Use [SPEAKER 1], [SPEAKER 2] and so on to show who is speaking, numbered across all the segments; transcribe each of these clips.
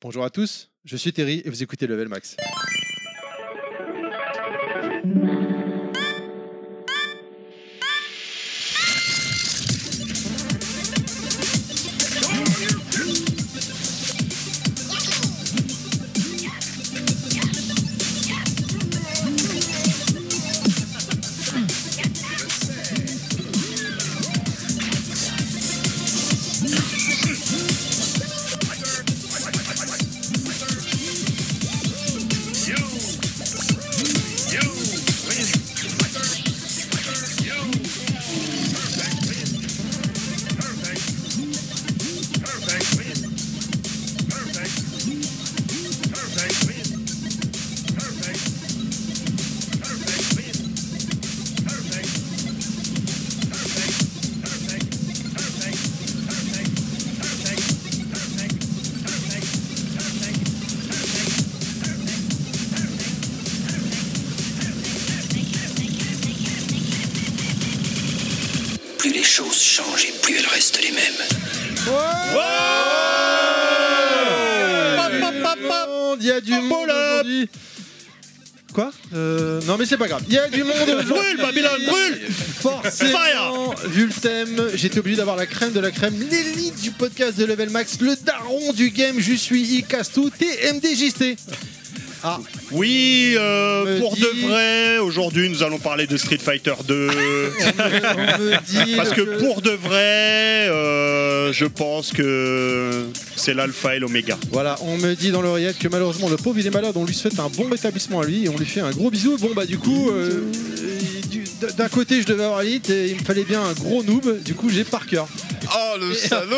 [SPEAKER 1] Bonjour à tous, je suis Terry et vous écoutez Level Max.
[SPEAKER 2] Plus les choses changent et plus elles restent les mêmes.
[SPEAKER 1] Il y a du monde aujourd'hui. Quoi Euh, Non mais c'est pas grave. Il y a du monde aujourd'hui.
[SPEAKER 3] Brûle, Babylone, brûle
[SPEAKER 1] Forcément, vu le thème, j'étais obligé d'avoir la crème de la crème, l'élite du podcast de Level Max, le daron du game, je suis Icastou, TMDJC. Ah,
[SPEAKER 3] Oui, euh,
[SPEAKER 1] Me
[SPEAKER 3] pour
[SPEAKER 1] dit-
[SPEAKER 3] de vrai, aujourd'hui nous allons parler de Street Fighter 2.
[SPEAKER 1] on me dit
[SPEAKER 3] Parce que pour de vrai, euh, je pense que c'est l'alpha et l'oméga.
[SPEAKER 1] Voilà, on me dit dans l'oreillette que malheureusement le pauvre il est malade, on lui souhaite un bon rétablissement à lui et on lui fait un gros bisou. Bon bah du coup, euh, euh, du- d'un côté je devais avoir l'élite et il me fallait bien un gros noob, du coup j'ai Parker.
[SPEAKER 4] Oh le salaud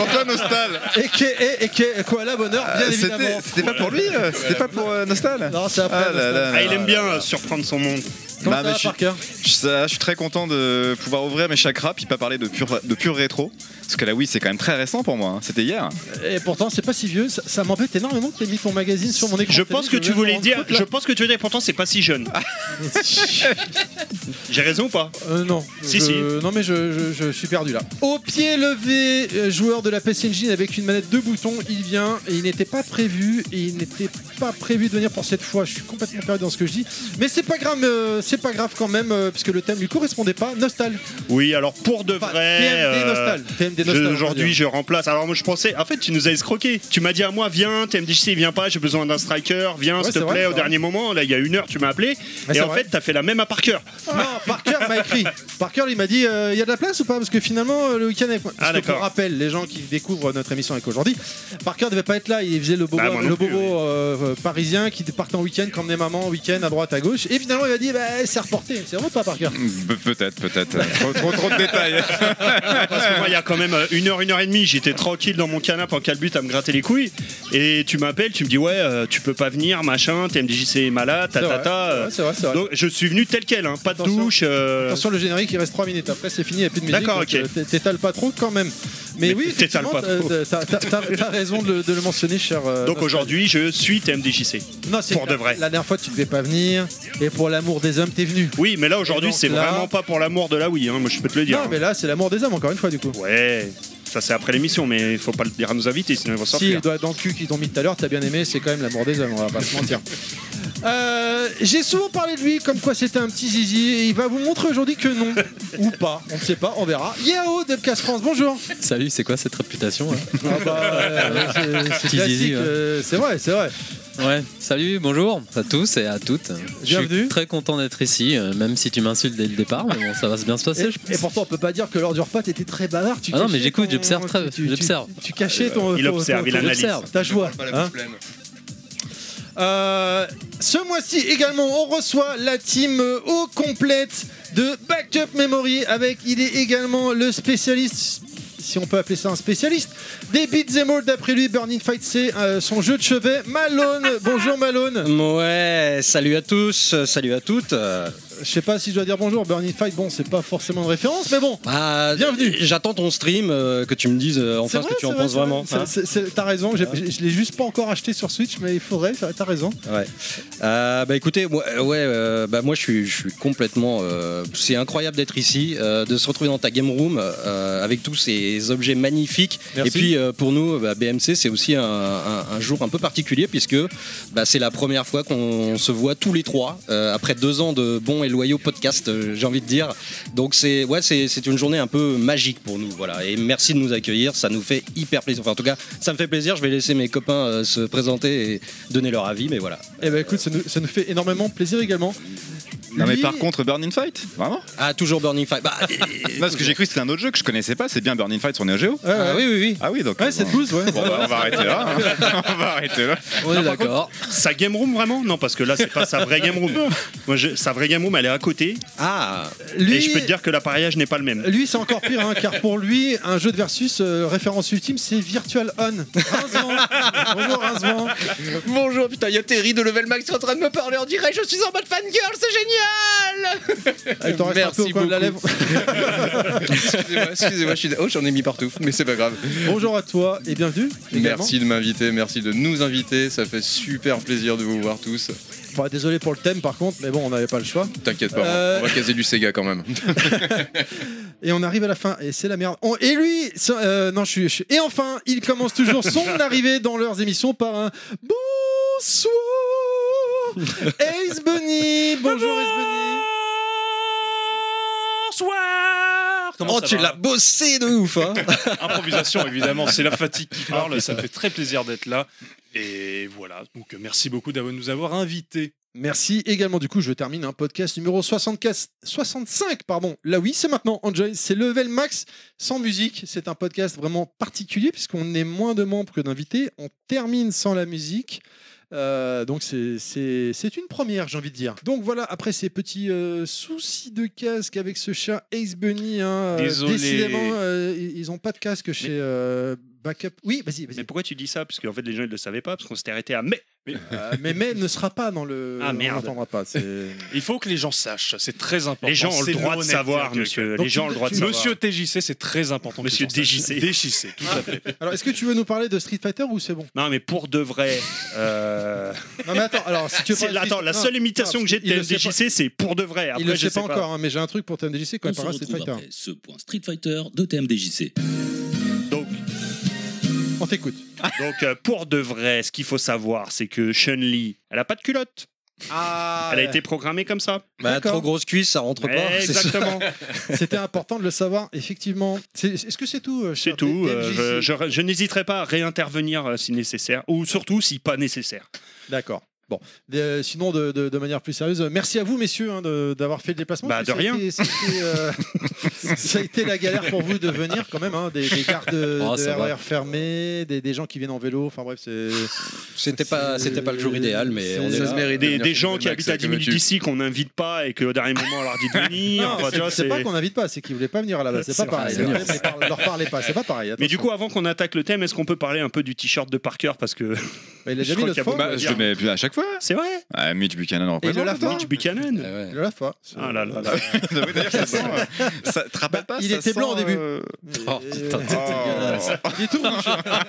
[SPEAKER 4] Antoine Nostal
[SPEAKER 1] Et que, et, et que, quoi la bonheur, bien
[SPEAKER 4] Euh,
[SPEAKER 1] évidemment.
[SPEAKER 4] C'était c'était pas pour lui euh, C'était pas pour euh, Nostal
[SPEAKER 1] Non, c'est après.
[SPEAKER 4] Ah là là.
[SPEAKER 3] Ah, il aime bien euh, surprendre son monde.
[SPEAKER 1] Comment
[SPEAKER 4] Bah,
[SPEAKER 1] ça
[SPEAKER 4] mais
[SPEAKER 1] va,
[SPEAKER 4] je-
[SPEAKER 1] Parker
[SPEAKER 4] je, ça, je suis très content de pouvoir ouvrir mes chakras puis pas parler de pur, de pur rétro. Parce que là oui c'est quand même très récent pour moi, hein. c'était hier.
[SPEAKER 1] Et pourtant c'est pas si vieux, ça, ça m'embête énormément que t'aies mis ton magazine sur mon écran.
[SPEAKER 3] Je pense que tu voulais dire, je pense que tu voulais dire, pourtant c'est pas si jeune. J'ai raison ou pas
[SPEAKER 1] Euh, non.
[SPEAKER 3] Si,
[SPEAKER 1] Je-
[SPEAKER 3] si.
[SPEAKER 1] Non, mais je, je- je suis perdu là. Au pied levé, euh, joueur de la PC Engine avec une manette de boutons, il vient et il n'était pas prévu. Et il n'était pas prévu de venir pour cette fois. Je suis complètement perdu dans ce que je dis. Mais c'est pas grave, euh, c'est pas grave quand même, euh, puisque le thème lui correspondait pas. Nostal.
[SPEAKER 3] Oui, alors pour de
[SPEAKER 1] Enfin,
[SPEAKER 3] vrai.
[SPEAKER 1] TMD
[SPEAKER 3] euh,
[SPEAKER 1] Nostal. TMD
[SPEAKER 3] Je-
[SPEAKER 1] Nostal. on va
[SPEAKER 3] Aujourd'hui,
[SPEAKER 1] dire.
[SPEAKER 3] je remplace. Alors, moi, je pensais. En fait, tu nous as escroqué. Tu m'as dit à moi, viens, TMDJC, viens pas, j'ai besoin d'un striker, viens,
[SPEAKER 1] Ouais,
[SPEAKER 3] s'il te
[SPEAKER 1] c'est
[SPEAKER 3] plaît,
[SPEAKER 1] vrai, c'est
[SPEAKER 3] au
[SPEAKER 1] vrai.
[SPEAKER 3] dernier moment. Là, il y a une heure, tu m'as appelé.
[SPEAKER 1] Ouais,
[SPEAKER 3] et
[SPEAKER 1] c'est
[SPEAKER 3] en
[SPEAKER 1] vrai.
[SPEAKER 3] fait, t'as fait la même à Parker.
[SPEAKER 1] Non, Parker m'a écrit. Parker, il m'a dit euh, il y a de la place ou pas Parce que finalement, euh, le week-end avec moi.
[SPEAKER 3] Ah,
[SPEAKER 1] Parce que
[SPEAKER 3] d'accord.
[SPEAKER 1] pour rappel, les gens qui découvrent notre émission avec aujourd'hui, Parker devait pas être là. Il faisait le bobo,
[SPEAKER 3] Bah, moi non
[SPEAKER 1] le
[SPEAKER 3] plus,
[SPEAKER 1] bobo, euh, parisien qui partait en week-end, qui emmenait maman en week-end à droite, à gauche. Et finalement, il m'a dit bah, c'est reporté. C'est vrai ou pas, Parker
[SPEAKER 3] Bah,
[SPEAKER 4] Pe- peut-être, peut-être. trop, trop, trop de détails.
[SPEAKER 3] Parce que moi, il y a quand même euh, une heure, une heure et demie, j'étais tranquille dans mon canapé en calbut à me gratter les couilles. Et tu m'appelles, tu me dis, ouais, euh, tu peux pas venir, machin, TMDJC est malade,
[SPEAKER 1] C'est vrai,
[SPEAKER 3] tatata.
[SPEAKER 1] c'est vrai, c'est vrai, c'est vrai.
[SPEAKER 3] Donc, je suis venu tel quel, hein, pas de
[SPEAKER 1] Attention.
[SPEAKER 3] douche. euh,
[SPEAKER 1] Attention, le générique, il reste 3 minutes. Après, c'est fini, il n'y a plus de musique.
[SPEAKER 3] D'accord,
[SPEAKER 1] donc,
[SPEAKER 3] ok.
[SPEAKER 1] euh, t'é- T'étales pas trop quand même. Mais,
[SPEAKER 3] Mais
[SPEAKER 1] oui,
[SPEAKER 3] t'étales pas
[SPEAKER 1] effectivement, t'as- t'as- t'as t'as- t'as raison de le, de le mentionner, cher. euh,
[SPEAKER 3] donc
[SPEAKER 1] Nostal.
[SPEAKER 3] aujourd'hui, je suis TMDJC.
[SPEAKER 1] Non, c'est
[SPEAKER 3] pour
[SPEAKER 1] clair.
[SPEAKER 3] de vrai.
[SPEAKER 1] La dernière fois, tu devais pas venir. Et pour l'amour des hommes, t'es venu.
[SPEAKER 3] Oui, mais là, aujourd'hui,
[SPEAKER 1] Et donc
[SPEAKER 3] c'est
[SPEAKER 1] là-
[SPEAKER 3] vraiment pas pour l'amour de la Wii, hein, moi, je peux te le dire.
[SPEAKER 1] Non, mais là, c'est l'amour des hommes, encore une fois, du coup.
[SPEAKER 3] Ouais, ça c'est après l'émission, mais il faut pas le dire à nos invités, sinon ils vont
[SPEAKER 1] Si,
[SPEAKER 3] sortir.
[SPEAKER 1] le doigt dans le cul qu'ils t'ont mis tout à l'heure, t'as bien aimé, c'est quand même l'amour des hommes, on va pas se mentir. Euh, J'ai souvent parlé de lui comme quoi c'était un petit zizi et il va vous montrer aujourd'hui que non ou pas, on ne sait pas, on verra. Yao de Casse France, bonjour.
[SPEAKER 5] Salut, c'est quoi cette réputation
[SPEAKER 6] hein
[SPEAKER 5] là
[SPEAKER 1] Ah bah, euh, c'est- c'est
[SPEAKER 5] Petit
[SPEAKER 1] classique,
[SPEAKER 5] zizi, ouais.
[SPEAKER 1] euh, c'est vrai, c'est vrai.
[SPEAKER 5] Ouais, salut, bonjour à tous et à toutes. Je
[SPEAKER 1] Bienvenue.
[SPEAKER 5] suis très content d'être ici, euh, même si tu m'insultes dès le départ, mais bon, ça va se bien se passer. je pense.
[SPEAKER 1] Et, et pourtant, on peut pas dire que lors du repas, t'étais très bavard. tu
[SPEAKER 5] Ah non,
[SPEAKER 1] cachais
[SPEAKER 5] mais j'écoute,
[SPEAKER 1] ton-
[SPEAKER 5] j'observe très-
[SPEAKER 1] tu- tu- tu-
[SPEAKER 5] j'observe.
[SPEAKER 1] Tu cachais ton.
[SPEAKER 3] Euh, Il
[SPEAKER 1] ton-
[SPEAKER 3] observe,
[SPEAKER 1] ton-
[SPEAKER 3] il
[SPEAKER 1] ton-
[SPEAKER 3] analyse.
[SPEAKER 5] J'observe.
[SPEAKER 1] Ta joie. hein. Euh, ce mois-ci également, on reçoit la team euh, au complète de Backup Memory avec, il est également le spécialiste, si on peut appeler ça un spécialiste, des beats and all d'après lui, Burning Fight, c'est euh, son jeu de chevet, Malone. Bonjour Malone.
[SPEAKER 6] Ouais, salut à tous, euh, salut à toutes. Euh,
[SPEAKER 1] Je sais pas si je dois dire bonjour, Burning Fight, bon, c'est pas forcément une référence, mais bon,
[SPEAKER 6] Bah,
[SPEAKER 1] Bienvenue.
[SPEAKER 6] J'attends ton stream, euh, que tu me dises euh,
[SPEAKER 1] C'est
[SPEAKER 6] enfin ce
[SPEAKER 1] vrai,
[SPEAKER 6] que tu
[SPEAKER 1] c'est
[SPEAKER 6] en
[SPEAKER 1] vrai,
[SPEAKER 6] penses
[SPEAKER 1] c'est vrai.
[SPEAKER 6] vraiment.
[SPEAKER 1] C'est-
[SPEAKER 6] hein.
[SPEAKER 1] c'est- c'est- T'as raison, j'ai- j'ai- je l'ai juste pas encore acheté sur Switch, mais il faudrait, ça- t'as raison.
[SPEAKER 6] Ouais. Euh, bah écoutez, moi, euh, ouais, euh, bah moi je suis, je suis complètement. euh, c'est incroyable d'être ici, euh, de se retrouver dans ta game room euh, avec tous ces objets magnifiques.
[SPEAKER 1] Merci.
[SPEAKER 6] Et puis euh, pour nous, bah, BMC, c'est aussi un, un- un jour un peu particulier puisque bah, c'est la première fois qu'on se voit tous les trois euh, après deux ans de bons et loyaux podcasts, euh, j'ai envie de dire. Donc c'est ouais, c'est c'est une journée un peu magique pour nous, voilà. Et merci de nous accueillir, ça nous fait hyper plaisir. Enfin en tout cas, ça me fait plaisir. Je vais laisser mes copains euh, se présenter et donner leur avis, mais voilà.
[SPEAKER 1] Eh ben écoute, ça nous, ça nous fait énormément plaisir également.
[SPEAKER 4] Non, mais
[SPEAKER 1] Lui-
[SPEAKER 4] par contre, Burning Fight Vraiment
[SPEAKER 6] Ah, toujours Burning Fight. Bah, et-
[SPEAKER 4] Non, Parce que j'ai cru que c'était un autre jeu que je connaissais pas, c'est bien Burning Fight sur Neo Geo
[SPEAKER 1] Ouais, ouais.
[SPEAKER 6] ah, oui, oui, oui.
[SPEAKER 4] Ah oui, donc.
[SPEAKER 1] Ouais, cette loose, ouais.
[SPEAKER 4] Bon, bah, on va arrêter là. hein. on va arrêter là.
[SPEAKER 5] On est d'accord.
[SPEAKER 3] Sa game room vraiment Non, parce que là, c'est pas sa vraie game room. Moi, je- sa vraie game room, elle est à côté.
[SPEAKER 6] Ah,
[SPEAKER 1] Lui,
[SPEAKER 3] Et je peux te dire que l'appareillage n'est pas le même.
[SPEAKER 1] Lui, c'est encore pire, hein, car pour lui, un jeu de versus euh, référence ultime, c'est Virtual On. Rincement. Bonjour, Rincement.
[SPEAKER 7] Bonjour, putain, il y a Terry de Level Max qui est en train de me parler en direct, je suis en mode fangirl, c'est génial
[SPEAKER 1] Il Eh, t'en reste un peu au
[SPEAKER 7] Merci
[SPEAKER 1] coin de la lèvre.
[SPEAKER 7] beaucoup. Excusez-moi, excusez-moi, je suis... Oh, j'en ai mis partout, mais c'est pas grave.
[SPEAKER 1] Bonjour à toi et bienvenue. également.
[SPEAKER 7] Merci de m'inviter, merci de nous inviter, ça fait super plaisir de vous voir tous.
[SPEAKER 1] Bon, désolé pour le thème, par contre, mais bon, on n'avait pas le choix.
[SPEAKER 7] T'inquiète pas,
[SPEAKER 1] Euh.
[SPEAKER 7] on va caser du Sega quand même.
[SPEAKER 1] Et on arrive à la fin, et c'est la merde. On- et lui, ça- euh, non, je suis, je suis- Et enfin, il commence toujours son arrivée dans leurs émissions par un bonsoir. Ace Bunny, bonjour Ace Bunny.
[SPEAKER 6] oh, tu l'as bossé de ouf. Hein.
[SPEAKER 8] Improvisation, évidemment, c'est la fatigue qui parle, ça me fait très plaisir d'être là. Et voilà, donc euh, merci beaucoup d'avoir nous avoir invités.
[SPEAKER 1] Merci également. Du coup, je termine un podcast numéro 75, 65. Pardon. Là, oui, c'est maintenant. Enjoy, c'est Level Max sans musique. C'est un podcast vraiment particulier puisqu'on est moins de membres que d'invités. On termine sans la musique. Euh, donc c'est- c'est c'est une première, j'ai envie de dire. Donc voilà, après ces petits euh, soucis de casque avec ce chat Ace Bunny, hein, euh,
[SPEAKER 8] Désolé.
[SPEAKER 1] décidément, euh, ils ils ont pas de casque chez euh, Backup. Oui, vas-y, vas-y.
[SPEAKER 3] Mais pourquoi tu dis ça Parce qu'en fait, les gens, ils le savaient pas, parce qu'on s'était arrêté à mai.
[SPEAKER 1] Euh, mais mais ne sera pas dans le.
[SPEAKER 3] Ah,
[SPEAKER 1] on
[SPEAKER 3] merde.
[SPEAKER 1] l'entendra pas. c'est-
[SPEAKER 8] Il faut que les gens sachent, c'est très important.
[SPEAKER 3] Les gens ont
[SPEAKER 8] C'est
[SPEAKER 3] le droit de
[SPEAKER 8] honnête,
[SPEAKER 3] savoir,
[SPEAKER 8] Hercule.
[SPEAKER 3] monsieur.
[SPEAKER 1] Donc,
[SPEAKER 3] Les gens ont le droit de savoir.
[SPEAKER 8] Monsieur TJC, c'est très important. que
[SPEAKER 3] Monsieur
[SPEAKER 8] les gens sachent.
[SPEAKER 3] DJC.
[SPEAKER 8] DJC, tout à fait.
[SPEAKER 1] Alors, est-ce que tu veux nous parler de Street Fighter ou c'est bon
[SPEAKER 3] Non, mais pour de vrai. euh,
[SPEAKER 1] Non mais attends, alors si tu veux
[SPEAKER 3] c'est-
[SPEAKER 1] parler-
[SPEAKER 3] Attends, la
[SPEAKER 1] non,
[SPEAKER 3] seule imitation
[SPEAKER 1] non,
[SPEAKER 3] que j'ai
[SPEAKER 1] il
[SPEAKER 3] de
[SPEAKER 1] le sait pas-
[SPEAKER 3] TMDJC, c'est pour de vrai. Après,
[SPEAKER 1] il le
[SPEAKER 3] je
[SPEAKER 1] sait
[SPEAKER 3] sais
[SPEAKER 1] pas, encore, hein, mais j'ai un truc pour TMDJC quand
[SPEAKER 9] On
[SPEAKER 1] il
[SPEAKER 9] se
[SPEAKER 1] parlera Street
[SPEAKER 9] retrouve
[SPEAKER 1] Fighter.
[SPEAKER 9] après ce point Street Fighter de TMDJC.
[SPEAKER 3] Donc,
[SPEAKER 1] On t'écoute.
[SPEAKER 3] donc euh, pour de vrai, ce qu'il faut savoir, c'est que Chun-Li, elle a pas de culotte.
[SPEAKER 1] Ah,
[SPEAKER 3] elle a été programmée comme ça.
[SPEAKER 6] Bah,
[SPEAKER 1] D'accord.
[SPEAKER 6] trop grosse cuisse, ça rentre pas. c'est sûr.
[SPEAKER 3] Exactement.
[SPEAKER 1] C'était important de le savoir, effectivement. C'est- Est-ce que c'est tout euh,
[SPEAKER 3] C'est
[SPEAKER 1] cher
[SPEAKER 3] tout.
[SPEAKER 1] T-
[SPEAKER 3] euh, je
[SPEAKER 1] TMDJC?
[SPEAKER 3] je- je n'hésiterai pas à réintervenir euh, si nécessaire, ou surtout si pas nécessaire.
[SPEAKER 1] D'accord. Bon, Euh, sinon de, de- de manière plus sérieuse, euh, merci à vous messieurs hein, de- d'avoir fait le déplacement.
[SPEAKER 3] Bah,
[SPEAKER 1] parce que
[SPEAKER 3] de
[SPEAKER 1] ça a
[SPEAKER 3] rien.
[SPEAKER 1] été- ça a été, euh, ça a été la galère pour vous de venir quand même, hein, des, des gares de,
[SPEAKER 5] Oh,
[SPEAKER 1] de
[SPEAKER 5] ça va.
[SPEAKER 1] RER fermées, des, des gens qui viennent en vélo. Enfin bref, c'est. euh,
[SPEAKER 6] C'était pas, c'était pas le jour idéal, mais
[SPEAKER 1] C'est-
[SPEAKER 6] on est
[SPEAKER 7] Ça
[SPEAKER 6] là.
[SPEAKER 7] se mérite. de
[SPEAKER 3] Des,
[SPEAKER 7] venir
[SPEAKER 3] des
[SPEAKER 7] chez
[SPEAKER 3] gens
[SPEAKER 7] Level
[SPEAKER 3] qui habitent
[SPEAKER 7] Max,
[SPEAKER 3] à
[SPEAKER 7] ça,
[SPEAKER 3] 10
[SPEAKER 7] comme
[SPEAKER 3] minutes
[SPEAKER 7] tu-
[SPEAKER 3] d'ici qu'on n'invite pas et qu'au dernier moment on leur dit de venir.
[SPEAKER 1] Non,
[SPEAKER 3] Enfin, tu
[SPEAKER 1] c'est-
[SPEAKER 3] vois,
[SPEAKER 1] c'est
[SPEAKER 3] c'est-
[SPEAKER 1] pas qu'on n'invite pas, c'est qu'ils voulaient pas venir à la base. C'est pas
[SPEAKER 3] C'est vrai,
[SPEAKER 1] pareil.
[SPEAKER 5] c'est
[SPEAKER 1] Le
[SPEAKER 5] vrai.
[SPEAKER 1] problème, c'est par- Leur parler pas, c'est pas pareil.
[SPEAKER 3] Mais du coup, avant qu'on attaque le thème, est-ce qu'on peut parler un peu du t-shirt de Parker Parce que
[SPEAKER 1] Bah, il a déjà
[SPEAKER 3] Je
[SPEAKER 1] mis
[SPEAKER 3] crois
[SPEAKER 1] l'autre
[SPEAKER 3] qu'il y a
[SPEAKER 1] fois.
[SPEAKER 3] beaucoup-
[SPEAKER 4] Bah, je le mets plus à chaque fois.
[SPEAKER 3] c'est vrai,
[SPEAKER 4] Ah, Mitch Buchanan
[SPEAKER 1] Et
[SPEAKER 4] en
[SPEAKER 1] il le
[SPEAKER 4] représente.
[SPEAKER 1] lave pas.
[SPEAKER 3] Mitch Buchanan.
[SPEAKER 8] Euh,
[SPEAKER 6] Ah ouais.
[SPEAKER 1] Il le lave pas.
[SPEAKER 3] Ah là là là.
[SPEAKER 4] Oui, d'ailleurs, ça sent, euh, ça te rappelle pas
[SPEAKER 1] Bah, il
[SPEAKER 4] ça
[SPEAKER 1] était
[SPEAKER 4] sent,
[SPEAKER 1] blanc au début.
[SPEAKER 4] euh,
[SPEAKER 6] Oh, putain.
[SPEAKER 1] Euh,
[SPEAKER 4] oh.
[SPEAKER 1] Il est tout rouge.
[SPEAKER 3] Alors,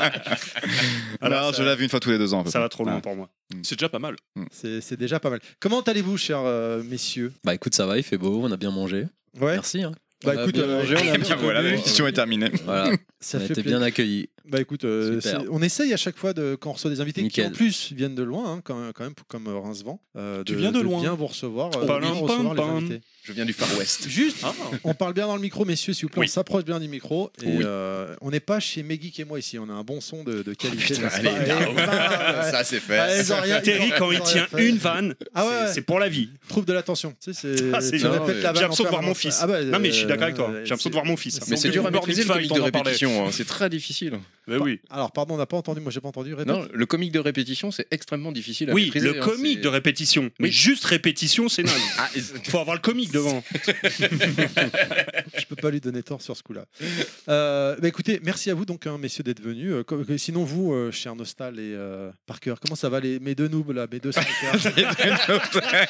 [SPEAKER 4] Alors,
[SPEAKER 3] Ah bah, ça-
[SPEAKER 4] je lave une fois tous les deux ans. à peu
[SPEAKER 3] Ça
[SPEAKER 4] près.
[SPEAKER 3] va trop loin
[SPEAKER 4] Ah.
[SPEAKER 3] pour moi.
[SPEAKER 8] Mm. C'est déjà pas mal.
[SPEAKER 1] C'est c'est déjà pas mal. Comment allez-vous, chers euh, messieurs
[SPEAKER 5] Bah écoute, ça va, il fait beau, on a bien mangé.
[SPEAKER 1] Ouais.
[SPEAKER 5] Merci. hein.
[SPEAKER 1] Bah
[SPEAKER 5] On a
[SPEAKER 1] écoute,
[SPEAKER 5] bien
[SPEAKER 1] euh,
[SPEAKER 5] mangé, on a
[SPEAKER 4] Eh bien,
[SPEAKER 5] bien
[SPEAKER 4] voilà,
[SPEAKER 5] voilà,
[SPEAKER 4] la discussion est terminée.
[SPEAKER 5] voilà,
[SPEAKER 1] ça
[SPEAKER 5] on a
[SPEAKER 1] fait
[SPEAKER 5] été
[SPEAKER 1] plaisir.
[SPEAKER 5] bien accueillis.
[SPEAKER 1] Bah écoute, euh,
[SPEAKER 5] Super.
[SPEAKER 1] c'est- on essaye à chaque fois de quand on reçoit des invités qui
[SPEAKER 5] Nickel.
[SPEAKER 1] en plus viennent de loin, hein, quand, quand même, comme euh, Rincevent, euh,
[SPEAKER 8] Tu viens de loin.
[SPEAKER 1] bien vous recevoir, euh,
[SPEAKER 3] Pam,
[SPEAKER 1] bien recevoir les
[SPEAKER 3] pam, pam.
[SPEAKER 1] invités.
[SPEAKER 7] Je viens du Far West.
[SPEAKER 1] Juste,
[SPEAKER 8] Ah.
[SPEAKER 1] on parle bien dans le micro, messieurs, s'il vous plaît,
[SPEAKER 3] Oui.
[SPEAKER 1] on s'approche bien du micro. Et
[SPEAKER 7] Oui.
[SPEAKER 1] euh, on n'est pas chez Megeek et moi ici, on a un bon son de, de qualité.
[SPEAKER 7] putain,
[SPEAKER 1] n'est-ce
[SPEAKER 7] allez,
[SPEAKER 1] pas
[SPEAKER 7] là,
[SPEAKER 1] Eh, bah, ouais.
[SPEAKER 7] Ça, c'est
[SPEAKER 1] Ah,
[SPEAKER 7] fait.
[SPEAKER 1] ils ont rien- ils ont-
[SPEAKER 3] Terry, quand
[SPEAKER 1] ils
[SPEAKER 3] il
[SPEAKER 1] ont
[SPEAKER 3] tient
[SPEAKER 1] rien fait.
[SPEAKER 3] une vanne,
[SPEAKER 1] Ah ouais,
[SPEAKER 3] c'est-
[SPEAKER 1] ouais.
[SPEAKER 3] c'est pour la vie.
[SPEAKER 1] trouve de l'attention. Tu sais, c'est.
[SPEAKER 3] Ah, c'est-
[SPEAKER 1] tu
[SPEAKER 7] Non,
[SPEAKER 1] répètes
[SPEAKER 7] mais
[SPEAKER 1] la
[SPEAKER 3] J'ai
[SPEAKER 1] vanne en
[SPEAKER 3] l'impression de voir mon
[SPEAKER 1] permanence.
[SPEAKER 3] fils.
[SPEAKER 1] Ah bah,
[SPEAKER 3] Non, mais je suis
[SPEAKER 1] euh,
[SPEAKER 3] d'accord avec toi.
[SPEAKER 1] euh,
[SPEAKER 3] J'ai l'impression de voir mon fils. hein.
[SPEAKER 7] Mais c'est dur à
[SPEAKER 8] Burning
[SPEAKER 7] maîtriser le
[SPEAKER 8] Fight,
[SPEAKER 7] comique
[SPEAKER 8] on
[SPEAKER 7] de
[SPEAKER 8] en parlait.
[SPEAKER 7] répétition.
[SPEAKER 4] répétition, hein, c'est très difficile.
[SPEAKER 3] Bah oui.
[SPEAKER 1] Alors, pardon, on n'a pas entendu, moi j'ai pas entendu. répète.
[SPEAKER 4] Non, le comique de répétition, c'est extrêmement difficile à
[SPEAKER 3] Oui,
[SPEAKER 4] maîtriser,
[SPEAKER 3] le
[SPEAKER 4] hein,
[SPEAKER 3] comique
[SPEAKER 4] c'est-
[SPEAKER 3] de répétition. Mais
[SPEAKER 4] Oui.
[SPEAKER 3] juste répétition, c'est naze.
[SPEAKER 4] Ah, et-
[SPEAKER 3] Faut avoir le comique devant.
[SPEAKER 1] Je peux pas lui donner tort sur ce coup-là. Euh, bah écoutez, merci à vous donc, hein, messieurs, d'être venus. Euh, co- que- sinon, vous, euh, cher Nostal et euh, Parker, comment ça va les, mes deux noobs là, mes deux snipers J'ai
[SPEAKER 4] Bah,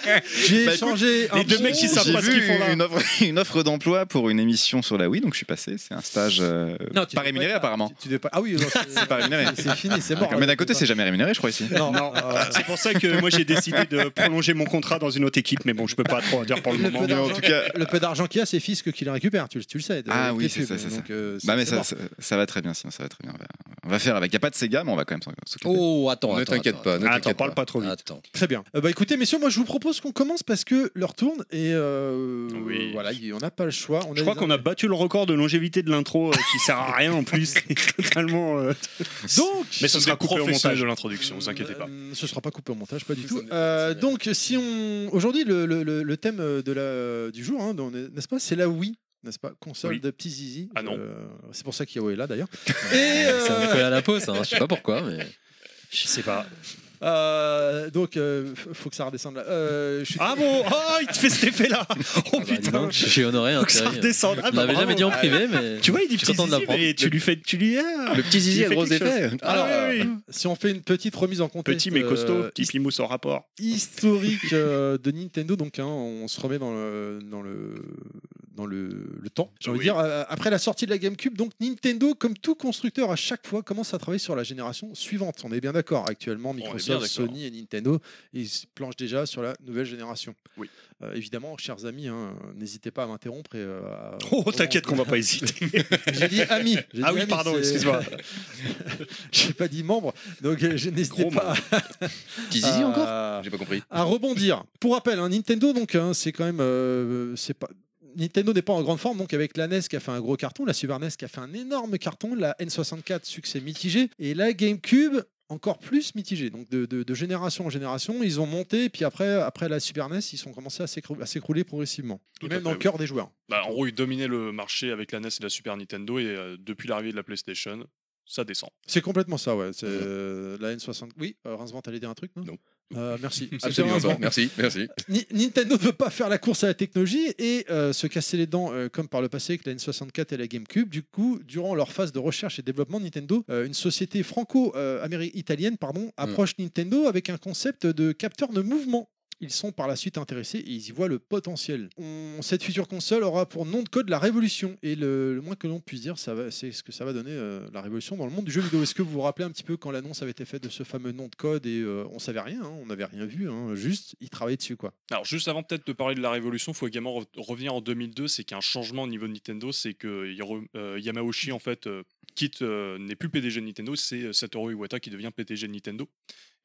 [SPEAKER 4] écoute,
[SPEAKER 1] échangé un
[SPEAKER 3] les deux
[SPEAKER 1] bon-
[SPEAKER 3] mecs qui savent
[SPEAKER 4] J'ai
[SPEAKER 3] pas ce qu'ils
[SPEAKER 4] vu
[SPEAKER 3] font là.
[SPEAKER 4] une offre, une offre d'emploi pour une émission sur la Wii, donc je suis passé. C'est un stage euh,
[SPEAKER 1] Non, tu
[SPEAKER 4] pas
[SPEAKER 1] devais
[SPEAKER 4] rémunéré
[SPEAKER 1] être là.
[SPEAKER 4] apparemment.
[SPEAKER 1] Tu, tu devais pas... Ah oui, non, c'est
[SPEAKER 4] C'est hein, pas rémunéré.
[SPEAKER 1] c'est- c'est fini, c'est mort.
[SPEAKER 4] Mais Ah, d'un côté, c'est ah, jamais rémunéré, je crois ici.
[SPEAKER 1] Non, euh,
[SPEAKER 3] C'est pour ça que moi j'ai décidé de prolonger mon contrat dans une autre équipe, mais bon, je peux pas trop en dire pour le
[SPEAKER 1] Le
[SPEAKER 3] moment.
[SPEAKER 1] peu
[SPEAKER 4] Mais en
[SPEAKER 1] d'argent-
[SPEAKER 4] tout cas,
[SPEAKER 1] le peu d'argent qu'il y a, c'est Fisk qui le récupère, tu, le- tu le sais. de-
[SPEAKER 4] Ah
[SPEAKER 1] des
[SPEAKER 4] oui, c'est
[SPEAKER 1] pubs,
[SPEAKER 4] ça, c'est ça.
[SPEAKER 1] donc, euh, c'est-
[SPEAKER 4] Bah mais
[SPEAKER 1] c'est
[SPEAKER 4] ça,
[SPEAKER 1] mort.
[SPEAKER 4] ça, ça va très bien, sinon ça va très bien. On va, on va faire avec. Il n'y a pas de Sega, mais on va quand même s'en s'occuper.
[SPEAKER 6] Oh, attends,
[SPEAKER 4] ne
[SPEAKER 6] attends,
[SPEAKER 4] t'inquiète
[SPEAKER 6] attends,
[SPEAKER 4] pas, ne
[SPEAKER 3] Attends,
[SPEAKER 4] t'inquiète
[SPEAKER 3] parle
[SPEAKER 4] pas.
[SPEAKER 3] Ah, pas trop vite.
[SPEAKER 6] Attends.
[SPEAKER 1] Très bien. Euh, bah écoutez, messieurs, moi je vous propose qu'on commence parce que l'heure tourne et euh,
[SPEAKER 3] Oui.
[SPEAKER 1] voilà, y- on n'a pas le choix. On
[SPEAKER 3] Je crois
[SPEAKER 1] les-
[SPEAKER 3] qu'on a battu le record de longévité de l'intro euh, qui sert à rien en plus. C'est Totalement. euh,
[SPEAKER 1] donc.
[SPEAKER 3] Mais ce sera coupé au montage.
[SPEAKER 8] de l'introduction, vous inquiétez pas.
[SPEAKER 1] Euh, ce sera pas coupé au montage, pas du tout. Euh, donc, si on aujourd'hui le, le- le- le thème de la, du jour, hein, dont on est- n'est-ce pas, c'est la Wii, n'est-ce pas, console
[SPEAKER 8] Oui.
[SPEAKER 1] de petits zizi.
[SPEAKER 8] Ah non.
[SPEAKER 1] Euh, c'est pour ça qu'Yao est là d'ailleurs. Et
[SPEAKER 5] Ça me
[SPEAKER 1] euh,
[SPEAKER 5] colle à la peau, ça. hein. Je sais pas pourquoi, mais.
[SPEAKER 7] Oh,
[SPEAKER 3] Je sais pas.
[SPEAKER 1] euh, donc, euh, f- faut que ça redescende là. Euh, je suis-
[SPEAKER 3] Ah bon Oh, il te fait cet effet
[SPEAKER 8] Ah
[SPEAKER 3] là Oh
[SPEAKER 5] Bah, dis
[SPEAKER 3] putain
[SPEAKER 5] donc, je suis honoré. Hein,
[SPEAKER 3] Faut que ça
[SPEAKER 5] Thierry.
[SPEAKER 3] redescende. Ah,
[SPEAKER 5] On
[SPEAKER 3] bah,
[SPEAKER 5] l'avait
[SPEAKER 3] bravo.
[SPEAKER 5] jamais dit en privé, mais.
[SPEAKER 3] Tu vois, il dit
[SPEAKER 5] Je suis
[SPEAKER 3] petit
[SPEAKER 5] content de
[SPEAKER 3] zizi,
[SPEAKER 5] l'apprendre.
[SPEAKER 3] mais tu lui fais. Tu lui. ah,
[SPEAKER 4] Le petit
[SPEAKER 3] zizi à gros effet.
[SPEAKER 4] Alors,
[SPEAKER 3] ah, oui, oui, oui.
[SPEAKER 1] Si on fait une petite remise en contexte,
[SPEAKER 3] Petit mais costaud,
[SPEAKER 1] euh,
[SPEAKER 3] petit pimou sans rapport.
[SPEAKER 1] historique euh, de Nintendo. Donc, hein, on se remet dans le, dans le, dans le, le temps. J'ai envie de
[SPEAKER 8] Oui.
[SPEAKER 1] dire, Euh, après la sortie de la GameCube, donc Nintendo, comme tout constructeur, à chaque fois commence à travailler sur la génération suivante. On est bien d'accord. Actuellement,
[SPEAKER 8] est bien
[SPEAKER 1] Microsoft,
[SPEAKER 8] d'accord.
[SPEAKER 1] Sony et Nintendo, ils se planchent déjà sur la nouvelle génération.
[SPEAKER 8] Oui.
[SPEAKER 1] Euh, évidemment, chers amis, hein, n'hésitez pas à m'interrompre. Et, euh, à-
[SPEAKER 3] Oh, t'inquiète qu'on va pas hésiter.
[SPEAKER 1] J'ai dit amis. J'ai
[SPEAKER 3] Ah
[SPEAKER 1] dit
[SPEAKER 3] oui,
[SPEAKER 1] amis,
[SPEAKER 3] pardon,
[SPEAKER 1] c'est-
[SPEAKER 3] excuse-moi.
[SPEAKER 1] J'ai pas dit membre. Donc, euh, je- n'hésitez
[SPEAKER 3] Gros
[SPEAKER 1] pas.
[SPEAKER 4] Petit
[SPEAKER 1] à-
[SPEAKER 7] Ah,
[SPEAKER 4] J'ai pas compris.
[SPEAKER 1] à rebondir. Pour rappel, hein, Nintendo, donc, hein, c'est quand même. euh, c'est pas... Nintendo n'est pas en grande forme, donc avec la NES qui a fait un gros carton, la Super NES qui a fait un énorme carton, la N64, succès mitigé, et la GameCube, encore plus mitigé. Donc de, de- de génération en génération, ils ont monté, puis après, après la Super NES, ils sont commencés à s'écrou- à s'écrouler progressivement,
[SPEAKER 8] Tout à
[SPEAKER 1] même
[SPEAKER 8] fait,
[SPEAKER 1] dans le
[SPEAKER 8] oui.
[SPEAKER 1] cœur des joueurs.
[SPEAKER 8] Bah, en gros, il dominait le marché avec la NES et la Super Nintendo, et euh, depuis l'arrivée de la PlayStation, ça descend.
[SPEAKER 1] C'est complètement ça, ouais. C'est, euh, la N64. Oui, euh, Rincevant, t'allais dire un truc, non
[SPEAKER 4] Non.
[SPEAKER 1] Euh, merci.
[SPEAKER 4] Absolument
[SPEAKER 1] Rincevant.
[SPEAKER 4] pas. Merci, merci.
[SPEAKER 1] Ni- Nintendo ne veut pas faire la course à la technologie et euh, se casser les dents euh, comme par le passé avec la N64 et la GameCube. Du coup, durant leur phase de recherche et développement, Nintendo, euh, une société franco-italienne, pardon, approche Nintendo avec un concept de capteur de mouvement. Ils sont par la suite intéressés et ils y voient le potentiel. On- cette future console aura pour nom de code la révolution. Et le, le moins que l'on puisse dire, ça va- c'est ce que ça va donner euh, la révolution dans le monde du jeu vidéo. Est-ce que vous vous rappelez un petit peu quand l'annonce avait été faite de ce fameux nom de code et euh, on savait rien, hein, on n'avait rien vu, hein, juste ils travaillaient dessus quoi.
[SPEAKER 8] Alors, juste avant peut-être de parler de la révolution, il faut également re- revenir en 2002. C'est qu'un changement au niveau de Nintendo, c'est que Hiro- euh, Yamauchi, en fait, euh, quitte, euh, n'est plus PDG de Nintendo, c'est euh, Satoru Iwata qui devient PDG de Nintendo.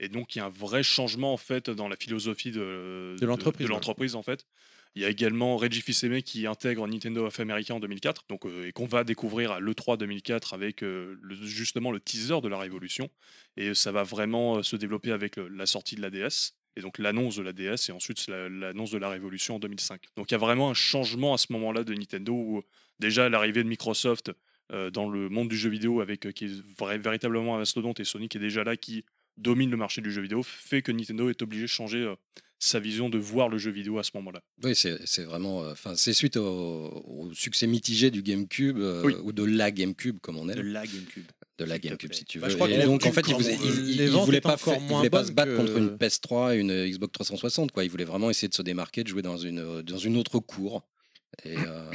[SPEAKER 8] Et donc, il y a un vrai changement, en fait, dans la philosophie de,
[SPEAKER 1] De l'entreprise,
[SPEAKER 8] de
[SPEAKER 1] ouais.
[SPEAKER 8] l'entreprise, en fait. Il y a également Reggie Fils-Aimé qui intègre Nintendo of America en 2004, donc, euh, et qu'on va découvrir à l'E3 2004 avec euh, le- justement le teaser de la révolution. Et ça va vraiment euh, se développer avec le- la sortie de la DS, et donc l'annonce de la DS, et ensuite la- l'annonce de la Révolution en 2005. Donc il y a vraiment un changement à ce moment-là de Nintendo, où déjà l'arrivée de Microsoft euh, dans le monde du jeu vidéo, avec euh, qui est vrai- véritablement un mastodonte, et Sony qui est déjà là, qui domine le marché du jeu vidéo, fait que Nintendo est obligé de changer euh, sa vision de voir le jeu vidéo à ce moment-là.
[SPEAKER 6] Oui, c'est c'est vraiment. euh, Enfin, c'est suite au, au succès mitigé du GameCube euh,
[SPEAKER 8] Oui.
[SPEAKER 6] ou de la GameCube, comme on aime,
[SPEAKER 3] la GameCube.
[SPEAKER 6] de la
[SPEAKER 3] te
[SPEAKER 6] GameCube
[SPEAKER 3] plaît.
[SPEAKER 6] si tu
[SPEAKER 1] Bah,
[SPEAKER 6] veux.
[SPEAKER 1] je crois
[SPEAKER 6] Et
[SPEAKER 1] que
[SPEAKER 6] donc en fait,
[SPEAKER 1] GameCube,
[SPEAKER 6] ils voulaient-
[SPEAKER 1] quand on-
[SPEAKER 6] ils-
[SPEAKER 1] les
[SPEAKER 6] ils- ils
[SPEAKER 1] ventes
[SPEAKER 6] voulaient
[SPEAKER 1] étaient
[SPEAKER 6] pas,
[SPEAKER 1] encore
[SPEAKER 6] fa- ils
[SPEAKER 1] moins
[SPEAKER 6] voulaient pas se
[SPEAKER 1] bonnes
[SPEAKER 6] battre
[SPEAKER 1] que-
[SPEAKER 6] contre une PS3 et une Xbox 360. Quoi, ils voulaient vraiment essayer de se démarquer, de jouer dans une euh, dans une autre cour. Et euh,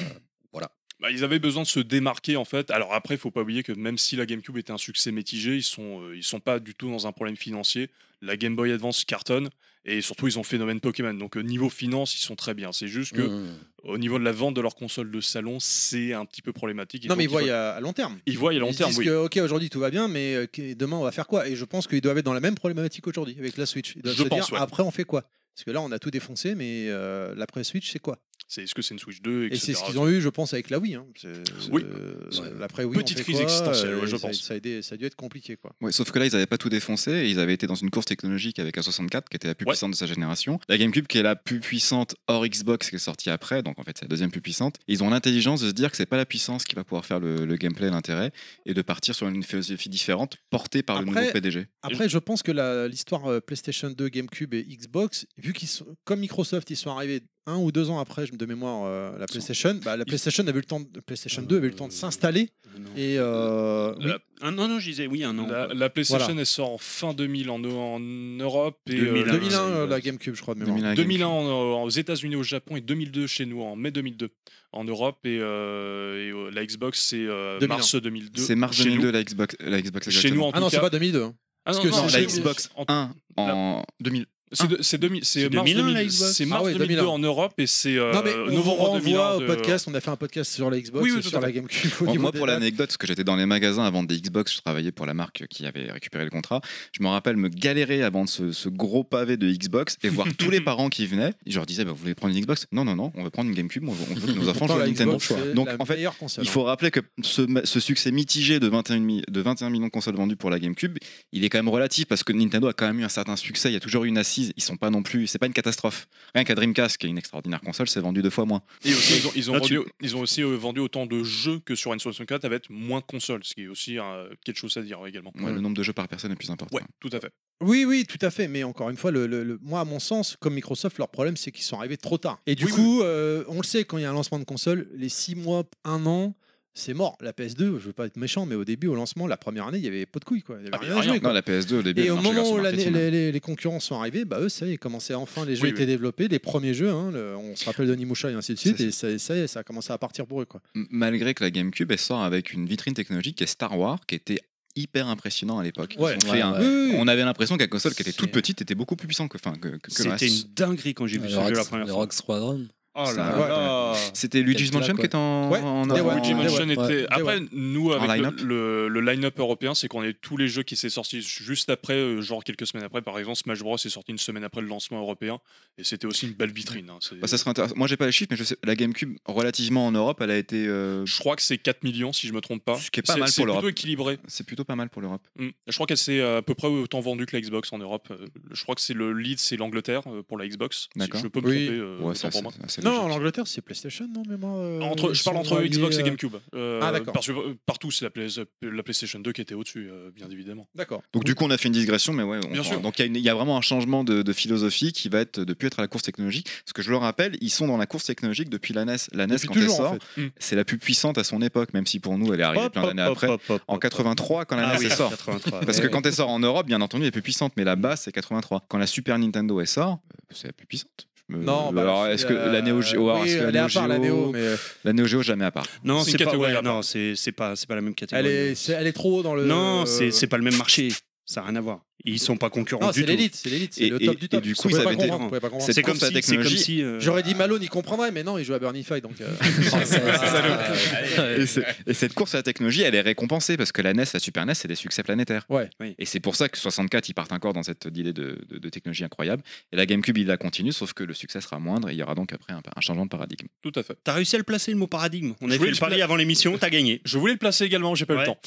[SPEAKER 8] Bah, ils avaient besoin de se démarquer en fait. Alors après, il faut pas oublier que même si la GameCube était un succès mitigé, ils sont euh, ils sont pas du tout dans un problème financier. La Game Boy Advance cartonne et surtout ils ont le phénomène Pokémon. Donc euh, niveau finance, ils sont très bien. C'est juste que
[SPEAKER 6] mm.
[SPEAKER 8] au niveau de la vente de leur console de salon, c'est un petit peu problématique. Et
[SPEAKER 1] Non, mais ils
[SPEAKER 8] donc,
[SPEAKER 1] voient
[SPEAKER 8] ils voient-
[SPEAKER 1] à, à long terme.
[SPEAKER 8] ils voient à long
[SPEAKER 1] Ils se
[SPEAKER 8] terme.
[SPEAKER 1] disent
[SPEAKER 8] oui.
[SPEAKER 1] que, ok, aujourd'hui tout va bien, mais euh, que- demain on va faire quoi Et je pense qu'ils doivent être dans la même problématique aujourd'hui avec la Switch. Ils doivent
[SPEAKER 8] Je
[SPEAKER 1] se
[SPEAKER 8] pense,
[SPEAKER 1] dire,
[SPEAKER 8] ouais.
[SPEAKER 1] après on fait quoi Parce que là on a tout défoncé, mais euh, l'après Switch c'est quoi
[SPEAKER 8] C'est est-ce que c'est une Switch 2
[SPEAKER 1] Et
[SPEAKER 8] etc.
[SPEAKER 1] c'est ce qu'ils ont eu, je pense, avec la Wii. Hein. C'est-
[SPEAKER 8] Oui.
[SPEAKER 1] euh, L'après Wii. on
[SPEAKER 8] Petite
[SPEAKER 1] fait
[SPEAKER 8] crise
[SPEAKER 1] quoi
[SPEAKER 8] existentielle,
[SPEAKER 1] Euh,
[SPEAKER 8] ouais, je
[SPEAKER 1] ça-
[SPEAKER 8] pense.
[SPEAKER 1] Ça a, dû, ça a dû être compliqué, quoi.
[SPEAKER 4] Ouais, sauf que là, ils n'avaient pas tout défoncé et ils avaient été dans une course technologique avec la 64 qui était la plus
[SPEAKER 8] Ouais.
[SPEAKER 4] puissante de sa génération. La GameCube qui est la plus puissante hors Xbox qui est sortie après, donc en fait, c'est la deuxième plus puissante. Ils ont l'intelligence de se dire que c'est pas la puissance qui va pouvoir faire le, le gameplay, l'intérêt et de partir sur une philosophie différente portée par le
[SPEAKER 1] Après-
[SPEAKER 4] nouveau PDG.
[SPEAKER 1] Après, je pense que la- l'histoire euh, PlayStation 2, GameCube et Xbox, vu qu'ils sont, comme Microsoft, ils sont arrivés un ou deux ans après, je me- de mémoire, euh, la PlayStation, bah, la PlayStation avait eu le temps, de, PlayStation 2 avait eu le
[SPEAKER 8] Euh,
[SPEAKER 1] temps de s'installer et euh, oui,
[SPEAKER 3] La- Ah, non, non, je disais oui, un an.
[SPEAKER 8] La, la PlayStation
[SPEAKER 1] euh, Voilà.
[SPEAKER 8] elle sort en fin 2000 en, en Europe et euh,
[SPEAKER 3] 2001,
[SPEAKER 1] 2001 euh, la GameCube, je crois de mémoire.
[SPEAKER 4] 2001,
[SPEAKER 8] 2001 en- en- euh, aux États-Unis, au Japon et 2002 chez nous en mai 2002 en Europe et, euh, et, euh, la Xbox c'est euh,
[SPEAKER 1] 2001.
[SPEAKER 8] mars 2002.
[SPEAKER 4] C'est mars
[SPEAKER 8] chez
[SPEAKER 4] 2002 la Xbox. La Xbox
[SPEAKER 8] Nous, chez nous en
[SPEAKER 1] Ah
[SPEAKER 8] tout
[SPEAKER 1] non, c'est
[SPEAKER 8] cas.
[SPEAKER 1] pas 2002. hein.
[SPEAKER 8] Ah non,
[SPEAKER 1] parce que
[SPEAKER 8] non,
[SPEAKER 1] c'est
[SPEAKER 8] chez
[SPEAKER 4] la
[SPEAKER 8] nous,
[SPEAKER 4] Xbox
[SPEAKER 8] en-
[SPEAKER 4] 1 en 2000.
[SPEAKER 8] C'est de- c'est demi- c'est
[SPEAKER 3] C'est
[SPEAKER 8] mars
[SPEAKER 3] 2001, la
[SPEAKER 8] 2000,
[SPEAKER 3] Xbox
[SPEAKER 8] c'est
[SPEAKER 1] Ah
[SPEAKER 8] mars
[SPEAKER 1] ouais,
[SPEAKER 8] 2002
[SPEAKER 1] 2001.
[SPEAKER 8] en Europe et c'est euh,
[SPEAKER 1] non mais on vous
[SPEAKER 8] novembre 2001
[SPEAKER 1] renvoie au
[SPEAKER 8] de-
[SPEAKER 1] podcast. On a fait un podcast sur la Xbox
[SPEAKER 8] Oui, oui,
[SPEAKER 1] et
[SPEAKER 8] tout
[SPEAKER 1] sur
[SPEAKER 8] à
[SPEAKER 1] la
[SPEAKER 8] fait.
[SPEAKER 1] GameCube. au
[SPEAKER 4] Bon,
[SPEAKER 1] niveau
[SPEAKER 4] moi,
[SPEAKER 1] des
[SPEAKER 4] pour
[SPEAKER 1] dates.
[SPEAKER 4] l'anecdote, parce que j'étais dans les magasins avant des Xbox, je travaillais pour la marque qui avait récupéré le contrat. Je me rappelle me galérer avant de ce, ce gros pavé de Xbox et voir tous les parents qui venaient. Et je leur disais, bah, vous voulez prendre une Xbox Non, non, non, on veut prendre une GameCube, on veut, on veut que nos enfants
[SPEAKER 1] Pourtant,
[SPEAKER 4] jouent à
[SPEAKER 1] la
[SPEAKER 4] Nintendo.
[SPEAKER 1] Xbox, c'est
[SPEAKER 4] Donc,
[SPEAKER 1] la
[SPEAKER 4] en fait,
[SPEAKER 1] meilleure console,
[SPEAKER 4] Il
[SPEAKER 1] hein.
[SPEAKER 4] faut rappeler que ce, ce succès mitigé de 21, mi- de 21 millions de consoles vendues pour la GameCube, il est quand même relatif parce que Nintendo a quand même eu un certain succès. Il y a toujours eu une assise. Ils sont pas non plus. C'est pas une catastrophe. Rien qu'à Dreamcast, qui est une extraordinaire console, c'est vendu deux fois moins.
[SPEAKER 8] Et aussi, ils ont, ils ont
[SPEAKER 1] Ah,
[SPEAKER 3] Là,
[SPEAKER 8] vendu, ils ont aussi euh, vendu autant de jeux que sur N64 avec moins de consoles, ce qui est aussi euh, quelque chose à dire euh, également.
[SPEAKER 4] Ouais, Le nombre de jeux par personne est plus important.
[SPEAKER 8] Ouais, tout à fait.
[SPEAKER 1] Oui, oui, tout à fait. Mais encore une fois, le, le- le- moi, à mon sens, comme Microsoft, leur problème, c'est qu'ils sont arrivés trop tard. Et du
[SPEAKER 8] Oui,
[SPEAKER 1] coup, euh, on le sait, quand il y a un lancement de console, les 6 mois, 1 an, c'est mort. La PS2, je veux pas être méchant, mais au début, au lancement, la première année, il y avait pas de couilles. Quoi. Il y avait
[SPEAKER 8] Ah, mais
[SPEAKER 1] rien à jouer, quoi.
[SPEAKER 4] Non, la PS2 au début.
[SPEAKER 1] Et
[SPEAKER 4] elle
[SPEAKER 1] au
[SPEAKER 4] marchait grâce
[SPEAKER 1] moment où l'année-
[SPEAKER 4] marketing. hein.
[SPEAKER 1] les, les- les concurrents sont arrivés, bah eux, ça y est, commençait enfin, les jeux
[SPEAKER 8] Oui,
[SPEAKER 1] étaient
[SPEAKER 8] oui.
[SPEAKER 1] développés, les premiers jeux, hein, le- on se rappelle de Nimusha et ainsi de suite,
[SPEAKER 4] C'est
[SPEAKER 1] et ça, ça y est, ça a commencé à partir pour eux. Quoi.
[SPEAKER 4] M- malgré que la GameCube elle sort avec une vitrine technologique qui est Star Wars qui était hyper impressionnant à l'époque. Ils
[SPEAKER 1] Ouais.
[SPEAKER 4] ont fait
[SPEAKER 5] Ouais,
[SPEAKER 4] un-
[SPEAKER 5] ouais.
[SPEAKER 1] Oui, oui, oui.
[SPEAKER 4] On avait l'impression qu'un console qui était toute
[SPEAKER 5] C'est-
[SPEAKER 4] petite était beaucoup plus puissant que, enfin, que, que- que le
[SPEAKER 3] C'était
[SPEAKER 4] reste.
[SPEAKER 3] une dinguerie quand j'ai vu
[SPEAKER 5] Le
[SPEAKER 3] ce jeu la
[SPEAKER 5] Rock-
[SPEAKER 3] première
[SPEAKER 5] le
[SPEAKER 3] fois.
[SPEAKER 5] Rock Squadron.
[SPEAKER 3] Oh
[SPEAKER 4] Ça-
[SPEAKER 3] là là
[SPEAKER 4] C'était Luigi's
[SPEAKER 5] Quel
[SPEAKER 4] Mansion
[SPEAKER 5] plat,
[SPEAKER 4] qui était en,
[SPEAKER 1] Ouais.
[SPEAKER 4] en-
[SPEAKER 1] Day
[SPEAKER 4] en-
[SPEAKER 1] One.
[SPEAKER 8] Luigi
[SPEAKER 1] ouais,
[SPEAKER 8] Mansion
[SPEAKER 1] ouais,
[SPEAKER 8] était.
[SPEAKER 1] ouais.
[SPEAKER 8] Après, nous,
[SPEAKER 4] En
[SPEAKER 8] avec le,
[SPEAKER 4] line-up.
[SPEAKER 8] le, le line-up européen, c'est qu'on a eu tous les jeux qui s'est sortis juste après, euh, genre quelques semaines après. Par exemple, Smash Bros. est sorti une semaine après le lancement européen, et c'était aussi une belle vitrine. hein. C'est-
[SPEAKER 4] Bah, ça serait intéressant. Moi, j'ai pas les chiffres, mais je sais, la GameCube, relativement en Europe, elle a été. euh,
[SPEAKER 8] Je crois que c'est 4 millions, si je me trompe pas.
[SPEAKER 4] Ce qui est pas
[SPEAKER 8] C'est-
[SPEAKER 4] mal
[SPEAKER 8] C'est
[SPEAKER 4] pour l'Europe.
[SPEAKER 8] plutôt équilibré.
[SPEAKER 4] c'est plutôt pas mal pour l'Europe.
[SPEAKER 8] Mm. Je crois qu'elle s'est à peu près autant vendue que la Xbox en Europe. Euh, Je crois que c'est le lead, c'est l'Angleterre euh, pour la Xbox. Si
[SPEAKER 4] D'accord.
[SPEAKER 8] Je peux me
[SPEAKER 1] Oui.
[SPEAKER 8] tromper, euh,
[SPEAKER 4] Ouais,
[SPEAKER 8] autant
[SPEAKER 4] ça,
[SPEAKER 8] pour
[SPEAKER 4] c'est-
[SPEAKER 8] moi.
[SPEAKER 4] c'est
[SPEAKER 1] Non,
[SPEAKER 4] logique.
[SPEAKER 1] en Angleterre, c'est PlayStation, non, mais moi. euh,
[SPEAKER 8] Entre,
[SPEAKER 1] ils
[SPEAKER 8] je parle
[SPEAKER 1] sont
[SPEAKER 8] entre
[SPEAKER 1] reliés,
[SPEAKER 8] Xbox
[SPEAKER 1] euh,
[SPEAKER 8] et GameCube. Euh,
[SPEAKER 1] Ah, d'accord.
[SPEAKER 8] parce que, euh, partout, c'est la, PS- la PlayStation 2 qui était au-dessus, euh, bien évidemment.
[SPEAKER 1] D'accord.
[SPEAKER 4] Donc, du coup, on a fait une digression, mais ouais. on-
[SPEAKER 8] Bien sûr.
[SPEAKER 4] Donc, il y a une- il y, a vraiment un changement de, de philosophie qui va être de plus être à la course technologique. Parce que je le rappelle, ils sont dans la course technologique depuis la NES. La NES,
[SPEAKER 1] Depuis
[SPEAKER 4] quand
[SPEAKER 1] toujours,
[SPEAKER 4] elle
[SPEAKER 1] en
[SPEAKER 4] sort,
[SPEAKER 1] fait. Mm.
[SPEAKER 4] c'est la plus puissante à son époque, même si pour nous, elle est arrivée
[SPEAKER 3] Hop,
[SPEAKER 4] plein
[SPEAKER 3] hop,
[SPEAKER 4] d'années
[SPEAKER 3] hop,
[SPEAKER 4] après.
[SPEAKER 3] hop, hop,
[SPEAKER 4] En
[SPEAKER 3] hop.
[SPEAKER 4] 83, quand la
[SPEAKER 3] Ah
[SPEAKER 4] NES
[SPEAKER 3] oui,
[SPEAKER 4] elle sort.
[SPEAKER 3] 83.
[SPEAKER 4] Parce
[SPEAKER 1] Eh
[SPEAKER 4] que quand elle sort en Europe, bien entendu, elle est plus puissante, mais là-bas, c'est 83. Quand la Super Nintendo elle sort, euh, c'est la plus puissante. Je me-
[SPEAKER 1] Non, bah,
[SPEAKER 4] alors
[SPEAKER 1] c'est,
[SPEAKER 4] est-ce que
[SPEAKER 1] euh,
[SPEAKER 4] la Neo Geo, alors,
[SPEAKER 1] oui,
[SPEAKER 4] est-ce que la
[SPEAKER 1] elle est à
[SPEAKER 4] Neo
[SPEAKER 1] part la
[SPEAKER 4] Geo-
[SPEAKER 1] Neo, mais euh,
[SPEAKER 4] la Neo Geo jamais à part.
[SPEAKER 3] Non,
[SPEAKER 8] C'est
[SPEAKER 3] c'est
[SPEAKER 8] une
[SPEAKER 3] pas,
[SPEAKER 8] catégorie
[SPEAKER 3] ouais,
[SPEAKER 8] à part.
[SPEAKER 3] non, c'est c'est pas, c'est pas la même
[SPEAKER 1] elle
[SPEAKER 3] catégorie.
[SPEAKER 1] est, c'est- elle est trop haut dans le.
[SPEAKER 3] Non, c'est
[SPEAKER 1] euh,
[SPEAKER 3] c'est pas le même marché. Ça n'a rien à voir. Ils sont pas concurrents
[SPEAKER 1] Non,
[SPEAKER 3] du
[SPEAKER 1] c'est
[SPEAKER 3] tout.
[SPEAKER 1] l'élite, c'est l'élite, c'est
[SPEAKER 4] Et-
[SPEAKER 1] le
[SPEAKER 4] et-
[SPEAKER 1] top du
[SPEAKER 4] et
[SPEAKER 1] top.
[SPEAKER 4] du
[SPEAKER 1] Vous
[SPEAKER 4] coup, ils
[SPEAKER 1] pouvez pas
[SPEAKER 4] avaient été-
[SPEAKER 1] comprendre, vous pouvez pas comprendre.
[SPEAKER 4] Cette
[SPEAKER 3] C'est comme
[SPEAKER 4] course à
[SPEAKER 3] si, c'est comme
[SPEAKER 4] technologie-
[SPEAKER 3] si, euh,
[SPEAKER 1] J'aurais dit Malone, il comprendrait, mais non, il joue à Burnify, donc. euh,
[SPEAKER 5] Ah, c'est- c'est ça. Ouais.
[SPEAKER 4] Et, c'est- et cette course à la technologie, elle est récompensée parce que la NES, la Super NES, c'est des succès planétaires.
[SPEAKER 1] Ouais.
[SPEAKER 3] Oui.
[SPEAKER 4] Et c'est pour ça que 64, ils partent encore dans cette idée de, de- de technologie incroyable. Et la GameCube, il la continue, sauf que le succès sera moindre et il y aura donc après un, un changement de paradigme.
[SPEAKER 8] Tout à fait.
[SPEAKER 3] T'as réussi à le placer le mot paradigme. On a
[SPEAKER 8] Je
[SPEAKER 3] fait
[SPEAKER 8] voulais
[SPEAKER 3] le
[SPEAKER 8] le
[SPEAKER 3] pari
[SPEAKER 8] pla-
[SPEAKER 3] avant l'émission, t'as gagné.
[SPEAKER 8] Je voulais le placer également, j'ai pas eu
[SPEAKER 3] Ouais.
[SPEAKER 8] le temps.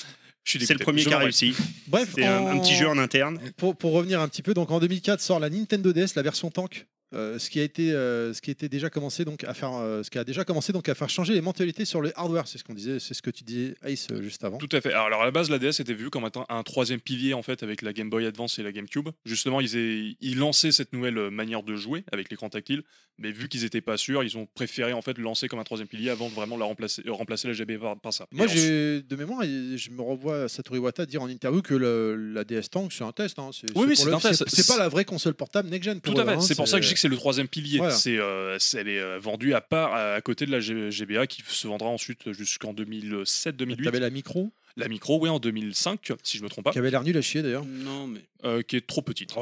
[SPEAKER 8] Je suis
[SPEAKER 3] C'est le
[SPEAKER 8] dégoûté.
[SPEAKER 3] premier
[SPEAKER 8] Je
[SPEAKER 3] qui a
[SPEAKER 8] m'en vais.
[SPEAKER 3] réussi.
[SPEAKER 1] Bref,
[SPEAKER 3] C'est un,
[SPEAKER 1] en-
[SPEAKER 3] un petit jeu en interne.
[SPEAKER 1] Pour, pour revenir un petit peu, donc en 2004 sort la Nintendo DS, la version tank. euh, ce qui a été euh, ce qui était déjà commencé donc à faire euh, ce qui a déjà commencé donc à faire changer les mentalités sur le hardware c'est ce qu'on disait c'est ce que tu disais Ace euh, juste avant
[SPEAKER 8] Tout à fait. Alors à la base, la DS était vue comme un, un troisième pilier en fait avec la Game Boy Advance et la GameCube. Justement, ils, aient- ils lançaient cette nouvelle euh, manière de jouer avec l'écran tactile, mais vu qu'ils n'étaient pas sûrs, ils ont préféré en fait le lancer comme un troisième pilier avant de vraiment la remplacer, euh, remplacer la GB par, par ça.
[SPEAKER 1] moi
[SPEAKER 8] Et ensuite-
[SPEAKER 1] j'ai de mémoire et je me revois Satoru Iwata dire en interview que le- la DS tank c'est un test hein, c'est
[SPEAKER 8] Oui, oui,
[SPEAKER 1] c'est pour
[SPEAKER 8] c'est
[SPEAKER 1] le-
[SPEAKER 8] un test.
[SPEAKER 1] c'est- c'est pas la vraie console portable next gen
[SPEAKER 8] Tout
[SPEAKER 1] pour
[SPEAKER 8] à
[SPEAKER 1] eux,
[SPEAKER 8] fait.
[SPEAKER 1] hein,
[SPEAKER 8] C'est pour ça que je dis que c'est le troisième pilier.
[SPEAKER 1] Voilà.
[SPEAKER 8] C'est, euh, c'est- elle est euh, vendue à part à, à côté de la G- GBA qui se vendra ensuite jusqu'en 2007-2008.
[SPEAKER 1] T'avais la micro
[SPEAKER 8] La micro, ouais, en 2005, si je me trompe pas,
[SPEAKER 1] Qui avait l'air nul à chier
[SPEAKER 8] Oh.
[SPEAKER 1] d'ailleurs.
[SPEAKER 9] Non, mais.
[SPEAKER 8] euh, qui est trop petite.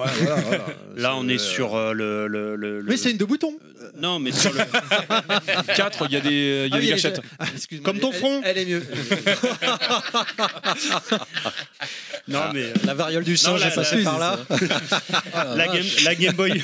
[SPEAKER 3] Là, on est sur euh, le, le, le- le-
[SPEAKER 1] Mais c'est une deux boutons.
[SPEAKER 3] Non, mais sur le.
[SPEAKER 8] 4, il y a des, il y a
[SPEAKER 1] Ah oui,
[SPEAKER 8] des
[SPEAKER 1] elle est-
[SPEAKER 8] gâchettes.
[SPEAKER 1] Ah, excuse-moi,
[SPEAKER 3] Comme ton
[SPEAKER 1] elle-
[SPEAKER 3] front.
[SPEAKER 1] Elle, elle est mieux.
[SPEAKER 3] Non, mais. euh,
[SPEAKER 6] La variole du singe
[SPEAKER 3] la-
[SPEAKER 6] est passée
[SPEAKER 3] la-
[SPEAKER 6] par là.
[SPEAKER 1] Ah,
[SPEAKER 3] La game, la Game Boy,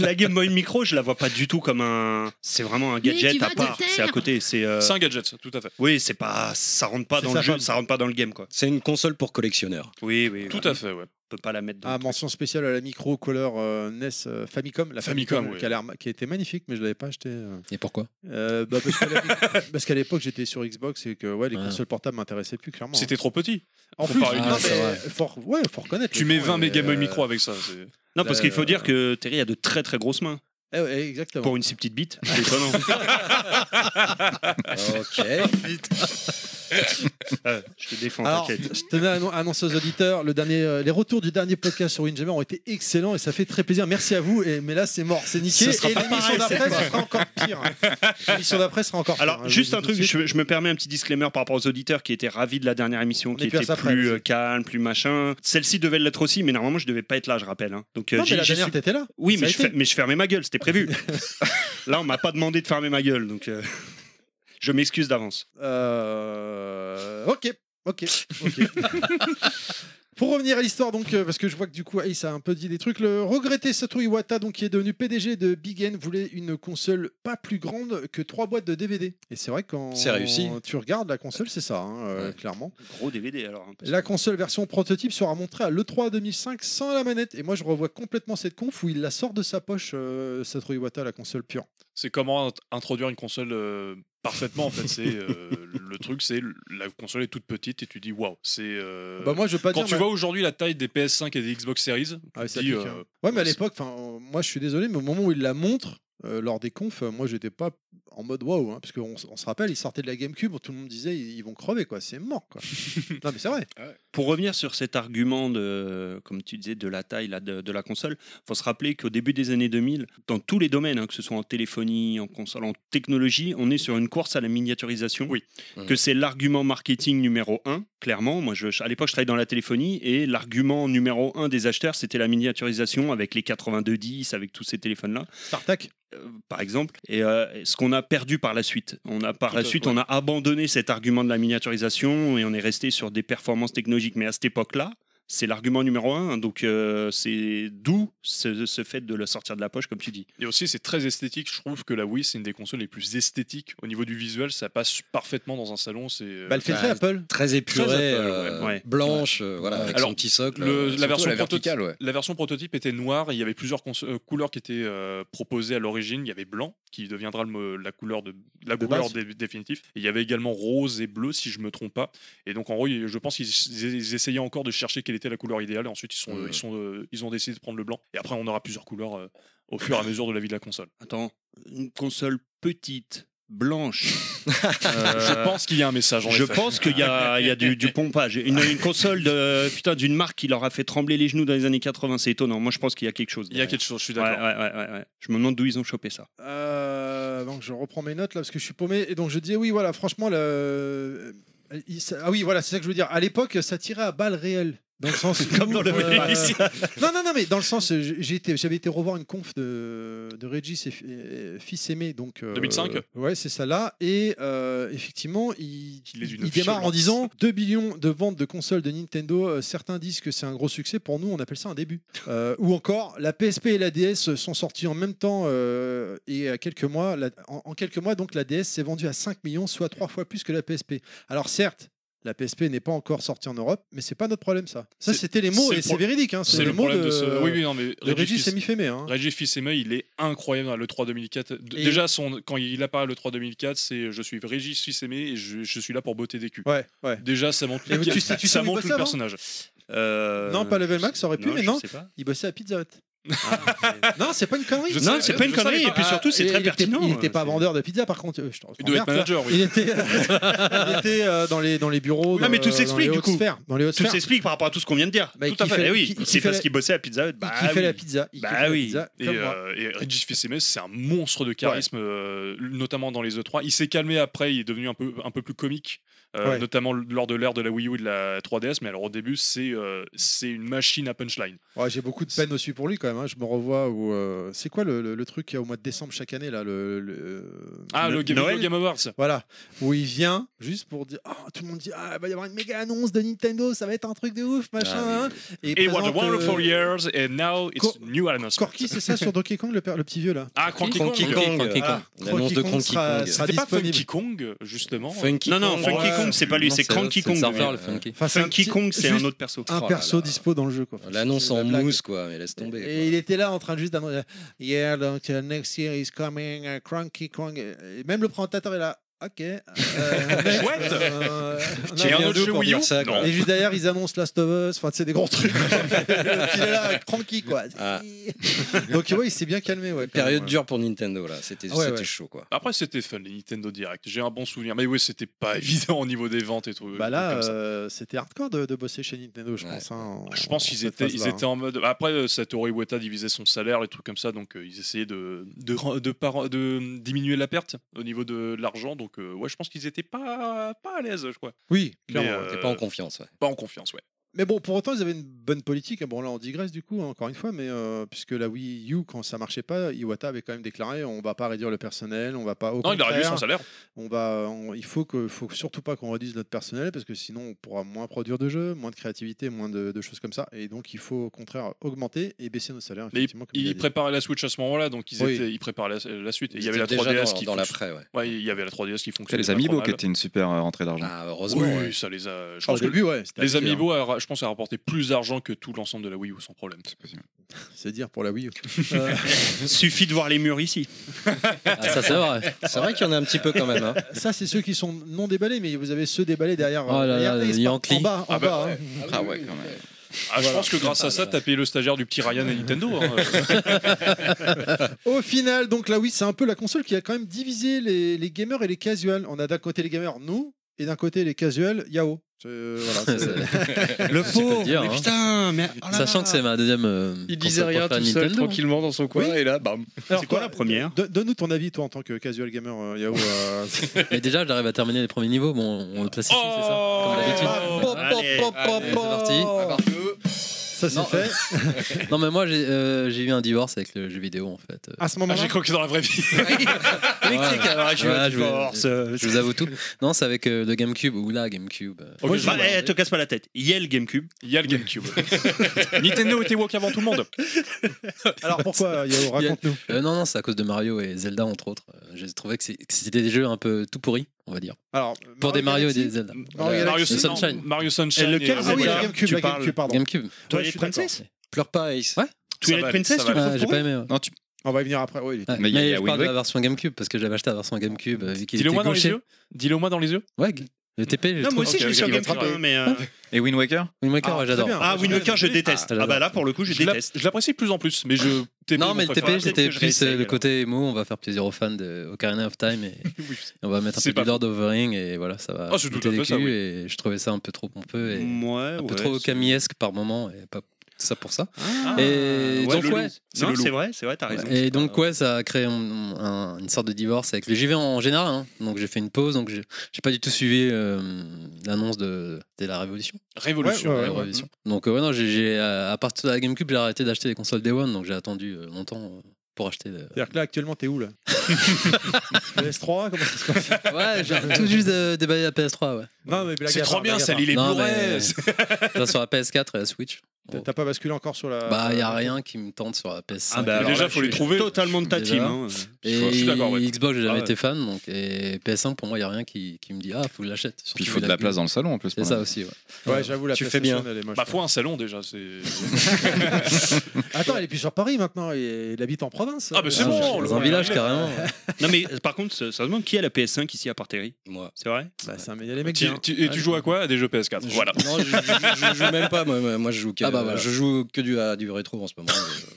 [SPEAKER 3] la Game Boy Micro, je la vois pas du tout comme un. C'est vraiment un
[SPEAKER 10] Mais
[SPEAKER 3] gadget
[SPEAKER 10] tu
[SPEAKER 3] à
[SPEAKER 10] vas te
[SPEAKER 3] part.
[SPEAKER 10] taire.
[SPEAKER 3] C'est à côté. C'est. euh,
[SPEAKER 8] C'est un gadget, ça, tout à fait.
[SPEAKER 3] Oui, c'est pas. Ça rentre pas
[SPEAKER 1] C'est
[SPEAKER 3] dans
[SPEAKER 1] sa
[SPEAKER 3] le jeu.
[SPEAKER 1] femme.
[SPEAKER 3] Ça rentre pas dans le game, quoi.
[SPEAKER 6] C'est une console pour collectionneurs.
[SPEAKER 3] Oui, oui.
[SPEAKER 8] Tout
[SPEAKER 3] voilà.
[SPEAKER 8] à fait, ouais.
[SPEAKER 3] On peut pas la mettre. Dans...
[SPEAKER 1] Ah, mention spéciale à la micro Color euh, NES euh, Famicom, la Famicom, euh,
[SPEAKER 8] Famicom, oui.
[SPEAKER 1] qui, a l'air ma- qui était magnifique, mais je l'avais pas acheté. euh.
[SPEAKER 5] Et pourquoi
[SPEAKER 1] Euh, bah, parce qu'à la- parce qu'à l'époque j'étais sur Xbox et que ouais, les
[SPEAKER 5] Ouais.
[SPEAKER 1] consoles portables m'intéressaient plus clairement. hein.
[SPEAKER 8] C'était trop petit.
[SPEAKER 1] en
[SPEAKER 8] faut
[SPEAKER 1] plus,
[SPEAKER 8] pas
[SPEAKER 1] non,
[SPEAKER 5] réunir,
[SPEAKER 1] mais
[SPEAKER 5] c'est vrai.
[SPEAKER 1] faut, re- ouais, faut reconnaître.
[SPEAKER 8] Tu
[SPEAKER 1] le
[SPEAKER 8] mets
[SPEAKER 1] temps
[SPEAKER 8] 20
[SPEAKER 1] est-
[SPEAKER 8] mégas
[SPEAKER 1] euh,
[SPEAKER 8] micro avec ça. c'est-
[SPEAKER 3] Non, parce qu'il faut
[SPEAKER 1] euh,
[SPEAKER 3] dire que Terry a de très très grosses mains
[SPEAKER 1] eh ouais, exactement.
[SPEAKER 3] pour une si petite bite. C'est étonnant.
[SPEAKER 6] Ok.
[SPEAKER 3] Euh, je te défends,
[SPEAKER 1] Alors,
[SPEAKER 3] t'inquiète.
[SPEAKER 1] je tenais à annon- à annoncer aux auditeurs, le dernier, euh, les retours du dernier podcast sur Windjammer ont été excellents et ça fait très plaisir. Merci à vous. Et, mais là, c'est mort, c'est niqué.
[SPEAKER 3] Ce sera
[SPEAKER 1] et
[SPEAKER 3] pas
[SPEAKER 1] l'émission
[SPEAKER 3] pareil,
[SPEAKER 1] d'après
[SPEAKER 3] cette fois.
[SPEAKER 1] sera encore pire. hein. L'émission d'après sera encore pire.
[SPEAKER 3] Alors,
[SPEAKER 1] hein, je
[SPEAKER 3] juste
[SPEAKER 1] vous
[SPEAKER 3] un
[SPEAKER 1] le dis
[SPEAKER 3] truc,
[SPEAKER 1] tout de suite.
[SPEAKER 3] je, je me permets un petit disclaimer par rapport aux auditeurs qui étaient ravis de la dernière émission,
[SPEAKER 1] On
[SPEAKER 3] qui
[SPEAKER 1] est plus à
[SPEAKER 3] était
[SPEAKER 1] ça près,
[SPEAKER 3] plus
[SPEAKER 1] vas-y.
[SPEAKER 3] euh, calme, plus machin. Celle-ci devait l'être aussi, mais normalement, je devais pas être là, je rappelle. hein. Donc, euh,
[SPEAKER 1] Non,
[SPEAKER 3] j'y-
[SPEAKER 1] mais la
[SPEAKER 3] j'y
[SPEAKER 1] dernière,
[SPEAKER 3] suis-
[SPEAKER 1] t'étais là.
[SPEAKER 3] Oui,
[SPEAKER 1] Ça
[SPEAKER 3] mais
[SPEAKER 1] a
[SPEAKER 3] je,
[SPEAKER 1] été.
[SPEAKER 3] fer- mais je fermais ma gueule, c'était prévu. là, on m'a pas demandé de fermer ma gueule, donc euh, je m'excuse d'avance.
[SPEAKER 1] Euh, Ok, ok, ok. Pour revenir à l'histoire, donc, euh, parce que je vois que du coup Ace a un peu dit des trucs, le regretté Satoru Iwata, donc, qui est devenu PDG de Big N, voulait une console pas plus grande que trois boîtes de DVD. Et c'est vrai que quand
[SPEAKER 6] C'est réussi.
[SPEAKER 1] tu regardes la console, c'est ça, hein, euh,
[SPEAKER 6] Ouais.
[SPEAKER 1] clairement.
[SPEAKER 3] Gros DVD alors. hein, parce
[SPEAKER 1] La
[SPEAKER 3] que-
[SPEAKER 1] console version prototype sera montrée à l'E3 2005 sans la manette. Et moi, je revois complètement cette conf où il la sort de sa poche, euh, Satoru Iwata, la console pure.
[SPEAKER 8] C'est comment int- introduire une console euh, parfaitement, en fait. C'est euh, le truc, c'est l- la console est toute petite et tu dis waouh, c'est. euh,
[SPEAKER 1] Bah, moi, je veux pas
[SPEAKER 8] quand
[SPEAKER 1] dire.
[SPEAKER 8] tu
[SPEAKER 1] mais-
[SPEAKER 8] vois aujourd'hui la taille des PS5 et des Xbox Series,
[SPEAKER 1] Ah ouais,
[SPEAKER 8] tu
[SPEAKER 1] ça
[SPEAKER 8] dis,
[SPEAKER 1] pique, hein.
[SPEAKER 8] euh,
[SPEAKER 1] Ouais, mais à
[SPEAKER 8] c'est-
[SPEAKER 1] l'époque, enfin, euh, moi je suis désolé, mais au moment où il la montre, euh, lors des confs, euh, moi j'étais pas en mode waouh, hein, parce qu'on s- on se rappelle, ils sortaient de la GameCube, tout le monde disait ils, ils vont crever, quoi, c'est mort, quoi. non, mais c'est vrai.
[SPEAKER 3] Pour revenir sur cet argument de, comme tu disais, de la taille là, de, de la console, faut se rappeler qu'au début des années 2000, dans tous les domaines, hein, que ce soit en téléphonie, en console, en technologie, on est sur une course à la miniaturisation.
[SPEAKER 8] Oui.
[SPEAKER 3] Que c'est l'argument marketing numéro un, clairement. Moi, je, à l'époque, je travaillais dans la téléphonie et l'argument numéro un des acheteurs, c'était la miniaturisation avec les 8210, avec tous ces téléphones-là
[SPEAKER 1] StarTac,
[SPEAKER 3] euh, par exemple, et euh, ce qu'on a perdu par la suite. On a, par
[SPEAKER 8] Tout
[SPEAKER 3] la
[SPEAKER 8] à-
[SPEAKER 3] suite,
[SPEAKER 8] ouais.
[SPEAKER 3] on a abandonné cet argument de la miniaturisation et on est resté sur des performances technologiques. Mais à cette époque-là, c'est l'argument numéro un. Donc, euh, c'est d'où ce, ce fait de le sortir de la poche, comme tu dis.
[SPEAKER 8] Et aussi, c'est très esthétique. Je trouve que la Wii, c'est une des consoles les plus esthétiques. Au niveau du visuel, ça passe parfaitement dans un salon. C'est euh,
[SPEAKER 1] bah, elle fait
[SPEAKER 6] bah,
[SPEAKER 1] très Apple.
[SPEAKER 6] Très épurée,
[SPEAKER 3] Apple,
[SPEAKER 6] euh,
[SPEAKER 3] ouais, ouais.
[SPEAKER 6] blanche, euh, voilà, avec
[SPEAKER 8] Alors,
[SPEAKER 6] son petit socle.
[SPEAKER 8] le-
[SPEAKER 6] euh,
[SPEAKER 8] la, version
[SPEAKER 7] la
[SPEAKER 8] prototype-
[SPEAKER 7] verticale, ouais.
[SPEAKER 8] la version prototype était noire. et Il y avait plusieurs cons- euh, couleurs qui étaient euh, proposées à l'origine. Il y avait blanc, qui deviendra le mo- la couleur, de, la
[SPEAKER 1] De
[SPEAKER 8] couleur
[SPEAKER 1] base.
[SPEAKER 8] dé- définitive. Et il y avait également rose et bleu, si je me trompe pas. Et donc, en gros, je pense qu'ils ils essayaient encore de chercher quelle était la couleur idéale. Et ensuite, ils, sont,
[SPEAKER 6] Mm.
[SPEAKER 8] ils, sont, euh, ils ont décidé de prendre le blanc. Et après, on aura plusieurs couleurs euh, au fur et à mesure de la vie de la console.
[SPEAKER 3] Attends, une console petite, blanche.
[SPEAKER 8] Je pense qu'il y a un message. En
[SPEAKER 3] Je
[SPEAKER 8] effet.
[SPEAKER 3] pense qu'il y a, il y a du, du pompage. Une, une console de, putain, d'une marque qui leur a fait trembler les genoux dans les années 80, c'est étonnant. Moi, je pense qu'il y a quelque chose.
[SPEAKER 8] Il y a
[SPEAKER 3] derrière.
[SPEAKER 8] quelque chose, je suis d'accord.
[SPEAKER 3] Ouais, ouais, ouais, ouais, ouais. Je me demande d'où ils ont chopé ça.
[SPEAKER 1] Euh, donc je reprends mes notes là parce que je suis paumé. Et donc je dis oui, voilà, franchement, le... il- ça- ah oui, voilà, c'est ça que je veux dire. À l'époque, ça tirait à balles réelles. Dans le sens
[SPEAKER 3] Comme
[SPEAKER 1] où, euh,
[SPEAKER 3] dans le Willis.
[SPEAKER 1] Non, non, non, mais dans le sens, j'ai- j'ai été- j'avais été revoir une conf de, de Regis et, fi- et Fils Aimé, donc. euh,
[SPEAKER 8] 2005?
[SPEAKER 1] Ouais, c'est ça là. Et euh, effectivement, il,
[SPEAKER 8] Qu'il est d'une
[SPEAKER 1] il démarre en
[SPEAKER 8] violence.
[SPEAKER 1] disant 2 billions de ventes de consoles de Nintendo. euh, Certains disent que c'est un gros succès. Pour nous, on appelle ça un début. Euh, ou encore, la PSP et la DS sont sorties en même temps euh, et à quelques mois, la- en, en quelques mois, donc la DS s'est vendue à 5 millions, soit trois fois plus que la PSP. Alors certes, la PSP n'est pas encore sortie en Europe, mais c'est pas notre problème ça. Ça,
[SPEAKER 8] C'est-
[SPEAKER 1] c'était les mots
[SPEAKER 8] c'est
[SPEAKER 1] et
[SPEAKER 8] le
[SPEAKER 1] c'est
[SPEAKER 8] pro-
[SPEAKER 1] véridique. Hein,
[SPEAKER 8] C'est
[SPEAKER 1] les
[SPEAKER 8] le
[SPEAKER 1] mots
[SPEAKER 8] problème
[SPEAKER 1] de,
[SPEAKER 8] de, ce. Oui, oui, non, mais
[SPEAKER 1] de Régis
[SPEAKER 8] Fils-
[SPEAKER 1] Semi-Fémé. Hein.
[SPEAKER 8] Reggie Fils-Aimé, il est incroyable dans le 3 2004. D-
[SPEAKER 1] Et-
[SPEAKER 8] Déjà, son, quand il apparaît le 3 2004, c'est je suis Régis Fils-Aimé et je, je suis là pour botter des culs.
[SPEAKER 1] Ouais, ouais.
[SPEAKER 8] Déjà, ça monte
[SPEAKER 1] Et
[SPEAKER 8] le,
[SPEAKER 1] tu sais- tu sais
[SPEAKER 8] ça
[SPEAKER 1] où il
[SPEAKER 8] monte
[SPEAKER 1] bosse
[SPEAKER 8] le
[SPEAKER 1] avant
[SPEAKER 8] personnage.
[SPEAKER 3] Euh,
[SPEAKER 1] Non, pas Level Max, ça aurait pu, mais
[SPEAKER 3] je
[SPEAKER 1] non. Ah,
[SPEAKER 3] sais pas.
[SPEAKER 1] Il bossait à Pizza Hut. non, c'est pas une connerie.
[SPEAKER 8] Je sais-
[SPEAKER 3] Non, c'est pas une
[SPEAKER 8] je savais
[SPEAKER 3] connerie.
[SPEAKER 8] pas.
[SPEAKER 3] Et puis surtout, c'est
[SPEAKER 1] Ah,
[SPEAKER 3] très
[SPEAKER 1] il était-
[SPEAKER 3] pertinent. euh,
[SPEAKER 1] Il n'était pas
[SPEAKER 3] C'est-
[SPEAKER 1] vendeur de pizza, par contre. euh, je te
[SPEAKER 8] Il doit être
[SPEAKER 1] emmerde,
[SPEAKER 8] manager,
[SPEAKER 1] là.
[SPEAKER 8] oui.
[SPEAKER 1] Il était, il était, euh, dans, les, dans les bureaux.
[SPEAKER 3] Non,
[SPEAKER 1] dans,
[SPEAKER 3] mais tout
[SPEAKER 1] euh, dans
[SPEAKER 3] s'explique,
[SPEAKER 1] les
[SPEAKER 3] du
[SPEAKER 1] hautes
[SPEAKER 3] coup.
[SPEAKER 1] sphères, dans les hautes
[SPEAKER 3] Tout
[SPEAKER 1] sphères.
[SPEAKER 3] s'explique par rapport à tout ce qu'on vient de dire.
[SPEAKER 1] Bah,
[SPEAKER 3] tout
[SPEAKER 1] qui
[SPEAKER 3] à fait.
[SPEAKER 1] fait-
[SPEAKER 3] Eh oui,
[SPEAKER 1] qui- qui
[SPEAKER 3] c'est
[SPEAKER 1] fait
[SPEAKER 3] parce
[SPEAKER 1] la-
[SPEAKER 3] qu'il bossait à Pizza Hut.
[SPEAKER 1] Il
[SPEAKER 3] Bah,
[SPEAKER 1] kiffait
[SPEAKER 3] oui.
[SPEAKER 1] la pizza. Il
[SPEAKER 3] Bah
[SPEAKER 1] kiffait
[SPEAKER 3] oui.
[SPEAKER 1] la pizza.
[SPEAKER 8] Et,
[SPEAKER 1] comme moi.
[SPEAKER 8] euh, et Reggie Fils-Aimé, c'est un E monstre de charisme, euh, notamment dans les E3. Il s'est calmé après, il est devenu un peu, un peu plus comique euh,
[SPEAKER 1] Ouais.
[SPEAKER 8] notamment l- lors de l'ère de la Wii U et de la 3DS. Mais alors au début, c'est euh, c'est une machine à punchline.
[SPEAKER 1] Ouais, j'ai beaucoup de peine aussi pour lui quand même. hein. Je me revois où. euh, C'est quoi le, le- le truc qu'il y a au mois de décembre chaque année là le, le-
[SPEAKER 8] Ah,
[SPEAKER 1] le-
[SPEAKER 8] le, Game-
[SPEAKER 1] Noël
[SPEAKER 8] le Game Awards
[SPEAKER 1] Voilà, où il vient juste pour dire Ah, tout le monde dit Ah, il va y avoir une méga annonce de Nintendo, ça va être un truc de ouf,
[SPEAKER 11] Ah,
[SPEAKER 1] machin. hein. Et il
[SPEAKER 8] It was a
[SPEAKER 1] présente,
[SPEAKER 8] wonderful
[SPEAKER 1] euh,
[SPEAKER 8] years, and now it's
[SPEAKER 1] Cor-
[SPEAKER 8] new announcement.
[SPEAKER 1] Corky, c'est ça sur Donkey Kong, le, père- le petit vieux là
[SPEAKER 8] Ah, Cranky Kong.
[SPEAKER 11] Cranky
[SPEAKER 8] Kong.
[SPEAKER 11] Kong.
[SPEAKER 6] Cranky Kong.
[SPEAKER 1] Voilà.
[SPEAKER 11] L'annonce de Cranky
[SPEAKER 1] sera,
[SPEAKER 11] Kong.
[SPEAKER 1] sera
[SPEAKER 8] C'était pas
[SPEAKER 1] disponible.
[SPEAKER 8] Funky Kong, justement.
[SPEAKER 11] Funky
[SPEAKER 3] Non, non,
[SPEAKER 11] Kong.
[SPEAKER 3] Funky
[SPEAKER 1] Ouais.
[SPEAKER 3] Kong, c'est pas lui,
[SPEAKER 6] Non,
[SPEAKER 3] c'est Cranky
[SPEAKER 6] autre,
[SPEAKER 3] Kong.
[SPEAKER 6] C'est le serveur,
[SPEAKER 3] lui.
[SPEAKER 6] le Funky.
[SPEAKER 1] Enfin, c'est un
[SPEAKER 3] Funky
[SPEAKER 1] petit-
[SPEAKER 3] Kong, c'est
[SPEAKER 1] juste
[SPEAKER 3] un autre perso.
[SPEAKER 1] Un
[SPEAKER 11] Oh là
[SPEAKER 1] perso
[SPEAKER 11] là.
[SPEAKER 1] dispo dans le jeu quoi.
[SPEAKER 11] L'annonce
[SPEAKER 1] C'est de la
[SPEAKER 11] en
[SPEAKER 1] blague.
[SPEAKER 11] mousse, quoi, mais laisse tomber.
[SPEAKER 1] Et il était là en train de juste d'annoncer Yeah, donc uh, next year is coming, uh, Cranky Kong. Et même le présentateur est là. Ok. euh, next,
[SPEAKER 8] What
[SPEAKER 1] euh, on a
[SPEAKER 11] Tiens,
[SPEAKER 8] Et un
[SPEAKER 1] bien
[SPEAKER 11] viens
[SPEAKER 8] autre
[SPEAKER 11] d'où
[SPEAKER 8] jeu
[SPEAKER 11] pour
[SPEAKER 8] Wii
[SPEAKER 11] dire
[SPEAKER 8] U
[SPEAKER 11] ça, quoi.
[SPEAKER 8] Non.
[SPEAKER 1] Et juste derrière, ils annoncent Last of Us. Enfin, c'est des gros trucs. il est là, cranky, quoi.
[SPEAKER 11] Ah.
[SPEAKER 1] Donc, ouais, il s'est bien calmé. Ouais, quand
[SPEAKER 11] Période
[SPEAKER 1] même,
[SPEAKER 11] dure pour Nintendo, là. C'était
[SPEAKER 1] Ouais,
[SPEAKER 11] c'était
[SPEAKER 1] ouais.
[SPEAKER 11] chaud, quoi.
[SPEAKER 8] Après, c'était fun, les Nintendo Direct. J'ai un bon souvenir. Mais oui, c'était pas évident au niveau des ventes et tout.
[SPEAKER 1] ouais. Bah là,
[SPEAKER 8] comme ça.
[SPEAKER 1] euh, c'était hardcore de, de bosser chez Nintendo, je
[SPEAKER 11] Ouais.
[SPEAKER 1] pense. hein, en-
[SPEAKER 8] je pense
[SPEAKER 1] en
[SPEAKER 8] qu'ils
[SPEAKER 1] cette
[SPEAKER 8] étaient, ils
[SPEAKER 1] phase-là, hein.
[SPEAKER 8] étaient en mode. Après, euh, Satoru Iwata divisait son salaire, les trucs comme ça, donc euh, ils essayaient de, de, de, par- de diminuer la perte au niveau de, de l'argent. Donc, euh, ouais, je pense qu'ils étaient pas, pas à l'aise, je crois.
[SPEAKER 1] hein. Oui,
[SPEAKER 8] Mais,
[SPEAKER 1] clairement.
[SPEAKER 8] euh,
[SPEAKER 11] T'es pas en confiance, ouais.
[SPEAKER 8] Pas en confiance, ouais.
[SPEAKER 1] Mais bon, pour autant, ils avaient une bonne politique. Bon, là, on digresse du coup, hein, encore une fois, mais euh, puisque la Wii U, quand ça marchait pas, Iwata avait quand même déclaré on va pas réduire le personnel, on va pas. Au
[SPEAKER 8] non, il a réduit
[SPEAKER 1] contraire,
[SPEAKER 8] son salaire.
[SPEAKER 1] on va, on- il faut que, faut surtout pas qu'on réduise notre personnel parce que sinon on pourra moins produire de jeux, moins de créativité, moins de, de choses comme ça. Et donc il faut au contraire augmenter et baisser nos salaires.
[SPEAKER 8] Mais
[SPEAKER 1] effectivement, comme
[SPEAKER 8] ils
[SPEAKER 1] il a
[SPEAKER 8] il
[SPEAKER 1] dit.
[SPEAKER 8] préparaient la Switch à ce moment-là, donc ils,
[SPEAKER 1] Oui.
[SPEAKER 8] étaient, ils préparaient la, la suite. Et il y
[SPEAKER 11] C'était
[SPEAKER 8] avait la
[SPEAKER 11] déjà
[SPEAKER 8] 3DS
[SPEAKER 11] dans,
[SPEAKER 8] qui
[SPEAKER 11] dans
[SPEAKER 8] fonctionnait.
[SPEAKER 11] l'après, ouais.
[SPEAKER 8] Ouais, il y avait la 3DS qui fonctionnait.
[SPEAKER 4] les
[SPEAKER 8] pas trop
[SPEAKER 4] Amiibo
[SPEAKER 8] mal.
[SPEAKER 4] qui étaient une super euh, rentrée d'argent.
[SPEAKER 11] Ah, heureusement,
[SPEAKER 8] Oui,
[SPEAKER 11] ouais.
[SPEAKER 8] ça les a. Je
[SPEAKER 1] Au
[SPEAKER 8] pense que
[SPEAKER 1] début, ouais, c'était
[SPEAKER 8] les
[SPEAKER 1] abusé, hein.
[SPEAKER 8] Amiibo, a- je pense, a rapporté plus d'argent que tout l'ensemble de la Wii U, sans problème.
[SPEAKER 4] C'est possible.
[SPEAKER 1] hein. C'est dire pour la Wii U. Euh,
[SPEAKER 3] Suffit de voir les murs ici.
[SPEAKER 6] Ah, ça, c'est vrai.
[SPEAKER 11] C'est vrai qu'il y en a un petit peu quand même. hein.
[SPEAKER 1] ça, c'est ceux qui sont non déballés, mais vous avez ceux déballés derrière. euh,
[SPEAKER 6] Oh là là,
[SPEAKER 1] derrière
[SPEAKER 6] le
[SPEAKER 1] Ace,
[SPEAKER 6] Yankee.
[SPEAKER 1] En bas, en
[SPEAKER 8] Ah bah
[SPEAKER 1] bas. hein.
[SPEAKER 4] Ah ouais, quand même.
[SPEAKER 8] Ah, je pense que grâce à ça, t'as payé le stagiaire du petit Ryan à Nintendo. hein.
[SPEAKER 1] Au final, donc la Wii, c'est un peu la console qui a quand même divisé les, les gamers et les casuals. On a d'un côté les gamers, nous, et d'un côté les casuals, Yao. C'est- euh, voilà, c'est-
[SPEAKER 3] Le pauvre.
[SPEAKER 6] dire,
[SPEAKER 3] mais
[SPEAKER 6] hein.
[SPEAKER 3] putain, mais. oh là
[SPEAKER 6] Sachant
[SPEAKER 3] là.
[SPEAKER 6] que c'est ma deuxième. euh,
[SPEAKER 12] Il
[SPEAKER 6] console
[SPEAKER 12] disait rien tout
[SPEAKER 6] portable
[SPEAKER 12] seul,
[SPEAKER 6] Nintendo.
[SPEAKER 12] tranquillement dans son coin,
[SPEAKER 1] Oui.
[SPEAKER 12] et là, bam.
[SPEAKER 1] Alors,
[SPEAKER 3] C'est quoi
[SPEAKER 1] toi,
[SPEAKER 3] la première
[SPEAKER 1] Don- Donne-nous ton avis, toi, en tant que casual gamer, euh, Yao. euh,
[SPEAKER 6] Mais déjà, j'arrive à terminer les premiers niveaux. Bon, on le classifie, c'est ça Comme d'habitude.
[SPEAKER 8] Oh
[SPEAKER 3] Allez,
[SPEAKER 6] allez, c'est parti.
[SPEAKER 1] Ça, c'est
[SPEAKER 6] Non,
[SPEAKER 1] fait.
[SPEAKER 6] Non, mais moi, j'ai euh, j'ai eu un divorce avec le jeu vidéo, en fait. Euh,
[SPEAKER 1] À ce
[SPEAKER 8] Ah,
[SPEAKER 1] moment-là,
[SPEAKER 8] J'ai cru que dans la vraie vie.
[SPEAKER 6] voilà.
[SPEAKER 3] je
[SPEAKER 6] Voilà, je vous-
[SPEAKER 3] divorce.
[SPEAKER 6] Je vous avoue tout. Non, c'est avec euh, le GameCube ou la GameCube. euh.
[SPEAKER 8] Ok,
[SPEAKER 3] Bah,
[SPEAKER 8] je-
[SPEAKER 3] eh, te casse pas la tête. Il y a le GameCube.
[SPEAKER 8] Il y a le GameCube. Nintendo était woke avant tout le monde.
[SPEAKER 1] alors pourquoi, Yao Raconte-nous.
[SPEAKER 6] Euh, non, non, c'est à cause de Mario et Zelda, entre autres. Euh, J'ai trouvé que c'est- que c'était des jeux un peu tout pourris, on va dire.
[SPEAKER 1] Alors,
[SPEAKER 6] Pour des Mario et des
[SPEAKER 1] Galaxy
[SPEAKER 6] Zelda.
[SPEAKER 1] Mario
[SPEAKER 8] Mario
[SPEAKER 1] Galaxy.
[SPEAKER 8] Sun-
[SPEAKER 6] Sunshine.
[SPEAKER 8] Mario Sunshine.
[SPEAKER 3] Et lequel,
[SPEAKER 8] et-
[SPEAKER 1] Ah oui,
[SPEAKER 3] Zelda.
[SPEAKER 1] la GameCube,
[SPEAKER 3] Tu
[SPEAKER 1] la
[SPEAKER 3] parles-
[SPEAKER 1] GameCube, pardon.
[SPEAKER 6] GameCube.
[SPEAKER 1] je
[SPEAKER 3] Twilight
[SPEAKER 1] suis d'accord.
[SPEAKER 3] Princess
[SPEAKER 11] Pleure pas, Ace.
[SPEAKER 8] Ça
[SPEAKER 3] Twilight
[SPEAKER 8] va,
[SPEAKER 3] Princess,
[SPEAKER 8] ça
[SPEAKER 3] tu
[SPEAKER 8] va.
[SPEAKER 6] Ah, j'ai pas aimé. ouais.
[SPEAKER 1] On va y venir après. Oui, il est-
[SPEAKER 6] Ouais, Mais,
[SPEAKER 4] Mais il y a- il y a
[SPEAKER 6] je
[SPEAKER 4] Wind
[SPEAKER 6] parle de la
[SPEAKER 4] Waker.
[SPEAKER 6] version GameCube parce que j'avais acheté la version GameCube euh, vu qu'il était
[SPEAKER 8] Dis-le moi dans les
[SPEAKER 6] gaucher.
[SPEAKER 8] yeux. Dis-le moi dans les yeux.
[SPEAKER 6] Ouais, g- le TP, je
[SPEAKER 3] Non,
[SPEAKER 6] trouve.
[SPEAKER 3] moi aussi,
[SPEAKER 8] Ok,
[SPEAKER 3] je
[SPEAKER 8] ok,
[SPEAKER 3] suis sur
[SPEAKER 8] il va
[SPEAKER 3] GameCube.
[SPEAKER 8] frapper.
[SPEAKER 3] hein, mais, euh,
[SPEAKER 4] Et Wind Waker
[SPEAKER 6] Wind Waker,
[SPEAKER 1] Ah,
[SPEAKER 6] ouais,
[SPEAKER 1] très
[SPEAKER 6] j'adore.
[SPEAKER 1] bien.
[SPEAKER 3] Ah, Wind Waker, je déteste.
[SPEAKER 6] Ah,
[SPEAKER 3] Ah, bah là, pour le coup, je
[SPEAKER 8] Je l'app-
[SPEAKER 3] déteste.
[SPEAKER 8] je l'apprécie de plus en plus, mais je. TP,
[SPEAKER 6] Non,
[SPEAKER 8] mon
[SPEAKER 6] mais le
[SPEAKER 8] préféré.
[SPEAKER 6] TP, c'était
[SPEAKER 3] Peut-être que je
[SPEAKER 6] plus euh,
[SPEAKER 3] réessaye,
[SPEAKER 6] le côté émo. On va faire plaisir aux fans de Ocarina of Time et
[SPEAKER 8] Oui.
[SPEAKER 6] on va mettre un
[SPEAKER 8] C'est
[SPEAKER 6] peu
[SPEAKER 8] pas
[SPEAKER 6] de Lord of the Ring et voilà, ça va.
[SPEAKER 8] Ah, c'est tout
[SPEAKER 6] goûter
[SPEAKER 8] à fait
[SPEAKER 6] les
[SPEAKER 8] ça,
[SPEAKER 6] culs
[SPEAKER 8] oui. Mm.
[SPEAKER 6] Et je trouvais ça un peu trop pompeux et
[SPEAKER 3] Ouais,
[SPEAKER 6] un peu
[SPEAKER 3] ouais,
[SPEAKER 6] trop
[SPEAKER 3] c'est-
[SPEAKER 6] camillesque par moment et pas ça pour ça.
[SPEAKER 3] Ah,
[SPEAKER 6] Et donc,
[SPEAKER 3] le loup.
[SPEAKER 6] ouais,
[SPEAKER 3] Non, c'est vrai, c'est vrai, t'as raison.
[SPEAKER 6] Et donc ouais, ça a créé un- un- une sorte de divorce avec le JV en, en général. hein. Donc j'ai fait une pause, donc j'ai j'ai pas du tout suivi euh, l'annonce de, de la Révolution.
[SPEAKER 8] Révolution.
[SPEAKER 1] Ouais, ouais,
[SPEAKER 6] La
[SPEAKER 1] ouais.
[SPEAKER 6] Révolution. Donc euh, ouais, non, j'ai- j'ai euh, à partir de la GameCube, j'ai arrêté d'acheter les consoles Day One, donc j'ai attendu euh, longtemps euh, pour acheter. le-
[SPEAKER 1] C'est-à-dire que là, actuellement, t'es où là Le S3, comment ça se passe
[SPEAKER 6] Ouais, j'ai tout juste euh, déballé la PS3. Ouais.
[SPEAKER 1] Non, mais blague
[SPEAKER 8] C'est
[SPEAKER 1] à
[SPEAKER 6] hein,
[SPEAKER 8] trop
[SPEAKER 1] part,
[SPEAKER 8] bien,
[SPEAKER 1] blague à
[SPEAKER 8] ça
[SPEAKER 1] part.
[SPEAKER 8] lit les
[SPEAKER 6] Non,
[SPEAKER 8] Blu-ray.
[SPEAKER 6] mais- Là, sur la PS4 et la Switch.
[SPEAKER 1] T'as- T'as pas basculé encore sur la.
[SPEAKER 6] Bah y a rien qui me tente sur la PS5.
[SPEAKER 3] Ah, bah, alors
[SPEAKER 8] Déjà,
[SPEAKER 3] là,
[SPEAKER 8] faut
[SPEAKER 3] je
[SPEAKER 8] les
[SPEAKER 3] suis
[SPEAKER 8] trouver.
[SPEAKER 3] Totalement de ta
[SPEAKER 6] Déjà.
[SPEAKER 3] team. hein.
[SPEAKER 6] Et
[SPEAKER 8] Je suis d'accord, ouais.
[SPEAKER 6] Xbox, j'ai jamais
[SPEAKER 3] Ah ouais.
[SPEAKER 6] été fan, donc et PS5 pour moi, il y a rien qui, qui me dit ah, faut que je l'achète.
[SPEAKER 4] Puis il
[SPEAKER 6] Surtout
[SPEAKER 4] faut de la
[SPEAKER 6] Wii U.
[SPEAKER 4] place dans le salon en plus.
[SPEAKER 6] C'est
[SPEAKER 4] pour
[SPEAKER 6] ça
[SPEAKER 4] la-
[SPEAKER 6] aussi. ouais.
[SPEAKER 1] Ouais, j'avoue, la
[SPEAKER 11] Tu fais bien.
[SPEAKER 1] PlayStation, elle est moche.
[SPEAKER 8] Bah, faut un salon déjà. c'est-
[SPEAKER 1] Attends, elle est plus sur Paris maintenant, et elle habite en province.
[SPEAKER 8] Ah, bah, c'est
[SPEAKER 1] Euh,
[SPEAKER 8] bon,
[SPEAKER 1] cherche-
[SPEAKER 8] on le
[SPEAKER 6] Dans un
[SPEAKER 8] voit.
[SPEAKER 6] village carrément.
[SPEAKER 3] Non, mais euh, par contre, sérieusement, qui a la PS5 ici à Partéry
[SPEAKER 11] Moi.
[SPEAKER 3] C'est vrai
[SPEAKER 1] Bah, c'est un- il y a les mecs
[SPEAKER 8] Tu- Ah,
[SPEAKER 1] qui-
[SPEAKER 8] tu- Et tu joues à quoi À des jeux PS4. Voilà.
[SPEAKER 11] Non, je, je- je- je joue même pas. Moi, moi, moi, je joue que,
[SPEAKER 6] Ah bah voilà.
[SPEAKER 11] je joue que du, à du rétro en ce moment.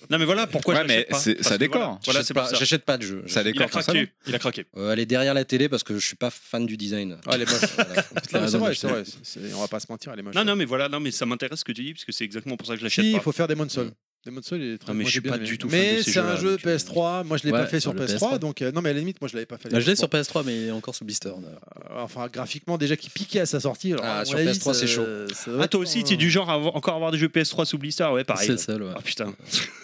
[SPEAKER 3] Non, mais voilà pourquoi
[SPEAKER 4] Ouais,
[SPEAKER 3] je l'achète
[SPEAKER 4] mais
[SPEAKER 3] pas.
[SPEAKER 4] c'est-
[SPEAKER 3] Parce
[SPEAKER 4] ça
[SPEAKER 3] que
[SPEAKER 4] décore.
[SPEAKER 3] Voilà, voilà, c'est
[SPEAKER 11] pas.
[SPEAKER 3] pour ça.
[SPEAKER 11] J'achète pas de jeu.
[SPEAKER 4] Ça
[SPEAKER 8] Il a
[SPEAKER 4] décore ton salon.
[SPEAKER 8] craqué. Il a craqué.
[SPEAKER 11] Euh, elle est derrière la télé parce que je suis pas fan du design.
[SPEAKER 1] Ah, elle est moche.
[SPEAKER 11] Voilà.
[SPEAKER 1] Non, mais C'est vrai,
[SPEAKER 6] Raison
[SPEAKER 1] c'est vrai. c'est- c'est- On va pas se mentir, elle est moche.
[SPEAKER 3] Non, non, mais voilà, non, mais ça m'intéresse ce que tu dis, parce que c'est exactement pour ça que je l'achète
[SPEAKER 1] Si,
[SPEAKER 3] pas.
[SPEAKER 1] il faut faire des monsols. Demon's Souls, il est très
[SPEAKER 3] Non,
[SPEAKER 1] moi,
[SPEAKER 3] mais je
[SPEAKER 1] j'ai
[SPEAKER 3] suis
[SPEAKER 1] bien
[SPEAKER 3] pas
[SPEAKER 1] aimé.
[SPEAKER 3] du tout fan
[SPEAKER 1] Mais
[SPEAKER 3] de ces
[SPEAKER 1] c'est un
[SPEAKER 3] jeux-là,
[SPEAKER 1] jeu
[SPEAKER 3] donc, euh,
[SPEAKER 1] PS3. Moi, je l'ai
[SPEAKER 5] ouais,
[SPEAKER 1] pas fait sur
[SPEAKER 5] sur le
[SPEAKER 1] PS3,
[SPEAKER 5] PS3.
[SPEAKER 1] donc euh, non, mais à la limite, moi, je l'avais pas fait. à
[SPEAKER 5] Bah, je l'ai
[SPEAKER 1] l'époque.
[SPEAKER 5] sur PS3, mais encore sous blister. là.
[SPEAKER 1] Euh, Enfin, graphiquement, déjà qui piquait à sa sortie. Alors,
[SPEAKER 6] Ah,
[SPEAKER 1] à mon
[SPEAKER 6] sur
[SPEAKER 1] avis,
[SPEAKER 6] PS3,
[SPEAKER 1] ça-
[SPEAKER 6] c'est chaud.
[SPEAKER 1] ça doit
[SPEAKER 3] Ah, toi
[SPEAKER 1] être
[SPEAKER 3] aussi,
[SPEAKER 1] un-
[SPEAKER 3] t'es du genre à avoir- encore avoir des jeux PS3 sous blister Ouais, pareil.
[SPEAKER 5] C'est le seul, ouais.
[SPEAKER 3] Ah putain,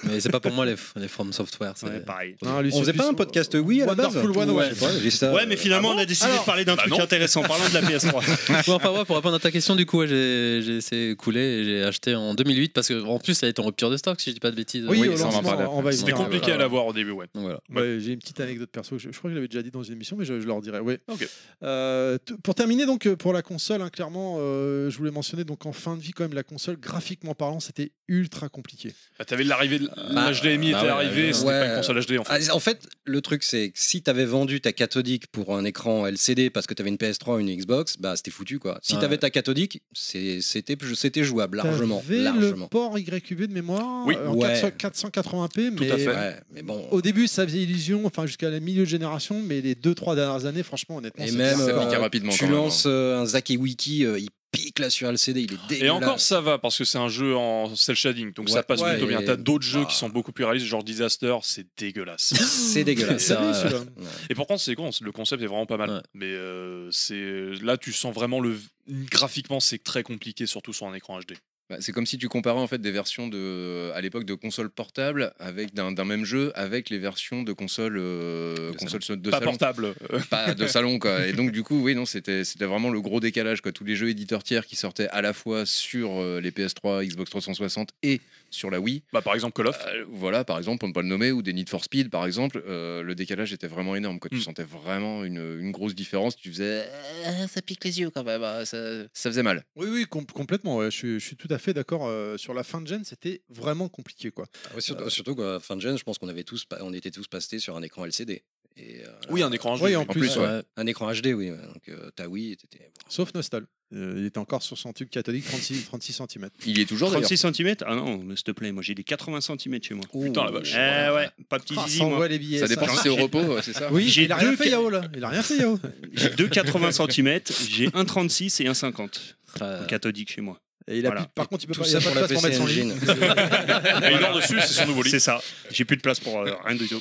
[SPEAKER 5] Mais c'est pas pour moi les, les From Software. c'est-
[SPEAKER 3] ouais, pareil.
[SPEAKER 1] Non, lui,
[SPEAKER 6] On
[SPEAKER 1] c'est
[SPEAKER 6] faisait
[SPEAKER 1] plus
[SPEAKER 6] pas un
[SPEAKER 1] son-
[SPEAKER 6] podcast euh, oui à la base
[SPEAKER 1] Wonderful 101.
[SPEAKER 6] je sais pas, j'ai ça.
[SPEAKER 3] Ouais, mais finalement, on a décidé
[SPEAKER 1] Alors-
[SPEAKER 3] de parler d'un truc
[SPEAKER 8] non.
[SPEAKER 3] intéressant. Parlons de la PS3.
[SPEAKER 5] Bon, enfin, ouais, pour répondre à ta question, du coup, ouais, j'ai j'ai essayé couler et j'ai acheté en 2008 parce que en plus, elle était en rupture de stock, si je dis pas de bêtises.
[SPEAKER 1] Oui,
[SPEAKER 4] Oui,
[SPEAKER 1] au
[SPEAKER 4] ça, on va en
[SPEAKER 1] lancement,
[SPEAKER 4] parler
[SPEAKER 1] on va y
[SPEAKER 5] C'était
[SPEAKER 8] C'était
[SPEAKER 1] venir.
[SPEAKER 8] compliqué à l'avoir au début, ouais.
[SPEAKER 5] Donc, voilà.
[SPEAKER 1] Ouais, J'ai une petite anecdote perso, que je, je crois que je l'avais déjà dit dans une émission, mais je, je leur dirai. Ouais.
[SPEAKER 8] Ok.
[SPEAKER 1] Euh, t- pour terminer, donc euh, pour la console, hein, clairement, euh, je voulais mentionner donc en fin de vie, quand même, la console, graphiquement parlant, c'était ultra compliqué.
[SPEAKER 8] Bah, t'avais l'arrivée, de-
[SPEAKER 6] Bah,
[SPEAKER 8] l'HDMI
[SPEAKER 5] bah ouais,
[SPEAKER 8] était arrivé,
[SPEAKER 5] ouais.
[SPEAKER 8] c'était pas une console HD en
[SPEAKER 6] Ah,
[SPEAKER 8] fait.
[SPEAKER 6] En fait, le truc, c'est que si t'avais vendu ta cathodique pour un écran LCD parce que t'avais une PS3, une Xbox, bah c'était foutu quoi. Si
[SPEAKER 5] Ouais.
[SPEAKER 6] t'avais ta cathodique, c'est- c'était c'était jouable largement,
[SPEAKER 1] T'avais le
[SPEAKER 6] largement.
[SPEAKER 1] port YQB de mémoire
[SPEAKER 8] Oui.
[SPEAKER 1] euh, en
[SPEAKER 6] Ouais.
[SPEAKER 1] 400 480p, mais
[SPEAKER 8] à fait.
[SPEAKER 6] Ouais, mais bon.
[SPEAKER 1] au début, ça faisait illusion, enfin jusqu'à la milieu de génération, mais les 2-3 dernières années, franchement, honnêtement,
[SPEAKER 6] Et
[SPEAKER 1] c'était
[SPEAKER 6] même,
[SPEAKER 1] assez
[SPEAKER 6] euh,
[SPEAKER 1] marrant.
[SPEAKER 7] Piqué rapidement.
[SPEAKER 6] tu
[SPEAKER 7] quand même, hein.
[SPEAKER 6] lances euh, un Zach et Wiki, euh, il pique là sur LCD, il est dégueulasse.
[SPEAKER 8] Et encore ça va parce que c'est un jeu en cel shading donc
[SPEAKER 6] Ouais,
[SPEAKER 8] ça passe
[SPEAKER 6] ouais,
[SPEAKER 8] plutôt bien.
[SPEAKER 6] et-
[SPEAKER 8] T'as d'autres jeux
[SPEAKER 6] Ah.
[SPEAKER 8] qui sont beaucoup plus réalistes, genre Disaster, c'est dégueulasse.
[SPEAKER 6] c'est dégueulasse.
[SPEAKER 1] C'est vrai,
[SPEAKER 6] Ça, euh.
[SPEAKER 1] celui-là.
[SPEAKER 6] ouais.
[SPEAKER 8] Et pourtant, c'est con, le concept est vraiment pas mal.
[SPEAKER 5] Ouais.
[SPEAKER 8] Mais euh, c'est là, tu sens vraiment le. Graphiquement, c'est très compliqué, surtout sur un écran HD.
[SPEAKER 7] Bah, c'est comme si tu comparais en fait des versions de à l'époque de consoles portables avec d'un d'un même jeu avec les versions de consoles euh, consoles so- de
[SPEAKER 8] pas
[SPEAKER 7] salon
[SPEAKER 8] portable. Euh,
[SPEAKER 7] pas de salon quoi et donc du coup oui non c'était c'était vraiment le gros décalage quoi tous les jeux éditeurs tiers qui sortaient à la fois sur euh, les PS3 Xbox 360 et sur la Wii
[SPEAKER 8] bah, par exemple, Call of.
[SPEAKER 7] euh, voilà par exemple pour ne pas le nommer ou des Need for Speed par exemple euh, le décalage était vraiment énorme quoi tu
[SPEAKER 8] Mm.
[SPEAKER 7] sentais vraiment une, une grosse différence tu faisais Ah, ça pique les yeux quand même ah, ça, ça faisait mal
[SPEAKER 1] Oui, oui, com- complètement. ouais. Je, suis- je suis tout à fait d'accord. euh, sur la fin de gen, c'était vraiment compliqué, quoi.
[SPEAKER 6] Ah Ouais, surtout, surtout qu'à fin de gen, je pense qu'on avait tous, pa- on était tous passés sur un écran LCD. Et, euh,
[SPEAKER 8] Oui, un écran HD.
[SPEAKER 1] Oui, en
[SPEAKER 7] en
[SPEAKER 1] plus, euh,
[SPEAKER 7] plus, ouais.
[SPEAKER 6] Un écran HD, oui. ouais. Donc euh, ta Wii, t'étais.
[SPEAKER 1] Sauf Nostal. Euh, il était encore sur son tube cathodique 36, 36 cm.
[SPEAKER 7] il y est toujours d'ailleurs
[SPEAKER 3] 36 cm Ah non, mais s'il te plaît, moi j'ai des 80 cm chez moi.
[SPEAKER 8] Putain, la vache.
[SPEAKER 3] Eh ouais, pas petit
[SPEAKER 1] Ah,
[SPEAKER 3] zizi,
[SPEAKER 1] ça
[SPEAKER 3] moi.
[SPEAKER 1] envoie les billets.
[SPEAKER 7] ça dépend si c'est au repos c'est ça Ah,
[SPEAKER 1] Oui,
[SPEAKER 3] J'ai
[SPEAKER 1] il a rien
[SPEAKER 3] deux
[SPEAKER 1] fait
[SPEAKER 3] ca-
[SPEAKER 1] Yao là. Il a rien fait Yao.
[SPEAKER 3] J'ai deux 80 cm, j'ai un 36 et un 50
[SPEAKER 5] Euh,
[SPEAKER 3] en cathodique chez moi.
[SPEAKER 1] Et il a
[SPEAKER 3] Voilà.
[SPEAKER 1] plus- par contre, il peut
[SPEAKER 6] tout
[SPEAKER 1] pas, il
[SPEAKER 6] ça
[SPEAKER 1] a pas
[SPEAKER 6] pour
[SPEAKER 1] de
[SPEAKER 6] la
[SPEAKER 1] place pour
[SPEAKER 6] PC
[SPEAKER 1] mettre son lit.
[SPEAKER 8] Et il dort dessus, c'est son nouveau lit.
[SPEAKER 3] C'est ça, j'ai plus de place pour euh, rien du tout.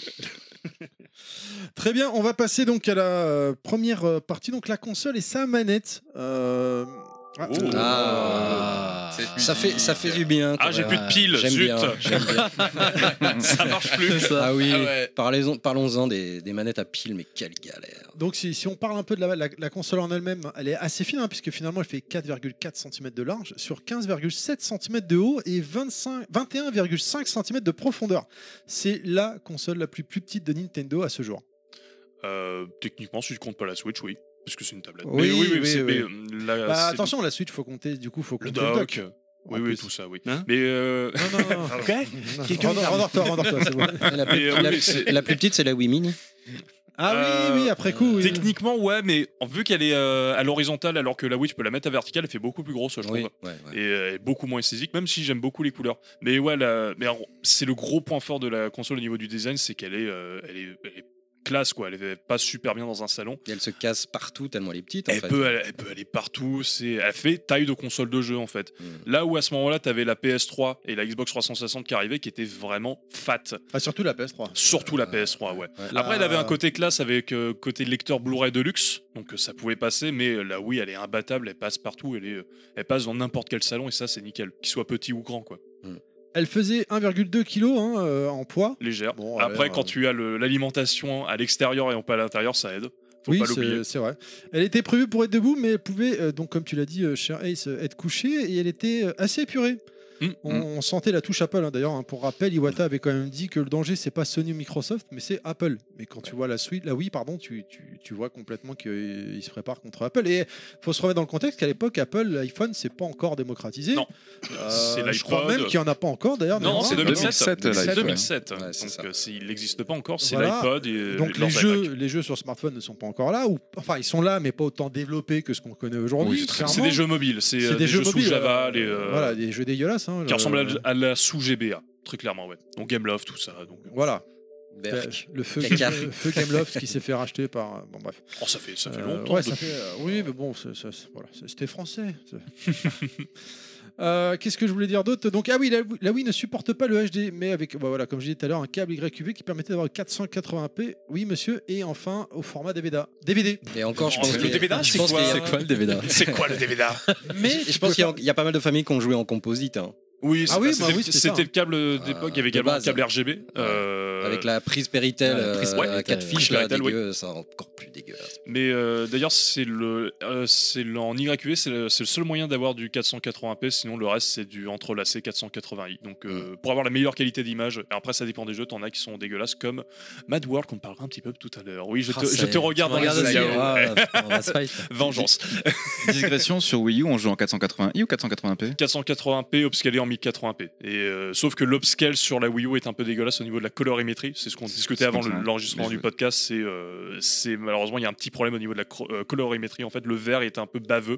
[SPEAKER 1] Très bien, on va passer donc à la euh, première euh, partie, donc la console et sa manette. Euh, ah,
[SPEAKER 8] Oh.
[SPEAKER 5] Ah.
[SPEAKER 7] C'est-
[SPEAKER 6] Ça fait, ça fait du bien.
[SPEAKER 8] Ah, j'ai
[SPEAKER 6] quand
[SPEAKER 8] plus
[SPEAKER 6] même.
[SPEAKER 8] de piles,
[SPEAKER 6] J'aime
[SPEAKER 8] zut.
[SPEAKER 6] bien, j'aime bien.
[SPEAKER 8] ça marche plus.
[SPEAKER 6] Ah oui,
[SPEAKER 7] Ah ouais.
[SPEAKER 6] parlez-en- parlons-en des, des manettes à piles, mais quelle galère.
[SPEAKER 1] Donc si, si on parle un peu de la, la- la console en elle-même, elle est assez fine hein, puisque finalement elle fait 4,4 cm de large sur 15,7 cm de haut et 25 21,5 cm de profondeur. C'est la console la plus, plus petite de Nintendo à ce jour.
[SPEAKER 8] Euh, techniquement, si tu comptes pas la Switch, oui. Parce que c'est une tablette.
[SPEAKER 1] Oui,
[SPEAKER 8] mais oui, oui,
[SPEAKER 1] oui,
[SPEAKER 8] c'est-
[SPEAKER 1] oui.
[SPEAKER 8] mais, euh, la-
[SPEAKER 1] Bah,
[SPEAKER 8] c'est-
[SPEAKER 1] attention, la suite, faut compter, du coup, faut
[SPEAKER 8] le
[SPEAKER 1] compter le dock.
[SPEAKER 8] dock. Oui,
[SPEAKER 1] en
[SPEAKER 8] oui,
[SPEAKER 1] plus.
[SPEAKER 8] tout ça, oui.
[SPEAKER 3] Hein
[SPEAKER 8] mais euh,
[SPEAKER 1] Non, non, non.
[SPEAKER 3] Quelqu'un
[SPEAKER 1] Rendors- Rendors-toi, rendors-toi, c'est bon.
[SPEAKER 6] La plus,
[SPEAKER 8] Mais, euh, oui,
[SPEAKER 6] la-
[SPEAKER 8] mais c'est-
[SPEAKER 6] la plus petite, c'est la Wii Mini.
[SPEAKER 1] Ah
[SPEAKER 8] Euh,
[SPEAKER 1] oui, oui, après coup. oui.
[SPEAKER 8] techniquement, ouais, mais en- vu qu'elle est euh, à l'horizontale, alors que la Wii, tu peux la mettre à verticale, elle fait beaucoup plus grosse, je trouve.
[SPEAKER 6] ouais, ouais.
[SPEAKER 8] et, euh, et beaucoup moins esthétique, même si j'aime beaucoup les couleurs. Mais ouais, la- mais alors, c'est le gros point fort de la console au niveau du design, c'est qu'elle est, euh, elle est, elle est classe, quoi. Elle est pas super bien dans un salon.
[SPEAKER 6] Et Elle se casse partout tellement elle est petite. En
[SPEAKER 8] Elle
[SPEAKER 6] fait.
[SPEAKER 8] peut, aller, elle peut aller partout. C'est, elle fait taille de console de jeu en fait.
[SPEAKER 6] Mm.
[SPEAKER 8] Là où à ce moment-là, t'avais la PS3 et la Xbox 360 qui arrivaient, qui étaient vraiment fat.
[SPEAKER 1] Ah, surtout la PS3.
[SPEAKER 8] Surtout la PS3, ouais.
[SPEAKER 6] Ouais.
[SPEAKER 8] Après, elle avait un
[SPEAKER 1] La-
[SPEAKER 8] côté classe avec euh, côté lecteur Blu-ray de luxe, donc euh, ça pouvait passer, mais euh, la Wii, elle est imbattable, elle passe partout, elle, est, euh, elle passe dans n'importe quel salon, et ça, c'est nickel, qu'il soit petit ou grand, quoi.
[SPEAKER 1] Elle faisait 1,2 kg hein, euh, en poids.
[SPEAKER 8] légère.
[SPEAKER 1] Bon, ouais,
[SPEAKER 8] Après,
[SPEAKER 1] ouais.
[SPEAKER 8] quand tu as le- l'alimentation à l'extérieur et non pas à l'intérieur, ça aide. Faut
[SPEAKER 1] oui,
[SPEAKER 8] pas
[SPEAKER 1] c'est-
[SPEAKER 8] l'oublier.
[SPEAKER 1] c'est vrai. Elle était prévue pour être debout, mais elle pouvait, euh, donc comme tu l'as dit, euh, cher Ace, euh, être couchée et elle était euh, assez épurée.
[SPEAKER 8] Mm.
[SPEAKER 1] On, on sentait la touche Apple. hein. D'ailleurs, hein, pour rappel, Iwata avait quand même dit que le danger, c'est pas Sony ou Microsoft, mais c'est Apple. Mais quand tu vois la, Sui- la Wii, pardon, tu, tu- tu vois complètement qu'ils se préparent contre Apple. Et faut se remettre dans le contexte qu'à l'époque, Apple, l'iPhone, c'est pas encore démocratisé.
[SPEAKER 8] Non.
[SPEAKER 1] Euh,
[SPEAKER 8] C'est
[SPEAKER 1] Je crois
[SPEAKER 8] l'iPod.
[SPEAKER 1] même qu'il y en a pas encore, d'ailleurs.
[SPEAKER 8] Non,
[SPEAKER 1] d'ailleurs.
[SPEAKER 8] c'est 2007.
[SPEAKER 1] euh,
[SPEAKER 4] 2007,
[SPEAKER 8] C'est
[SPEAKER 4] l'iPhone.
[SPEAKER 8] 2007.
[SPEAKER 6] Ouais, c'est ça.
[SPEAKER 8] Donc, euh, c'est- il n'existe pas encore, c'est
[SPEAKER 1] Voilà.
[SPEAKER 8] l'iPod et
[SPEAKER 1] Donc les
[SPEAKER 8] leurs
[SPEAKER 1] jeux,
[SPEAKER 8] iMac.
[SPEAKER 1] les jeux sur smartphone ne sont pas encore là, ou enfin ils sont là mais pas autant développés que ce qu'on connaît aujourd'hui.
[SPEAKER 7] Oui, c'est-
[SPEAKER 8] C'est
[SPEAKER 1] clairement.
[SPEAKER 8] des jeux mobiles, c'est
[SPEAKER 1] C'est
[SPEAKER 8] euh, des, jeux sous
[SPEAKER 1] mobiles,
[SPEAKER 8] Java,
[SPEAKER 1] euh,
[SPEAKER 8] les, euh,
[SPEAKER 1] voilà, des jeux dégueulasses. hein,
[SPEAKER 8] qui
[SPEAKER 1] le-
[SPEAKER 8] ressemblent à, à la sous GBA, très clairement, ouais. Donc Gameloft, tout ça. Donc,
[SPEAKER 1] Voilà,
[SPEAKER 6] Berk.
[SPEAKER 1] le feu,
[SPEAKER 6] Caca.
[SPEAKER 1] le feu Gameloft qui s'est fait racheter par. euh, Bon bref.
[SPEAKER 8] oh, ça fait, ça fait
[SPEAKER 1] Euh,
[SPEAKER 8] longtemps.
[SPEAKER 1] ouais, ça
[SPEAKER 8] depuis.
[SPEAKER 1] fait- euh, oui, mais bon, c'est- ça- c'est- voilà, c'est- c'était français. ça. Euh, Qu'est-ce que je voulais dire d'autre Donc ah oui, la, la Wii ne supporte pas le HD, mais avec bah, voilà, comme je disais tout à l'heure, un câble YQV qui permettait d'avoir le 480p. Oui monsieur, et enfin au format DVD. DVD.
[SPEAKER 6] Et encore, je
[SPEAKER 8] Oh,
[SPEAKER 6] pense
[SPEAKER 8] le
[SPEAKER 6] qu'il y a-
[SPEAKER 8] DVD,
[SPEAKER 6] je
[SPEAKER 8] c'est
[SPEAKER 6] pense
[SPEAKER 8] quoi
[SPEAKER 6] qu'il y a- le DVD
[SPEAKER 8] C'est quoi le DVD
[SPEAKER 1] Mais
[SPEAKER 6] Je pense qu'il y a- il y, a pas mal de familles qui ont joué en composite, hein,
[SPEAKER 8] Oui, c'est-
[SPEAKER 1] Ah oui,
[SPEAKER 8] bah,
[SPEAKER 1] bah
[SPEAKER 8] c'était
[SPEAKER 1] oui, c'était
[SPEAKER 8] c'était
[SPEAKER 1] ça.
[SPEAKER 8] le câble d'époque. Il y avait
[SPEAKER 6] de
[SPEAKER 8] également
[SPEAKER 6] base.
[SPEAKER 8] le câble RGB. euh,
[SPEAKER 6] avec la prise Péritel,
[SPEAKER 5] la prise
[SPEAKER 6] euh,
[SPEAKER 8] Péritel,
[SPEAKER 6] à quatre
[SPEAKER 8] ouais.
[SPEAKER 6] fiches, là,
[SPEAKER 8] Péritel, oui.
[SPEAKER 6] dégueu, ça encore plus dégueulasse.
[SPEAKER 8] Mais euh, d'ailleurs, c'est le, euh, c'est le- en YQV, c'est le, c'est le seul moyen d'avoir du 480p. Sinon, le reste, c'est du entrelacé 480i. Donc, euh, pour avoir la meilleure qualité d'image, après, ça dépend des jeux. T'en as qui sont dégueulasses, comme Mad World, qu'on parlera un petit peu tout à l'heure. Oui, je te,
[SPEAKER 5] Ah,
[SPEAKER 8] je
[SPEAKER 5] c'est-
[SPEAKER 8] te regarde
[SPEAKER 5] tu
[SPEAKER 8] dans
[SPEAKER 5] me
[SPEAKER 8] les
[SPEAKER 5] regardes aussi,
[SPEAKER 6] hein.
[SPEAKER 8] yeux.
[SPEAKER 6] Ah,
[SPEAKER 5] ouais, ouais, on va se fight.
[SPEAKER 8] Vengeance.
[SPEAKER 4] Digression sur Wii U, on joue en 480i ou 480p
[SPEAKER 8] 480p upscalé en 1080p. Et euh, sauf que l'upscale sur la Wii U est un peu dégueulasse au niveau de la colorimétrie. C'est ce qu'on discutait
[SPEAKER 4] c'est
[SPEAKER 8] avant
[SPEAKER 4] comme ça,
[SPEAKER 8] le-
[SPEAKER 4] hein.
[SPEAKER 8] l'enregistrement
[SPEAKER 4] Mais je
[SPEAKER 8] du
[SPEAKER 4] veux-
[SPEAKER 8] podcast. C'est euh, c'est- malheureusement il y a un petit problème au niveau de la cro- euh, colorimétrie. En fait, le vert est un peu baveux.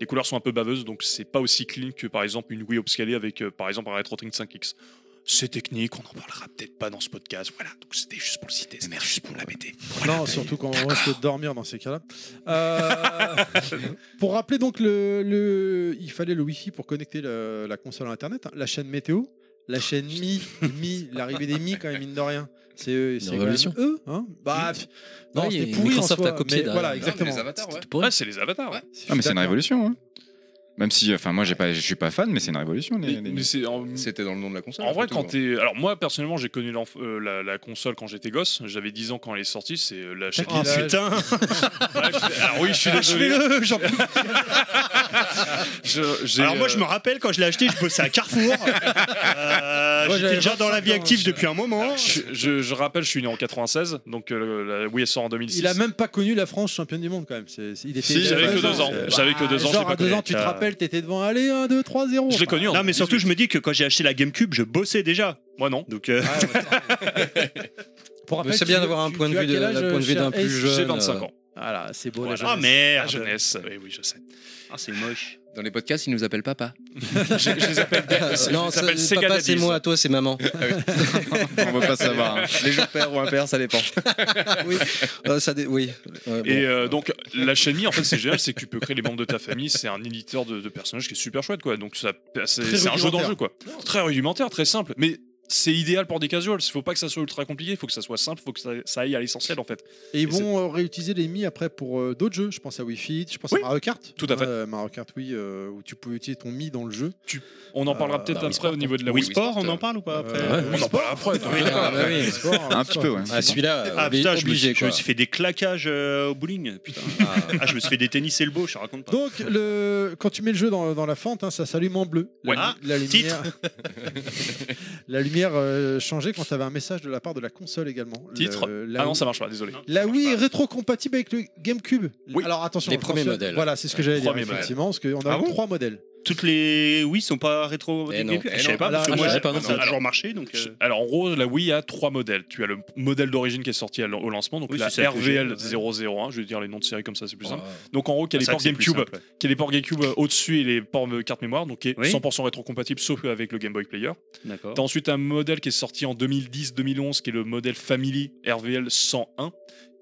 [SPEAKER 8] Les couleurs sont un peu baveuses, donc c'est pas aussi clean que par exemple une Wii upscalée avec euh, par exemple un RetroTrink 5X. C'est technique, on en parlera peut-être pas dans ce podcast. Voilà, donc c'était juste pour le citer, c'était juste pour la BT.
[SPEAKER 1] Non, surtout quand on risque de dormir dans ces cas-là. Euh, pour rappeler donc le, le- il fallait le Wi-Fi pour connecter le- la console à Internet, hein, la chaîne météo, la chaîne Mi, Mi, l'arrivée des Mi quand même mine de rien. C'est eux, c'est quand même
[SPEAKER 5] révolution.
[SPEAKER 1] eux, hein Bah, pff,
[SPEAKER 5] Non,
[SPEAKER 1] non,
[SPEAKER 5] il y a
[SPEAKER 1] c'était pourri en
[SPEAKER 5] Microsoft
[SPEAKER 1] soi,
[SPEAKER 5] a copié
[SPEAKER 1] mais
[SPEAKER 5] derrière.
[SPEAKER 1] voilà,
[SPEAKER 5] Non, mais
[SPEAKER 1] exactement.
[SPEAKER 7] les avatars, ouais.
[SPEAKER 8] Ouais, c'est les avatars. ouais.
[SPEAKER 4] Ah, mais c'est une
[SPEAKER 1] D'accord.
[SPEAKER 4] révolution. hein. Même si, enfin, moi, j'ai pas- je suis pas fan, mais c'est une révolution. les- E
[SPEAKER 8] Mais-
[SPEAKER 4] les-
[SPEAKER 8] mais c'est en-
[SPEAKER 7] C'était dans le nom de la console.
[SPEAKER 8] En vrai,
[SPEAKER 7] tout,
[SPEAKER 8] quand
[SPEAKER 7] hein.
[SPEAKER 8] t'es. Alors, moi, personnellement, j'ai connu l'enf- euh, la, la console quand j'étais gosse. J'avais 10 ans quand elle est sortie. C'est euh, la chaîne.
[SPEAKER 1] Ah, putain.
[SPEAKER 8] Ouais, je- Alors, oui, je suis désolé.
[SPEAKER 3] Achevez-le, j'en peux
[SPEAKER 8] Je- j'ai,
[SPEAKER 3] Alors moi
[SPEAKER 8] euh,
[SPEAKER 3] je me rappelle quand je l'ai acheté, je bossais à Carrefour. Euh,
[SPEAKER 1] Moi, j'avais
[SPEAKER 3] J'étais déjà dans la
[SPEAKER 1] 25
[SPEAKER 3] vie
[SPEAKER 1] ans,
[SPEAKER 3] active
[SPEAKER 1] je-
[SPEAKER 3] depuis un moment.
[SPEAKER 8] je, je- je rappelle, je suis né en 96. Donc, euh, la Wii elle sort en 2006.
[SPEAKER 1] Il a même pas connu la France championne du monde quand même. C'est- c'est- il était
[SPEAKER 4] Si,
[SPEAKER 1] déjà
[SPEAKER 8] J'avais que
[SPEAKER 1] présent,
[SPEAKER 8] deux ans.
[SPEAKER 1] c'est-
[SPEAKER 8] J'avais que deux ans. je l'ai
[SPEAKER 1] Genre
[SPEAKER 8] pas
[SPEAKER 1] à deux
[SPEAKER 8] connu.
[SPEAKER 1] ans, tu te
[SPEAKER 8] Euh,
[SPEAKER 1] rappelles, t'étais devant. Allez, 1, 2, 3, 0.
[SPEAKER 8] Je l'ai connu en
[SPEAKER 3] Non mais surtout
[SPEAKER 8] 18.
[SPEAKER 3] je me dis que quand j'ai acheté la GameCube, je bossais déjà.
[SPEAKER 8] Moi, non. Ah.
[SPEAKER 3] Donc euh,
[SPEAKER 8] hein.
[SPEAKER 1] Pour
[SPEAKER 6] Mais
[SPEAKER 1] rappel,
[SPEAKER 6] c'est
[SPEAKER 1] tu-
[SPEAKER 6] bien d'avoir un
[SPEAKER 1] tu-
[SPEAKER 6] point de
[SPEAKER 1] tu as
[SPEAKER 6] vue de-
[SPEAKER 1] quel âge,
[SPEAKER 6] d'un point de vue
[SPEAKER 1] cher
[SPEAKER 6] d'un plus
[SPEAKER 1] Ace
[SPEAKER 6] jeune. euh,
[SPEAKER 8] J'ai 25 ans.
[SPEAKER 1] Voilà, c'est beau
[SPEAKER 8] Voilà.
[SPEAKER 1] la
[SPEAKER 3] ah
[SPEAKER 1] jeunesse.
[SPEAKER 8] La
[SPEAKER 3] merde.
[SPEAKER 8] jeunesse. Oui, oui, je sais.
[SPEAKER 3] Ah c'est moche.
[SPEAKER 7] Dans les podcasts, ils nous appellent papa.
[SPEAKER 6] Euh, non,
[SPEAKER 8] ça s'appelle
[SPEAKER 6] c'est- papa,
[SPEAKER 8] Sega
[SPEAKER 6] c'est
[SPEAKER 8] Daddies.
[SPEAKER 6] moi, toi, c'est maman.
[SPEAKER 4] On veut pas savoir. hein.
[SPEAKER 7] Les jours pères ou impères, ça dépend.
[SPEAKER 6] oui, Euh, ça dé- oui. Ouais, bon.
[SPEAKER 8] Et euh, donc la chaîne Mi, en fait, c'est génial, c'est que tu peux créer les membres de ta famille. C'est un éditeur de, de personnages qui est super chouette, quoi. Donc ça, c'est
[SPEAKER 1] Très
[SPEAKER 8] c'est un jeu
[SPEAKER 1] rudimentaire.
[SPEAKER 8] d'enjeu, quoi. Très rudimentaire, très simple, mais c'est idéal pour des casuals. Faut pas que ça soit ultra compliqué, faut que ça soit simple, faut que ça, ça aille à l'essentiel, en fait.
[SPEAKER 1] Et ils
[SPEAKER 8] Et
[SPEAKER 1] vont euh, réutiliser les Mi après pour euh, d'autres jeux. Je pense à Wii Fit, je pense
[SPEAKER 8] Oui,
[SPEAKER 1] à Mario Kart.
[SPEAKER 8] tout à fait.
[SPEAKER 1] Euh, Mario Kart, oui, euh, où tu pouvais utiliser ton Mi dans le jeu.
[SPEAKER 8] On en parlera
[SPEAKER 1] Euh,
[SPEAKER 8] peut-être
[SPEAKER 1] bah,
[SPEAKER 8] après au niveau de la
[SPEAKER 3] Wii
[SPEAKER 8] Wii.
[SPEAKER 3] Sport, on en parle ou pas après
[SPEAKER 1] Euh,
[SPEAKER 8] On en parlera après. t'en fais pas.
[SPEAKER 6] Ah, bah oui.
[SPEAKER 1] hein,
[SPEAKER 4] Un petit peu, ouais.
[SPEAKER 6] Ah, celui-là,
[SPEAKER 3] Ah
[SPEAKER 6] obli-
[SPEAKER 3] putain, je me,
[SPEAKER 6] obligé
[SPEAKER 3] suis, je
[SPEAKER 6] quoi.
[SPEAKER 3] me suis fait des claquages euh, au bowling. Putain.
[SPEAKER 6] Ah,
[SPEAKER 3] Ah, je me suis fait des tennis et le beau, je te raconte pas.
[SPEAKER 1] Donc, le... quand tu mets le jeu dans, dans la fente, hein, ça s'allume en bleu. La,
[SPEAKER 3] Ouais.
[SPEAKER 1] lu-
[SPEAKER 3] Ah,
[SPEAKER 1] la lumière, la lumière euh, changeait quand tu avais un message de la part de la console également. Le-
[SPEAKER 8] Titre.
[SPEAKER 1] la
[SPEAKER 8] Ah non, ça marche pas, désolé.
[SPEAKER 1] La Wii est rétrocompatible avec le GameCube.
[SPEAKER 8] Oui.
[SPEAKER 1] Alors attention,
[SPEAKER 6] Les
[SPEAKER 1] je
[SPEAKER 6] premiers
[SPEAKER 1] mentionne-
[SPEAKER 6] modèles.
[SPEAKER 1] Voilà, c'est ce que j'allais dire
[SPEAKER 8] Premiers modèles.
[SPEAKER 1] effectivement, parce qu'on a
[SPEAKER 3] Ah bon
[SPEAKER 1] trois modèles.
[SPEAKER 8] Euh,
[SPEAKER 3] Toutes les Wii sont pas rétro.
[SPEAKER 6] Eh non.
[SPEAKER 3] GameCube
[SPEAKER 7] Eh
[SPEAKER 3] je savais
[SPEAKER 7] non.
[SPEAKER 3] pas parce que
[SPEAKER 6] Ah,
[SPEAKER 3] moi
[SPEAKER 6] je savais
[SPEAKER 3] j'ai-
[SPEAKER 6] pas non
[SPEAKER 3] ça a
[SPEAKER 6] plus.
[SPEAKER 3] toujours marché donc. euh,
[SPEAKER 8] Alors en gros, la Wii a trois modèles. Tu as le modèle d'origine qui est sorti à l- au lancement, donc
[SPEAKER 3] Oui,
[SPEAKER 8] la
[SPEAKER 3] c'est ça que j'ai,
[SPEAKER 8] RVL
[SPEAKER 3] ouais.
[SPEAKER 8] 001, je vais dire les noms de série comme ça, c'est plus simple.
[SPEAKER 6] ouais.
[SPEAKER 8] Donc en gros, qui a les
[SPEAKER 3] c'est vrai
[SPEAKER 8] ports
[SPEAKER 3] que c'est plus
[SPEAKER 8] GameCube,
[SPEAKER 3] simple, ouais.
[SPEAKER 8] qui a les ports GameCube euh, au-dessus et les ports euh, carte mémoire, donc qui est
[SPEAKER 3] Oui.
[SPEAKER 8] 100% rétrocompatible sauf avec le Game Boy Player.
[SPEAKER 3] D'accord.
[SPEAKER 8] T'as ensuite un modèle qui est sorti en 2010-2011, qui est le modèle Family RVL 101,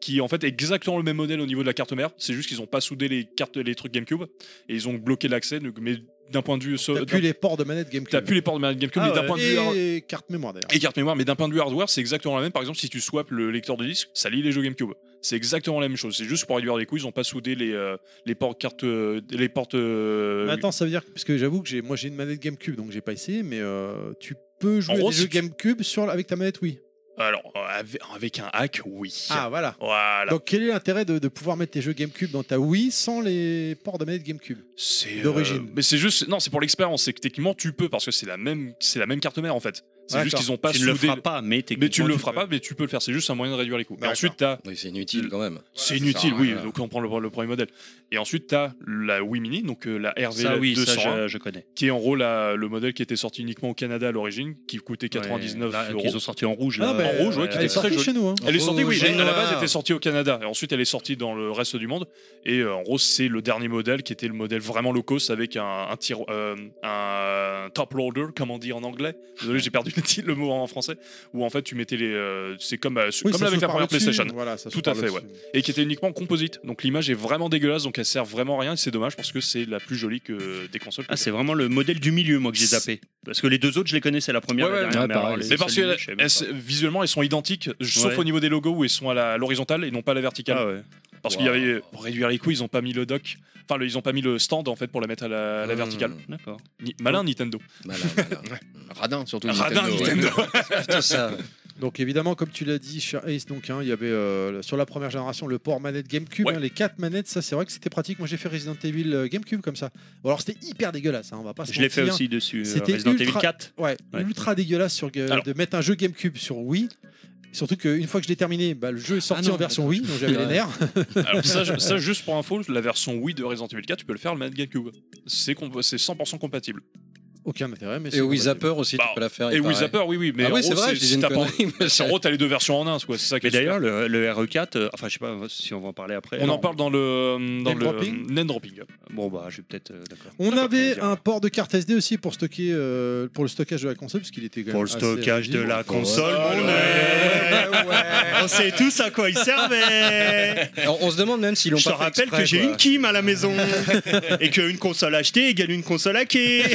[SPEAKER 8] qui en fait est exactement le même modèle au niveau de la carte mère. C'est juste qu'ils ont pas soudé les cartes, les trucs GameCube et ils ont bloqué l'accès. donc- Mais d'un point de vue, so-
[SPEAKER 1] T'as plus les ports de manette
[SPEAKER 8] t'as
[SPEAKER 1] GameCube.
[SPEAKER 8] plus les ports de manette GameCube,
[SPEAKER 3] Ah
[SPEAKER 8] mais d'un
[SPEAKER 3] ouais.
[SPEAKER 8] point de vue hein. hard-
[SPEAKER 1] et carte mémoire d'ailleurs.
[SPEAKER 8] et carte mémoire, mais d'un point de vue hardware, c'est exactement la même. Par exemple, si tu swaps le lecteur de disque, ça lit les jeux GameCube. C'est exactement la même chose. C'est juste pour réduire les coûts, ils ont pas soudé les euh, les ports carte, euh, les portes. euh,
[SPEAKER 1] Mais Attends, ça veut dire que- parce que j'avoue que j'ai, moi j'ai une manette GameCube donc j'ai pas essayé, mais euh, tu peux jouer
[SPEAKER 8] En
[SPEAKER 1] à
[SPEAKER 8] gros,
[SPEAKER 1] des
[SPEAKER 8] si
[SPEAKER 1] jeux
[SPEAKER 8] tu-
[SPEAKER 1] GameCube sur avec ta manette Wii.
[SPEAKER 8] Alors euh, avec, avec un hack, oui.
[SPEAKER 1] Ah voilà.
[SPEAKER 8] Voilà.
[SPEAKER 1] Donc quel est l'intérêt de, de pouvoir mettre tes jeux GameCube dans ta Wii sans les ports de manette GameCube
[SPEAKER 8] C'est euh,
[SPEAKER 1] D'origine.
[SPEAKER 8] mais c'est juste, non, c'est pour l'expérience. C'est que techniquement, tu peux parce que c'est la même, c'est la même carte mère en fait. C'est juste
[SPEAKER 1] D'accord.
[SPEAKER 8] qu'ils ont pas
[SPEAKER 3] tu ne
[SPEAKER 8] soudé.
[SPEAKER 3] le feras pas, mais
[SPEAKER 8] Mais tu
[SPEAKER 3] techniquement,
[SPEAKER 8] ne le feras
[SPEAKER 3] peux.
[SPEAKER 8] pas, mais tu peux le faire. C'est juste un moyen de réduire les coûts. Et
[SPEAKER 1] D'accord.
[SPEAKER 8] ensuite, t'as
[SPEAKER 6] Oui, c'est inutile quand même.
[SPEAKER 8] c'est
[SPEAKER 7] ça
[SPEAKER 8] inutile,
[SPEAKER 7] sert à
[SPEAKER 8] oui.
[SPEAKER 7] rien.
[SPEAKER 8] Donc on prend le, le premier modèle. Et ensuite, t'as la Wii Mini, donc euh, la RV
[SPEAKER 3] Ça oui,
[SPEAKER 8] 201,
[SPEAKER 3] ça je, je connais.
[SPEAKER 8] qui est en gros la- le modèle qui était sorti uniquement au Canada à l'origine, qui coûtait 99
[SPEAKER 3] Ouais, là,
[SPEAKER 8] euros.
[SPEAKER 3] Qu'ils ont sorti en rouge
[SPEAKER 1] Ah
[SPEAKER 3] là.
[SPEAKER 1] non, mais,
[SPEAKER 8] en rouge, ouais, qui
[SPEAKER 1] Elle est
[SPEAKER 8] était
[SPEAKER 1] sortie
[SPEAKER 8] très jolie.
[SPEAKER 1] chez nous. hein.
[SPEAKER 8] Elle est sortie, oui,
[SPEAKER 6] Rouge et
[SPEAKER 8] elle- à la
[SPEAKER 6] noir.
[SPEAKER 8] base elle était sortie au Canada. Et ensuite, elle est sortie dans le reste du monde. Et euh, en gros, c'est le dernier modèle qui était le modèle vraiment low cost avec un, un, tiro- euh, un top loader, comment on dit en anglais. Désolé, j'ai perdu dit le mot en français, où en fait tu mettais les. euh, c'est comme, euh,
[SPEAKER 1] Oui,
[SPEAKER 8] comme
[SPEAKER 1] ça se
[SPEAKER 8] avec la
[SPEAKER 1] parle
[SPEAKER 8] première
[SPEAKER 1] dessus,
[SPEAKER 8] PlayStation.
[SPEAKER 1] Voilà, ça se
[SPEAKER 8] Tout
[SPEAKER 1] parle
[SPEAKER 8] à fait,
[SPEAKER 1] dessus.
[SPEAKER 8] et qui était uniquement composite. Donc l'image est vraiment dégueulasse, donc elle sert vraiment à rien. et C'est dommage parce que c'est la plus jolie que des consoles. que
[SPEAKER 3] Ah,
[SPEAKER 8] j'ai.
[SPEAKER 3] c'est vraiment le modèle du milieu, moi, que j'ai zappé. Parce que les deux autres, je les connaissais, la première et
[SPEAKER 8] Ouais,
[SPEAKER 3] la
[SPEAKER 8] ouais,
[SPEAKER 3] dernière.
[SPEAKER 5] ouais,
[SPEAKER 3] mais
[SPEAKER 5] pareil.
[SPEAKER 3] alors, les
[SPEAKER 8] mais parce
[SPEAKER 3] celles-là,
[SPEAKER 8] que
[SPEAKER 3] je savais
[SPEAKER 8] elles-
[SPEAKER 3] pas.
[SPEAKER 8] elles- visuellement, elles sont identiques, sauf
[SPEAKER 3] Ouais.
[SPEAKER 8] au niveau des logos où elles sont à la- à l'horizontale et non pas à la verticale.
[SPEAKER 3] Ah ouais.
[SPEAKER 8] Parce qu'il y avait pour réduire les coûts, ils ont pas mis le dock, enfin le- ils ont pas mis le stand en fait pour la mettre à la, à
[SPEAKER 3] Hmm.
[SPEAKER 8] la verticale.
[SPEAKER 3] D'accord.
[SPEAKER 8] Ni- malin Nintendo.
[SPEAKER 6] Malin, malin.
[SPEAKER 7] Radin, surtout.
[SPEAKER 8] Radin
[SPEAKER 7] ouais.
[SPEAKER 8] Nintendo.
[SPEAKER 6] Plutôt ça.
[SPEAKER 1] Donc évidemment, comme tu l'as dit, cher Ace, donc hein, il y avait euh, sur la première génération le port manette GameCube,
[SPEAKER 8] Ouais.
[SPEAKER 1] hein, les quatre manettes, ça c'est vrai que c'était pratique. Moi j'ai fait Resident Evil euh, GameCube comme ça. Bon, alors c'était hyper dégueulasse, hein, on va pas se
[SPEAKER 3] Je l'ai fait
[SPEAKER 1] mentir.
[SPEAKER 3] aussi dessus. euh,
[SPEAKER 1] C'était
[SPEAKER 3] Resident Evil
[SPEAKER 1] ultra-
[SPEAKER 3] 4.
[SPEAKER 1] Ouais,
[SPEAKER 3] Ouais.
[SPEAKER 1] ultra dégueulasse sur, euh,
[SPEAKER 8] Alors.
[SPEAKER 1] de mettre un jeu GameCube sur Wii. Surtout qu'une fois que je l'ai terminé, bah, le jeu est sorti
[SPEAKER 3] Ah non,
[SPEAKER 1] en version Wii, donc j'avais les
[SPEAKER 5] Ouais.
[SPEAKER 1] nerfs.
[SPEAKER 8] Alors ça, je- ça, juste pour info, la version Wii de Resident Evil 4, tu peux le faire le manette GameCube. C'est comp- c'est 100% compatible.
[SPEAKER 1] Aucun intérêt, mais
[SPEAKER 6] Et
[SPEAKER 1] c'est
[SPEAKER 6] Wii
[SPEAKER 1] compatible.
[SPEAKER 6] Zapper aussi,
[SPEAKER 8] Bah,
[SPEAKER 6] tu peux la faire. il
[SPEAKER 8] Et Wii
[SPEAKER 6] paraît.
[SPEAKER 8] Zapper, oui, oui, mais
[SPEAKER 6] Ah
[SPEAKER 8] en
[SPEAKER 6] oui,
[SPEAKER 8] gros,
[SPEAKER 6] c'est vrai,
[SPEAKER 8] c'est-
[SPEAKER 6] je disais
[SPEAKER 8] si
[SPEAKER 6] une
[SPEAKER 8] t'as pas envie-
[SPEAKER 6] connerie. mais
[SPEAKER 8] c'est- en gros, t'as les deux versions en un, quoi. C'est ça qui
[SPEAKER 3] Mais
[SPEAKER 8] est
[SPEAKER 3] d'ailleurs, le, le RE4, euh, enfin, je sais pas si on va en parler après.
[SPEAKER 8] super. on en
[SPEAKER 3] Non.
[SPEAKER 8] parle dans le dans
[SPEAKER 1] Name
[SPEAKER 8] le
[SPEAKER 1] dropping
[SPEAKER 8] name dropping.
[SPEAKER 3] Bon, bah, je vais peut-être. euh, D'accord.
[SPEAKER 1] On
[SPEAKER 3] D'accord, on
[SPEAKER 1] avait
[SPEAKER 3] dira.
[SPEAKER 1] un port de carte SD aussi pour stocker euh, pour le stockage de la console, parce qu'il était quand
[SPEAKER 3] Pour
[SPEAKER 1] même
[SPEAKER 3] le
[SPEAKER 1] assez
[SPEAKER 3] stockage de
[SPEAKER 1] libre.
[SPEAKER 3] la console,
[SPEAKER 1] Ouais,
[SPEAKER 3] mon
[SPEAKER 1] ouais,
[SPEAKER 3] mec.
[SPEAKER 1] ouais.
[SPEAKER 3] On sait tous à quoi il servait.
[SPEAKER 6] Alors, on se demande même s'ils l'ont
[SPEAKER 3] Je te
[SPEAKER 6] pas fait
[SPEAKER 3] rappelle
[SPEAKER 6] exprès,
[SPEAKER 3] que j'ai
[SPEAKER 6] quoi.
[SPEAKER 3] une Kim à la maison et qu'une console achetée égale une console hackée.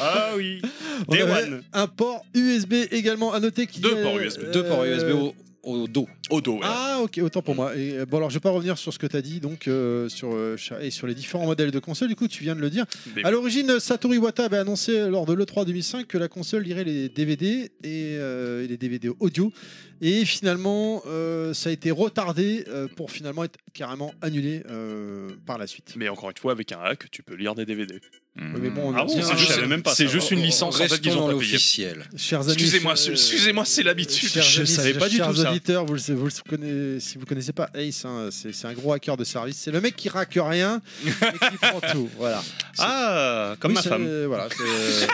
[SPEAKER 3] Ah oui.
[SPEAKER 1] On
[SPEAKER 3] Day
[SPEAKER 1] avait
[SPEAKER 3] one.
[SPEAKER 1] un port USB également à noter qui
[SPEAKER 8] Deux
[SPEAKER 1] est-
[SPEAKER 8] ports USB.
[SPEAKER 6] Deux ports USB
[SPEAKER 1] Euh,
[SPEAKER 6] au, au dos.
[SPEAKER 8] Au dos. ouais.
[SPEAKER 1] Ah ok autant
[SPEAKER 8] Mm.
[SPEAKER 1] pour moi. Et, euh, bon alors je vais pas revenir sur ce que tu as dit donc euh, sur euh, cha- et sur les différents modèles de consoles du coup tu viens de le dire.
[SPEAKER 8] Mais-
[SPEAKER 1] À l'origine euh, Satoru Iwata avait annoncé lors de l'E3 2005 que la console lirait les DVD et, euh, et les DVD audio et finalement euh, ça a été retardé euh, pour finalement être carrément annulé euh, par la suite.
[SPEAKER 8] Mais encore une fois, avec un hack, tu peux lire des DVD.
[SPEAKER 1] Oui, Mais bon on
[SPEAKER 8] Ah
[SPEAKER 1] en
[SPEAKER 8] bon,
[SPEAKER 1] vient,
[SPEAKER 8] c'est
[SPEAKER 1] euh,
[SPEAKER 8] juste- C'est juste une licence en fait
[SPEAKER 6] Restons
[SPEAKER 8] qu'ils
[SPEAKER 6] dans
[SPEAKER 8] ont pas payée.
[SPEAKER 6] l'officiel.
[SPEAKER 1] chers amis.
[SPEAKER 8] Excusez-moi,
[SPEAKER 1] euh,
[SPEAKER 8] excusez-moi, c'est l'habitude.
[SPEAKER 1] Chers
[SPEAKER 3] Je
[SPEAKER 1] amis,
[SPEAKER 3] savais pas du
[SPEAKER 1] chers
[SPEAKER 3] tout ça.
[SPEAKER 1] auditeurs, vous le, vous le connaissez, si vous connaissez pas Ace, hein, c'est c'est un gros hacker de service. C'est le mec qui raque rien et qui prend tout. Voilà.
[SPEAKER 3] Ah, comme
[SPEAKER 1] Oui,
[SPEAKER 3] ma
[SPEAKER 1] c'est- euh,
[SPEAKER 3] femme.
[SPEAKER 1] Voilà. c'est-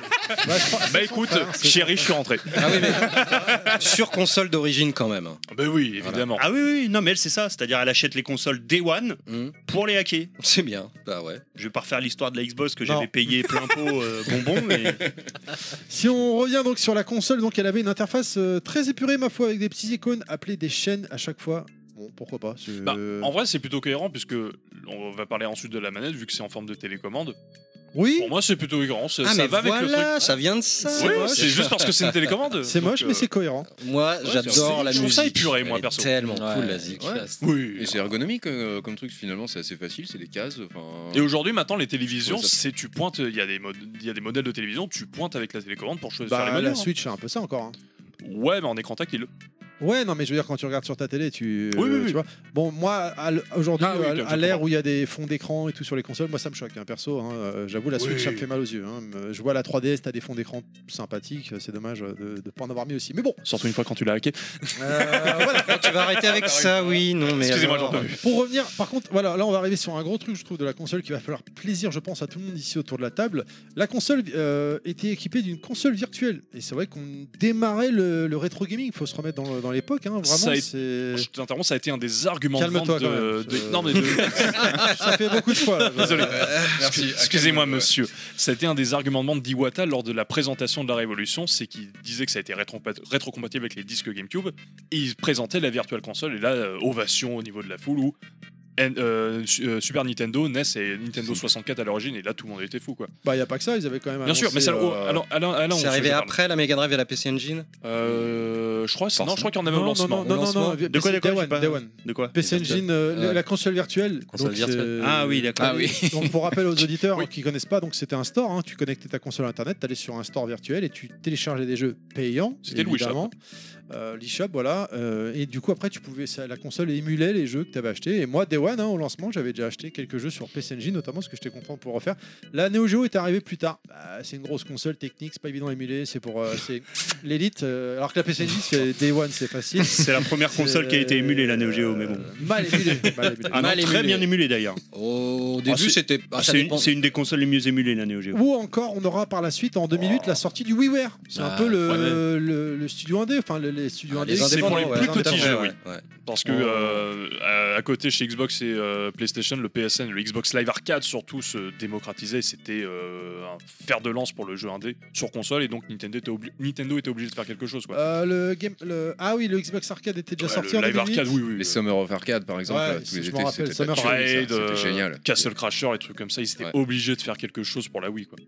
[SPEAKER 1] Bah, je crois-
[SPEAKER 8] Bah
[SPEAKER 1] c'est son
[SPEAKER 8] écoute,
[SPEAKER 1] frère, c'est-
[SPEAKER 8] chérie, je suis rentré.
[SPEAKER 6] Ah oui, mais sur console d'origine quand même. hein.
[SPEAKER 8] Bah oui, évidemment.
[SPEAKER 3] Ah oui, oui, non, mais elle, c'est ça. C'est-à-dire, elle achète les consoles Day One
[SPEAKER 6] Mhm.
[SPEAKER 3] pour les hacker.
[SPEAKER 6] C'est bien. Bah ouais.
[SPEAKER 3] Je vais pas refaire l'histoire de la Xbox que
[SPEAKER 1] Non.
[SPEAKER 3] j'avais payé plein pot euh, bonbon, mais
[SPEAKER 1] Si on revient donc sur la console, donc elle avait une interface euh, très épurée, ma foi, avec des petits icônes appelées des chaînes à chaque fois. Bon, pourquoi pas c'est- euh,
[SPEAKER 8] Bah, En vrai, c'est plutôt cohérent puisque on va parler ensuite de la manette vu que c'est en forme de télécommande.
[SPEAKER 1] Oui,
[SPEAKER 8] Pour moi, c'est plutôt cohérent. Ça,
[SPEAKER 6] ah
[SPEAKER 8] ça
[SPEAKER 6] mais
[SPEAKER 8] va
[SPEAKER 6] voilà,
[SPEAKER 8] avec le truc.
[SPEAKER 6] ça vient de ça.
[SPEAKER 8] Oui, c'est juste parce que c'est une télécommande.
[SPEAKER 1] c'est
[SPEAKER 8] Donc,
[SPEAKER 1] moche,
[SPEAKER 8] euh,
[SPEAKER 1] mais c'est cohérent.
[SPEAKER 6] Moi, j'adore
[SPEAKER 8] c'est-
[SPEAKER 6] la musique.
[SPEAKER 8] je trouve ça épuré, moi,
[SPEAKER 6] Elle est
[SPEAKER 8] perso.
[SPEAKER 6] Tellement cool
[SPEAKER 5] Ouais.
[SPEAKER 6] la zik.
[SPEAKER 7] Ouais.
[SPEAKER 8] Oui.
[SPEAKER 7] Et c'est ergonomique euh, comme truc finalement, c'est assez facile, c'est des cases. enfin-
[SPEAKER 8] Et aujourd'hui, maintenant, les télévisions,
[SPEAKER 7] Oui, ça-
[SPEAKER 8] c'est tu pointes. Il y, a des mod- il y a des modèles de télévision, tu pointes avec la télécommande pour choisir
[SPEAKER 1] Bah,
[SPEAKER 8] les hein.
[SPEAKER 1] la
[SPEAKER 8] menus.
[SPEAKER 1] Switch, c'est un peu ça encore. hein.
[SPEAKER 8] Ouais, mais en écran tactile.
[SPEAKER 1] Ouais, non, mais je veux dire, quand tu regardes sur ta télé, tu, euh,
[SPEAKER 8] Oui, oui,
[SPEAKER 1] tu
[SPEAKER 8] oui.
[SPEAKER 1] vois. Bon, moi, à l- aujourd'hui,
[SPEAKER 8] Ah oui,
[SPEAKER 1] à-
[SPEAKER 8] je
[SPEAKER 1] à l'ère où il y a des fonds d'écran et tout sur les consoles, moi, ça me choque, hein, perso. hein, euh, J'avoue, la Switch,
[SPEAKER 8] Oui.
[SPEAKER 1] ça me fait mal aux yeux. hein. Me- Je vois la 3DS, t'as des fonds d'écran sympathiques. C'est dommage euh, de ne pas en avoir mis aussi. Mais bon,
[SPEAKER 8] Surtout une fois quand tu l'as hacké.
[SPEAKER 1] euh, voilà.
[SPEAKER 6] Oh, tu vas arrêter avec ça, oui, non mais.
[SPEAKER 8] Excusez-moi,
[SPEAKER 6] alors-
[SPEAKER 8] j'en peux plus.
[SPEAKER 1] Pour revenir, par contre, voilà, là, on va arriver sur un gros truc, je trouve, de la console qui va falloir plaisir, je pense, à tout le monde ici autour de la table. La console euh, était équipée d'une console virtuelle. Et c'est vrai qu'on démarrait le, le rétro gaming. Il faut se remettre dans, dans l'époque. hein,
[SPEAKER 8] Ça a
[SPEAKER 1] Vraiment,
[SPEAKER 8] été-
[SPEAKER 1] c'est.
[SPEAKER 8] Je t'interromps, ça a été un des arguments de vente
[SPEAKER 1] Calme-toi, quand
[SPEAKER 8] de.
[SPEAKER 1] même.
[SPEAKER 8] de-
[SPEAKER 1] Euh,
[SPEAKER 8] Non, mais de-
[SPEAKER 1] Ça fait beaucoup de fois. là.
[SPEAKER 8] Désolé.
[SPEAKER 7] Merci.
[SPEAKER 8] Excuse- Excusez-moi,
[SPEAKER 7] Calme-toi.
[SPEAKER 8] monsieur. Ça a été un des arguments de vente d'Iwata lors de la présentation de la Révolution, c'est qu'il disait que ça a été rétrompa- rétrocompatible avec les disques GameCube, et il présentait la Virtual Console, et là, euh, ovation au niveau de la foule, où N- euh, su- euh, Super Nintendo, NES et
[SPEAKER 6] Hmm.
[SPEAKER 8] Nintendo 64 à l'origine, et là, tout le monde était fou, quoi.
[SPEAKER 6] Ah
[SPEAKER 1] Bah, il n'y a pas que ça, ils avaient quand même.
[SPEAKER 8] Bien sûr,
[SPEAKER 1] annoncé,
[SPEAKER 8] mais ça, oh,
[SPEAKER 1] euh,
[SPEAKER 8] alors, alors- alors,
[SPEAKER 6] C'est
[SPEAKER 8] on se-
[SPEAKER 6] arrivé
[SPEAKER 8] je parle.
[SPEAKER 6] après la Mega Drive et la PC Engine
[SPEAKER 8] Euh, je crois, c'est- non, je crois qu'il y en avait
[SPEAKER 1] Non,
[SPEAKER 8] au
[SPEAKER 1] non, non,
[SPEAKER 8] lancement.
[SPEAKER 1] non, non, non,
[SPEAKER 6] lancement.
[SPEAKER 1] non,
[SPEAKER 3] De quoi, de quoi,
[SPEAKER 1] Day
[SPEAKER 3] j'ai
[SPEAKER 1] One,
[SPEAKER 3] pas-
[SPEAKER 1] Day One.
[SPEAKER 3] de quoi
[SPEAKER 1] PC Engine, euh,
[SPEAKER 6] Ouais.
[SPEAKER 1] la- la console virtuelle.
[SPEAKER 6] Console
[SPEAKER 1] donc,
[SPEAKER 6] virtuelle.
[SPEAKER 1] c'est-
[SPEAKER 3] Ah oui, d'accord.
[SPEAKER 6] Ah oui.
[SPEAKER 1] Donc pour rappel aux auditeurs hein, qui connaissent pas, donc c'était un store. hein, tu connectais ta console internet, tu allais sur un store virtuel et tu téléchargeais des jeux payants.
[SPEAKER 8] C'était le
[SPEAKER 1] évidemment. Euh, l'eShop, voilà. euh, et du coup après, tu pouvais ça- la console émulait les jeux que tu avais achetés. Et moi, Day One, hein, au lancement, j'avais déjà acheté quelques jeux sur PC Engine, notamment parce que j'étais content de pouvoir refaire. La Neo Geo est arrivée plus tard. Bah, c'est une grosse console technique, c'est pas évident à émuler, c'est pour euh, c'est l'élite. euh, alors que la PC Engine, c'est Day One, c'est facile.
[SPEAKER 3] C'est la première console qui a été émulée, la Neo Geo, mais bon.
[SPEAKER 1] Euh, Mal émulée. mal émulée.
[SPEAKER 3] Ah non,
[SPEAKER 6] Mal
[SPEAKER 3] très
[SPEAKER 6] émulée.
[SPEAKER 3] bien émulée d'ailleurs.
[SPEAKER 6] Au début,
[SPEAKER 3] c'est-
[SPEAKER 6] c'était. ah, ça
[SPEAKER 3] c'est
[SPEAKER 6] dépend.
[SPEAKER 3] une, c'est une des consoles les mieux émulées, la Neo Geo.
[SPEAKER 1] Ou encore, on aura par la suite, en 2008, la sortie du WiiWare. C'est un
[SPEAKER 6] Ah,
[SPEAKER 1] peu le, le, le studio indé, enfin le- les studios
[SPEAKER 6] Ah,
[SPEAKER 1] indés.
[SPEAKER 8] c'est pour
[SPEAKER 6] indépendants,
[SPEAKER 8] les plus
[SPEAKER 6] ouais,
[SPEAKER 8] petits
[SPEAKER 6] tout à fait,
[SPEAKER 8] jeux,
[SPEAKER 6] ouais,
[SPEAKER 8] oui.
[SPEAKER 6] ouais.
[SPEAKER 8] Parce que euh, à- à côté chez Xbox et euh, PlayStation, le PSN, le Xbox Live Arcade surtout se démocratisait. C'était euh, un fer de lance pour le jeu indé sur console et donc Nintendo était, obli- Nintendo était obligé de faire quelque chose. Quoi.
[SPEAKER 1] Euh, le game, le... Ah oui, le Xbox Arcade était déjà
[SPEAKER 8] Ouais,
[SPEAKER 1] sorti en
[SPEAKER 8] le Live
[SPEAKER 1] 2008.
[SPEAKER 8] Arcade, oui, oui.
[SPEAKER 7] Les
[SPEAKER 8] euh,
[SPEAKER 7] Summer of Arcade, par exemple,
[SPEAKER 1] Ouais,
[SPEAKER 7] là, tous les
[SPEAKER 1] je m'en
[SPEAKER 7] étés,
[SPEAKER 1] rappelle,
[SPEAKER 7] c'était
[SPEAKER 1] Summer
[SPEAKER 7] la
[SPEAKER 1] of
[SPEAKER 7] tuerie, ça.
[SPEAKER 8] Raid, euh,
[SPEAKER 7] C'était génial.
[SPEAKER 8] Castle Crasher et trucs comme ça, ils étaient
[SPEAKER 7] Ouais.
[SPEAKER 8] obligés de faire quelque chose pour la Wii. Quoi.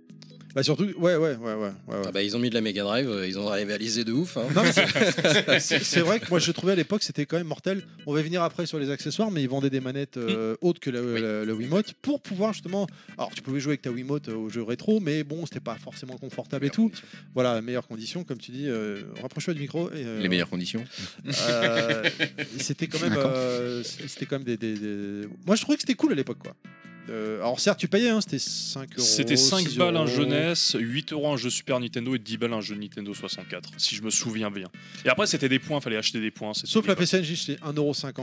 [SPEAKER 1] Bah surtout, ouais, ouais, ouais, ouais. ouais, ouais.
[SPEAKER 6] Ah bah, ils ont mis de la Mega Drive, euh, ils ont réalisé de ouf. hein.
[SPEAKER 1] Non, mais c'est c'est vrai que moi je trouvais à l'époque c'était quand même mortel. On va y venir après sur les accessoires, mais ils vendaient des manettes
[SPEAKER 8] Mm.
[SPEAKER 1] euh, autres que le, le- le Wiimote pour pouvoir justement. Alors tu pouvais jouer avec ta Wiimote euh, au jeu rétro, mais bon, c'était pas forcément confortable et tout. Voilà, meilleures conditions, comme tu dis. euh, Rapproche-toi du micro. et, euh,
[SPEAKER 7] Les meilleures conditions.
[SPEAKER 1] euh, c'était quand même, euh, c'était quand même des, des- des- Moi je trouvais que c'était cool à l'époque quoi. Euh, alors certes tu payais, hein, c'était 5 euros.
[SPEAKER 8] C'était 5
[SPEAKER 1] 6
[SPEAKER 8] balles un
[SPEAKER 1] euros.
[SPEAKER 8] jeunesse, 8 euros un jeu Super Nintendo et 10 balles un jeu Nintendo 64, si je me souviens bien. Et après, c'était des points, fallait acheter des points. c'était
[SPEAKER 1] Sauf
[SPEAKER 8] des
[SPEAKER 1] la PCNJ, c'était 1,50€ je crois.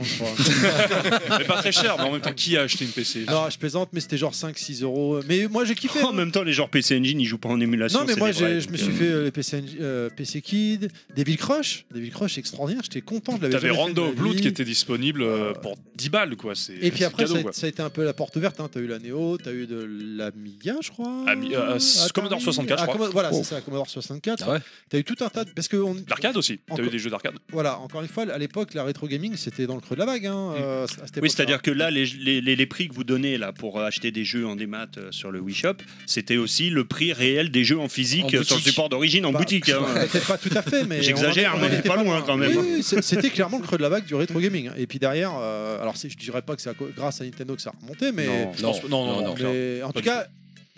[SPEAKER 8] points. Mais pas très cher, mais en même temps, qui a acheté une PC
[SPEAKER 1] Non, je plaisante, mais c'était genre 5-6 euros. Mais moi j'ai kiffé.
[SPEAKER 8] Oh,
[SPEAKER 3] En même temps, les genres PC Engine, ils jouent pas en émulation.
[SPEAKER 1] Non, mais
[SPEAKER 3] c'est
[SPEAKER 1] moi
[SPEAKER 3] des vrais,
[SPEAKER 1] j'ai- je
[SPEAKER 3] donc,
[SPEAKER 1] me
[SPEAKER 3] euh,
[SPEAKER 1] suis fait euh, les PC, euh, PC Kid, Devil Crush, Devil Crush extraordinaire, j'étais content, je l'avais
[SPEAKER 8] T'avais
[SPEAKER 1] jamais fait de
[SPEAKER 8] Rando
[SPEAKER 1] ma
[SPEAKER 8] of Blood
[SPEAKER 1] vie.
[SPEAKER 8] qui était disponible euh, pour 10 balles, quoi. C'est
[SPEAKER 1] Et puis
[SPEAKER 8] c'est
[SPEAKER 1] après,
[SPEAKER 8] cadeau,
[SPEAKER 1] ça, a-
[SPEAKER 8] quoi.
[SPEAKER 1] ça a été un peu la porte ouverte. Hein. T'as eu la Neo, t'as eu de l'Amiga, je crois.
[SPEAKER 8] Ami- euh, s-
[SPEAKER 1] Atari.
[SPEAKER 8] Commodore 64, je
[SPEAKER 1] Ah,
[SPEAKER 8] crois. Oh.
[SPEAKER 1] Commo- Voilà, c'est ça, Commodore 64.
[SPEAKER 6] Ah ouais.
[SPEAKER 1] T'as eu tout un tas de. Parce que, on...
[SPEAKER 8] L'arcade aussi, t'as
[SPEAKER 1] Encore.
[SPEAKER 8] eu des jeux d'arcade.
[SPEAKER 1] voilà, encore une fois, à l'époque, la rétro gaming, c'était dans le creux de la vague.
[SPEAKER 8] Mm.
[SPEAKER 1] Hein, euh, à cette époque-là.
[SPEAKER 3] Oui, c'est-à-dire que là, les, les- les- les prix que vous donnez là pour euh, acheter des jeux en démat euh, sur le Wii Shop, c'était aussi le prix réel des jeux en physique
[SPEAKER 6] En
[SPEAKER 3] euh, sur le
[SPEAKER 6] boutique.
[SPEAKER 3] support d'origine en
[SPEAKER 1] Bah,
[SPEAKER 3] boutique. hein.
[SPEAKER 1] Ouais, Peut-être pas tout à fait, mais.
[SPEAKER 3] J'exagère,
[SPEAKER 1] on en- on en
[SPEAKER 3] mais
[SPEAKER 1] était
[SPEAKER 3] pas loin, quand même.
[SPEAKER 1] Oui, oui, c'est- c'était clairement le creux de la vague du rétro gaming. hein. Et puis derrière, euh, alors c'est- je dirais pas que c'est à co- grâce à Nintendo que ça a remonté, mais.
[SPEAKER 8] je pense- non, non, non, clair.
[SPEAKER 1] Mais en tout
[SPEAKER 8] du
[SPEAKER 1] cas,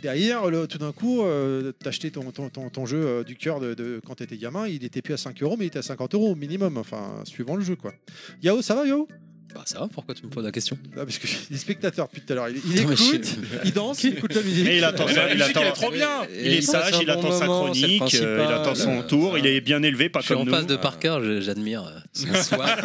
[SPEAKER 1] derrière, le- tout d'un coup, euh, t'achetais ton, ton, ton, ton jeu euh, du cœur de, de- quand t'étais gamin, il était plus à 5 euros, mais il était à 50 euros au minimum, enfin, suivant le jeu, quoi. Yao, ça va, Yao
[SPEAKER 6] Bah, ça va, pourquoi tu me poses la question
[SPEAKER 1] Ah, Parce que les spectateurs depuis tout à l'heure, il, il
[SPEAKER 6] Putain, mais
[SPEAKER 1] écoute,
[SPEAKER 6] je-
[SPEAKER 1] il danse, il écoute la musique.
[SPEAKER 3] Et il attend
[SPEAKER 8] Mais
[SPEAKER 3] ça,
[SPEAKER 8] la
[SPEAKER 3] il
[SPEAKER 8] musique,
[SPEAKER 3] attend-
[SPEAKER 8] elle est trop bien
[SPEAKER 3] Il est sage, il attend sa chronique, euh, il attend son tour, il est bien élevé, pas
[SPEAKER 6] Je suis
[SPEAKER 3] comme
[SPEAKER 6] en
[SPEAKER 3] nous.
[SPEAKER 6] passe de Parker, je- j'admire euh, son soir.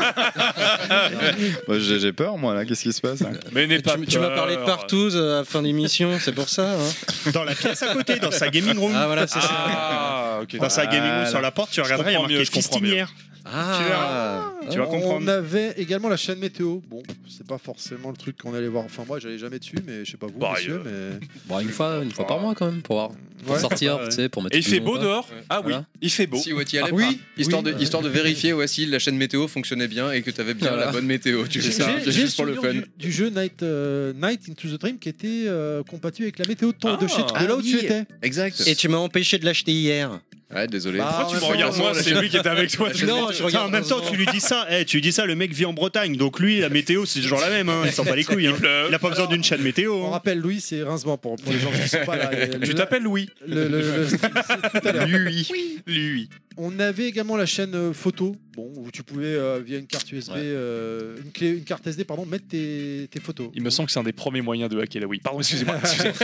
[SPEAKER 4] Moi, j'ai j'ai peur, moi, là. Qu'est-ce qui se passe hein
[SPEAKER 8] Mais n'aie pas
[SPEAKER 6] tu tu m'as parlé de
[SPEAKER 8] peur.
[SPEAKER 6] Partouze euh, à la fin d'émission, c'est pour ça. hein.
[SPEAKER 3] Dans la pièce à côté, dans sa gaming room.
[SPEAKER 6] Ah voilà, c'est ça.
[SPEAKER 8] Ah, ok.
[SPEAKER 3] Dans sa gaming room sur la porte, tu regarderas, il y a
[SPEAKER 8] comprends mieux,
[SPEAKER 3] marqué
[SPEAKER 8] je comprends mieux.
[SPEAKER 3] fistinière.
[SPEAKER 6] Ah.
[SPEAKER 3] Tu
[SPEAKER 1] Euh,
[SPEAKER 3] vas
[SPEAKER 1] On
[SPEAKER 3] comprendre.
[SPEAKER 1] avait également la chaîne météo. Bon, c'est pas forcément le truc qu'on allait voir. Enfin, moi, j'allais jamais dessus, mais je sais pas vous,
[SPEAKER 8] Pareil,
[SPEAKER 1] monsieur, mais.
[SPEAKER 6] Bon, une fois, une fois par mois quand même pour, voir, pour
[SPEAKER 1] Ouais.
[SPEAKER 6] sortir,
[SPEAKER 3] Ouais.
[SPEAKER 6] tu sais, pour mettre.
[SPEAKER 8] Et il
[SPEAKER 6] tout
[SPEAKER 8] fait
[SPEAKER 6] le monde hein.
[SPEAKER 8] beau
[SPEAKER 6] là.
[SPEAKER 8] dehors Ah oui,
[SPEAKER 6] Voilà.
[SPEAKER 8] il fait beau.
[SPEAKER 7] Si, ouais, t'y allais
[SPEAKER 1] Ah oui,
[SPEAKER 7] pas. histoire,
[SPEAKER 1] oui.
[SPEAKER 7] de, histoire de vérifier ouais, si la chaîne météo fonctionnait bien et que t'avais bien
[SPEAKER 6] Voilà.
[SPEAKER 7] la bonne météo. Tu fais
[SPEAKER 1] J'ai
[SPEAKER 7] ça,
[SPEAKER 1] j'ai
[SPEAKER 7] juste pour le
[SPEAKER 1] souvenir
[SPEAKER 7] fun.
[SPEAKER 1] Du, du jeu Night, euh, Night into the Dream qui était euh, compatible avec la météo de, ton,
[SPEAKER 8] Ah.
[SPEAKER 1] de, chez, de
[SPEAKER 6] Ah
[SPEAKER 1] là où tu
[SPEAKER 6] oui.
[SPEAKER 1] étais.
[SPEAKER 7] Exact.
[SPEAKER 6] Et tu m'as empêché de l'acheter hier.
[SPEAKER 3] Ah,
[SPEAKER 7] Ouais, désolé.
[SPEAKER 1] Bah,
[SPEAKER 8] Pourquoi tu me regardes moi C'est lui qui était avec toi.
[SPEAKER 6] Non, je
[SPEAKER 3] Putain, en même temps, tu lui dis ça, eh, tu lui dis ça, le mec vit en Bretagne, donc lui, la météo, c'est toujours la même, hein, il s'en bat les couilles. hein. Il a pas besoin d'une chaîne météo.
[SPEAKER 1] On
[SPEAKER 3] hein.
[SPEAKER 1] rappelle Louis, c'est rincement pour, pour les gens qui sont pas là. Le-
[SPEAKER 8] Tu
[SPEAKER 1] le-
[SPEAKER 8] t'appelles Louis
[SPEAKER 1] le- le- le- c'est tout à l'heure.
[SPEAKER 3] Lui, lui.
[SPEAKER 1] On avait également la chaîne euh, photo, bon, où tu pouvais euh, via une carte USB,
[SPEAKER 6] Ouais.
[SPEAKER 1] euh, une, clé, une carte SD, pardon, mettre tes, tes photos.
[SPEAKER 8] Il me semble que c'est un des premiers moyens de hacker la Wii. Pardon, excusez-moi.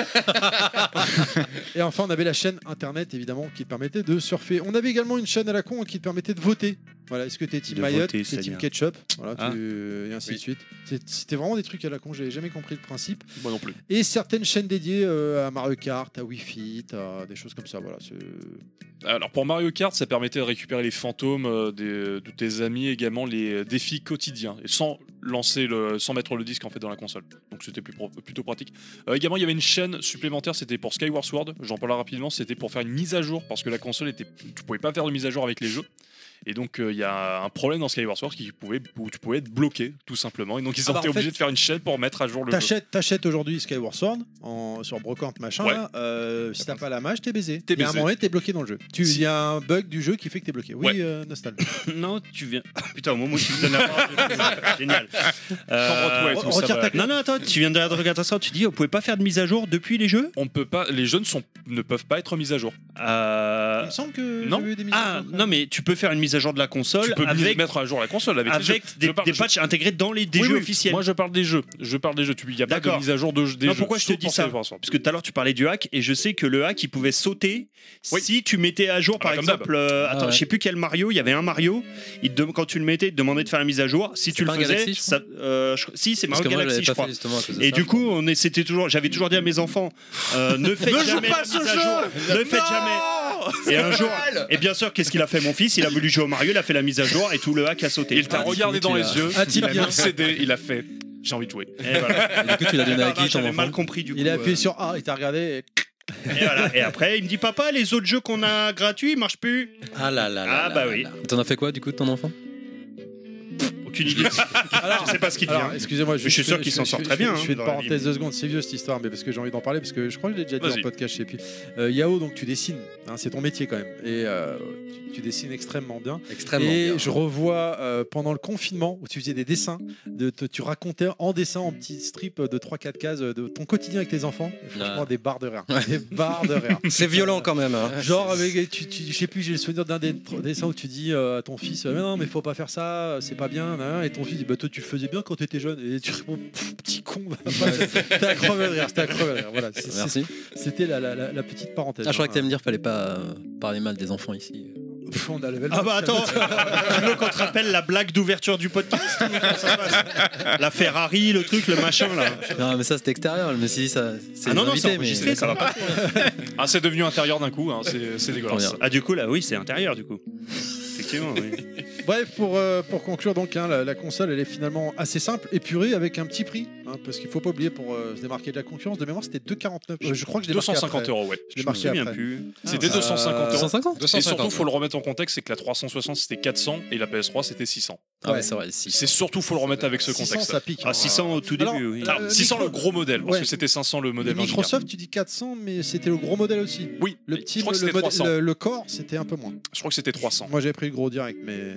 [SPEAKER 1] Et enfin, on avait la chaîne internet, évidemment, qui te permettait de surfer. On avait également une chaîne à la con qui te permettait de voter. Voilà, est-ce que t'es team
[SPEAKER 3] De
[SPEAKER 1] Mayotte,
[SPEAKER 3] voter,
[SPEAKER 1] t'es team
[SPEAKER 3] c'est-à-dire
[SPEAKER 1] ketchup, voilà,
[SPEAKER 3] Ah.
[SPEAKER 1] tu- et ainsi
[SPEAKER 7] Oui.
[SPEAKER 1] de suite. C'est- C'était vraiment des trucs à la con, j'avais jamais compris le principe.
[SPEAKER 8] Moi non plus.
[SPEAKER 1] Et certaines chaînes dédiées euh, à Mario Kart, à Wii Fit, à des choses comme ça. Voilà, c'est-
[SPEAKER 8] Alors pour Mario Kart, ça permettait de récupérer les fantômes euh, des- de tes amis, également les euh, défis quotidiens, et sans lancer le, sans mettre le disque en fait dans la console. Donc c'était plus pro- plutôt pratique. Euh, également, il y avait une chaîne supplémentaire, c'était pour Skyward Sword. J'en parlerai rapidement. C'était pour faire une mise à jour parce que la console était, tu pouvais pas faire de mise à jour avec les jeux. Et donc euh, il y a un problème dans Skyward Sword qui pouvait, où tu pouvais être bloqué tout simplement. Et donc ils
[SPEAKER 1] Ah
[SPEAKER 8] ont
[SPEAKER 1] bah,
[SPEAKER 8] été
[SPEAKER 1] en fait,
[SPEAKER 8] obligés de faire une chaîne pour mettre à jour le jeu.
[SPEAKER 1] T'achètes, t'achètes aujourd'hui Skyward Sword en, sur Brocante, machin.
[SPEAKER 8] Ouais.
[SPEAKER 1] là, euh, si t'as pas la mage, t'es baisé.
[SPEAKER 8] T'es
[SPEAKER 1] Il y a un
[SPEAKER 8] baisé.
[SPEAKER 1] moment, donné, t'es bloqué dans le jeu. Tu- Il y a un bug du jeu qui fait que t'es bloqué. Oui,
[SPEAKER 8] Ouais.
[SPEAKER 1] euh, Nostal.
[SPEAKER 3] Non, tu viens. Ah, putain, au moment où tu me donnes la parole, génial. Euh,
[SPEAKER 8] Chambre-toi et tout, ça
[SPEAKER 1] retire
[SPEAKER 8] va
[SPEAKER 1] ta
[SPEAKER 8] aller.
[SPEAKER 3] Non, non, attends, tu viens de la drogue catastrophe, tu dis, on pouvait pas faire de mise à jour depuis les jeux
[SPEAKER 8] On peut pas, les jeux ne sont, ne peuvent pas être mis à jour.
[SPEAKER 1] Il
[SPEAKER 3] Euh,
[SPEAKER 1] me semble que
[SPEAKER 3] non.
[SPEAKER 1] j'ai vu des mises à
[SPEAKER 3] Ah,
[SPEAKER 1] jour,
[SPEAKER 3] non, mais tu peux faire une mise à jour de la
[SPEAKER 8] Tu
[SPEAKER 3] console
[SPEAKER 8] peux
[SPEAKER 3] avec,
[SPEAKER 8] mettre à jour la console avec, les jeux.
[SPEAKER 3] avec des,
[SPEAKER 8] Je parle-
[SPEAKER 3] des
[SPEAKER 8] je-
[SPEAKER 3] patchs intégrés dans les des
[SPEAKER 8] Oui,
[SPEAKER 3] jeux
[SPEAKER 8] oui,
[SPEAKER 3] officiels.
[SPEAKER 8] Moi, je parle des jeux. Je parle des jeux. Tu- Il n'y a pas de
[SPEAKER 3] D'accord.
[SPEAKER 8] mise à jour de, des
[SPEAKER 3] Non,
[SPEAKER 8] jeux.
[SPEAKER 3] pourquoi je te
[SPEAKER 8] sauf
[SPEAKER 3] dis
[SPEAKER 8] pour
[SPEAKER 3] ça
[SPEAKER 8] Skyward Sword.
[SPEAKER 3] Parce que tout à l'heure tu parlais du hack et je sais que le hack il pouvait sauter
[SPEAKER 8] Oui.
[SPEAKER 3] si tu mettais à jour
[SPEAKER 8] Ah
[SPEAKER 3] par
[SPEAKER 8] bah, comme
[SPEAKER 3] exemple euh,
[SPEAKER 6] Ah
[SPEAKER 3] attends
[SPEAKER 6] ouais.
[SPEAKER 3] je sais plus quel Mario il y avait un Mario il te dem- quand tu le mettais il te demandait de faire la mise à jour si tu le
[SPEAKER 6] pas un
[SPEAKER 3] faisais
[SPEAKER 6] Galaxy, je
[SPEAKER 3] ça- euh, je- si c'est
[SPEAKER 6] Parce
[SPEAKER 3] Mario
[SPEAKER 6] que moi, je
[SPEAKER 3] Galaxy
[SPEAKER 6] l'avais
[SPEAKER 3] je
[SPEAKER 6] pas
[SPEAKER 3] crois
[SPEAKER 6] fait justement à cause de
[SPEAKER 3] et
[SPEAKER 6] ça.
[SPEAKER 3] du coup on est- c'était toujours j'avais toujours dit à mes enfants euh, ne faites jamais la mise à jour ne faites jamais Et un jour, et bien sûr, qu'est-ce qu'il a fait mon fils Il a voulu jouer au Mario, il a fait la mise à jour et tout le hack a sauté.
[SPEAKER 8] Il t'a
[SPEAKER 3] Ah,
[SPEAKER 8] regardé dans
[SPEAKER 5] tu
[SPEAKER 8] les
[SPEAKER 5] l'as-
[SPEAKER 8] yeux,
[SPEAKER 1] Ah, t'y
[SPEAKER 8] il a mis
[SPEAKER 1] bien.
[SPEAKER 8] le CD, il a fait j'ai envie de jouer.
[SPEAKER 3] Et voilà.
[SPEAKER 5] Et du coup, tu l'as donné à
[SPEAKER 3] Pardon,
[SPEAKER 5] qui ton
[SPEAKER 3] J'avais
[SPEAKER 5] enfant
[SPEAKER 3] mal compris du coup.
[SPEAKER 1] Il a appuyé
[SPEAKER 3] euh,
[SPEAKER 1] sur A, il t'a regardé. et-
[SPEAKER 3] Et, voilà. Et après, il me dit Papa, les autres jeux qu'on a gratuits ils marchent plus.
[SPEAKER 6] Ah là là là.
[SPEAKER 3] Ah
[SPEAKER 6] là
[SPEAKER 3] bah
[SPEAKER 6] là
[SPEAKER 3] oui.
[SPEAKER 6] là.
[SPEAKER 5] T'en as fait quoi du coup de ton enfant
[SPEAKER 3] Aucune idée.
[SPEAKER 1] Alors,
[SPEAKER 3] Je sais pas ce qu'il
[SPEAKER 1] alors,
[SPEAKER 3] devient.
[SPEAKER 1] excusez-moi,
[SPEAKER 3] Mais je suis sûr
[SPEAKER 1] fais-
[SPEAKER 3] qu'il
[SPEAKER 1] je-
[SPEAKER 3] s'en
[SPEAKER 1] je-
[SPEAKER 3] sort
[SPEAKER 1] je-
[SPEAKER 3] très bien,
[SPEAKER 1] Je
[SPEAKER 3] hein,
[SPEAKER 1] fais une
[SPEAKER 3] dans la
[SPEAKER 1] parenthèse de secondes, c'est vieux cette histoire, mais parce que j'ai envie d'en parler, parce que je crois que je l'ai déjà dit
[SPEAKER 8] Vas-y.
[SPEAKER 1] en podcast, je sais plus. Euh, Yao, donc tu dessines, hein, c'est ton métier quand même, et euh, tu- tu dessines extrêmement bien.
[SPEAKER 6] Extrêmement
[SPEAKER 1] Et
[SPEAKER 6] bien.
[SPEAKER 1] je revois euh, pendant le confinement où tu faisais des dessins, de, te- tu racontais en dessin, en petit strip de 3-4 cases, euh, de ton quotidien avec tes enfants. Et franchement,
[SPEAKER 6] Ouais.
[SPEAKER 1] des barres de rire. Des barres de rire.
[SPEAKER 6] C'est violent quand même. hein.
[SPEAKER 1] Genre, avec, tu, tu- je sais plus, j'ai le souvenir d'un des tr- dessins où tu dis euh, à ton fils euh, Mais Non, mais faut pas faire ça, euh, c'est pas bien. nan, nan. Et ton fils dit Bah, toi, tu le faisais bien quand t'étais jeune. Et tu réponds Pff, Petit con, va pas- t'as crevé de rire, t'as crevé de rire. Voilà, c'est- c'est-
[SPEAKER 6] Ah,
[SPEAKER 5] Merci.
[SPEAKER 1] c'était la, la- la- la petite parenthèse.
[SPEAKER 5] Ah, je crois
[SPEAKER 1] hein.
[SPEAKER 5] que t'allais me dire fallait pas euh, parler mal des enfants ici.
[SPEAKER 1] Pff, on a level
[SPEAKER 3] Ah
[SPEAKER 1] up,
[SPEAKER 3] bah
[SPEAKER 1] ça,
[SPEAKER 3] attends,
[SPEAKER 1] le-
[SPEAKER 3] tu veux qu'on te rappelle la blague d'ouverture du podcast ou comment ça se passe La Ferrari, le truc, le machin là.
[SPEAKER 5] Non, mais ça c'était extérieur. Je me suis dit ça. C'est
[SPEAKER 3] Ah non,
[SPEAKER 5] les
[SPEAKER 3] non,
[SPEAKER 5] invités,
[SPEAKER 3] c'est
[SPEAKER 5] mais-
[SPEAKER 3] enregistré, ça va pas.
[SPEAKER 8] Ah, c'est devenu intérieur d'un coup, hein, c'est c'est dégueulasse.
[SPEAKER 5] Attends,
[SPEAKER 3] Ah du coup là, oui, c'est intérieur du coup. Effectivement, oui.
[SPEAKER 1] Bref, pour, euh, pour conclure, donc, hein, la, la console, elle est finalement assez simple, épurée, avec un petit prix. hein, parce qu'il faut pas oublier, pour euh, se démarquer de la concurrence, de mémoire, c'était 2,49. Euh, je crois que je l'ai marqué
[SPEAKER 8] 250
[SPEAKER 1] après. Euh,
[SPEAKER 8] euros, ouais.
[SPEAKER 1] Je l'ai
[SPEAKER 3] Je me
[SPEAKER 1] marqué
[SPEAKER 3] souviens
[SPEAKER 1] après.
[SPEAKER 3] plus.
[SPEAKER 8] C'était 250 euros.
[SPEAKER 5] 150
[SPEAKER 8] Et
[SPEAKER 6] 250.
[SPEAKER 8] surtout, faut le remettre en contexte, c'est que la 360 c'était 400 et la PS3 c'était 600.
[SPEAKER 5] Ah ouais,
[SPEAKER 1] Ouais.
[SPEAKER 5] c'est vrai. Si.
[SPEAKER 8] C'est surtout, faut le remettre avec ce
[SPEAKER 1] 600,
[SPEAKER 8] contexte.
[SPEAKER 1] ça pique. hein.
[SPEAKER 3] Ah 600 au tout
[SPEAKER 1] Alors,
[SPEAKER 3] début, oui.
[SPEAKER 1] euh,
[SPEAKER 8] Ah, 600 le gros modèle, parce
[SPEAKER 1] Ouais.
[SPEAKER 8] que c'était 500 le
[SPEAKER 1] Mais
[SPEAKER 8] modèle. 20
[SPEAKER 1] Microsoft, tu dis 400, mais c'était le gros modèle aussi.
[SPEAKER 8] gigas. Oui,
[SPEAKER 1] Le petit,
[SPEAKER 8] je crois que
[SPEAKER 1] le,
[SPEAKER 8] c'était
[SPEAKER 1] modèle-
[SPEAKER 8] 300.
[SPEAKER 1] le- le corps, c'était un peu moins.
[SPEAKER 8] Je crois que c'était 300.
[SPEAKER 1] Moi, j'avais pris le gros direct, mais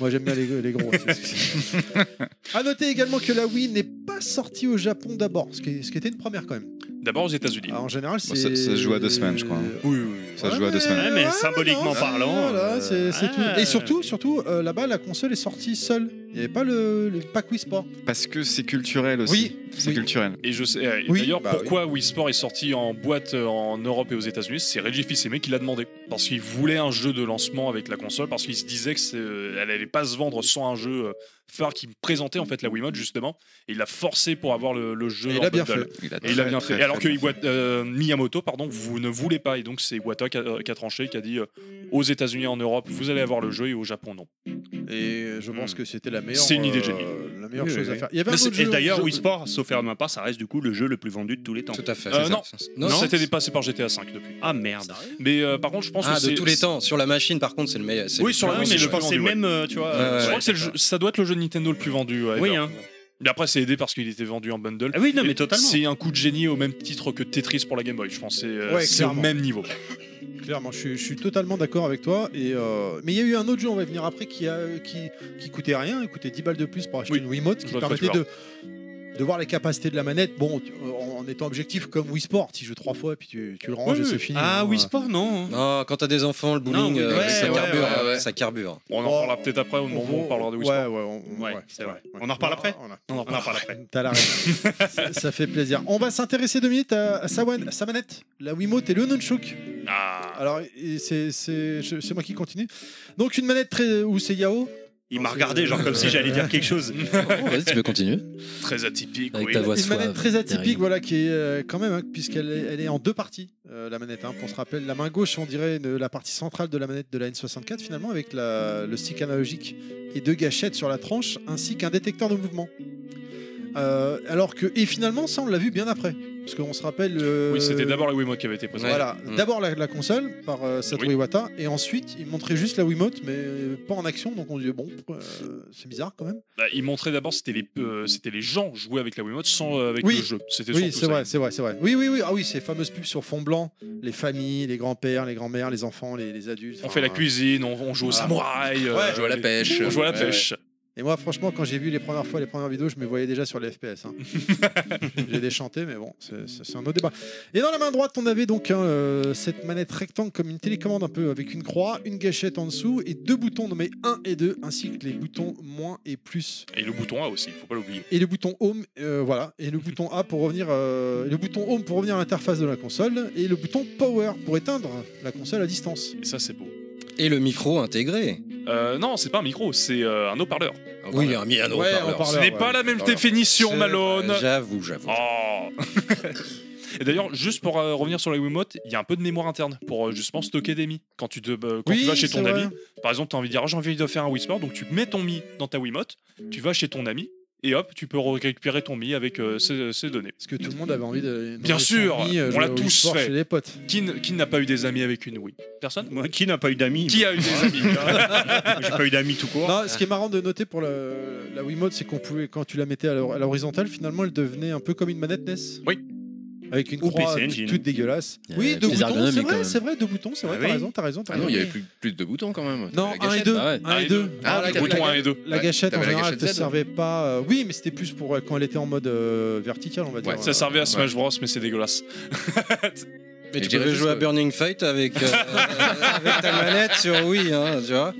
[SPEAKER 1] moi, j'aime bien les, les gros. C'est- c'est- à noter également que la Wii n'est pas sortie au Japon d'abord, ce qui, ce qui était une première quand même.
[SPEAKER 8] D'abord aux États-Unis.
[SPEAKER 1] Ah, en général, euh,
[SPEAKER 4] Bon,
[SPEAKER 1] c'est.
[SPEAKER 4] ça- ça se joue à deux semaines, je crois.
[SPEAKER 8] Oui, oui, oui.
[SPEAKER 4] Ça se joue à deux semaines.
[SPEAKER 3] Ouais, mais symboliquement parlant,
[SPEAKER 1] Ah, voilà,
[SPEAKER 3] euh,
[SPEAKER 1] c'est- c'est
[SPEAKER 3] ah,
[SPEAKER 1] tout. Et surtout, surtout euh, là-bas, la console est sortie seule. Il n'y avait pas le, le pack Wii Sport.
[SPEAKER 4] Parce que c'est culturel aussi.
[SPEAKER 1] Oui,
[SPEAKER 4] c'est
[SPEAKER 1] oui.
[SPEAKER 4] culturel.
[SPEAKER 8] Et je sais et
[SPEAKER 1] Oui,
[SPEAKER 8] d'ailleurs
[SPEAKER 1] bah
[SPEAKER 8] pourquoi Wii Sport est sorti en boîte euh, en Europe et aux États-Unis, c'est Reggie Fils-Aimé qui l'a demandé parce qu'il voulait un jeu de lancement avec la console parce qu'il se disait que c'est- euh, elle allait pas se vendre sans un jeu euh, phare qui présentait en fait la Wiimote justement et il l'a forcé pour avoir le, le jeu
[SPEAKER 1] Et
[SPEAKER 8] en
[SPEAKER 1] il a bien
[SPEAKER 8] bundle.
[SPEAKER 1] fait.
[SPEAKER 4] Il a,
[SPEAKER 8] Et il a bien fait. Et alors que Iwata- euh, Miyamoto, pardon, vous ne voulez pas. Et donc c'est Iwata qui a, euh, qui a tranché, qui a dit euh, aux États-Unis, en Europe, vous allez avoir le jeu et au Japon, non.
[SPEAKER 1] Et euh, je
[SPEAKER 3] Hmm.
[SPEAKER 1] pense que c'était la meilleure.
[SPEAKER 8] C'est une idée de
[SPEAKER 1] euh, La meilleure chose à faire. Il y avait
[SPEAKER 3] Mais
[SPEAKER 1] un
[SPEAKER 3] c'est-
[SPEAKER 1] autre
[SPEAKER 3] et
[SPEAKER 1] jeu-
[SPEAKER 3] d'ailleurs,
[SPEAKER 1] jeu-
[SPEAKER 3] Wii Sport, sauf erreur de ma part, ça reste du coup le jeu le plus vendu de tous les temps.
[SPEAKER 6] Tout à fait.
[SPEAKER 8] Euh,
[SPEAKER 6] c'est ça. non,
[SPEAKER 8] non. ça a été
[SPEAKER 6] c'était
[SPEAKER 8] dépassé par GTA V depuis.
[SPEAKER 3] Ah merde.
[SPEAKER 8] Mais euh, par contre, je pense
[SPEAKER 6] Ah,
[SPEAKER 8] que
[SPEAKER 6] de
[SPEAKER 8] c'est.
[SPEAKER 6] tous les temps. Sur la machine, par contre, c'est le meilleur. c'est
[SPEAKER 8] Oui,
[SPEAKER 6] le
[SPEAKER 8] sur la
[SPEAKER 6] plus
[SPEAKER 3] Ouais,
[SPEAKER 8] machine,
[SPEAKER 6] vendu,
[SPEAKER 3] Ah mais je
[SPEAKER 8] ouais.
[SPEAKER 6] ouais.
[SPEAKER 3] pense que c'est le même,
[SPEAKER 8] Ouais.
[SPEAKER 3] euh, tu vois.
[SPEAKER 6] Ouais,
[SPEAKER 3] euh,
[SPEAKER 6] ouais.
[SPEAKER 8] Je
[SPEAKER 3] ouais.
[SPEAKER 8] crois que c'est le jeu- ça doit être le jeu de Nintendo le plus vendu. euh,
[SPEAKER 3] Oui,
[SPEAKER 8] ever.
[SPEAKER 3] hein.
[SPEAKER 8] Mais après, c'est aidé parce qu'il était vendu en bundle.
[SPEAKER 3] Ah oui, non,
[SPEAKER 8] Et
[SPEAKER 3] mais totalement.
[SPEAKER 8] C'est un coup de génie au même titre que Tetris pour la Game Boy. Je pense que c'est euh,
[SPEAKER 1] Ouais,
[SPEAKER 8] c'est au
[SPEAKER 1] clairement.
[SPEAKER 8] même niveau.
[SPEAKER 1] Clairement, je, suis- je suis totalement d'accord avec toi. Et euh, mais il y a eu un autre jeu, on va y venir après, qui, a, qui, qui coûtait rien, il coûtait 10 balles de plus pour acheter
[SPEAKER 8] Oui,
[SPEAKER 1] une Wiimote,
[SPEAKER 8] je
[SPEAKER 1] qui
[SPEAKER 3] Bah,
[SPEAKER 8] vois de quoi
[SPEAKER 1] permettait de, de voir les capacités de la manette. Bon, tu- euh, en, en étant objectif, comme Wii Sport, tu joues trois fois, puis tu, tu le ranges et c'est fini.
[SPEAKER 3] Ah,
[SPEAKER 1] hein.
[SPEAKER 3] Wii Sport, non.
[SPEAKER 6] Non, quand t'as des enfants, le bowling,
[SPEAKER 3] oui,
[SPEAKER 6] euh,
[SPEAKER 3] ouais,
[SPEAKER 6] ça
[SPEAKER 3] ouais,
[SPEAKER 6] carbure.
[SPEAKER 3] ouais,
[SPEAKER 6] hein,
[SPEAKER 7] ouais.
[SPEAKER 6] Ça carbure.
[SPEAKER 8] On en
[SPEAKER 1] Oh.
[SPEAKER 8] reparlera peut-être après, au moment où on parlera de Wii
[SPEAKER 1] ouais,
[SPEAKER 8] Sport.
[SPEAKER 1] Ouais, on,
[SPEAKER 3] Ouais, c'est vrai. On en reparle après
[SPEAKER 1] On en-
[SPEAKER 3] On en parle après.
[SPEAKER 1] T'as la raison. ça, ça fait plaisir. On va s'intéresser deux minutes à, à sa, wan- à sa manette, la Wiimote et le Nunchuk.
[SPEAKER 8] Ah.
[SPEAKER 1] Alors, et c'est c'est- je- c'est moi qui continue. Donc, une manette très, où c'est Yao.
[SPEAKER 3] Il m'a regardé, genre comme si j'allais dire quelque chose.
[SPEAKER 5] Vas-y, tu peux continuer.
[SPEAKER 8] Très atypique,
[SPEAKER 5] Avec
[SPEAKER 8] oui.
[SPEAKER 5] ta voix
[SPEAKER 1] Une manette
[SPEAKER 5] suave,
[SPEAKER 1] très atypique,
[SPEAKER 5] terrible.
[SPEAKER 1] voilà, qui est euh, quand même, hein, puisqu'elle est, elle est en deux parties, euh, la manette. hein. on se rappelle, la main gauche, on dirait une- la partie centrale de la manette de la N64, finalement, avec la- le stick analogique et deux gâchettes sur la tranche, ainsi qu'un détecteur de mouvement. Euh, alors que, et finalement, ça, on l'a vu bien après. Parce qu'on se rappelle. euh,
[SPEAKER 8] Oui, c'était d'abord la Wiimote qui avait été présentée.
[SPEAKER 1] Voilà,
[SPEAKER 6] Mm.
[SPEAKER 1] d'abord la, la console par euh, Satoru
[SPEAKER 8] Oui.
[SPEAKER 1] Iwata, et ensuite il montrait juste la Wiimote, mais euh, pas en action, donc on se dit bon, euh, c'est bizarre quand même.
[SPEAKER 8] Bah, il montrait d'abord c'était les euh, c'était les gens jouaient avec la Wiimote sans euh, avec
[SPEAKER 1] Oui.
[SPEAKER 8] le jeu. C'était
[SPEAKER 1] Oui,
[SPEAKER 8] surtout
[SPEAKER 1] c'est
[SPEAKER 8] ça.
[SPEAKER 1] vrai, c'est vrai, c'est vrai. Oui, oui, oui. Ah oui, ces fameuses pubs sur fond blanc, les familles, les grands-pères, les grands-mères, les enfants, les, les adultes.
[SPEAKER 8] On
[SPEAKER 1] enfin,
[SPEAKER 8] fait
[SPEAKER 3] Ah.
[SPEAKER 8] la cuisine, on, on joue au
[SPEAKER 1] Voilà.
[SPEAKER 8] samouraï, euh,
[SPEAKER 7] On joue à la
[SPEAKER 8] les-
[SPEAKER 7] pêche.
[SPEAKER 8] On joue à la
[SPEAKER 7] Ouais,
[SPEAKER 8] pêche.
[SPEAKER 1] Et moi, franchement, quand j'ai vu les premières fois les premières vidéos, je me voyais déjà sur les FPS. hein. j'ai déchanté, mais bon, c'est- c'est c'est un autre débat. Et dans la main droite, on avait donc hein, euh, cette manette rectangle comme une télécommande un peu, avec une croix, une gâchette en dessous et deux boutons nommés 1 et 2, ainsi que les boutons moins et plus.
[SPEAKER 8] Et le bouton A aussi, il faut pas l'oublier.
[SPEAKER 1] et le bouton home euh, voilà et le bouton A pour revenir euh, le bouton home pour revenir à l'interface de la console et le bouton power pour éteindre la console à distance
[SPEAKER 8] Et ça c'est beau.
[SPEAKER 6] Et le micro intégré.
[SPEAKER 8] Euh, non, c'est pas un micro, c'est euh, un haut-parleur.
[SPEAKER 6] Oui, un Miano.
[SPEAKER 1] Ouais, on parle-
[SPEAKER 8] Ce
[SPEAKER 1] ouais.
[SPEAKER 8] n'est pas la même
[SPEAKER 7] Haut-parleur.
[SPEAKER 1] Oh,
[SPEAKER 8] définition, Malone.
[SPEAKER 6] J'avoue, j'avoue.
[SPEAKER 8] Oh. Et d'ailleurs, juste pour euh, revenir sur la Wiimote, il y a un peu de mémoire interne pour euh, justement stocker des mi. Quand tu, te- euh, quand tu vas chez
[SPEAKER 1] c'est
[SPEAKER 8] ton
[SPEAKER 1] vrai.
[SPEAKER 8] ami, par exemple, tu as envie de dire Ah, j'ai envie de faire un Whisper, donc tu mets ton mi dans ta Wiimote, tu vas chez ton ami, et hop, tu peux récupérer ton mi avec euh, ses, ses données.
[SPEAKER 1] Parce que tout le monde avait envie de.
[SPEAKER 8] Bien
[SPEAKER 1] de
[SPEAKER 8] sûr,
[SPEAKER 1] famille, euh,
[SPEAKER 8] on
[SPEAKER 1] jouer
[SPEAKER 8] l'a
[SPEAKER 1] au
[SPEAKER 8] tous
[SPEAKER 1] sport
[SPEAKER 8] fait.
[SPEAKER 1] chez les potes.
[SPEAKER 8] Qui, n- qui n'a pas eu des amis avec une Wii Personne
[SPEAKER 3] Moi, qui n'a pas eu d'amis
[SPEAKER 8] Qui a eu des amis
[SPEAKER 3] Moi, J'ai pas eu d'amis tout court.
[SPEAKER 1] Non, ce qui est marrant de noter pour la, la Wiimote, c'est qu'on pouvait, quand tu la mettais à l'hor- à l'horizontale, finalement, elle devenait un peu comme une manette NES.
[SPEAKER 8] Oui.
[SPEAKER 1] Avec une
[SPEAKER 3] Ou
[SPEAKER 1] croix
[SPEAKER 3] PC Engine.
[SPEAKER 1] toute dégueulasse.
[SPEAKER 6] Euh,
[SPEAKER 1] Oui, deux
[SPEAKER 6] plus
[SPEAKER 1] boutons,
[SPEAKER 6] ergonomique,
[SPEAKER 1] c'est
[SPEAKER 6] quand
[SPEAKER 1] vrai,
[SPEAKER 6] même.
[SPEAKER 1] c'est vrai, deux boutons, c'est vrai,
[SPEAKER 3] Ah
[SPEAKER 1] t'as
[SPEAKER 3] oui.
[SPEAKER 1] raison, t'as raison, t'as
[SPEAKER 7] Ah non,
[SPEAKER 1] raison.
[SPEAKER 7] il y avait plus, plus de boutons quand même.
[SPEAKER 1] Non,
[SPEAKER 7] La
[SPEAKER 1] un et
[SPEAKER 7] gâchette.
[SPEAKER 1] deux.
[SPEAKER 6] bah ouais.
[SPEAKER 1] Un et deux.
[SPEAKER 7] Ah,
[SPEAKER 1] Voilà,
[SPEAKER 7] oui,
[SPEAKER 1] la-
[SPEAKER 7] t'avais
[SPEAKER 8] Bouton
[SPEAKER 7] la-
[SPEAKER 8] 1 et 2.
[SPEAKER 1] La
[SPEAKER 7] Ouais,
[SPEAKER 1] gâchette, en
[SPEAKER 7] t'avais la
[SPEAKER 1] général, elle te
[SPEAKER 7] gâchette Z.
[SPEAKER 3] hein.
[SPEAKER 1] servait pas. euh, Oui, mais c'était plus pour euh, quand elle était en mode euh, Ah, vertical, on va dire.
[SPEAKER 7] Ouais,
[SPEAKER 8] Ça servait à Smash
[SPEAKER 7] Ouais.
[SPEAKER 8] Bros, mais c'est dégueulasse.
[SPEAKER 6] Mais
[SPEAKER 7] Et
[SPEAKER 6] tu
[SPEAKER 7] je dirais
[SPEAKER 6] pouvais
[SPEAKER 7] juste
[SPEAKER 6] jouer à
[SPEAKER 7] que-
[SPEAKER 6] Burning Fight avec, euh, avec ta manette sur oui, hein, tu vois.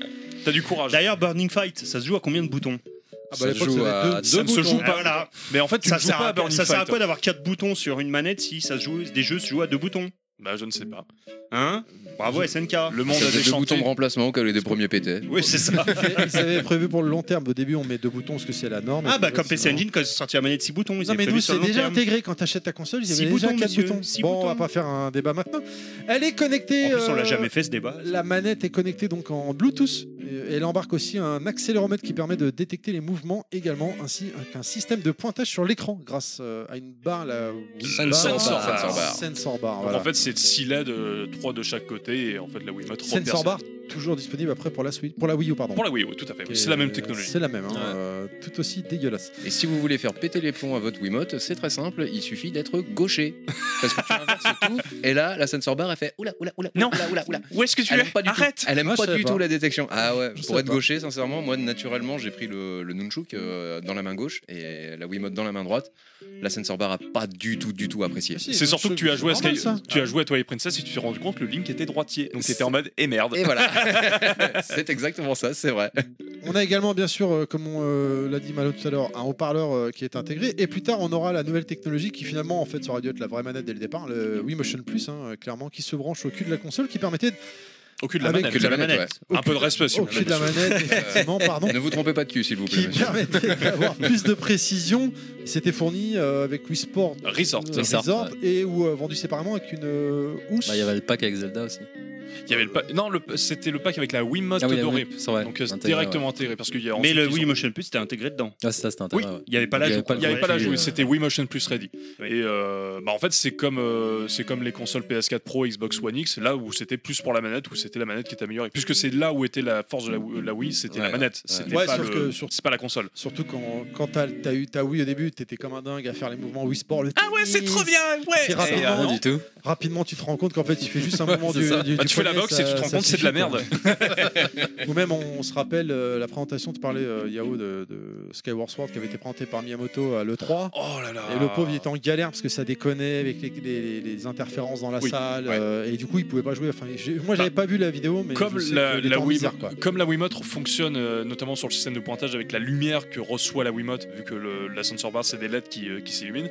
[SPEAKER 8] T'as du courage.
[SPEAKER 3] D'ailleurs, Burning Fight, ça se joue à combien de boutons
[SPEAKER 1] Ah, bah, à
[SPEAKER 6] Ça
[SPEAKER 1] l'époque, ça
[SPEAKER 6] joue
[SPEAKER 1] devait
[SPEAKER 6] à
[SPEAKER 1] être deux.
[SPEAKER 6] deux
[SPEAKER 8] ça ne se
[SPEAKER 6] boutons.
[SPEAKER 8] joue pas là. Ah, Mais en fait, tu
[SPEAKER 3] ça
[SPEAKER 8] ne joues
[SPEAKER 3] sert,
[SPEAKER 8] pas à
[SPEAKER 3] à,
[SPEAKER 8] Burning
[SPEAKER 3] ça sert à
[SPEAKER 8] Fight.
[SPEAKER 3] quoi d'avoir 4 boutons sur une manette si ça se joue, des jeux se jouent à 2 boutons
[SPEAKER 8] Bah, je ne sais pas.
[SPEAKER 3] Hein Bravo SNK
[SPEAKER 8] Le monde
[SPEAKER 7] Ça
[SPEAKER 8] a
[SPEAKER 7] faisait deux boutons
[SPEAKER 8] déchanté.
[SPEAKER 7] de remplacement quand les deux premiers pétaient.
[SPEAKER 3] Oui, c'est ça.
[SPEAKER 1] Ils avaient prévu pour le long terme. Au début, on met deux boutons parce que c'est la norme.
[SPEAKER 3] ah,
[SPEAKER 1] Et
[SPEAKER 3] bah
[SPEAKER 1] puis,
[SPEAKER 3] comme
[SPEAKER 1] ouais,
[SPEAKER 3] PC
[SPEAKER 1] sinon-
[SPEAKER 3] Engine, quand ils ont sorti la manette 6 boutons, ils
[SPEAKER 1] Non
[SPEAKER 3] avaient
[SPEAKER 1] mais
[SPEAKER 3] prévu
[SPEAKER 1] nous
[SPEAKER 3] sur
[SPEAKER 1] c'est
[SPEAKER 3] le long
[SPEAKER 1] déjà
[SPEAKER 3] terme.
[SPEAKER 1] intégré quand t'achètes ta console, ils
[SPEAKER 3] Six
[SPEAKER 1] avaient déjà
[SPEAKER 3] boutons,
[SPEAKER 1] 4
[SPEAKER 3] monsieur,
[SPEAKER 1] boutons.
[SPEAKER 3] six
[SPEAKER 1] bon, on
[SPEAKER 3] boutons.
[SPEAKER 1] va pas faire un débat maintenant. Elle est
[SPEAKER 3] En
[SPEAKER 1] connectée.
[SPEAKER 3] plus, on l'a
[SPEAKER 1] euh,
[SPEAKER 3] jamais fait ce débat.
[SPEAKER 1] La manette est connectée donc en Bluetooth. Et Elle embarque aussi un accéléromètre qui permet de détecter les mouvements également, ainsi qu'un système de pointage sur l'écran grâce euh, à une barre là.
[SPEAKER 6] Sensor
[SPEAKER 7] bar.
[SPEAKER 1] Sensor
[SPEAKER 7] Sensor bar.
[SPEAKER 1] Sensor bar.
[SPEAKER 8] Donc
[SPEAKER 1] voilà.
[SPEAKER 8] en fait, c'est 6 LED, 3 de chaque côté, et en fait, la Wiimote repère
[SPEAKER 1] Sensor
[SPEAKER 8] ça.
[SPEAKER 1] bar toujours disponible après pour la Switch, pour la Wii U pardon.
[SPEAKER 8] Pour la Wii, oui, tout à fait.
[SPEAKER 1] Et,
[SPEAKER 8] C'est la même
[SPEAKER 1] euh,
[SPEAKER 8] technologie.
[SPEAKER 1] C'est la même, hein,
[SPEAKER 6] Ouais.
[SPEAKER 1] euh, tout aussi dégueulasse.
[SPEAKER 7] Et si vous voulez faire péter les plombs à votre Wiimote, c'est très simple, il suffit d'être gaucher. Parce que tu inverses tout, et là, la sensor bar, elle fait oula, oula, oula,
[SPEAKER 8] Non.
[SPEAKER 7] oula, oula, oula.
[SPEAKER 8] Où est-ce que tu
[SPEAKER 7] Elle aime pas du tout. Elle aime
[SPEAKER 1] Moi, je
[SPEAKER 7] pas
[SPEAKER 1] savais
[SPEAKER 7] du
[SPEAKER 1] pas.
[SPEAKER 7] tout la détection. Ah ouais,
[SPEAKER 1] Je
[SPEAKER 7] pour
[SPEAKER 1] sais
[SPEAKER 7] être
[SPEAKER 1] pas.
[SPEAKER 7] gaucher, sincèrement, moi, naturellement, j'ai pris le, le Nunchuk euh, dans la main gauche et la Wiimote dans la main droite. La sensor bar a pas du tout, du tout apprécié.
[SPEAKER 8] C'est surtout que tu as joué à
[SPEAKER 1] C'est normal,
[SPEAKER 8] Sky,
[SPEAKER 1] ça. Ah
[SPEAKER 8] tu as joué à Twilight Princess et tu t'es rendu compte que le Link était droitier. Donc t'étais en mode et merde.
[SPEAKER 7] Et voilà, c'est exactement ça, c'est vrai.
[SPEAKER 1] On a également, bien sûr, euh, comme on euh, l'a dit Malo tout à l'heure, un haut-parleur euh, qui est intégré. Et plus tard, on aura la nouvelle technologie qui, finalement, en fait, ça aurait dû être la vraie manette dès le départ, le Wii Motion Plus, hein, euh, clairement, qui se branche au cul de la console, qui permettait de-
[SPEAKER 8] Au cul de la
[SPEAKER 1] Avec
[SPEAKER 8] manette.
[SPEAKER 7] que de la manette,
[SPEAKER 8] Un peu de respect, s'il
[SPEAKER 1] au
[SPEAKER 8] vous
[SPEAKER 1] cul
[SPEAKER 8] plaît.
[SPEAKER 1] de la manette, effectivement, pardon,
[SPEAKER 7] Ne vous trompez pas de cul, s'il vous plaît.
[SPEAKER 1] qui
[SPEAKER 7] monsieur.
[SPEAKER 1] permettait d'avoir plus de précision. C'était fourni euh, avec Wii Sport euh,
[SPEAKER 8] Resort.
[SPEAKER 1] Resort, et ou euh, vendu séparément avec une euh, housse.
[SPEAKER 6] Bah, il y avait le pack avec Zelda
[SPEAKER 1] Ah,
[SPEAKER 6] aussi.
[SPEAKER 8] Il y avait le pa- non, le- c'était le pack avec la Wiimote
[SPEAKER 6] Ah oui, la
[SPEAKER 8] dorée.
[SPEAKER 6] Wii, c'est vrai.
[SPEAKER 8] Donc euh, c'est
[SPEAKER 6] Intégré,
[SPEAKER 8] directement intégré parce qu'il y a
[SPEAKER 3] Mais
[SPEAKER 8] ensuite,
[SPEAKER 3] le
[SPEAKER 8] ils ont-
[SPEAKER 3] Wii Motion Plus, c'était intégré dedans.
[SPEAKER 6] ouais. Ah, c'est ça, c'était
[SPEAKER 8] Oui,
[SPEAKER 6] intérêt. ouais.
[SPEAKER 3] Il n'y avait pas la
[SPEAKER 6] Il y avait
[SPEAKER 3] joue.
[SPEAKER 6] pas
[SPEAKER 8] Il
[SPEAKER 6] le-
[SPEAKER 8] n'y avait pas la
[SPEAKER 6] Puis,
[SPEAKER 8] jouer,
[SPEAKER 6] euh,
[SPEAKER 8] c'était Wii Motion Plus Ready.
[SPEAKER 3] Oui.
[SPEAKER 8] Et euh, bah en fait, c'est comme, euh, c'est comme les consoles PS4 Pro, Xbox One X, là où c'était plus pour la manette, où c'était la manette qui était améliorée. Puisque c'est là où était la force de la, Wii- la Wii, c'était la
[SPEAKER 6] Ouais.
[SPEAKER 8] manette. C'était
[SPEAKER 1] Ouais,
[SPEAKER 8] pas,
[SPEAKER 1] sauf
[SPEAKER 8] le-
[SPEAKER 1] que sur-
[SPEAKER 8] c'est pas la console.
[SPEAKER 1] Surtout quand, quand t'as t'as eu ta Wii au début, t'étais comme un dingue à faire les mouvements Wii Sport. Le
[SPEAKER 8] Ah
[SPEAKER 1] tennis,
[SPEAKER 8] Ouais
[SPEAKER 1] C'est rapidement,
[SPEAKER 6] Rien du tout.
[SPEAKER 1] rapidement tu te rends compte qu'en fait il fait juste un moment
[SPEAKER 6] C'est
[SPEAKER 1] du,
[SPEAKER 6] ça.
[SPEAKER 1] du-
[SPEAKER 8] Bah,
[SPEAKER 1] du
[SPEAKER 8] tu fais la
[SPEAKER 1] poignet,
[SPEAKER 8] boxe
[SPEAKER 1] ça-
[SPEAKER 8] et tu te rends
[SPEAKER 1] ça
[SPEAKER 8] compte c'est de la
[SPEAKER 1] suffit,
[SPEAKER 8] merde.
[SPEAKER 1] quoi. ou même on, on se rappelle euh, la présentation de parlais euh, Yao de, de Skyward Sword qui avait été présenté par Miyamoto à l'E3
[SPEAKER 8] Oh là là.
[SPEAKER 1] et le pauvre il était en galère parce que ça déconnait avec les, les- les interférences dans la
[SPEAKER 8] Oui,
[SPEAKER 1] salle
[SPEAKER 8] ouais. Bah,
[SPEAKER 1] euh, et du coup il pouvait pas jouer enfin, j'ai- moi j'avais pas vu la vidéo mais
[SPEAKER 8] comme
[SPEAKER 1] je sais
[SPEAKER 8] la,
[SPEAKER 1] qu'il était
[SPEAKER 8] la
[SPEAKER 1] en
[SPEAKER 8] Wii-
[SPEAKER 1] misère, quoi.
[SPEAKER 8] comme la Wiimote fonctionne euh, notamment sur le système de pointage avec la lumière que reçoit la Wiimote, vu que le- la sensor bar c'est des LED qui, euh, qui s'illuminent,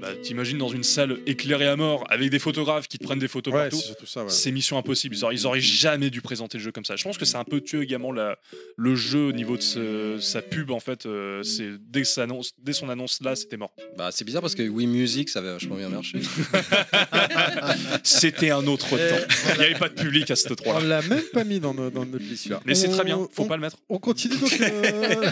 [SPEAKER 8] bah, t'imagines dans une salle éclairée à mort avec des photographes qui te prennent des photos
[SPEAKER 1] Ouais, c'est
[SPEAKER 8] partout.
[SPEAKER 1] surtout ça, ouais.
[SPEAKER 8] C'est mission impossible. Ils auraient, ils auraient jamais dû présenter le jeu comme ça. Je pense que c'est un peu tué également la- le jeu au niveau de ce- sa pub. En fait, euh, c'est dès, que ça annonce- dès son annonce là, c'était mort.
[SPEAKER 6] Bah, c'est bizarre parce que Wii Music, ça avait vachement bien marché.
[SPEAKER 8] C'était un autre
[SPEAKER 1] Eh,
[SPEAKER 8] temps. Il n'y avait pas de public à cette 3
[SPEAKER 1] on
[SPEAKER 8] là.
[SPEAKER 1] l'a même pas mis dans, nos- dans notre liste là
[SPEAKER 8] Mais c'est très bien. Faut pas le mettre.
[SPEAKER 1] On continue donc. euh,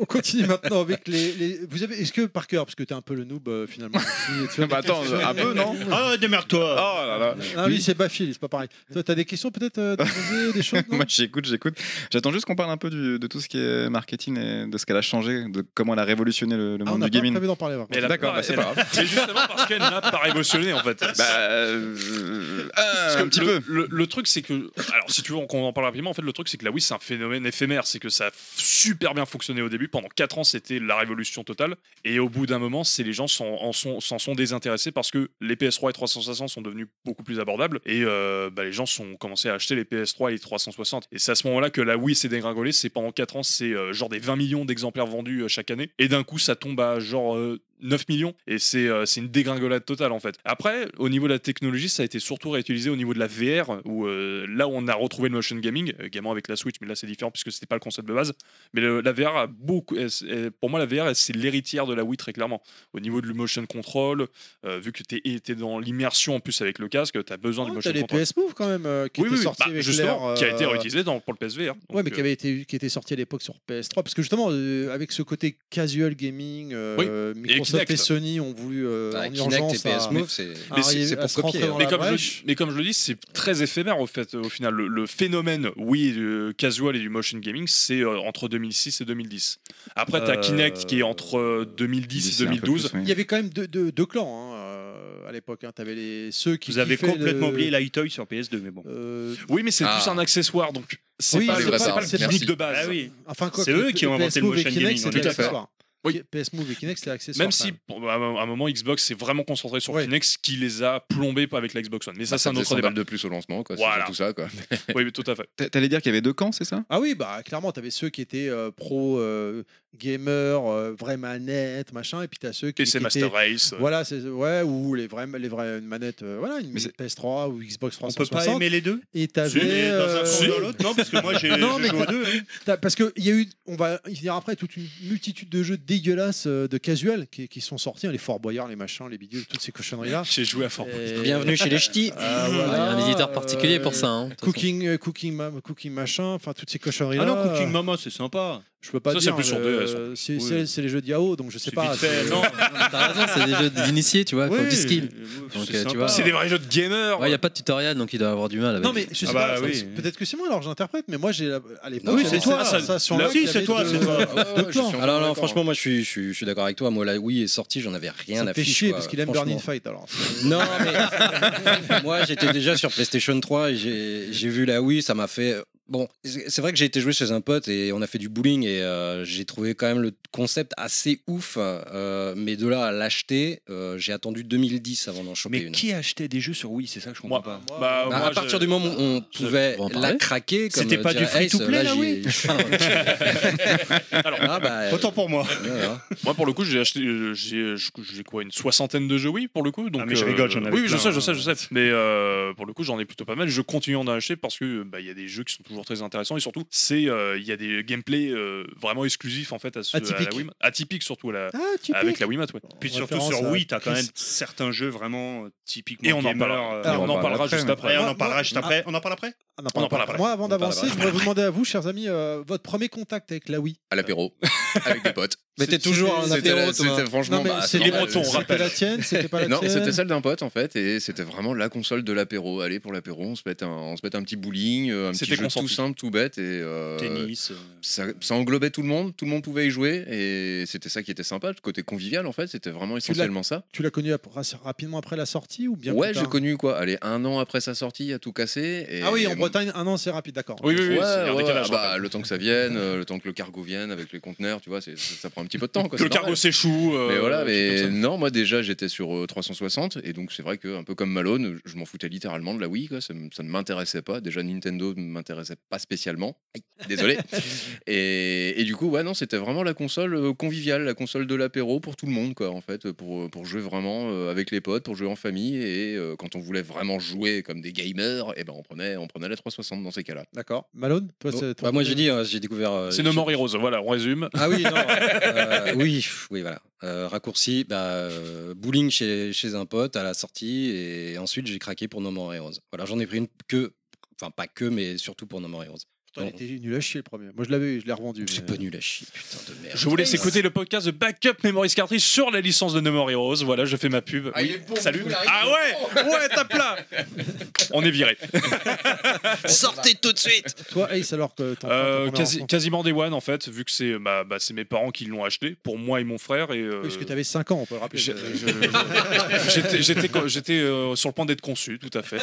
[SPEAKER 1] on continue maintenant avec les. les- vous avez. Est-ce que par cœur, parce que t'es un peu le noob euh, finalement. aussi, tu vois,
[SPEAKER 4] Bah attends, un peu non
[SPEAKER 3] Ah,
[SPEAKER 4] Oh
[SPEAKER 3] démerde-toi
[SPEAKER 4] là là.
[SPEAKER 8] Bah,
[SPEAKER 1] Ah oui, c'est Bafil, c'est pas pareil. Toi, t'as des questions peut-être euh, à te poser, des choses non
[SPEAKER 4] Moi j'écoute, j'écoute. J'attends juste qu'on parle un peu du- de tout ce qui est marketing et de ce qu'elle a changé, de comment elle a révolutionné le, le
[SPEAKER 1] Ah, On
[SPEAKER 4] monde
[SPEAKER 1] n'a
[SPEAKER 4] du
[SPEAKER 1] pas
[SPEAKER 4] gaming.
[SPEAKER 1] prévu d'en parler. par
[SPEAKER 8] Mais
[SPEAKER 1] contre.
[SPEAKER 8] elle a
[SPEAKER 4] D'accord, bah, c'est pas grave.
[SPEAKER 8] C'est justement parce qu'elle n'a pas révolutionné en fait.
[SPEAKER 4] Bah, euh,
[SPEAKER 8] Parce que
[SPEAKER 4] un petit
[SPEAKER 8] le,
[SPEAKER 4] peu.
[SPEAKER 8] Le, le truc c'est que alors si tu veux qu'on en parle rapidement en fait le truc c'est que la Wii c'est un phénomène éphémère c'est que ça a super bien fonctionné au début pendant 4 ans c'était la révolution totale et au bout d'un moment c'est les gens s'en en sont, s'en sont désintéressés parce que les PS3 et 360 sont devenus beaucoup plus abordables et euh, bah, les gens sont commencé à acheter les PS3 et les 360 et c'est à ce moment là que la Wii s'est dégringolée c'est pendant 4 ans c'est euh, genre des 20 millions d'exemplaires vendus euh, chaque année et d'un coup ça tombe à genre euh, 9 millions. Et c'est euh, c'est une dégringolade totale en fait. Après, au niveau de la technologie, ça a été surtout réutilisé au niveau de la VR, où euh, là où on a retrouvé le motion gaming, euh, également avec la Switch, mais là c'est différent puisque c'était pas le concept de base. Mais le- la VR a beaucoup. elle- elle- pour moi, la VR, elle, c'est l'héritière de la Wii très clairement. Au niveau du motion control, euh, vu que t'es es dans l'immersion en plus avec le casque, t'as besoin du
[SPEAKER 1] Oh,
[SPEAKER 8] motion
[SPEAKER 1] T'as les
[SPEAKER 8] control.
[SPEAKER 1] PS Move quand même euh, qui
[SPEAKER 8] Oui,
[SPEAKER 1] était
[SPEAKER 8] oui, oui,
[SPEAKER 1] sorti
[SPEAKER 8] bah,
[SPEAKER 1] avec
[SPEAKER 8] justement,
[SPEAKER 1] l'air,
[SPEAKER 8] qui a été
[SPEAKER 1] euh,
[SPEAKER 8] réutilisé dans, pour le PSVR.
[SPEAKER 1] Ouais, mais
[SPEAKER 8] Donc, euh.
[SPEAKER 1] qui avait été qui était sorti à l'époque sur PS3 parce que justement euh, avec ce côté casual gaming, euh, Microsoft
[SPEAKER 8] Kinect.
[SPEAKER 1] et, Sony ont voulu euh,
[SPEAKER 6] Ah,
[SPEAKER 1] en
[SPEAKER 6] Kinect
[SPEAKER 1] urgence
[SPEAKER 6] et PS
[SPEAKER 1] à-
[SPEAKER 6] Move, c'est
[SPEAKER 1] à
[SPEAKER 6] c'est-
[SPEAKER 1] arriver-
[SPEAKER 6] c'est
[SPEAKER 1] à
[SPEAKER 6] pour
[SPEAKER 1] se rentrer
[SPEAKER 6] copier.
[SPEAKER 1] dans
[SPEAKER 6] hein.
[SPEAKER 1] la
[SPEAKER 8] mais comme,
[SPEAKER 1] brèche.
[SPEAKER 8] je, mais comme je le dis, c'est très éphémère au fait. Au final, le, le phénomène, oui, du casual et du motion gaming, c'est euh, entre 2006 et 2010. Après, t'as
[SPEAKER 3] Euh,
[SPEAKER 8] Kinect qui est entre euh, 2010 et 2012.
[SPEAKER 1] Il y avait quand même deux, deux- deux clans hein, euh, à l'époque. Hein. T'avais les ceux qui
[SPEAKER 3] Vous avez
[SPEAKER 1] kiffaient
[SPEAKER 3] complètement
[SPEAKER 1] le-
[SPEAKER 3] oublié l'Itoy sur PS2, mais bon.
[SPEAKER 1] euh,
[SPEAKER 8] Oui, mais c'est
[SPEAKER 7] Ah.
[SPEAKER 8] plus un accessoire, donc c'est
[SPEAKER 1] Oui,
[SPEAKER 8] pas
[SPEAKER 1] c'est
[SPEAKER 8] le
[SPEAKER 1] pas-
[SPEAKER 8] pas
[SPEAKER 1] c'est
[SPEAKER 8] le
[SPEAKER 1] pas-
[SPEAKER 8] gimmick de base.
[SPEAKER 3] Ah oui.
[SPEAKER 1] Enfin quoi,
[SPEAKER 3] C'est
[SPEAKER 1] que
[SPEAKER 3] eux
[SPEAKER 1] le-
[SPEAKER 3] qui ont inventé
[SPEAKER 1] PS
[SPEAKER 3] le
[SPEAKER 1] Move et
[SPEAKER 3] motion
[SPEAKER 1] Kinect,
[SPEAKER 3] gaming,
[SPEAKER 1] c'était
[SPEAKER 3] tout à fait.
[SPEAKER 1] l'accessoire.
[SPEAKER 8] Oui.
[SPEAKER 1] PS Move et Kinect, c'était l'accessoire.
[SPEAKER 8] Même si, bon, à un moment, Xbox s'est vraiment concentré sur
[SPEAKER 1] Ouais.
[SPEAKER 8] Kinect, ce qui les a plombés avec la Xbox One. Mais ça, c'est un
[SPEAKER 7] faisait
[SPEAKER 8] autre
[SPEAKER 7] 100
[SPEAKER 8] débat.
[SPEAKER 7] balles de plus au lancement, quoi. c'est
[SPEAKER 8] Voilà.
[SPEAKER 7] Tout ça, quoi.
[SPEAKER 8] Oui, mais tout à fait.
[SPEAKER 4] T'a- T'allais dire qu'il y avait deux camps, c'est ça
[SPEAKER 1] Ah oui, bah clairement, t'avais ceux qui étaient euh, pro euh, gamer, euh, vraie manette, machin, et puis t'as ceux qui,
[SPEAKER 8] PC
[SPEAKER 1] qui
[SPEAKER 8] Master
[SPEAKER 1] étaient
[SPEAKER 3] euh.
[SPEAKER 8] Race. euh,
[SPEAKER 1] voilà, c'est ouais, ou les vraies les vraies manettes, euh, voilà, une
[SPEAKER 4] Mais c'est-
[SPEAKER 1] PS3 ou Xbox
[SPEAKER 3] On peut pas
[SPEAKER 1] 360.
[SPEAKER 3] aimer les deux
[SPEAKER 1] Et t'avais
[SPEAKER 3] Mais dans un
[SPEAKER 1] euh,
[SPEAKER 3] camp ou dans l'autre Non, parce que moi, j'ai
[SPEAKER 1] Ah Non,
[SPEAKER 3] j'ai
[SPEAKER 1] mais
[SPEAKER 3] joué aux deux.
[SPEAKER 1] T'as- Parce qu'il y a eu, on va y venir après, toute une multitude de jeux dégueulasses euh, de casual qui, qui sont sortis, hein, les Fort Boyard, les machins, les bidules, toutes ces cochonneries-là.
[SPEAKER 8] J'ai joué à Fort.
[SPEAKER 1] Et- euh,
[SPEAKER 6] Bienvenue chez les ch'tis.
[SPEAKER 1] Ah,
[SPEAKER 5] Il y
[SPEAKER 1] voilà,
[SPEAKER 5] a un éditeur particulier
[SPEAKER 1] euh,
[SPEAKER 5] pour ça. hein, de toute
[SPEAKER 1] Cooking, euh, cooking, mam, cooking machin, enfin toutes ces cochonneries-là.
[SPEAKER 3] Ah non, Cooking Mama, c'est sympa.
[SPEAKER 1] Je peux pas
[SPEAKER 8] Ça, c'est
[SPEAKER 1] dire.
[SPEAKER 8] plus sur
[SPEAKER 1] euh,
[SPEAKER 8] deux, elles sont-
[SPEAKER 1] c'est,
[SPEAKER 3] oui.
[SPEAKER 1] c'est- c'est les jeux d'Yao, donc je sais
[SPEAKER 3] C'est
[SPEAKER 1] pas.
[SPEAKER 3] vite fait.
[SPEAKER 1] c'est-
[SPEAKER 3] Non,
[SPEAKER 5] façon. T'as raison, c'est des jeux d'initiés, tu vois, il faut du skill. Donc, euh, tu vois.
[SPEAKER 8] C'est des vrais jeux de gamers.
[SPEAKER 5] Ouais, il n'y a pas de tutoriel, donc il doit avoir du mal avec.
[SPEAKER 1] Ah, Non, mais je sais
[SPEAKER 3] Ah bah
[SPEAKER 1] pas. ça-
[SPEAKER 3] oui.
[SPEAKER 1] Peut-être que c'est moi, alors j'interprète, mais moi j'ai la- à l'époque.
[SPEAKER 6] Oui, c'est
[SPEAKER 1] j'avais
[SPEAKER 3] toi,
[SPEAKER 1] ça,
[SPEAKER 3] ça-
[SPEAKER 1] ça sur
[SPEAKER 3] là,
[SPEAKER 1] l'heure
[SPEAKER 3] si,
[SPEAKER 1] qu'il y
[SPEAKER 3] c'est
[SPEAKER 1] avait
[SPEAKER 3] toi,
[SPEAKER 1] de-
[SPEAKER 3] c'est toi.
[SPEAKER 1] de
[SPEAKER 7] Ah ouais, ouais,
[SPEAKER 1] plans.
[SPEAKER 7] je suis en-
[SPEAKER 6] Alors, non,
[SPEAKER 7] D'accord.
[SPEAKER 6] franchement, moi je suis, je suis, je suis d'accord avec toi. Moi, la Wii est sortie, j'en avais rien
[SPEAKER 1] Ça
[SPEAKER 6] à
[SPEAKER 1] me fait
[SPEAKER 6] fiche.
[SPEAKER 1] chier
[SPEAKER 6] quoi,
[SPEAKER 1] parce qu'il aime
[SPEAKER 6] franchement.
[SPEAKER 1] Burning Fight alors.
[SPEAKER 6] Non, mais moi j'étais déjà sur PlayStation 3 et j'ai j'ai vu la Wii, ça m'a fait. euh, Bon, c'est c'est vrai que j'ai été jouer chez un pote et on a fait du bowling et euh, j'ai trouvé quand même le concept assez ouf, euh, mais de là à l'acheter, euh, j'ai attendu 2010 avant d'en choper
[SPEAKER 3] Mais
[SPEAKER 6] une.
[SPEAKER 3] qui achetait des jeux sur Wii C'est ça que je comprends
[SPEAKER 8] Moi,
[SPEAKER 3] pas.
[SPEAKER 6] Bah,
[SPEAKER 8] bah, moi,
[SPEAKER 6] à partir
[SPEAKER 8] je-
[SPEAKER 6] du moment où on pouvait
[SPEAKER 5] on va en parler.
[SPEAKER 6] la craquer, comme
[SPEAKER 3] C'était pas du
[SPEAKER 6] dirait Ace,
[SPEAKER 3] free-to-play,
[SPEAKER 6] là,
[SPEAKER 3] là,
[SPEAKER 6] j'y-
[SPEAKER 3] oui.
[SPEAKER 8] Alors,
[SPEAKER 6] ah, bah, euh,
[SPEAKER 3] Autant pour moi.
[SPEAKER 6] voilà.
[SPEAKER 8] Moi, pour le coup, j'ai acheté, euh, j'ai, euh, je- j'ai quoi, une soixantaine de jeux Wii pour le coup. Donc, euh,
[SPEAKER 3] Ah, mais je rigole, j'en avais
[SPEAKER 8] Oui, je
[SPEAKER 3] plein,
[SPEAKER 8] sais, je
[SPEAKER 3] hein.
[SPEAKER 8] sais, je sais. Mais euh, pour le coup, j'en ai plutôt pas mal. Je continue à en acheter parce que bah, il y a des jeux qui sont toujours très intéressants et surtout, c'est euh, il y a des gameplays euh, vraiment exclusifs en fait à, ce, à la
[SPEAKER 1] Atypiques.
[SPEAKER 8] Wiimote. Atypiques surtout à la-
[SPEAKER 1] Ah, tu
[SPEAKER 8] avec la Wiimote. ouais.
[SPEAKER 3] Puis
[SPEAKER 1] En
[SPEAKER 3] surtout
[SPEAKER 1] référence
[SPEAKER 3] sur
[SPEAKER 1] à
[SPEAKER 3] Wii, t'as quand
[SPEAKER 1] Chris.
[SPEAKER 3] même certains jeux vraiment euh, typiquement
[SPEAKER 8] euh, Et on en
[SPEAKER 3] gamer,
[SPEAKER 8] parlera.
[SPEAKER 3] euh,
[SPEAKER 8] Et
[SPEAKER 4] on en
[SPEAKER 8] on, en
[SPEAKER 4] parle
[SPEAKER 8] parlera
[SPEAKER 4] après,
[SPEAKER 8] juste
[SPEAKER 4] mais-
[SPEAKER 8] après.
[SPEAKER 3] Ouais, on
[SPEAKER 1] Moi-
[SPEAKER 3] en parlera
[SPEAKER 1] moi-
[SPEAKER 3] juste après. On en parle après
[SPEAKER 1] Ah, non,
[SPEAKER 8] On en
[SPEAKER 1] pas-
[SPEAKER 8] parle
[SPEAKER 1] pas-
[SPEAKER 8] après.
[SPEAKER 1] Moi, avant
[SPEAKER 6] parle
[SPEAKER 1] d'avancer,
[SPEAKER 6] après.
[SPEAKER 1] je voudrais vous demander à vous, chers amis, euh, votre premier contact avec la Wii.
[SPEAKER 7] À l'apéro, avec des potes.
[SPEAKER 6] Mais t'es
[SPEAKER 1] C'était-
[SPEAKER 6] toujours un
[SPEAKER 7] C'était
[SPEAKER 6] apéro, toi.
[SPEAKER 7] la- c'était franchement.
[SPEAKER 1] Non, mais
[SPEAKER 7] bah,
[SPEAKER 1] c'est
[SPEAKER 7] c'est
[SPEAKER 8] les
[SPEAKER 7] normal.
[SPEAKER 8] Bretons,
[SPEAKER 7] C'est-
[SPEAKER 8] rappelle.
[SPEAKER 1] C'était la tienne, c'était pas la
[SPEAKER 7] Non,
[SPEAKER 1] tienne.
[SPEAKER 7] c'était celle d'un pote en fait, et c'était vraiment la console de l'apéro. Allez, pour l'apéro, on se pète un, on se pète un petit bowling, euh, un petit
[SPEAKER 8] C'était
[SPEAKER 7] jeu
[SPEAKER 8] consenti.
[SPEAKER 7] tout simple, tout bête, et euh,
[SPEAKER 3] Tennis. euh,
[SPEAKER 7] ça, ça englobait tout le monde, tout le monde pouvait y jouer, et c'était ça qui était sympa, le côté convivial en fait, c'était vraiment
[SPEAKER 1] l'as-
[SPEAKER 7] essentiellement ça.
[SPEAKER 1] Tu l'as connue ap- rass- rapidement après la sortie ou bien
[SPEAKER 7] Ouais,
[SPEAKER 1] plus
[SPEAKER 7] j'ai
[SPEAKER 1] tard
[SPEAKER 7] connu quoi, allez, un an après sa sortie, à tout casser. Et
[SPEAKER 1] Ah oui, en
[SPEAKER 7] et-
[SPEAKER 1] Bretagne, un an, c'est rapide, d'accord.
[SPEAKER 8] Oui, oui, oui.
[SPEAKER 7] Ouais,
[SPEAKER 8] c'est un
[SPEAKER 7] ouais,
[SPEAKER 8] décalage,
[SPEAKER 7] ouais, bah,
[SPEAKER 8] en fait.
[SPEAKER 7] le temps que ça vienne, euh, le temps que le cargo vienne avec les conteneurs, tu vois, c'est- ça, ça prend un petit peu de temps. Quoi,
[SPEAKER 8] Que le
[SPEAKER 7] c'est
[SPEAKER 8] cargo
[SPEAKER 7] normal.
[SPEAKER 8] s'échoue. euh,
[SPEAKER 7] Mais voilà,
[SPEAKER 8] des trucs
[SPEAKER 7] mais
[SPEAKER 8] comme ça.
[SPEAKER 7] non, moi déjà j'étais sur euh, 360 et donc c'est vrai que un peu comme Malone, je m'en foutais littéralement de la Wii, quoi, ça, m- ça ne m'intéressait pas. Déjà Nintendo ne m'intéressait pas spécialement. Aïe, désolé. et, et du coup, ouais, non, c'était vraiment la console euh, conviviale, la console de l'apéro pour tout le monde, quoi, en fait, pour, pour jouer vraiment euh, avec les potes, pour jouer en famille et euh, quand on voulait vraiment jouer comme des gamers, et ben on prenait, on prenait la 360 dans ces cas-là.
[SPEAKER 1] D'accord. Malone, toi,
[SPEAKER 8] Oh.
[SPEAKER 6] Bon,
[SPEAKER 1] c'est
[SPEAKER 6] bah, moi j'ai dit, euh, j'ai découvert. euh,
[SPEAKER 8] C'est No More Heroes, voilà, on résume.
[SPEAKER 6] Ah oui, non. euh, oui, pff, oui, voilà. Euh, raccourci, bah, euh, bowling chez, chez un pote à la sortie, et ensuite j'ai craqué pour No More Heroes. Voilà, j'en ai pris une que, enfin pas que, mais surtout pour No More Heroes.
[SPEAKER 1] Putain, il était nul à chier le premier. Moi, je l'avais, eu, je l'ai revendu.
[SPEAKER 6] C'est
[SPEAKER 1] mais-
[SPEAKER 6] pas nul à chier, putain de merde.
[SPEAKER 8] euh. Je vous laisse
[SPEAKER 6] Ouais.
[SPEAKER 8] écouter le podcast de Backup Memories Cartridge sur la licence de No More Heroes. Voilà, je fais ma pub.
[SPEAKER 7] Ah, il
[SPEAKER 8] Oui,
[SPEAKER 7] est bon,
[SPEAKER 8] Salut.
[SPEAKER 7] du coup, il arrive,
[SPEAKER 8] Ah ouais, ouais, tape là. On est viré.
[SPEAKER 6] Sortez tout de suite
[SPEAKER 1] Toi, Ace, alors que ton- ton
[SPEAKER 8] Euh,
[SPEAKER 1] première
[SPEAKER 8] quasi-
[SPEAKER 1] rencontre.
[SPEAKER 8] quasiment Day One en fait, vu que c'est bah, bah, c'est mes parents qui l'ont acheté pour moi et mon frère et. euh,
[SPEAKER 1] Oui, Parce que t'avais 5 ans, on peut le rappeler.
[SPEAKER 8] j'ai-
[SPEAKER 1] Euh,
[SPEAKER 8] je- J'étais j'étais co- j'étais, euh, sur le point d'être conçu, tout à fait.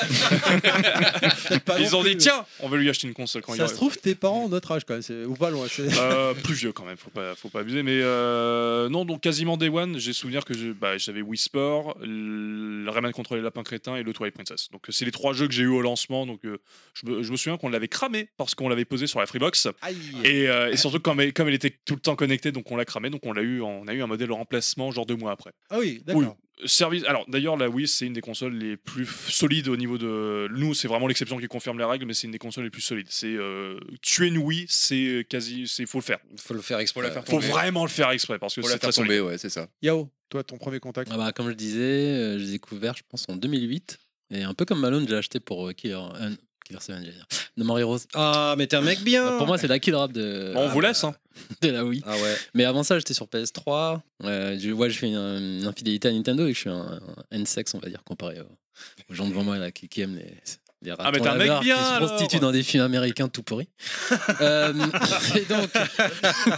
[SPEAKER 1] peut-être pas
[SPEAKER 8] Ils
[SPEAKER 1] non
[SPEAKER 8] ont dit
[SPEAKER 1] plus.
[SPEAKER 8] tiens, on va lui acheter une console quand il
[SPEAKER 1] Ah, euh, Ça se
[SPEAKER 8] aura-
[SPEAKER 1] trouve, tes parents ont notre âge quand même, c'est- ou pas loin. c'est-
[SPEAKER 8] Euh, plus vieux quand même, faut pas, faut pas abuser. Mais euh, non, donc quasiment Day One, j'ai souvenir que je- bah, j'avais Wii Sport, le Rayman contre les lapins crétins et le Twilight Princess. Donc c'est les trois jeux que j'ai eu au lancement. Donc euh, Je me, je me souviens qu'on l'avait cramé parce qu'on l'avait posé sur la Freebox.
[SPEAKER 1] Aïe.
[SPEAKER 8] Et, euh, et surtout, comme elle, comme elle était tout le temps connectée, donc on l'a cramé. Donc on, l'a eu, en- on a eu un modèle en remplacement, genre deux mois après.
[SPEAKER 1] Ah oui,
[SPEAKER 8] Oui.
[SPEAKER 1] d'accord.
[SPEAKER 8] Service. Alors d'ailleurs, la Wii, c'est une des consoles les plus f- solides au niveau de. Nous, c'est vraiment l'exception qui confirme la règle, mais c'est une des consoles les plus solides. C'est euh, tuer une Wii, c'est euh, quasi, c'est faut le faire.
[SPEAKER 6] Faut le faire exprès.
[SPEAKER 7] Faut la faire
[SPEAKER 8] Faut
[SPEAKER 7] tomber.
[SPEAKER 8] vraiment le faire exprès parce que
[SPEAKER 7] Faut la
[SPEAKER 8] c'est
[SPEAKER 7] faire
[SPEAKER 8] très
[SPEAKER 7] tomber,
[SPEAKER 8] solide.
[SPEAKER 7] ouais, c'est ça.
[SPEAKER 1] Yao, toi, ton premier contact.
[SPEAKER 5] Ah bah, comme je disais, euh, je l'ai découvert, je pense, en 2008. Et un peu comme Malone, j'ai acheté pour euh, Killer, euh, Killer Seven, j'allais dire. No More Heroes.
[SPEAKER 6] Ah, mais t'es un mec bien.
[SPEAKER 5] Bah, pour moi, c'est la kill rap de,
[SPEAKER 8] Bon, on vous laisse. hein.
[SPEAKER 5] de la Wii.
[SPEAKER 6] Ah ouais.
[SPEAKER 5] Mais avant ça, j'étais sur PS3. Euh, je, ouais, je fais une, une infidélité à Nintendo et que je suis un, un N-sex, on va dire, comparé aux, aux gens devant moi là, qui, qui aiment les. les ratons
[SPEAKER 8] Ah, mais t'es un mec
[SPEAKER 5] laveurs
[SPEAKER 8] bien,
[SPEAKER 5] qui se
[SPEAKER 8] alors
[SPEAKER 5] prostituent dans des films américains tout pourris. Euh, et donc,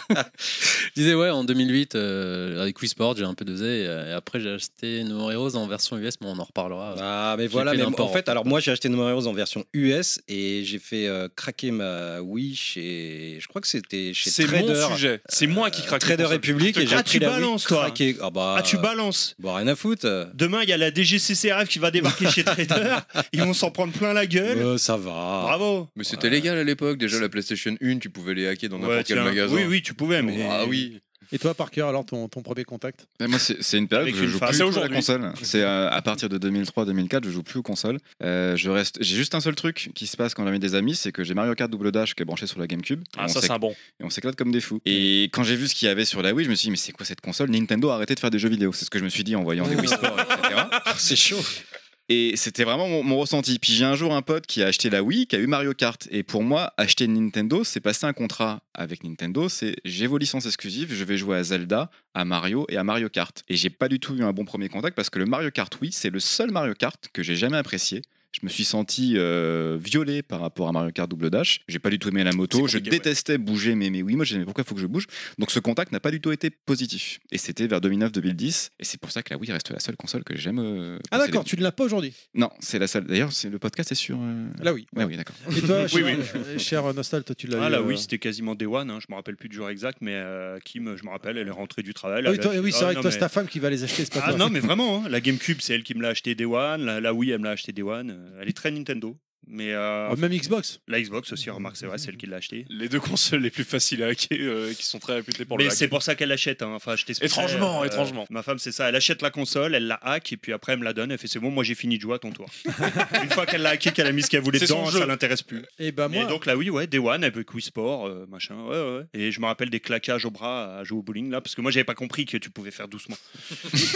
[SPEAKER 5] je disais ouais, en 2008, euh, avec Wii Sport, j'ai un peu dosé. Et, euh, et après, j'ai acheté No More Heroes en version US, mais on en reparlera.
[SPEAKER 6] Ah, mais
[SPEAKER 5] J'ai
[SPEAKER 6] voilà,
[SPEAKER 5] fait
[SPEAKER 6] mais
[SPEAKER 5] l'import,
[SPEAKER 6] en
[SPEAKER 5] en
[SPEAKER 6] fait,
[SPEAKER 5] fait.
[SPEAKER 6] alors moi j'ai acheté No More Heroes en version US et j'ai fait euh, craquer ma Wii chez. Je crois que c'était chez
[SPEAKER 8] C'est
[SPEAKER 6] Trader.
[SPEAKER 8] mon sujet. C'est moi qui
[SPEAKER 6] euh,
[SPEAKER 8] craque. les
[SPEAKER 6] Trader
[SPEAKER 8] consoles.
[SPEAKER 6] République
[SPEAKER 3] Ah,
[SPEAKER 6] et j'ai
[SPEAKER 3] tu
[SPEAKER 6] pris la Wii
[SPEAKER 3] balances, toi.
[SPEAKER 6] craquée. Ah bah.
[SPEAKER 3] Ah, tu balances.
[SPEAKER 6] Bon, rien à foutre.
[SPEAKER 8] Ah,
[SPEAKER 3] Demain, il y a la DGCCRF qui va débarquer chez Trader. Ils vont s'en prendre plein la gueule.
[SPEAKER 6] Euh, ça va.
[SPEAKER 3] Bravo.
[SPEAKER 7] Mais c'était légal à l'époque. Déjà, la PlayStation 1, tu pouvais les hacker dans n'importe
[SPEAKER 3] Ouais,
[SPEAKER 7] quel
[SPEAKER 3] tiens.
[SPEAKER 7] magasin.
[SPEAKER 3] Oui, oui, tu pouvais, mais.
[SPEAKER 7] Ah oui.
[SPEAKER 1] Et toi, Parker, alors ton, ton premier contact
[SPEAKER 4] Mais moi, c'est c'est une période
[SPEAKER 3] Avec
[SPEAKER 4] où je
[SPEAKER 3] une
[SPEAKER 4] joue
[SPEAKER 3] femme.
[SPEAKER 4] plus
[SPEAKER 8] C'est
[SPEAKER 4] trop à la
[SPEAKER 8] aujourd'hui.
[SPEAKER 4] console. C'est euh, à partir de 2003-2004, je joue plus aux consoles. Euh, je reste. J'ai juste un seul truc qui se passe quand on a mis des amis, c'est que j'ai Mario Kart Double Dash qui est branché sur la GameCube. Et
[SPEAKER 8] Ah,
[SPEAKER 4] on
[SPEAKER 8] ça,
[SPEAKER 4] s'éc-
[SPEAKER 8] c'est un bon.
[SPEAKER 4] et on s'éclate comme des fous. Et quand j'ai vu ce qu'il y avait sur la Wii, je me suis dit mais c'est quoi cette console Nintendo a arrêté de faire des jeux vidéo. C'est ce que je me suis dit en voyant des Wii Sports, etc.
[SPEAKER 6] C'est chaud.
[SPEAKER 4] Ah, Et c'était vraiment mon, mon ressenti. Puis j'ai un jour un pote qui a acheté la Wii, qui a eu Mario Kart. Et pour moi, acheter une Nintendo, c'est passer un contrat avec Nintendo. C'est j'ai vos licences exclusives, je vais jouer à Zelda, à Mario et à Mario Kart. Et j'ai pas du tout eu un bon premier contact parce que le Mario Kart Wii, c'est le seul Mario Kart que j'ai jamais apprécié. Je me suis senti euh, violé par rapport à Mario Kart Double Dash. J'ai pas du tout aimé la moto.
[SPEAKER 8] C'est
[SPEAKER 4] Je
[SPEAKER 8] compliqué, ouais.
[SPEAKER 4] détestais bouger mes, mes Wii. Moi, j'aimais pourquoi faut que je bouge. Donc ce contact n'a pas du tout été positif. Et c'était vers 2009-2010. Et c'est pour ça que la Wii reste la seule console que j'aime. euh,
[SPEAKER 1] Ah
[SPEAKER 4] posséder.
[SPEAKER 1] d'accord, tu ne l'as pas aujourd'hui.
[SPEAKER 4] Non, c'est la salle. D'ailleurs, c'est le podcast est sur. euh,
[SPEAKER 1] Là oui.
[SPEAKER 4] Ouais, oui, d'accord.
[SPEAKER 1] Et toi, cher,
[SPEAKER 8] oui.
[SPEAKER 1] euh, cher Nostal, toi tu l'as
[SPEAKER 3] Ah
[SPEAKER 1] eu,
[SPEAKER 3] là
[SPEAKER 1] euh,
[SPEAKER 3] oui, c'était quasiment Day One, hein. je me rappelle plus du jour exact, mais euh, Kim, je me rappelle, elle est rentrée du travail.
[SPEAKER 1] Ah oui,
[SPEAKER 3] elle a-
[SPEAKER 1] toi- oui, c'est
[SPEAKER 3] Ah,
[SPEAKER 1] vrai que
[SPEAKER 3] non,
[SPEAKER 1] toi,
[SPEAKER 3] mais-
[SPEAKER 1] c'est ta femme qui va les acheter, c'est pas
[SPEAKER 3] Ah
[SPEAKER 1] toi.
[SPEAKER 3] non mais vraiment, hein. la GameCube c'est elle qui me l'a acheté Day One, la, la Wii elle me l'a acheté Day One, Euh, elle est très Nintendo, mais euh,
[SPEAKER 1] Ah, Même Xbox.
[SPEAKER 3] la Xbox aussi hein, remarque c'est vrai c'est elle qui l'a acheté.
[SPEAKER 8] Les deux consoles les plus faciles à hacker, euh, qui sont très réputées pour le
[SPEAKER 3] Mais
[SPEAKER 8] hack.
[SPEAKER 3] c'est pour ça qu'elle l'achète, hein. enfin je t'expliquerai,
[SPEAKER 8] Étrangement, étrangement.
[SPEAKER 3] Ma femme c'est ça, elle achète la console, elle la hack et puis après elle me la donne, elle fait c'est bon moi j'ai fini de jouer à ton tour. Une fois qu'elle l'a hacké, qu'elle a mis ce qu'elle voulait
[SPEAKER 8] C'est son
[SPEAKER 3] dedans,
[SPEAKER 8] jeu.
[SPEAKER 3] ça l'intéresse plus.
[SPEAKER 1] Et bah
[SPEAKER 3] Et
[SPEAKER 1] moi,
[SPEAKER 3] donc là, oui, ouais, Day One avec Wii Sport, euh, machin, ouais, ouais, ouais. Et je me rappelle des claquages au bras à jouer au bowling là, parce que moi j'avais pas compris que tu pouvais faire doucement.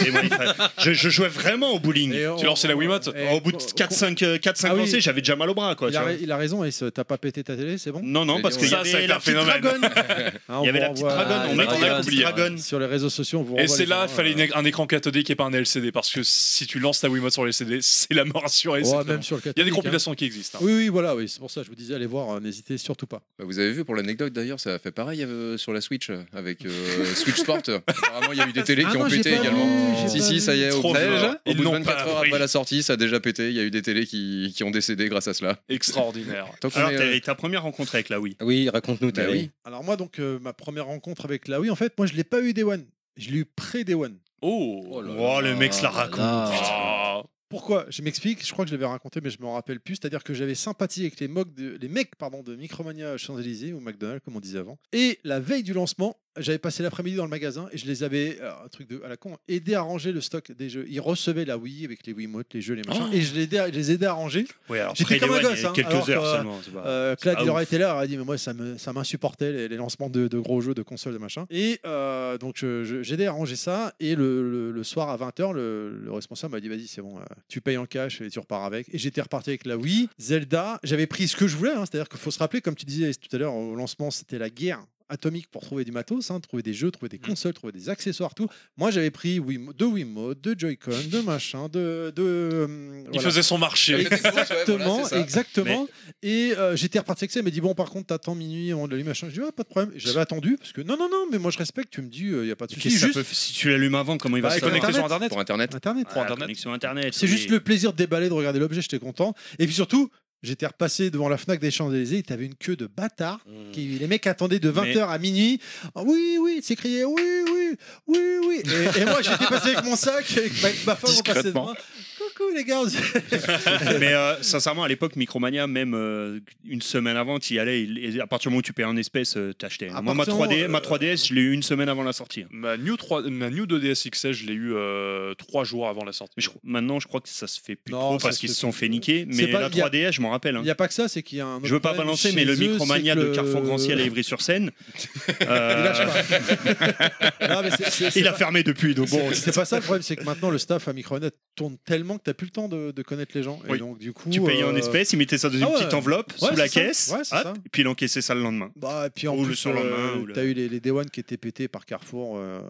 [SPEAKER 3] Et moi, il fallait- je, je jouais vraiment au bowling.
[SPEAKER 1] Et on-
[SPEAKER 8] Tu lançais la Wiimote
[SPEAKER 1] et-
[SPEAKER 3] au bout de 4-5 euh, 4-5
[SPEAKER 1] Ah oui.
[SPEAKER 3] lancers, j'avais déjà mal au bras quoi.
[SPEAKER 1] Il
[SPEAKER 3] tu
[SPEAKER 1] a,
[SPEAKER 3] vois.
[SPEAKER 1] il a raison, Ace, t'as pas pété ta télé, c'est bon
[SPEAKER 3] Non, non, parce qu'il y
[SPEAKER 8] Ça, ça a
[SPEAKER 3] avait
[SPEAKER 8] été
[SPEAKER 3] la
[SPEAKER 8] un
[SPEAKER 3] petite
[SPEAKER 8] phénomène.
[SPEAKER 3] dragonne.
[SPEAKER 1] Hein, on
[SPEAKER 3] Il y avait
[SPEAKER 1] vous
[SPEAKER 3] la petite
[SPEAKER 1] renvoie-
[SPEAKER 3] dragonne. On
[SPEAKER 5] Ah,
[SPEAKER 3] mettait
[SPEAKER 5] la
[SPEAKER 3] la petite
[SPEAKER 8] dragonne.
[SPEAKER 3] dragonne.
[SPEAKER 1] Sur les réseaux sociaux, on vous
[SPEAKER 8] Et
[SPEAKER 1] renvoie
[SPEAKER 8] c'est
[SPEAKER 1] les
[SPEAKER 8] là,
[SPEAKER 1] gens,
[SPEAKER 8] fallait
[SPEAKER 1] euh,
[SPEAKER 8] une é- un écran cathodique et pas un LCD, parce que si tu lances ta Wiimote sur le LCD, c'est la mort assurée. c'est
[SPEAKER 1] ouais,
[SPEAKER 8] clair.
[SPEAKER 1] même sur le
[SPEAKER 8] Il y a des
[SPEAKER 1] catholique,
[SPEAKER 8] compilations qui existent.
[SPEAKER 1] hein.
[SPEAKER 8] hein.
[SPEAKER 1] Oui, oui, voilà, oui, c'est pour ça que je vous disais, allez voir, euh, n'hésitez surtout pas.
[SPEAKER 7] Bah, vous avez vu pour l'anecdote d'ailleurs, ça a fait pareil euh, sur la Switch euh, avec euh, Switch Sport. Apparemment, il y a eu des télés
[SPEAKER 1] Ah
[SPEAKER 7] qui
[SPEAKER 1] non,
[SPEAKER 7] ont
[SPEAKER 1] j'ai
[SPEAKER 7] pété
[SPEAKER 1] pas vu,
[SPEAKER 7] également.
[SPEAKER 1] j'ai
[SPEAKER 7] si,
[SPEAKER 1] pas
[SPEAKER 7] si,
[SPEAKER 1] vu.
[SPEAKER 7] ça y est, au
[SPEAKER 8] Trop
[SPEAKER 7] bout,
[SPEAKER 8] fort.
[SPEAKER 7] déjà au
[SPEAKER 8] Ils
[SPEAKER 7] bout de
[SPEAKER 8] n'ont
[SPEAKER 7] 24
[SPEAKER 8] pas
[SPEAKER 7] heures
[SPEAKER 8] appris.
[SPEAKER 7] après la sortie, ça a déjà pété. Il y a eu des télés qui, qui ont décédé grâce à cela.
[SPEAKER 8] Extraordinaire.
[SPEAKER 7] Tant qu'on
[SPEAKER 3] Alors,
[SPEAKER 7] est, euh,
[SPEAKER 1] euh,
[SPEAKER 3] t'as- ta première rencontre avec la Wii.
[SPEAKER 6] Oui, raconte-nous ta
[SPEAKER 7] Bah
[SPEAKER 6] Wii.
[SPEAKER 7] oui.
[SPEAKER 1] Alors moi, donc, euh, ma première rencontre avec la oui, en fait, moi, je l'ai pas eu Day One. Je l'ai eu pré-Day One.
[SPEAKER 8] Oh
[SPEAKER 3] Oh, le mec se
[SPEAKER 5] là
[SPEAKER 3] la raconte.
[SPEAKER 5] là.
[SPEAKER 8] Ah.
[SPEAKER 1] Pourquoi Je m'explique, je crois que je l'avais raconté, mais je me rappelle plus. C'est-à-dire que j'avais sympathisé avec les, mocs de- les mecs pardon, de Micromania Champs-Élysées ou McDonald's, comme on disait avant. Et la veille du lancement, j'avais passé l'après-midi dans le magasin et je les avais, euh, un truc de, à la con, aidé à ranger le stock des jeux. Ils recevaient la Wii avec les Wiimotes, les jeux, les machins.
[SPEAKER 3] Oh.
[SPEAKER 1] Et je les, aidais à- je les aidais à ranger.
[SPEAKER 3] Ouais, alors,
[SPEAKER 1] J'étais
[SPEAKER 3] après,
[SPEAKER 1] comme un
[SPEAKER 3] Day One,
[SPEAKER 1] gosse,
[SPEAKER 3] il y a
[SPEAKER 1] hein, alors
[SPEAKER 3] quelques
[SPEAKER 1] que,
[SPEAKER 3] heures
[SPEAKER 1] euh,
[SPEAKER 3] seulement. bah, c'est pas-
[SPEAKER 1] Euh, Claude,
[SPEAKER 3] pas
[SPEAKER 1] il
[SPEAKER 3] ouf.
[SPEAKER 1] aurait été là, il aurait dit mais moi ça me ça m'insupportait les, les lancements de, de gros jeux, de consoles, de machin. Et euh, donc je- je- j'ai dérangé ça et le, le- le soir à 20h le, le responsable m'a dit vas-y c'est bon, euh, tu payes en cash et tu repars avec. Et j'étais reparti avec la Wii, Zelda, j'avais pris ce que je voulais, hein. c'est-à-dire qu'il faut se rappeler comme tu disais tout à l'heure au lancement c'était la guerre atomique pour trouver du matos, hein, trouver des jeux, trouver
[SPEAKER 3] Mm.
[SPEAKER 1] des consoles, trouver des accessoires, tout. Moi j'avais pris Wimo- deux Wiimote, deux Joy-Con, deux machins, deux... deux euh,
[SPEAKER 8] Il
[SPEAKER 1] voilà.
[SPEAKER 8] faisait son marché.
[SPEAKER 1] Exactement,
[SPEAKER 7] voilà, c'est ça.
[SPEAKER 1] exactement. Et euh, j'étais reparti avec ça. Il m'a dit Bon, par contre, t'attends minuit avant de l'allumer, machin. Je dis Ouais, pas de problème. J'avais attendu parce que non, non, non, mais moi je respecte. Tu me dis, il n'y a pas de
[SPEAKER 3] Qu'est-ce
[SPEAKER 1] souci.
[SPEAKER 3] que ça
[SPEAKER 1] Juste
[SPEAKER 3] peut- Si tu l'allumes avant, comment il va
[SPEAKER 1] Bah,
[SPEAKER 3] se
[SPEAKER 1] c'est
[SPEAKER 8] Connecté
[SPEAKER 1] Internet.
[SPEAKER 8] sur Internet.
[SPEAKER 7] pour Internet.
[SPEAKER 1] Internet.
[SPEAKER 3] Pour
[SPEAKER 8] Internet.
[SPEAKER 3] Internet. Internet
[SPEAKER 1] C'est
[SPEAKER 3] oui.
[SPEAKER 1] juste le plaisir de déballer, de regarder l'objet. J'étais content. Et puis surtout, j'étais repassé devant la Fnac des Champs-Élysées. T'avais une queue de bâtard. Qui, les mecs attendaient de 20h
[SPEAKER 3] Mm. Mais-
[SPEAKER 1] à minuit. Ah, Oui, oui, c'est crié oui, oui, oui, oui. Et, et moi, j'étais passé avec mon sac, avec ma, ma femme, on passait
[SPEAKER 4] Discrètement.
[SPEAKER 1] devant. Coucou, les gars
[SPEAKER 3] Mais euh, sincèrement, à l'époque, Micromania, même euh, une semaine avant, tu y allais. il- et à partir du moment où tu payais en espèces, euh, t'achetais.
[SPEAKER 1] À
[SPEAKER 3] Moi, ma,
[SPEAKER 1] partir
[SPEAKER 3] 3D,
[SPEAKER 1] où,
[SPEAKER 3] ma
[SPEAKER 1] euh,
[SPEAKER 3] 3DS, je l'ai eu une semaine avant la sortie.
[SPEAKER 8] Ma New, 3, ma New 2DS XL, je l'ai eu euh, trois jours avant la sortie.
[SPEAKER 3] Mais je- maintenant, je crois que ça se fait plus
[SPEAKER 1] Non,
[SPEAKER 3] trop
[SPEAKER 1] ça
[SPEAKER 3] parce
[SPEAKER 1] se
[SPEAKER 3] qu'ils
[SPEAKER 1] fait
[SPEAKER 3] se sont
[SPEAKER 1] plus.
[SPEAKER 3] fait niquer.
[SPEAKER 1] C'est
[SPEAKER 3] Mais
[SPEAKER 1] pas-
[SPEAKER 3] la
[SPEAKER 1] y a-
[SPEAKER 3] 3DS, je m'en rappelle. hein.
[SPEAKER 1] Il n'y a pas que ça, c'est qu'il y a un. autre
[SPEAKER 3] Je veux pas
[SPEAKER 1] problème
[SPEAKER 3] balancer, mais
[SPEAKER 1] chez
[SPEAKER 3] le
[SPEAKER 1] eux,
[SPEAKER 3] Micromania
[SPEAKER 1] c'est que
[SPEAKER 3] de Carrefour Grancier à Évry-sur-Seine, euh,
[SPEAKER 1] Il lâche pas. Non, mais c'est- c'est- c'est
[SPEAKER 3] il a
[SPEAKER 1] pas-
[SPEAKER 3] fermé depuis. Donc bon,
[SPEAKER 1] c'est- C'est pas ça le problème, c'est que maintenant le staff à Micronet tourne tellement que t'as plus le temps de, de connaître les gens. Et
[SPEAKER 3] Oui.
[SPEAKER 1] donc du coup.
[SPEAKER 3] tu payais en
[SPEAKER 1] euh,
[SPEAKER 3] espèces, il mettait ça dans une
[SPEAKER 1] ah ouais.
[SPEAKER 3] petite enveloppe
[SPEAKER 1] Ouais,
[SPEAKER 3] sous
[SPEAKER 1] c'est
[SPEAKER 3] la
[SPEAKER 1] ça.
[SPEAKER 3] caisse,
[SPEAKER 1] Ouais, c'est
[SPEAKER 3] hop,
[SPEAKER 1] ça.
[SPEAKER 3] et puis il encaissait ça le lendemain.
[SPEAKER 1] Bah, et puis en
[SPEAKER 3] Ou le
[SPEAKER 1] plus,
[SPEAKER 3] surlendemain,
[SPEAKER 1] euh,
[SPEAKER 3] ou le-
[SPEAKER 1] t'as eu les, les Day One qui étaient pétés par Carrefour, euh,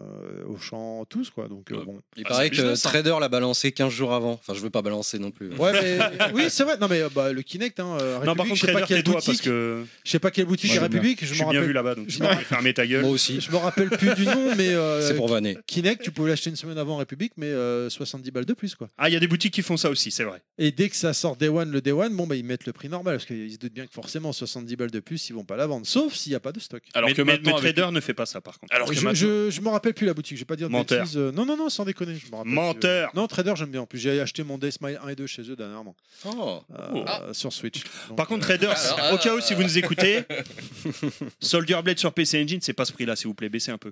[SPEAKER 1] Auchan, tous quoi. Donc euh,
[SPEAKER 8] Ouais.
[SPEAKER 1] bon.
[SPEAKER 6] Il
[SPEAKER 8] Ah,
[SPEAKER 6] paraît
[SPEAKER 8] c'est
[SPEAKER 6] que
[SPEAKER 8] business, hein.
[SPEAKER 6] Trader l'a balancé 15 jours avant. Enfin, je veux pas balancer non plus. hein.
[SPEAKER 1] Ouais, mais oui, c'est vrai. Non, mais euh, bah, le Kinect, hein, euh,
[SPEAKER 3] non, par
[SPEAKER 1] République,
[SPEAKER 3] contre,
[SPEAKER 1] je sais pas
[SPEAKER 3] Trader,
[SPEAKER 1] quelle
[SPEAKER 3] tais-toi
[SPEAKER 1] boutique,
[SPEAKER 3] parce que
[SPEAKER 1] je sais pas quelle boutique
[SPEAKER 4] Moi,
[SPEAKER 1] est
[SPEAKER 4] je veux bien.
[SPEAKER 1] République,
[SPEAKER 3] je
[SPEAKER 1] je
[SPEAKER 3] suis
[SPEAKER 1] m'en
[SPEAKER 3] bien
[SPEAKER 1] rappelle.
[SPEAKER 3] vu là-bas, donc
[SPEAKER 1] je
[SPEAKER 3] tu
[SPEAKER 1] m'en
[SPEAKER 3] peux fermer ta gueule.
[SPEAKER 6] Moi aussi,
[SPEAKER 1] Je me rappelle plus du nom, mais euh,
[SPEAKER 6] c'est pour vanner.
[SPEAKER 1] Kinect, tu pouvais l'acheter une semaine avant en République, mais euh, 70 balles de plus quoi.
[SPEAKER 3] Ah, il y a des boutiques qui font ça aussi, c'est vrai.
[SPEAKER 1] Et dès que ça sort Day One, le Day One, bon, bah, ils mettent le prix normal parce qu'ils se doutent bien que forcément 70 balles de plus, ils vont pas la vendre, sauf s'il n'y a pas de stock.
[SPEAKER 8] Alors
[SPEAKER 3] mais,
[SPEAKER 8] que
[SPEAKER 3] mais-
[SPEAKER 8] maintenant,
[SPEAKER 3] mais
[SPEAKER 8] avec-
[SPEAKER 3] Trader ne fait pas ça par contre.
[SPEAKER 8] Alors que
[SPEAKER 1] je,
[SPEAKER 8] maintenant-
[SPEAKER 1] je, je me rappelle plus la boutique, je vais pas dire de
[SPEAKER 3] Menteur.
[SPEAKER 1] bêtises. euh, Non, non, non, sans déconner, je me rappelle plus. euh.
[SPEAKER 3] Menteur.
[SPEAKER 1] Non, Trader, j'aime bien. En plus, j'ai acheté mon Day Smile 1 et 2 chez eux dernièrement
[SPEAKER 6] Oh.
[SPEAKER 1] euh, sur Switch. Donc,
[SPEAKER 3] Par contre, Trader, si- au cas où si vous
[SPEAKER 8] euh,
[SPEAKER 3] nous écoutez, Soldier Blade sur PC Engine, c'est pas ce prix-là, s'il vous plaît, baissez un peu.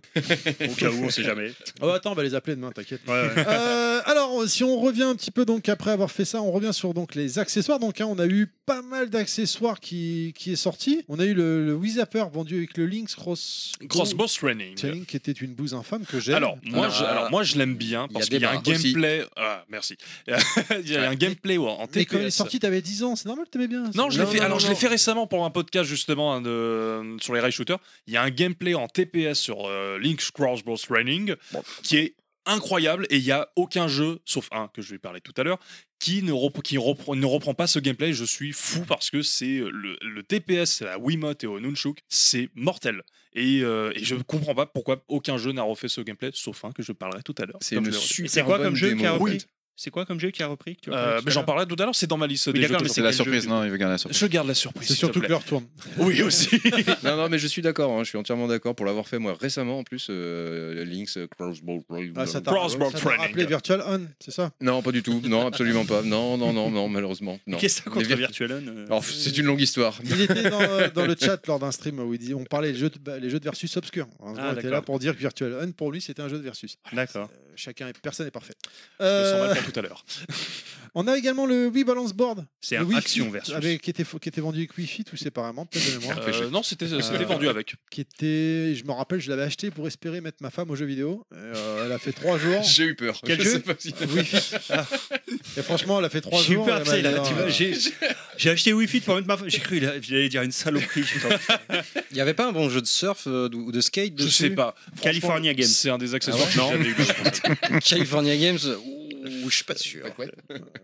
[SPEAKER 3] Au cas où, on sait jamais.
[SPEAKER 1] Oh, attends, on va les appeler demain, t'inquiète.
[SPEAKER 3] Ouais, ouais.
[SPEAKER 1] Euh, alors, si on revient un petit peu, donc après avoir fait ça, on revient sur donc les accessoires. Donc, hein, on a eu pas mal d'accessoires qui, qui est sorti. On a eu le, le Wizapper vendu avec le Lynx Cross
[SPEAKER 8] Crossbow Training.
[SPEAKER 1] Training, qui était une bouse infâme que j'aime.
[SPEAKER 8] Alors moi,
[SPEAKER 6] Alors,
[SPEAKER 8] je, alors, moi, je l'aime bien
[SPEAKER 6] il y a
[SPEAKER 8] parce
[SPEAKER 6] des
[SPEAKER 8] qu'il y a un
[SPEAKER 6] barres
[SPEAKER 8] gameplay. Ah, merci. Il y a un gameplay en en
[SPEAKER 1] et quand il est
[SPEAKER 8] TPS.
[SPEAKER 1] sorti, t'avais 10 ans, c'est normal, t'aimais bien.
[SPEAKER 8] Non, je l'ai fait.
[SPEAKER 1] non,
[SPEAKER 8] alors,
[SPEAKER 1] non,
[SPEAKER 8] je
[SPEAKER 1] non.
[SPEAKER 8] l'ai fait récemment pour un podcast justement hein, de- sur les rail shooters. Il y a un gameplay en TPS sur euh, Link's Crossbow Training qui est incroyable et il y a aucun jeu sauf un que je vais parler tout à l'heure qui ne repre- qui reprend, ne reprend pas ce gameplay. Je suis fou parce que c'est euh, le, le TPS, c'est la Wiimote et au Nunchuk, c'est mortel. Et, euh, et je ne comprends pas pourquoi aucun jeu n'a refait ce gameplay, sauf un que je parlerai tout à l'heure.
[SPEAKER 7] C'est
[SPEAKER 8] Comme
[SPEAKER 7] une
[SPEAKER 8] je l'ai
[SPEAKER 7] super
[SPEAKER 3] Et c'est quoi
[SPEAKER 7] bonne
[SPEAKER 3] comme jeu
[SPEAKER 7] démo,
[SPEAKER 3] qui a
[SPEAKER 7] en
[SPEAKER 3] repris
[SPEAKER 7] fait.
[SPEAKER 3] C'est quoi comme jeu qui a repris que tu as
[SPEAKER 8] Euh,
[SPEAKER 3] parlé tout
[SPEAKER 8] mais
[SPEAKER 3] à
[SPEAKER 8] j'en
[SPEAKER 3] l'heure
[SPEAKER 8] parlerai tout à l'heure, c'est dans ma liste
[SPEAKER 3] Oui,
[SPEAKER 8] des jeux.
[SPEAKER 3] d'accord,
[SPEAKER 8] que
[SPEAKER 3] mais
[SPEAKER 8] je
[SPEAKER 4] C'est la
[SPEAKER 3] quel jeu,
[SPEAKER 4] surprise,
[SPEAKER 3] du
[SPEAKER 4] non, il veut garder la surprise.
[SPEAKER 8] je garde la surprise.
[SPEAKER 1] C'est
[SPEAKER 8] s'il te
[SPEAKER 1] surtout que
[SPEAKER 8] plaît.
[SPEAKER 1] l'heure tourne.
[SPEAKER 8] Oui, aussi.
[SPEAKER 7] non, non, mais je suis d'accord, hein, je suis entièrement d'accord pour l'avoir fait moi récemment en plus. euh, le Lynx euh, Crossbow.
[SPEAKER 1] Ah, ça t'a
[SPEAKER 8] Crossbow
[SPEAKER 1] ça t'a
[SPEAKER 8] Training.
[SPEAKER 1] rappelé Virtual On, c'est ça
[SPEAKER 7] Non, pas du tout. Non, absolument pas. Non, non, non, non, malheureusement. Non.
[SPEAKER 3] Qu'est-ce que ça contre
[SPEAKER 7] Les vir-
[SPEAKER 3] Virtualen euh,
[SPEAKER 7] Alors, c'est une longue histoire.
[SPEAKER 1] Il était dans, euh, dans le chat lors d'un stream où il dit, on parlait des jeux de, bah, les jeux de versus obscurs.
[SPEAKER 3] Ah,
[SPEAKER 1] on était là
[SPEAKER 3] d'accord.
[SPEAKER 1] pour dire que Virtual On, pour lui, c'était un jeu de versus.
[SPEAKER 3] D'accord.
[SPEAKER 1] Euh, Chacun, est- personne n'est parfait.
[SPEAKER 8] Je
[SPEAKER 1] Euh,
[SPEAKER 8] sens mal pour tout à l'heure.
[SPEAKER 1] On a également le Wii Balance Board.
[SPEAKER 3] C'est
[SPEAKER 1] Le
[SPEAKER 3] un
[SPEAKER 1] Wii
[SPEAKER 3] action
[SPEAKER 1] Fit,
[SPEAKER 3] versus.
[SPEAKER 1] avec- qui, était, fo- qui était vendu avec Wi-Fi tout séparément, peut-être de mémoire.
[SPEAKER 8] Euh, non, c'était c'était
[SPEAKER 1] Euh,
[SPEAKER 8] vendu avec.
[SPEAKER 1] qui était, je me rappelle, je l'avais acheté pour espérer mettre ma femme aux jeux vidéo. Euh, elle a fait trois jours.
[SPEAKER 7] J'ai eu peur.
[SPEAKER 3] Quel
[SPEAKER 7] Je
[SPEAKER 3] jeu
[SPEAKER 7] sais pas si-
[SPEAKER 1] Wi-Fi. Et franchement, elle a fait trois
[SPEAKER 3] J'ai eu
[SPEAKER 1] jours.
[SPEAKER 3] peur,
[SPEAKER 1] elle
[SPEAKER 3] tu
[SPEAKER 1] m'a
[SPEAKER 3] sais,
[SPEAKER 1] dit,
[SPEAKER 3] là,
[SPEAKER 1] non,
[SPEAKER 3] tu vois,
[SPEAKER 1] euh,
[SPEAKER 3] j'ai j'ai acheté Wi-Fi pour mettre ma. J'ai cru il a- il allait dire une saloperie. j'ai pas-
[SPEAKER 6] Il y avait pas un bon jeu de surf euh, ou de skate
[SPEAKER 8] Je
[SPEAKER 6] dessus
[SPEAKER 8] sais pas.
[SPEAKER 3] California Games.
[SPEAKER 8] C'est un des accessoires
[SPEAKER 6] Ah ouais
[SPEAKER 8] que j'ai jamais eu.
[SPEAKER 6] California Games ouh, Je suis pas sûr.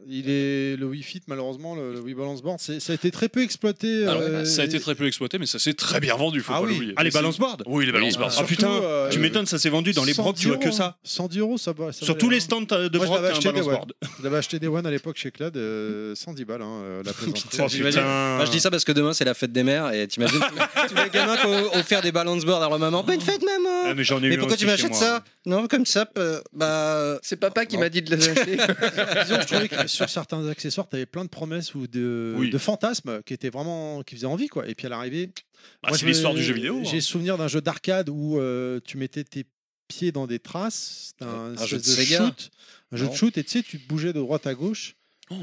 [SPEAKER 1] Il est le Wi-Fi, malheureusement, le, le Wii Balance Board, c'est- ça a été très peu exploité.
[SPEAKER 8] Alors,
[SPEAKER 1] euh,
[SPEAKER 8] ça a été très peu exploité, mais ça s'est très bien vendu, faut
[SPEAKER 1] Ah
[SPEAKER 8] pas
[SPEAKER 1] oui.
[SPEAKER 8] l'oublier.
[SPEAKER 3] Ah, les
[SPEAKER 8] Mais c'est-
[SPEAKER 3] balance board
[SPEAKER 8] Oui, les balance bars.
[SPEAKER 3] Ah
[SPEAKER 1] surtout,
[SPEAKER 3] putain,
[SPEAKER 1] euh,
[SPEAKER 3] tu m'étonnes, ça s'est vendu dans les
[SPEAKER 1] 110
[SPEAKER 3] brocs, tu vois que
[SPEAKER 1] euros,
[SPEAKER 3] ça.
[SPEAKER 1] hein. 110 euros, ça va. hein. ça
[SPEAKER 3] Sur
[SPEAKER 1] valait
[SPEAKER 3] tous
[SPEAKER 1] la
[SPEAKER 3] les
[SPEAKER 1] peine.
[SPEAKER 3] stands euh, de
[SPEAKER 1] Moi, je
[SPEAKER 3] brocs,
[SPEAKER 1] l'avais
[SPEAKER 3] t'as un
[SPEAKER 1] acheté,
[SPEAKER 3] balance
[SPEAKER 1] ouais.
[SPEAKER 3] board.
[SPEAKER 1] Je l'avais acheté des One à l'époque chez Clad, euh, 110 balles, hein, euh, la plaisanterie.
[SPEAKER 3] Oh
[SPEAKER 6] j'imagine.
[SPEAKER 3] putain.
[SPEAKER 6] Moi, je dis ça parce que demain c'est la fête des mères et t'imagines tous- tous les gamins qui ont ont offert des balance boards à leur maman. Bonne fête
[SPEAKER 3] Ah,
[SPEAKER 6] maman
[SPEAKER 3] mais j'en ai eu
[SPEAKER 6] Mais
[SPEAKER 3] un
[SPEAKER 6] pourquoi tu
[SPEAKER 3] aussi chez
[SPEAKER 6] m'achètes
[SPEAKER 3] moi.
[SPEAKER 6] ça
[SPEAKER 3] hein.
[SPEAKER 6] Non, comme ça, euh, bah.
[SPEAKER 7] C'est papa qui m'a dit de l'acheter.
[SPEAKER 1] Disons que je trouvais que sur certains accessoires, tu avais plein de promesses ou de,
[SPEAKER 8] Oui.
[SPEAKER 1] de fantasmes qui étaient vraiment qui faisaient envie quoi. Et puis à l'arrivée,
[SPEAKER 8] Bah,
[SPEAKER 1] moi,
[SPEAKER 8] c'est
[SPEAKER 1] je
[SPEAKER 8] l'histoire
[SPEAKER 1] me-
[SPEAKER 8] du jeu vidéo.
[SPEAKER 1] J'ai
[SPEAKER 8] hein.
[SPEAKER 1] souvenir d'un jeu d'arcade où euh, tu mettais tes pieds dans des traces, c'était un, espèce
[SPEAKER 6] jeu de
[SPEAKER 1] de
[SPEAKER 6] Sega.
[SPEAKER 1] shoot, un jeu de
[SPEAKER 6] Non.
[SPEAKER 1] shoot et tu sais tu bougeais de droite à gauche.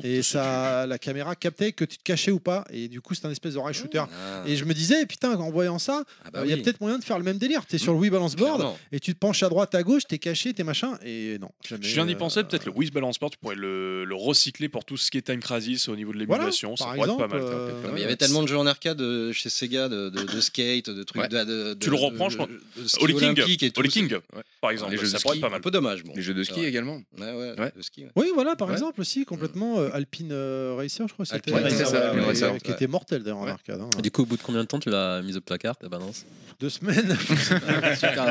[SPEAKER 1] et ça, la caméra captait que tu te cachais ou pas, et du coup, c'est un espèce de rail shooter.
[SPEAKER 6] Ah,
[SPEAKER 1] Et je me disais, putain, en voyant ça, euh,
[SPEAKER 6] ah
[SPEAKER 1] il
[SPEAKER 6] bah
[SPEAKER 1] y a
[SPEAKER 6] oui,
[SPEAKER 1] peut-être moyen de faire le même délire. T'es sur le Wii Balance Board,
[SPEAKER 6] clairement.
[SPEAKER 1] et tu te penches à droite, à gauche, t'es caché, t'es machin, et non. jamais,
[SPEAKER 8] Je viens d'y
[SPEAKER 1] euh,
[SPEAKER 8] penser, peut-être le Wiz Balance Board, tu pourrais le, le recycler pour tout ce qui est Time Crisis au niveau de
[SPEAKER 1] Voilà,
[SPEAKER 8] l'émulation. ça
[SPEAKER 1] par
[SPEAKER 8] pourrait être
[SPEAKER 1] exemple,
[SPEAKER 8] pas mal. ça.
[SPEAKER 1] euh,
[SPEAKER 6] Non, mais Il y avait tellement de jeux en arcade euh, chez Sega, de, de- de skate, de trucs.
[SPEAKER 7] Ouais.
[SPEAKER 6] de- de-
[SPEAKER 8] Tu
[SPEAKER 6] de-
[SPEAKER 8] le reprends,
[SPEAKER 6] de-
[SPEAKER 8] je pense.
[SPEAKER 6] de ski
[SPEAKER 8] Holy
[SPEAKER 6] olympique
[SPEAKER 1] euh,
[SPEAKER 8] King,
[SPEAKER 6] et tout.
[SPEAKER 8] Holy King, par exemple,
[SPEAKER 7] les jeux
[SPEAKER 8] ça
[SPEAKER 7] de
[SPEAKER 8] pourrait
[SPEAKER 7] ski,
[SPEAKER 8] être pas mal.
[SPEAKER 6] Un peu dommage. Bon.
[SPEAKER 7] Les
[SPEAKER 4] Ah,
[SPEAKER 7] jeux de
[SPEAKER 6] C'est
[SPEAKER 7] ski
[SPEAKER 6] vrai.
[SPEAKER 7] également.
[SPEAKER 6] Ouais, ouais,
[SPEAKER 7] Ouais.
[SPEAKER 6] le ski. ouais.
[SPEAKER 1] Oui, voilà, par
[SPEAKER 7] Ouais.
[SPEAKER 1] exemple, aussi, complètement euh, Alpine euh, Racer, je crois. que c'était,
[SPEAKER 6] Alpine
[SPEAKER 7] Racer,
[SPEAKER 1] voilà,
[SPEAKER 7] Alpine
[SPEAKER 1] et-
[SPEAKER 7] Racer,
[SPEAKER 1] Qui
[SPEAKER 7] ouais.
[SPEAKER 1] était mortel d'ailleurs en
[SPEAKER 7] Ouais.
[SPEAKER 1] arcade. hein.
[SPEAKER 5] Et Du coup, au bout de combien de temps tu l'as mise au placard, ta balance
[SPEAKER 1] Deux semaines.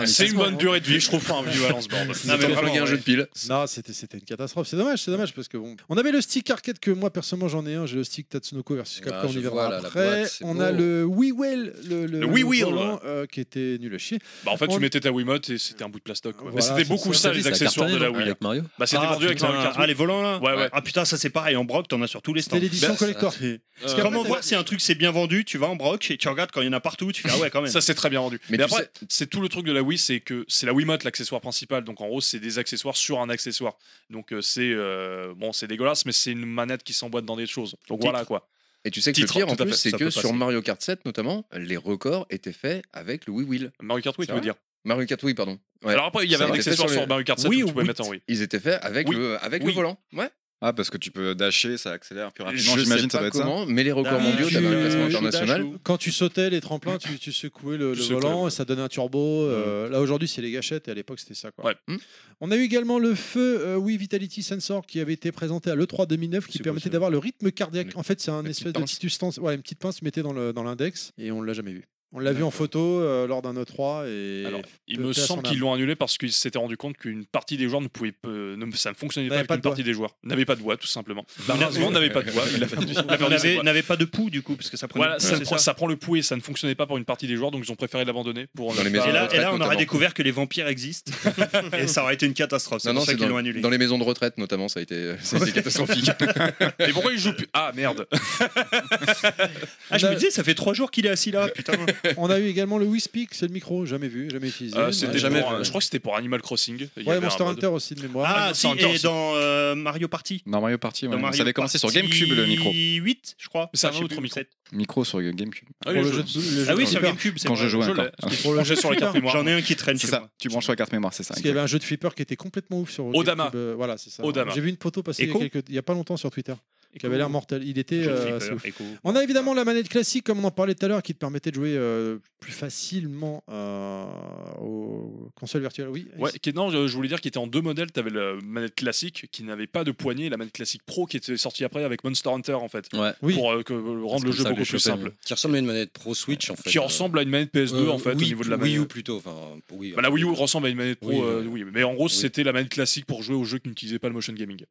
[SPEAKER 8] C'est une bonne durée de vie, je trouve, pour un vieux Balance Board.
[SPEAKER 1] Ah,
[SPEAKER 7] Non, mais
[SPEAKER 8] vraiment,
[SPEAKER 7] flinguer un
[SPEAKER 8] ouais.
[SPEAKER 7] jeu de pile.
[SPEAKER 1] non, c'était c'était une catastrophe. C'est dommage, c'est dommage parce que bon. On avait le stick arcade que moi personnellement j'en ai un. J'ai le stick Tatsunoko versus
[SPEAKER 6] Ah,
[SPEAKER 1] Capcom. on
[SPEAKER 6] je
[SPEAKER 1] y
[SPEAKER 6] vois,
[SPEAKER 1] verra
[SPEAKER 6] là, la
[SPEAKER 1] après.
[SPEAKER 6] boîte, c'est
[SPEAKER 1] on
[SPEAKER 6] beau.
[SPEAKER 1] a le Wii Well, le,
[SPEAKER 8] Le Wii Wheel.
[SPEAKER 1] volant, euh, qui était nul à chier.
[SPEAKER 8] Bah, en fait,
[SPEAKER 1] On-
[SPEAKER 8] tu mettais ta Wiimote et c'était un bout de stock. quoi.
[SPEAKER 1] Voilà,
[SPEAKER 8] Mais c'était
[SPEAKER 1] c'est
[SPEAKER 8] beaucoup
[SPEAKER 1] ça.
[SPEAKER 8] ça, les
[SPEAKER 5] Ça a
[SPEAKER 8] accessoires de
[SPEAKER 5] cartonné,
[SPEAKER 8] la
[SPEAKER 5] non,
[SPEAKER 8] Wii.
[SPEAKER 5] Avec Mario.
[SPEAKER 8] Bah, c'était
[SPEAKER 3] ah,
[SPEAKER 8] vendu avec
[SPEAKER 3] putain,
[SPEAKER 8] Mario Kart.
[SPEAKER 3] Ah, les volants là
[SPEAKER 8] Ouais, ouais.
[SPEAKER 3] Ah putain, ça c'est pareil. En broc, t'en as sur tous les stands.
[SPEAKER 1] C'était l'édition
[SPEAKER 8] Bah,
[SPEAKER 1] collector.
[SPEAKER 3] C'est-
[SPEAKER 1] Parce
[SPEAKER 8] Euh,
[SPEAKER 1] qu'après,
[SPEAKER 3] Comment
[SPEAKER 1] t'as-
[SPEAKER 3] voir si un truc c'est bien vendu Tu vas en broc et tu regardes quand il y en a partout. Tu fais ah ouais, quand même.
[SPEAKER 8] Ça, c'est très bien rendu.
[SPEAKER 7] Mais
[SPEAKER 8] Mais,
[SPEAKER 7] tu
[SPEAKER 8] après,
[SPEAKER 7] sais-
[SPEAKER 8] c'est tout le truc de la Wii, c'est que c'est la Wiimote l'accessoire principal. Donc en gros, c'est des accessoires sur un accessoire. Donc euh, c'est euh, bon, c'est dégueulasse, mais c'est une manette qui s'emboîte dans des choses. Donc
[SPEAKER 3] Titre.
[SPEAKER 8] voilà quoi.
[SPEAKER 7] Et tu sais que
[SPEAKER 8] Titre,
[SPEAKER 7] le pire en
[SPEAKER 8] tout à
[SPEAKER 7] plus,
[SPEAKER 8] fait,
[SPEAKER 7] c'est
[SPEAKER 8] ça
[SPEAKER 7] que
[SPEAKER 8] peut
[SPEAKER 7] sur
[SPEAKER 8] passer.
[SPEAKER 7] Mario Kart 7 notamment, les records étaient faits avec le Wii Wheel.
[SPEAKER 8] Mario Kart Wii,
[SPEAKER 7] C'est
[SPEAKER 8] tu veux
[SPEAKER 7] vrai
[SPEAKER 8] dire
[SPEAKER 7] Mario Kart Wii, pardon. Ouais.
[SPEAKER 8] Alors après, il y
[SPEAKER 7] Ça
[SPEAKER 8] avait un
[SPEAKER 7] a été fait
[SPEAKER 8] accessoire
[SPEAKER 7] sur
[SPEAKER 8] sur,
[SPEAKER 7] le-
[SPEAKER 8] Mario Kart 7
[SPEAKER 7] Oui
[SPEAKER 8] où
[SPEAKER 7] ou
[SPEAKER 8] tu pouvais
[SPEAKER 7] oui.
[SPEAKER 8] mettre en Wii.
[SPEAKER 7] Ils étaient faits avec,
[SPEAKER 8] Oui.
[SPEAKER 7] le, avec
[SPEAKER 8] Oui.
[SPEAKER 7] le volant. Ouais.
[SPEAKER 4] Ah, parce que tu peux dasher, ça accélère plus rapidement.
[SPEAKER 7] Je
[SPEAKER 4] J'imagine ça
[SPEAKER 7] sais pas
[SPEAKER 4] doit être ça.
[SPEAKER 7] comment, mais les records
[SPEAKER 3] Ah,
[SPEAKER 7] mondiaux,
[SPEAKER 3] tu-
[SPEAKER 7] t'avais un classement
[SPEAKER 3] tu dash
[SPEAKER 7] international.
[SPEAKER 3] ou-
[SPEAKER 1] Quand tu sautais les tremplins, tu, tu secouais le,
[SPEAKER 8] Tu
[SPEAKER 1] le
[SPEAKER 8] secouais le
[SPEAKER 1] volant
[SPEAKER 8] volant.
[SPEAKER 1] et ça donnait un turbo. euh, là aujourd'hui, c'est les gâchettes et à l'époque, c'était ça. Quoi.
[SPEAKER 8] Ouais.
[SPEAKER 7] Hmm.
[SPEAKER 1] On a eu également le feu euh, Wii Vitality Sensor qui avait été présenté à l'E3 2009 qui
[SPEAKER 7] C'est
[SPEAKER 1] permettait
[SPEAKER 7] quoi, ça
[SPEAKER 1] d'avoir le rythme cardiaque. En fait, c'est un
[SPEAKER 7] petite
[SPEAKER 1] espèce de
[SPEAKER 7] pince.
[SPEAKER 1] petite substance, ouais, une petite pince mettée dans le- dans l'index et on l'a jamais vu. On l'a vu en photo euh, lors d'un E3 et
[SPEAKER 8] Alors, il
[SPEAKER 1] peu
[SPEAKER 8] me
[SPEAKER 1] paix à
[SPEAKER 8] semble
[SPEAKER 1] son
[SPEAKER 8] qu'ils
[SPEAKER 1] âme.
[SPEAKER 8] l'ont annulé parce qu'ils s'étaient rendu compte qu'une partie des joueurs ne pouvait pas, ne- ça ne fonctionnait pas
[SPEAKER 1] N'avait
[SPEAKER 8] avec
[SPEAKER 1] pas
[SPEAKER 8] une
[SPEAKER 1] de doigt.
[SPEAKER 8] partie des joueurs. N'avait pas de voix, tout simplement.
[SPEAKER 7] Bah,
[SPEAKER 8] Malheureusement, n'avait pas de voix. Il a perdu il a
[SPEAKER 3] On
[SPEAKER 8] perdu sa
[SPEAKER 3] avait-
[SPEAKER 8] voix.
[SPEAKER 3] n'avait pas de pouls du coup, parce que ça prenait.
[SPEAKER 8] Voilà, ça,
[SPEAKER 3] c'est
[SPEAKER 8] prend, ça prend le pouls et ça ne fonctionnait pas pour une partie des joueurs, donc ils ont préféré l'abandonner pour. euh,
[SPEAKER 7] Dans
[SPEAKER 8] ne
[SPEAKER 7] les
[SPEAKER 8] pas-
[SPEAKER 7] maisons
[SPEAKER 3] Et là,
[SPEAKER 7] retraite,
[SPEAKER 3] et là, on aurait
[SPEAKER 7] notamment.
[SPEAKER 3] découvert que les vampires existent. et ça aurait été une catastrophe. C'est
[SPEAKER 7] Non,
[SPEAKER 3] pour
[SPEAKER 7] non,
[SPEAKER 3] ça
[SPEAKER 7] c'est
[SPEAKER 3] qu'ils l'ont
[SPEAKER 7] dans,
[SPEAKER 3] annulé.
[SPEAKER 7] dans les maisons de retraite notamment, ça a été euh, ça a été catastrophique.
[SPEAKER 8] Et pourquoi ils jouent plus Ah merde
[SPEAKER 3] Ah, je
[SPEAKER 1] On a-
[SPEAKER 3] me disais, ça fait trois jours qu'il est assis là. Putain.
[SPEAKER 1] On a eu également le Wii Speak, c'est le micro, jamais vu, jamais utilisé.
[SPEAKER 8] Euh, c'était
[SPEAKER 1] Ouais,
[SPEAKER 6] jamais
[SPEAKER 8] pour,
[SPEAKER 6] vu,
[SPEAKER 8] euh,
[SPEAKER 6] ouais.
[SPEAKER 8] Je crois que c'était pour Animal Crossing. Il y
[SPEAKER 1] Ouais,
[SPEAKER 8] avait un
[SPEAKER 1] Monster
[SPEAKER 8] mode.
[SPEAKER 1] Hunter aussi de mémoire.
[SPEAKER 3] Ah,
[SPEAKER 8] Ah,
[SPEAKER 3] si,
[SPEAKER 8] Monster Hunter
[SPEAKER 3] et
[SPEAKER 8] aussi.
[SPEAKER 3] dans euh, Mario Party.
[SPEAKER 4] Dans Mario Party, ouais.
[SPEAKER 3] Dans Mario
[SPEAKER 4] ça avait commencé sur
[SPEAKER 3] Party
[SPEAKER 4] GameCube le micro.
[SPEAKER 3] 8, je crois.
[SPEAKER 8] Mais c'est
[SPEAKER 3] Ah,
[SPEAKER 8] un
[SPEAKER 3] je sais
[SPEAKER 8] autre
[SPEAKER 3] plus,
[SPEAKER 8] micro.
[SPEAKER 3] sept.
[SPEAKER 4] Micro sur GamCube.
[SPEAKER 8] Ah
[SPEAKER 1] Pour
[SPEAKER 8] oui,
[SPEAKER 1] le
[SPEAKER 8] je-
[SPEAKER 1] jeu de- le jeu
[SPEAKER 3] Ah oui,
[SPEAKER 1] de
[SPEAKER 3] sur
[SPEAKER 1] flipper.
[SPEAKER 3] GamCube, c'est
[SPEAKER 4] Quand je
[SPEAKER 3] vrai.
[SPEAKER 4] jouais
[SPEAKER 8] je
[SPEAKER 4] encore.
[SPEAKER 8] l'ai. Pour le jeu sur la carte mémoire.
[SPEAKER 3] J'en ai un qui traîne
[SPEAKER 4] C'est
[SPEAKER 3] chez
[SPEAKER 4] ça.
[SPEAKER 3] moi.
[SPEAKER 4] Tu branches la carte mémoire, c'est ça.
[SPEAKER 1] Parce qu'il y avait un jeu de flipper qui était complètement ouf sur
[SPEAKER 8] Odama.
[SPEAKER 1] GameCube, euh, voilà, c'est ça.
[SPEAKER 8] Odama.
[SPEAKER 1] J'ai vu une photo passer il y, a
[SPEAKER 3] Echo
[SPEAKER 1] quelques- il y a pas longtemps sur Twitter, qui avait l'air mortel. Il était.
[SPEAKER 3] Jeu de
[SPEAKER 1] euh,
[SPEAKER 3] flipper,
[SPEAKER 1] assez ouf.
[SPEAKER 3] écho.
[SPEAKER 1] on a évidemment la manette classique, comme on en parlait tout à l'heure, qui te permettait de jouer euh, plus facilement euh, aux consoles virtuelles. Oui.
[SPEAKER 8] Ouais, qui est- non, je, je voulais dire qu'il était en deux modèles. T'avais la manette classique qui n'avait pas de poignée, et la manette classique pro qui était sortie après avec Monster Hunter en fait,
[SPEAKER 5] Ouais.
[SPEAKER 1] Oui.
[SPEAKER 8] pour euh, que, rendre le jeu beaucoup plus simple.
[SPEAKER 6] Qui ressemble à une manette Pro Switch en fait.
[SPEAKER 8] Qui ressemble à une manette PS2
[SPEAKER 6] Euh,
[SPEAKER 8] en fait
[SPEAKER 6] Wii-
[SPEAKER 8] au niveau de la
[SPEAKER 6] Wii U
[SPEAKER 8] manette.
[SPEAKER 6] plutôt. Enfin, oui,
[SPEAKER 8] Bah, la Wii U ressemble à une manette pro,
[SPEAKER 6] Oui,
[SPEAKER 8] euh,
[SPEAKER 6] oui.
[SPEAKER 8] oui, mais en gros
[SPEAKER 6] Oui.
[SPEAKER 8] c'était la manette classique pour jouer aux jeux qui n'utilisaient pas le motion gaming.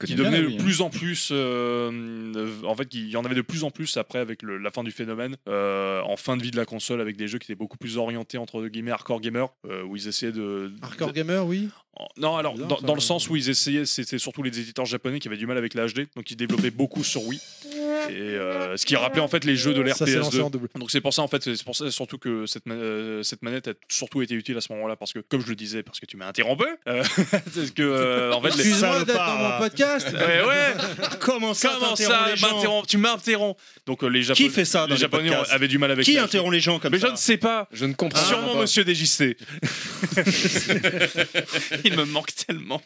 [SPEAKER 8] qui
[SPEAKER 4] qui
[SPEAKER 8] devenait de plus en plus. euh, euh, en fait, il y en avait de plus en plus après avec le- la fin du phénomène, euh, en fin de vie de la console, avec des jeux qui étaient beaucoup plus orientés entre guillemets hardcore gamer, euh, où ils essayaient de.
[SPEAKER 1] Hardcore
[SPEAKER 8] de-
[SPEAKER 1] Gamer, oui.
[SPEAKER 8] en- Non, alors
[SPEAKER 1] Bizarre,
[SPEAKER 8] dans,
[SPEAKER 1] ça,
[SPEAKER 8] dans le
[SPEAKER 1] ouais.
[SPEAKER 8] sens où ils essayaient, c'était surtout les éditeurs japonais qui avaient du mal avec la HD, donc ils développaient beaucoup sur Wii, et euh, ce qui rappelait en fait les jeux de l'ère
[SPEAKER 1] Ça s'est lancé
[SPEAKER 8] PS2.
[SPEAKER 1] en double.
[SPEAKER 8] Donc c'est pour ça en fait, c'est pour ça surtout que cette, ma- euh, cette manette a surtout été utile à ce moment-là parce que comme je le disais, parce que tu m'as interrompu, euh, c'est que euh, en fait les, Eh
[SPEAKER 1] Excuse-moi d'être dans
[SPEAKER 3] salopards,
[SPEAKER 1] mon podcast.
[SPEAKER 8] Ouais, ouais,
[SPEAKER 3] Comment ça
[SPEAKER 8] Comment
[SPEAKER 3] t'interromps
[SPEAKER 8] ça
[SPEAKER 3] les gens
[SPEAKER 8] m'interromps Tu m'interromps Donc euh, les Japonais,
[SPEAKER 3] Qui fait ça dans
[SPEAKER 8] les
[SPEAKER 3] les
[SPEAKER 8] Japonais
[SPEAKER 3] podcasts
[SPEAKER 8] avaient du mal avec
[SPEAKER 3] Qui
[SPEAKER 8] la-
[SPEAKER 3] interrompt les gens comme
[SPEAKER 8] Mais je
[SPEAKER 3] ça
[SPEAKER 8] ne sais pas.
[SPEAKER 7] Je ne comprends
[SPEAKER 8] Sûrement
[SPEAKER 7] pas.
[SPEAKER 8] Monsieur DJC. Il me manque tellement.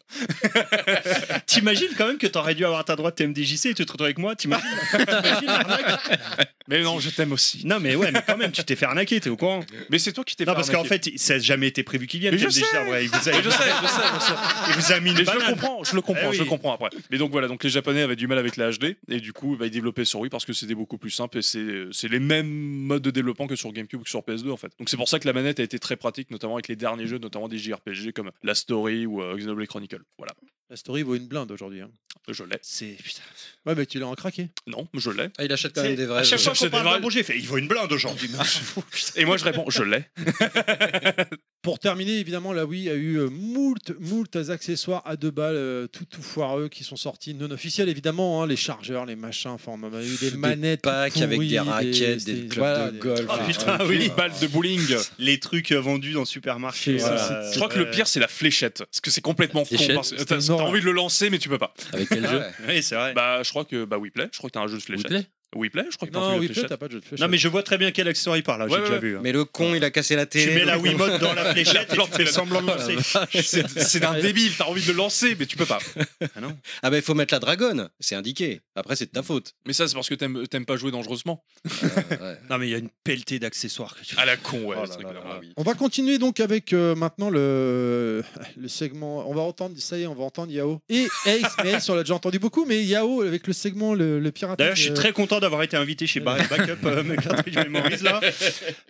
[SPEAKER 3] T'imagines quand même que t'aurais dû avoir ta droite TMDJC et tu te retrouves avec moi T'imagines T'imagines l'arnaque
[SPEAKER 8] Mais non, je t'aime aussi.
[SPEAKER 3] Non mais ouais, mais quand même, tu t'es fait arnaquer, t'es au courant
[SPEAKER 8] Mais c'est toi qui t'es
[SPEAKER 3] Non
[SPEAKER 8] fait
[SPEAKER 3] parce qu'en
[SPEAKER 8] arnaquer.
[SPEAKER 3] fait, ça n'a jamais été prévu qu'il vienne
[SPEAKER 8] Mais je
[SPEAKER 3] TMDJC,
[SPEAKER 8] sais.
[SPEAKER 3] en vrai, il vous a,
[SPEAKER 8] Mais je sais, je sais, je sais.
[SPEAKER 3] il vous a mis une
[SPEAKER 8] Mais je le
[SPEAKER 3] banane.
[SPEAKER 8] comprends, je le comprends,
[SPEAKER 3] Eh
[SPEAKER 8] je le
[SPEAKER 3] oui.
[SPEAKER 8] comprends après. Mais donc voilà, donc les Japonais avaient du mal avec la HD et du coup bah, ils développaient sur Wii parce que c'était beaucoup plus simple et c'est c'est les mêmes modes de développement que sur GameCube ou que sur PS2 en fait. Donc c'est pour ça que la manette a été très pratique, notamment avec les derniers jeux, notamment des JRPG comme La Story ou euh, Xenoblade Chronicle. Voilà,
[SPEAKER 1] La story vaut une blinde aujourd'hui. hein.
[SPEAKER 8] je l'ai.
[SPEAKER 3] C'est putain.
[SPEAKER 1] Ouais, mais tu l'as en craqué.
[SPEAKER 8] Non, je l'ai.
[SPEAKER 6] Ah, il achète quand même des vrais.
[SPEAKER 3] à chaque
[SPEAKER 6] jeux.
[SPEAKER 3] fois
[SPEAKER 8] J'achète
[SPEAKER 3] qu'on
[SPEAKER 8] des
[SPEAKER 3] parle
[SPEAKER 8] vrais-
[SPEAKER 3] d'un projet, il fait il vaut une blinde aujourd'hui.
[SPEAKER 8] Et moi je réponds, je l'ai.
[SPEAKER 1] Pour terminer, évidemment, la Wii a eu euh, moult, moult accessoires à deux balles, euh, tout, tout foireux, qui sont sortis, non officiels évidemment, hein, les chargeurs, les machins, enfin, on en a eu des, manettes.
[SPEAKER 6] packs avec des raquettes, des clubs de golf.
[SPEAKER 3] Ah,
[SPEAKER 6] Ah,
[SPEAKER 3] putain,
[SPEAKER 8] Une
[SPEAKER 3] oui.
[SPEAKER 8] balle de bowling.
[SPEAKER 3] Les trucs euh, vendus dans le supermarché.
[SPEAKER 1] C'est
[SPEAKER 3] voilà.
[SPEAKER 1] ça,
[SPEAKER 8] Je crois que le pire c'est la fléchette, parce que c'est complètement con.
[SPEAKER 5] Fléchette,
[SPEAKER 8] parce que
[SPEAKER 1] c'était
[SPEAKER 8] T'as t'as
[SPEAKER 1] énorme.
[SPEAKER 8] envie de le lancer mais tu peux pas.
[SPEAKER 5] Avec quel
[SPEAKER 7] Ah
[SPEAKER 5] jeu
[SPEAKER 3] Oui, c'est vrai.
[SPEAKER 8] Bah je crois que bah Weplay, je crois que t'as un jeu de
[SPEAKER 5] Vous
[SPEAKER 8] fléchette.
[SPEAKER 5] plaît
[SPEAKER 8] Weplay,
[SPEAKER 3] Ah,
[SPEAKER 8] je crois que t'as un
[SPEAKER 1] Non,
[SPEAKER 8] jeu de
[SPEAKER 1] oui, peut-être,
[SPEAKER 8] fléchette.
[SPEAKER 1] t'as pas de jeu de fléchette.
[SPEAKER 3] Non mais je vois très bien quel accessoire il parle là, j'ai
[SPEAKER 8] Ouais,
[SPEAKER 3] déjà
[SPEAKER 8] ouais.
[SPEAKER 3] vu. hein.
[SPEAKER 6] Mais le con, il a cassé la
[SPEAKER 3] Tu
[SPEAKER 6] télé.
[SPEAKER 3] mets la
[SPEAKER 6] le con.
[SPEAKER 3] Wiimote dans la fléchette et tu fais semblant de lancer.
[SPEAKER 8] C'est c'est d'un débile, t'as envie de le lancer, mais tu peux pas.
[SPEAKER 6] Ah bah il faut mettre la dragonne, c'est indiqué. Après c'est de ta faute.
[SPEAKER 8] Mais ça, c'est parce que t'aimes t'aimes pas jouer dangereusement.
[SPEAKER 6] Euh, ouais.
[SPEAKER 3] Non mais il y a une pelletée d'accessoires. que tu-
[SPEAKER 8] À la con, ouais.
[SPEAKER 6] Oh
[SPEAKER 8] ce
[SPEAKER 6] là
[SPEAKER 8] truc-là.
[SPEAKER 6] là là.
[SPEAKER 8] Ah oui.
[SPEAKER 1] On va continuer donc avec euh, maintenant le, le segment. On va entendre, ça y est, on va entendre Yao. Et Ace, Ah, mais Ace, on l'a déjà entendu beaucoup, mais Yao avec le euh, segment Le, le pirate.
[SPEAKER 3] D'ailleurs, je suis très content d'avoir été invité chez Barry Backup euh, Cartridge Memories là.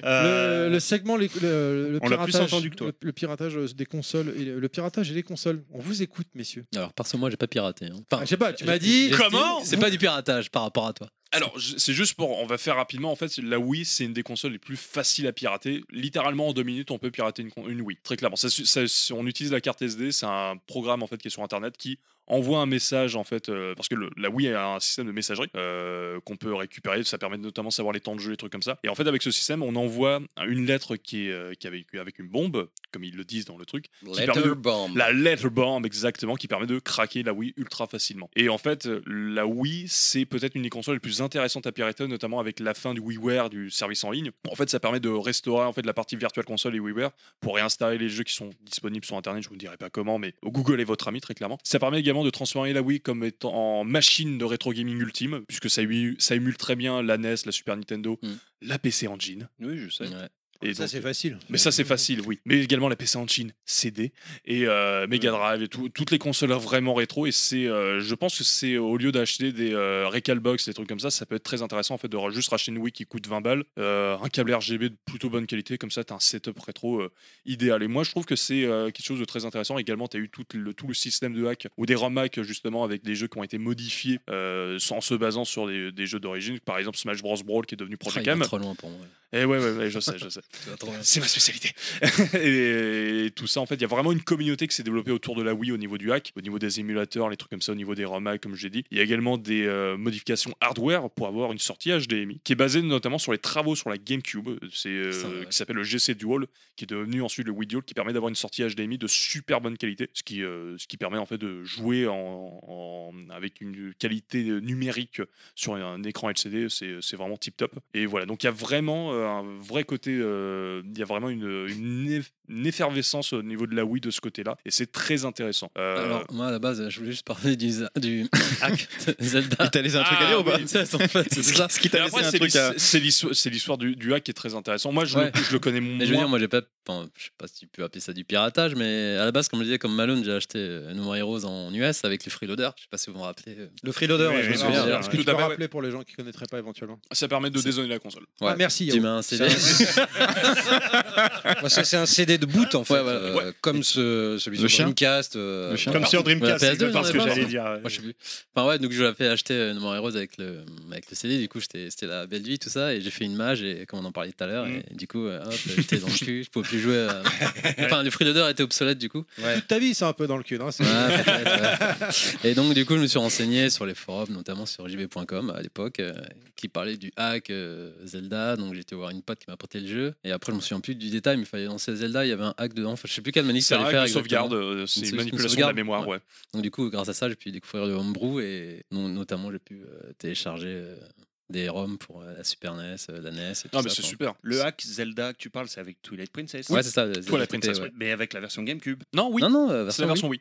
[SPEAKER 3] Euh,
[SPEAKER 1] Le, le segment, les- le, le
[SPEAKER 3] On l'a plus
[SPEAKER 1] piratage,
[SPEAKER 3] entendu que toi.
[SPEAKER 1] Le, le piratage euh, des consoles, et le, le piratage et les consoles. On vous écoute, messieurs.
[SPEAKER 6] Alors, perso, moi, j'ai pas piraté. hein. Enfin,
[SPEAKER 1] Ah, je sais pas, tu m'as
[SPEAKER 6] j'ai-
[SPEAKER 1] dit.
[SPEAKER 6] j'estime-
[SPEAKER 8] Comment
[SPEAKER 6] C'est pas du piratage par rapport à toi.
[SPEAKER 8] Alors, je- c'est juste pour. On va faire rapidement. En fait, la Wii, c'est une des consoles les plus faciles à pirater. Littéralement, en deux minutes, on peut pirater une, con- une Wii. Très clairement. Ça su- ça- si on utilise la carte SD. C'est un programme en fait qui est sur Internet qui envoie un message en fait euh, parce que le- la Wii a un système de messagerie euh, qu'on peut récupérer ça permet de notamment savoir les temps de jeu les trucs comme ça et en fait avec ce système on envoie une lettre qui est euh, qui est avec, avec une bombe comme ils le disent dans le truc permet de-
[SPEAKER 7] Letterbomb.
[SPEAKER 8] la letter bomb, exactement, qui permet de craquer la Wii ultra facilement. Et en fait, euh, la Wii, c'est peut-être une des consoles les plus intéressantes à pirater, notamment avec la fin du WiiWare, du service en ligne. En fait, ça permet de restaurer en fait la partie virtuelle console et WiiWare pour réinstaller les jeux qui sont disponibles sur Internet. Je vous dirai pas comment, mais Google est votre ami très clairement. Ça permet également de transformer la Wii comme étant en machine de rétro gaming ultime, puisque ça, ému- ça émule très bien la NES, la Super Nintendo,
[SPEAKER 6] Mm.
[SPEAKER 8] la PC Engine.
[SPEAKER 3] Oui, je sais.
[SPEAKER 6] Ouais.
[SPEAKER 8] Et
[SPEAKER 1] Ça,
[SPEAKER 8] donc,
[SPEAKER 1] c'est facile.
[SPEAKER 8] mais ça, c'est facile, oui. Mais également la PC en Chine, CD, et euh, Mega Drive, et tout- toutes les consoles vraiment rétro. Et c'est, euh, je pense que c'est au lieu d'acheter des euh, Recalbox, des trucs comme ça, ça peut être très intéressant en fait de ra- juste racheter une Wii qui coûte 20 balles, euh, un câble RGB de plutôt bonne qualité, comme ça, t'as un setup rétro euh, idéal. Et moi, je trouve que c'est euh, quelque chose de très intéressant. Également, tu as eu tout le, tout le système de hack ou des ROM hack, justement, avec des jeux qui ont été modifiés euh, en se basant sur des, des jeux d'origine. Par exemple, Smash Bros. Brawl qui est devenu Project
[SPEAKER 6] Ah, il
[SPEAKER 8] Cam.
[SPEAKER 6] va trop loin pour moi.
[SPEAKER 8] Et Eh ouais, ouais, ouais, je sais, je sais.
[SPEAKER 6] Il va trop loin.
[SPEAKER 8] C'est ma spécialité. et, tout ça, en fait, il y a vraiment une communauté qui s'est développée autour de la Wii au niveau du hack, au niveau des émulateurs, les trucs comme ça, au niveau des ROM hacks, comme j'ai dit. Il y a également des euh, modifications hardware pour avoir une sortie HDMI, qui est basée notamment sur les travaux sur la GameCube, c'est euh,
[SPEAKER 6] Ça, ouais.
[SPEAKER 8] qui s'appelle le GC Dual, qui est devenu ensuite le Wii Dual, qui permet d'avoir une sortie HDMI de super bonne qualité, ce qui, euh, ce qui permet en fait de jouer en, en- avec une qualité numérique sur un écran LCD, c'est c'est vraiment tip top. Et voilà, donc il y a vraiment euh, un vrai côté, euh, il y a vraiment une, une eff- une effervescence au niveau de la Wii de ce côté-là, et c'est très intéressant. Euh,
[SPEAKER 6] Alors, moi, à la base, je voulais juste parler du, za- du hack de Zelda.
[SPEAKER 4] T'as laissé un truc
[SPEAKER 8] Ah,
[SPEAKER 4] à dire ou pas
[SPEAKER 8] oui.
[SPEAKER 6] Ça, c'est en fait, c'est ça.
[SPEAKER 4] Ce qui
[SPEAKER 8] et
[SPEAKER 4] t'a laissé
[SPEAKER 8] après,
[SPEAKER 4] un
[SPEAKER 8] c'est
[SPEAKER 4] truc
[SPEAKER 8] l'his-
[SPEAKER 4] à.
[SPEAKER 8] c'est l'histoire- c'est l'histoire du, du hack qui est très intéressant. Moi, je,
[SPEAKER 6] Ouais.
[SPEAKER 8] le, je le connais moins.
[SPEAKER 6] Mais je veux dire, moi, j'ai pas. Enfin, je sais pas si tu peux appeler ça du piratage, mais à la base, comme je disais, comme Malone, j'ai acheté euh, No More Heroes en US avec les freeloaders. Je sais pas si vous vous rappelez. euh.
[SPEAKER 7] Le freeloader,
[SPEAKER 8] Oui,
[SPEAKER 7] ouais, je me
[SPEAKER 8] oui,
[SPEAKER 1] Alors,
[SPEAKER 8] oui,
[SPEAKER 7] souviens.
[SPEAKER 8] oui.
[SPEAKER 1] Est-ce que
[SPEAKER 8] Tout
[SPEAKER 1] tu peux
[SPEAKER 8] à fait,
[SPEAKER 1] rappeler pour les gens qui connaîtraient pas éventuellement
[SPEAKER 8] ça permet de désonner la console.
[SPEAKER 6] Ouais.
[SPEAKER 1] Ah, merci.
[SPEAKER 6] Tu
[SPEAKER 1] Yao.
[SPEAKER 6] mets un CD.
[SPEAKER 7] Moi, ça, c'est un CD de boot, en fait.
[SPEAKER 6] Ouais, voilà.
[SPEAKER 7] euh, Comme ce, celui
[SPEAKER 4] Le
[SPEAKER 7] sur
[SPEAKER 4] chien.
[SPEAKER 7] Dreamcast. euh,
[SPEAKER 4] Le chien.
[SPEAKER 3] Comme sur
[SPEAKER 6] Ouais,
[SPEAKER 3] Dreamcast,
[SPEAKER 6] PS2,
[SPEAKER 3] c'est exactement
[SPEAKER 6] j'en ai
[SPEAKER 3] ce que
[SPEAKER 6] pas.
[SPEAKER 3] j'allais dire.
[SPEAKER 6] Moi, je sais plus. Enfin, ouais, donc je l'ai fait acheter euh, No More Heroes avec le, avec le CD. Du coup, j'étais- c'était la belle vie, tout ça. Et j'ai fait une mage, et comme on en parlait tout à l'heure. Et du coup, euh, hop, j'étais dans le cul. Je pouvais plus jouer. euh, Enfin, le freeloader était obsolète, du coup.
[SPEAKER 1] Toute ta vie, c'est un peu dans le cul. hein, c'est-
[SPEAKER 6] Ouais, peut-être, ouais. Et donc, du coup, je me suis renseigné sur les forums, notamment sur jb.com à l'époque, euh, qui parlait du hack euh, Zelda. Donc, j'étais voir une pote qui m'a apporté le jeu. Et après, je me souviens plus du détail, mais il fallait lancer Zelda. Il y avait un hack dedans. Enfin, je sais plus quelle manip
[SPEAKER 8] C'est
[SPEAKER 6] fallait
[SPEAKER 8] un
[SPEAKER 6] faire.
[SPEAKER 8] hack de
[SPEAKER 6] exactement.
[SPEAKER 8] sauvegarde, euh, c'est
[SPEAKER 6] Une sauve-
[SPEAKER 8] une
[SPEAKER 6] une
[SPEAKER 8] manipulation de la
[SPEAKER 6] sauvegarde,
[SPEAKER 8] mémoire,
[SPEAKER 6] ouais.
[SPEAKER 8] ouais.
[SPEAKER 6] Donc, du coup, grâce à ça, j'ai pu découvrir le homebrew et non- notamment, j'ai pu euh, télécharger euh, des ROM pour euh, la Super NES, euh, la NES. Et tout
[SPEAKER 8] Ah, mais
[SPEAKER 6] ça,
[SPEAKER 8] c'est
[SPEAKER 6] quoi.
[SPEAKER 8] super.
[SPEAKER 3] Le hack Zelda que tu parles, c'est avec Twilight Princess.
[SPEAKER 6] Ouais, c'est ça. Zelda
[SPEAKER 8] Toi, la
[SPEAKER 6] TT,
[SPEAKER 8] princesse,
[SPEAKER 6] ouais.
[SPEAKER 3] Mais avec la version GameCube.
[SPEAKER 8] Non, oui,
[SPEAKER 6] Non, non, euh,
[SPEAKER 8] c'est la version Wii.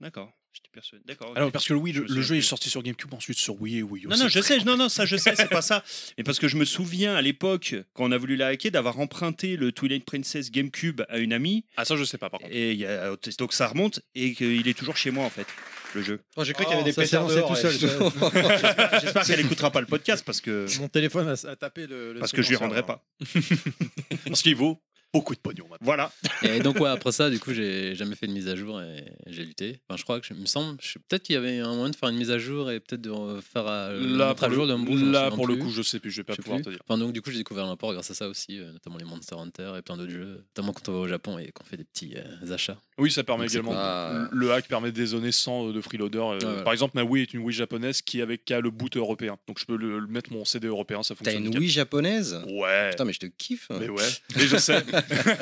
[SPEAKER 3] D'accord. J'étais persuadé. D'accord. ok.
[SPEAKER 8] Alors, Bah, Ah parce que le Wii,
[SPEAKER 3] Je me
[SPEAKER 8] le,
[SPEAKER 3] souviens
[SPEAKER 8] jeu est
[SPEAKER 3] plus.
[SPEAKER 8] sorti sur GameCube, ensuite sur Wii et Wii
[SPEAKER 3] Non, non, je sais, non, non, ça je sais, c'est pas ça. Mais parce que je me souviens à l'époque, quand on a voulu la hacker, d'avoir emprunté le Twilight Princess GameCube à une amie.
[SPEAKER 8] Ah, ça, je sais pas, par contre.
[SPEAKER 3] Et il y a- donc ça remonte et qu'il est toujours chez moi en fait, le jeu.
[SPEAKER 7] Oh, J'ai cru qu'il y avait des
[SPEAKER 1] ça, c'est
[SPEAKER 7] pétards
[SPEAKER 1] lancé
[SPEAKER 7] dehors.
[SPEAKER 1] tout seul,
[SPEAKER 7] ouais.
[SPEAKER 3] J'espère qu'elle écoutera pas le podcast parce que,
[SPEAKER 1] Mon téléphone a, a tapé le. le
[SPEAKER 3] parce que je lui
[SPEAKER 1] séquenceur,
[SPEAKER 3] rendrai
[SPEAKER 1] alors.
[SPEAKER 3] pas.
[SPEAKER 8] Parce qu'il vaut beaucoup de pognon maintenant.
[SPEAKER 3] Voilà.
[SPEAKER 6] Et donc, ouais, après ça, du coup, j'ai jamais fait de mise à jour et j'ai lutté. Enfin, je crois que, je- il me semble, je- peut-être qu'il y avait un moyen de faire une mise à jour et peut-être de faire à,
[SPEAKER 8] Là,
[SPEAKER 6] mettre à
[SPEAKER 8] Euh, pour,
[SPEAKER 6] jour
[SPEAKER 8] le,
[SPEAKER 6] le Humble, je me
[SPEAKER 8] là,
[SPEAKER 6] souviens
[SPEAKER 8] pour le
[SPEAKER 6] plus.
[SPEAKER 8] coup, je sais plus, je vais
[SPEAKER 6] Je
[SPEAKER 8] pas
[SPEAKER 6] sais
[SPEAKER 8] pouvoir
[SPEAKER 6] plus.
[SPEAKER 8] te dire.
[SPEAKER 6] Enfin, donc, du coup, j'ai découvert l'import grâce à ça aussi, euh, notamment les Monster Hunter et plein d'autres jeux, notamment quand on va au Japon et qu'on fait des petits euh, achats.
[SPEAKER 8] Oui, ça permet
[SPEAKER 6] Donc, c'est
[SPEAKER 8] également.
[SPEAKER 7] pas-
[SPEAKER 8] le- Le hack permet de dézonner sans euh, de freeloader. euh,
[SPEAKER 6] Ah Ouais, ouais.
[SPEAKER 8] Par exemple, ma Wii est une Wii japonaise qui avait qu'à le boot européen. Donc je peux le, le mettre mon CD européen, ça
[SPEAKER 7] T'as
[SPEAKER 8] fonctionne.
[SPEAKER 7] une
[SPEAKER 8] nickel.
[SPEAKER 7] Wii japonaise
[SPEAKER 8] Ouais.
[SPEAKER 7] Putain, mais je te kiffe.
[SPEAKER 6] hein.
[SPEAKER 8] Mais ouais. Mais je sais.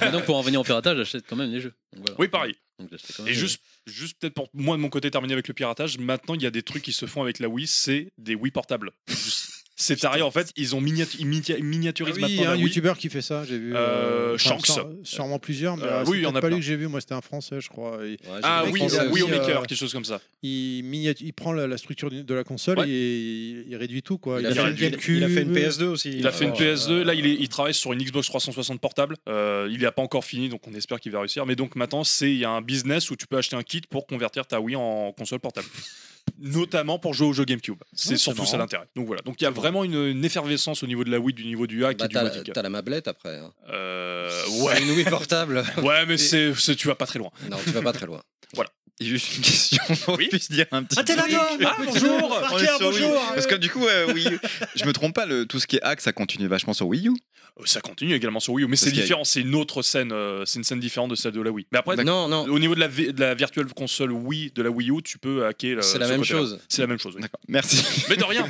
[SPEAKER 6] Et donc, pour en revenir au piratage, j'achète quand même les jeux. Donc, voilà.
[SPEAKER 8] Oui, pareil.
[SPEAKER 6] Donc, j'achetais quand même
[SPEAKER 8] Et
[SPEAKER 6] les
[SPEAKER 8] juste, juste peut-être pour moi de mon côté terminer avec le piratage, maintenant il y a des trucs qui se font avec la Wii, c'est des Wii portables. Juste- C'est taré en fait, ils ont miniatu- ils miniatu- ils
[SPEAKER 1] Ah
[SPEAKER 8] miniaturisent
[SPEAKER 1] oui, il y
[SPEAKER 8] maintenant
[SPEAKER 1] a un
[SPEAKER 8] la Wii.
[SPEAKER 1] youtubeur qui fait ça, j'ai vu.
[SPEAKER 8] Euh, Shanks.
[SPEAKER 1] sûre- Sûrement plusieurs, mais
[SPEAKER 8] Euh,
[SPEAKER 1] euh,
[SPEAKER 8] oui,
[SPEAKER 1] c'est
[SPEAKER 8] il y en
[SPEAKER 1] peut-être
[SPEAKER 8] a
[SPEAKER 1] pas
[SPEAKER 8] plein.
[SPEAKER 1] lui que j'ai vu, moi c'était un français, je crois. Et
[SPEAKER 7] Ouais, j'ai
[SPEAKER 8] Ah
[SPEAKER 7] des
[SPEAKER 8] oui,
[SPEAKER 7] mecs qui
[SPEAKER 1] français
[SPEAKER 8] Wii
[SPEAKER 1] aussi, euh,
[SPEAKER 8] Maker, quelque chose comme ça.
[SPEAKER 1] il, miniat- il prend la, la structure du- de la console
[SPEAKER 8] Ouais.
[SPEAKER 1] et il, il réduit tout, quoi.
[SPEAKER 7] Il a, fait une,
[SPEAKER 8] réduit
[SPEAKER 1] GameCube.
[SPEAKER 7] il a fait une PS2 aussi.
[SPEAKER 8] Il a fait une
[SPEAKER 7] Alors,
[SPEAKER 8] PS2, là il, est- il travaille sur une Xbox 360 portable, Euh, il n'a pas encore fini donc on espère qu'il va réussir, mais donc maintenant c'est il y a un business où tu peux acheter un kit pour convertir ta Wii en console portable. notamment pour jouer aux jeux GameCube. C'est
[SPEAKER 5] Ouais,
[SPEAKER 8] surtout
[SPEAKER 5] c'est
[SPEAKER 8] ça
[SPEAKER 5] marrant.
[SPEAKER 8] l'intérêt. Donc voilà. Donc il y a vraiment une, une effervescence au niveau de la Wii, du niveau du hack
[SPEAKER 6] Bah,
[SPEAKER 8] et du
[SPEAKER 6] t'as
[SPEAKER 8] modique.
[SPEAKER 6] t'as la mablette après. hein.
[SPEAKER 8] Euh, ouais.
[SPEAKER 6] Une Wii portable.
[SPEAKER 8] Ouais, mais c'est, c'est- tu vas pas très loin.
[SPEAKER 6] non, tu vas pas très loin.
[SPEAKER 4] Et juste une question pour
[SPEAKER 8] Oui.
[SPEAKER 4] qu'on puisse dire un petit
[SPEAKER 1] Ah, t'es là,
[SPEAKER 4] truc.
[SPEAKER 1] toi
[SPEAKER 8] Ah, bonjour
[SPEAKER 4] On est
[SPEAKER 1] Parker,
[SPEAKER 4] sur Wii.
[SPEAKER 1] bonjour
[SPEAKER 4] Parce que du coup, euh, Wii U, je me trompe pas, le, tout ce qui est hack, ça continue vachement sur Wii U.
[SPEAKER 8] Ça continue également sur Wii U, mais c'est
[SPEAKER 4] qu'il y a-
[SPEAKER 8] différent. C'est une autre scène. euh, c'est une scène différente de celle de la Wii. Mais après,
[SPEAKER 6] Non, non,
[SPEAKER 8] au niveau de la, vi- de la Virtual Console Wii, de la Wii U, tu peux hacker. euh,
[SPEAKER 6] c'est la
[SPEAKER 8] ce
[SPEAKER 6] même
[SPEAKER 8] côté-là.
[SPEAKER 6] chose.
[SPEAKER 8] C'est la même chose. oui.
[SPEAKER 4] D'accord. Merci.
[SPEAKER 8] Mais de rien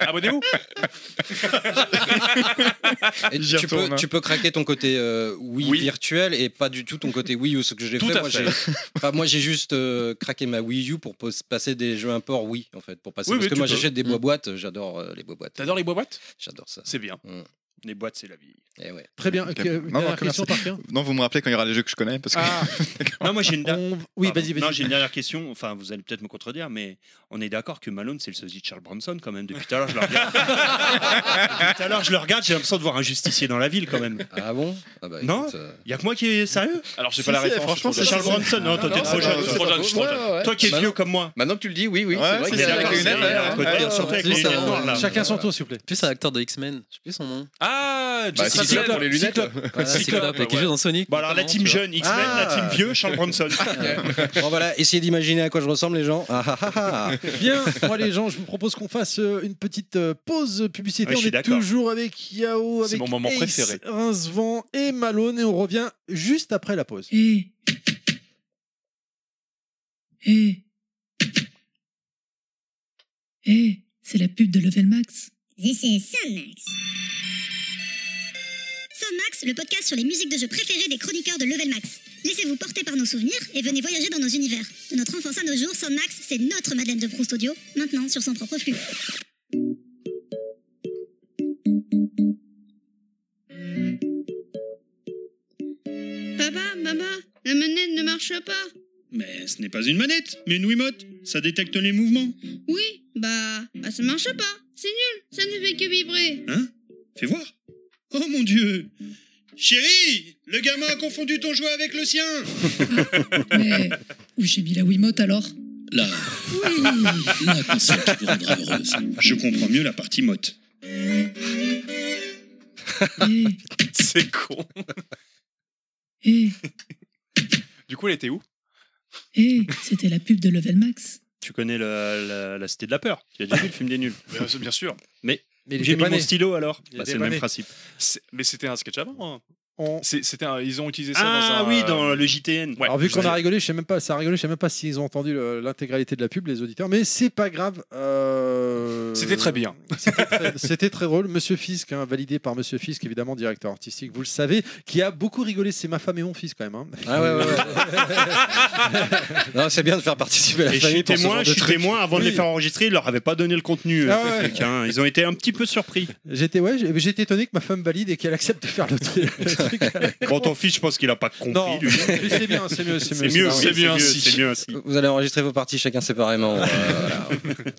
[SPEAKER 8] Abonnez-vous
[SPEAKER 6] Et
[SPEAKER 4] J'y
[SPEAKER 6] tu, peux,
[SPEAKER 4] retourne.
[SPEAKER 6] tu peux craquer ton côté euh, Wii
[SPEAKER 8] Oui.
[SPEAKER 6] virtuel et pas du tout ton côté Wii U. Ce que j'ai
[SPEAKER 8] Tout
[SPEAKER 6] fait,
[SPEAKER 8] à
[SPEAKER 6] moi,
[SPEAKER 8] fait.
[SPEAKER 6] j'ai, enfin, moi, j'ai juste euh, craqué ma Wii U pour pos- passer des jeux import Wii en fait, pour passer.
[SPEAKER 8] Oui,
[SPEAKER 6] parce
[SPEAKER 8] oui,
[SPEAKER 6] que
[SPEAKER 8] tu
[SPEAKER 6] moi,
[SPEAKER 8] peux.
[SPEAKER 6] j'achète des bois boîtes. J'adore euh, les bois boîtes.
[SPEAKER 8] T'adores les boîtes
[SPEAKER 6] J'adore ça.
[SPEAKER 8] C'est bien.
[SPEAKER 3] Les boîtes, c'est la vie.
[SPEAKER 6] Et ouais.
[SPEAKER 1] Très bien.
[SPEAKER 4] Ok.
[SPEAKER 1] Ok, une
[SPEAKER 4] Non,
[SPEAKER 1] dernière
[SPEAKER 4] non,
[SPEAKER 1] question, Parker
[SPEAKER 4] Non, vous me rappelez quand il y aura les jeux que je connais parce que
[SPEAKER 1] Ah.
[SPEAKER 3] Non, moi j'ai une, da-
[SPEAKER 1] On- Oui,
[SPEAKER 3] Pardon.
[SPEAKER 1] vas-y,
[SPEAKER 3] Non,
[SPEAKER 1] vas-y.
[SPEAKER 3] j'ai une dernière question. Enfin, vous allez peut-être me contredire, mais on est d'accord que Malone, c'est le sosie de Charles Bronson quand même. Depuis tout à l'heure, je le regarde. Depuis tout à l'heure, je le regarde, j'ai l'impression de voir un justicier dans la ville quand même.
[SPEAKER 6] Ah bon Ah bah,
[SPEAKER 3] Non.
[SPEAKER 6] écoute, euh,
[SPEAKER 3] Il y a que moi qui est sérieux
[SPEAKER 8] Alors, j'ai
[SPEAKER 4] Si,
[SPEAKER 8] pas la
[SPEAKER 4] si,
[SPEAKER 8] référence.
[SPEAKER 4] franchement,
[SPEAKER 8] je
[SPEAKER 3] C'est
[SPEAKER 8] trouve.
[SPEAKER 3] Charles Bronson. Non, toi, t'es
[SPEAKER 7] non,
[SPEAKER 3] trop
[SPEAKER 7] c'est
[SPEAKER 3] jeune.
[SPEAKER 7] pas-
[SPEAKER 3] t'es
[SPEAKER 7] c'est
[SPEAKER 3] trop
[SPEAKER 7] pas
[SPEAKER 3] jeune, je
[SPEAKER 7] faux.
[SPEAKER 3] suis trop
[SPEAKER 7] Ouais,
[SPEAKER 3] jeune.
[SPEAKER 7] ouais, ouais.
[SPEAKER 3] Toi qui es
[SPEAKER 7] Bah
[SPEAKER 3] vieux comme moi.
[SPEAKER 7] Maintenant que tu le dis, oui, oui,
[SPEAKER 4] Ouais,
[SPEAKER 7] c'est vrai
[SPEAKER 4] c'est
[SPEAKER 7] qu'il y a
[SPEAKER 4] ça,
[SPEAKER 7] la
[SPEAKER 4] avec les
[SPEAKER 7] console,
[SPEAKER 4] lunettes,
[SPEAKER 7] euh,
[SPEAKER 4] ouais, ouais.
[SPEAKER 7] côté-
[SPEAKER 3] Surtout avec
[SPEAKER 6] c'est
[SPEAKER 3] les
[SPEAKER 6] ça,
[SPEAKER 3] lunettes noires, là.
[SPEAKER 1] Chacun son tour, s'il vous plaît.
[SPEAKER 5] Plus un acteur de X-Men, je sais plus son nom.
[SPEAKER 8] Ah,
[SPEAKER 7] Bah,
[SPEAKER 8] Jessica
[SPEAKER 7] si, si,
[SPEAKER 8] Biel.
[SPEAKER 7] pour les lunettes.
[SPEAKER 5] Voilà, c'est
[SPEAKER 8] Cyclope,
[SPEAKER 5] top. Avec
[SPEAKER 8] ouais.
[SPEAKER 5] les jeux dans Sonic.
[SPEAKER 3] Bon, alors la
[SPEAKER 5] notamment,
[SPEAKER 3] team
[SPEAKER 5] tu vois.
[SPEAKER 3] jeune, X-Men, la
[SPEAKER 2] Ah.
[SPEAKER 3] team vieux, Charles Bronson.
[SPEAKER 6] Bon voilà, essayez d'imaginer à quoi je ressemble les gens. Ah, ah, ah, ah.
[SPEAKER 1] Bien, moi les gens, je vous propose qu'on fasse euh, une petite euh, pause publicité.
[SPEAKER 3] Ouais,
[SPEAKER 8] Ah,
[SPEAKER 3] je
[SPEAKER 1] on
[SPEAKER 3] suis
[SPEAKER 1] est
[SPEAKER 3] d'accord.
[SPEAKER 1] toujours avec Yao,
[SPEAKER 8] C'est
[SPEAKER 1] avec
[SPEAKER 8] mon moment préféré.
[SPEAKER 1] Rincevent et Malone et on revient juste après la pause.
[SPEAKER 10] Eh. Eh. Eh, c'est la pub de Level Max.
[SPEAKER 13] This is Soundmax. Soundmax, le podcast sur les musiques de jeux préférées des chroniqueurs de Level Max. Laissez-vous porter par nos souvenirs et venez voyager dans nos univers. De notre enfance à nos jours, Soundmax, c'est notre Madeleine de Proust audio, maintenant sur son propre flux.
[SPEAKER 10] Papa, maman, la manette ne marche pas.
[SPEAKER 2] Mais ce n'est pas une manette, mais une Wiimote. Ça détecte les mouvements.
[SPEAKER 10] Oui, bah, bah, ça marche pas. C'est nul, ça ne fait que vibrer.
[SPEAKER 2] Fais voir. Oh mon dieu Chérie Le gamin a confondu ton jouet avec le sien
[SPEAKER 10] Mais où j'ai mis la Wiimote alors
[SPEAKER 9] Là,
[SPEAKER 10] Oui.
[SPEAKER 9] la console qui vous rendra heureuse.
[SPEAKER 2] Je comprends mieux la partie motte.
[SPEAKER 10] Eh,
[SPEAKER 8] C'est con.
[SPEAKER 10] eh,
[SPEAKER 8] Du coup, elle était où
[SPEAKER 10] eh, c'était la pub de Level Max.
[SPEAKER 3] Tu connais le- la, la Cité de la Peur. Tu as déjà vu le film des nuls.
[SPEAKER 8] Bien sûr.
[SPEAKER 1] Mais
[SPEAKER 3] J'ai mis mon stylo alors.
[SPEAKER 1] Il
[SPEAKER 3] Bah,
[SPEAKER 1] était
[SPEAKER 3] c'est le
[SPEAKER 1] pas
[SPEAKER 3] même
[SPEAKER 1] né.
[SPEAKER 3] principe.
[SPEAKER 8] C'est- Mais c'était un sketch avant. hein.
[SPEAKER 1] On-
[SPEAKER 8] C'est- C'était un- Ils ont utilisé ça
[SPEAKER 3] Ah
[SPEAKER 8] dans un.
[SPEAKER 3] oui, dans le JTN.
[SPEAKER 8] Ouais.
[SPEAKER 1] Alors vu
[SPEAKER 8] je
[SPEAKER 1] qu'on
[SPEAKER 8] sais.
[SPEAKER 1] a rigolé, je sais même pas, ça a rigolé, je sais même pas s'ils ont entendu le- l'intégralité de la pub, les auditeurs, mais c'est pas grave. euh,
[SPEAKER 8] C'était très bien.
[SPEAKER 1] C'était très- C'était très drôle. Monsieur Fisk, hein, validé par Monsieur Fisk, évidemment directeur artistique, vous le savez, qui a beaucoup rigolé. C'est ma femme et mon fils quand même. hein.
[SPEAKER 6] Ah ouais, ouais, ouais. non, c'est bien de faire participer la
[SPEAKER 3] Et je
[SPEAKER 6] famille
[SPEAKER 3] suis
[SPEAKER 6] pour ce
[SPEAKER 3] témoin,
[SPEAKER 6] genre
[SPEAKER 3] je
[SPEAKER 6] de
[SPEAKER 3] suis
[SPEAKER 6] truc.
[SPEAKER 3] témoin, avant de
[SPEAKER 1] Oui.
[SPEAKER 3] les faire enregistrer, ils leur avaient pas donné le contenu. euh,
[SPEAKER 1] Ah ouais.
[SPEAKER 3] truc, hein. Ils ont été un petit peu surpris.
[SPEAKER 1] J'étais ouais, j'ai- j'étais étonné que ma femme valide et qu'elle accepte de faire le tri- le truc.
[SPEAKER 3] Quand ton fils, je pense qu'il a pas compris.
[SPEAKER 1] Non,
[SPEAKER 3] lui.
[SPEAKER 1] mais c'est bien, c'est mieux, c'est
[SPEAKER 3] C'est
[SPEAKER 1] mieux.
[SPEAKER 3] mieux,
[SPEAKER 1] c'est
[SPEAKER 3] c'est mieux
[SPEAKER 8] ainsi.
[SPEAKER 3] ainsi. C'est mieux ainsi.
[SPEAKER 6] Vous allez enregistrer vos parties chacun séparément. euh, voilà.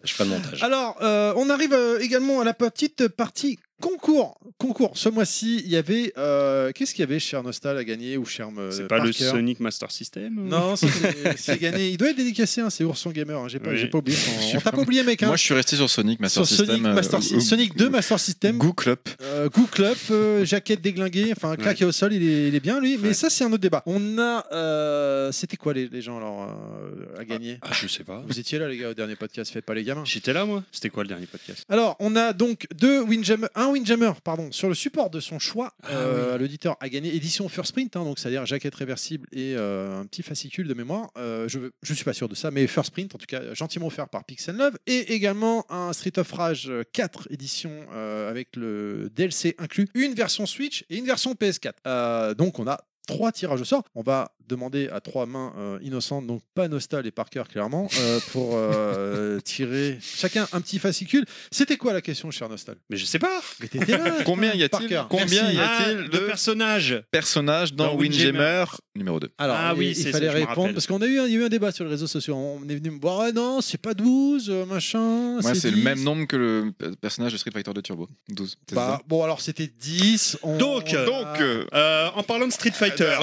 [SPEAKER 6] Je ferai le montage.
[SPEAKER 1] Alors, euh, on arrive euh, également à la petite partie concours. Concours. Ce mois-ci, il y avait. euh, Qu'est-ce qu'il y avait, cher Nostal, à gagner ou cher. euh,
[SPEAKER 3] C'est pas le
[SPEAKER 1] Parker
[SPEAKER 3] Sonic Master System euh, ou-
[SPEAKER 1] Non, ça, c'est c'est gagné. Il doit être dédicacé, hein, c'est Ourson Gamer. hein, J'ai pas,
[SPEAKER 3] Oui.
[SPEAKER 1] j'ai pas oublié. son- On t'a pas oublié, mec. hein.
[SPEAKER 4] moi, je suis resté sur Sonic Master
[SPEAKER 1] Sur
[SPEAKER 4] System.
[SPEAKER 1] Sonic,
[SPEAKER 4] euh,
[SPEAKER 1] Master
[SPEAKER 4] euh,
[SPEAKER 1] Sy- Sonic 2 Master System,
[SPEAKER 4] Goo Club.
[SPEAKER 1] euh, Goo Club, euh, jaquette déglinguée, enfin claqué au sol, il est, il est bien lui. Mais
[SPEAKER 3] Ouais.
[SPEAKER 1] ça, c'est un autre débat. On a. euh, C'était quoi les, les gens alors euh, à gagner
[SPEAKER 3] Ah, je sais pas.
[SPEAKER 1] Vous étiez là, les gars, au dernier podcast, faites pas les gamins.
[SPEAKER 3] J'étais là, moi. C'était quoi le dernier podcast
[SPEAKER 1] Alors, on a donc deux Windjammer, un Windjammer pardon, sur le support de son choix. Euh, L'auditeur a gagné édition First Print, hein, donc c'est-à-dire jaquette réversible et euh, un petit fascicule de mémoire. Euh, je ne suis pas sûr de ça, mais First Print, en tout cas, gentiment offert par Pixel Love. Et également un Street of Rage 4 édition euh, avec le DLC inclus, une version Switch et une version PS4. Euh, donc, on a trois tirages au sort. On va demander à trois mains euh, innocentes, donc pas Nostal et Parker clairement, euh, pour euh, tirer chacun un petit fascicule. C'était quoi la question, cher Nostal
[SPEAKER 3] Mais je sais pas.
[SPEAKER 1] Mais t'étais là
[SPEAKER 4] Combien y a-t-il
[SPEAKER 1] Parker.
[SPEAKER 4] Combien y
[SPEAKER 3] Ah,
[SPEAKER 4] a-t-il
[SPEAKER 3] de
[SPEAKER 4] de
[SPEAKER 3] personnages
[SPEAKER 4] personnages dans
[SPEAKER 3] Dans
[SPEAKER 4] Windjammer numéro 2
[SPEAKER 1] Alors,
[SPEAKER 3] Ah oui,
[SPEAKER 1] il, il
[SPEAKER 3] c'est
[SPEAKER 1] fallait
[SPEAKER 3] ça, je me
[SPEAKER 1] répondre
[SPEAKER 3] rappelle.
[SPEAKER 1] parce qu'on a eu, un, il y a eu un débat sur les réseaux sociaux. On est venu me voir, ah non, c'est pas 12, euh, machin.
[SPEAKER 4] Ouais, c'est le
[SPEAKER 1] 10.
[SPEAKER 4] même nombre que le p- personnage de Street Fighter 2 Turbo. 12. c'est
[SPEAKER 1] Bah, bon, alors c'était 10. on-
[SPEAKER 3] Donc,
[SPEAKER 1] on a-
[SPEAKER 4] ça donc, euh,
[SPEAKER 8] Ah,
[SPEAKER 3] Euh, En parlant de Street Fighter,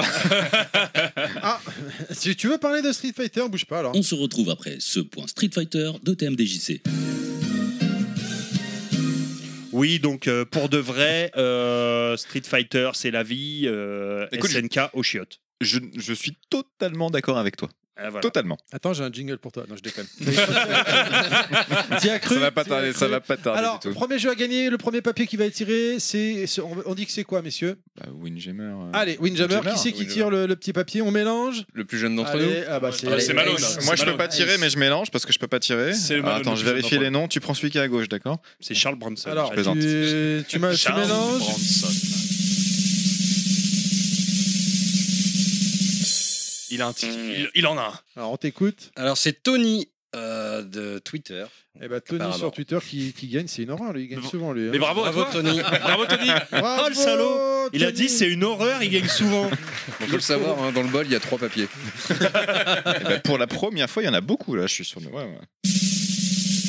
[SPEAKER 1] Ah, Ah, si tu veux parler de Street Fighter, bouge pas alors.
[SPEAKER 9] On se retrouve après ce point Street Fighter de TMDJC.
[SPEAKER 3] Oui, donc euh, pour de vrai, euh, Street Fighter, c'est la vie. euh,
[SPEAKER 4] Écoute, je-
[SPEAKER 3] SNK au chiottes.
[SPEAKER 4] Je, je suis totalement d'accord avec toi.
[SPEAKER 3] Ah, voilà.
[SPEAKER 4] Totalement.
[SPEAKER 1] Attends, j'ai un jingle pour toi. Non, je déconne.
[SPEAKER 4] ça va pas tarder, ça va pas tarder
[SPEAKER 1] Alors,
[SPEAKER 4] du tout.
[SPEAKER 1] premier jeu à gagner, le premier papier qui va être tiré, c'est. c'est- On on dit que c'est quoi, messieurs
[SPEAKER 4] Bah, Windjammer. euh,
[SPEAKER 1] Allez, Windjammer, qui c'est qui
[SPEAKER 7] Windjammer.
[SPEAKER 1] tire le, le petit papier On mélange
[SPEAKER 7] Le plus jeune d'entre
[SPEAKER 1] Allez,
[SPEAKER 7] nous.
[SPEAKER 1] ah bah, c'est
[SPEAKER 8] Ah, c'est Malone. C'est
[SPEAKER 4] Moi, je peux
[SPEAKER 8] Malone.
[SPEAKER 4] pas tirer, mais je mélange parce que je peux pas tirer.
[SPEAKER 8] C'est le
[SPEAKER 4] Ah,
[SPEAKER 8] Malone
[SPEAKER 4] attends,
[SPEAKER 8] le
[SPEAKER 4] je
[SPEAKER 8] plus
[SPEAKER 4] vérifie
[SPEAKER 8] jeune
[SPEAKER 4] les noms. Tu prends celui qui est à gauche, d'accord
[SPEAKER 3] C'est Charles Bronson.
[SPEAKER 1] Alors,
[SPEAKER 4] Je plaisante.
[SPEAKER 1] tu, tu, m'as- tu
[SPEAKER 8] Charles
[SPEAKER 1] mélanges.
[SPEAKER 8] Bronson. Il a un tic- il, il en a un.
[SPEAKER 1] Alors, on t'écoute.
[SPEAKER 6] Alors, c'est Tony euh, de Twitter.
[SPEAKER 1] Et bah, Tony
[SPEAKER 6] Apparemment.
[SPEAKER 1] sur Twitter qui, qui gagne, c'est une horreur, lui. Il gagne
[SPEAKER 8] Mais-
[SPEAKER 1] souvent, lui. hein.
[SPEAKER 8] Mais bravo, à
[SPEAKER 6] Bravo,
[SPEAKER 8] toi.
[SPEAKER 6] Tony.
[SPEAKER 8] Bravo Tony.
[SPEAKER 1] Bravo,
[SPEAKER 3] Oh, le salaud Il a
[SPEAKER 1] Tony.
[SPEAKER 3] dit c'est une horreur, il gagne souvent.
[SPEAKER 7] On peut le savoir, hein, dans le bol, il y a trois papiers.
[SPEAKER 4] Eh ben, Pour la première fois, il y en a beaucoup, là. Je suis sur le. ouais, ouais.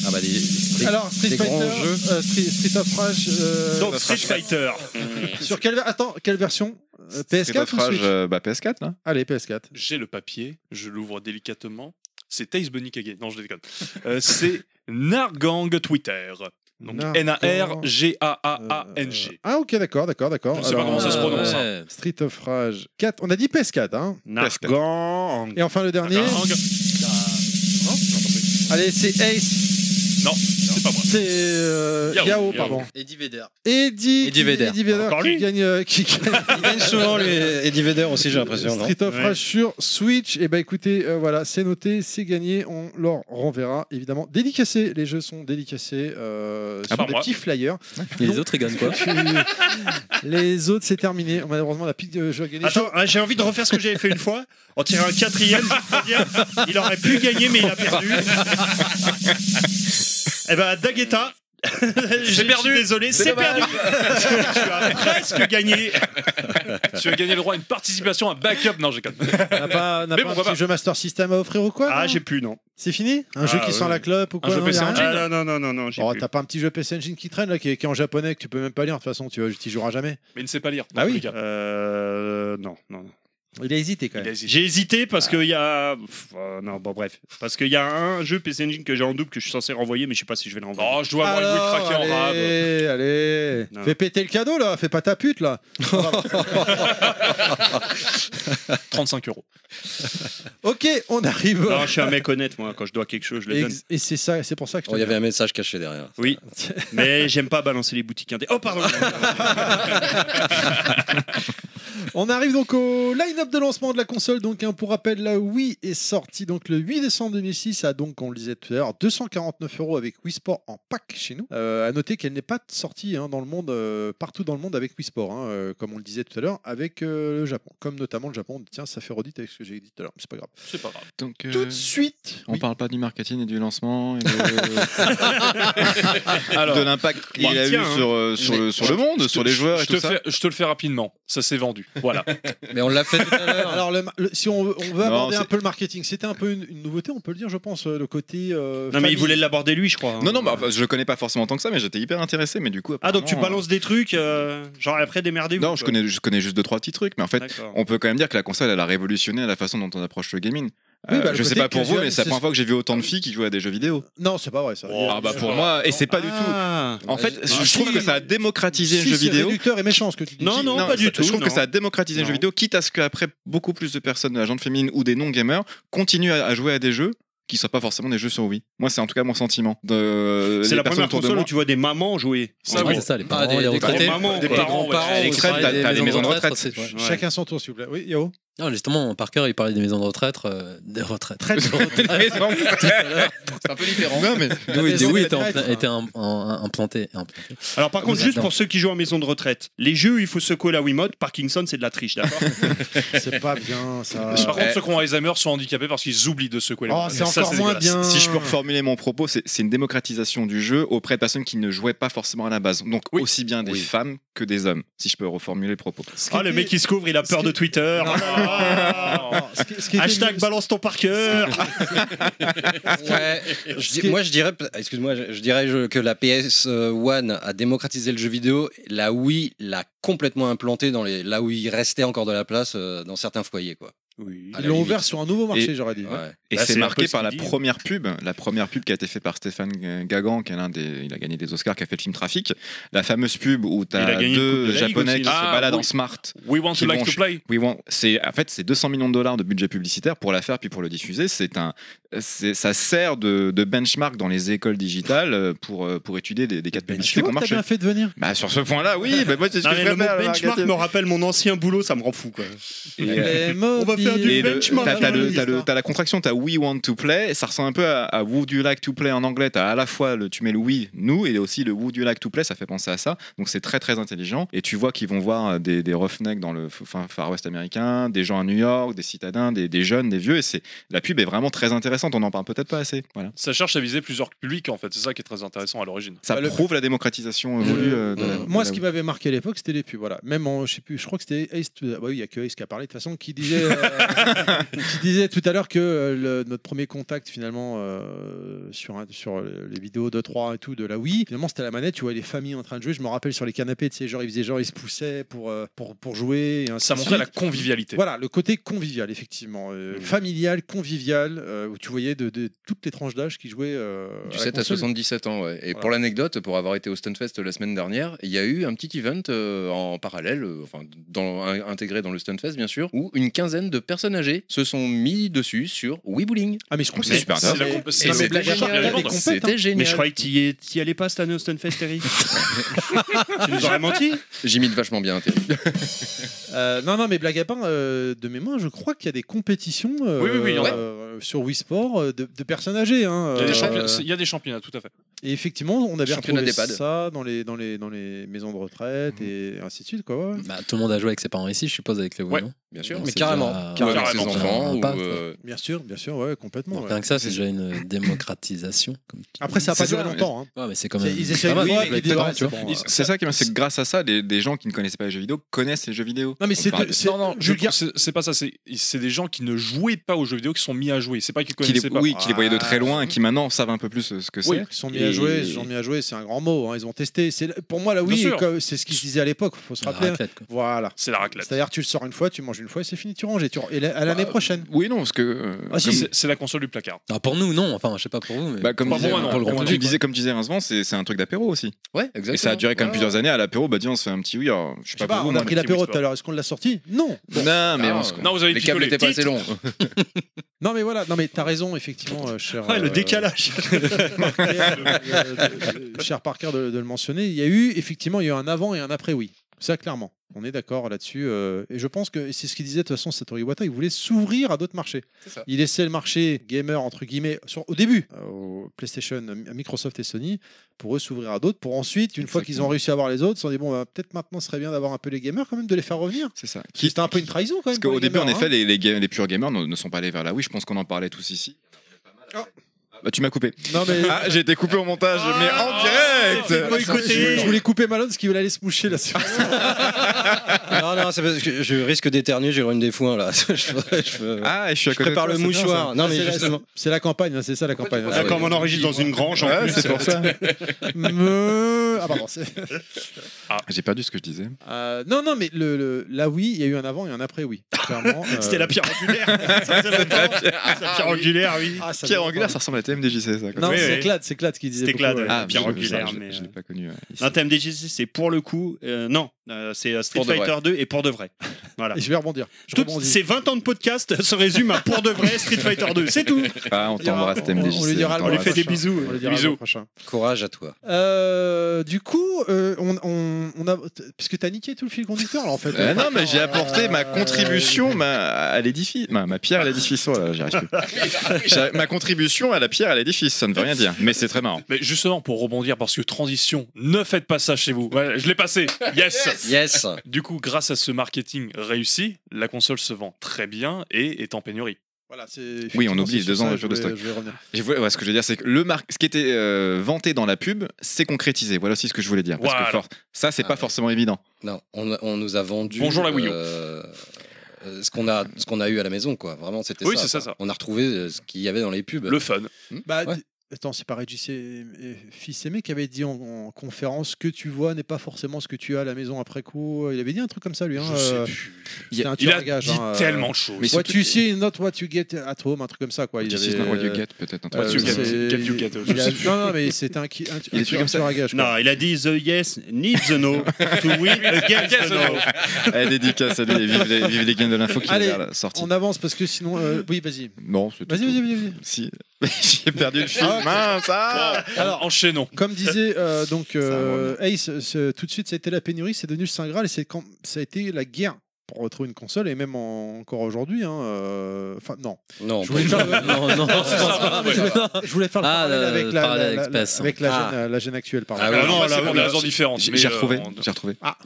[SPEAKER 6] Ah bah, des, des-
[SPEAKER 1] Alors, Street
[SPEAKER 6] des
[SPEAKER 1] Fighter,
[SPEAKER 6] grands jeux.
[SPEAKER 1] euh, Street, Street of Rage. euh,
[SPEAKER 3] Donc Street Fighter.
[SPEAKER 1] sur quelle, attends, quelle version Euh, PS4 ou
[SPEAKER 4] Street of Rage,
[SPEAKER 1] Switch
[SPEAKER 4] euh, bah, PS4, là.
[SPEAKER 1] Allez, PS4.
[SPEAKER 8] J'ai le papier, je l'ouvre délicatement. C'est Tails Bunny qui a gagné. Non, je déconne. Euh, c'est Nargang Twitter. Donc
[SPEAKER 1] Nargang. Euh,
[SPEAKER 8] N-A-R-G-A-A-A-N-G.
[SPEAKER 1] Ah, ok, d'accord, d'accord, d'accord.
[SPEAKER 8] Je sais pas
[SPEAKER 1] Alors,
[SPEAKER 8] comment ça se
[SPEAKER 1] euh,
[SPEAKER 8] prononce, hein.
[SPEAKER 5] Ouais.
[SPEAKER 1] Street of Rage 4. On a dit PS4, hein.
[SPEAKER 3] Nargang.
[SPEAKER 1] Et enfin, le dernier.
[SPEAKER 8] Nargang.
[SPEAKER 1] Allez, c'est Ace.
[SPEAKER 8] Non, c'est pas moi.
[SPEAKER 1] Ah, C'est euh,
[SPEAKER 8] Yao.
[SPEAKER 1] Yao, pardon.
[SPEAKER 6] Eddie Vedder.
[SPEAKER 1] Eddie,
[SPEAKER 6] Eddie Vedder.
[SPEAKER 1] Eddie Vedder
[SPEAKER 3] Encore
[SPEAKER 1] qui
[SPEAKER 3] lui
[SPEAKER 1] gagne, euh, qui gagne
[SPEAKER 6] Il gagne souvent, lui, Eddie Vedder aussi, j'ai hein. l'impression. non
[SPEAKER 1] Street of
[SPEAKER 3] Ouais.
[SPEAKER 1] Rage sur Switch. Et bah écoutez, euh, voilà, c'est noté, c'est gagné. On leur renverra évidemment dédicacés. Les jeux sont dédicacés euh, sur des
[SPEAKER 8] par Ah bah, moi.
[SPEAKER 1] petits flyers.
[SPEAKER 5] Et les autres, ils gagnent quoi
[SPEAKER 1] les autres, c'est terminé. Malheureusement, la pique de jeu à gagner.
[SPEAKER 3] Attends, ah, j'ai envie de refaire ce que j'avais fait une fois. En tirer un quatrième, je crois bien. il aurait pu gagner, mais il a perdu. Eh ben, Dagueta. J'ai perdu. Désolé, c'est perdu. tu as presque gagné.
[SPEAKER 8] Tu as gagné le droit à une participation à backup. Non, j'ai quand même.
[SPEAKER 1] N'a pas, n'a
[SPEAKER 8] Mais
[SPEAKER 1] pas
[SPEAKER 8] pourquoi
[SPEAKER 1] un petit
[SPEAKER 8] pas
[SPEAKER 1] jeu Master System à offrir ou quoi
[SPEAKER 3] Ah,
[SPEAKER 1] non
[SPEAKER 3] j'ai plus, non.
[SPEAKER 1] C'est fini Un
[SPEAKER 3] Ah,
[SPEAKER 1] jeu qui
[SPEAKER 3] ouais.
[SPEAKER 1] sent la clope ou quoi
[SPEAKER 8] jeu
[SPEAKER 1] non,
[SPEAKER 8] PC
[SPEAKER 1] y a rien
[SPEAKER 8] Engine
[SPEAKER 3] Ah, non, non, non, non, j'ai
[SPEAKER 1] Oh,
[SPEAKER 3] plus.
[SPEAKER 1] t'as pas un petit jeu PC Engine qui traîne là, qui est, qui est en japonais, que tu peux même pas lire de toute façon, tu vois, tu y joueras jamais.
[SPEAKER 8] Mais il ne sait pas lire. dans
[SPEAKER 1] Ah
[SPEAKER 8] tous
[SPEAKER 1] oui.
[SPEAKER 8] les cas.
[SPEAKER 3] Euh, non, non, non.
[SPEAKER 1] Il a hésité quand
[SPEAKER 8] Il a
[SPEAKER 1] même.
[SPEAKER 8] hésité.
[SPEAKER 3] J'ai hésité parce qu'il y a. Pff, euh, non, bon, bref. Parce qu'il y a un jeu PC Engine que j'ai en double que je suis censé renvoyer, mais je sais pas si je vais le renvoyer.
[SPEAKER 8] Oh, je dois avoir
[SPEAKER 1] Alors,
[SPEAKER 8] le craqué en rab.
[SPEAKER 1] allez, allez,
[SPEAKER 3] Non.
[SPEAKER 1] fais péter le cadeau là, fais pas ta pute là.
[SPEAKER 8] 35 euros.
[SPEAKER 1] Ok, on arrive.
[SPEAKER 3] Non, je suis un mec honnête, moi. Quand je dois quelque chose, je le donne.
[SPEAKER 1] Oh. Ex- Et c'est ça, c'est pour ça que je
[SPEAKER 6] Oh,
[SPEAKER 1] te
[SPEAKER 6] Il y avait
[SPEAKER 1] dis.
[SPEAKER 6] un message caché derrière.
[SPEAKER 3] Oui, mais j'aime pas balancer les boutiques indé. Oh, pardon
[SPEAKER 1] On arrive donc au line-up de lancement de la console. Donc, hein, pour rappel, la Wii est sortie donc le 8 décembre 2006 à donc, on le disait tout à l'heure, 249 euros avec Wii Sport en pack chez nous. Euh, à noter qu'elle n'est pas sortie hein, dans le monde, euh, partout dans le monde avec Wii Sport, hein, euh, comme on le disait tout à l'heure, avec euh, le Japon, comme notamment le Japon. Tiens, ça fait redite avec ce que j'ai dit tout à l'heure. mais C'est pas grave.
[SPEAKER 8] C'est pas grave.
[SPEAKER 4] Donc, euh,
[SPEAKER 1] Tout de suite.
[SPEAKER 4] on
[SPEAKER 1] oui.
[SPEAKER 4] parle pas du marketing et du lancement et de, de l'impact qu'il
[SPEAKER 3] bah,
[SPEAKER 4] a
[SPEAKER 3] tiens,
[SPEAKER 4] eu
[SPEAKER 3] hein.
[SPEAKER 4] sur, euh, sur, le, sur le monde, sur les joueurs
[SPEAKER 8] je,
[SPEAKER 4] et
[SPEAKER 8] te
[SPEAKER 4] tout ça.
[SPEAKER 8] fais- je te le fais rapidement. Ça s'est vendu. Voilà.
[SPEAKER 6] Mais on l'a fait tout à l'heure.
[SPEAKER 1] Alors, le ma- le- si on veut, on veut
[SPEAKER 4] Non,
[SPEAKER 1] aborder un
[SPEAKER 4] c'est-
[SPEAKER 1] peu le marketing, c'était un peu une, une nouveauté, on peut le dire, je pense, euh, le côté. euh,
[SPEAKER 3] Non, mais
[SPEAKER 1] famille.
[SPEAKER 3] il voulait l'aborder lui, je crois. hein.
[SPEAKER 4] Non, non, bah, enfin, je le connais pas forcément tant que ça, mais j'étais hyper intéressé. Mais du coup,
[SPEAKER 3] Ah, donc tu
[SPEAKER 4] apparemment,
[SPEAKER 3] balances des trucs, euh, genre après démerdez-vous.
[SPEAKER 4] Non, je
[SPEAKER 3] quoi.
[SPEAKER 4] connais, je connais juste deux trois petits trucs, mais en fait,
[SPEAKER 3] D'accord.
[SPEAKER 4] on peut quand même dire que la console elle a révolutionné la façon dont on approche le gaming.
[SPEAKER 1] Oui,
[SPEAKER 4] Euh,
[SPEAKER 1] bah, le
[SPEAKER 4] je sais
[SPEAKER 1] côté
[SPEAKER 4] pas pour vous,
[SPEAKER 1] casual,
[SPEAKER 4] mais c'est la
[SPEAKER 1] c'est-
[SPEAKER 4] première fois que j'ai vu autant de filles qui jouaient à des jeux vidéo.
[SPEAKER 1] Non, c'est pas vrai ça.
[SPEAKER 8] Oh,
[SPEAKER 4] Ah bah pour
[SPEAKER 8] non.
[SPEAKER 4] moi, et c'est pas du tout.
[SPEAKER 3] Ah.
[SPEAKER 4] En fait, je je
[SPEAKER 1] si.
[SPEAKER 4] trouve que ça a démocratisé
[SPEAKER 1] Si,
[SPEAKER 4] le jeu
[SPEAKER 1] c'est
[SPEAKER 4] vidéo.
[SPEAKER 1] réducteur et méchant ce que tu dis.
[SPEAKER 3] Non,
[SPEAKER 4] Si,
[SPEAKER 3] non, pas du
[SPEAKER 4] ça-
[SPEAKER 3] tout,
[SPEAKER 4] Je trouve
[SPEAKER 3] non.
[SPEAKER 4] que ça a démocratisé le
[SPEAKER 3] Non.
[SPEAKER 4] jeu vidéo, quitte à ce qu'après beaucoup plus de personnes de la gente féminine ou des non-gamers continuent à, à jouer à des jeux qui soient pas forcément des jeux sur Wii. Moi, c'est en tout cas mon sentiment. De,
[SPEAKER 3] C'est
[SPEAKER 4] les
[SPEAKER 3] la
[SPEAKER 4] personnes
[SPEAKER 3] première
[SPEAKER 4] autour
[SPEAKER 3] console
[SPEAKER 4] de
[SPEAKER 3] où
[SPEAKER 4] moi.
[SPEAKER 3] tu vois des mamans jouer.
[SPEAKER 8] Ça,
[SPEAKER 3] En
[SPEAKER 8] oui.
[SPEAKER 3] gros.
[SPEAKER 5] C'est ça, les
[SPEAKER 6] Ah,
[SPEAKER 5] parents,
[SPEAKER 6] des-
[SPEAKER 5] les
[SPEAKER 6] des
[SPEAKER 5] retraités.
[SPEAKER 4] des
[SPEAKER 3] mamans,
[SPEAKER 8] Des
[SPEAKER 3] quoi.
[SPEAKER 8] parents, ouais.
[SPEAKER 4] Les crêpes, t'as- t'as des maisons de retraite.
[SPEAKER 5] retraite, ouais.
[SPEAKER 3] Ouais.
[SPEAKER 1] Chacun son tour, s'il vous plaît. Oui, Yao.
[SPEAKER 5] Non, justement, Parker, il parlait des maisons de retraite. euh, des retraites.
[SPEAKER 4] Les maisons de retraite.
[SPEAKER 7] C'est un peu différent.
[SPEAKER 4] Non, mais
[SPEAKER 5] Oui,
[SPEAKER 1] mais
[SPEAKER 5] des
[SPEAKER 1] c'est
[SPEAKER 5] oui
[SPEAKER 1] des
[SPEAKER 5] étaient
[SPEAKER 1] retraites,
[SPEAKER 5] impla-
[SPEAKER 1] hein.
[SPEAKER 5] étaient im- im- implantés. implantés.
[SPEAKER 3] Alors
[SPEAKER 4] Ah,
[SPEAKER 3] par contre,
[SPEAKER 5] Vous
[SPEAKER 3] juste
[SPEAKER 5] attends.
[SPEAKER 3] pour ceux qui jouent en maison de retraite, les jeux où il faut secouer la Wiimote, Parkinson, c'est de la triche, d'accord
[SPEAKER 1] C'est pas bien ça.
[SPEAKER 8] Par contre,
[SPEAKER 4] Eh.
[SPEAKER 8] ceux qui ont Alzheimer sont handicapés parce qu'ils oublient de secouer les
[SPEAKER 1] Oh,
[SPEAKER 8] mains.
[SPEAKER 1] c'est
[SPEAKER 8] Ça,
[SPEAKER 1] encore moins bien.
[SPEAKER 8] dégueulasse.
[SPEAKER 4] si je peux reformuler mon propos, c'est c'est une démocratisation du jeu auprès de personnes qui ne jouaient pas forcément à la base. Donc
[SPEAKER 8] Oui.
[SPEAKER 4] aussi bien des femmes que des hommes, si je peux reformuler le propos.
[SPEAKER 1] Ce qui
[SPEAKER 3] Ah, le
[SPEAKER 1] était-
[SPEAKER 3] mec qui se couvre, il a peur
[SPEAKER 1] Ce
[SPEAKER 3] de
[SPEAKER 1] qui-
[SPEAKER 3] Twitter.
[SPEAKER 1] Non.
[SPEAKER 3] Ah.
[SPEAKER 1] Non, ce qui- ce qui était
[SPEAKER 3] Hashtag
[SPEAKER 1] mieux-
[SPEAKER 3] balance ton Ah. Parker.
[SPEAKER 6] Ouais, je dis- moi je dirais, excuse-moi, je, je dirais je- que la PS1 a démocratisé le jeu vidéo, la Wii l'a complètement implanté dans les, là où il restait encore de la place euh, dans certains foyers. Quoi.
[SPEAKER 3] Oui.
[SPEAKER 1] Ils l'ont ouvert sur un nouveau marché,
[SPEAKER 4] Et-
[SPEAKER 1] j'aurais dit.
[SPEAKER 4] Et
[SPEAKER 3] Bah,
[SPEAKER 4] c'est
[SPEAKER 3] c'est un peu
[SPEAKER 4] marqué
[SPEAKER 3] ce
[SPEAKER 4] par la
[SPEAKER 3] qu'il dit.
[SPEAKER 4] première pub, la première pub qui a été faite par Stéphane Gagan, qui est l'un des, il a gagné des Oscars, qui a fait le film Trafic. La fameuse pub où tu
[SPEAKER 3] Il a
[SPEAKER 4] as
[SPEAKER 3] gagné une Coupe de
[SPEAKER 4] deux
[SPEAKER 3] la Ligue
[SPEAKER 4] japonais
[SPEAKER 3] aussi,
[SPEAKER 4] qui
[SPEAKER 3] là.
[SPEAKER 4] se
[SPEAKER 3] Ah,
[SPEAKER 4] baladent
[SPEAKER 3] oui.
[SPEAKER 4] en smart.
[SPEAKER 8] We want to
[SPEAKER 4] Qui
[SPEAKER 8] like
[SPEAKER 4] vont
[SPEAKER 8] to play.
[SPEAKER 4] Oui, bon, c'est en fait c'est 200 millions de dollars de budget publicitaire pour la faire puis pour le diffuser. C'est un, c'est- ça sert de, de benchmark dans les écoles digitales euh, pour euh, pour étudier des, des cas de
[SPEAKER 1] Tu
[SPEAKER 4] publicité qui
[SPEAKER 1] vois
[SPEAKER 4] ont
[SPEAKER 1] que t'as
[SPEAKER 4] marché.
[SPEAKER 1] bien fait de venir
[SPEAKER 4] Bah sur ce point-là, oui, mais moi c'est ce
[SPEAKER 3] Non,
[SPEAKER 4] que
[SPEAKER 3] mais
[SPEAKER 4] je
[SPEAKER 3] le mot
[SPEAKER 4] préfère.
[SPEAKER 3] benchmark me rappelle mon ancien boulot, ça me rend fou. Quoi.
[SPEAKER 4] Et, euh,
[SPEAKER 1] On
[SPEAKER 3] va faire du
[SPEAKER 4] et le-
[SPEAKER 3] benchmark.
[SPEAKER 4] t'as- t'as le- t'as le- t'as la contraction, t'as We Want to Play, ça ressemble un peu à, à Would You Like to Play en anglais. T'as à la fois le, tu mets le We, nous, et aussi le Would You Like to Play, ça fait penser à ça. Donc c'est très très intelligent. Et tu vois qu'ils vont voir euh, des, des roughnecks dans le f- fin- Far West américain, des gens à New York, des citadins, des, des jeunes, des vieux. Et c'est la pub est vraiment très intéressante. On en parle peut-être pas assez. Voilà.
[SPEAKER 8] Ça cherche à viser plusieurs publics en fait, c'est ça qui est très intéressant à l'origine.
[SPEAKER 4] Ça
[SPEAKER 1] Bah, le-
[SPEAKER 4] prouve la démocratisation voulue. euh, de la-
[SPEAKER 1] Moi,
[SPEAKER 4] de
[SPEAKER 1] ce
[SPEAKER 4] la-
[SPEAKER 1] qui m'avait marqué à l'époque, c'était les pubs. Voilà. Même en, je sais plus, je crois que c'était Ace. to- bah oui, il y a que Ace qui a parlé de toute façon, qui disait, euh, qui disait tout à l'heure que euh, le- notre premier contact finalement euh, sur un- sur euh, les vidéos de 3 et tout de la Wii, finalement c'était à la manette. Tu vois les familles en train de jouer. Je me rappelle sur les canapés, tu sais, genre ils faisaient genre ils se poussaient pour euh, pour pour jouer. Et ainsi
[SPEAKER 8] Ça
[SPEAKER 1] de
[SPEAKER 8] montrait la
[SPEAKER 1] suite.
[SPEAKER 8] convivialité.
[SPEAKER 1] Voilà, le côté convivial, effectivement. euh,
[SPEAKER 8] Mm.
[SPEAKER 1] Familial, convivial, euh, où tu voyais de, de toutes les tranches d'âge qui jouaient. euh,
[SPEAKER 7] Du
[SPEAKER 1] la
[SPEAKER 7] 7 à
[SPEAKER 1] console.
[SPEAKER 7] 77 ans, ouais. Et
[SPEAKER 1] Voilà.
[SPEAKER 7] pour l'anecdote, pour avoir été au Stunfest la semaine dernière, il y a eu un petit event euh, en parallèle, euh, enfin, dans- in- intégré dans le Stunfest, bien sûr, où une quinzaine de personnes âgées se sont mis dessus sur Weebling.
[SPEAKER 1] Ah, mais je crois que
[SPEAKER 4] C'est super
[SPEAKER 1] c'est-
[SPEAKER 8] intéressant.
[SPEAKER 1] mais-
[SPEAKER 8] C'est la-
[SPEAKER 1] mais
[SPEAKER 8] c'est la
[SPEAKER 1] blague à part,
[SPEAKER 8] géniale.
[SPEAKER 1] t'as des compètes, hein.
[SPEAKER 7] C'était génial.
[SPEAKER 3] Mais je croyais que t'y es- t'y allais pas cette année au Stunfest, Terry. tu nous aurais menti
[SPEAKER 7] J'imite vachement bien. Terry.
[SPEAKER 1] Euh, non, non, mais blague à part, euh, de mémoire, je crois qu'il y a des compétitions euh,
[SPEAKER 8] Oui, oui, oui, il y en a.
[SPEAKER 1] euh, sur Wii Sport euh, de, de personnes âgées. hein,
[SPEAKER 8] Il y, a des
[SPEAKER 1] euh,
[SPEAKER 8] championnats- il y a des championnats, tout à fait.
[SPEAKER 1] et effectivement, on avait
[SPEAKER 7] Championnat
[SPEAKER 1] retrouvé
[SPEAKER 7] d'EHPAD.
[SPEAKER 1] ça dans les, dans, les, dans les maisons de retraite
[SPEAKER 5] Mhm.
[SPEAKER 1] et ainsi de suite. Quoi, ouais.
[SPEAKER 5] Bah, tout le monde a joué avec ses parents ici, je suppose, avec les Wii,
[SPEAKER 8] Ouais.
[SPEAKER 5] non
[SPEAKER 7] Bien sûr.
[SPEAKER 5] Donc, c'est
[SPEAKER 6] carrément,
[SPEAKER 5] déjà-
[SPEAKER 7] Ou avec ses
[SPEAKER 8] carrément.
[SPEAKER 7] enfants.
[SPEAKER 5] Ah,
[SPEAKER 7] ou,
[SPEAKER 5] pas,
[SPEAKER 7] euh,
[SPEAKER 1] Bien sûr, bien sûr, ouais, complètement.
[SPEAKER 5] Donc,
[SPEAKER 1] ouais.
[SPEAKER 5] rien que ça, c'est déjà
[SPEAKER 6] euh,
[SPEAKER 5] une démocratisation. Comme tu
[SPEAKER 1] Après, ça n'a pas
[SPEAKER 4] C'est
[SPEAKER 1] duré
[SPEAKER 4] ça,
[SPEAKER 1] longtemps. hein.
[SPEAKER 5] dis. Ouais, Ah bah mais c'est quand
[SPEAKER 1] C'est-
[SPEAKER 5] même.
[SPEAKER 1] Ils essayent
[SPEAKER 5] pas
[SPEAKER 1] une
[SPEAKER 5] mal,
[SPEAKER 1] fois,
[SPEAKER 5] avec
[SPEAKER 1] puis ils
[SPEAKER 5] tes
[SPEAKER 1] disent,
[SPEAKER 5] parents,
[SPEAKER 1] ouais,
[SPEAKER 5] tu vois.
[SPEAKER 1] c'est bon,
[SPEAKER 4] Ils-
[SPEAKER 1] hein.
[SPEAKER 4] C'est ça qui est- c'est grâce à ça, des, des gens qui ne connaissaient pas les jeux vidéo connaissent les jeux vidéo.
[SPEAKER 1] Non, mais
[SPEAKER 4] On
[SPEAKER 1] c'est
[SPEAKER 4] parle-
[SPEAKER 1] de- c'est-
[SPEAKER 8] Non, non,
[SPEAKER 1] je
[SPEAKER 8] je
[SPEAKER 1] veux dire-
[SPEAKER 8] c'est c'est pas ça. C'est c'est des gens qui ne jouaient pas aux jeux vidéo qui sont mis à jouer. C'est pas qu'ils
[SPEAKER 4] qui les-
[SPEAKER 8] connaissaient pas.
[SPEAKER 4] oui, qui les voyaient de très
[SPEAKER 8] Ah.
[SPEAKER 4] loin et qui maintenant savent un peu plus euh, ce que c'est.
[SPEAKER 1] Ils sont mis à jouer, ils sont mis à jouer, c'est un grand mot. hein, Ils ont testé. C'est- Pour moi, la
[SPEAKER 8] Bien
[SPEAKER 1] Wii,
[SPEAKER 8] sûr.
[SPEAKER 1] comme- c'est ce qu'ils se disaient à l'époque. Faut se
[SPEAKER 5] La
[SPEAKER 1] rappeler. hein.
[SPEAKER 5] raclette, quoi.
[SPEAKER 1] Voilà.
[SPEAKER 8] C'est la raclette.
[SPEAKER 1] C'est-à-dire, tu le sors une fois, tu manges une fois, et c'est fini, tu ranges. Et, tu... et la- à l'année
[SPEAKER 4] Bah,
[SPEAKER 1] prochaine.
[SPEAKER 4] Oui, non, parce que. euh,
[SPEAKER 1] Ah, si,
[SPEAKER 4] comme-
[SPEAKER 8] C'est c'est la console du placard.
[SPEAKER 5] Non, pour nous, non. Enfin, je sais pas pour vous, mais.
[SPEAKER 4] bah, comme
[SPEAKER 8] Pas
[SPEAKER 4] disait,
[SPEAKER 8] pour moi, non,
[SPEAKER 4] comme
[SPEAKER 8] pour moi,
[SPEAKER 4] tu
[SPEAKER 8] non.
[SPEAKER 4] disais, comme disait Rincevant, c'est c'est un truc d'apéro aussi.
[SPEAKER 7] Ouais, exactement.
[SPEAKER 4] Et ça a duré quand même
[SPEAKER 7] Ouais.
[SPEAKER 4] plusieurs années. À l'apéro, bah dis, on se fait un petit oui. Alors, je
[SPEAKER 1] Je
[SPEAKER 4] sais
[SPEAKER 1] sais
[SPEAKER 4] pas,
[SPEAKER 1] pas,
[SPEAKER 4] pour
[SPEAKER 1] on
[SPEAKER 4] vous,
[SPEAKER 1] a
[SPEAKER 4] mais-
[SPEAKER 1] pris l'apéro
[SPEAKER 8] Wii
[SPEAKER 1] tout à l'heure. Est-ce qu'on l'a sorti Non.
[SPEAKER 4] Non, mais
[SPEAKER 7] Ah,
[SPEAKER 4] on
[SPEAKER 6] Bah,
[SPEAKER 4] se-
[SPEAKER 8] Non, vous avez
[SPEAKER 7] Les câbles
[SPEAKER 8] picolé.
[SPEAKER 7] n'étaient pas assez longs.
[SPEAKER 1] Non, mais voilà. Non, mais t'as raison, effectivement, euh, cher.
[SPEAKER 3] Ah, Le
[SPEAKER 1] euh,
[SPEAKER 3] décalage
[SPEAKER 1] Parker, euh, euh, cher Parker de, de le mentionner. Il y a eu effectivement, il y a eu un avant et un après. Oui, ça clairement. On est d'accord là-dessus. euh, et je pense que et c'est ce qu'il disait de toute façon Satoru Iwata. Il voulait s'ouvrir à d'autres marchés.
[SPEAKER 7] C'est ça.
[SPEAKER 1] Il laissait le marché gamer entre guillemets sur- au début euh, au PlayStation, à Microsoft et Sony pour eux s'ouvrir à d'autres. Pour ensuite, une fois qu'ils ont réussi à avoir les autres, ils se sont dit bon, bah, peut-être maintenant ce serait bien d'avoir un peu les gamers quand même, de les faire revenir.
[SPEAKER 4] C'est ça. Qui-
[SPEAKER 1] C'était un peu une trahison quand même.
[SPEAKER 4] Parce
[SPEAKER 1] pour
[SPEAKER 4] qu'au
[SPEAKER 1] les
[SPEAKER 4] début, en
[SPEAKER 1] gamers,
[SPEAKER 4] effet,
[SPEAKER 1] hein.
[SPEAKER 4] les, les, ga- les purs gamers ne, ne sont pas allés vers la Wii. Je pense qu'on en parlait tous ici. Bah, tu m'as coupé.
[SPEAKER 1] hein. Non mais.
[SPEAKER 4] Ah, j'ai été coupé au montage, mais en direct Ah,
[SPEAKER 1] Je voulais couper Malone parce qu'il voulait aller se moucher là. c'est pour ça.
[SPEAKER 6] Non, non, c'est parce que je risque d'éternuer, j'ai une des foins là. Je, je-
[SPEAKER 4] Ah, et je suis à
[SPEAKER 6] je
[SPEAKER 4] côté. de
[SPEAKER 6] prépare
[SPEAKER 4] toi,
[SPEAKER 6] le
[SPEAKER 4] c'est bien,
[SPEAKER 6] mouchoir. non, mais
[SPEAKER 1] C'est la-
[SPEAKER 6] justement.
[SPEAKER 1] C'est la campagne, hein, c'est ça la campagne.
[SPEAKER 3] Ah, Comme on enregistre dans une grange en
[SPEAKER 4] ça. Ouais,
[SPEAKER 3] plus.
[SPEAKER 4] c'est pour ça.
[SPEAKER 1] Me- Ah, pardon, c'est-
[SPEAKER 4] J'ai perdu ce que je disais.
[SPEAKER 1] Euh, non, non, mais le, le- là, oui, il y a eu un avant et un après, oui. Clairement, euh,
[SPEAKER 3] C'était la pierre angulaire. Ça faisait longtemps. La pierre angulaire, oui.
[SPEAKER 1] Ah, ça
[SPEAKER 4] Pierre
[SPEAKER 1] dépend.
[SPEAKER 4] Angulaire, ça ressemble à TMDJC, ça. quand
[SPEAKER 1] Non,
[SPEAKER 4] même.
[SPEAKER 3] Oui,
[SPEAKER 1] c'est
[SPEAKER 3] oui.
[SPEAKER 1] Clad, c'est Clad qui disait.
[SPEAKER 3] C'était Clad,
[SPEAKER 1] beaucoup, ouais.
[SPEAKER 3] ouais. Pierre
[SPEAKER 4] je- je-
[SPEAKER 3] angulaire,
[SPEAKER 4] je-
[SPEAKER 3] mais,
[SPEAKER 4] Je l'ai pas connu. euh, ici.
[SPEAKER 3] Un thème DGC, c'est pour le coup. euh, non, euh, c'est euh, Street
[SPEAKER 7] Pour de vrai.
[SPEAKER 3] Fighter 2 et pour de vrai. Voilà.
[SPEAKER 1] Et je vais rebondir. Je
[SPEAKER 3] Toutes
[SPEAKER 1] rebondis.
[SPEAKER 3] ces 20 ans de podcast se résument à pour de vrai Street Fighter 2. C'est tout.
[SPEAKER 4] Ah, on t'embrasse,
[SPEAKER 1] On-
[SPEAKER 4] TMDJC.
[SPEAKER 1] On lui dira le
[SPEAKER 3] On lui
[SPEAKER 1] mois
[SPEAKER 3] fait des
[SPEAKER 1] prochain.
[SPEAKER 3] bisous.
[SPEAKER 1] On lui dira le
[SPEAKER 8] Bisous.
[SPEAKER 1] mois prochain.
[SPEAKER 6] Courage à toi.
[SPEAKER 1] Euh, du coup, euh, on, on, on a. Parce que t'as niqué tout le fil conducteur, là, en fait.
[SPEAKER 4] Euh, non, mais j'ai apporté ma
[SPEAKER 1] Euh,
[SPEAKER 4] contribution ma, à l'édifice. Ma, ma pierre à l'édifice. Oh là, j'y arrive plus. J'ai- ma contribution à la pierre à l'édifice, ça ne veut rien dire. Mais c'est très marrant.
[SPEAKER 8] Mais justement, pour rebondir, parce que transition, ne faites pas ça chez vous. Voilà, je l'ai passé. Yes.
[SPEAKER 6] Yes.
[SPEAKER 8] Du coup, grâce à ce marketing réussi, la console se vend très bien et est en pénurie.
[SPEAKER 1] Voilà, c'est-
[SPEAKER 4] Oui, on oublie,
[SPEAKER 1] c'est
[SPEAKER 4] deux
[SPEAKER 1] sur
[SPEAKER 4] ans,
[SPEAKER 1] ça,
[SPEAKER 4] jour de
[SPEAKER 1] je voulais-
[SPEAKER 4] stock.
[SPEAKER 1] je voulais revenir.
[SPEAKER 4] Et voilà, voilà, ce que je veux dire, c'est que le mar- ce qui était euh, vanté dans la pub, c'est concrétisé. Voilà aussi ce que je voulais dire. Parce
[SPEAKER 8] Voilà.
[SPEAKER 4] que for- ça, c'est
[SPEAKER 6] Ah
[SPEAKER 4] pas
[SPEAKER 6] ouais.
[SPEAKER 4] forcément évident.
[SPEAKER 6] Non, on, a- on nous a vendu.
[SPEAKER 8] Bonjour la Wii U.
[SPEAKER 6] euh, euh, ce qu'on a, ce qu'on a eu à la maison, quoi. Vraiment, c'était
[SPEAKER 8] Oui,
[SPEAKER 6] ça.
[SPEAKER 8] c'est ça, ça.
[SPEAKER 6] On a retrouvé euh, ce qu'il y avait dans les pubs.
[SPEAKER 4] Hum,
[SPEAKER 8] Le fun.
[SPEAKER 1] Bah,
[SPEAKER 6] Ouais.
[SPEAKER 1] d- Attends, c'est pas Régis et- et Fils Aimé qui avait dit en, en conférence que tu vois n'est pas forcément ce que tu as à la maison après coup. Il avait dit un truc comme ça, lui. Hein,
[SPEAKER 8] Je sais
[SPEAKER 1] euh,
[SPEAKER 8] plus.
[SPEAKER 1] c'était un
[SPEAKER 8] Il
[SPEAKER 1] tueur
[SPEAKER 8] a
[SPEAKER 1] à gages,
[SPEAKER 8] dit
[SPEAKER 1] hein, euh,
[SPEAKER 8] tellement de choses. Mais
[SPEAKER 1] what
[SPEAKER 8] surtout-
[SPEAKER 1] you see is not what you get at home, un truc comme ça. Quoi.
[SPEAKER 4] What
[SPEAKER 1] Il
[SPEAKER 4] you see is
[SPEAKER 1] avait,
[SPEAKER 4] not what you
[SPEAKER 1] euh,
[SPEAKER 4] get, peut-être, un truc
[SPEAKER 1] euh,
[SPEAKER 4] comme ça.
[SPEAKER 1] c'est-
[SPEAKER 4] What you get, you get, je
[SPEAKER 1] il a-
[SPEAKER 4] sais plus.
[SPEAKER 1] Non, non, mais c'était un, qui- un, tu-
[SPEAKER 4] Il
[SPEAKER 1] un
[SPEAKER 4] est truc
[SPEAKER 1] tueur
[SPEAKER 4] comme ça.
[SPEAKER 1] à gages.
[SPEAKER 3] Non, il a dit The Yes needs the No to win against the No.
[SPEAKER 4] Allez, Eh, dédicace, allez, vive les, vive les gains de l'info qui est
[SPEAKER 1] Allez,
[SPEAKER 4] vers la sortie.
[SPEAKER 1] on avance parce que sinon. euh, oui, vas-y.
[SPEAKER 4] Non, c'est
[SPEAKER 1] Vas-y, vas-y, vas-y. vas-y.
[SPEAKER 4] Si. J'ai perdu le film.
[SPEAKER 1] Ah, ok.
[SPEAKER 4] Mince, ah
[SPEAKER 1] Alors,
[SPEAKER 8] enchaînons.
[SPEAKER 1] Comme disait euh, donc euh, Ace, ce- tout de suite, ça a été la pénurie, c'est devenu le Saint Graal et c'est quand, ça a été la guerre pour retrouver une console et même en- encore aujourd'hui. hein, euh, Enfin, non.
[SPEAKER 5] Non,
[SPEAKER 1] je voulais
[SPEAKER 5] pas-
[SPEAKER 1] faire,
[SPEAKER 5] non, non,
[SPEAKER 1] je voulais-
[SPEAKER 5] ça va, ouais.
[SPEAKER 1] je voulais- je voulais faire le
[SPEAKER 5] Ah,
[SPEAKER 1] parallèle
[SPEAKER 5] le
[SPEAKER 1] avec la, la-
[SPEAKER 5] parallèle
[SPEAKER 1] la-
[SPEAKER 5] express.
[SPEAKER 1] avec la
[SPEAKER 5] Ah.
[SPEAKER 1] gène, euh, la gène actuelle. Pardon.
[SPEAKER 5] Ah oui,
[SPEAKER 8] non, là, c'est pour des raisons différentes.
[SPEAKER 4] J'ai
[SPEAKER 8] mais,
[SPEAKER 4] j'ai
[SPEAKER 8] euh,
[SPEAKER 4] retrouvé.
[SPEAKER 8] on-
[SPEAKER 4] J'ai retrouvé.
[SPEAKER 1] Ah.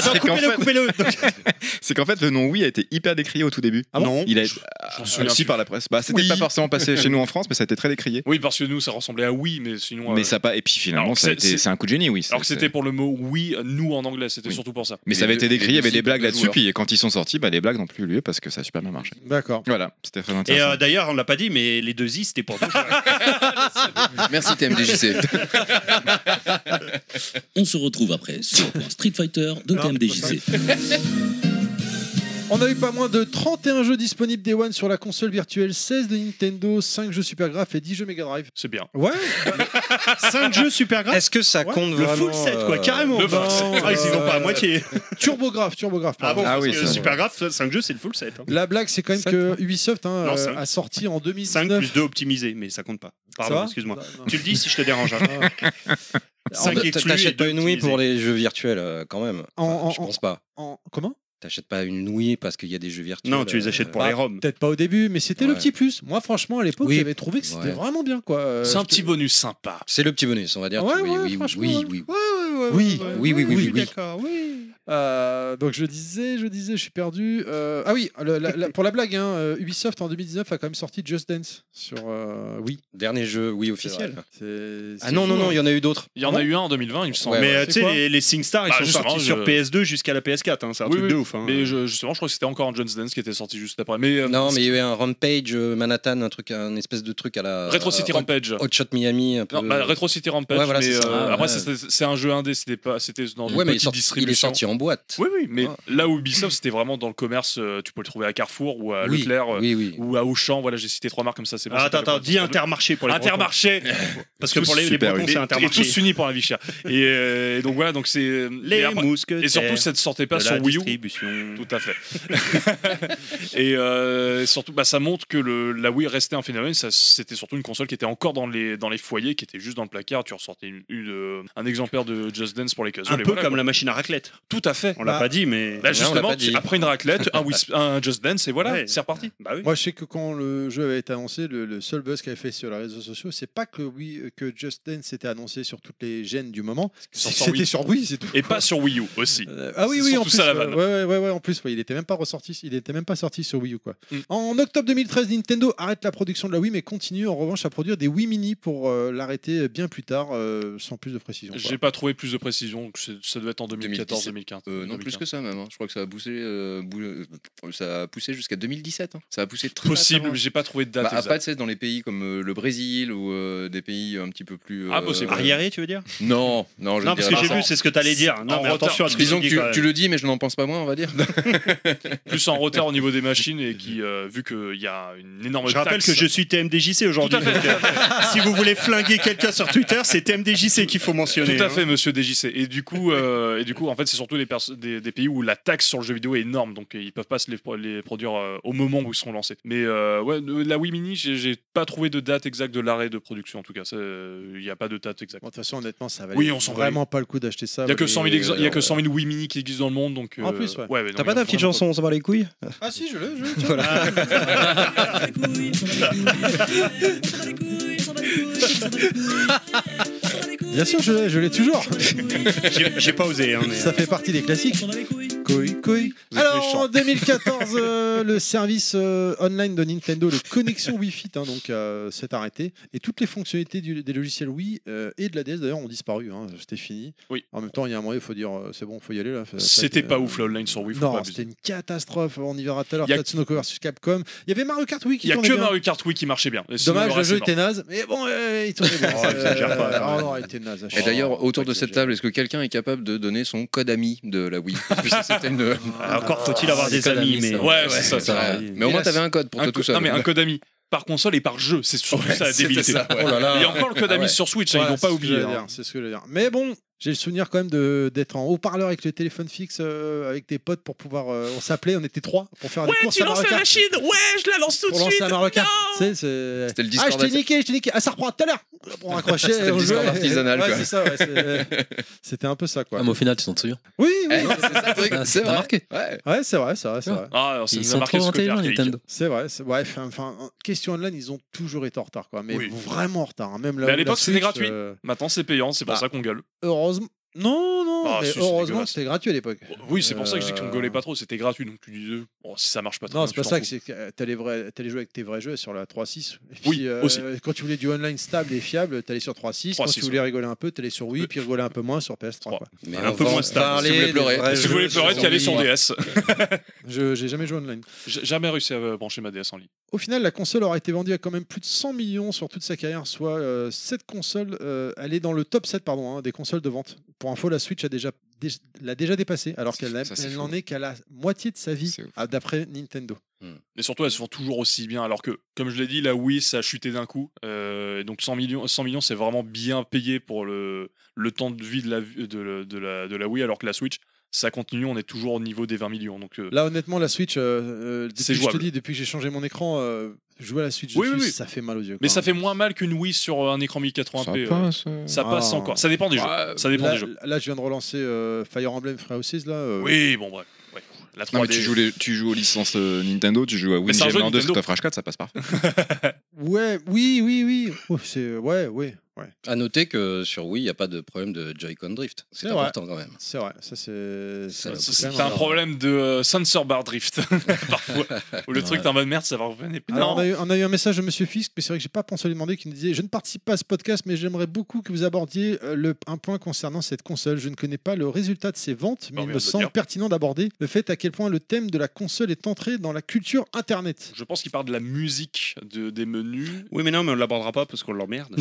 [SPEAKER 4] C'est qu'en fait-
[SPEAKER 3] coupez-le.
[SPEAKER 4] C'est qu'en fait, le nom oui a été hyper décrié au tout début.
[SPEAKER 1] Ah bon
[SPEAKER 8] Non.
[SPEAKER 4] Il a
[SPEAKER 8] j'en
[SPEAKER 4] aussi
[SPEAKER 8] souviens plus.
[SPEAKER 4] par la presse. Bah, c'était
[SPEAKER 8] Oui.
[SPEAKER 4] pas forcément passé chez nous en France, mais ça a été très décrié.
[SPEAKER 8] Oui, parce que nous, ça ressemblait à oui, mais sinon. euh,
[SPEAKER 4] Mais ça a pas. Et puis finalement,
[SPEAKER 8] Alors,
[SPEAKER 4] ça a
[SPEAKER 8] c'est-
[SPEAKER 4] été-
[SPEAKER 8] c'est-
[SPEAKER 4] c'est un coup de génie, oui.
[SPEAKER 8] Alors que
[SPEAKER 4] C'est-
[SPEAKER 8] c'était pour le mot oui, nous en anglais, c'était
[SPEAKER 4] Oui.
[SPEAKER 8] surtout pour
[SPEAKER 6] Euh,
[SPEAKER 8] ça.
[SPEAKER 4] Mais ça avait été décrit, il y avait des blagues là-dessus,
[SPEAKER 7] joueurs.
[SPEAKER 4] puis quand ils sont sortis, bah, les blagues n'ont plus eu lieu parce que ça a super bien marché.
[SPEAKER 1] D'accord.
[SPEAKER 4] Voilà, c'était très
[SPEAKER 3] Et
[SPEAKER 4] intéressant.
[SPEAKER 3] euh, d'ailleurs, on l'a pas dit, mais les deux I, c'était pour deux.
[SPEAKER 7] Merci TMDJC.
[SPEAKER 9] On se retrouve après sur le point Street Fighter de TMDJC.
[SPEAKER 1] On a eu pas moins de 31 jeux disponibles Day One sur la console virtuelle, 16 de Nintendo, 5 jeux Super Graph et 10 jeux Mega Drive.
[SPEAKER 8] C'est bien.
[SPEAKER 1] Ouais,
[SPEAKER 3] 5 jeux super graves.
[SPEAKER 6] Est-ce que ça
[SPEAKER 1] Ouais,
[SPEAKER 6] compte
[SPEAKER 3] Le
[SPEAKER 6] vraiment
[SPEAKER 3] full set, quoi,
[SPEAKER 6] euh,
[SPEAKER 3] carrément.
[SPEAKER 8] le
[SPEAKER 3] Enfin,
[SPEAKER 1] full set.
[SPEAKER 3] ah, ils y vont pas à moitié.
[SPEAKER 1] Turbograph, Turbograph.
[SPEAKER 3] Ah
[SPEAKER 1] pardon.
[SPEAKER 3] bon,
[SPEAKER 4] Ah oui,
[SPEAKER 3] parce que
[SPEAKER 4] ça-
[SPEAKER 3] super grave, 5 jeux, c'est le full set. hein.
[SPEAKER 1] La blague, c'est quand même
[SPEAKER 6] Sept,
[SPEAKER 1] que Ubisoft hein,
[SPEAKER 3] Non,
[SPEAKER 1] euh,
[SPEAKER 3] cinq.
[SPEAKER 1] a sorti en
[SPEAKER 3] 5
[SPEAKER 1] 2009.
[SPEAKER 3] plus 2 optimisé, mais ça compte pas.
[SPEAKER 1] Ça
[SPEAKER 3] Pardon,
[SPEAKER 1] va Bah.
[SPEAKER 3] excuse-moi.
[SPEAKER 1] Non, non.
[SPEAKER 3] Tu le dis si je te dérange. hein. Cinq
[SPEAKER 6] en-
[SPEAKER 3] exclus et
[SPEAKER 6] T'achètes
[SPEAKER 3] deux
[SPEAKER 6] pas une Wii
[SPEAKER 3] optimisés.
[SPEAKER 6] pour les jeux virtuels euh, quand même
[SPEAKER 1] En- en-
[SPEAKER 6] Enfin, Je
[SPEAKER 1] en-
[SPEAKER 6] pense pas.
[SPEAKER 1] En- Comment
[SPEAKER 6] T'achètes pas une Wii parce qu'il y a des jeux virtuels.
[SPEAKER 3] Non, tu les
[SPEAKER 6] euh,
[SPEAKER 3] achètes pour
[SPEAKER 1] bah,
[SPEAKER 3] les ROM.
[SPEAKER 1] Peut-être pas au début, mais c'était le
[SPEAKER 6] Ouais.
[SPEAKER 1] petit plus. Moi, franchement, à l'époque,
[SPEAKER 6] Oui.
[SPEAKER 1] j'avais trouvé que c'était
[SPEAKER 6] Ouais.
[SPEAKER 1] vraiment bien. quoi. Euh,
[SPEAKER 8] C'est un
[SPEAKER 1] je-
[SPEAKER 8] petit bonus sympa.
[SPEAKER 6] C'est le petit bonus, on va dire.
[SPEAKER 1] Ouais,
[SPEAKER 6] Tu- oui,
[SPEAKER 1] ouais,
[SPEAKER 6] oui,
[SPEAKER 1] franchement,
[SPEAKER 6] oui,
[SPEAKER 1] ouais.
[SPEAKER 6] oui.
[SPEAKER 1] Ouais, ouais, ouais, ouais,
[SPEAKER 6] Oui,
[SPEAKER 1] ouais,
[SPEAKER 6] oui, oui,
[SPEAKER 1] ouais,
[SPEAKER 6] oui,
[SPEAKER 1] je suis
[SPEAKER 6] oui.
[SPEAKER 1] D'accord, oui. Euh, donc je disais, je disais, je suis perdu. Euh, ah oui, le- la- la- pour la blague, hein, euh, Ubisoft en 2019 a quand même sorti Just Dance sur euh, Wii.
[SPEAKER 6] Dernier jeu, oui, officiel.
[SPEAKER 1] C'est-
[SPEAKER 6] Ah
[SPEAKER 1] c'est
[SPEAKER 6] non,
[SPEAKER 1] fou,
[SPEAKER 6] non, non,
[SPEAKER 1] hein.
[SPEAKER 6] il y en a eu d'autres.
[SPEAKER 8] Il y en a eu un en 2020, il me semble.
[SPEAKER 6] Ah Ouais,
[SPEAKER 3] Mais
[SPEAKER 6] ouais.
[SPEAKER 3] euh,
[SPEAKER 1] C'est
[SPEAKER 3] tu sais,
[SPEAKER 1] quoi
[SPEAKER 3] les, les SingStar, ils
[SPEAKER 8] Bah,
[SPEAKER 3] sont
[SPEAKER 8] justement,
[SPEAKER 3] sortis
[SPEAKER 8] je-
[SPEAKER 3] sur PS2 jusqu'à la PS4. hein, c'est un
[SPEAKER 8] Oui,
[SPEAKER 3] truc
[SPEAKER 8] oui.
[SPEAKER 3] de ouf. hein.
[SPEAKER 8] euh, Mais je- justement, je crois que c'était encore un John Dance qui était sorti juste après. Mais euh,
[SPEAKER 6] Non, mais il y a eu un Rampage euh, Manhattan, un truc, un espèce de truc à la.
[SPEAKER 8] Retro City
[SPEAKER 6] euh,
[SPEAKER 8] Rampage.
[SPEAKER 6] Hot Shot Miami, un peu.
[SPEAKER 8] Non, bah, Retro City Rampage.
[SPEAKER 6] Ouais, voilà,
[SPEAKER 8] mais,
[SPEAKER 6] c'est ça.
[SPEAKER 8] euh,
[SPEAKER 6] Ah,
[SPEAKER 8] après,
[SPEAKER 6] ouais.
[SPEAKER 8] c'était- c'est un jeu indé, c'était pas, c'était dans une
[SPEAKER 6] Ouais, mais il est,
[SPEAKER 8] petite
[SPEAKER 6] sorti, il est
[SPEAKER 8] distribution.
[SPEAKER 6] sorti en boîte.
[SPEAKER 8] Oui, oui, mais
[SPEAKER 6] Ah.
[SPEAKER 8] là où Ubisoft, c'était vraiment dans le commerce. euh, tu peux le trouver à Carrefour ou à
[SPEAKER 6] oui,
[SPEAKER 8] Leclerc euh,
[SPEAKER 6] oui, oui.
[SPEAKER 8] ou à Auchan. Voilà, j'ai cité trois marques comme ça. C'est bon,
[SPEAKER 3] Ah,
[SPEAKER 8] c'est
[SPEAKER 3] attends,
[SPEAKER 8] pas le
[SPEAKER 3] attends,
[SPEAKER 8] bon.
[SPEAKER 3] dis Intermarché pour les
[SPEAKER 8] Intermarché.
[SPEAKER 3] Parce que
[SPEAKER 4] Tous
[SPEAKER 3] pour les, les
[SPEAKER 4] super
[SPEAKER 3] Bretons, c'est
[SPEAKER 4] oui.
[SPEAKER 8] Et tous
[SPEAKER 3] Intermarché.
[SPEAKER 8] unis pour la vie chère. Et, euh, et donc voilà, donc c'est euh, mais
[SPEAKER 3] Les
[SPEAKER 8] après-
[SPEAKER 3] mousquetaires.
[SPEAKER 8] et surtout, ça ne sortait pas
[SPEAKER 3] de
[SPEAKER 8] sur
[SPEAKER 3] la
[SPEAKER 8] Wii U.
[SPEAKER 3] distribution.
[SPEAKER 8] Tout à fait. et euh, surtout, bah, ça montre que le, la Wii restait un phénomène. ça- C'était surtout une console qui était encore dans les, dans les foyers, qui était juste dans le placard. Tu ressortais une- une, euh, un exemplaire de Just Dance pour les
[SPEAKER 3] Un
[SPEAKER 8] casuals.
[SPEAKER 3] peu
[SPEAKER 8] et voilà,
[SPEAKER 3] comme
[SPEAKER 8] quoi.
[SPEAKER 3] la machine à raclette.
[SPEAKER 8] Tout à fait.
[SPEAKER 3] On l'a
[SPEAKER 1] Bah,
[SPEAKER 3] pas dit, mais.
[SPEAKER 8] Là,
[SPEAKER 6] on l'a
[SPEAKER 8] justement,
[SPEAKER 6] pas dit.
[SPEAKER 8] tu- après une raclette, un, Wii- un Just Dance, et voilà,
[SPEAKER 3] Ouais.
[SPEAKER 8] c'est reparti.
[SPEAKER 3] Bah oui.
[SPEAKER 1] Moi, je sais que quand le jeu avait été annoncé, le, le seul buzz qu'il avait fait sur les réseaux sociaux, c'est pas que oui, que Just Dance était annoncé sur toutes les gènes du moment,
[SPEAKER 8] Sur-
[SPEAKER 1] c'est que
[SPEAKER 8] sur
[SPEAKER 1] c'était
[SPEAKER 8] Wii.
[SPEAKER 1] sur Wii, c'est tout.
[SPEAKER 8] Et pas sur Wii U aussi.
[SPEAKER 1] Euh, ah oui,
[SPEAKER 8] C'est
[SPEAKER 1] oui, en
[SPEAKER 8] surtout
[SPEAKER 1] plus,
[SPEAKER 8] ça, la
[SPEAKER 1] ouais,
[SPEAKER 8] vanne.
[SPEAKER 1] ouais, ouais, ouais, en plus, ouais, il était même pas ressorti, il était même pas sorti sur Wii U quoi.
[SPEAKER 8] Mm.
[SPEAKER 1] En octobre 2013, Nintendo arrête la production de la Wii, mais continue en revanche à produire des Wii Mini pour euh, l'arrêter bien plus tard, euh, sans plus de précision. quoi.
[SPEAKER 8] J'ai pas trouvé plus de précision. donc c'est- Ça devait être en 2014, 2015.
[SPEAKER 7] Euh, non, plus que ça même. hein. Je crois que ça a poussé, euh, bou- euh, ça a poussé jusqu'à 2017. hein. Ça a poussé très
[SPEAKER 8] Possible,
[SPEAKER 7] très
[SPEAKER 8] mais
[SPEAKER 7] loin.
[SPEAKER 8] j'ai pas trouvé de
[SPEAKER 7] Bah,
[SPEAKER 8] date. exacte.
[SPEAKER 7] après, tu sais, dans les pays comme euh, le Brésil ou euh, des pays un petit peu plus. euh,
[SPEAKER 8] Ah, possible.
[SPEAKER 3] Arriéré, tu veux dire
[SPEAKER 7] Non,
[SPEAKER 3] Non,
[SPEAKER 7] non, je ne
[SPEAKER 3] parce
[SPEAKER 7] dirais
[SPEAKER 3] que j'ai
[SPEAKER 7] pas.
[SPEAKER 3] vu, c'est ce que t'allais dire. Non,
[SPEAKER 8] En
[SPEAKER 3] mais
[SPEAKER 8] retard.
[SPEAKER 3] attention à ce que
[SPEAKER 7] Disons que
[SPEAKER 3] dis
[SPEAKER 7] tu,
[SPEAKER 3] quand même.
[SPEAKER 7] tu le dis, mais je n'en pense pas moins, on va dire.
[SPEAKER 8] plus en retard au niveau des machines et qui, euh, vu qu'il y a une énorme
[SPEAKER 3] Je rappelle
[SPEAKER 8] taxe-
[SPEAKER 3] que je suis TMDJC aujourd'hui.
[SPEAKER 8] Tout à
[SPEAKER 3] donc, euh, si vous voulez flinguer quelqu'un sur Twitter, c'est TMDJC qu'il faut mentionner.
[SPEAKER 8] Tout à
[SPEAKER 3] hein.
[SPEAKER 8] fait, monsieur DJC. Et du coup, euh, et du coup en fait, c'est surtout des, perso- des, des pays où la taxe sur le jeu vidéo est énorme, donc euh, ils peuvent pas se les, pro- les produire euh, au moment où ils seront lancés. Mais euh, ouais, de- la Wii Mini, j'ai j'ai pas trouvé de date exacte de l'arrêt de production, en tout cas. Ça, euh, Il n'y a pas de date exacte.
[SPEAKER 1] Bon, de toute façon, honnêtement, ça valait
[SPEAKER 8] Oui, on s'en
[SPEAKER 1] vraiment pas le coup d'acheter ça.
[SPEAKER 8] Il n'y a, que
[SPEAKER 1] mais- euh,
[SPEAKER 8] 100 000 exa- il y a que 100 000 Wii Mini qui existent dans le monde, donc.
[SPEAKER 1] En plus, ouais.
[SPEAKER 6] T'as
[SPEAKER 8] mais non, il y en
[SPEAKER 6] pas
[SPEAKER 8] a
[SPEAKER 6] ta petite
[SPEAKER 8] vraiment
[SPEAKER 6] chanson, on s'en bat les couilles
[SPEAKER 1] Ah si, je l'ai, je l'ai. tiens. Bien sûr, je l'ai, je l'ai toujours.
[SPEAKER 3] J'ai j'ai pas osé. hein, mais-
[SPEAKER 1] Ça fait partie des classiques. Couille, couille.
[SPEAKER 3] Vous êtes
[SPEAKER 1] Alors
[SPEAKER 3] méchants.
[SPEAKER 1] en 2014, euh, le service euh, online de Nintendo, le connexion Wi-Fi, hein, donc euh, s'est arrêté et toutes les fonctionnalités du- des logiciels Wii euh, et de la DS d'ailleurs ont disparu. hein, C'était fini.
[SPEAKER 8] Oui.
[SPEAKER 1] En même temps, il y a un moment, il faut dire, euh, c'est bon, faut y aller là. ça- ça-
[SPEAKER 8] C'était
[SPEAKER 1] euh,
[SPEAKER 8] pas ouf l'online sur Wii. faut pas
[SPEAKER 1] Non,
[SPEAKER 8] abuser.
[SPEAKER 1] c'était une catastrophe. On y verra tout à l'heure.
[SPEAKER 8] Y a-
[SPEAKER 1] Tatsunoko versus Capcom. Il y avait Mario Kart Wii qui
[SPEAKER 8] Il y a
[SPEAKER 1] tournait
[SPEAKER 8] que
[SPEAKER 1] bien.
[SPEAKER 8] Mario Kart Wii qui marchait bien. Et sinon,
[SPEAKER 1] Dommage,
[SPEAKER 8] le
[SPEAKER 1] le
[SPEAKER 8] reste,
[SPEAKER 1] jeu
[SPEAKER 8] c'est
[SPEAKER 1] était
[SPEAKER 8] mort.
[SPEAKER 1] naze, mais bon, euh, il tournait bien.
[SPEAKER 8] Oh, exagère pas,
[SPEAKER 1] Euh,
[SPEAKER 8] quand même.
[SPEAKER 1] oh, non, il était naze. à
[SPEAKER 7] Et
[SPEAKER 1] chier.
[SPEAKER 7] d'ailleurs,
[SPEAKER 1] Oh,
[SPEAKER 7] autour
[SPEAKER 1] pas
[SPEAKER 7] de cette
[SPEAKER 1] exagérer.
[SPEAKER 7] table, est-ce que quelqu'un est capable de donner son code ami de la Wii Parce que c'était une-
[SPEAKER 3] Ah, Encore faut-il avoir
[SPEAKER 5] c'est
[SPEAKER 3] des
[SPEAKER 5] quand même
[SPEAKER 3] amis,
[SPEAKER 5] mis,
[SPEAKER 3] mais.
[SPEAKER 5] ça.
[SPEAKER 8] Ouais, c'est ça. c'est
[SPEAKER 7] Ouais.
[SPEAKER 8] vrai.
[SPEAKER 7] Mais au moins,
[SPEAKER 8] Hélas.
[SPEAKER 7] t'avais un code pour
[SPEAKER 8] Un
[SPEAKER 7] toi tout
[SPEAKER 8] co-
[SPEAKER 7] seul.
[SPEAKER 8] Non, mais un code ami. Par console et par jeu, c'est surtout
[SPEAKER 7] Ouais,
[SPEAKER 8] ça la
[SPEAKER 7] c'était
[SPEAKER 8] débilité.
[SPEAKER 7] ça, ouais.
[SPEAKER 6] Oh là là.
[SPEAKER 8] Il y a encore le code
[SPEAKER 6] Ah
[SPEAKER 8] ami
[SPEAKER 6] ouais.
[SPEAKER 8] sur Switch, hein,
[SPEAKER 1] Ouais,
[SPEAKER 8] ils l'ont
[SPEAKER 1] c'est
[SPEAKER 8] pas
[SPEAKER 1] ce que
[SPEAKER 8] oublié.
[SPEAKER 1] j'allais
[SPEAKER 8] hein.
[SPEAKER 1] dire, C'est ce que je veux dire. Mais bon, j'ai le souvenir quand même de- d'être en haut-parleur avec le téléphone fixe euh, avec des potes pour pouvoir. euh, on s'appelait, on était trois pour faire des courses à Mario Kart.
[SPEAKER 8] machine Ouais, je la lance tout
[SPEAKER 1] Pour lancer un Mario Kart. Tu sais, c'est-
[SPEAKER 7] C'était le
[SPEAKER 1] Ah,
[SPEAKER 7] Discord.
[SPEAKER 1] je t'ai niqué, je t'ai niqué. Ah, ça reprend tout à l'heure. Pour raccrocher.
[SPEAKER 7] C'était le
[SPEAKER 1] on
[SPEAKER 7] Discord
[SPEAKER 1] jouait.
[SPEAKER 7] artisanal,
[SPEAKER 1] Ouais,
[SPEAKER 7] quoi.
[SPEAKER 1] c'est ça, ouais, c'est- C'était un peu ça, quoi.
[SPEAKER 5] Ah, mais au final, tu t'en souviens.
[SPEAKER 1] Oui, oui.
[SPEAKER 7] Eh, c'est ça le truc,
[SPEAKER 5] Ah,
[SPEAKER 7] c'est
[SPEAKER 5] t'as
[SPEAKER 7] vrai.
[SPEAKER 5] marqué.
[SPEAKER 7] Ouais.
[SPEAKER 1] Ouais, c'est vrai, c'est vrai, c'est
[SPEAKER 5] Ah.
[SPEAKER 1] vrai.
[SPEAKER 8] Ah, alors, ça
[SPEAKER 5] Ils
[SPEAKER 8] nous a
[SPEAKER 5] sont
[SPEAKER 8] marqué
[SPEAKER 5] trop
[SPEAKER 8] ce côté
[SPEAKER 5] intelligents,
[SPEAKER 8] archaïque.
[SPEAKER 5] Nintendo.
[SPEAKER 1] C'est vrai, c'est- ouais, enfin, enfin, en question online, ils ont toujours été en retard, quoi. Mais
[SPEAKER 8] Oui.
[SPEAKER 1] vraiment en retard, hein. même la-
[SPEAKER 8] Mais à
[SPEAKER 1] la
[SPEAKER 8] l'époque, c'était
[SPEAKER 1] Switch,
[SPEAKER 8] gratuit.
[SPEAKER 1] euh,
[SPEAKER 8] Maintenant, c'est payant, c'est pour
[SPEAKER 1] Bah.
[SPEAKER 8] ça qu'on gueule.
[SPEAKER 1] heureusement, non, non,
[SPEAKER 8] Ah,
[SPEAKER 1] mais
[SPEAKER 8] si, c'est
[SPEAKER 1] heureusement,
[SPEAKER 8] dégueulasse.
[SPEAKER 1] c'était gratuit à l'époque.
[SPEAKER 8] Oui, c'est pour ça que je dis qu'on
[SPEAKER 1] Euh,
[SPEAKER 8] gueulait pas trop, c'était gratuit. Donc tu disais, bon, si ça marche pas très
[SPEAKER 1] Non,
[SPEAKER 8] bien,
[SPEAKER 1] c'est pas
[SPEAKER 8] tu
[SPEAKER 1] ça
[SPEAKER 8] t'en
[SPEAKER 1] que
[SPEAKER 8] fous.
[SPEAKER 1] c'est. que T'allais vrai- t'allais jouer avec tes vrais jeux sur la 3.6. Et
[SPEAKER 8] Oui,
[SPEAKER 1] puis, euh,
[SPEAKER 8] aussi.
[SPEAKER 1] Quand tu voulais du online stable et fiable, t'allais sur 3.6. Quand
[SPEAKER 8] 3.6,
[SPEAKER 1] tu voulais rigoler un peu, t'allais sur Wii, puis rigoler un peu moins sur PS3. quoi.
[SPEAKER 7] Mais
[SPEAKER 3] Un peu moins stable.
[SPEAKER 7] Si vous voulez pleurer.
[SPEAKER 8] Si vous voulez pleurer, allez sur DS.
[SPEAKER 1] Je j'ai jamais joué online.
[SPEAKER 8] J'ai jamais réussi à euh, brancher ma DS en ligne.
[SPEAKER 1] Au final, la console aura été vendue à quand même plus de 100 millions sur toute sa carrière, soit euh, cette console, euh, elle est dans le top 7 pardon, hein, des consoles de vente. Pour info, la Switch a déjà dé- l'a déjà dépassée, alors
[SPEAKER 4] C'est
[SPEAKER 1] qu'elle
[SPEAKER 4] fou, ça, c'est
[SPEAKER 1] elle
[SPEAKER 4] fou.
[SPEAKER 1] n'en est qu'à la moitié de sa vie,
[SPEAKER 4] C'est ouf.
[SPEAKER 1] ah, d'après Nintendo.
[SPEAKER 8] Mais surtout, elles se font toujours aussi bien. Alors que, comme je l'ai dit, la Wii, ça a chuté d'un coup. Euh, donc 100 millions, 100 millions c'est vraiment bien payé pour le, le temps de vie de la, de, la- de la, de la Wii, alors que la Switch, ça continue, on est toujours au niveau des 20 millions. Donc, euh,
[SPEAKER 1] Là, honnêtement, la Switch, euh, euh, depuis,
[SPEAKER 8] C'est
[SPEAKER 1] je te
[SPEAKER 8] jouable.
[SPEAKER 1] dis, depuis que j'ai changé mon écran, euh, jouer à la Switch
[SPEAKER 8] Oui,
[SPEAKER 1] dessus,
[SPEAKER 8] oui, oui.
[SPEAKER 1] ça fait mal aux yeux. hein.
[SPEAKER 8] Mais
[SPEAKER 1] quand
[SPEAKER 8] ça
[SPEAKER 1] même.
[SPEAKER 8] fait moins mal qu'une Wii sur un écran 1080p. euh, ça
[SPEAKER 1] Ah.
[SPEAKER 8] passe encore. Ça dépend des jeux.
[SPEAKER 7] Ouais,
[SPEAKER 8] Ça dépend
[SPEAKER 1] là,
[SPEAKER 8] des jeux.
[SPEAKER 1] là, je viens de relancer euh, Fire Emblem Free Houses, là. euh,
[SPEAKER 8] Oui, bon, bref. Ouais. La 3D.
[SPEAKER 4] Non, mais tu joues, les- tu joues aux licences euh, Nintendo, tu joues à
[SPEAKER 8] c'est un
[SPEAKER 4] Windows
[SPEAKER 8] jeu
[SPEAKER 4] 1, 2,
[SPEAKER 8] Nintendo.
[SPEAKER 4] Street of Rage 4, ça passe parfait.
[SPEAKER 1] Ouais, oui, oui, oui. Oh, c'est ouais, ouais, ouais.
[SPEAKER 6] À noter que sur Wii, il n'y a pas de problème de Joy-Con drift.
[SPEAKER 1] C'est
[SPEAKER 6] C'est
[SPEAKER 1] vrai.
[SPEAKER 6] important quand même.
[SPEAKER 1] C'est vrai. Ça, c'est. c'est-
[SPEAKER 6] Ça, ça,
[SPEAKER 1] c'est quand
[SPEAKER 8] C'est
[SPEAKER 1] même
[SPEAKER 8] un problème de euh, sensor bar drift, parfois. Ou le truc, t'es en mode merde, ça va revenir.
[SPEAKER 1] Alors,
[SPEAKER 8] Non,
[SPEAKER 1] Ah, on, a eu, on a eu un message de Monsieur Fisk, mais c'est vrai que j'ai pas pensé à lui demander, qui nous disait Je ne participe pas à ce podcast, mais j'aimerais beaucoup que vous abordiez euh, le, un point concernant cette console. Je ne connais pas le résultat de ses ventes, mais
[SPEAKER 8] Bon,
[SPEAKER 1] il me
[SPEAKER 8] mais on peut
[SPEAKER 1] semble
[SPEAKER 8] dire.
[SPEAKER 1] pertinent d'aborder le fait à quel point le thème de la console est entré dans la culture internet.
[SPEAKER 8] je pense qu'il parle de la musique de, des menus.
[SPEAKER 3] Oui, mais non, mais on l'abordera pas parce qu'on l'emmerde.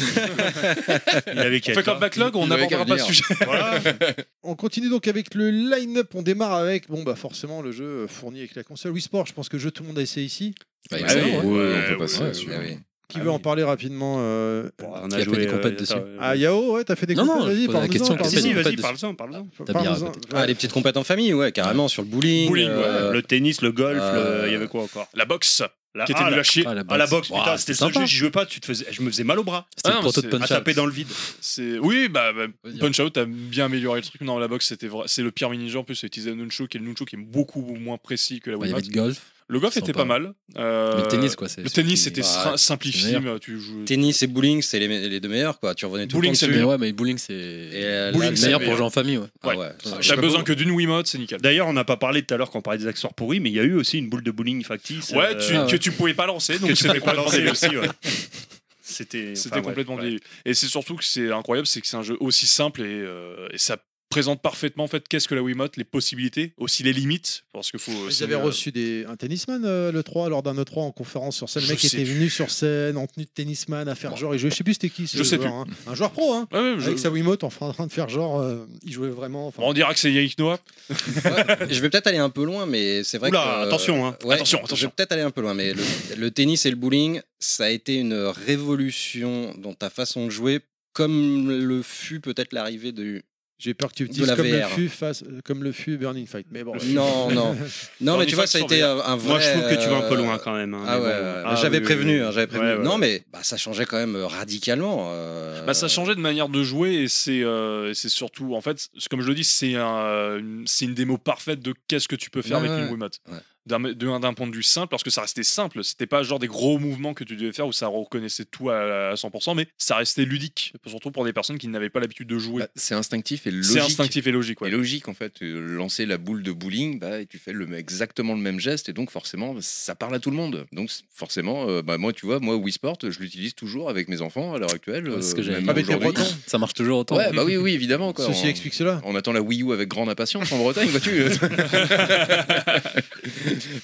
[SPEAKER 3] Il avait qu'à
[SPEAKER 8] On
[SPEAKER 3] être
[SPEAKER 8] fait comme
[SPEAKER 3] là.
[SPEAKER 8] backlog, on
[SPEAKER 7] Il avait
[SPEAKER 8] n'abordera
[SPEAKER 7] qu'à
[SPEAKER 8] pas le
[SPEAKER 7] venir.
[SPEAKER 8] sujet. Voilà.
[SPEAKER 1] On continue donc avec le line-up. On démarre avec, bon, bah forcément, le jeu fourni avec la console Wii Sport. Je pense que jeu tout le monde a essayé ici.
[SPEAKER 6] Bah,
[SPEAKER 7] Ah
[SPEAKER 6] excellent,
[SPEAKER 7] oui.
[SPEAKER 6] ouais.
[SPEAKER 7] Ouais,
[SPEAKER 4] Ouais,
[SPEAKER 7] ouais,
[SPEAKER 4] on peut passer
[SPEAKER 7] ouais,
[SPEAKER 4] là-dessus.
[SPEAKER 7] ouais,
[SPEAKER 4] ouais.
[SPEAKER 7] ouais.
[SPEAKER 1] Qui
[SPEAKER 3] Ah
[SPEAKER 1] veut
[SPEAKER 3] oui.
[SPEAKER 1] en parler rapidement euh,
[SPEAKER 3] Bon, on
[SPEAKER 6] Il a fait des compètes dessus.
[SPEAKER 3] euh,
[SPEAKER 1] Ah, Yao, ouais, t'as fait des
[SPEAKER 6] Non,
[SPEAKER 1] comptes,
[SPEAKER 6] non, je
[SPEAKER 1] vas-y,
[SPEAKER 6] posais la
[SPEAKER 1] parle-nous-en,
[SPEAKER 6] question,
[SPEAKER 1] parle-nous-en.
[SPEAKER 6] qu'est-ce
[SPEAKER 3] Si,
[SPEAKER 6] des
[SPEAKER 3] vas-y,
[SPEAKER 6] compètes
[SPEAKER 3] parle-en, parle-en.
[SPEAKER 6] T'as bien
[SPEAKER 1] Parle-nous-en.
[SPEAKER 6] raconté. Ah, les petites compètes en famille, ouais, carrément, sur le bowling.
[SPEAKER 8] Bowling,
[SPEAKER 6] euh,
[SPEAKER 3] Le tennis, le golf,
[SPEAKER 6] euh,
[SPEAKER 3] le- il y avait quoi encore
[SPEAKER 8] La boxe, qui était
[SPEAKER 3] ah,
[SPEAKER 8] nulle à chier.
[SPEAKER 6] ah,
[SPEAKER 3] Ah, la boxe,
[SPEAKER 6] Ouah,
[SPEAKER 3] putain, c'était le seul
[SPEAKER 6] sympa.
[SPEAKER 3] jeu, j'y jouais pas, tu te faisais, je me faisais mal au bras.
[SPEAKER 5] C'était
[SPEAKER 8] Ah,
[SPEAKER 5] le
[SPEAKER 8] non,
[SPEAKER 5] proto de
[SPEAKER 8] c'est-
[SPEAKER 5] Punch
[SPEAKER 3] À taper dans le vide.
[SPEAKER 8] C'est- Oui, bah, bah,
[SPEAKER 5] Vas-y, hein.
[SPEAKER 8] Punch Out a bien amélioré le truc. Non, la boxe, c'était vrai- c'est le pire mini-jeu. En plus, c'est utilisé un nunchuk et le nunchuk est beaucoup moins précis que la
[SPEAKER 5] Il y
[SPEAKER 8] Wii
[SPEAKER 5] avait le golf,
[SPEAKER 8] Le golf était
[SPEAKER 5] Sympa.
[SPEAKER 8] pas mal. Euh,
[SPEAKER 5] mais le tennis, quoi. c'est-
[SPEAKER 8] Le tennis,
[SPEAKER 5] c'est-
[SPEAKER 8] c'était
[SPEAKER 6] Ouais.
[SPEAKER 8] stra- simplifié.
[SPEAKER 6] D'ailleurs.
[SPEAKER 8] mais Tu joues.
[SPEAKER 6] Tennis et bowling, c'est les, me- les deux meilleurs, quoi. Tu revenais tout
[SPEAKER 8] Bowling,
[SPEAKER 6] le temps
[SPEAKER 8] c'est
[SPEAKER 6] dessus.
[SPEAKER 8] le
[SPEAKER 5] Mais ouais, mais le bowling, c'est
[SPEAKER 6] Et euh,
[SPEAKER 8] Bowling,
[SPEAKER 6] là,
[SPEAKER 8] c'est
[SPEAKER 5] le meilleur
[SPEAKER 8] le
[SPEAKER 5] pour
[SPEAKER 8] meilleur.
[SPEAKER 5] jouer en famille, ouais.
[SPEAKER 8] Ouais.
[SPEAKER 6] Ah
[SPEAKER 8] T'as besoin que d'une Wiimote, c'est nickel.
[SPEAKER 3] D'ailleurs, on n'a pas parlé tout à l'heure quand on parlait des accessoires pourris, mais il y a eu aussi une boule de bowling factice.
[SPEAKER 8] Ouais,
[SPEAKER 3] euh,
[SPEAKER 8] tu,
[SPEAKER 5] Ah ouais.
[SPEAKER 8] que tu pouvais pas lancer, donc
[SPEAKER 3] que tu
[SPEAKER 8] c'était
[SPEAKER 3] peux pas
[SPEAKER 8] complètement
[SPEAKER 3] lancer
[SPEAKER 8] débile.
[SPEAKER 3] aussi. ouais. C'était
[SPEAKER 8] C'était
[SPEAKER 3] enfin, ouais,
[SPEAKER 8] complètement
[SPEAKER 3] ouais.
[SPEAKER 8] débile. Et c'est surtout que c'est incroyable, c'est que c'est un jeu aussi simple et, euh, et ça présente parfaitement en fait qu'est-ce que la Wiimote, les possibilités, aussi les limites, parce que faut.
[SPEAKER 1] Ils
[SPEAKER 8] c'est,
[SPEAKER 1] avaient
[SPEAKER 8] euh,
[SPEAKER 1] reçu des, un tennisman euh, le 3 lors d'un E3 en conférence sur scène. Le
[SPEAKER 8] Je
[SPEAKER 1] mec était
[SPEAKER 8] sais
[SPEAKER 1] venu sur scène en tenue de tennisman à faire genre il jouait. Je sais plus c'était qui. ce
[SPEAKER 8] Je sais
[SPEAKER 1] joueur, hein. Un joueur pro, hein.
[SPEAKER 8] ouais, ouais, je-
[SPEAKER 1] Avec sa Wiimote en train en train de faire genre euh, il jouait vraiment. enfin,
[SPEAKER 8] Bon, on dira que c'est Yannick Noah.
[SPEAKER 6] Ouais, je vais peut-être aller un peu loin, mais c'est vrai
[SPEAKER 3] Oula,
[SPEAKER 6] que. euh,
[SPEAKER 8] euh,
[SPEAKER 3] attention, hein.
[SPEAKER 6] Ouais,
[SPEAKER 8] Attention,
[SPEAKER 6] Je
[SPEAKER 8] attention.
[SPEAKER 6] vais peut-être aller un peu loin, mais le, le tennis et le bowling, ça a été une révolution dans ta façon de jouer, comme le fut peut-être l'arrivée du.
[SPEAKER 1] J'ai peur que tu me
[SPEAKER 6] De
[SPEAKER 1] dises
[SPEAKER 6] la
[SPEAKER 1] comme le,
[SPEAKER 6] VR.
[SPEAKER 1] fut face, euh, comme le fut Burning Fight. Mais bon. euh, ouais.
[SPEAKER 6] Non, non. Non,
[SPEAKER 8] Dans
[SPEAKER 6] mais
[SPEAKER 8] une
[SPEAKER 6] tu vois, ça a
[SPEAKER 8] façon,
[SPEAKER 6] été un un vrai.
[SPEAKER 3] Moi, je trouve que tu vas un peu
[SPEAKER 6] euh,
[SPEAKER 3] loin quand même. hein,
[SPEAKER 6] Ah
[SPEAKER 3] mais
[SPEAKER 6] ouais,
[SPEAKER 3] bon.
[SPEAKER 6] ouais,
[SPEAKER 3] Ah,
[SPEAKER 6] j'avais
[SPEAKER 3] oui,
[SPEAKER 6] prévenu,
[SPEAKER 3] oui.
[SPEAKER 6] hein, j'avais prévenu.
[SPEAKER 3] Ouais, ouais,
[SPEAKER 6] Non,
[SPEAKER 3] ouais.
[SPEAKER 6] mais bah, ça changeait quand même euh, radicalement. euh,
[SPEAKER 8] Bah, ça changeait de manière de jouer et c'est euh, et c'est surtout en fait, c'est- comme je le dis, c'est un, une, c'est une démo parfaite de qu'est-ce que tu peux faire
[SPEAKER 6] Ouais,
[SPEAKER 8] avec
[SPEAKER 6] ouais.
[SPEAKER 8] une Wiimote.
[SPEAKER 6] Ouais.
[SPEAKER 8] d'un d'un- d'un point de vue simple, parce que ça restait simple. C'était pas genre des gros mouvements que tu devais faire où ça reconnaissait tout à, à 100%, mais ça restait ludique, surtout pour des personnes qui n'avaient pas l'habitude de jouer.
[SPEAKER 7] Bah, c'est instinctif et logique.
[SPEAKER 8] C'est instinctif et logique, ouais.
[SPEAKER 7] Et logique en fait, Euh, lancer la boule de bowling, bah, et tu fais le, exactement le même geste et donc forcément euh, ça parle à tout le monde. Donc c- forcément, euh, bah, moi tu vois, moi Wii Sport, je l'utilise toujours avec mes enfants à l'heure actuelle.
[SPEAKER 5] C'est ce que
[SPEAKER 7] euh,
[SPEAKER 5] j'avais
[SPEAKER 7] même
[SPEAKER 5] dit.
[SPEAKER 6] Ah,
[SPEAKER 5] Avec les
[SPEAKER 7] aujourd'hui.
[SPEAKER 5] Bretons. Ça marche toujours autant.
[SPEAKER 7] Ouais, bah oui, oui, évidemment. Quoi.
[SPEAKER 1] Ceci
[SPEAKER 7] On-
[SPEAKER 1] explique cela.
[SPEAKER 7] On attend la Wii U avec grande impatience en Bretagne, vois-tu.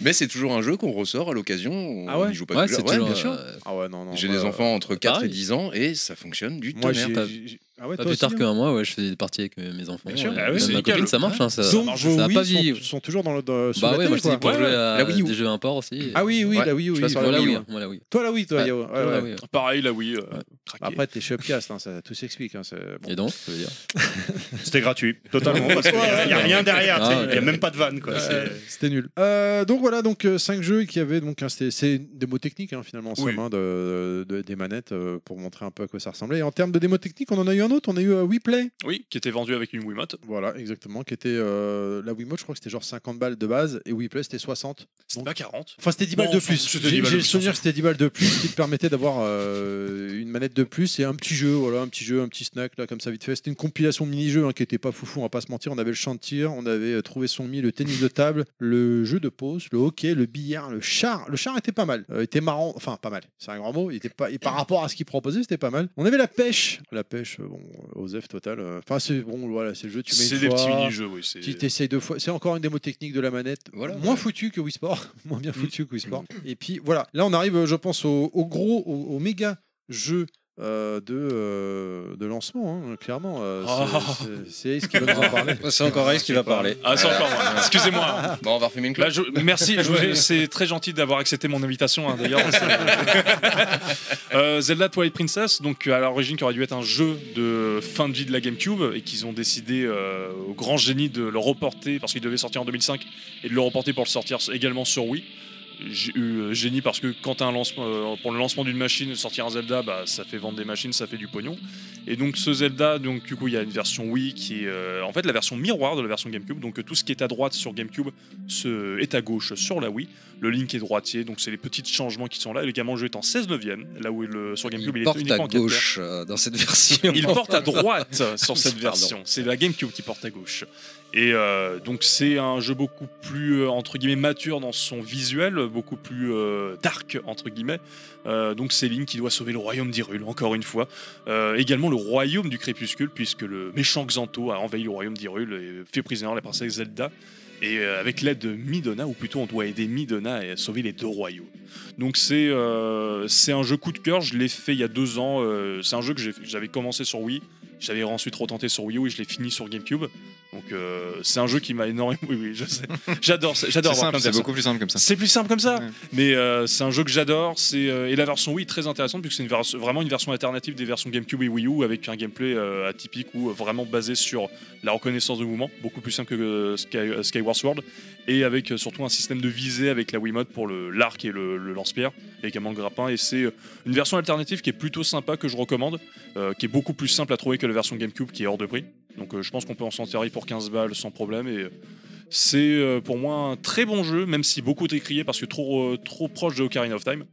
[SPEAKER 7] Mais c'est toujours un jeu qu'on ressort à l'occasion. On
[SPEAKER 1] Ah ouais
[SPEAKER 7] n'y joue pas
[SPEAKER 5] Ouais,
[SPEAKER 7] toujours.
[SPEAKER 5] c'est
[SPEAKER 7] Ouais,
[SPEAKER 5] toujours,
[SPEAKER 7] bien sûr.
[SPEAKER 5] euh,
[SPEAKER 1] Ah ouais, non, non.
[SPEAKER 7] J'ai
[SPEAKER 1] moi,
[SPEAKER 7] des enfants entre 4
[SPEAKER 5] pareil.
[SPEAKER 7] et 10 ans et ça fonctionne du
[SPEAKER 1] Moi,
[SPEAKER 7] tonnerre.
[SPEAKER 1] j'ai.
[SPEAKER 5] pas-
[SPEAKER 1] j'ai- Ah ouais,
[SPEAKER 5] Pas plus
[SPEAKER 1] toi aussi,
[SPEAKER 5] tard
[SPEAKER 1] hein.
[SPEAKER 5] que un mois, ouais, je faisais des parties avec mes mes enfants.
[SPEAKER 8] Bien sûr.
[SPEAKER 5] ouais.
[SPEAKER 8] Bah oui,
[SPEAKER 5] Même
[SPEAKER 8] c'est
[SPEAKER 5] ma
[SPEAKER 8] nickel.
[SPEAKER 5] copine, ça marche, hein, ça.
[SPEAKER 1] Donc,
[SPEAKER 8] marche,
[SPEAKER 1] vos
[SPEAKER 5] ça a
[SPEAKER 1] Wii
[SPEAKER 5] pas
[SPEAKER 1] sont-
[SPEAKER 5] vieilli.
[SPEAKER 1] sont toujours dans le dans- sous
[SPEAKER 5] Bah
[SPEAKER 1] la
[SPEAKER 5] ouais,
[SPEAKER 1] télé,
[SPEAKER 5] moi je dis
[SPEAKER 1] quoi.
[SPEAKER 5] pour
[SPEAKER 8] Ouais,
[SPEAKER 5] jouer
[SPEAKER 8] ouais.
[SPEAKER 5] à
[SPEAKER 7] La Wii U.
[SPEAKER 5] des jeux import aussi.
[SPEAKER 1] Ah oui, oui,
[SPEAKER 7] Ouais,
[SPEAKER 1] la Wii, oui.
[SPEAKER 7] passe
[SPEAKER 1] oui.
[SPEAKER 7] par
[SPEAKER 5] Moi,
[SPEAKER 7] la
[SPEAKER 5] la
[SPEAKER 7] Wii,
[SPEAKER 5] Wii,
[SPEAKER 7] ouais.
[SPEAKER 5] hein, moi, la Wii.
[SPEAKER 1] Toi, la Wii, toi,
[SPEAKER 5] Ouais,
[SPEAKER 1] Yao. Ouais,
[SPEAKER 5] Toujours
[SPEAKER 1] ouais.
[SPEAKER 5] la Wii, ouais.
[SPEAKER 8] Pareil, là, oui. euh, craqué.
[SPEAKER 1] Après, t'es chez Upcast, hein, ça, tout s'explique. Hein, c'est- bon.
[SPEAKER 5] Et donc, ça veut dire
[SPEAKER 3] C'était gratuit, totalement. Parce qu'il n'y a, y a rien derrière, tu sais,
[SPEAKER 5] Ah,
[SPEAKER 3] il n'y a même pas de vanne. Quoi.
[SPEAKER 1] Euh,
[SPEAKER 3] c'est-
[SPEAKER 1] C'était nul. Euh, donc voilà, donc 5 jeux qui avaient donc hein, c'était- c'est une démo technique hein, finalement en
[SPEAKER 8] Oui.
[SPEAKER 1] somme, hein, de, de- des manettes euh, pour montrer un peu à quoi ça ressemblait. Et en termes de démo technique, on en a eu un autre, on a eu euh, WePlay.
[SPEAKER 8] Oui, qui était vendu avec une Wiimote.
[SPEAKER 1] Voilà, exactement, qui était euh, la Wiimote, je crois que c'était genre 50 balles de base et WePlay c'était 60.
[SPEAKER 8] C'était
[SPEAKER 1] Donc-
[SPEAKER 8] pas 40.
[SPEAKER 1] Enfin, c'était 10
[SPEAKER 8] Bon,
[SPEAKER 1] balles de
[SPEAKER 8] enfin,
[SPEAKER 1] plus.
[SPEAKER 8] c'était
[SPEAKER 1] J'ai
[SPEAKER 8] 10 balles
[SPEAKER 1] j'ai
[SPEAKER 8] de
[SPEAKER 1] le
[SPEAKER 8] plus,
[SPEAKER 1] souvenir que c'était 10 balles de plus qui te permettait d'avoir euh, une manette de plus et un petit jeu, voilà, un petit jeu, un petit snack là comme ça vite fait. C'était une compilation de mini-jeux hein, qui était pas foufou, on va pas se mentir. On avait le chantier, on avait euh, trouvé son mi, le tennis de table, le jeu de pause, le hockey, le billard, le char. Le char était pas mal, euh, était marrant, enfin pas mal. C'est un grand mot. Il était pas et par rapport à ce qu'il proposait, c'était pas mal. On avait la pêche, la pêche, euh, bon, aux F total. euh, Enfin c'est bon, voilà, c'est le jeu. Tu mets
[SPEAKER 8] C'est
[SPEAKER 1] une
[SPEAKER 8] des
[SPEAKER 1] fois,
[SPEAKER 8] petits mini-jeux, oui. c'est-
[SPEAKER 1] tu t'essayes deux fois. C'est encore une démo technique de la manette.
[SPEAKER 7] Voilà,
[SPEAKER 1] moins
[SPEAKER 7] ouais.
[SPEAKER 1] foutu que Wii Sport. moins bien foutu que Wii Sport. Et puis voilà. Là, on arrive, euh, je pense, au, au gros, au, au méga jeu. euh, de, euh, de lancement, hein, clairement. Euh, c'est- c'est- C'est Ace qui va nous en parler.
[SPEAKER 6] C'est encore Ace qui va parler.
[SPEAKER 8] Ah, c'est encore moi. Excusez-moi.
[SPEAKER 5] Ah, bah,
[SPEAKER 7] Bon, on va refumer une
[SPEAKER 8] Là,
[SPEAKER 7] cloche.
[SPEAKER 8] Bah, je- merci, je vous ai- c'est très gentil d'avoir accepté mon invitation hein, d'ailleurs. C'est- Euh, Zelda Twilight Princess, donc euh, à l'origine qui aurait dû être un jeu de fin de vie de la GameCube et qu'ils ont décidé euh, au grand génie de le reporter parce qu'il devait sortir en 2005 et de le reporter pour le sortir également sur Wii. J'ai eu euh, génie parce que quand t'as un lancement, euh, pour le lancement d'une machine, sortir un Zelda, bah, ça fait vendre des machines, ça fait du pognon. Et donc ce Zelda, donc du coup il y a une version Wii qui est euh, en fait la version miroir de la version GameCube. Donc euh, tout ce qui est à droite sur GameCube se- est à gauche sur la Wii. Le Link est droitier, donc c'est les petits changements qui sont là. Et également, le jeu est en 16 neuvième, là où le, sur GameCube
[SPEAKER 6] Il
[SPEAKER 8] il, est
[SPEAKER 6] porte à
[SPEAKER 8] uniquement en 4
[SPEAKER 6] gauche euh, dans cette version.
[SPEAKER 8] il porte à droite sur cette
[SPEAKER 6] Pardon.
[SPEAKER 8] version. C'est la GameCube qui porte à gauche. Et euh, donc c'est un jeu beaucoup plus euh, entre guillemets mature dans son visuel, beaucoup plus euh, dark entre guillemets. Euh, donc c'est Link qui doit sauver le royaume d'Hyrule encore une fois. Euh, également le royaume du crépuscule puisque le méchant Xanto a envahi le royaume d'Hyrule et fait prisonnier la princesse Zelda. Et euh, avec l'aide de Midona, ou plutôt on doit aider Midona et sauver les deux royaumes. Donc c'est euh, c'est un jeu coup de cœur, je l'ai fait il y a deux ans. euh, c'est un jeu que j'ai- j'avais commencé sur Wii, j'avais ensuite retenté sur Wii U et je l'ai fini sur GameCube. Donc euh, c'est un jeu qui m'a énormément. Oui, oui, je sais. J'adore, ça- j'adore.
[SPEAKER 4] C'est simple,
[SPEAKER 8] avoir plein de
[SPEAKER 4] c'est
[SPEAKER 8] personnes.
[SPEAKER 4] beaucoup plus simple comme ça.
[SPEAKER 8] C'est plus simple comme ça.
[SPEAKER 4] Ouais.
[SPEAKER 8] Mais euh, c'est un jeu que j'adore. C'est euh, et la version Wii est très intéressante puisque c'est une vers- vraiment une version alternative des versions GameCube et Wii U avec un gameplay euh, atypique ou euh, vraiment basé sur la reconnaissance de mouvement, beaucoup plus simple que euh, Sky- euh, Skyward Sword et avec euh, surtout un système de visée avec la Wiimote pour le l'arc et le, le lance-pierre et également le grappin. Et c'est euh, une version alternative qui est plutôt sympa que je recommande, euh, qui est beaucoup plus simple à trouver que la version GameCube qui est hors de prix. Donc euh, je pense qu'on peut en s'enterrer pour 15 balles sans problème et euh, c'est euh, pour moi un très bon jeu, même si beaucoup décrié parce que trop, euh, trop proche de Ocarina of Time.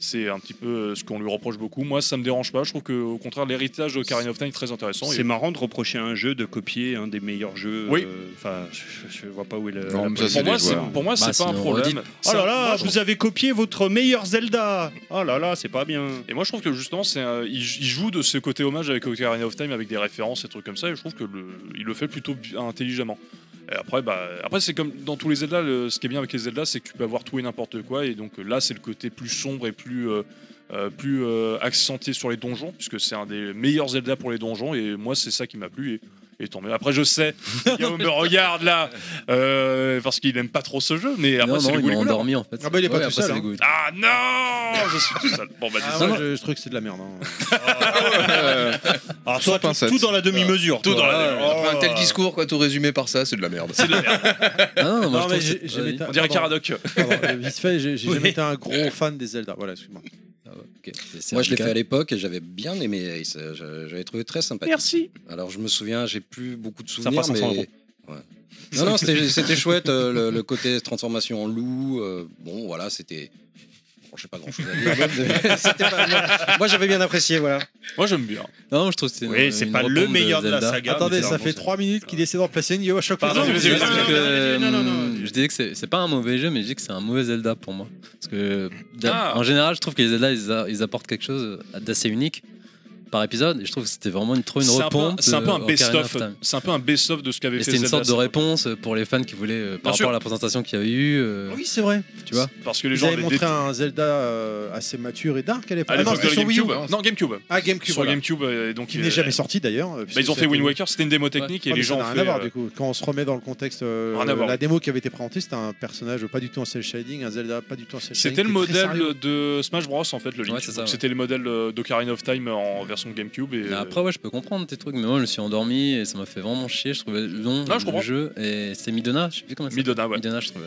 [SPEAKER 8] C'est un petit peu euh, ce qu'on lui reproche beaucoup. Moi, ça me dérange pas. Je trouve que, au contraire, l'héritage de Ocarina of Time est très intéressant.
[SPEAKER 3] C'est
[SPEAKER 8] Et-
[SPEAKER 3] marrant de reprocher à un jeu de copier un des meilleurs jeux.
[SPEAKER 8] Oui.
[SPEAKER 3] euh, Enfin, je- je, je vois pas où est le.
[SPEAKER 4] Non,
[SPEAKER 3] la
[SPEAKER 4] mais
[SPEAKER 3] politique.
[SPEAKER 4] ça, c'est
[SPEAKER 8] pour, moi,
[SPEAKER 4] des
[SPEAKER 8] c'est,
[SPEAKER 4] joueurs.
[SPEAKER 8] pour moi,
[SPEAKER 5] Bah,
[SPEAKER 8] c'est pas
[SPEAKER 5] sinon,
[SPEAKER 8] un problème.
[SPEAKER 3] Oh là
[SPEAKER 8] Moi,
[SPEAKER 3] là,
[SPEAKER 8] je-
[SPEAKER 5] hein.
[SPEAKER 3] vous avez copié votre meilleur Zelda. Oh là là, c'est pas bien.
[SPEAKER 8] Et moi, je trouve que justement, c'est un- il, il joue de ce côté hommage avec Ocarina of Time, avec des références et trucs comme ça, et je trouve que le, il le fait plutôt bi- intelligemment. Et après, bah, après c'est comme dans tous les Zelda, le- ce qui est bien avec les Zelda, c'est que tu peux avoir tout et n'importe quoi, et donc euh, là, c'est le côté plus sombre et plus, euh, euh, plus euh, accentué sur les donjons, puisque c'est un des meilleurs Zelda pour les donjons, et moi, c'est ça qui m'a plu. Et, et tant mieux. Après, je sais, Guillaume me regarde là, euh, parce qu'il aime pas trop ce jeu, mais après,
[SPEAKER 5] non,
[SPEAKER 8] c'est
[SPEAKER 5] non,
[SPEAKER 8] le
[SPEAKER 5] il
[SPEAKER 8] goût
[SPEAKER 5] m'a
[SPEAKER 8] des couleurs.
[SPEAKER 5] endormi en fait.
[SPEAKER 1] Ah bah, il est pas
[SPEAKER 5] Ouais,
[SPEAKER 1] tout
[SPEAKER 5] après,
[SPEAKER 1] seul,
[SPEAKER 5] c'est
[SPEAKER 1] hein.
[SPEAKER 5] le goût.
[SPEAKER 8] Ah non Je suis tout seul. Bon, bah,
[SPEAKER 1] Ah,
[SPEAKER 8] désolé.
[SPEAKER 1] moi, je, je trouve que c'est de la merde. hein.
[SPEAKER 4] Euh,
[SPEAKER 3] Alors, toi, tout,
[SPEAKER 4] pincette.
[SPEAKER 3] tout dans la demi-mesure.
[SPEAKER 7] Tout
[SPEAKER 3] toi.
[SPEAKER 7] dans la
[SPEAKER 3] Oh.
[SPEAKER 7] Après un tel discours, quoi, tout résumé par ça, c'est de la merde.
[SPEAKER 5] Ah non, non, moi,
[SPEAKER 1] Non,
[SPEAKER 5] je
[SPEAKER 1] mais
[SPEAKER 5] trouve
[SPEAKER 1] j'ai-
[SPEAKER 5] que c'est-
[SPEAKER 1] j'aimais
[SPEAKER 5] vas-y.
[SPEAKER 1] ta-
[SPEAKER 8] On dirait
[SPEAKER 1] pardon.
[SPEAKER 8] Caradoc.
[SPEAKER 1] Pardon, euh, vite fait, j'ai j'ai
[SPEAKER 5] Oui.
[SPEAKER 1] jamais été un gros fan des Zelda. Voilà, excuse-moi.
[SPEAKER 5] Ah ouais, ok. C'est- c'est
[SPEAKER 6] Moi, je l'ai fait
[SPEAKER 5] radical.
[SPEAKER 6] à l'époque et j'avais bien aimé Ace. Euh, je- J'avais trouvé très sympathique.
[SPEAKER 8] Merci.
[SPEAKER 6] Alors, je me souviens, j'ai plus beaucoup de
[SPEAKER 3] fera
[SPEAKER 6] souvenirs,
[SPEAKER 3] 500
[SPEAKER 6] mais. Ouais. Non, non, c'était c'était chouette, euh, le, le côté transformation en loup. euh, bon, voilà, c'était. Bon, j'ai pas grand chose à dire. C'était pas- moi- Moi, j'avais bien apprécié, voilà.
[SPEAKER 8] Moi, j'aime bien.
[SPEAKER 5] Non, je trouve que c'est.
[SPEAKER 3] Oui, c'est pas le meilleur de, la saga.
[SPEAKER 1] Attendez,
[SPEAKER 3] mais c'est
[SPEAKER 1] ça
[SPEAKER 3] un bon
[SPEAKER 1] fait
[SPEAKER 3] jeu.
[SPEAKER 1] 3 minutes qu'il essaie d'en placer une Yo, à chaque fois. euh,
[SPEAKER 3] Pardon,
[SPEAKER 1] Non,
[SPEAKER 3] vas-y,
[SPEAKER 1] mais-
[SPEAKER 3] vas-y, vas-y.
[SPEAKER 5] que,
[SPEAKER 3] Non, non,
[SPEAKER 5] hum, je disais que c'est c'est pas un mauvais jeu, mais je dis que c'est un mauvais Zelda pour moi. Parce que d'a-
[SPEAKER 8] Ah.
[SPEAKER 5] en général, je trouve que les Zelda, ils, a- ils apportent quelque chose d'assez unique par épisode. Et je trouve que c'était vraiment une trop une
[SPEAKER 8] C'est un peu-
[SPEAKER 5] repompe.
[SPEAKER 8] C'est un peu un
[SPEAKER 5] de Ocarina of
[SPEAKER 8] best-of.
[SPEAKER 5] Time.
[SPEAKER 8] C'est un peu un best-of de ce
[SPEAKER 5] Et
[SPEAKER 8] qu'avait fait
[SPEAKER 5] c'était une
[SPEAKER 8] Zelda.
[SPEAKER 5] sorte de réponse pour les fans qui voulaient, euh,
[SPEAKER 8] Bien
[SPEAKER 5] par
[SPEAKER 8] sûr.
[SPEAKER 5] rapport à la présentation qu'il y avait eu. euh,
[SPEAKER 1] Oui, c'est vrai.
[SPEAKER 5] tu vois
[SPEAKER 8] Parce que les
[SPEAKER 1] Ils
[SPEAKER 8] gens
[SPEAKER 1] avaient
[SPEAKER 8] avaient
[SPEAKER 1] montré
[SPEAKER 8] dé-
[SPEAKER 1] un Zelda euh, assez mature et dark à l'époque.
[SPEAKER 8] à
[SPEAKER 1] Ah non,
[SPEAKER 8] l'époque de
[SPEAKER 1] c'était
[SPEAKER 8] la
[SPEAKER 1] sur Wii U.
[SPEAKER 8] GameCube. Non, GameCube.
[SPEAKER 1] Ah, GameCube.
[SPEAKER 8] Sur
[SPEAKER 1] voilà.
[SPEAKER 8] GameCube, euh, donc
[SPEAKER 1] Qui
[SPEAKER 8] euh,
[SPEAKER 1] n'est jamais sorti d'ailleurs. euh,
[SPEAKER 8] bah,
[SPEAKER 1] puisque
[SPEAKER 8] ils ont fait
[SPEAKER 1] c'était-
[SPEAKER 8] Wind Waker, c'était une démo technique
[SPEAKER 1] Ouais,
[SPEAKER 8] et
[SPEAKER 1] mais
[SPEAKER 8] les
[SPEAKER 1] ça
[SPEAKER 8] gens
[SPEAKER 1] n'a
[SPEAKER 8] ont
[SPEAKER 1] rien
[SPEAKER 8] fait.
[SPEAKER 1] à voir
[SPEAKER 8] euh,
[SPEAKER 1] du coup. Quand on se remet dans le contexte, euh,
[SPEAKER 8] Rien à voir.
[SPEAKER 1] la démo qui avait été présentée, c'était un personnage pas du tout en cel shading, un Zelda pas du tout en cel shading.
[SPEAKER 8] C'était le
[SPEAKER 1] qui est très sérieux.
[SPEAKER 8] modèle de Smash Bros en fait, le Link.
[SPEAKER 5] Ouais, c'est ça,
[SPEAKER 8] Donc,
[SPEAKER 5] ouais.
[SPEAKER 8] C'était le modèle euh, d'Ocarina of Time en version GameCube. Et, euh,
[SPEAKER 5] Mais Bah, Après, ouais, je peux comprendre tes trucs, mais moi, je me suis endormi et ça m'a fait vraiment chier. Je trouvais long
[SPEAKER 8] Ah, je
[SPEAKER 5] le
[SPEAKER 8] comprends.
[SPEAKER 5] jeu et c'est Midona, je sais plus comment ça s'appelle.
[SPEAKER 8] Midona, ouais.
[SPEAKER 5] Midona, je trouvais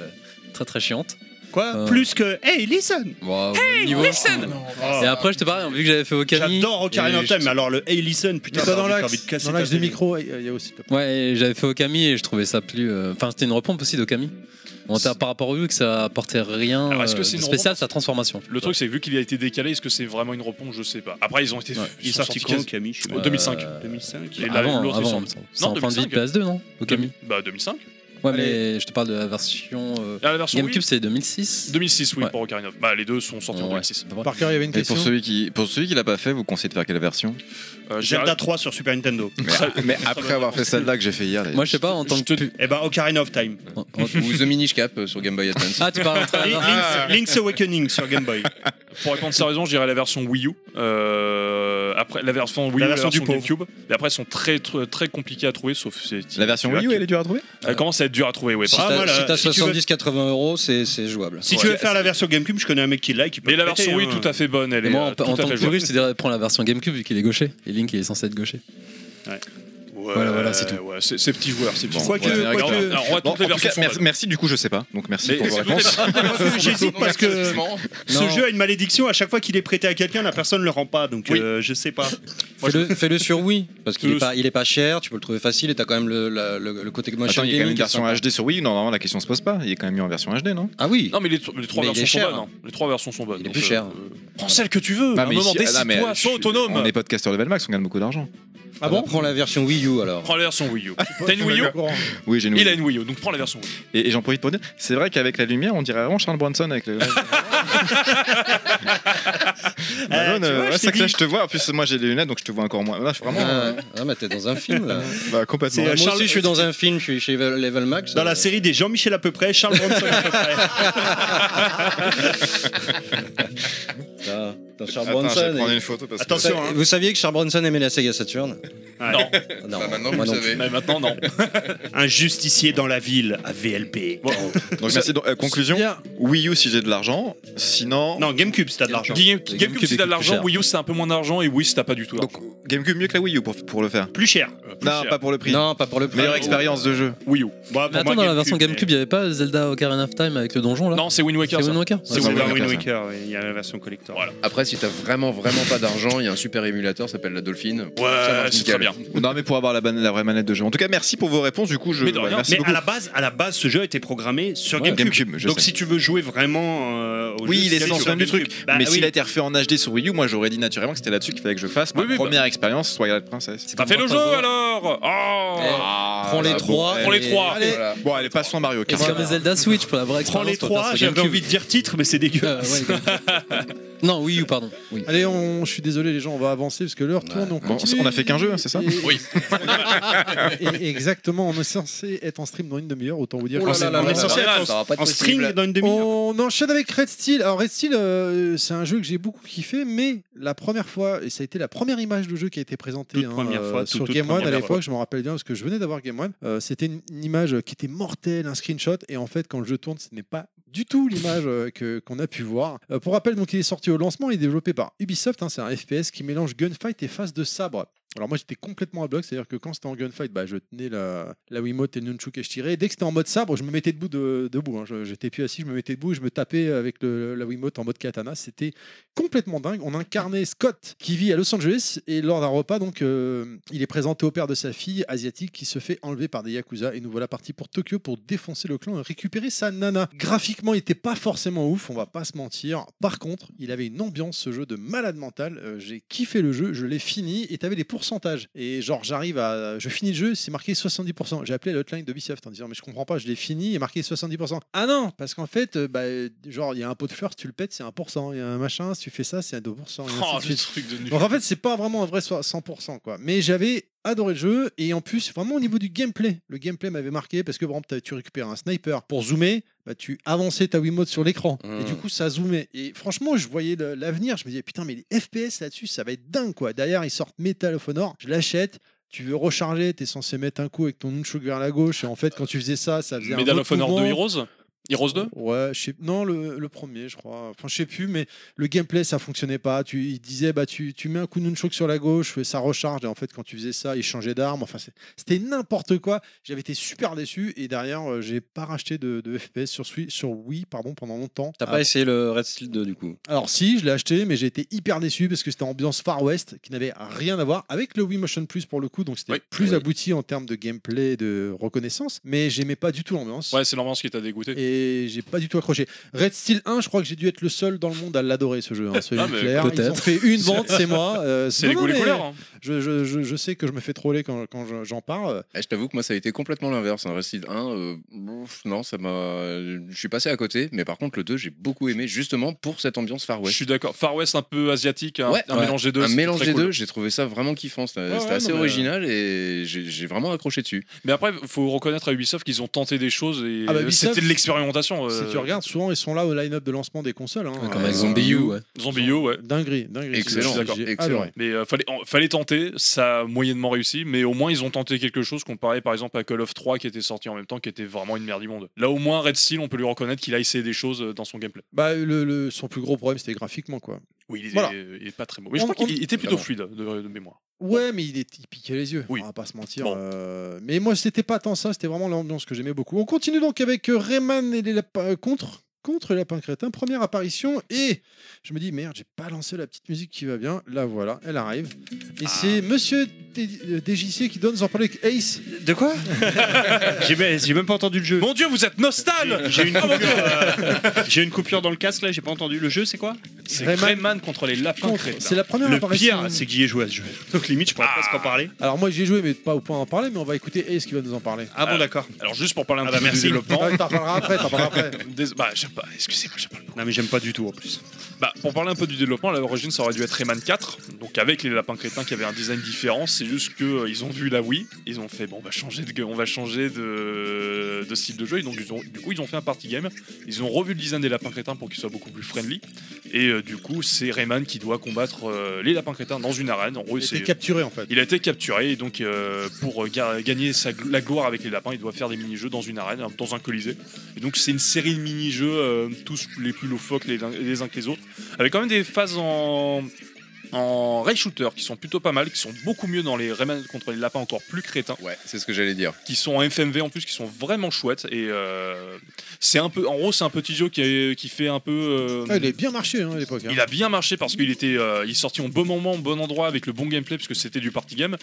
[SPEAKER 5] très très chiante.
[SPEAKER 3] Quoi
[SPEAKER 5] Euh,
[SPEAKER 3] Plus que. Hey, listen
[SPEAKER 5] Wow, niveau.
[SPEAKER 3] Oh.
[SPEAKER 5] Et après, je te parlais, vu que j'avais fait Okami.
[SPEAKER 3] J'adore Ocarina
[SPEAKER 5] et
[SPEAKER 3] of Time, mais alors le Hey, listen,
[SPEAKER 1] Mais
[SPEAKER 3] putain,
[SPEAKER 1] ça,
[SPEAKER 3] j'ai
[SPEAKER 1] dans
[SPEAKER 3] envie de
[SPEAKER 1] l'axe,
[SPEAKER 3] casser
[SPEAKER 1] dans
[SPEAKER 3] ta
[SPEAKER 1] l'axe du
[SPEAKER 3] tête.
[SPEAKER 1] micro, il y a- il y a aussi.
[SPEAKER 5] Ouais, et j'avais fait Okami et je trouvais ça plus. euh, Enfin, c'était une repompe aussi d'Okami. Bon, t'as- par rapport au vu que ça apportait rien
[SPEAKER 8] Alors, est-ce que
[SPEAKER 5] euh,
[SPEAKER 8] c'est
[SPEAKER 5] de
[SPEAKER 8] une
[SPEAKER 5] spécial,
[SPEAKER 8] repompe
[SPEAKER 5] sa transformation.
[SPEAKER 8] Le truc, c'est que vu qu'il a été décalé, est-ce que c'est vraiment une réponse Je sais pas. Après, ils ont été.
[SPEAKER 5] Ouais.
[SPEAKER 8] ils
[SPEAKER 3] Il est
[SPEAKER 8] sont
[SPEAKER 3] sorti
[SPEAKER 8] sortis
[SPEAKER 3] quand,
[SPEAKER 8] quasi-
[SPEAKER 3] Camille je sais
[SPEAKER 8] en
[SPEAKER 3] pas.
[SPEAKER 5] Euh,
[SPEAKER 8] 2005.
[SPEAKER 3] 2005
[SPEAKER 8] Et la-
[SPEAKER 5] avant,
[SPEAKER 8] l'autre, ils
[SPEAKER 5] avant,
[SPEAKER 8] sont-
[SPEAKER 5] il me semble. C'est en fin de vie
[SPEAKER 8] 2005.
[SPEAKER 5] de PS2, non Okami.
[SPEAKER 8] Bah 2005.
[SPEAKER 5] Ouais,
[SPEAKER 1] Allez.
[SPEAKER 5] mais je te parle de la version. euh,
[SPEAKER 8] Ah, la version
[SPEAKER 5] GameCube,
[SPEAKER 8] Wii
[SPEAKER 5] c'est 2006.
[SPEAKER 8] 2006, oui,
[SPEAKER 5] Ouais.
[SPEAKER 8] pour Ocarina of. Bah les deux sont sortis en
[SPEAKER 5] Ouais,
[SPEAKER 8] 2006.
[SPEAKER 5] c'est pas vrai.
[SPEAKER 1] Par cœur, il y avait une
[SPEAKER 4] Et pour
[SPEAKER 1] question.
[SPEAKER 4] celui qui pour celui qui l'a pas fait, vous conseillez de faire quelle version
[SPEAKER 8] Euh, j'ai-
[SPEAKER 3] Zelda 3 sur Super Nintendo.
[SPEAKER 4] mais, après avoir fait celle-là que j'ai fait hier.
[SPEAKER 5] Moi, je sais pas, en tant que. pu-
[SPEAKER 3] Eh ben, Ocarina of Time.
[SPEAKER 5] en- en-
[SPEAKER 7] Ou The Minish Cap euh, sur Game Boy Advance.
[SPEAKER 5] Ah, tu parles en train
[SPEAKER 3] Et
[SPEAKER 5] de-
[SPEAKER 8] ah.
[SPEAKER 3] Link's, Link's Awakening sur Game Boy. Ah,
[SPEAKER 8] Pour répondre sérieusement, je dirais la version Wii U. Euh, après la version Wii U,
[SPEAKER 3] La
[SPEAKER 8] la
[SPEAKER 3] version
[SPEAKER 8] version,
[SPEAKER 3] du pauvre.
[SPEAKER 8] GameCube. Et après, elles sont très très, très compliquées à trouver, sauf c'est-
[SPEAKER 4] La version Wii U, elle est dure à trouver
[SPEAKER 8] Elle commence à être dure à trouver, ouais.
[SPEAKER 6] Si
[SPEAKER 8] par-
[SPEAKER 3] Ah,
[SPEAKER 6] t'as
[SPEAKER 3] voilà,
[SPEAKER 6] si t'as
[SPEAKER 3] si tu veux-
[SPEAKER 6] 70-80 euros, c'est c'est jouable.
[SPEAKER 3] Si tu
[SPEAKER 8] Ouais.
[SPEAKER 3] veux faire la version GameCube, je connais un mec qui l'a et qui peut
[SPEAKER 8] Mais la
[SPEAKER 3] te
[SPEAKER 8] version
[SPEAKER 3] prêter,
[SPEAKER 8] Wii,
[SPEAKER 3] hein.
[SPEAKER 8] tout à fait bonne. Elle
[SPEAKER 5] Et
[SPEAKER 8] est
[SPEAKER 5] moi,
[SPEAKER 8] euh,
[SPEAKER 5] en,
[SPEAKER 8] tout
[SPEAKER 5] en
[SPEAKER 8] à
[SPEAKER 5] tant
[SPEAKER 8] fait
[SPEAKER 5] que
[SPEAKER 8] jouable.
[SPEAKER 5] puriste, je dirais prends la version GameCube vu qu'il est gaucher. Et Link, il est censé être gaucher.
[SPEAKER 8] Ouais,
[SPEAKER 5] Voilà, voilà, c'est tout.
[SPEAKER 8] ouais, c'est c'est petit joueur, c'est petit.
[SPEAKER 4] Bon,
[SPEAKER 8] joueur.
[SPEAKER 4] Quoique- voilà.
[SPEAKER 8] Alors,
[SPEAKER 4] quoique-
[SPEAKER 8] alors, on va
[SPEAKER 4] Bon, en
[SPEAKER 8] toutes les
[SPEAKER 4] tout
[SPEAKER 8] versions
[SPEAKER 4] cas,
[SPEAKER 8] sont
[SPEAKER 4] merci,
[SPEAKER 8] bonnes.
[SPEAKER 4] merci, du coup, je sais pas. Donc merci
[SPEAKER 8] Mais-
[SPEAKER 4] pour vos
[SPEAKER 8] c'est toutes les
[SPEAKER 4] réponses.
[SPEAKER 3] J'hésite parce que
[SPEAKER 5] Non.
[SPEAKER 3] ce jeu a une malédiction. À chaque fois qu'il est prêté à quelqu'un, la personne ne le rend pas. Donc
[SPEAKER 8] Oui.
[SPEAKER 3] euh, je sais pas.
[SPEAKER 6] Fais-le fais-le sur Wii, parce qu'il
[SPEAKER 8] Fais-le
[SPEAKER 6] est, pas- il est pas cher, tu peux le trouver facile et t'as quand même le, la- le, le côté motion
[SPEAKER 4] Attends, il y a quand même
[SPEAKER 6] gaming
[SPEAKER 4] une
[SPEAKER 6] qui est
[SPEAKER 4] version
[SPEAKER 6] sympa.
[SPEAKER 4] HD sur Wii. Non, normalement, la question se pose pas. Il est quand même mis en version HD, non
[SPEAKER 6] Ah oui
[SPEAKER 8] Non, mais les, tro- les trois
[SPEAKER 6] Mais il est
[SPEAKER 8] versions
[SPEAKER 6] cher,
[SPEAKER 8] sont bonnes. hein. Les trois versions sont bonnes.
[SPEAKER 6] Il est
[SPEAKER 8] donc, euh,
[SPEAKER 6] plus cher.
[SPEAKER 8] Prends celle que tu veux. à un
[SPEAKER 4] mais
[SPEAKER 8] moment,
[SPEAKER 4] ici- ah, non, mais
[SPEAKER 8] décide-toi,
[SPEAKER 4] je
[SPEAKER 8] sois
[SPEAKER 4] suis-
[SPEAKER 8] autonome.
[SPEAKER 4] On est podcasteur level max, on gagne beaucoup d'argent.
[SPEAKER 1] Ah bon
[SPEAKER 6] Bah, Prends la version Wii U alors.
[SPEAKER 8] Prends la version Wii U. T'as une Wii U
[SPEAKER 4] Oui, j'ai une
[SPEAKER 8] Il a
[SPEAKER 4] Wii.
[SPEAKER 8] une Wii U, donc prends la version Wii U.
[SPEAKER 4] Et, et j'en profite pour dire, c'est vrai qu'avec la lumière, on dirait vraiment Charles Bronson avec le. Malone,
[SPEAKER 3] tu vois,
[SPEAKER 4] euh,
[SPEAKER 3] je
[SPEAKER 4] ouais,
[SPEAKER 3] t'ai
[SPEAKER 4] c'est que là,
[SPEAKER 3] dit.
[SPEAKER 4] je te vois. En plus, moi, j'ai des lunettes, donc je te vois encore moins. Là, je suis vraiment.
[SPEAKER 6] Ah, ah, mais t'es dans un film là.
[SPEAKER 4] Bah, complètement.
[SPEAKER 3] C'est,
[SPEAKER 6] Moi
[SPEAKER 3] euh, Charles-
[SPEAKER 6] aussi je suis dans un film, je suis chez Level Max.
[SPEAKER 3] Dans
[SPEAKER 6] euh,
[SPEAKER 3] la série des Jean-Michel à peu près, Charles Bronson à peu près.
[SPEAKER 6] t'as- t'as Charles
[SPEAKER 4] Attends, je vais
[SPEAKER 6] Bronson.
[SPEAKER 4] prendre
[SPEAKER 6] et-
[SPEAKER 4] une photo parce que.
[SPEAKER 6] Vous sa-
[SPEAKER 3] Attention. hein.
[SPEAKER 6] Vous saviez que Charles Bronson aimait la Sega Saturn
[SPEAKER 8] Non,
[SPEAKER 6] Non,
[SPEAKER 7] Bah, maintenant,
[SPEAKER 6] moi
[SPEAKER 7] vous
[SPEAKER 6] non
[SPEAKER 7] le
[SPEAKER 6] plus.
[SPEAKER 7] savez.
[SPEAKER 8] mais maintenant, non.
[SPEAKER 3] Un justicier dans la ville à VLP.
[SPEAKER 4] Donc, merci. Donc, euh, conclusion
[SPEAKER 1] Bien.
[SPEAKER 4] Wii U si j'ai de l'argent. Sinon.
[SPEAKER 3] Non, GameCube, si t'as de l'argent.
[SPEAKER 8] Game-
[SPEAKER 5] Les
[SPEAKER 8] GameCube,
[SPEAKER 5] GameCube,
[SPEAKER 8] si
[SPEAKER 5] c'est
[SPEAKER 8] t'as de
[SPEAKER 5] plus
[SPEAKER 8] l'argent,
[SPEAKER 5] cher.
[SPEAKER 8] Wii U, c'est un peu moins d'argent, et Wii, si t'as pas du tout.
[SPEAKER 4] Donc, GameCube mieux que la Wii U pour, pour le faire.
[SPEAKER 3] Plus cher.
[SPEAKER 8] Euh, plus
[SPEAKER 4] Non,
[SPEAKER 8] cher.
[SPEAKER 4] pas pour le prix.
[SPEAKER 6] Non, pas pour le prix.
[SPEAKER 4] Meilleure expérience de jeu.
[SPEAKER 8] Wii U.
[SPEAKER 3] Bon, Bah, pour
[SPEAKER 5] Mais attends,
[SPEAKER 3] moi,
[SPEAKER 5] dans la version GameCube, il
[SPEAKER 3] mais-
[SPEAKER 5] n'y avait pas Zelda Ocarina of Time avec le donjon là Ah,
[SPEAKER 8] Non, c'est Wind Waker.
[SPEAKER 5] c'est
[SPEAKER 8] ça.
[SPEAKER 5] Wind Waker.
[SPEAKER 3] C'est
[SPEAKER 4] Ouais,
[SPEAKER 3] Wind
[SPEAKER 4] c'est
[SPEAKER 3] Wind
[SPEAKER 4] Waker,
[SPEAKER 3] Waker, oui, il y a la version collector.
[SPEAKER 7] Après, si t'as vraiment, vraiment pas d'argent, il y a un super émulateur, ça s'appelle la Dolphine. Ça
[SPEAKER 8] Ouais,
[SPEAKER 7] marche
[SPEAKER 8] c'est
[SPEAKER 7] nickel.
[SPEAKER 8] très bien.
[SPEAKER 4] Non, mais pour avoir la, ban- la vraie manette de jeu. En tout cas, merci pour vos réponses. Du coup, je.
[SPEAKER 8] Mais de
[SPEAKER 4] ouais,
[SPEAKER 8] rien.
[SPEAKER 4] merci
[SPEAKER 3] Mais
[SPEAKER 4] beaucoup.
[SPEAKER 3] à la, base, à la base, ce jeu était programmé sur
[SPEAKER 4] Ouais,
[SPEAKER 3] GameCube.
[SPEAKER 4] GameCube, je
[SPEAKER 3] Donc
[SPEAKER 4] sais.
[SPEAKER 3] si tu veux jouer vraiment euh, au
[SPEAKER 4] Oui,
[SPEAKER 3] jeu,
[SPEAKER 4] il est
[SPEAKER 3] c'est
[SPEAKER 4] sens
[SPEAKER 3] sur
[SPEAKER 4] même du
[SPEAKER 3] GameCube.
[SPEAKER 4] truc.
[SPEAKER 3] Bah,
[SPEAKER 4] mais
[SPEAKER 3] oui.
[SPEAKER 4] s'il a été refait en HD sur Wii U, moi j'aurais dit naturellement que c'était là-dessus qu'il fallait que je fasse ma
[SPEAKER 8] Oui, oui, bah.
[SPEAKER 4] première expérience Twilight Princess. Ah,
[SPEAKER 8] T'as fait le jeu alors
[SPEAKER 5] Eh,
[SPEAKER 8] Oh
[SPEAKER 5] ah,
[SPEAKER 6] Prends les trois.
[SPEAKER 8] Prends les
[SPEAKER 6] et-
[SPEAKER 8] trois.
[SPEAKER 1] Allez.
[SPEAKER 7] Voilà.
[SPEAKER 4] Eh, Bon, allez, passons à Mario
[SPEAKER 5] Et
[SPEAKER 4] Kart.
[SPEAKER 5] c'est comme les Zelda Switch pour la vraie
[SPEAKER 3] Prends
[SPEAKER 5] expérience.
[SPEAKER 3] les
[SPEAKER 5] on va faire
[SPEAKER 3] trois,
[SPEAKER 5] sur
[SPEAKER 3] j'avais
[SPEAKER 5] GameCube.
[SPEAKER 3] envie de dire titre, mais c'est
[SPEAKER 5] Euh,
[SPEAKER 3] dégueulasse.
[SPEAKER 5] ouais, GameCube. Non, Wii U, pardon. Oui.
[SPEAKER 1] Allez, on, je suis désolé les gens, on va avancer parce que l'heure tourne. On,
[SPEAKER 4] Bon,
[SPEAKER 1] continue.
[SPEAKER 4] on a fait qu'un jeu, hein, c'est ça
[SPEAKER 1] Et-
[SPEAKER 7] Oui.
[SPEAKER 1] et- et exactement, on est censé être en stream dans une demi-heure, autant vous dire.
[SPEAKER 6] Oh
[SPEAKER 1] que
[SPEAKER 6] là
[SPEAKER 1] c'est-
[SPEAKER 6] là là
[SPEAKER 1] on est
[SPEAKER 6] là
[SPEAKER 1] censé
[SPEAKER 3] là
[SPEAKER 1] être
[SPEAKER 3] là.
[SPEAKER 1] en-
[SPEAKER 7] Ça aura pas de
[SPEAKER 3] En
[SPEAKER 7] possible.
[SPEAKER 3] string dans une demi-heure.
[SPEAKER 1] On enchaîne avec Red Steel. Alors Red Steel, euh, c'est un jeu que j'ai beaucoup kiffé, mais la première fois, et ça a été la première image de jeu qui a été présentée hein, euh,
[SPEAKER 3] Toute première fois, toute,
[SPEAKER 1] sur
[SPEAKER 3] toute
[SPEAKER 1] Game One à
[SPEAKER 3] première fois.
[SPEAKER 1] l'époque, je m'en rappelle bien parce que je venais d'avoir Game One. Euh, C'était une, une image qui était mortelle, un screenshot, et en fait quand le jeu tourne, ce n'est pas du tout l'image euh, que- qu'on a pu voir. Euh, pour rappel, donc il est sorti au lancement, il est développé par Ubisoft, hein, c'est un FPS qui mélange gunfight et phase de sabre. Alors moi j'étais complètement à bloc, c'est-à-dire que quand c'était en gunfight, bah, je tenais la, la Wiimote et le nunchuk et je tirais. Et dès que c'était en mode sabre, je me mettais debout, de- debout. hein. Je- J'étais plus assis, je me mettais debout et je me tapais avec le- la Wiimote en mode katana. C'était complètement dingue. On incarnait Scott qui vit à Los Angeles et lors d'un repas, donc, euh, il est présenté au père de sa fille asiatique qui se fait enlever par des yakuza et nous voilà partis pour Tokyo pour défoncer le clan et récupérer sa nana. Graphiquement, il était pas forcément ouf, on va pas se mentir. Par contre, il avait une ambiance ce jeu de malade mental. Euh, J'ai kiffé le jeu, je l'ai fini et t'avais des pourcentages. Et genre, j'arrive à, je finis le jeu, c'est marqué 70%. J'ai appelé la hotline de Ubisoft en disant mais je comprends pas, je l'ai fini et marqué 70%. Ah non, parce qu'en fait, euh, bah, genre il y a un pot de fleurs, si tu le pètes c'est 1%, il y a un machin, si tu fais ça c'est un 2%. et ainsi
[SPEAKER 8] Oh,
[SPEAKER 1] de
[SPEAKER 8] le
[SPEAKER 1] suite.
[SPEAKER 8] truc de nul.
[SPEAKER 1] Donc en fait, c'est pas vraiment un vrai so- 100% quoi. Mais j'avais adoré le jeu et en plus vraiment au niveau du gameplay, le gameplay m'avait marqué parce que par exemple t'as- tu récupères un sniper pour zoomer, bah, tu avançais ta Wiimote sur l'écran et
[SPEAKER 8] Mmh.
[SPEAKER 1] du coup ça zoomait et franchement je voyais le- l'avenir, je me disais putain mais les FPS là-dessus ça va être dingue quoi. Derrière ils sortent Metal of Honor, je l'achète. Tu veux recharger, t'es censé mettre un coup avec ton nunchuk vers la gauche et en fait quand tu faisais ça, ça faisait un
[SPEAKER 8] Medal
[SPEAKER 1] autre
[SPEAKER 8] of Honor 2
[SPEAKER 1] mouvement.
[SPEAKER 8] Heroes Heroes 2
[SPEAKER 1] Ouais, je sais- non, le, le premier, je crois. Enfin, je sais plus, mais le gameplay, ça fonctionnait pas. Tu, il disait, bah, tu, tu mets un coup de nunchuk sur la gauche, ça recharge. Et en fait, quand tu faisais ça, il changeait d'arme. Enfin, c'est- c'était n'importe quoi. J'avais été super déçu. Et derrière, euh, j'ai pas racheté de, de FPS sur, Sui- sur Wii pardon, pendant longtemps.
[SPEAKER 6] T'as
[SPEAKER 1] Ah,
[SPEAKER 6] pas essayé le Red Steel 2 du coup
[SPEAKER 1] alors si, je l'ai acheté, mais j'ai été hyper déçu parce que c'était ambiance Far West qui n'avait rien à voir avec le Wii Motion Plus pour le coup, donc c'était plus abouti en termes de gameplay, de reconnaissance, mais j'aimais pas du tout l'ambiance.
[SPEAKER 8] Ouais, c'est l'ambiance qui t'a dégoûté.
[SPEAKER 1] Et j'ai pas du tout accroché. Red Steel 1, je crois que j'ai dû être le seul dans le monde à l'adorer ce jeu. hein, soyons
[SPEAKER 8] Ah, mais
[SPEAKER 1] clairs. Ils ont
[SPEAKER 8] peut-être.
[SPEAKER 1] fait une vente, c'est moi. euh,
[SPEAKER 8] C'est
[SPEAKER 1] non,
[SPEAKER 8] les
[SPEAKER 1] non,
[SPEAKER 8] goûts, les
[SPEAKER 1] mais
[SPEAKER 8] couleurs, hein.
[SPEAKER 1] Je, je- je- je sais que je me fais troller quand, quand je- j'en parle.
[SPEAKER 7] Eh, je t'avoue que moi, ça a été complètement l'inverse. Un Resident 1, euh, ouf, non, ça m'a. Je suis passé à côté, mais par contre, le 2, j'ai beaucoup aimé, justement pour cette ambiance Far
[SPEAKER 8] Je
[SPEAKER 7] West.
[SPEAKER 8] suis d'accord. Far West un peu asiatique, un,
[SPEAKER 7] Ouais,
[SPEAKER 8] un
[SPEAKER 7] ouais.
[SPEAKER 8] mélange des deux.
[SPEAKER 7] Un
[SPEAKER 8] c'était
[SPEAKER 7] mélange
[SPEAKER 8] très
[SPEAKER 7] des
[SPEAKER 8] cool.
[SPEAKER 7] deux, j'ai trouvé ça vraiment kiffant. C'était
[SPEAKER 8] Ouais,
[SPEAKER 7] c'était
[SPEAKER 8] ouais,
[SPEAKER 7] assez
[SPEAKER 8] non, mais-
[SPEAKER 7] original et j'ai j'ai vraiment accroché dessus.
[SPEAKER 8] Mais après, faut reconnaître à Ubisoft qu'ils ont tenté des choses et
[SPEAKER 1] Ah bah,
[SPEAKER 8] euh,
[SPEAKER 1] Ubisoft,
[SPEAKER 8] c'était de l'expérimentation. euh,
[SPEAKER 1] Si tu regardes, souvent ils sont là au line-up de lancement des consoles. hein.
[SPEAKER 8] comme avec
[SPEAKER 1] Euh,
[SPEAKER 8] Zombie U, ouais. Zombie U, ouais.
[SPEAKER 1] Dinguerie, dinguerie.
[SPEAKER 8] Je suis d'accord.
[SPEAKER 1] J'ai adoré.
[SPEAKER 8] Mais euh, fallait, en- fallait tenter, ça a moyennement réussi, mais au moins ils ont tenté quelque chose comparé par exemple à Call of 3 qui était sorti en même temps, qui était vraiment une merde du monde. Là au moins Red Steel, on peut lui reconnaître qu'il a essayé des choses euh, dans son gameplay.
[SPEAKER 1] Bah, le- le- son plus gros problème, c'était graphiquement quoi.
[SPEAKER 8] Oui, il est,
[SPEAKER 1] Voilà.
[SPEAKER 8] il est pas très mauvais. Mais je
[SPEAKER 1] On-
[SPEAKER 8] crois
[SPEAKER 1] on-
[SPEAKER 8] qu'il était plutôt fluide de, de mémoire.
[SPEAKER 1] Ouais, mais il, est, il piquait les yeux. On va pas se mentir. euh, mais moi, c'était pas tant ça. C'était vraiment l'ambiance que j'aimais beaucoup. On continue donc avec euh, Rayman et les lapins euh, contre contre les lapins crétins. Première apparition et je me dis merde, j'ai pas lancé la petite musique qui va bien. La voilà, elle arrive. Et
[SPEAKER 8] Ah.
[SPEAKER 1] c'est Monsieur T- euh, DJC qui donne sans parler avec Ace.
[SPEAKER 3] De quoi J'ai même, j'ai même pas entendu le jeu.
[SPEAKER 8] Mon dieu, vous êtes nostal
[SPEAKER 3] J'ai une, coupure, euh, j'ai une coupure dans le casque là, j'ai pas entendu. Le jeu, c'est quoi
[SPEAKER 8] C'est Rayman contre les lapins
[SPEAKER 1] Contre,
[SPEAKER 8] crétins.
[SPEAKER 1] c'est la première
[SPEAKER 3] Le
[SPEAKER 1] apparition.
[SPEAKER 3] pire, c'est que j'y ai joué à ce jeu. Donc limite, je pourrais
[SPEAKER 4] Ah.
[SPEAKER 3] presque en parler.
[SPEAKER 1] Alors moi, j'ai joué, mais pas au point d'en parler. Mais on va écouter Ace qui va nous en parler.
[SPEAKER 3] Ah bon, d'accord.
[SPEAKER 8] Alors juste pour parler un
[SPEAKER 3] Ah
[SPEAKER 8] peu
[SPEAKER 3] bah,
[SPEAKER 8] du
[SPEAKER 3] merci.
[SPEAKER 8] développement.
[SPEAKER 1] Ah, T'en parleras après. T'en parleras après.
[SPEAKER 8] Dés- Bah, j'aime pas, excusez-moi, j'aime pas le mot.
[SPEAKER 3] Non, mais j'aime pas du tout en plus.
[SPEAKER 8] Bah, pour parler un peu du développement, à l'origine, ça aurait dû être Rayman 4, donc avec les lapins crétins qui avaient un design différent. C'est juste que euh, ils ont vu la Wii, ils ont fait bon, on va changer de, on va changer de, de style de jeu. Et donc, ils ont, du coup, ils ont fait un party game. Ils ont revu le design des lapins crétins pour qu'ils soient beaucoup plus friendly. Et euh, du coup, c'est Rayman qui doit combattre euh, les lapins crétins dans une arène. En gros,
[SPEAKER 1] T'es
[SPEAKER 8] c'est
[SPEAKER 1] capturé en fait.
[SPEAKER 8] il a été capturé et donc euh, pour euh, ga- gagner sa gl- la gloire avec les lapins, il doit faire des mini-jeux dans une arène, dans un colisée. Et donc c'est une série de mini-jeux, euh, tous les plus loufoques les, uns- les uns que les autres, avec quand même des phases en en rail shooter qui sont plutôt pas mal, qui sont beaucoup mieux dans les Rayman contre les lapins encore plus crétins
[SPEAKER 7] Ouais, c'est ce que j'allais dire.
[SPEAKER 8] qui sont en FMV en plus qui sont vraiment chouettes et euh, c'est un peu en gros c'est un petit jeu qui, est- qui fait un peu euh,
[SPEAKER 1] Ah, il est bien marché hein, à l'époque. hein.
[SPEAKER 8] il a bien marché parce qu'il était, euh, il est sorti au bon moment, au bon endroit, avec le bon gameplay, puisque c'était du party game.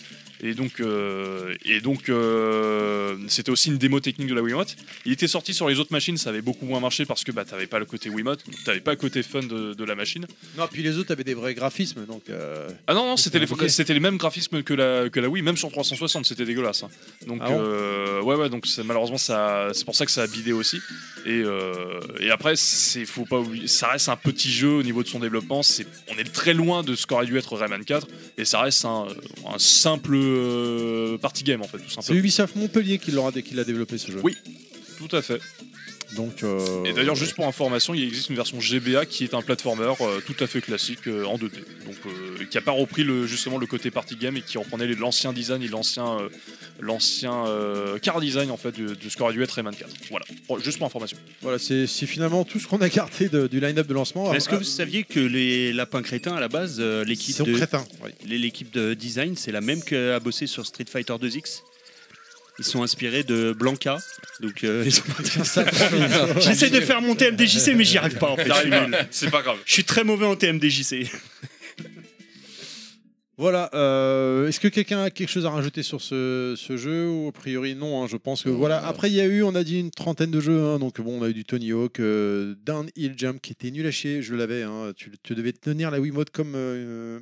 [SPEAKER 8] Et donc, euh, et donc, euh, c'était aussi une démo technique de la Wiimote. Il était sorti sur les autres machines, ça avait beaucoup moins marché parce que bah t'avais pas le côté Wiimote, donc t'avais pas le côté fun de, de la machine.
[SPEAKER 1] Non, puis les autres avaient des vrais graphismes, donc. euh,
[SPEAKER 8] Ah non non, c'était
[SPEAKER 1] c'est compliqué.
[SPEAKER 8] les, c'était les mêmes graphismes que la que la Wii, même sur 360, c'était dégueulasse. hein. Donc
[SPEAKER 1] Ah bon
[SPEAKER 8] euh, ouais ouais, donc c'est- malheureusement ça, c'est pour ça que ça a bidé aussi. Et, euh, et après, c'est faut pas oublier, ça reste un petit jeu au niveau de son développement. C'est, on est très loin de ce qu'aurait dû être Rayman 4, et ça reste un, un simple euh, party game en fait, tout
[SPEAKER 1] C'est
[SPEAKER 8] simplement.
[SPEAKER 1] Ubisoft Montpellier qui l'aura- qui l'a développé ce jeu.
[SPEAKER 8] Oui. Tout à fait.
[SPEAKER 1] Donc. euh,
[SPEAKER 8] Et d'ailleurs, juste pour information, il existe une version GBA qui est un platformer euh, tout à fait classique euh, en 2D, donc euh, qui a pas repris le, justement le côté party game et qui reprenait les- l'ancien design et l'ancien euh, l'ancien euh, car design en fait de, de ce qu'aurait dû être Rayman 4. Voilà, Bon, juste pour information.
[SPEAKER 1] Voilà, c'est c'est finalement tout ce qu'on a gardé de- du line-up de lancement.
[SPEAKER 4] Ah.
[SPEAKER 1] Ah,
[SPEAKER 3] Est-ce que vous saviez que les lapins crétins, à la base, euh, l'équipe
[SPEAKER 1] Ils sont
[SPEAKER 3] de,
[SPEAKER 1] crétins,
[SPEAKER 3] les- l'équipe de design, c'est la même qu'a bossé sur Street Fighter 2X ils sont inspirés de Blanca, donc euh, ils ont J'essaie de faire mon TMDJC, mais j'y arrive pas en fait. je suis
[SPEAKER 8] T'arrives
[SPEAKER 3] nul.
[SPEAKER 8] pas. C'est pas grave.
[SPEAKER 3] Je suis très mauvais en TMDJC.
[SPEAKER 1] Voilà, euh, est-ce que quelqu'un a quelque chose à rajouter sur ce, ce jeu ou A priori, non, hein, je pense que voilà. Après, il y a eu, on a dit une trentaine de jeux, hein, donc bon, on a eu du Tony Hawk, euh, Downhill Jump qui était nul à chier, je l'avais, hein, tu, tu devais tenir la Wiimote comme, euh,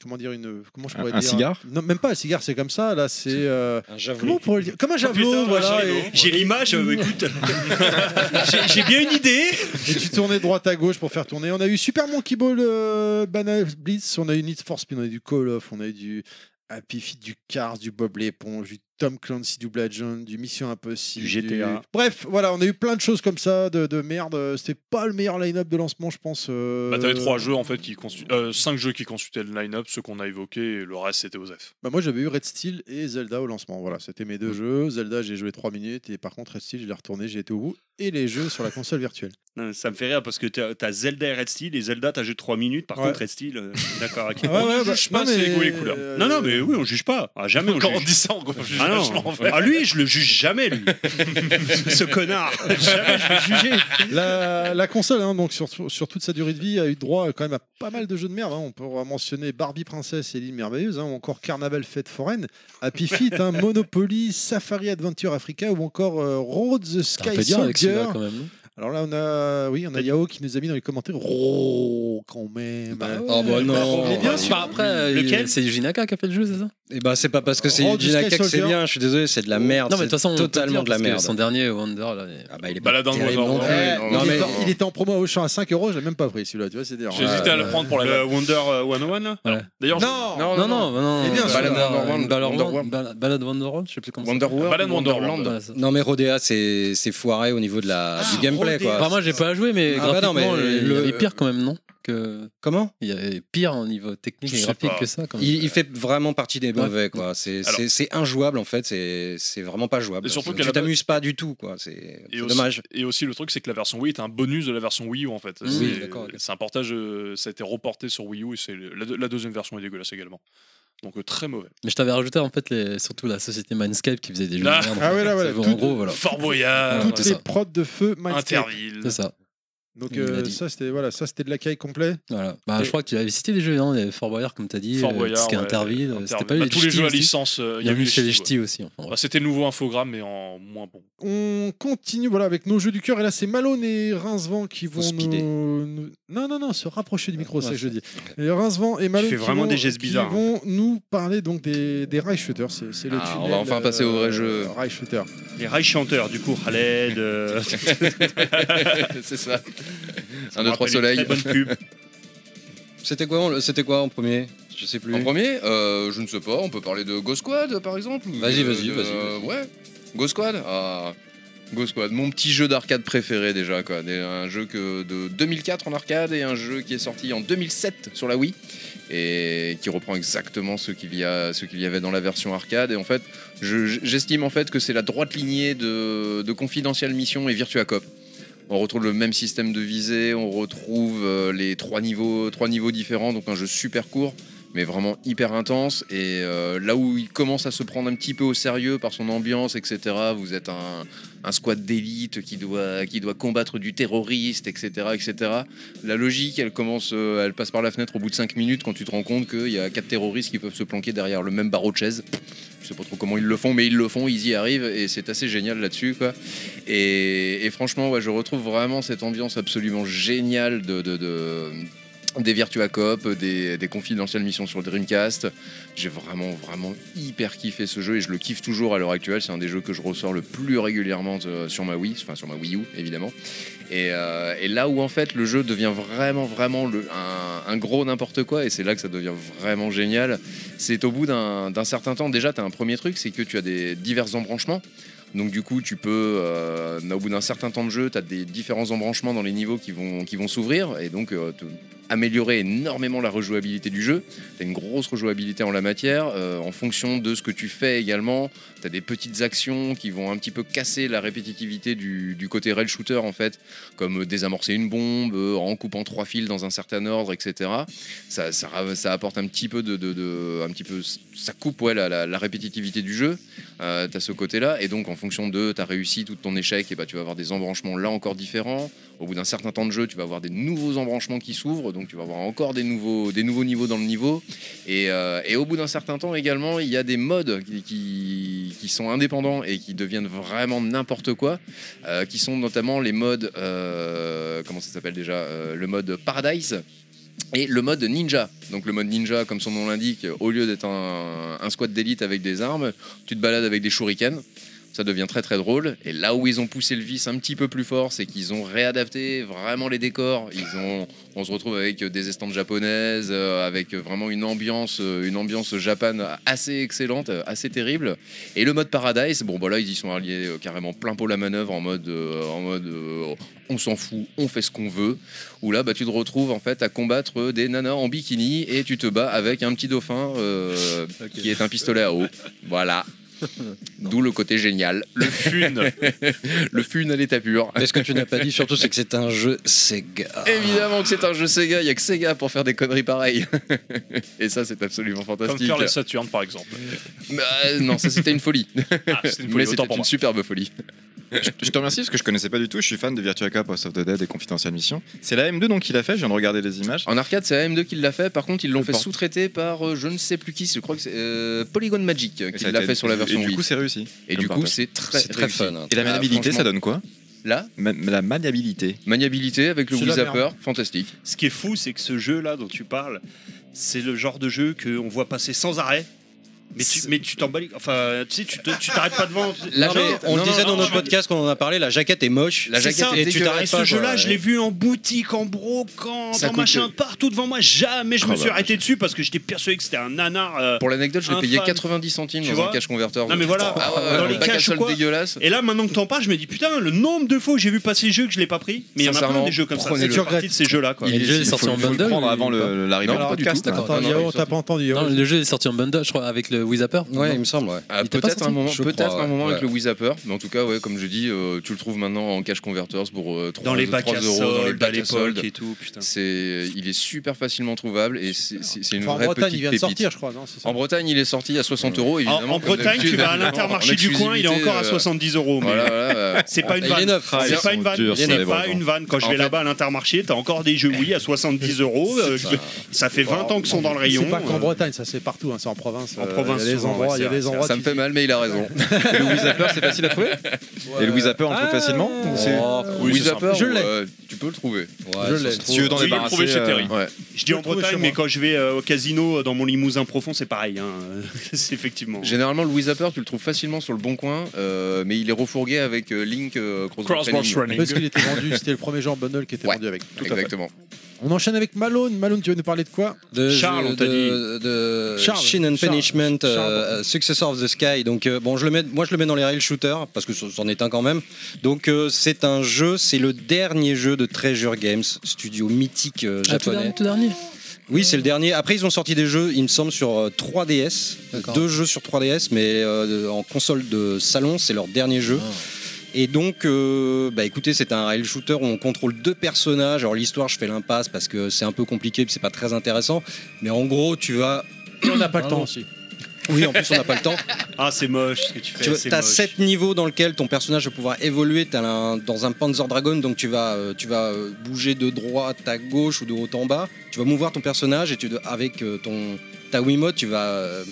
[SPEAKER 1] comment dire, une, comment je
[SPEAKER 4] Un-
[SPEAKER 1] pourrais
[SPEAKER 4] un
[SPEAKER 1] dire
[SPEAKER 4] cigare
[SPEAKER 1] Non, même pas un cigare, c'est comme ça, là, c'est. euh, Comment on pourrait le dire Comme un
[SPEAKER 3] Oh,
[SPEAKER 1] javelot,
[SPEAKER 3] putain, un
[SPEAKER 1] voilà.
[SPEAKER 3] javelot.
[SPEAKER 1] et-
[SPEAKER 3] J'ai l'image, euh, écoute. J'ai- J'ai bien une idée.
[SPEAKER 1] Et tu tournais droite à gauche pour faire tourner. On a eu Super Monkey Ball, euh, Banana Blitz, on a eu Need for Speed, on a eu du Call of, on a eu du Happy Feet, du Cars, du Bob l'éponge, du Tom Clancy, du Black John, du Mission Impossible,
[SPEAKER 3] Du GTA.
[SPEAKER 1] Bref, voilà, on a eu plein de choses comme ça, de, de merde. Euh, C'était pas le meilleur line-up de lancement, je pense. euh.
[SPEAKER 8] Bah, t'avais trois jeux en fait qui constitu- euh, cinq jeux qui constituaient le line-up, ceux qu'on a évoqués, et le reste c'était aux F.
[SPEAKER 1] Bah, moi j'avais eu Red Steel et Zelda au lancement. Voilà, c'était mes deux jeux. Zelda, j'ai joué 3 minutes et par contre Red Steel, je l'ai retourné, j'ai été au bout. Et les jeux sur la console virtuelle.
[SPEAKER 3] Non, ça me fait rire parce que t'as t'as Zelda et Red Steel et Zelda t'as joué 3 minutes par
[SPEAKER 1] Ouais.
[SPEAKER 3] contre Red Steel euh, d'accord ok.
[SPEAKER 1] Ah ouais, ouais,
[SPEAKER 3] on
[SPEAKER 1] bah,
[SPEAKER 3] juge
[SPEAKER 1] non,
[SPEAKER 3] pas c'est les goûts et les
[SPEAKER 1] mais,
[SPEAKER 3] couleurs
[SPEAKER 1] euh,
[SPEAKER 3] non non mais oui on juge pas Ah, jamais on
[SPEAKER 8] Quand on
[SPEAKER 3] juge
[SPEAKER 8] dit ça, on juge
[SPEAKER 3] ah,
[SPEAKER 8] vachement,
[SPEAKER 3] non.
[SPEAKER 8] en fait.
[SPEAKER 3] ah lui je le juge jamais lui ce connard jamais je vais le juger
[SPEAKER 1] la, la console, hein, donc sur, sur toute sa durée de vie, a eu droit euh, quand même à pas mal de jeux de merde. hein. On peut mentionner Barbie Princesse et l'île merveilleuse, hein, ou encore Carnaval Fête Foraine, Happy Feet, hein, Monopoly, Safari Adventure Africa, ou encore euh, Road the
[SPEAKER 5] un
[SPEAKER 1] Sky
[SPEAKER 5] peu dur avec
[SPEAKER 1] Soldier.
[SPEAKER 5] celui-là quand même. non
[SPEAKER 1] Alors là, on a, oui, on a Yao qui nous a mis dans les commentaires. Oh, quand même.
[SPEAKER 6] Oh bah non.
[SPEAKER 1] Mais bien sûr.
[SPEAKER 5] Bah, après, euh,
[SPEAKER 3] Lequel
[SPEAKER 5] c'est Jinaka qui a fait le jeu, c'est ça
[SPEAKER 6] Et bah c'est pas parce que c'est
[SPEAKER 1] Road
[SPEAKER 6] Eugene
[SPEAKER 1] Sky
[SPEAKER 6] Hackett, c'est
[SPEAKER 1] Soldier.
[SPEAKER 6] bien, je suis désolé, c'est de la merde.
[SPEAKER 5] Non, mais de
[SPEAKER 6] c'est
[SPEAKER 5] toute façon, on peut
[SPEAKER 6] totalement
[SPEAKER 5] dire
[SPEAKER 6] de la
[SPEAKER 5] parce que
[SPEAKER 6] merde.
[SPEAKER 5] Son dernier Wonder, là, est-
[SPEAKER 6] Ah bah il est pas
[SPEAKER 8] Baladin de
[SPEAKER 6] terrible non
[SPEAKER 8] Wonder.
[SPEAKER 6] plus.
[SPEAKER 1] Eh,
[SPEAKER 6] Non,
[SPEAKER 1] il,
[SPEAKER 6] mais-
[SPEAKER 1] est en- il était en promo à Auchan à 5 euros, je l'ai même pas pris celui-là, tu vois, c'est dire.
[SPEAKER 8] J'hésitais à le prendre pour la
[SPEAKER 3] le Wonder euh, 101 là
[SPEAKER 5] Voilà.
[SPEAKER 8] D'ailleurs, je-
[SPEAKER 1] Non,
[SPEAKER 7] Non,
[SPEAKER 5] Non, non, non.
[SPEAKER 1] Eh bien,
[SPEAKER 5] euh,
[SPEAKER 1] sur
[SPEAKER 5] Ballad
[SPEAKER 7] Wonderworld,
[SPEAKER 5] Wonderworld,
[SPEAKER 7] Wonderworld.
[SPEAKER 5] Ballad Ballad Wonderworld, je sais plus comment ça
[SPEAKER 7] Wonder
[SPEAKER 8] Balan
[SPEAKER 7] World,
[SPEAKER 8] Wonderland.
[SPEAKER 7] Wonderland.
[SPEAKER 5] s'appelle. Voilà, ça.
[SPEAKER 6] Non mais Rodéa c'est c'est foiré au niveau de la
[SPEAKER 1] Ah,
[SPEAKER 6] du gameplay
[SPEAKER 1] Rodéa.
[SPEAKER 6] quoi.
[SPEAKER 5] Enfin, moi, j'ai pas joué, mais
[SPEAKER 6] Bah, Ah bah non, mais
[SPEAKER 5] graphiquement, il y
[SPEAKER 6] le-
[SPEAKER 5] avait pire quand même, non que...
[SPEAKER 6] Comment
[SPEAKER 5] Il y avait pire au niveau technique
[SPEAKER 8] Je
[SPEAKER 5] et
[SPEAKER 8] sais
[SPEAKER 5] graphique
[SPEAKER 8] pas.
[SPEAKER 5] que ça. Quand même.
[SPEAKER 6] il, il fait vraiment partie des
[SPEAKER 5] Ouais.
[SPEAKER 6] mauvais quoi. C'est
[SPEAKER 8] Alors-
[SPEAKER 6] c'est- c'est injouable en fait. C'est c'est vraiment pas jouable.
[SPEAKER 8] Et surtout qu'à
[SPEAKER 6] tu
[SPEAKER 8] la base-
[SPEAKER 6] t'amuses pas du tout quoi. C'est
[SPEAKER 8] Et
[SPEAKER 6] c'est
[SPEAKER 8] aussi-
[SPEAKER 6] dommage.
[SPEAKER 8] Et aussi, le truc, c'est que la version Wii est un bonus de la version Wii U, en fait.
[SPEAKER 5] Oui,
[SPEAKER 8] C'est-
[SPEAKER 6] d'accord, ok.
[SPEAKER 8] C'est un portage, euh, ça a été reporté sur Wii U, et c'est le- la, la deuxième version est dégueulasse également. Donc, euh, très mauvais.
[SPEAKER 5] Mais je t'avais rajouté en fait les... surtout la société Mindscape qui faisait des jeux
[SPEAKER 8] Ah.
[SPEAKER 5] de merde. en
[SPEAKER 1] Ah
[SPEAKER 5] fait.
[SPEAKER 1] ouais, là, voilà.
[SPEAKER 5] C'est- En
[SPEAKER 1] Tout-
[SPEAKER 5] gros, voilà.
[SPEAKER 8] Fort Boyard,
[SPEAKER 5] Ouais,
[SPEAKER 1] Toutes
[SPEAKER 5] c'est
[SPEAKER 1] les
[SPEAKER 5] ça.
[SPEAKER 1] prods de feu Mindscape.
[SPEAKER 8] Interville.
[SPEAKER 5] C'est ça.
[SPEAKER 1] Donc
[SPEAKER 5] Il
[SPEAKER 1] euh,
[SPEAKER 5] l'a dit.
[SPEAKER 1] ça c'était voilà, ça c'était de la caille complet.
[SPEAKER 5] Voilà. Bah,
[SPEAKER 1] Et-
[SPEAKER 5] je crois que tu avais cité des jeux, non Il y avait Fort Boyard, comme tu as dit.
[SPEAKER 8] Fort
[SPEAKER 5] euh,
[SPEAKER 8] Boyard.
[SPEAKER 5] Disque
[SPEAKER 8] ouais,
[SPEAKER 5] Interville. euh, C'était
[SPEAKER 8] Interville.
[SPEAKER 5] pas
[SPEAKER 8] Bah,
[SPEAKER 5] les
[SPEAKER 8] tous les
[SPEAKER 5] ch'tis
[SPEAKER 8] jeux à
[SPEAKER 5] aussi
[SPEAKER 8] licence. euh,
[SPEAKER 5] Il y a
[SPEAKER 8] eu
[SPEAKER 5] eu chez les
[SPEAKER 8] ch'tis, ouais.
[SPEAKER 5] ch'tis aussi. enfin, bref.
[SPEAKER 8] Bah, C'était nouveau infogramme, mais en moins bon.
[SPEAKER 1] On continue voilà, avec nos jeux du cœur. Et là, c'est Malone et Rincevent qui vont
[SPEAKER 6] speeder.
[SPEAKER 1] nous... nous- Non, non, non, se rapprocher du micro, c'est ce que je dis.
[SPEAKER 6] ok.
[SPEAKER 1] Et Rincevent et Malone
[SPEAKER 3] fais
[SPEAKER 1] qui
[SPEAKER 3] vraiment
[SPEAKER 1] vont-
[SPEAKER 3] des gestes
[SPEAKER 1] qui
[SPEAKER 3] bizarres, hein.
[SPEAKER 1] vont nous parler donc des, des rail shooters. C'est c'est le
[SPEAKER 7] Ah,
[SPEAKER 1] tunnel, euh,
[SPEAKER 7] on va enfin passer au vrai jeu.
[SPEAKER 1] Rail shooter.
[SPEAKER 3] les rails chanteurs du coup Khaled euh,
[SPEAKER 7] c'est ça.
[SPEAKER 3] ça
[SPEAKER 7] Un,
[SPEAKER 3] me
[SPEAKER 7] deux,
[SPEAKER 3] rappelle
[SPEAKER 7] trois
[SPEAKER 3] une
[SPEAKER 7] soleils.
[SPEAKER 3] très bonne pub
[SPEAKER 6] C'était quoi en- C'était quoi en premier Je sais plus.
[SPEAKER 7] En premier, euh, je ne sais pas, on peut parler de Go Squad par exemple ou
[SPEAKER 6] Vas-y,
[SPEAKER 7] de-
[SPEAKER 6] vas-y,
[SPEAKER 7] de-
[SPEAKER 6] vas-y, vas-y.
[SPEAKER 7] Ouais, Go Squad ah, Go Squad, mon petit jeu d'arcade préféré déjà. Quoi. Des- Un jeu que de 2004 en arcade et un jeu qui est sorti en 2007 sur la Wii et qui reprend exactement ce qu'il y, a- ce qu'il y avait dans la version arcade. Et en fait, je- j'estime en fait que c'est la droite lignée de, de Confidential Mission et Virtua Cop. On retrouve le même système de visée, on retrouve euh, les trois niveaux, trois niveaux différents, donc un jeu super court mais vraiment hyper intense. Et euh, là où il commence à se prendre un petit peu au sérieux par son ambiance, etc., vous êtes un, un squad d'élite qui doit, qui doit combattre du terroriste, etc., etc. La logique, elle commence, euh, elle passe par la fenêtre au bout de 5 minutes quand tu te rends compte qu'il y a quatre terroristes qui peuvent se planquer derrière le même barreau de chaise. Je sais pas trop comment ils le font, mais ils le font, ils y arrivent, et c'est assez génial là-dessus, quoi. Et, et franchement, ouais, je retrouve vraiment cette ambiance absolument géniale de, de- de- des Virtua Cop, des, des confidentielles missions sur Dreamcast. J'ai vraiment, vraiment hyper kiffé ce jeu et je le kiffe toujours à l'heure actuelle. C'est un des jeux que je ressors le plus régulièrement euh, sur ma Wii, enfin sur ma Wii U évidemment. Et, euh, et là où en fait le jeu devient vraiment, vraiment le- un, un gros n'importe quoi, et c'est là que ça devient vraiment génial, c'est au bout d'un d'un certain temps. Déjà, tu as un premier truc, c'est que tu as des divers embranchements. Donc du coup, tu peux, euh, au bout d'un certain temps de jeu, tu as des différents embranchements dans les niveaux qui vont, qui vont s'ouvrir, et donc euh, te- améliorer énormément la rejouabilité du jeu. Tu as une grosse rejouabilité en la matière. euh, en fonction de ce que tu fais également, tu as des petites actions qui vont un petit peu casser la répétitivité du, du côté rail shooter, en fait, comme euh, désamorcer une bombe euh, en coupant trois fils dans un certain ordre, etc. Ça, ça, ra- ça apporte un petit peu de. de- de- un petit peu, ça coupe ouais, la- la- la répétitivité du jeu euh, t'as ce côté-là, et donc en fonction de ta réussite ou de ton échec, et bah, tu vas avoir des embranchements là encore différents. Au bout d'un certain temps de jeu, tu vas avoir des nouveaux embranchements qui s'ouvrent, donc tu vas avoir encore des nouveaux, des nouveaux niveaux dans le niveau. Et, euh, et au bout d'un certain temps également, il y a des modes qui, qui, qui sont indépendants et qui deviennent vraiment n'importe quoi, euh, qui sont notamment les modes, euh, comment ça s'appelle déjà, Euh, le mode Paradise et le mode ninja. Donc le mode ninja, comme son nom l'indique, au lieu d'être un, un squad d'élite avec des armes, tu te balades avec des shurikens. Ça devient très très drôle. Et là où ils ont poussé le vice un petit peu plus fort, c'est qu'ils ont réadapté vraiment les décors. Ils ont, on se retrouve avec des estampes japonaises, euh, avec vraiment une ambiance, euh, une ambiance Japan assez excellente, euh, assez terrible. Et le mode Paradise, bon bah là ils y sont alliés euh, carrément plein pot la manœuvre en mode, euh, en mode, euh, on s'en fout, on fait ce qu'on veut où là bah, tu te retrouves en fait à combattre des nanas en bikini et tu te bats avec un petit dauphin euh, qui est un pistolet à eau. Voilà. D'où le côté génial. Le fun. le fun à l'état pur.
[SPEAKER 6] Mais ce que tu n'as pas dit surtout, c'est que c'est un jeu Sega.
[SPEAKER 7] Évidemment que c'est un jeu Sega, il y a que Sega pour faire des conneries pareilles. Et ça c'est absolument
[SPEAKER 8] Comme
[SPEAKER 7] fantastique.
[SPEAKER 8] faire la Saturne, par exemple.
[SPEAKER 7] Mais, euh, non, ça c'était une folie.
[SPEAKER 8] Ah, c'était une folie,
[SPEAKER 7] Mais
[SPEAKER 8] autant
[SPEAKER 7] c'était
[SPEAKER 8] pour
[SPEAKER 7] une
[SPEAKER 8] moi.
[SPEAKER 7] superbe folie.
[SPEAKER 4] je, je te remercie parce que je connaissais pas du tout. Je suis fan de Virtua Cop, House of the Dead et Confidential Mission. C'est la M2 donc qui l'a fait. Je viens de regarder les images.
[SPEAKER 7] En arcade, c'est AM2 qui l'a fait. Par contre, ils l'ont fait
[SPEAKER 4] port-
[SPEAKER 7] sous-traité par euh, je ne sais plus qui. Je crois que c'est euh, Polygon Magic euh,
[SPEAKER 4] Et
[SPEAKER 7] qui
[SPEAKER 4] ça a
[SPEAKER 7] l'a
[SPEAKER 4] été-
[SPEAKER 7] fait sur la
[SPEAKER 4] et
[SPEAKER 7] version
[SPEAKER 4] du
[SPEAKER 7] Wii.
[SPEAKER 4] coup, c'est réussi.
[SPEAKER 7] Et
[SPEAKER 4] Le
[SPEAKER 7] du coup,
[SPEAKER 4] partage.
[SPEAKER 7] c'est très, Bah,
[SPEAKER 6] C'est très fun, hein.
[SPEAKER 4] Et la maniabilité, ça donne quoi
[SPEAKER 7] Là
[SPEAKER 4] Ma- La maniabilité.
[SPEAKER 7] Maniabilité avec le
[SPEAKER 4] C'est la
[SPEAKER 7] Wii Zapper,
[SPEAKER 4] merde.
[SPEAKER 7] fantastique.
[SPEAKER 3] Ce qui est fou, c'est que ce jeu-là dont tu parles, c'est le genre de jeu qu'on voit passer sans arrêt. Mais tu mais tu t'en bats les- Enfin, tu sais, tu te- tu t'arrêtes pas devant.
[SPEAKER 6] Là,
[SPEAKER 3] Non,
[SPEAKER 6] mais
[SPEAKER 3] non,
[SPEAKER 6] on
[SPEAKER 3] Ah, non,
[SPEAKER 6] le disait
[SPEAKER 3] non,
[SPEAKER 6] dans
[SPEAKER 3] non,
[SPEAKER 6] notre
[SPEAKER 3] je-
[SPEAKER 6] podcast quand on en a parlé, la jaquette est moche.
[SPEAKER 7] La
[SPEAKER 3] C'est
[SPEAKER 7] jaquette
[SPEAKER 3] ça,
[SPEAKER 7] est
[SPEAKER 6] et tu t'arrêtes
[SPEAKER 3] Et ce
[SPEAKER 6] pas.
[SPEAKER 3] jeu-là,
[SPEAKER 6] quoi.
[SPEAKER 3] je l'ai vu en boutique, en brocante,
[SPEAKER 7] Ça
[SPEAKER 3] en
[SPEAKER 7] coûte-
[SPEAKER 3] machin, partout devant moi. Jamais je
[SPEAKER 4] Oh
[SPEAKER 3] me
[SPEAKER 6] Ah bah,
[SPEAKER 3] suis
[SPEAKER 4] la
[SPEAKER 3] arrêté dessus parce que j'étais persuadé que c'était un nanar. euh,
[SPEAKER 7] Pour l'anecdote, je l'ai payé
[SPEAKER 3] Infâme.
[SPEAKER 7] 90 centimes
[SPEAKER 3] Tu
[SPEAKER 7] dans
[SPEAKER 3] vois
[SPEAKER 7] un cache converteur.
[SPEAKER 3] Non, mais voilà.
[SPEAKER 7] Ah ouais, ouais,
[SPEAKER 3] Dans
[SPEAKER 7] le
[SPEAKER 3] les
[SPEAKER 7] bac à
[SPEAKER 3] caches ou
[SPEAKER 7] solde
[SPEAKER 3] quoi
[SPEAKER 7] dégueulasse.
[SPEAKER 3] Et là, maintenant que t'en parles, je me dis putain, le nombre de fois où j'ai vu passer ce jeu que je l'ai pas pris. Mais il y en a plein
[SPEAKER 7] Sincèrement,
[SPEAKER 3] des jeux comme ça.
[SPEAKER 7] prenez-le.
[SPEAKER 3] C'est une partie de ces jeux-là, quoi.
[SPEAKER 7] Il
[SPEAKER 5] Et
[SPEAKER 7] est-
[SPEAKER 5] le jeu est
[SPEAKER 7] il
[SPEAKER 5] sorti
[SPEAKER 7] faut-
[SPEAKER 5] en
[SPEAKER 4] Faut le
[SPEAKER 5] bundle
[SPEAKER 4] prendre
[SPEAKER 5] ou-
[SPEAKER 4] avant le- l'arrivée
[SPEAKER 7] Non,
[SPEAKER 4] du
[SPEAKER 7] alors, du
[SPEAKER 4] podcast.
[SPEAKER 7] tout.
[SPEAKER 4] hein.
[SPEAKER 7] D'accord.
[SPEAKER 1] Attends,
[SPEAKER 7] non, non,
[SPEAKER 1] Yao,
[SPEAKER 7] il est
[SPEAKER 1] t'as pas entendu. Yao.
[SPEAKER 5] Non, le jeu est sorti en bundle, je crois, avec le Wizapper.
[SPEAKER 6] Ouais, il me semble. ouais.
[SPEAKER 7] Ah,
[SPEAKER 6] Il était pas
[SPEAKER 7] peut-être
[SPEAKER 6] sorti
[SPEAKER 7] un moment,
[SPEAKER 6] Je
[SPEAKER 7] peut-être
[SPEAKER 6] crois,
[SPEAKER 7] un moment
[SPEAKER 6] ouais.
[SPEAKER 7] avec le Wii Zapper, mais en tout cas, ouais, comme je dis, euh, tu le trouves maintenant en cash converters pour euh, 3,
[SPEAKER 3] Dans les bacs
[SPEAKER 7] 3
[SPEAKER 3] à
[SPEAKER 7] euros, dans les
[SPEAKER 3] soldes, à
[SPEAKER 7] bacs à
[SPEAKER 3] l'époque
[SPEAKER 7] soldes.
[SPEAKER 3] et tout, putain.
[SPEAKER 7] C'est, euh, il est super facilement trouvable et c'est, c'est- c'est une
[SPEAKER 1] Enfin, en
[SPEAKER 7] vraie
[SPEAKER 1] Bretagne, il
[SPEAKER 7] petite
[SPEAKER 1] vient de
[SPEAKER 7] pépite.
[SPEAKER 1] sortir, je crois. Non, c'est ça.
[SPEAKER 7] En Bretagne, il est sorti à 60 euros.
[SPEAKER 3] En,
[SPEAKER 7] évidemment,
[SPEAKER 3] en
[SPEAKER 7] comme
[SPEAKER 3] Bretagne, tu
[SPEAKER 7] d'habitude,
[SPEAKER 3] vas à
[SPEAKER 7] évidemment,
[SPEAKER 3] l'intermarché
[SPEAKER 7] en
[SPEAKER 3] du coin, il est
[SPEAKER 7] exclusivité,
[SPEAKER 3] encore à
[SPEAKER 7] euh,
[SPEAKER 3] 70 euros. mais-
[SPEAKER 7] Voilà, voilà, euh,
[SPEAKER 3] C'est pas une
[SPEAKER 6] Il est
[SPEAKER 3] vanne.
[SPEAKER 6] neuf.
[SPEAKER 4] Ah, ils
[SPEAKER 3] C'est pas
[SPEAKER 4] sont
[SPEAKER 3] une vanne.
[SPEAKER 4] durs, ça, les
[SPEAKER 3] C'est pas
[SPEAKER 4] Bretons.
[SPEAKER 3] une vanne. Quand je
[SPEAKER 7] En
[SPEAKER 3] vais
[SPEAKER 7] fait-
[SPEAKER 3] là-bas à l'intermarché, t'as encore des jeux Wii à 70 euros. euh, je- Ça fait 20 ans qu'ils sont dans le rayon.
[SPEAKER 1] C'est pas qu'en
[SPEAKER 3] euh,
[SPEAKER 1] Bretagne, ça c'est partout, hein, c'est en province.
[SPEAKER 3] En
[SPEAKER 1] euh,
[SPEAKER 3] province,
[SPEAKER 1] il y a des
[SPEAKER 3] souvent,
[SPEAKER 1] endroits,
[SPEAKER 3] ouais,
[SPEAKER 1] il y a
[SPEAKER 3] c'est
[SPEAKER 1] des
[SPEAKER 3] vrai,
[SPEAKER 1] endroits.
[SPEAKER 7] ça me fait mal, mais il a raison.
[SPEAKER 4] Et le Wii Zapper, c'est facile à trouver Et le Wii Zapper, on le trouve facilement Ou c'est-
[SPEAKER 5] Oh,
[SPEAKER 7] Oui,
[SPEAKER 8] c'est
[SPEAKER 7] Zapper,
[SPEAKER 1] Je l'ai.
[SPEAKER 7] euh, tu peux le trouver.
[SPEAKER 6] Ouais,
[SPEAKER 1] Je
[SPEAKER 6] ça
[SPEAKER 1] l'ai.
[SPEAKER 6] se trouve.
[SPEAKER 4] Si eux d'en
[SPEAKER 8] Oui, il est
[SPEAKER 4] débarrasser.
[SPEAKER 8] prouvé chez
[SPEAKER 4] euh,
[SPEAKER 8] Terry.
[SPEAKER 7] Ouais.
[SPEAKER 3] Je dis en
[SPEAKER 1] trouver chez
[SPEAKER 3] Bretagne,
[SPEAKER 1] moi.
[SPEAKER 3] mais quand je vais euh, au casino euh, dans mon limousin profond, c'est pareil. hein. C'est effectivement.
[SPEAKER 7] Généralement, le Wii Zapper, tu le trouves facilement sur le bon coin, euh, mais il est refourgué avec euh, Link euh, Crossbow
[SPEAKER 8] Crossbow
[SPEAKER 7] Training.
[SPEAKER 8] Running.
[SPEAKER 1] Parce qu'il était vendu, c'était le premier jeu en bundle qui était
[SPEAKER 7] Ouais,
[SPEAKER 1] vendu avec. Tout à fait.
[SPEAKER 7] Exactement.
[SPEAKER 1] On enchaîne avec Malone. Malone, tu veux nous parler de quoi
[SPEAKER 6] de
[SPEAKER 3] Charles,
[SPEAKER 6] jeu-
[SPEAKER 3] on t'a
[SPEAKER 6] de, de
[SPEAKER 1] Charles,
[SPEAKER 6] Shin and
[SPEAKER 1] Charles,
[SPEAKER 6] Punishment,
[SPEAKER 1] Charles.
[SPEAKER 6] euh, Successor of the Sky. Donc euh, bon, je le mets, moi je le mets dans les rail shooters parce que c'en c'en est un quand même. Donc euh, c'est un jeu, c'est le dernier jeu de Treasure Games, studio mythique euh,
[SPEAKER 5] Ah, tout dernier,
[SPEAKER 6] japonais.
[SPEAKER 5] tout dernier.
[SPEAKER 6] Oui, c'est le dernier. Après, ils ont sorti des jeux, il me semble, sur euh, 3DS.
[SPEAKER 5] D'accord.
[SPEAKER 6] Deux jeux sur 3DS, mais euh, en console de salon, c'est leur dernier jeu.
[SPEAKER 5] Ah.
[SPEAKER 6] Et donc, euh, bah écoutez, c'est un rail shooter où on contrôle deux personnages. Alors l'histoire, je fais l'impasse parce que c'est un peu compliqué, puis c'est pas très intéressant. Mais en gros, tu vas,
[SPEAKER 1] Et on n'a pas le
[SPEAKER 5] Ah
[SPEAKER 1] temps
[SPEAKER 5] non.
[SPEAKER 1] aussi.
[SPEAKER 6] oui, en plus on n'a pas le temps.
[SPEAKER 3] Ah, c'est moche ce que tu fais.
[SPEAKER 6] Tu
[SPEAKER 3] c'est
[SPEAKER 6] as
[SPEAKER 3] moche.
[SPEAKER 6] sept niveaux dans lesquels ton personnage va pouvoir évoluer. T'as un- dans un Panzer Dragon, donc tu vas, euh, tu vas euh, bouger de droite à gauche ou de haut en bas. Tu vas mouvoir ton personnage et tu, dois- avec euh, ton, ta Wiimote, tu vas, euh,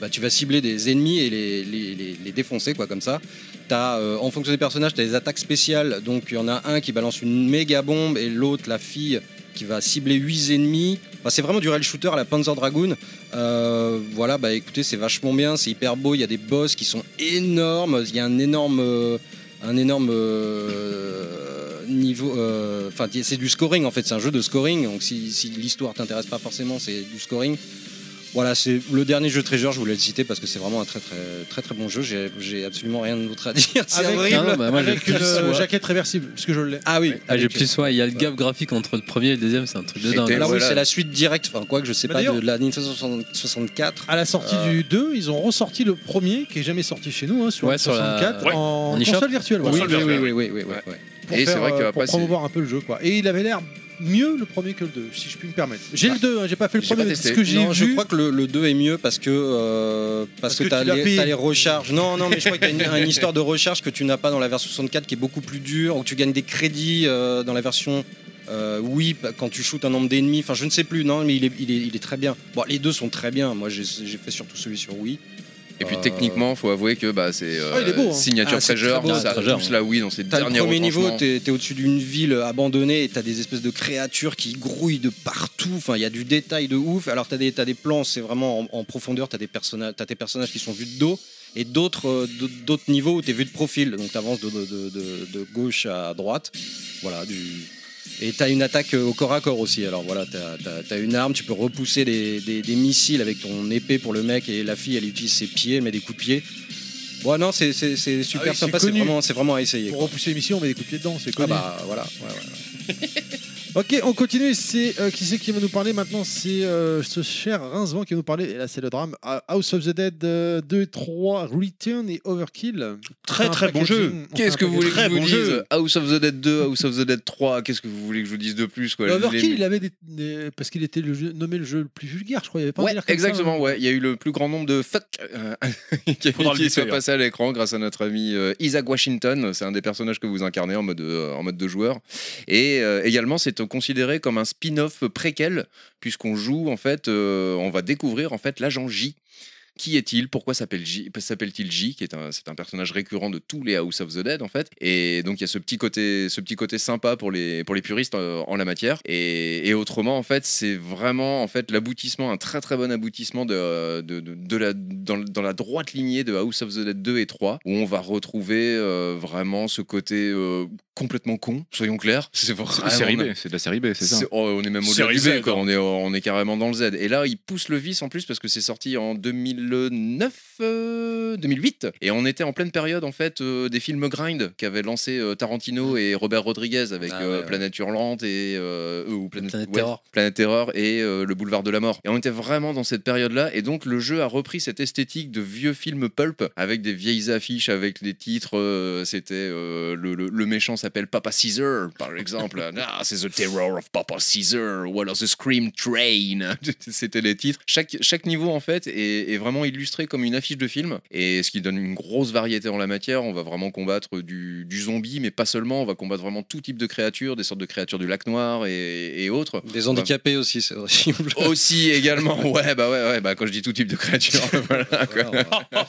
[SPEAKER 6] bah, tu vas cibler des ennemis et les, les- les- les défoncer, quoi, comme ça. T'as, euh, en fonction des personnages, tu as des attaques spéciales. Donc il y en a un qui balance une méga bombe et l'autre, la fille, qui va cibler huit ennemis. Enfin, c'est vraiment du rail shooter à la Panzer Dragoon. Euh, voilà, bah écoutez, c'est vachement bien, c'est hyper beau. Il y a des boss qui sont énormes. Il y a un énorme, euh, un énorme euh, niveau. euh, Enfin, c'est du scoring en fait. C'est un jeu de scoring. Donc, si, si l'histoire t'intéresse pas forcément, c'est du scoring. Voilà, c'est le dernier jeu Treasure, je voulais le citer parce que c'est vraiment un très très très très bon jeu. J'ai- J'ai absolument rien d'autre à dire. C'est
[SPEAKER 1] Avec,
[SPEAKER 6] horrible.
[SPEAKER 5] Non, bah, moi, j'ai
[SPEAKER 1] avec
[SPEAKER 5] le
[SPEAKER 1] une
[SPEAKER 5] petit
[SPEAKER 1] euh,
[SPEAKER 5] soin.
[SPEAKER 1] jaquette réversible, parce que je l'ai.
[SPEAKER 6] Ah oui,
[SPEAKER 5] Ah, j'ai
[SPEAKER 6] avec-
[SPEAKER 5] plus soin. Il y a le gap graphique entre le premier et le deuxième, c'est un truc de
[SPEAKER 6] Alors
[SPEAKER 5] dingue.
[SPEAKER 6] Ah oui, c'est la suite directe, enfin quoi que je sais
[SPEAKER 1] Mais
[SPEAKER 6] pas,
[SPEAKER 1] d'ailleurs-
[SPEAKER 6] de la Nintendo 64.
[SPEAKER 1] À la sortie
[SPEAKER 6] Euh,
[SPEAKER 1] du 2, ils ont ressorti le premier qui est jamais sorti chez nous hein, sur
[SPEAKER 6] Ouais,
[SPEAKER 1] la
[SPEAKER 6] sur la-
[SPEAKER 1] 64
[SPEAKER 6] ouais.
[SPEAKER 1] en
[SPEAKER 6] En eShop.
[SPEAKER 1] console virtuelle.
[SPEAKER 6] Oui,
[SPEAKER 1] voilà.
[SPEAKER 6] oui, oui, oui, oui, oui,
[SPEAKER 1] Ah,
[SPEAKER 6] oui, oui.
[SPEAKER 1] Pour
[SPEAKER 7] Et
[SPEAKER 1] faire,
[SPEAKER 7] c'est vrai
[SPEAKER 1] euh,
[SPEAKER 7] qu'après,
[SPEAKER 1] pour
[SPEAKER 7] c'est-
[SPEAKER 1] promouvoir un peu le jeu quoi. Et il avait l'air mieux le premier que le 2, si je puis me permettre. J'ai le 2, hein, j'ai pas fait le
[SPEAKER 7] J'ai
[SPEAKER 1] premier,
[SPEAKER 7] pas
[SPEAKER 1] mais c'est ce
[SPEAKER 7] testé.
[SPEAKER 1] que j'ai
[SPEAKER 6] non, je
[SPEAKER 1] vu.
[SPEAKER 6] crois que le, 2 est mieux parce que euh,
[SPEAKER 1] Parce
[SPEAKER 6] parce, que,
[SPEAKER 1] que
[SPEAKER 6] t'as
[SPEAKER 1] tu l'as
[SPEAKER 6] les,
[SPEAKER 1] payé.
[SPEAKER 6] t'as les recharges. Non, non, mais je crois qu'il y a une, une histoire de recharge que tu n'as pas dans la version 64 qui est beaucoup plus dure, où tu gagnes des crédits euh, dans la version euh, Wii bah, quand tu shootes un nombre d'ennemis. Enfin, je ne sais plus. Non, mais il est, il est, il est très bien. Bon, les deux sont très bien. Moi, j'ai j'ai fait surtout celui sur Wii.
[SPEAKER 7] Et puis
[SPEAKER 6] Euh,
[SPEAKER 7] techniquement, faut avouer que bah, c'est euh,
[SPEAKER 1] Ah, il est beau, hein.
[SPEAKER 7] signature
[SPEAKER 6] Ah, c'est
[SPEAKER 7] treasure,
[SPEAKER 6] très beau,
[SPEAKER 7] ça
[SPEAKER 5] Treasure,
[SPEAKER 7] pousse la Wii dans ses
[SPEAKER 6] T'as le
[SPEAKER 7] derniers
[SPEAKER 6] premier niveau,
[SPEAKER 7] retranchements.
[SPEAKER 6] t'es t'es au-dessus d'une ville abandonnée et t'as des espèces de créatures qui grouillent de partout. Enfin, il y a du détail de ouf. Alors t'as des, t'as des plans, c'est vraiment en, en profondeur. T'as des personnages, t'as tes personnages qui sont vus de dos et d'autres, euh, d- d'autres niveaux où t'es vu de profil. Donc t'avances de, de, de- de- de gauche à droite. Voilà. Du... Et t'as une attaque euh, au corps à corps aussi. Alors voilà, t'as, t'as- t'as une arme, tu peux repousser des, des- des missiles avec ton épée pour le mec et la fille, elle utilise ses pieds, elle met des coups de pied. Bon, non, c'est, c'est- c'est super
[SPEAKER 1] Ah oui, c'est
[SPEAKER 6] sympa, c'est
[SPEAKER 1] connu.
[SPEAKER 6] vraiment, c'est vraiment à essayer.
[SPEAKER 1] Pour repousser l'émission, on met des coups de pied dedans, c'est
[SPEAKER 6] Ah
[SPEAKER 1] connu.
[SPEAKER 6] bah voilà. ouais, ouais.
[SPEAKER 1] Ok, on continue. C'est euh, qui c'est qui va nous parler maintenant C'est euh, ce cher Rincevent qui va nous parler. Et là, c'est le drame. Ah, House of the Dead euh, 2, 3, Return et Overkill.
[SPEAKER 3] Très,
[SPEAKER 1] Enfin,
[SPEAKER 3] très bon
[SPEAKER 1] packaging.
[SPEAKER 3] jeu.
[SPEAKER 1] Enfin,
[SPEAKER 7] Qu'est-ce que
[SPEAKER 1] un
[SPEAKER 7] vous voulez que
[SPEAKER 1] packaging.
[SPEAKER 7] je vous
[SPEAKER 3] bon
[SPEAKER 7] dise
[SPEAKER 3] jeu.
[SPEAKER 7] House of the Dead 2, House of the Dead 3, qu'est-ce que vous voulez que je vous dise de plus quoi
[SPEAKER 1] Mais
[SPEAKER 7] Je l'ai
[SPEAKER 1] Overkill,
[SPEAKER 7] mis.
[SPEAKER 1] il avait des, des- parce qu'il était le jeu- nommé le jeu le plus vulgaire, je crois. Il y avait pas un
[SPEAKER 7] Ouais,
[SPEAKER 1] délire comme ça, hein.
[SPEAKER 7] exactement, ouais. Il y a eu le plus grand nombre de fuck euh, qui,
[SPEAKER 8] Faudra le
[SPEAKER 7] qui
[SPEAKER 8] bipper,
[SPEAKER 7] soit passé à l'écran grâce à notre ami euh, Isaac Washington. C'est un des personnages que vous incarnez en mode, euh, en mode de joueur. Et euh, également, c'est euh, considéré comme un spin-off préquel, puisqu'on joue, en fait, euh, on va découvrir, en fait, l'agent J. Qui est-il Pourquoi s'appelle J- s'appelle-t-il J Qui est un, c'est un personnage récurrent de tous les House of the Dead en fait. Et donc il y a ce petit côté, ce petit côté sympa pour les pour les puristes euh, en la matière. Et, et autrement en fait, c'est vraiment en fait l'aboutissement, un très très bon aboutissement de euh, de, de- de la dans, dans la droite lignée de House of the Dead 2 et 3 où on va retrouver euh, vraiment ce côté euh, complètement con. Soyons clairs, c'est
[SPEAKER 4] C'est
[SPEAKER 7] vraiment
[SPEAKER 4] série B, c'est de la série B, c'est ça.
[SPEAKER 7] c'est- oh, on est même au-delà
[SPEAKER 8] Série
[SPEAKER 7] du
[SPEAKER 8] Z,
[SPEAKER 7] B, quoi.
[SPEAKER 8] hein.
[SPEAKER 7] On, est, on est carrément dans le Z. Et là, il pousse le vice en plus parce que c'est sorti en 2009, euh, 2008. Et on était en pleine période, en fait, euh, des films grind qu'avaient lancé euh, Tarantino et Robert Rodriguez avec
[SPEAKER 6] Ah,
[SPEAKER 7] euh,
[SPEAKER 6] ouais, ouais.
[SPEAKER 7] Planète Hurlante et. euh, euh, ou Planète,
[SPEAKER 5] Planète
[SPEAKER 7] ouais,
[SPEAKER 5] Terror.
[SPEAKER 7] Planète Terror et euh, Le Boulevard de la Mort. Et on était vraiment dans cette période-là. Et donc, le jeu a repris cette esthétique de vieux films pulp avec des vieilles affiches, avec des titres. euh, C'était euh, le, le- le méchant s'appelle Papa Caesar, par exemple. ah, c'est The Terror of Papa Caesar ou alors The Scream Train. C'était les titres. Chaque, chaque niveau, en fait, est, est vraiment illustré comme une affiche de film. Et ce qui donne une grosse variété en la matière. On va vraiment combattre du, du zombie, mais pas seulement. On va combattre vraiment tout type de créatures, des sortes de créatures du lac noir et- et autres.
[SPEAKER 6] Des handicapés aussi, c'est horrible.
[SPEAKER 7] Bah, Aussi également, ouais, bah ouais, ouais, bah quand je dis tout type de créature, voilà. quoi.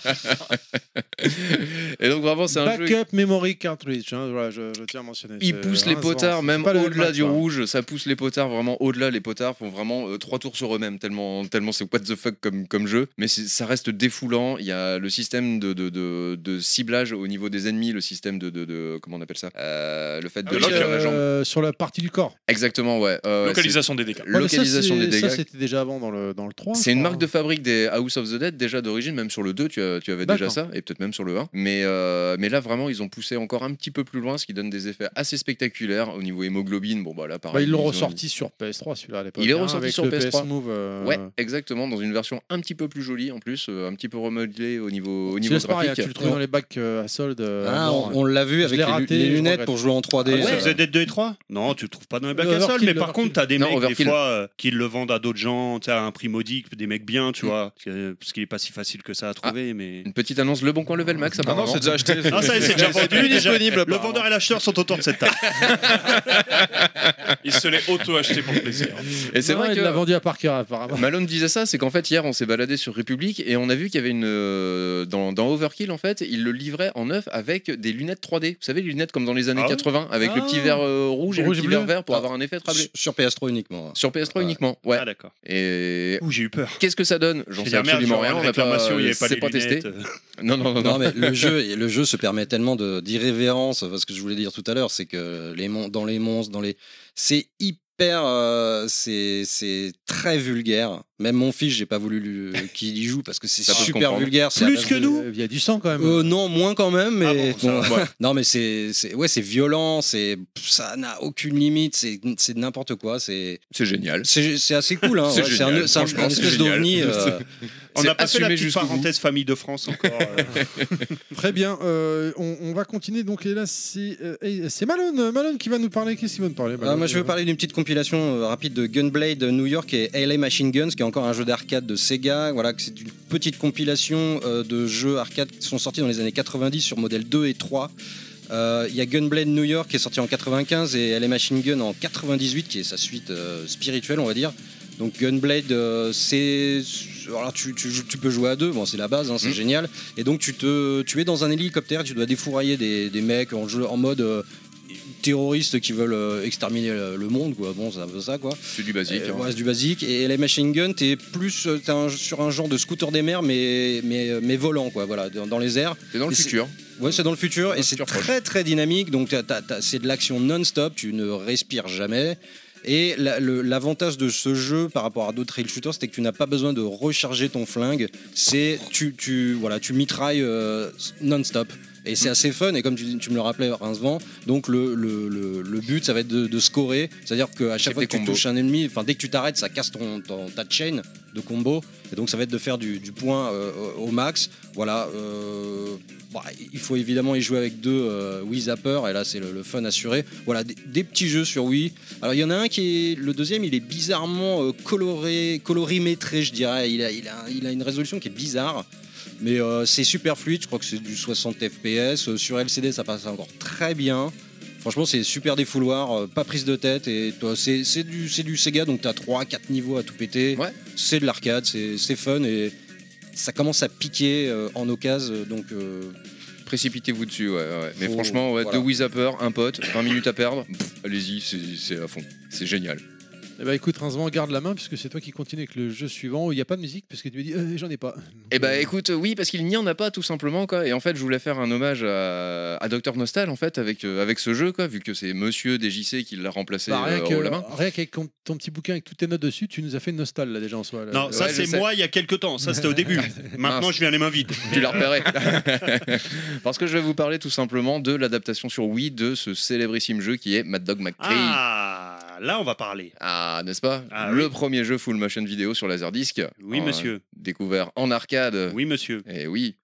[SPEAKER 7] Et donc vraiment, c'est un jeu.
[SPEAKER 1] Backup memory cartridge. hein, voilà, je, je tiens à mentionner.
[SPEAKER 7] Il
[SPEAKER 1] Ah, C'est
[SPEAKER 7] pousse les
[SPEAKER 1] Rincevent,
[SPEAKER 7] potards,
[SPEAKER 1] c'est
[SPEAKER 7] même
[SPEAKER 1] pas le
[SPEAKER 7] au-delà
[SPEAKER 1] Hellmat,
[SPEAKER 7] du
[SPEAKER 1] hein.
[SPEAKER 7] rouge, ça pousse les potards vraiment au-delà. Les potards font vraiment euh, trois tours sur eux-mêmes, tellement, tellement c'est what the fuck comme, comme jeu. Mais c'est- ça reste défoulant. Il y a le système de, de, de, de ciblage au niveau des ennemis, le système de. de, de- comment on appelle ça Euh, Le fait de
[SPEAKER 1] Oui,
[SPEAKER 7] lock sur la jambe.
[SPEAKER 1] euh, sur la partie du corps.
[SPEAKER 7] Exactement, ouais. Euh,
[SPEAKER 8] Localisation des dégâts.
[SPEAKER 7] c'est-
[SPEAKER 1] Ouais, mais ça,
[SPEAKER 7] Localisation
[SPEAKER 1] c'est-
[SPEAKER 7] des dégâts.
[SPEAKER 1] Ça, c'était déjà avant dans le, dans le 3. je
[SPEAKER 7] C'est une
[SPEAKER 1] crois.
[SPEAKER 7] marque de fabrique des House of the Dead déjà d'origine, même sur le 2 tu, as- tu avais déjà
[SPEAKER 1] D'accord.
[SPEAKER 7] ça, et peut-être même sur le 1. Mais, euh, mais là vraiment ils ont poussé encore un petit peu plus loin, ce qui donne des effets assez spectaculaires au niveau hémoglobine. Bon bah là pareil.
[SPEAKER 1] Bah, ils l'ont
[SPEAKER 7] ont-
[SPEAKER 1] ressorti sur PS3 celui-là à l'époque.
[SPEAKER 7] Il est
[SPEAKER 1] hein,
[SPEAKER 7] ressorti
[SPEAKER 1] avec
[SPEAKER 7] sur
[SPEAKER 1] le
[SPEAKER 7] PS3.
[SPEAKER 1] PS Move. euh,
[SPEAKER 7] Ouais, exactement, dans une version un petit peu plus jolie en plus, euh, un petit peu remodelée au niveau, au
[SPEAKER 1] Tu
[SPEAKER 7] niveau
[SPEAKER 1] laisses pareil, hein,
[SPEAKER 7] graphique.
[SPEAKER 1] tu le trouves dans les bacs euh, à solde. euh, à
[SPEAKER 6] Ah,
[SPEAKER 1] mort,
[SPEAKER 6] on,
[SPEAKER 1] hein.
[SPEAKER 6] on l'a vu
[SPEAKER 1] Je
[SPEAKER 6] avec
[SPEAKER 1] l'ai
[SPEAKER 6] les,
[SPEAKER 1] raté,
[SPEAKER 6] les
[SPEAKER 1] je
[SPEAKER 6] lunettes
[SPEAKER 1] regrette.
[SPEAKER 6] pour jouer en 3D.
[SPEAKER 3] House
[SPEAKER 6] euh,
[SPEAKER 3] of the Dead 2 et 3 Non, tu le trouves pas dans les bacs
[SPEAKER 1] Le
[SPEAKER 3] à sol,
[SPEAKER 1] Euh, Overkill,
[SPEAKER 3] mais
[SPEAKER 1] le
[SPEAKER 3] par
[SPEAKER 1] Overkill.
[SPEAKER 3] contre, t'as des
[SPEAKER 7] Non,
[SPEAKER 3] mecs des
[SPEAKER 7] Overkill.
[SPEAKER 3] fois euh, qui le vendent à d'autres gens, tu sais, à un prix modique, des mecs bien, tu vois, parce que- parce qu'il est pas si facile que ça à trouver, mais.
[SPEAKER 7] Une petite annonce Le Bon Coin Level Max
[SPEAKER 4] Ah non,
[SPEAKER 7] apparemment.
[SPEAKER 4] c'est déjà acheté.
[SPEAKER 3] Ah, ça y est, c'est déjà vendu,
[SPEAKER 4] plus
[SPEAKER 3] déjà.
[SPEAKER 4] disponible.
[SPEAKER 3] Le
[SPEAKER 4] apparemment.
[SPEAKER 3] vendeur et l'acheteur sont autour de cette table.
[SPEAKER 8] Il se l'est auto-acheté pour le plaisir.
[SPEAKER 7] et c'est
[SPEAKER 1] Non,
[SPEAKER 7] vrai
[SPEAKER 1] il
[SPEAKER 7] que
[SPEAKER 1] l'a vendu à Parker apparemment.
[SPEAKER 7] Malone disait ça, c'est qu'en fait hier on s'est baladé sur République et on a vu qu'il y avait une euh, dans, dans Overkill en fait, ils le livraient en neuf avec des lunettes 3D. Vous savez les lunettes comme dans les années
[SPEAKER 3] Ah ouais
[SPEAKER 7] 80 avec le petit
[SPEAKER 1] Ah.
[SPEAKER 7] verre euh, rouge et
[SPEAKER 1] Rouge et
[SPEAKER 7] le petit
[SPEAKER 1] bleu.
[SPEAKER 7] verre vert pour
[SPEAKER 6] Ah.
[SPEAKER 7] avoir un effet
[SPEAKER 6] sur-
[SPEAKER 7] trablé.
[SPEAKER 6] Sur PS3 uniquement.
[SPEAKER 7] Sur PS3
[SPEAKER 6] Ouais.
[SPEAKER 7] uniquement. Ouais.
[SPEAKER 3] Ah, d'accord.
[SPEAKER 7] Et
[SPEAKER 3] Ouh, j'ai eu peur.
[SPEAKER 7] qu'est-ce que ça donne J'en
[SPEAKER 3] J'ai
[SPEAKER 7] sais
[SPEAKER 3] dit, ah, merde,
[SPEAKER 7] absolument
[SPEAKER 3] j'aurai
[SPEAKER 7] rien, on
[SPEAKER 3] une
[SPEAKER 7] n'a pas euh,
[SPEAKER 3] réclamation, il y avait pas
[SPEAKER 7] c'est
[SPEAKER 3] les
[SPEAKER 7] pas testé.
[SPEAKER 3] lunettes.
[SPEAKER 7] Non Ah non non
[SPEAKER 6] Non
[SPEAKER 7] non.
[SPEAKER 6] mais le jeu, et le jeu se permet tellement de- d'irrévérence, parce que je voulais dire tout à l'heure, c'est que les mon- dans les monstres, dans les, c'est hyper, euh, c'est c'est très vulgaire. Même mon fils, j'ai pas voulu lui- euh, qu'il y joue parce que c'est
[SPEAKER 1] Ça peut se
[SPEAKER 6] super
[SPEAKER 1] comprendre.
[SPEAKER 6] vulgaire. c'est à
[SPEAKER 1] Plus
[SPEAKER 6] base
[SPEAKER 1] que
[SPEAKER 6] de-
[SPEAKER 1] nous Il y a du sang quand même.
[SPEAKER 6] Euh, non, moins quand même, mais
[SPEAKER 1] Ah bon, ça
[SPEAKER 6] bon,
[SPEAKER 1] va.
[SPEAKER 6] non, mais c'est, c'est- ouais, c'est violent, c'est, ça n'a aucune limite, c'est, c'est n'importe quoi, c'est.
[SPEAKER 7] C'est génial.
[SPEAKER 6] C'est, c'est assez cool, hein.
[SPEAKER 3] C'est
[SPEAKER 6] ouais,
[SPEAKER 3] génial,
[SPEAKER 6] un, c'est un-
[SPEAKER 3] franchement,
[SPEAKER 6] un
[SPEAKER 3] c'est
[SPEAKER 6] espèce
[SPEAKER 3] génial.
[SPEAKER 6] d'ovni. euh,
[SPEAKER 3] On
[SPEAKER 6] c'est
[SPEAKER 3] n'a pas fait
[SPEAKER 6] assumé
[SPEAKER 3] la petite
[SPEAKER 6] jusqu'au bout.
[SPEAKER 3] parenthèse famille de France encore. euh.
[SPEAKER 1] Très bien, euh, on, on va continuer. Donc, et là, c'est euh, et c'est Malone, Malone qui va nous parler. Qu'est-ce qu'il va nous parler
[SPEAKER 6] Ah,
[SPEAKER 1] Malone
[SPEAKER 6] moi, je veux parler d'une petite compilation euh, rapide de Gunblade New York et LA Machine Guns, qui est encore un jeu d'arcade de Sega. Voilà, que c'est une petite compilation euh, de jeux arcade qui sont sortis dans les années 90 sur modèle 2 et 3. Euh, Il y a Gunblade New York qui est sorti en 95 et LA Machine Gun en 98, qui est sa suite euh, spirituelle, on va dire. Donc Gunblade, euh, c'est alors tu, tu, joues- tu peux jouer à deux, bon c'est la base, hein, c'est génial. Et donc tu te tu es dans un hélicoptère, tu dois défourailler des, des mecs en jeu en mode euh, terroristes qui veulent euh, exterminer le, le monde quoi. Bon c'est un peu ça quoi.
[SPEAKER 7] C'est du basique.
[SPEAKER 6] Euh,
[SPEAKER 7] hein.
[SPEAKER 6] ouais, c'est du basique. Et les machine gun, t'es plus euh, t'es un- sur un genre de scooter des mers, mais, mais, euh, mais volant, quoi, voilà, dans, dans les airs.
[SPEAKER 7] C'est dans le
[SPEAKER 6] Et
[SPEAKER 7] futur.
[SPEAKER 6] Ouais, c'est dans le futur, et c'est très très dynamique, donc t'as- t'as- t'as- c'est de l'action non-stop, tu ne respires jamais. Et la- le- l'avantage de ce jeu par rapport à d'autres rail shooters, c'est que tu n'as pas besoin de recharger ton flingue. C'est tu, tu voilà, tu mitrailles euh, non-stop. Et c'est assez fun, et comme tu, tu me le rappelais, Rincevent, donc le, le, le- le but, ça va être de, de scorer. C'est-à-dire qu'à chaque fois que tu touches un ennemi, enfin dès que tu t'arrêtes, ça casse ton, ton- ta chaîne de combo. Et donc ça va être de faire du, du point euh, au au max. Voilà. euh, bah, il faut évidemment y jouer avec deux euh, Wii Zapper, et là c'est le, le fun assuré. Voilà, des, des petits jeux sur Wii. Alors il y en a un qui est. Le deuxième, il est bizarrement euh, coloré, colorimétré, je dirais. Il a, il, a, il a une résolution qui est bizarre. Mais euh, c'est super fluide, je crois que c'est du 60 FPS. Euh, sur LCD, ça passe encore très bien. Franchement, c'est super défouloir, euh, pas prise de tête. Et toi, c'est c'est du, c'est du Sega, donc t'as 3-4 niveaux à tout péter. C'est de l'arcade, c'est c'est fun et ça commence à piquer euh, en occasion. euh, Donc. euh,
[SPEAKER 7] Précipitez-vous dessus, ouais. ouais. Mais
[SPEAKER 6] Faut-
[SPEAKER 7] franchement, ouais,
[SPEAKER 6] voilà.
[SPEAKER 7] deux Wizapper, un pote, 20 minutes à perdre, pff, allez-y, c'est- c'est à fond. C'est génial.
[SPEAKER 1] Eh ben, écoute, Rincevent, garde la main puisque c'est toi qui continue avec le jeu suivant. Il n'y a pas de musique parce que tu me dis euh, j'en ai pas.
[SPEAKER 7] Eh ben écoute, euh, oui, parce qu'il n'y en a pas tout simplement quoi. Et en fait, je voulais faire un hommage à, à Docteur Nostal en fait avec euh, avec ce jeu quoi, vu que c'est Monsieur DJC qui l'a remplacé
[SPEAKER 1] Bah, rien
[SPEAKER 7] euh,
[SPEAKER 1] que-
[SPEAKER 7] haut la main.
[SPEAKER 1] rien qu'avec ton, ton petit bouquin avec toutes tes notes dessus, tu nous as fait une nostal là déjà en soi. là.
[SPEAKER 3] Non, ça c'est moi il y a quelques temps. Ça c'était au début. Maintenant je viens les mains vides.
[SPEAKER 7] Tu l'as repéré. Parce que je vais vous parler tout simplement de l'adaptation sur Wii de ce célébrissime jeu qui est Mad Dog McCree.
[SPEAKER 3] Ah, là on va parler.
[SPEAKER 7] Ah, n'est-ce pas
[SPEAKER 3] Ah,
[SPEAKER 7] Le
[SPEAKER 3] oui.
[SPEAKER 7] premier jeu full motion vidéo sur Laserdisc.
[SPEAKER 3] Oui,
[SPEAKER 7] En-
[SPEAKER 3] monsieur.
[SPEAKER 7] Découvert en arcade.
[SPEAKER 3] Oui, monsieur.
[SPEAKER 7] Et oui,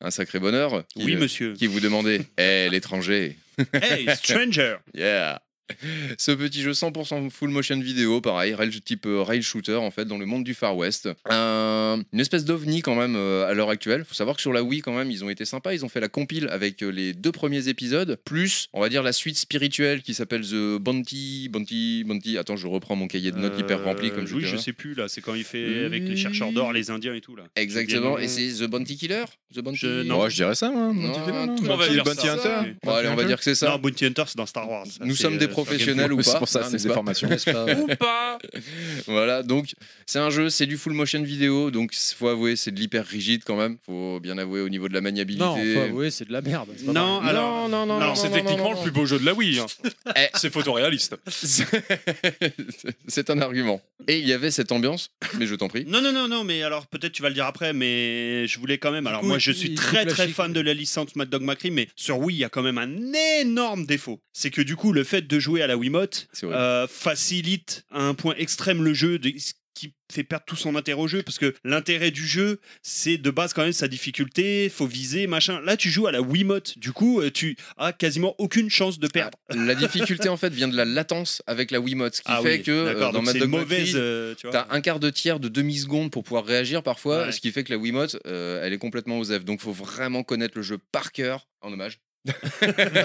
[SPEAKER 7] un sacré bonheur. Qui
[SPEAKER 3] Oui,
[SPEAKER 7] le-
[SPEAKER 3] monsieur.
[SPEAKER 7] Qui vous demandait Hé, l'étranger
[SPEAKER 3] Hey, stranger
[SPEAKER 7] Yeah ce petit jeu 100% full motion vidéo, pareil, rail, type euh, rail shooter en fait, dans le monde du Far West. Un- une espèce d'ovni quand même euh, à l'heure actuelle. Faut savoir que sur la Wii quand même, ils ont été sympas. Ils ont fait la compile avec euh, les deux premiers épisodes, plus on va dire la suite spirituelle qui s'appelle The Bounty, Bounty, Bounty. Attends, je reprends mon cahier de notes hyper rempli comme je
[SPEAKER 3] Euh, Oui,
[SPEAKER 7] le
[SPEAKER 3] je
[SPEAKER 7] dirais.
[SPEAKER 3] sais plus là. C'est quand il fait avec les chercheurs d'or, les Indiens et tout là.
[SPEAKER 7] Exactement,
[SPEAKER 3] Bien,
[SPEAKER 7] et
[SPEAKER 3] euh,
[SPEAKER 7] c'est The Bounty Killer The Bounty Oh,
[SPEAKER 3] Je- non. Ouais, je dirais ça, moi,
[SPEAKER 7] Non,
[SPEAKER 3] Bounty Killer, non
[SPEAKER 7] tout le
[SPEAKER 3] On
[SPEAKER 7] monde
[SPEAKER 3] va
[SPEAKER 7] dit
[SPEAKER 3] dire
[SPEAKER 7] Bounty
[SPEAKER 3] ça,
[SPEAKER 7] Hunter.
[SPEAKER 3] ça,
[SPEAKER 7] Bon,
[SPEAKER 3] oui.
[SPEAKER 7] allez, on va dire que c'est ça.
[SPEAKER 3] Non, Bounty Hunter c'est dans Star Wars. ça,
[SPEAKER 7] Nous
[SPEAKER 3] c'est,
[SPEAKER 7] sommes
[SPEAKER 3] euh,
[SPEAKER 7] des
[SPEAKER 3] sur Game
[SPEAKER 7] professionnels
[SPEAKER 3] Boy.
[SPEAKER 7] ou pas hein, n'est-ce pas
[SPEAKER 3] N'est-ce pas Ou pas
[SPEAKER 7] Voilà, donc c'est un jeu, c'est du full motion vidéo, donc c- faut avouer, c'est de l'hyper rigide quand même. Faut bien avouer au niveau de la maniabilité.
[SPEAKER 1] Non, faut avouer, c'est de la merde. c'est pas
[SPEAKER 3] Non,
[SPEAKER 1] vrai.
[SPEAKER 3] alors-
[SPEAKER 7] non, non, non,
[SPEAKER 8] c'est
[SPEAKER 7] non,
[SPEAKER 8] techniquement
[SPEAKER 7] non, non.
[SPEAKER 8] le plus beau jeu de la Wii. hein.
[SPEAKER 7] Eh,
[SPEAKER 8] c'est photoréaliste.
[SPEAKER 7] c'est un argument. Et il y avait cette ambiance, mais je t'en prie.
[SPEAKER 3] Non, non, non, non, mais alors peut-être tu vas le dire après, mais je voulais quand même. Alors
[SPEAKER 7] coup,
[SPEAKER 3] moi, je
[SPEAKER 7] il-
[SPEAKER 3] suis
[SPEAKER 7] il
[SPEAKER 3] très
[SPEAKER 7] coupe la
[SPEAKER 3] très
[SPEAKER 7] chic.
[SPEAKER 3] fan de la licence Mad Dog McCree, mais sur Wii, il y a quand même un énorme défaut. C'est que du coup, le fait de jouer à la Wiimote
[SPEAKER 7] horrible.
[SPEAKER 3] euh, facilite à un point extrême le jeu. de- ce qui fait perdre tout son intérêt au jeu parce que l'intérêt du jeu c'est de base quand même sa difficulté faut viser machin là tu joues à la Wiimote du coup euh, tu as quasiment aucune chance de perdre
[SPEAKER 7] La difficulté en fait vient de la latence avec la Wiimote, ce qui
[SPEAKER 3] Euh. Ah
[SPEAKER 7] fait
[SPEAKER 3] oui,
[SPEAKER 7] que euh,
[SPEAKER 3] d'accord,
[SPEAKER 7] dans
[SPEAKER 3] donc
[SPEAKER 7] Mad
[SPEAKER 3] c'est
[SPEAKER 7] Dog
[SPEAKER 3] mauvaise,
[SPEAKER 7] Murphy,
[SPEAKER 3] euh, tu vois.
[SPEAKER 7] t'as un quart de tiers de demi seconde pour pouvoir réagir parfois,
[SPEAKER 3] Ouais.
[SPEAKER 7] ce qui fait que la Wiimote, euh, elle est complètement aux F. Donc faut vraiment connaître le jeu par cœur. En hommage.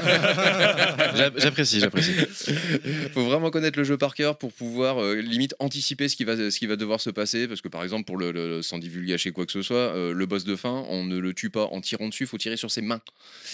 [SPEAKER 4] J'a- J'apprécie, j'apprécie.
[SPEAKER 7] faut vraiment connaître le jeu par cœur pour pouvoir euh, limite anticiper ce qui, va, ce qui va devoir se passer. Parce que par exemple, pour le, le- sans divulgacher quoi que ce soit, euh, le boss de fin, on ne le tue pas en tirant dessus, faut tirer sur ses mains.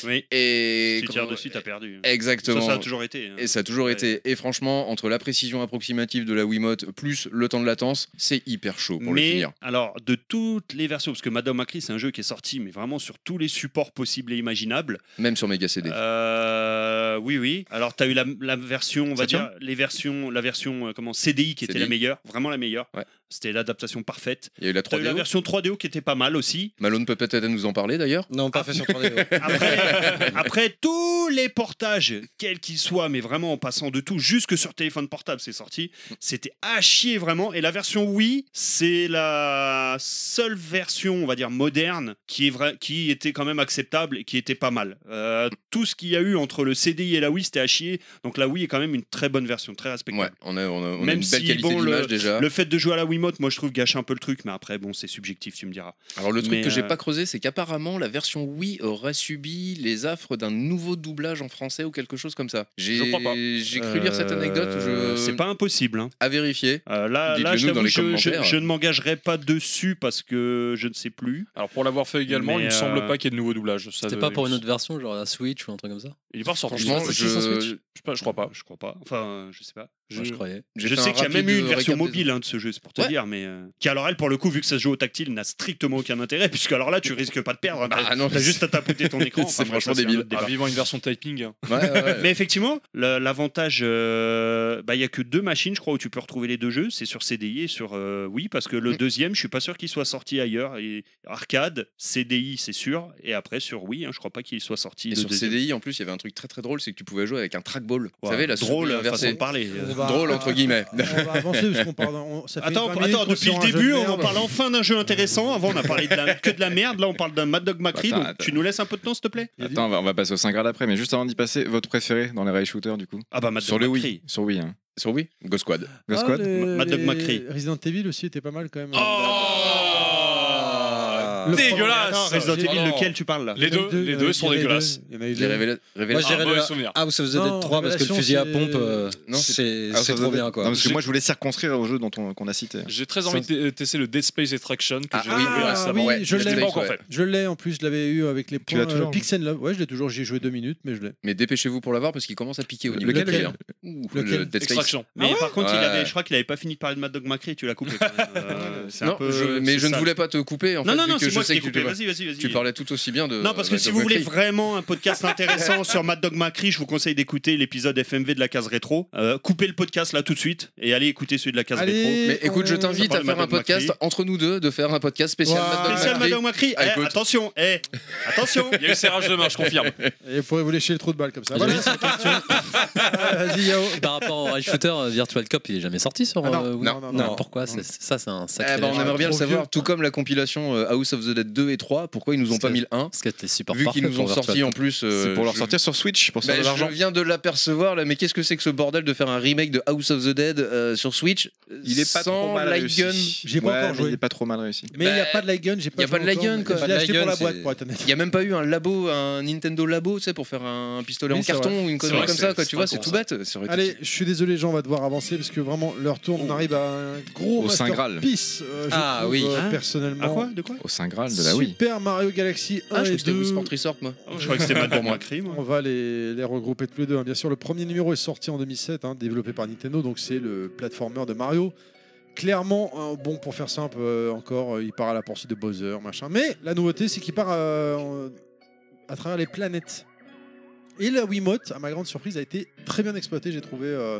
[SPEAKER 3] Oui.
[SPEAKER 7] Et
[SPEAKER 3] si tu
[SPEAKER 7] comment-
[SPEAKER 3] tires dessus t'as perdu
[SPEAKER 7] Exactement.
[SPEAKER 3] ça, ça a toujours été hein.
[SPEAKER 7] Et ça a toujours été. Et franchement, entre la précision approximative de la Wiimote plus le temps de latence, c'est hyper chaud pour le
[SPEAKER 3] mais
[SPEAKER 7] finir.
[SPEAKER 3] alors de toutes les versions parce que Madame Macri c'est un jeu qui est sorti mais vraiment sur tous les supports possibles et imaginables
[SPEAKER 7] Même sur Mega CD.
[SPEAKER 3] Euh, oui, oui. Alors, tu as eu la, la version, on va
[SPEAKER 7] Saturn
[SPEAKER 3] dire, les versions, la version euh, comment, CDI qui était
[SPEAKER 7] CDI.
[SPEAKER 3] la meilleure, vraiment la meilleure. C'était l'adaptation parfaite.
[SPEAKER 7] Il y a eu la
[SPEAKER 3] T'as eu la
[SPEAKER 7] 3DO.
[SPEAKER 3] version 3DO qui était pas mal aussi.
[SPEAKER 7] Malone peut peut-être nous en parler d'ailleurs.
[SPEAKER 6] Non, pas fait sur 3DO.
[SPEAKER 3] Après, après tous les portages, quels qu'ils soient, mais vraiment en passant de tout, jusque sur téléphone portable, c'est sorti. C'était à chier vraiment. Et la version Wii, c'est la seule version, on va dire, moderne qui, est vra- qui était quand même acceptable et qui était pas mal. Euh, tout ce qu'il y a eu entre le CDI et la Wii, c'était à chier. Donc la Wii est quand même une très bonne version, très respectable.
[SPEAKER 7] Ouais, on a, on a- on a
[SPEAKER 3] Même
[SPEAKER 7] une belle
[SPEAKER 3] si,
[SPEAKER 7] qualité
[SPEAKER 3] bon,
[SPEAKER 7] d'image
[SPEAKER 3] le-
[SPEAKER 7] déjà.
[SPEAKER 3] Le fait de jouer à la Wiimote, moi je trouve gâche un peu le truc, mais après, bon, c'est subjectif, tu me diras.
[SPEAKER 7] Alors le truc
[SPEAKER 3] Mais,
[SPEAKER 7] que j'ai
[SPEAKER 3] euh,
[SPEAKER 7] pas creusé, c'est qu'apparemment la version Wii aurait subi les affres d'un nouveau doublage en français ou quelque chose comme ça. J'ai
[SPEAKER 3] Je crois pas.
[SPEAKER 7] j'ai cru lire cette anecdote.
[SPEAKER 3] Euh,
[SPEAKER 7] Je...
[SPEAKER 3] C'est pas impossible. hein.
[SPEAKER 7] à vérifier.
[SPEAKER 3] Euh, là,
[SPEAKER 7] Dites-le
[SPEAKER 3] là, je,
[SPEAKER 7] nous dans
[SPEAKER 3] t'avoue,
[SPEAKER 7] les
[SPEAKER 3] je, je-
[SPEAKER 7] commentaires.
[SPEAKER 3] je ne m'engagerai pas dessus parce que je ne sais plus.
[SPEAKER 8] Alors pour l'avoir fait également,
[SPEAKER 3] Mais,
[SPEAKER 8] il ne semble
[SPEAKER 3] euh,
[SPEAKER 8] pas qu'il y ait de nouveau doublage. Ça,
[SPEAKER 5] C'était
[SPEAKER 8] euh,
[SPEAKER 5] pas
[SPEAKER 8] il
[SPEAKER 5] pour
[SPEAKER 8] me
[SPEAKER 5] une autre version, genre la Switch ou un truc comme ça
[SPEAKER 8] Il est pas ressorti.
[SPEAKER 7] Franchement,
[SPEAKER 8] sur-
[SPEAKER 7] je-
[SPEAKER 8] sur Switch Je sais pas, je crois pas. Ah,
[SPEAKER 3] Je crois pas. Enfin, euh, je sais pas. Je,
[SPEAKER 5] Moi, je croyais.
[SPEAKER 7] J'ai
[SPEAKER 3] je
[SPEAKER 7] fait
[SPEAKER 3] sais
[SPEAKER 7] un
[SPEAKER 3] qu'il y a
[SPEAKER 7] rapide euh,
[SPEAKER 3] même eu une version
[SPEAKER 7] récap des-
[SPEAKER 3] mobile hein, de ce jeu, c'est pour te
[SPEAKER 7] Ouais.
[SPEAKER 3] dire, mais euh, qui alors elle, pour le coup, vu que ça se joue au tactile, n'a strictement aucun intérêt, puisque alors là, tu risques pas de perdre. hein,
[SPEAKER 7] Ah non,
[SPEAKER 3] T'as juste à tapoter ton écran.
[SPEAKER 7] C'est
[SPEAKER 3] Enfin, bref,
[SPEAKER 7] franchement
[SPEAKER 3] ça, un
[SPEAKER 7] débile. euh,
[SPEAKER 3] autre débat.
[SPEAKER 8] Ah, vivant une version typing. hein.
[SPEAKER 7] Ouais, ouais, ouais.
[SPEAKER 3] Mais effectivement, la- l'avantage, euh, bah, il y a que deux machines, je crois, où tu peux retrouver les deux jeux. C'est sur CDI et sur euh, Wii, parce que le
[SPEAKER 7] Mm.
[SPEAKER 3] deuxième, je suis pas sûr qu'il soit sorti ailleurs. Et arcade, CDI, c'est sûr, et après sur Wii, hein, je crois pas qu'il soit sorti.
[SPEAKER 7] Et
[SPEAKER 3] le
[SPEAKER 7] sur
[SPEAKER 3] deuxième.
[SPEAKER 7] CDI en plus, il y avait un truc très très drôle, c'est que tu pouvais jouer avec un trackball. Vous
[SPEAKER 3] Ouais,
[SPEAKER 7] savez la
[SPEAKER 3] drôle
[SPEAKER 7] souris
[SPEAKER 3] façon
[SPEAKER 7] inversée.
[SPEAKER 3] de parler. euh.
[SPEAKER 1] On va-
[SPEAKER 7] Drôle entre guillemets.
[SPEAKER 1] On va avancer parce qu'on parle. on- ça fait
[SPEAKER 3] Attends,
[SPEAKER 1] 20 minutes
[SPEAKER 3] attends,
[SPEAKER 1] qu'on
[SPEAKER 3] depuis
[SPEAKER 1] sort
[SPEAKER 3] le
[SPEAKER 1] un jeu de
[SPEAKER 3] début, on en
[SPEAKER 1] merde.
[SPEAKER 3] parle enfin d'un jeu intéressant. Avant, on a parlé de la- que de la merde. Là, on parle d'un Mad Dog Macri.
[SPEAKER 4] Attends,
[SPEAKER 3] donc
[SPEAKER 4] attends.
[SPEAKER 3] tu nous laisses un peu de temps, s'il te plaît
[SPEAKER 4] Attends, on va, on va passer au 5 grades après, mais juste avant d'y passer, votre préféré dans les rail shooters du coup
[SPEAKER 3] Ah bah, Mad
[SPEAKER 4] Sur
[SPEAKER 3] Dog
[SPEAKER 4] le
[SPEAKER 3] Macri.
[SPEAKER 4] Wii. Sur Wii, hein.
[SPEAKER 7] Sur Wii Ghost Squad.
[SPEAKER 4] Ghost
[SPEAKER 1] Ah,
[SPEAKER 4] Squad
[SPEAKER 1] les-
[SPEAKER 3] Mad Dog
[SPEAKER 1] les-
[SPEAKER 3] McCree.
[SPEAKER 1] Resident Evil aussi était pas mal quand même.
[SPEAKER 8] Oh
[SPEAKER 1] Le
[SPEAKER 8] Dégueulasse
[SPEAKER 1] premier-
[SPEAKER 3] Attends, Resident
[SPEAKER 1] j'ai-
[SPEAKER 3] Evil,
[SPEAKER 8] Oh non.
[SPEAKER 3] lequel tu parles là
[SPEAKER 8] Les
[SPEAKER 1] il y en a
[SPEAKER 8] deux, les
[SPEAKER 1] il y en
[SPEAKER 8] deux
[SPEAKER 1] a
[SPEAKER 8] sont
[SPEAKER 1] eu deux,
[SPEAKER 8] dégueulasses.
[SPEAKER 1] Il y en a eu
[SPEAKER 7] Les
[SPEAKER 1] deux.
[SPEAKER 7] révéla-
[SPEAKER 6] Moi,
[SPEAKER 7] révélations.
[SPEAKER 8] Ah,
[SPEAKER 6] j'irais
[SPEAKER 8] mauvais
[SPEAKER 6] le
[SPEAKER 8] souvenir.
[SPEAKER 6] House of the
[SPEAKER 1] Non,
[SPEAKER 6] Dead 3 parce que le
[SPEAKER 1] Révélation,
[SPEAKER 6] fusil à
[SPEAKER 1] c'est-
[SPEAKER 6] pompe, euh,
[SPEAKER 7] Non,
[SPEAKER 6] c'est
[SPEAKER 4] Ah,
[SPEAKER 6] c'est
[SPEAKER 4] ça
[SPEAKER 6] trop
[SPEAKER 4] doit-
[SPEAKER 6] bien
[SPEAKER 4] Non,
[SPEAKER 6] quoi.
[SPEAKER 4] parce que moi je voulais circonscrire au jeu dont on, qu'on a cité.
[SPEAKER 8] J'ai très envie
[SPEAKER 7] Ça-
[SPEAKER 8] de tester le Dead Space Extraction que
[SPEAKER 7] Ah,
[SPEAKER 8] j'ai
[SPEAKER 7] ah,
[SPEAKER 8] découvert
[SPEAKER 1] oui,
[SPEAKER 8] récemment.
[SPEAKER 1] oui, je
[SPEAKER 8] Je l'ai
[SPEAKER 1] l'ai.
[SPEAKER 8] pas encore
[SPEAKER 7] Ouais.
[SPEAKER 8] fait.
[SPEAKER 1] Je l'ai en plus, je l'avais eu avec les
[SPEAKER 4] Tu
[SPEAKER 1] points.
[SPEAKER 4] l'as toujours,
[SPEAKER 1] euh, Pix and Love. Ouais, je l'ai toujours. J'y ai joué deux minutes, mais je l'ai.
[SPEAKER 7] Mais dépêchez-vous pour l'avoir parce qu'il commence à piquer au niveau
[SPEAKER 1] Lequel
[SPEAKER 7] du prix, hein. Ouh,
[SPEAKER 1] Lequel
[SPEAKER 7] le Dead Space.
[SPEAKER 8] Extraction.
[SPEAKER 1] Ah
[SPEAKER 3] Mais par contre, il
[SPEAKER 7] Ouais.
[SPEAKER 3] avait, je crois qu'il avait pas fini de parler de Mad Dog Macri. Tu l'as coupé. quand même. Euh, c'est un
[SPEAKER 7] Non,
[SPEAKER 3] peu-
[SPEAKER 7] je- mais
[SPEAKER 3] c'est
[SPEAKER 7] je ne
[SPEAKER 3] sale.
[SPEAKER 7] voulais pas te couper en
[SPEAKER 3] Non,
[SPEAKER 7] fait,
[SPEAKER 3] non,
[SPEAKER 7] vu
[SPEAKER 3] non,
[SPEAKER 7] que
[SPEAKER 3] c'est
[SPEAKER 7] je
[SPEAKER 3] moi qui
[SPEAKER 7] sais
[SPEAKER 3] t'ai
[SPEAKER 7] que tu,
[SPEAKER 3] coupé.
[SPEAKER 7] parlais-
[SPEAKER 3] Vas-y, vas-y, vas-y.
[SPEAKER 7] tu parlais tout aussi bien de.
[SPEAKER 3] Non, parce que
[SPEAKER 7] de
[SPEAKER 3] si
[SPEAKER 7] Dog
[SPEAKER 3] vous voulez
[SPEAKER 7] Macri.
[SPEAKER 3] vraiment un podcast intéressant sur Mad Dog Macri, je vous conseille d'écouter l'épisode FMV de la case rétro. Euh, coupez le podcast là tout de suite et allez écouter celui de la case rétro.
[SPEAKER 1] Allez,
[SPEAKER 7] Mais écoute, je
[SPEAKER 1] on-
[SPEAKER 7] t'invite
[SPEAKER 3] Ça parle
[SPEAKER 7] à
[SPEAKER 3] de
[SPEAKER 7] faire un
[SPEAKER 3] Madame
[SPEAKER 7] podcast
[SPEAKER 3] Macri.
[SPEAKER 7] entre nous deux, de faire un podcast spécial
[SPEAKER 1] Ouah.
[SPEAKER 7] Madame
[SPEAKER 3] Spécial Mad
[SPEAKER 7] Macri.
[SPEAKER 3] Dog Macri.
[SPEAKER 7] Ah,
[SPEAKER 3] Eh,
[SPEAKER 7] écoute.
[SPEAKER 3] attention, eh, attention.
[SPEAKER 8] Il y a eu serrage de main, je confirme.
[SPEAKER 1] Et pourrait vous lécher le trou de balle comme ça. Voilà, c'est parti. Ah, Vas-y, Yao.
[SPEAKER 5] Par rapport au rail shooter, euh, Virtual Cop, il est jamais sorti sur
[SPEAKER 1] Ah, non,
[SPEAKER 5] euh, Wii.
[SPEAKER 1] non, non, non.
[SPEAKER 5] Pourquoi C'est- c'est- Ça, c'est un sacré.
[SPEAKER 7] Eh ben, on
[SPEAKER 5] légende.
[SPEAKER 7] aimerait bien le
[SPEAKER 1] Trop
[SPEAKER 7] savoir,
[SPEAKER 1] vieux.
[SPEAKER 7] tout comme la compilation euh, House of the Dead 2 et 3, pourquoi ils nous ont
[SPEAKER 5] Parce
[SPEAKER 7] pas
[SPEAKER 5] que-
[SPEAKER 7] mis le 1
[SPEAKER 5] Parce que t'es super
[SPEAKER 7] Vu
[SPEAKER 5] parfait
[SPEAKER 7] qu'ils nous ont
[SPEAKER 5] pour Virtual
[SPEAKER 7] sorti en plus. euh,
[SPEAKER 4] c'est pour leur
[SPEAKER 7] je-
[SPEAKER 4] sortir sur Switch, pour
[SPEAKER 7] Bah,
[SPEAKER 4] faire de
[SPEAKER 7] je
[SPEAKER 4] l'argent.
[SPEAKER 7] viens de l'apercevoir là, mais qu'est-ce que c'est que ce bordel de faire un remake de House of the Dead euh, sur Switch
[SPEAKER 4] Il est pas
[SPEAKER 7] sans
[SPEAKER 4] trop mal
[SPEAKER 7] light
[SPEAKER 4] réussi.
[SPEAKER 7] gun
[SPEAKER 1] J'ai pas
[SPEAKER 4] Ouais,
[SPEAKER 1] encore
[SPEAKER 4] mais
[SPEAKER 1] joué.
[SPEAKER 4] Il est pas trop mal réussi.
[SPEAKER 1] Mais il n'y a
[SPEAKER 7] Bah,
[SPEAKER 1] pas de la gun, j'ai pas
[SPEAKER 7] y a pas de
[SPEAKER 1] joué
[SPEAKER 7] la gun,
[SPEAKER 1] encore.
[SPEAKER 7] quoi.
[SPEAKER 1] Je l'ai
[SPEAKER 6] La
[SPEAKER 1] acheté
[SPEAKER 6] gun,
[SPEAKER 1] pour la
[SPEAKER 6] c'est-
[SPEAKER 1] boîte, pour être honnête.
[SPEAKER 7] Il y a même pas eu un labo, un Nintendo labo, tu sais, pour faire un pistolet
[SPEAKER 1] Oui,
[SPEAKER 7] en
[SPEAKER 1] c'est
[SPEAKER 7] carton ou une connerie
[SPEAKER 8] vrai,
[SPEAKER 7] comme
[SPEAKER 8] c'est-
[SPEAKER 7] ça, quoi.
[SPEAKER 8] c'est
[SPEAKER 7] Tu vois,
[SPEAKER 8] pas
[SPEAKER 7] c'est Ah,
[SPEAKER 8] con,
[SPEAKER 7] tout
[SPEAKER 8] ça.
[SPEAKER 7] bête. Ça aurait été-
[SPEAKER 1] Allez, je suis désolé, Jean, on va devoir avancer parce que vraiment, l'heure tourne. On arrive à un gros
[SPEAKER 4] Au Saint Graal.
[SPEAKER 1] masterpiece. euh, je
[SPEAKER 6] Ah,
[SPEAKER 1] trouve,
[SPEAKER 6] oui.
[SPEAKER 1] euh,
[SPEAKER 3] Hein
[SPEAKER 1] personnellement.
[SPEAKER 3] À quoi De quoi
[SPEAKER 4] Au Saint Graal de la Wii.
[SPEAKER 1] Super Mario Galaxy 1
[SPEAKER 7] Ah, je
[SPEAKER 1] et
[SPEAKER 7] crois que c'était
[SPEAKER 1] 2.
[SPEAKER 7] Wii Sport Resort, moi.
[SPEAKER 3] Oh, Je crois que c'était Mad Dog Macri. moi.
[SPEAKER 1] On va les, les regrouper tous les deux. hein. Bien sûr, le premier numéro est sorti en 2007, hein, développé par Nintendo, donc c'est le platformer de Mario. Clairement, hein, bon, pour faire simple, euh, encore, euh, il part à la poursuite de Bowser, machin. Mais la nouveauté, c'est qu'il part euh, en- à travers les planètes. Et la Wiimote, à ma grande surprise, a été très bien exploitée, j'ai trouvé. euh,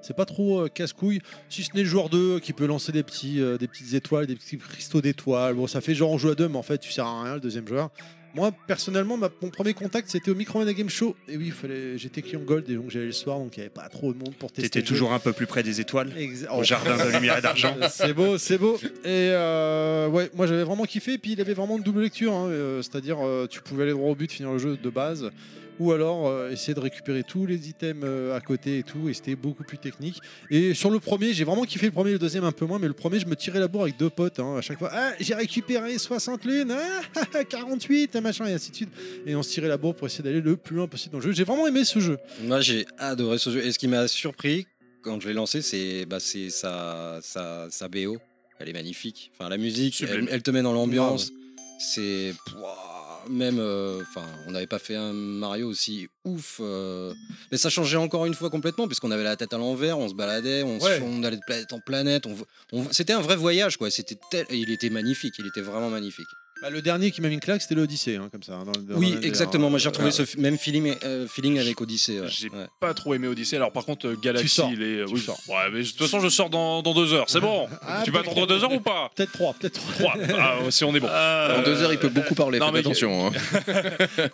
[SPEAKER 1] c'est pas trop euh, casse-couille, si ce n'est le joueur 2 qui peut lancer des, petits, euh, des petites étoiles, des petits cristaux d'étoiles. Bon, ça fait genre on joue à deux, mais en fait, tu sers à rien, le deuxième joueur. Moi, personnellement, ma- mon premier contact, c'était au Micromania Game Show. Et oui, il fallait, j'étais client Gold et donc j'allais le soir, donc il n'y avait pas trop de monde pour tester.
[SPEAKER 3] T'étais
[SPEAKER 1] le jeu.
[SPEAKER 3] toujours un peu plus près des étoiles.
[SPEAKER 1] Exa-
[SPEAKER 3] Au
[SPEAKER 1] Oh.
[SPEAKER 3] jardin de lumière et d'argent.
[SPEAKER 1] C'est beau, c'est beau. Et euh, ouais, moi j'avais vraiment kiffé. Et puis il avait vraiment une double lecture, hein. Euh, c'est-à-dire euh, tu pouvais aller droit au but, finir le jeu de base, ou alors euh, essayer de récupérer tous les items euh, à côté et tout. Et c'était beaucoup plus technique. Et sur le premier, j'ai vraiment kiffé le premier, le deuxième un peu moins, mais le premier, je me tirais la bourre avec deux potes hein, à chaque fois. Ah, j'ai récupéré 60 lunes, ah, 48, machin, et ainsi de suite. Et on se tirait la bourre pour essayer d'aller le plus loin possible dans le jeu. J'ai vraiment aimé ce jeu.
[SPEAKER 6] Moi, j'ai adoré ce jeu. Et ce qui m'a surpris quand je l'ai lancé, c'est bah, c'est sa, sa, sa BO. Elle est magnifique. Enfin, la musique,
[SPEAKER 3] Sublime.
[SPEAKER 6] elle, elle te met dans l'ambiance. C'est. Pouah, Même. euh, Enfin, on n'avait pas fait un Mario aussi ouf. euh. Mais ça changeait encore une fois complètement, puisqu'on avait la tête à l'envers, on se baladait, on, se-
[SPEAKER 1] Ouais.
[SPEAKER 6] on allait de planète en planète. On, vo- on vo- C'était un vrai voyage, quoi. C'était tel- et Il était magnifique. Il était vraiment magnifique.
[SPEAKER 1] Bah, le dernier qui m'a mis une claque, c'était l'Odyssée, hein, comme ça. hein, dans le- dans
[SPEAKER 6] Oui,
[SPEAKER 1] le-
[SPEAKER 6] exactement. Moi, j'ai
[SPEAKER 1] dans-
[SPEAKER 6] retrouvé ce f- même feeling, euh, feeling avec Odyssey. ouais.
[SPEAKER 8] J'ai
[SPEAKER 6] Ouais.
[SPEAKER 8] pas trop aimé Odyssey. Alors par contre, euh, Galaxy,
[SPEAKER 1] Tu sors.
[SPEAKER 8] il est. oui, ouais, mais de toute façon, je sors dans, dans deux heures. C'est bon.
[SPEAKER 1] Ah,
[SPEAKER 8] tu vas attendre deux heures ou pas
[SPEAKER 1] Peut-être trois, peut-être trois.
[SPEAKER 8] Trois. Ah, si on est bon.
[SPEAKER 7] En
[SPEAKER 8] Euh,
[SPEAKER 7] deux heures, il peut beaucoup parler.
[SPEAKER 8] non,
[SPEAKER 7] faites
[SPEAKER 8] mais-
[SPEAKER 7] attention. hein.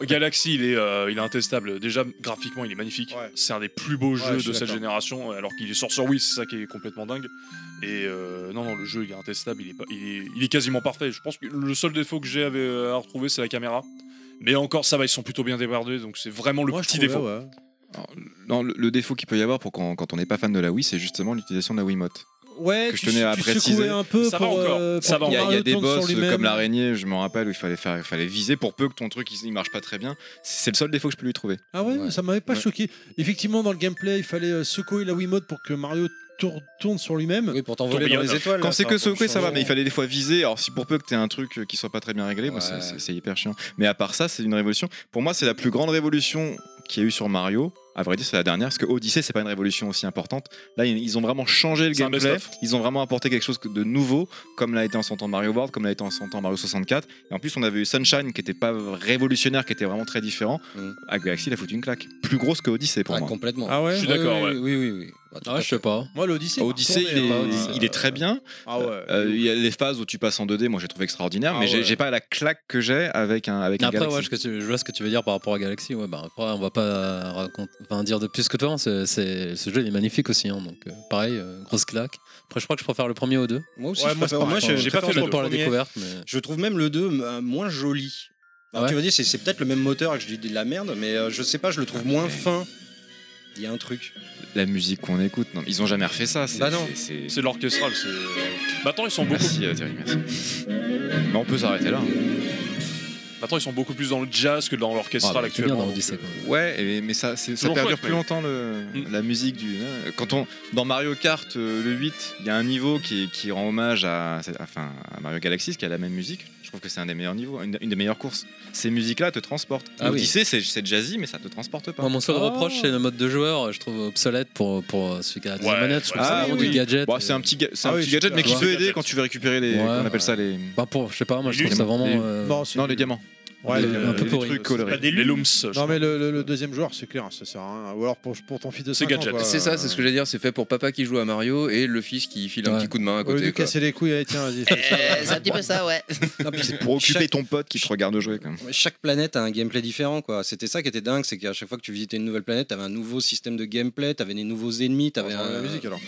[SPEAKER 8] Galaxy, il est, euh, il est intestable. Déjà, graphiquement, il est magnifique. C'est un des plus beaux jeux
[SPEAKER 1] je suis
[SPEAKER 8] de cette
[SPEAKER 1] d'accord.
[SPEAKER 8] génération, alors qu'il sort sur Wii, c'est ça qui est complètement dingue. Et euh, non, non, le jeu, il est intestable, il est, pas, il, est, il est quasiment parfait. Je pense que le seul défaut que j'ai à euh, à retrouver, c'est la caméra. Mais encore, ça va, ils sont plutôt bien débardés, donc c'est vraiment le
[SPEAKER 1] Moi, je
[SPEAKER 8] petit
[SPEAKER 1] trouvais,
[SPEAKER 8] défaut.
[SPEAKER 1] ouais.
[SPEAKER 4] Non, le, le défaut qu'il peut y avoir pour quand, quand on n'est pas fan de la Wii, c'est justement l'utilisation de la Wiimote.
[SPEAKER 1] Ouais,
[SPEAKER 4] Que je
[SPEAKER 1] tu-
[SPEAKER 4] tenais à
[SPEAKER 1] tu
[SPEAKER 4] préciser.
[SPEAKER 1] secouais un peu
[SPEAKER 8] Ça va
[SPEAKER 1] pour,
[SPEAKER 8] encore,
[SPEAKER 1] euh,
[SPEAKER 8] ça
[SPEAKER 1] pour
[SPEAKER 8] va
[SPEAKER 1] que
[SPEAKER 4] Il y a, il y a
[SPEAKER 1] Mario
[SPEAKER 4] des
[SPEAKER 1] tourne sur
[SPEAKER 4] boss euh,
[SPEAKER 1] lui-même.
[SPEAKER 4] comme l'araignée, je m'en rappelle, où il fallait, faire, il fallait viser pour peu que ton truc il, il marche pas très bien. C'est le seul défaut que je peux lui trouver.
[SPEAKER 1] Ah ouais,
[SPEAKER 4] Ouais.
[SPEAKER 1] ça m'avait pas
[SPEAKER 4] Ouais.
[SPEAKER 1] choqué. Effectivement, dans le gameplay, il fallait euh, secouer la Wiimote pour que Mario tour- tourne sur lui-même.
[SPEAKER 6] Oui, pour t'envoler dans
[SPEAKER 8] Tourbillon.
[SPEAKER 6] les étoiles.
[SPEAKER 4] Quand
[SPEAKER 6] là,
[SPEAKER 4] c'est
[SPEAKER 6] ça,
[SPEAKER 4] que
[SPEAKER 6] un peu
[SPEAKER 4] secouer, ça va,
[SPEAKER 6] changer.
[SPEAKER 4] mais il fallait des fois viser. Alors, si pour peu que t'aies un truc euh, qui soit pas très bien réglé, moi, c'est-
[SPEAKER 6] Ouais.
[SPEAKER 4] c'est c'est hyper chiant. Mais à part ça, c'est une révolution. Pour moi, c'est la plus grande révolution qu'il y a eu sur Mario. À vrai dire, c'est la dernière, parce que Odyssey, c'est pas une révolution aussi importante. Là, ils ils ont vraiment changé le
[SPEAKER 8] C'est un
[SPEAKER 4] gameplay.
[SPEAKER 8] best-of.
[SPEAKER 4] Ils ont vraiment apporté quelque chose de nouveau, comme l'a été en son temps Mario World, comme l'a été en son temps Mario 64. Et en plus, on avait eu Sunshine, qui était pas révolutionnaire, qui était vraiment très différent.
[SPEAKER 6] Mm.
[SPEAKER 4] À Galaxy, il a foutu une claque. Plus grosse que Odyssey pour
[SPEAKER 6] Ah,
[SPEAKER 4] moi.
[SPEAKER 6] complètement.
[SPEAKER 1] Ah ouais
[SPEAKER 8] Je suis d'accord,
[SPEAKER 6] Oui,
[SPEAKER 8] ouais.
[SPEAKER 6] oui, oui, oui. Bah, tout à
[SPEAKER 5] Ah, je
[SPEAKER 6] fait.
[SPEAKER 5] sais pas.
[SPEAKER 1] Moi, l'Odyssée.
[SPEAKER 4] Odyssey, il
[SPEAKER 6] hein,
[SPEAKER 4] est,
[SPEAKER 1] Odyssey.
[SPEAKER 4] il est très bien.
[SPEAKER 1] Ah ouais.
[SPEAKER 4] Euh, Il y a les phases où tu passes en 2D, moi j'ai trouvé extraordinaire,
[SPEAKER 1] Ah
[SPEAKER 4] mais j'ai-
[SPEAKER 1] ouais.
[SPEAKER 4] j'ai pas la claque que j'ai avec un avec un
[SPEAKER 5] Après,
[SPEAKER 4] Galaxy.
[SPEAKER 5] ouais, je, je vois ce que tu veux dire par rapport à Galaxy. Ouais, bah, après, on va pas raconter, enfin, dire de plus que toi. hein, c'est- c'est- ce jeu il est magnifique aussi. hein, donc, euh, pareil, euh, grosse claque. Après, je crois que je préfère le premier aux deux.
[SPEAKER 6] Moi aussi,
[SPEAKER 5] Ouais,
[SPEAKER 6] je
[SPEAKER 5] moi,
[SPEAKER 6] préfère-
[SPEAKER 5] c'est
[SPEAKER 6] moi,
[SPEAKER 5] pareil.
[SPEAKER 6] je-
[SPEAKER 8] J'ai
[SPEAKER 6] je
[SPEAKER 8] pas
[SPEAKER 6] préfère
[SPEAKER 8] fait le
[SPEAKER 6] le
[SPEAKER 5] pour la
[SPEAKER 6] premier.
[SPEAKER 5] découverte. Mais...
[SPEAKER 6] Je trouve même le 2 euh, moins joli. Alors
[SPEAKER 5] Ouais.
[SPEAKER 6] Ah tu vas dire, c'est- c'est peut-être le même moteur et que je dis de la merde, mais euh, je sais pas, je le trouve moins fin. Il y a un truc.
[SPEAKER 4] La musique qu'on écoute, non, ils ont jamais refait ça. c'est-
[SPEAKER 6] Bah non.
[SPEAKER 4] c'est- c'est-
[SPEAKER 8] C'est de l'orchestral. c'est- euh, Maintenant, ils sont beaucoup
[SPEAKER 4] Merci euh, Thierry, merci. Mais on peut s'arrêter là. hein.
[SPEAKER 8] Maintenant, ils sont beaucoup plus dans le jazz que dans
[SPEAKER 5] Ah,
[SPEAKER 8] l'orchestral
[SPEAKER 5] bah, tu viens
[SPEAKER 8] actuellement.
[SPEAKER 5] dans
[SPEAKER 8] donc,
[SPEAKER 5] Odyssey,
[SPEAKER 8] euh,
[SPEAKER 5] quoi.
[SPEAKER 4] Ouais, et- mais ça, c'est- ça
[SPEAKER 8] Toujours
[SPEAKER 4] perdure
[SPEAKER 8] chouette,
[SPEAKER 4] plus
[SPEAKER 8] mais-
[SPEAKER 4] longtemps le-
[SPEAKER 8] Mm.
[SPEAKER 4] la musique du. euh, Quand on dans Mario Kart euh, le 8, il y a un niveau qui, qui rend hommage à, à- enfin, à Mario Galaxy, qui a la même musique. Je trouve que c'est un des meilleurs niveaux, une, une des meilleures courses. Ces musiques-là te transportent.
[SPEAKER 5] Ah oui.
[SPEAKER 4] Odyssey, c'est- c'est jazzy, mais ça te transporte pas.
[SPEAKER 5] Moi, mon seul
[SPEAKER 1] Oh.
[SPEAKER 5] reproche, c'est le mode de joueur. Je trouve obsolète pour, pour euh, celui qui a des
[SPEAKER 8] Ouais.
[SPEAKER 5] manettes. Je trouve
[SPEAKER 4] Ah,
[SPEAKER 5] ça vraiment
[SPEAKER 4] oui.
[SPEAKER 5] du gadget. euh.
[SPEAKER 4] Bon, c'est
[SPEAKER 6] euh,
[SPEAKER 4] un petit, ga- c'est un
[SPEAKER 1] Ah oui,
[SPEAKER 4] petit
[SPEAKER 1] je-
[SPEAKER 4] gadget, mais qui
[SPEAKER 5] ouais.
[SPEAKER 4] peut aider quand tu veux récupérer les.
[SPEAKER 5] Ouais.
[SPEAKER 4] qu'on appelle ça les.
[SPEAKER 5] Pas Bah, pour, je sais pas, moi, je
[SPEAKER 8] Les
[SPEAKER 5] trouve ça vraiment.
[SPEAKER 4] lunes.
[SPEAKER 5] euh,
[SPEAKER 1] Non, c'est-
[SPEAKER 4] Non, les diamants.
[SPEAKER 1] Ouais,
[SPEAKER 5] les-
[SPEAKER 1] les-
[SPEAKER 5] un peu
[SPEAKER 4] les
[SPEAKER 5] pourri.
[SPEAKER 4] trucs
[SPEAKER 8] pas
[SPEAKER 4] colorés.
[SPEAKER 8] des looms. je
[SPEAKER 1] Non,
[SPEAKER 8] crois.
[SPEAKER 1] mais le, le- le deuxième joueur, c'est clair, ça sert à rien. Ou alors pour, pour ton fils de
[SPEAKER 8] C'est
[SPEAKER 1] 5 ans.
[SPEAKER 8] gadget.
[SPEAKER 1] quoi.
[SPEAKER 7] C'est ça, c'est ce que j'allais dire. C'est fait pour papa qui joue à Mario et le fils qui file un
[SPEAKER 5] Ouais.
[SPEAKER 7] petit coup de main à
[SPEAKER 1] Au lieu de
[SPEAKER 7] côté. quoi.
[SPEAKER 1] casser les couilles, allez, tiens, vas-y.
[SPEAKER 4] Eh.
[SPEAKER 9] c'est un petit peu ça, ouais.
[SPEAKER 4] C'est pour occuper ton pote qui te regarde jouer quand même.
[SPEAKER 6] Ouais, Chaque planète a un gameplay différent, quoi. C'était ça qui était dingue, c'est qu'à chaque fois que tu visitais une nouvelle planète, t'avais un nouveau système de gameplay, t'avais des nouveaux ennemis,
[SPEAKER 1] On
[SPEAKER 6] t'avais
[SPEAKER 1] va
[SPEAKER 6] un...
[SPEAKER 1] la musique alors.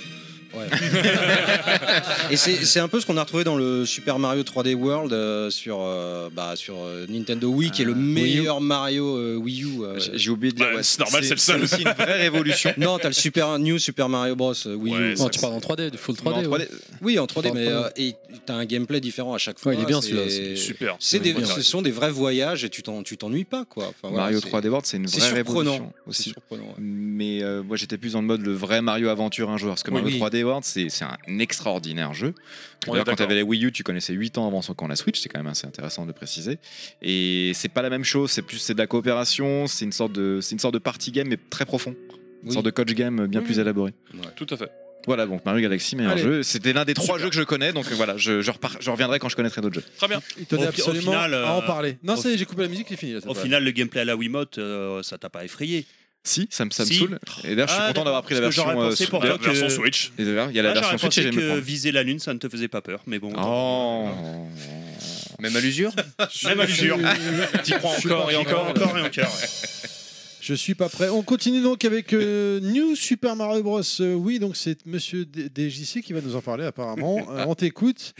[SPEAKER 6] Et c'est c'est un peu ce qu'on a retrouvé dans le Super Mario 3D World euh, sur, euh, bah, sur euh, Nintendo Wii, qui est le meilleur Mario euh, Wii U. euh,
[SPEAKER 4] J'ai j'ai oublié de dire.
[SPEAKER 8] Bah,
[SPEAKER 4] ouais,
[SPEAKER 8] c'est normal, c'est le seul.
[SPEAKER 4] aussi une vraie révolution.
[SPEAKER 6] non, t'as le Super New Super Mario Bros. euh, Wii
[SPEAKER 8] Ouais,
[SPEAKER 6] U.
[SPEAKER 5] Non, tu parles en 3D, du full 3D.
[SPEAKER 4] Mais en
[SPEAKER 5] ouais.
[SPEAKER 4] 3D,
[SPEAKER 6] Oui, en 3D,
[SPEAKER 5] En
[SPEAKER 6] mais
[SPEAKER 5] 3D.
[SPEAKER 6] euh, et t'as un gameplay différent à chaque fois.
[SPEAKER 5] Ouais, il est bien,
[SPEAKER 6] c'est-
[SPEAKER 5] celui-là, c'est
[SPEAKER 8] Super.
[SPEAKER 6] c'est
[SPEAKER 5] Il est
[SPEAKER 6] des-
[SPEAKER 5] bien.
[SPEAKER 6] ce sont des vrais voyages et tu t'en- tu t'ennuies pas, quoi. Enfin, voilà,
[SPEAKER 4] Mario
[SPEAKER 6] c'est-
[SPEAKER 4] 3D World, c'est une
[SPEAKER 6] c'est
[SPEAKER 4] vraie
[SPEAKER 6] surprenant.
[SPEAKER 4] révolution
[SPEAKER 6] C'est
[SPEAKER 4] aussi.
[SPEAKER 6] surprenant. ouais.
[SPEAKER 4] Mais euh, moi j'étais plus dans le mode le vrai Mario aventure un joueur. Parce que
[SPEAKER 6] Oui,
[SPEAKER 4] Mario
[SPEAKER 6] oui.
[SPEAKER 4] 3D World, c'est c'est un extraordinaire jeu. Que
[SPEAKER 8] On est
[SPEAKER 4] D'ailleurs, quand
[SPEAKER 8] d'accord.
[SPEAKER 4] t'avais la Wii U, tu connaissais 8 ans avant son camp la Switch, c'est quand même assez intéressant de le préciser. Et c'est pas la même chose, c'est plus c'est de la coopération, c'est une, sorte de- c'est une sorte de party game mais très profond. Une
[SPEAKER 6] Oui. Mm,
[SPEAKER 4] sorte de coach game bien plus élaboré.
[SPEAKER 8] Tout à fait.
[SPEAKER 4] Voilà, donc Mario Galaxy, meilleur
[SPEAKER 1] Allez.
[SPEAKER 4] jeu. C'était l'un des trois jeux que je connais, donc euh, voilà, je, je repars- je reviendrai quand je connaîtrai d'autres jeux.
[SPEAKER 8] Très bien.
[SPEAKER 1] Il tenait
[SPEAKER 3] Au- au
[SPEAKER 1] absolument
[SPEAKER 3] final, euh,
[SPEAKER 1] à en parler. Non,
[SPEAKER 3] au
[SPEAKER 1] ça y est, j'ai coupé la musique, c'est fini. là, cette
[SPEAKER 3] Au
[SPEAKER 1] fois.
[SPEAKER 3] final, le gameplay à la Wiimote, euh, ça t'a pas effrayé.
[SPEAKER 4] Si, ça me, ça me
[SPEAKER 3] Si.
[SPEAKER 4] saoule. Et d'ailleurs, je suis
[SPEAKER 3] Ah,
[SPEAKER 4] content d'avoir pris la
[SPEAKER 3] parce que
[SPEAKER 4] version.
[SPEAKER 3] j'aurais pensé
[SPEAKER 4] sou-
[SPEAKER 3] pour
[SPEAKER 4] de-
[SPEAKER 3] toi
[SPEAKER 8] La
[SPEAKER 3] que-
[SPEAKER 1] euh,
[SPEAKER 8] version Switch.
[SPEAKER 4] Et d'ailleurs, il y a la
[SPEAKER 3] Ah, J'aurais
[SPEAKER 4] version Switch et
[SPEAKER 3] pensé
[SPEAKER 4] j'aime
[SPEAKER 3] que
[SPEAKER 4] le
[SPEAKER 3] viser la lune, ça ne te faisait pas peur. Mais bon,
[SPEAKER 4] prendre.
[SPEAKER 1] Ah.
[SPEAKER 4] Oh.
[SPEAKER 7] Même à l'usure
[SPEAKER 8] Même à l'usure. T'y crois
[SPEAKER 1] Je suis
[SPEAKER 8] encore
[SPEAKER 1] pas-
[SPEAKER 8] et
[SPEAKER 1] je suis pas-
[SPEAKER 8] encore.
[SPEAKER 1] encore
[SPEAKER 8] et encore.
[SPEAKER 1] Je suis pas prêt. On continue donc avec euh, New Super Mario Bros. Euh, oui, donc c'est Monsieur D- DJC qui va nous en parler apparemment. Euh, on t'écoute.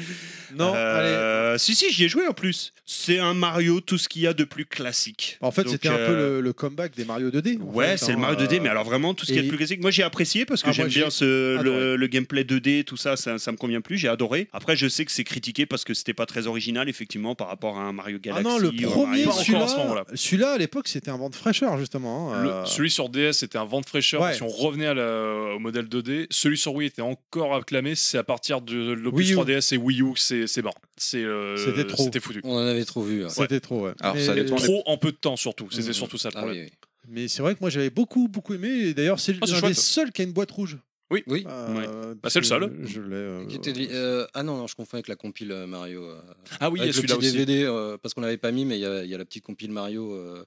[SPEAKER 1] Non, allez.
[SPEAKER 3] Euh, Si, si, j'y ai joué en plus. C'est un Mario, tout ce qu'il y a de plus classique.
[SPEAKER 1] En fait,
[SPEAKER 3] Donc,
[SPEAKER 1] c'était un
[SPEAKER 3] euh,
[SPEAKER 1] peu le, le comeback des Mario 2D. en
[SPEAKER 3] Ouais,
[SPEAKER 1] fait,
[SPEAKER 3] c'est
[SPEAKER 1] hein,
[SPEAKER 3] le Mario 2D,
[SPEAKER 1] euh,
[SPEAKER 3] mais alors vraiment tout ce qui est
[SPEAKER 1] et-
[SPEAKER 3] le plus classique. Moi j'ai apprécié parce que
[SPEAKER 1] Ah, moi,
[SPEAKER 3] j'aime
[SPEAKER 1] j'ai
[SPEAKER 3] bien ce,
[SPEAKER 1] adoré.
[SPEAKER 3] le, le gameplay 2D, tout ça, ça, ça me convient plus, j'ai adoré. Après, je sais que c'est critiqué parce que c'était pas très original, effectivement, par rapport à un Mario
[SPEAKER 1] Ah
[SPEAKER 3] Galaxy. euh,
[SPEAKER 1] non,
[SPEAKER 3] bah,
[SPEAKER 1] le
[SPEAKER 3] ou un
[SPEAKER 1] premier,
[SPEAKER 3] Mario-
[SPEAKER 8] encore à ce
[SPEAKER 1] celui-là,
[SPEAKER 8] moment-là.
[SPEAKER 1] celui-là à l'époque, c'était un vent de fraîcheur justement. hein,
[SPEAKER 8] Le-
[SPEAKER 1] euh,
[SPEAKER 8] celui sur DS c'était un vent de fraîcheur.
[SPEAKER 1] Ouais.
[SPEAKER 8] Si on revenait à la- au modèle 2D, celui sur Wii était encore acclamé. C'est à partir de l'opus
[SPEAKER 1] Wii U.
[SPEAKER 8] 3DS et Wii U que c'est c'est mort. C'est, euh,
[SPEAKER 1] C'était trop.
[SPEAKER 8] C'était foutu.
[SPEAKER 6] On en avait trop vu. ouais.
[SPEAKER 1] C'était trop, ouais.
[SPEAKER 4] Alors,
[SPEAKER 1] mais,
[SPEAKER 4] ça dépend
[SPEAKER 8] Trop en peu de temps surtout. C'était
[SPEAKER 6] Mhm.
[SPEAKER 8] surtout ça le
[SPEAKER 6] Ah oui,
[SPEAKER 8] problème.
[SPEAKER 6] oui.
[SPEAKER 1] mais c'est vrai que moi j'avais beaucoup, beaucoup aimé. Et d'ailleurs, c'est
[SPEAKER 8] Ah, c'est
[SPEAKER 1] l'un des
[SPEAKER 8] chouette.
[SPEAKER 1] seuls qui a une boîte rouge.
[SPEAKER 8] Oui.
[SPEAKER 6] Oui.
[SPEAKER 1] Euh,
[SPEAKER 8] Bah, c'est le seul.
[SPEAKER 1] Je, je l'ai. euh,
[SPEAKER 6] Qui était li- euh, ah non, non, je confonds avec la compile euh, Mario. euh,
[SPEAKER 8] Ah oui, il y a
[SPEAKER 6] avec le
[SPEAKER 8] celui-là
[SPEAKER 6] petit
[SPEAKER 8] aussi.
[SPEAKER 6] DVD, euh, parce qu'on l'avait pas mis, mais il y, a- il y a la petite compile Mario. euh,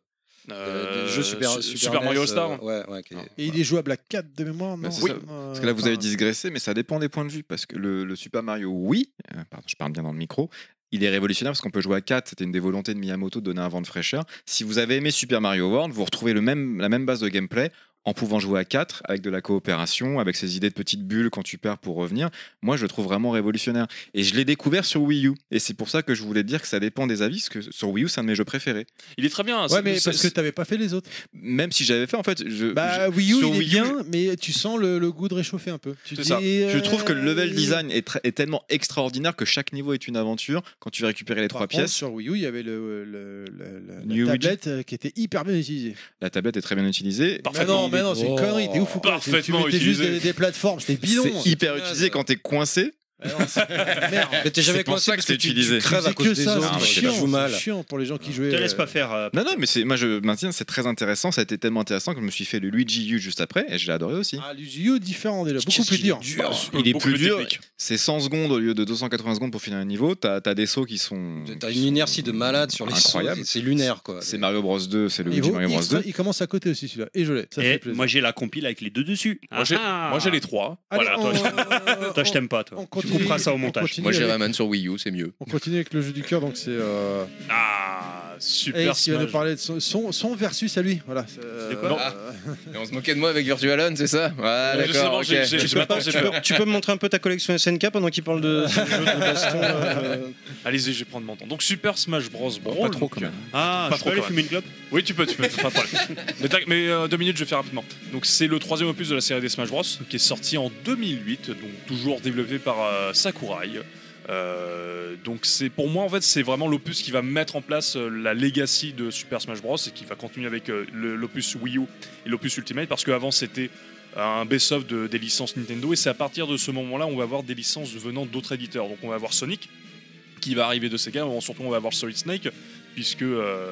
[SPEAKER 8] Euh,
[SPEAKER 6] des jeux Super,
[SPEAKER 8] Su- Super Mario
[SPEAKER 6] NES,
[SPEAKER 8] Star.
[SPEAKER 6] euh, ouais, ouais, qui est-
[SPEAKER 1] Et il est jouable à 4 de mémoire, non euh,
[SPEAKER 4] Bah, c'est ça. Parce que là, vous avez digressé, mais ça dépend des points de vue. Parce que le, le Super Mario, oui, euh, pardon, je parle bien dans le micro, il est révolutionnaire parce qu'on peut jouer à 4. C'était une des volontés de Miyamoto de donner un vent de fraîcheur. Si vous avez aimé Super Mario World, vous retrouvez le même, la même base de gameplay en pouvant jouer à 4 avec de la coopération, avec ces idées de petites bulles quand tu perds pour revenir. Moi, je le trouve vraiment révolutionnaire. Et je l'ai découvert sur Wii U. Et c'est pour ça que je voulais dire que ça dépend des avis, parce que sur Wii U, c'est un de mes jeux préférés.
[SPEAKER 8] Il est très bien.
[SPEAKER 1] Ouais,
[SPEAKER 8] Ah, c'est-
[SPEAKER 1] mais
[SPEAKER 8] c'est-
[SPEAKER 1] parce que t'avais pas fait les autres.
[SPEAKER 4] Même si j'avais fait, en fait, Euh, je,
[SPEAKER 1] Bah, Wii U,
[SPEAKER 4] sur
[SPEAKER 1] il est
[SPEAKER 4] Wii U,
[SPEAKER 1] bien, mais tu sens le, le goût de réchauffer un peu. Tu
[SPEAKER 4] C'est
[SPEAKER 1] dis,
[SPEAKER 4] ça.
[SPEAKER 1] euh,
[SPEAKER 4] Je trouve que le level design est, très- est tellement extraordinaire que chaque niveau est une aventure. Quand tu vas récupérer les
[SPEAKER 1] par
[SPEAKER 4] trois
[SPEAKER 1] contre,
[SPEAKER 4] pièces,
[SPEAKER 1] Sur Wii U, il y avait le, le- le- la- la
[SPEAKER 4] New Wii.
[SPEAKER 1] tablette euh, qui était hyper bien utilisée.
[SPEAKER 4] la tablette est très bien utilisée.
[SPEAKER 1] Mais non, mais non, c'est une connerie, t'es ouf ou quoi Tu-
[SPEAKER 8] Parfaitement
[SPEAKER 1] Tu mettais juste
[SPEAKER 8] utilisé.
[SPEAKER 1] des, des plateformes, c'était bidon.
[SPEAKER 4] C'est hyper utilisé quand t'es coincé.
[SPEAKER 6] Mais t'es jamais
[SPEAKER 4] C'est pour
[SPEAKER 6] coincé
[SPEAKER 4] ça que
[SPEAKER 6] parce que
[SPEAKER 4] c'est
[SPEAKER 6] tu,
[SPEAKER 4] utilisé.
[SPEAKER 6] tu crèves à
[SPEAKER 1] C'est
[SPEAKER 6] cause
[SPEAKER 1] que
[SPEAKER 6] des
[SPEAKER 1] ça,
[SPEAKER 6] autres,
[SPEAKER 4] c'est
[SPEAKER 6] tu
[SPEAKER 1] chiant,
[SPEAKER 6] joues
[SPEAKER 1] c'est
[SPEAKER 6] mal.
[SPEAKER 1] chiant pour les gens qui jouaient.
[SPEAKER 3] Te laisse
[SPEAKER 1] euh,
[SPEAKER 3] pas faire. euh,
[SPEAKER 4] Non, non, mais c'est, moi je maintiens, c'est très intéressant. Ça a été tellement intéressant que je me suis fait le Luigi U juste après et je l'ai adoré aussi.
[SPEAKER 1] Ah, l'UGIO différent déjà, beaucoup plus dur.
[SPEAKER 4] Il est
[SPEAKER 8] Beaucoup
[SPEAKER 4] plus
[SPEAKER 8] plus
[SPEAKER 4] dur.
[SPEAKER 8] technique.
[SPEAKER 4] C'est 100 secondes au lieu de 280 secondes pour finir un niveau. T'as, t'as des sauts qui sont.
[SPEAKER 6] T'as
[SPEAKER 4] qui
[SPEAKER 6] une
[SPEAKER 4] sont
[SPEAKER 6] inertie de malade sur les
[SPEAKER 4] Incroyable.
[SPEAKER 6] sauts, C'est lunaire, quoi.
[SPEAKER 4] C'est Mario Bros 2, c'est le
[SPEAKER 1] Il,
[SPEAKER 4] Luigi
[SPEAKER 1] vaut-
[SPEAKER 4] Mario Bros
[SPEAKER 1] il
[SPEAKER 4] 2.
[SPEAKER 1] sera- il commence à côté aussi celui-là. Et je l'ai. Ça fait
[SPEAKER 3] Et
[SPEAKER 1] plaisir.
[SPEAKER 3] moi j'ai la compile avec les deux dessus.
[SPEAKER 8] Moi, j'ai-
[SPEAKER 3] Ah.
[SPEAKER 8] Moi, j'ai les trois.
[SPEAKER 1] Allez,
[SPEAKER 8] voilà,
[SPEAKER 1] on-
[SPEAKER 8] toi, je-
[SPEAKER 1] on-
[SPEAKER 3] Toi, je t'aime pas,
[SPEAKER 1] on
[SPEAKER 3] toi. Tu
[SPEAKER 1] continue-
[SPEAKER 3] couperas ça au
[SPEAKER 1] on
[SPEAKER 3] montage.
[SPEAKER 1] continue
[SPEAKER 7] Moi, j'ai
[SPEAKER 1] avec-
[SPEAKER 7] Rayman sur Wii U, c'est mieux.
[SPEAKER 1] On continue avec le jeu du cœur, donc c'est. euh,
[SPEAKER 8] Ah, super
[SPEAKER 1] Ace qui va nous
[SPEAKER 8] Smash.
[SPEAKER 1] parler de son, son, son versus à lui. Voilà. Euh,
[SPEAKER 8] quoi Ah,
[SPEAKER 1] euh,
[SPEAKER 7] Mais on se moquait de moi avec Virtua Alone, c'est ça Ah,
[SPEAKER 8] Euh,
[SPEAKER 7] d'accord.
[SPEAKER 8] justement, j'ai-
[SPEAKER 7] ok.
[SPEAKER 8] j'ai- je m'attends, j'ai
[SPEAKER 6] Tu
[SPEAKER 8] peur.
[SPEAKER 6] peux, tu peux me montrer un peu ta collection SNK pendant qu'il parle de ce jeu de baston euh,
[SPEAKER 8] Allez-y, je vais prendre mon temps. Donc Super Smash Bros. Brawl. donc, euh,
[SPEAKER 3] Ah,
[SPEAKER 8] Pas
[SPEAKER 3] je
[SPEAKER 8] trop,
[SPEAKER 3] peux aller
[SPEAKER 8] quand
[SPEAKER 3] fumer une clope
[SPEAKER 8] Oui, tu peux, tu peux, pas de problème. Mais, t'inqui- mais, euh, deux minutes, je vais faire rapidement. Donc, c'est le troisième opus de la série des Smash Bros. qui est sorti en 2008, donc toujours développé par euh, Sakurai. Euh, donc, c'est pour moi, en fait, c'est vraiment l'opus qui va mettre en place euh, la legacy de Super Smash Bros. et qui va continuer avec euh, le- l'opus Wii U et l'opus Ultimate parce qu'avant, c'était un best-of de- des licences Nintendo et c'est à partir de ce moment-là on va avoir des licences venant d'autres éditeurs. Donc, on va avoir Sonic qui va arriver de Sega, on- surtout on va avoir Solid Snake puisque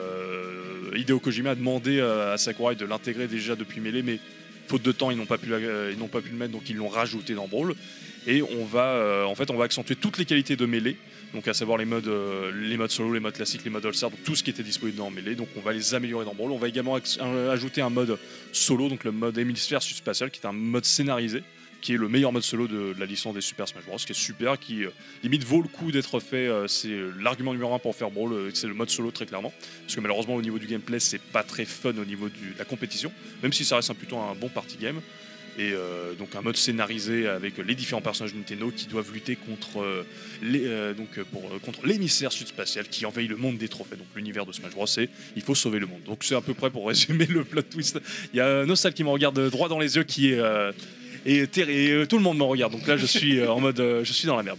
[SPEAKER 8] euh, Hideo Kojima a demandé euh, à Sakurai de l'intégrer déjà depuis Melee, mais faute de temps, ils n'ont pas, pu la- euh, ils n'ont pas pu le mettre, donc ils l'ont rajouté dans Brawl. Et on va, euh, en fait, on va accentuer toutes les qualités de Melee, donc à savoir les modes, euh, les modes solo, les modes classiques, les modes all-star, donc tout ce qui était disponible dans Melee. Donc on va les améliorer dans Brawl. On va également ac- euh, ajouter un mode solo, donc le mode hémisphère subspatial, qui est un mode scénarisé, qui est le meilleur mode solo de, de la licence des Super Smash Bros, qui est super, qui euh, limite vaut le coup d'être fait. euh, c'est euh, l'argument numéro un pour faire Brawl, euh, c'est le mode solo très clairement parce que malheureusement au niveau du gameplay c'est pas très fun au niveau du- de la compétition même si ça reste un- plutôt un bon party game et euh, donc un mode scénarisé avec les différents personnages de Nintendo qui doivent lutter contre euh, les, euh, donc euh, pour, euh, contre l'émissaire sud-spatial qui envahit le monde des trophées donc l'univers de Smash Bros et il faut sauver le monde donc c'est à peu près pour résumer le plot twist il y a euh, Nostal qui me regarde droit dans les yeux qui est euh, et, terre- et, euh, tout le monde me regarde donc là je suis euh, en mode euh, je suis dans la merde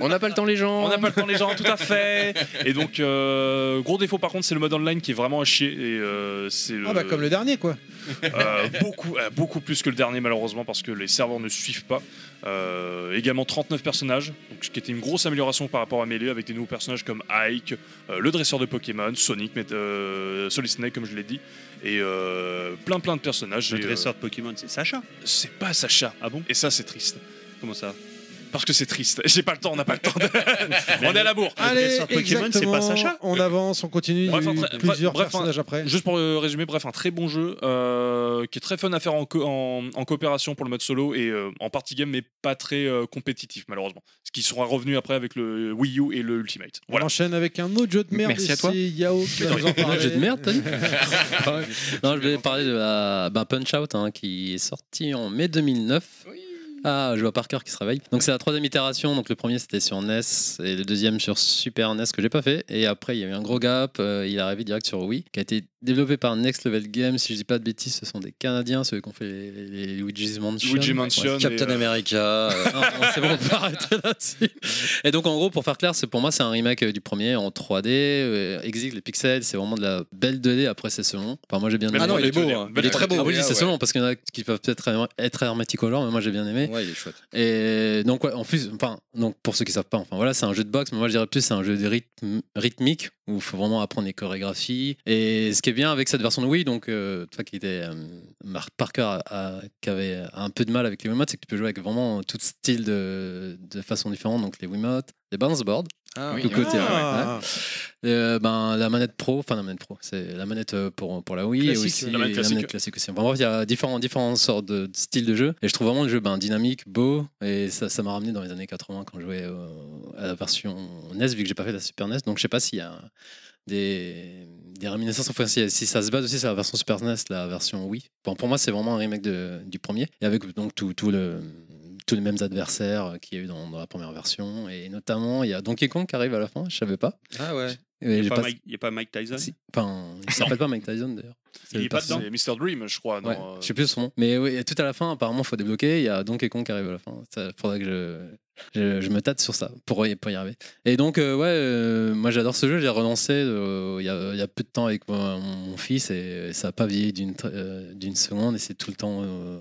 [SPEAKER 7] On n'a pas le temps, les gens.
[SPEAKER 8] on n'a pas le temps les gens, tout à fait. Et donc, euh, gros défaut par contre, c'est le mode online qui est vraiment à chier. Et euh, c'est
[SPEAKER 1] Ah bah comme le dernier quoi.
[SPEAKER 8] euh, beaucoup, euh, beaucoup plus que le dernier malheureusement parce que les serveurs ne suivent pas. Euh, également 39 personnages, donc, ce qui était une grosse amélioration par rapport à Melee avec des nouveaux personnages comme Ike, euh, le dresseur de Pokémon, Sonic, mais, euh, Solid Snake comme je l'ai dit, et euh, plein plein de personnages.
[SPEAKER 3] Le
[SPEAKER 8] Et, euh,
[SPEAKER 3] dresseur de Pokémon, c'est Sacha.
[SPEAKER 8] c'est pas Sacha.
[SPEAKER 3] Ah bon
[SPEAKER 8] Et ça c'est triste.
[SPEAKER 3] Comment ça
[SPEAKER 8] Parce que c'est triste. J'ai pas le temps, on n'a pas le temps. de- on est à la bourre.
[SPEAKER 3] Ah,
[SPEAKER 1] Allez,
[SPEAKER 3] dresseur Pokémon,
[SPEAKER 1] exactement.
[SPEAKER 3] c'est pas Sacha
[SPEAKER 1] On avance, on continue.
[SPEAKER 8] Bref,
[SPEAKER 1] il y a eu
[SPEAKER 8] un très-
[SPEAKER 1] plusieurs
[SPEAKER 8] bref, un-
[SPEAKER 1] personnages après.
[SPEAKER 8] Juste pour euh, résumer, bref, un très bon jeu euh, qui est très fun à faire en, co- en, en coopération pour le mode solo et euh, en party game, mais pas très euh, compétitif malheureusement. Ce qui sera revenu après avec le Wii U et le Ultimate. Voilà.
[SPEAKER 1] On enchaîne avec un autre jeu de merde.
[SPEAKER 4] Merci
[SPEAKER 1] et
[SPEAKER 4] à toi.
[SPEAKER 1] c'est Yao qui va nous en
[SPEAKER 5] Un
[SPEAKER 1] parler.
[SPEAKER 5] jeu de merde, Tony Non, je vais parler de euh, ben, Punch Out hein, qui est sorti en mai 2009. Ah, je vois Parker qui se réveille. Donc c'est la troisième itération. Donc le premier c'était sur NES et le deuxième sur Super NES que j'ai pas fait. Et après il y a eu un gros gap. euh, il est arrivé direct sur Wii, qui a été développé par Next Level Games. Si je dis pas de bêtises, ce sont des Canadiens, ceux qui ont fait les, les Luigi's Mansion.
[SPEAKER 8] Luigi Mansion. et,
[SPEAKER 6] Captain
[SPEAKER 8] euh,
[SPEAKER 6] America. euh,
[SPEAKER 5] Ah, Non, non, c'est bon, on peut arrêter là-dessus. Et donc, en gros, pour faire clair, c'est pour moi, c'est un remake euh, du premier en 3D. euh, Exil, les pixels, c'est vraiment de la belle 2D. Après, c'est selon. Enfin, moi, j'ai bien aimé.
[SPEAKER 8] Même
[SPEAKER 6] Ah non,
[SPEAKER 8] moi,
[SPEAKER 6] il est
[SPEAKER 8] je te
[SPEAKER 6] beau,
[SPEAKER 8] dis,
[SPEAKER 6] hein.
[SPEAKER 8] belle
[SPEAKER 6] Il est très
[SPEAKER 8] qualité.
[SPEAKER 6] beau.
[SPEAKER 5] Ah oui, je dis, c'est
[SPEAKER 7] ouais.
[SPEAKER 5] selon parce qu'il y en a qui peuvent peut-être être herméticolores, mais moi j'ai bien aimé.
[SPEAKER 7] Ouais, il est chouette.
[SPEAKER 6] Et donc, ouais, en plus, enfin, donc pour ceux qui savent pas, enfin voilà, c'est un jeu de boxe, mais moi je dirais plus c'est un jeu de rythme, rythmique où il faut vraiment apprendre les chorégraphies. Et ce qui est bien avec cette version de Wii, donc euh, toi qui étais euh, Mark Parker, a- a- qui avait un peu de mal avec les Wiimotes, c'est que tu peux jouer avec vraiment tout style de, de façon différente, donc les Wiimotes, les balance boards,
[SPEAKER 1] Ah,
[SPEAKER 6] tout côté.
[SPEAKER 8] hein,
[SPEAKER 1] Ah.
[SPEAKER 6] ouais. Euh, ben, la manette pro, enfin la manette pro, c'est la manette euh, pour, pour la Wii et
[SPEAKER 1] Classique,
[SPEAKER 6] aussi
[SPEAKER 1] ouais.
[SPEAKER 6] la manette classique, aussi. Enfin, bref, il y a différents, différents sortes de, de styles de jeu et je trouve vraiment le jeu ben, dynamique, beau et ça ça m'a ramené dans les années 80 quand je jouais au- à la version NES vu que j'ai pas fait la Super NES donc je sais pas s'il y a des, des réminiscences, enfin si, si ça se base aussi sur la version Super NES, la version Wii. Bon, pour moi c'est vraiment un remake de- du premier et avec donc tout, tout le tous les mêmes
[SPEAKER 5] euh,
[SPEAKER 6] adversaires qu'il y a eu dans, dans la première version et notamment il y a Donkey Kong qui arrive à la fin je savais pas
[SPEAKER 7] Ah ouais.
[SPEAKER 6] Et
[SPEAKER 3] Il
[SPEAKER 6] j'ai
[SPEAKER 3] n'y a,
[SPEAKER 6] pas-
[SPEAKER 3] pas Mike- y a pas Mike Tyson
[SPEAKER 6] Enfin, il s'appelle pas Mike Tyson d'ailleurs.
[SPEAKER 3] Il est pas dedans.
[SPEAKER 8] C'est Mr. Dream, je crois. dans,
[SPEAKER 6] hein. Ouais,
[SPEAKER 8] euh,
[SPEAKER 6] je sais plus son nom. Mais oui, et tout à la fin, apparemment, faut débloquer. Il y a Donkey Kong qui arrive à la fin. Ça, faudra que je, je, je me tâte sur ça pour y, pour y arriver. Et donc, euh, ouais, euh, moi j'adore ce jeu. J'ai relancé euh, il y, a, il y a peu de temps avec mon, mon fils et ça n'a pas vieilli d'une tr- euh, d'une seconde et c'est tout le temps. euh,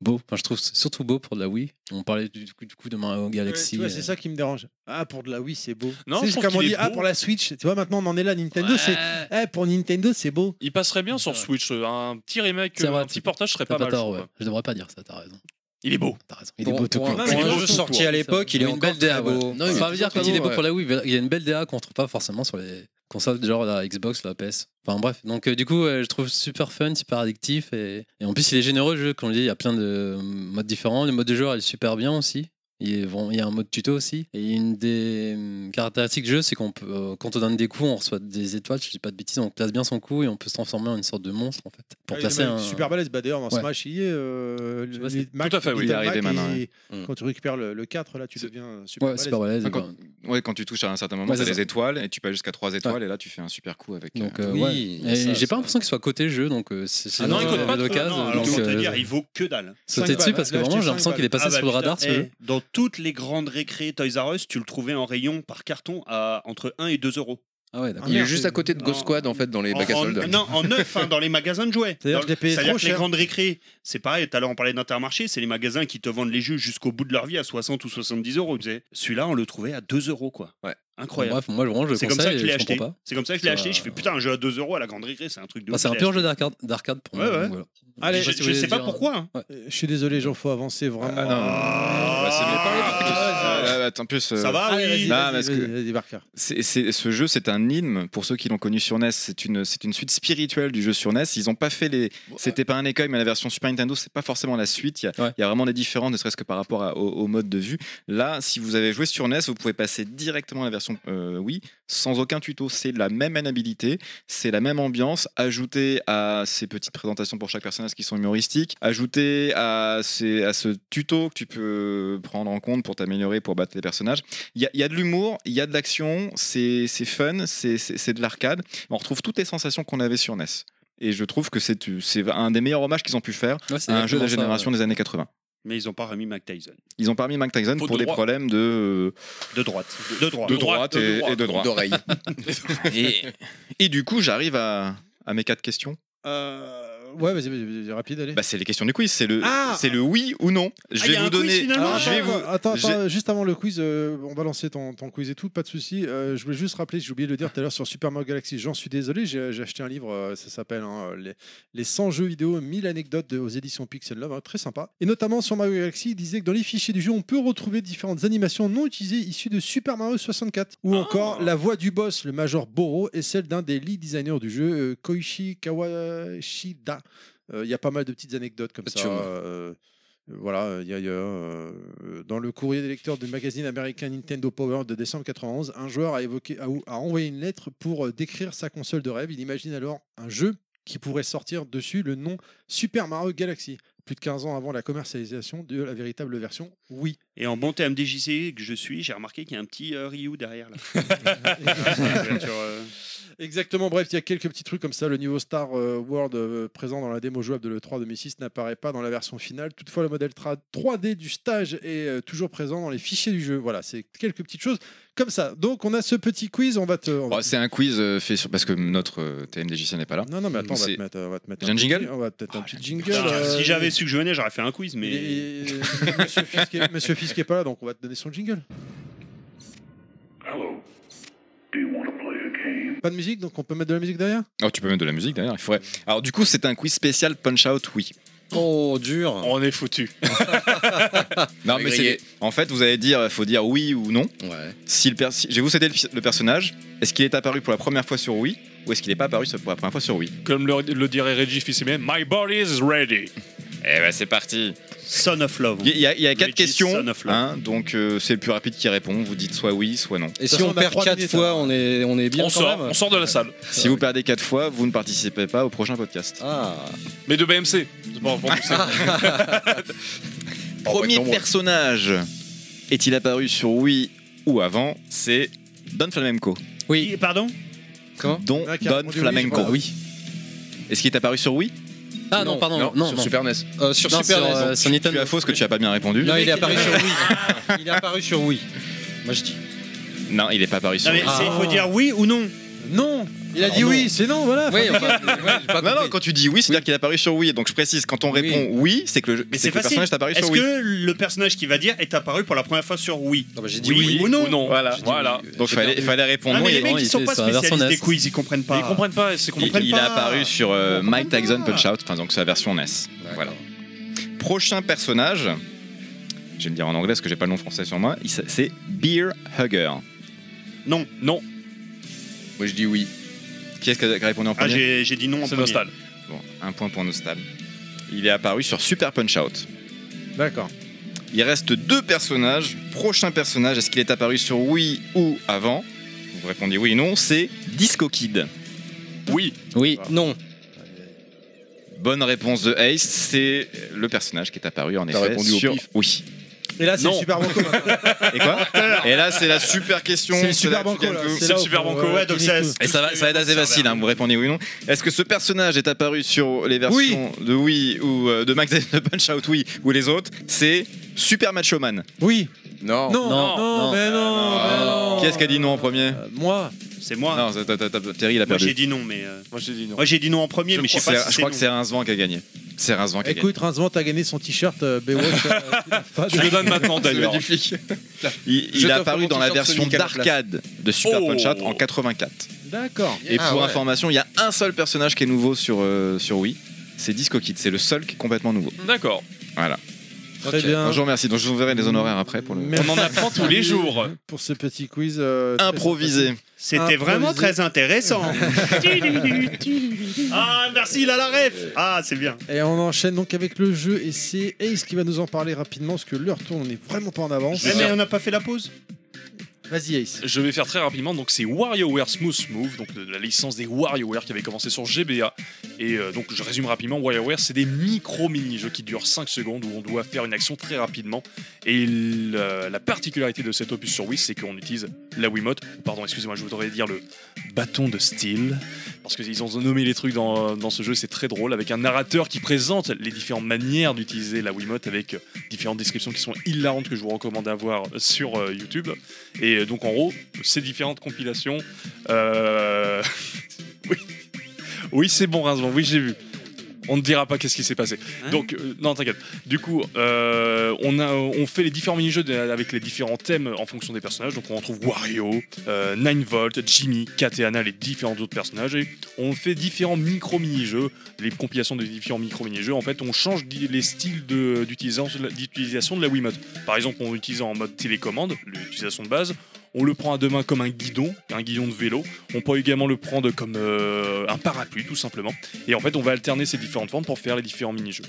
[SPEAKER 6] Beau, enfin, je trouve c'est surtout beau pour de la Wii. On parlait du coup, du coup de Mario Galaxy.
[SPEAKER 1] Tu vois,
[SPEAKER 6] euh,
[SPEAKER 1] c'est ça qui me dérange. Ah, pour de la Wii, c'est beau.
[SPEAKER 8] Non,
[SPEAKER 1] C'est
[SPEAKER 8] je trouve
[SPEAKER 1] comme on
[SPEAKER 8] qu'il
[SPEAKER 1] dit,
[SPEAKER 8] est
[SPEAKER 1] ah,
[SPEAKER 8] beau.
[SPEAKER 1] pour la Switch. Tu vois, maintenant, on en est là. Nintendo,
[SPEAKER 8] Ouais.
[SPEAKER 1] c'est. Eh, pour Nintendo, c'est beau.
[SPEAKER 8] Il passerait bien sur Switch. euh, Un petit remake,
[SPEAKER 6] C'est
[SPEAKER 8] euh,
[SPEAKER 6] vrai,
[SPEAKER 8] un petit portage serait
[SPEAKER 6] t'as
[SPEAKER 8] pas mal.
[SPEAKER 6] tort,
[SPEAKER 8] je
[SPEAKER 6] ouais.
[SPEAKER 8] trouve.
[SPEAKER 6] Je devrais pas dire ça, t'as raison.
[SPEAKER 8] Il est beau.
[SPEAKER 6] T'as raison. Il
[SPEAKER 7] Pour-
[SPEAKER 6] est beau tout
[SPEAKER 7] pour un-
[SPEAKER 6] court.
[SPEAKER 8] Non,
[SPEAKER 7] pour
[SPEAKER 8] mais
[SPEAKER 7] un
[SPEAKER 8] il est
[SPEAKER 7] jeu
[SPEAKER 8] beau
[SPEAKER 7] sorti à l'époque, il est
[SPEAKER 6] Oui, une
[SPEAKER 7] encore
[SPEAKER 6] belle DA,
[SPEAKER 7] très beau.
[SPEAKER 6] ouais. Non, ça veut dire
[SPEAKER 7] qu'il
[SPEAKER 6] qu'il est beau pour la Wii. Il y a une belle DA qu'on retrouve pas forcément sur les consoles genre la Xbox, la PS. Enfin bref, donc euh, du coup, euh, je trouve super fun, super addictif et, et en plus il est généreux le jeu. Comme je dis, il y a plein de euh, modes différents. Le mode de joueur il est super bien aussi. Il est vraiment- il y a un mode tuto aussi. Et une des euh, caractéristiques du jeu, c'est qu'on peut, euh, quand on donne des coups, on reçoit des étoiles. Je dis pas de bêtises, on classe bien son coup et on peut se transformer en une sorte de monstre en fait.
[SPEAKER 1] Ah, il
[SPEAKER 6] Pour
[SPEAKER 1] est
[SPEAKER 6] placer
[SPEAKER 1] mal-
[SPEAKER 6] un.
[SPEAKER 1] Super balèze. Bah, d'ailleurs, dans
[SPEAKER 6] Ouais.
[SPEAKER 1] Smash, il est. euh,
[SPEAKER 6] Je sais pas
[SPEAKER 1] les
[SPEAKER 6] si-
[SPEAKER 1] Mac-
[SPEAKER 8] Tout à fait, oui.
[SPEAKER 1] les
[SPEAKER 4] Il est arrivé
[SPEAKER 1] Mac et-
[SPEAKER 4] maintenant, ouais.
[SPEAKER 7] Mm.
[SPEAKER 1] Quand tu récupères le, le 4, là, tu
[SPEAKER 4] C'est-
[SPEAKER 1] deviens euh, super
[SPEAKER 6] Ouais,
[SPEAKER 1] balèze.
[SPEAKER 6] super balèze.
[SPEAKER 3] Ah,
[SPEAKER 4] Enfin,
[SPEAKER 6] et
[SPEAKER 4] quand,
[SPEAKER 6] ben-
[SPEAKER 4] ouais, quand tu touches à un certain moment,
[SPEAKER 6] Ouais,
[SPEAKER 4] t'as
[SPEAKER 6] c'est
[SPEAKER 4] des
[SPEAKER 6] ça.
[SPEAKER 4] étoiles et tu passes jusqu'à trois étoiles et là tu fais un super coup avec.
[SPEAKER 6] Donc,
[SPEAKER 4] euh,
[SPEAKER 6] euh,
[SPEAKER 7] oui,
[SPEAKER 6] ouais. Et
[SPEAKER 7] ça,
[SPEAKER 6] j'ai pas
[SPEAKER 7] ça.
[SPEAKER 6] l'impression qu'il soit coté jeu, donc euh, c'est c'est
[SPEAKER 3] Ah non, il
[SPEAKER 6] euh,
[SPEAKER 3] coûte pas de
[SPEAKER 6] l'occasion,
[SPEAKER 3] non, alors,
[SPEAKER 6] donc,
[SPEAKER 3] je vais te
[SPEAKER 6] euh,
[SPEAKER 3] dire, il vaut que dalle.
[SPEAKER 1] Cinq
[SPEAKER 6] sauter dessus
[SPEAKER 1] balles,
[SPEAKER 6] parce que
[SPEAKER 1] là,
[SPEAKER 6] vraiment
[SPEAKER 1] j'étais
[SPEAKER 6] j'ai l'impression
[SPEAKER 1] cinq
[SPEAKER 6] qu'il est passé
[SPEAKER 3] Ah bah
[SPEAKER 6] sous le
[SPEAKER 3] putain,
[SPEAKER 6] radar ce
[SPEAKER 3] eh,
[SPEAKER 6] jeu.
[SPEAKER 3] Dans toutes les grandes récré Toys R Us, tu le trouvais en rayon par carton à entre 1 et 2 euros.
[SPEAKER 6] Ah ouais, d'accord.
[SPEAKER 14] Il est
[SPEAKER 1] merde, Ah,
[SPEAKER 14] juste
[SPEAKER 1] c'est-
[SPEAKER 14] à côté de Ghost
[SPEAKER 3] en-
[SPEAKER 14] Squad en fait dans les
[SPEAKER 3] En-
[SPEAKER 14] bacs à
[SPEAKER 3] en-
[SPEAKER 14] soldes.
[SPEAKER 3] Non, en neuf, hein, dans les magasins de jouets.
[SPEAKER 1] C'est-à-dire
[SPEAKER 3] Dans-
[SPEAKER 1] que je l'ai payé trop
[SPEAKER 3] C'est-à-dire que les
[SPEAKER 1] cher.
[SPEAKER 3] grandes récré, c'est pareil, tout à l'heure on parlait d'Intermarché, c'est les magasins qui te vendent les jeux jusqu'au bout de leur vie à 60 ou 70 euros. tu sais. Celui-là, on le trouvait à 2 euros, quoi.
[SPEAKER 14] Ouais.
[SPEAKER 3] Incroyable.
[SPEAKER 6] Bref, moi vraiment je le
[SPEAKER 3] c'est comme ça que
[SPEAKER 6] conseille,
[SPEAKER 3] je l'ai
[SPEAKER 6] je
[SPEAKER 3] acheté.
[SPEAKER 6] comprends pas.
[SPEAKER 3] C'est comme ça que je l'ai
[SPEAKER 6] Ça,
[SPEAKER 3] acheté. Je fais
[SPEAKER 6] euh,
[SPEAKER 3] putain, un jeu à 2 euros à la grande récré, c'est un truc de
[SPEAKER 6] Bah,
[SPEAKER 3] ouf,
[SPEAKER 6] c'est un
[SPEAKER 3] je l'ai
[SPEAKER 6] pur
[SPEAKER 3] acheté.
[SPEAKER 6] jeu d'arcade d'arcade pour
[SPEAKER 3] Ouais,
[SPEAKER 6] moi.
[SPEAKER 3] ouais.
[SPEAKER 6] donc voilà.
[SPEAKER 1] Allez,
[SPEAKER 6] sais
[SPEAKER 3] Je,
[SPEAKER 6] pas si vous
[SPEAKER 3] je
[SPEAKER 6] voulez
[SPEAKER 3] sais pas
[SPEAKER 6] dire-
[SPEAKER 3] pourquoi. hein.
[SPEAKER 1] Euh, Je suis désolé, Jean, faut avancer vraiment.
[SPEAKER 4] Ah, non.
[SPEAKER 3] Ah.
[SPEAKER 4] Bah, c'est bien parlé, parce que-
[SPEAKER 3] Ah.
[SPEAKER 4] Ah, attends, en plus, euh,
[SPEAKER 3] Ça va,
[SPEAKER 1] Allez, vas-y,
[SPEAKER 3] oui.
[SPEAKER 4] Non,
[SPEAKER 1] vas-y,
[SPEAKER 4] parce
[SPEAKER 1] vas-y,
[SPEAKER 4] que-
[SPEAKER 1] vas-y, Barker.
[SPEAKER 4] C'est- c'est- ce jeu, c'est un hymne pour ceux qui l'ont connu sur NES. C'est une, c'est une suite spirituelle du jeu sur NES. Ils ont pas fait les. C'était pas un écueil, mais la version Super Nintendo, c'est pas forcément la suite. Il y a,
[SPEAKER 6] Ouais.
[SPEAKER 4] il y a vraiment des différences, ne serait-ce que par rapport à- au, au mode de vue. Là, si vous avez joué sur NES, vous pouvez passer directement à la version euh, Wii sans aucun tuto. C'est la même maniabilité, c'est la même ambiance, ajoutée à ces petites présentations pour chaque personnage qui sont humoristiques, ajoutée à, ces- à ce tuto que tu peux prendre en compte pour t'améliorer, pour battre les personnages. Il y, a- il y a de l'humour, il y a de l'action, c'est c'est fun, c'est- c'est c'est de l'arcade. On retrouve toutes les sensations qu'on avait sur NES. Et je trouve que c'est c'est un des meilleurs hommages qu'ils ont pu faire
[SPEAKER 6] Ouais, c'est
[SPEAKER 4] à un jeu de la
[SPEAKER 6] exactement ça,
[SPEAKER 4] génération des années 80.
[SPEAKER 3] Mais ils ont pas remis Mac Tyson.
[SPEAKER 4] Ils ont parmi Mike Tyson
[SPEAKER 8] Faute
[SPEAKER 4] pour
[SPEAKER 8] de
[SPEAKER 4] des
[SPEAKER 8] droit.
[SPEAKER 4] problème de,
[SPEAKER 3] De droite. De, de droite.
[SPEAKER 4] de droite et, et de droit.
[SPEAKER 14] D'oreille.
[SPEAKER 4] Et, et du coup, j'arrive à, à mes quatre questions.
[SPEAKER 1] Euh, Ouais, vas-y, vas-y, vas-y, rapide, allez.
[SPEAKER 4] Bah, c'est les questions du quiz. C'est le,
[SPEAKER 1] Ah
[SPEAKER 4] c'est le oui ou non. Je
[SPEAKER 3] Ah,
[SPEAKER 4] vais
[SPEAKER 3] y a
[SPEAKER 4] vous
[SPEAKER 3] un quiz,
[SPEAKER 4] donner.
[SPEAKER 3] finalement
[SPEAKER 1] Alors,
[SPEAKER 4] je vais vous.
[SPEAKER 1] attends, attends,
[SPEAKER 4] j'ai-
[SPEAKER 1] attends, juste avant le quiz, euh, on va lancer ton, ton quiz et tout, pas de souci. Euh, je voulais juste rappeler, j'ai oublié de le dire tout à l'heure sur Super Mario Galaxy, j'en suis désolé, j'ai j'ai acheté un livre, euh, ça s'appelle hein, les, les 100 jeux vidéo, 1000 anecdotes de- aux éditions Pixel Love, hein, très sympa. Et notamment sur Mario Galaxy, il disait que dans les fichiers du jeu, on peut retrouver différentes animations non utilisées issues de Super Mario 64, ou encore la voix du boss, le Major Boro, est celle d'un des lead designers du jeu, euh, Koichi Kawashida. Euh, Il y a pas mal de petites anecdotes comme ça.
[SPEAKER 7] Sûrement.
[SPEAKER 1] euh, euh, Voilà, euh, il y a, il y a, euh, dans le courrier des lecteurs du magazine américain Nintendo Power de décembre 91, un joueur a, évoqué, a, ou- a envoyé une lettre pour euh, décrire sa console de rêve. Il imagine alors un jeu qui pourrait sortir dessus le nom Super Mario Galaxy, plus de 15 ans avant la commercialisation de la véritable version Wii.
[SPEAKER 3] Et en bon TMDJC que je suis, j'ai remarqué qu'il y a un petit euh, Ryu derrière là. Sur, euh,
[SPEAKER 1] Exactement, bref, il y a quelques petits trucs comme ça. Le niveau Star euh, World euh, présent dans la démo jouable de l'E3 2006 n'apparaît pas dans la version finale. Toutefois, le modèle tra- 3D du stage est euh, toujours présent dans les fichiers du jeu. Voilà, c'est quelques petites choses comme ça. Donc, on a ce petit quiz. On va te. on va-
[SPEAKER 4] Oh, c'est un quiz euh, fait sur. Parce que notre euh, TMDJC n'est pas là.
[SPEAKER 1] Non, non mais attends on va
[SPEAKER 4] C'est-
[SPEAKER 1] te mettre, on va te mettre
[SPEAKER 4] J'ai un
[SPEAKER 1] petit-
[SPEAKER 4] jingle Ah,
[SPEAKER 1] on va peut-être un petit jingle
[SPEAKER 3] putain,
[SPEAKER 1] euh,
[SPEAKER 3] Ah, si j'avais su que je venais, j'aurais fait un quiz, mais.
[SPEAKER 1] Et- et- Monsieur Fisk est- Monsieur Fisk est pas là, donc on va te donner son jingle. Pas de musique, donc on peut mettre de la musique derrière
[SPEAKER 4] Oh, tu peux mettre de la musique derrière, il faudrait. Alors, du coup, c'est un quiz spécial Punch Out, oui.
[SPEAKER 6] Oh, dur.
[SPEAKER 8] On est foutu.
[SPEAKER 4] Non, mais c'est. En fait, vous allez dire, euh, faut dire oui ou non.
[SPEAKER 6] Ouais.
[SPEAKER 4] Si le pers- si- Je vais vous céder le, le personnage. Est-ce qu'il est apparu pour la première fois sur oui ou est-ce qu'il n'est pas apparu sur- pour la première fois sur oui
[SPEAKER 8] Comme le, le dirait Reggie Fils-Aimé, My body is ready.
[SPEAKER 4] Eh ben, c'est parti.
[SPEAKER 3] Son of Love.
[SPEAKER 4] Il y a, il y a quatre
[SPEAKER 3] Luigi,
[SPEAKER 4] questions,
[SPEAKER 3] Son of Love.
[SPEAKER 4] hein, donc euh, c'est le plus rapide qui répond. Vous dites soit oui, soit non.
[SPEAKER 6] Et si on perd 4 fois, on est, on est bien
[SPEAKER 8] on,
[SPEAKER 6] quand
[SPEAKER 8] sort,
[SPEAKER 6] même.
[SPEAKER 8] on sort de la salle.
[SPEAKER 4] Si vous perdez quatre fois, vous ne participez pas au prochain podcast.
[SPEAKER 6] Ah.
[SPEAKER 8] Mais de BMC. C'est pas- pour nous, c'est-
[SPEAKER 4] Premier
[SPEAKER 7] nombreux.
[SPEAKER 4] personnage est-il apparu sur oui ou avant C'est Don Flamenco.
[SPEAKER 3] Qui- Pardon
[SPEAKER 6] Comment
[SPEAKER 4] Don,
[SPEAKER 3] Ah,
[SPEAKER 1] Ouais, qui a
[SPEAKER 4] Don
[SPEAKER 1] répondu oui,
[SPEAKER 4] Flamenco.
[SPEAKER 1] voilà.
[SPEAKER 4] oui. Est-ce qu'il est apparu sur oui
[SPEAKER 5] Ah non, pardon, non, non.
[SPEAKER 7] sur
[SPEAKER 5] non.
[SPEAKER 7] Super NES.
[SPEAKER 6] Euh, sur
[SPEAKER 5] Non,
[SPEAKER 6] Super
[SPEAKER 5] sur,
[SPEAKER 6] NES.
[SPEAKER 5] euh, sur
[SPEAKER 4] Tu
[SPEAKER 5] Nintendo.
[SPEAKER 4] as faux ce que tu as pas bien répondu.
[SPEAKER 6] non,
[SPEAKER 5] le
[SPEAKER 6] il
[SPEAKER 5] mec,
[SPEAKER 6] est apparu
[SPEAKER 5] il est-
[SPEAKER 6] sur oui. Il est apparu sur oui. Moi je dis.
[SPEAKER 4] Non, il n'est pas apparu sur
[SPEAKER 3] Non, mais
[SPEAKER 4] oui.
[SPEAKER 3] c'est- il faut dire oui ou non.
[SPEAKER 1] Non
[SPEAKER 4] Ah
[SPEAKER 1] Il a
[SPEAKER 6] Alors
[SPEAKER 1] dit
[SPEAKER 6] non.
[SPEAKER 1] oui, c'est non, voilà
[SPEAKER 6] Oui,
[SPEAKER 1] enfin,
[SPEAKER 6] enfin, ouais, j'ai pas
[SPEAKER 4] Non, non,
[SPEAKER 6] compris.
[SPEAKER 4] quand tu dis oui, c'est-à-dire qu'il est apparu sur oui. Donc je précise, quand on
[SPEAKER 6] Oui.
[SPEAKER 4] répond oui, c'est que le,
[SPEAKER 3] Mais
[SPEAKER 4] c'est
[SPEAKER 3] c'est
[SPEAKER 4] que le
[SPEAKER 3] facile.
[SPEAKER 4] personnage est apparu
[SPEAKER 3] Est-ce
[SPEAKER 4] sur oui.
[SPEAKER 3] que le personnage qui va dire est apparu pour la première fois sur oui
[SPEAKER 6] Non, bah, j'ai dit
[SPEAKER 3] Oui,
[SPEAKER 6] oui.
[SPEAKER 3] ou non,
[SPEAKER 4] Voilà.
[SPEAKER 8] voilà.
[SPEAKER 4] Donc il fallait, fallait répondre
[SPEAKER 3] Ah, mais
[SPEAKER 4] non.
[SPEAKER 3] les
[SPEAKER 4] Il,
[SPEAKER 3] mecs, ils
[SPEAKER 5] il
[SPEAKER 3] sont
[SPEAKER 5] était
[SPEAKER 3] pas
[SPEAKER 5] sur la version
[SPEAKER 3] spécialistes des
[SPEAKER 5] NES.
[SPEAKER 3] quiz, ils comprennent pas.
[SPEAKER 8] Ils comprennent pas, c'est
[SPEAKER 4] il-
[SPEAKER 8] compliqué.
[SPEAKER 4] il est
[SPEAKER 3] pas.
[SPEAKER 4] apparu sur euh,
[SPEAKER 3] On comprend
[SPEAKER 4] Mike Tyson
[SPEAKER 3] pas.
[SPEAKER 4] Punch Out, enfin donc sa version NES. Voilà. Prochain personnage, je vais le dire en anglais parce que j'ai pas le nom français sur moi, il s- c'est Beer Hugger.
[SPEAKER 8] Non, non,
[SPEAKER 7] Moi je dis oui.
[SPEAKER 4] Qui est-ce qui a qui a répondu en
[SPEAKER 3] Ah,
[SPEAKER 4] premier
[SPEAKER 3] j'ai j'ai dit non en
[SPEAKER 8] c'est
[SPEAKER 3] premier.
[SPEAKER 8] nostal.
[SPEAKER 4] Bon, un point pour Nostal. Il est apparu sur Super Punch Out.
[SPEAKER 1] D'accord.
[SPEAKER 4] Il reste deux personnages. Prochain personnage, est-ce qu'il est apparu sur oui ou avant Vous répondez oui et non, c'est Disco Kid.
[SPEAKER 8] Oui,
[SPEAKER 6] Oui, non.
[SPEAKER 4] Bonne réponse de Ace, c'est le personnage qui est apparu en
[SPEAKER 7] T'as
[SPEAKER 4] effet
[SPEAKER 7] répondu au
[SPEAKER 4] sur
[SPEAKER 7] pif.
[SPEAKER 4] oui.
[SPEAKER 1] Et là, c'est
[SPEAKER 8] Non.
[SPEAKER 1] le Super Banco. maintenant.
[SPEAKER 4] Et quoi Et là, c'est la super question.
[SPEAKER 1] C'est le
[SPEAKER 4] la
[SPEAKER 1] Super Banco.
[SPEAKER 4] truc à
[SPEAKER 1] là,
[SPEAKER 4] tout.
[SPEAKER 1] là
[SPEAKER 8] le
[SPEAKER 1] où
[SPEAKER 8] Super
[SPEAKER 1] faut,
[SPEAKER 8] Banco,
[SPEAKER 1] euh,
[SPEAKER 3] ouais, donc
[SPEAKER 1] gagner
[SPEAKER 3] ça-
[SPEAKER 1] tout.
[SPEAKER 4] Et ça va, ça va être assez facile, hein, vous répondez oui ou non. Est-ce que ce personnage est apparu sur les versions de oui ou euh, de Max de Punch Out oui ou les autres C'est Super Macho Man.
[SPEAKER 1] Oui.
[SPEAKER 7] Non.
[SPEAKER 1] Non, non,
[SPEAKER 8] non,
[SPEAKER 5] non.
[SPEAKER 1] mais non, mais non.
[SPEAKER 4] Qui est-ce qui a dit non en premier
[SPEAKER 1] Euh, Moi.
[SPEAKER 3] C'est moi.
[SPEAKER 4] Non, c'est- t'as- t'as- t'as- Terry il a
[SPEAKER 3] Moi, j'ai
[SPEAKER 4] perdu.
[SPEAKER 3] dit non, mais. euh,
[SPEAKER 8] moi j'ai dit non.
[SPEAKER 3] Moi, j'ai dit non en premier, mais je
[SPEAKER 4] C'est-
[SPEAKER 3] sais pas si
[SPEAKER 4] je crois que
[SPEAKER 3] c'est.
[SPEAKER 4] c'est Rincevant qui a gagné. C'est Rincevant qui a gagné.
[SPEAKER 1] Écoute, Rincevant, t'as gagné son t-shirt euh, Baywatch. euh, qu'il a pas
[SPEAKER 8] Je
[SPEAKER 1] de-
[SPEAKER 8] le donne maintenant d'ailleurs.
[SPEAKER 4] Il, il
[SPEAKER 7] Je
[SPEAKER 4] est
[SPEAKER 7] t'offre
[SPEAKER 4] apparu
[SPEAKER 7] mon
[SPEAKER 4] dans la
[SPEAKER 7] t-shirt
[SPEAKER 4] version
[SPEAKER 7] Sonic à la place.
[SPEAKER 4] d'arcade de Super
[SPEAKER 8] Oh.
[SPEAKER 4] Punch Out en 84.
[SPEAKER 1] D'accord.
[SPEAKER 4] Et
[SPEAKER 6] Ah
[SPEAKER 4] pour
[SPEAKER 6] ouais.
[SPEAKER 4] information, il y a un seul personnage qui est nouveau sur, euh, sur Wii. C'est Disco Kid, c'est le seul qui est complètement nouveau.
[SPEAKER 8] D'accord.
[SPEAKER 4] Voilà.
[SPEAKER 1] Très bien.
[SPEAKER 4] Bonjour, merci. Donc je vous verrai les honoraires après pour le.
[SPEAKER 1] Merci.
[SPEAKER 8] On en apprend tous les jours.
[SPEAKER 1] Pour ce petit quiz. euh, très
[SPEAKER 4] Improvisé.
[SPEAKER 3] C'était vraiment
[SPEAKER 1] Improvisé.
[SPEAKER 3] très intéressant. ah, merci, il a la ref. Ah, c'est bien.
[SPEAKER 1] Et on enchaîne donc avec le jeu et c'est Ace qui va nous en parler rapidement parce que l'heure tourne, on est vraiment pas en avance.
[SPEAKER 3] Eh, mais on n'a pas fait la pause.
[SPEAKER 1] Vas-y Ace.
[SPEAKER 8] Je vais faire très rapidement. Donc, c'est WarioWare Smooth Move, donc de la licence des WarioWare qui avait commencé sur GBA. Et euh, donc, je résume rapidement. WarioWare, c'est des micro-mini-jeux qui durent 5 secondes où on doit faire une action très rapidement. Et l- euh, la particularité de cet opus sur Wii, c'est qu'on utilise la Wiimote. Pardon, excusez-moi, je voudrais dire le bâton de style. Parce qu'ils ont nommé les trucs dans, dans ce jeu, c'est très drôle. Avec un narrateur qui présente les différentes manières d'utiliser la Wiimote avec euh, différentes descriptions qui sont hilarantes que je vous recommande d'avoir sur euh, YouTube. Et euh, donc en gros, ces différentes compilations. euh, oui, oui c'est bon, Rincevant, oui, j'ai vu. On ne dira pas qu'est-ce qui s'est passé.
[SPEAKER 3] Hein
[SPEAKER 8] Donc, euh, non, t'inquiète. Du coup, euh, on, a, on fait les différents mini-jeux de- avec les différents thèmes en fonction des personnages. Donc, on retrouve Wario, euh, 9Volt, Jimmy, Kat et Anna, les différents autres personnages. Et on fait différents micro-mini-jeux, les compilations des différents micro-mini-jeux. En fait, on change di- les styles de- d'utilisation d'utilisation de la Wiimote. Par exemple, on l'utilise en mode télécommande, l'utilisation de base. On le prend à deux mains comme un guidon, un guidon de vélo. On peut également le prendre comme euh, un parapluie, tout simplement. Et en fait, on va alterner ces différentes formes pour faire les différents mini-jeux.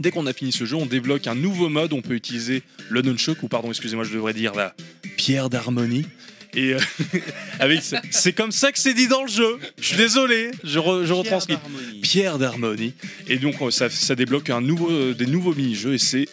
[SPEAKER 8] Dès qu'on a fini ce jeu, on débloque un nouveau mode. On peut utiliser le nunchuk, ou pardon, excusez-moi, je devrais dire la pierre d'harmonie. Et euh, avec, ce- c'est comme ça que c'est dit dans le jeu. Je suis désolé, je, re- je retranscris pierre d'harmonie. Et donc euh, ça, ça débloque un nouveau, euh, des nouveaux mini-jeux et c'est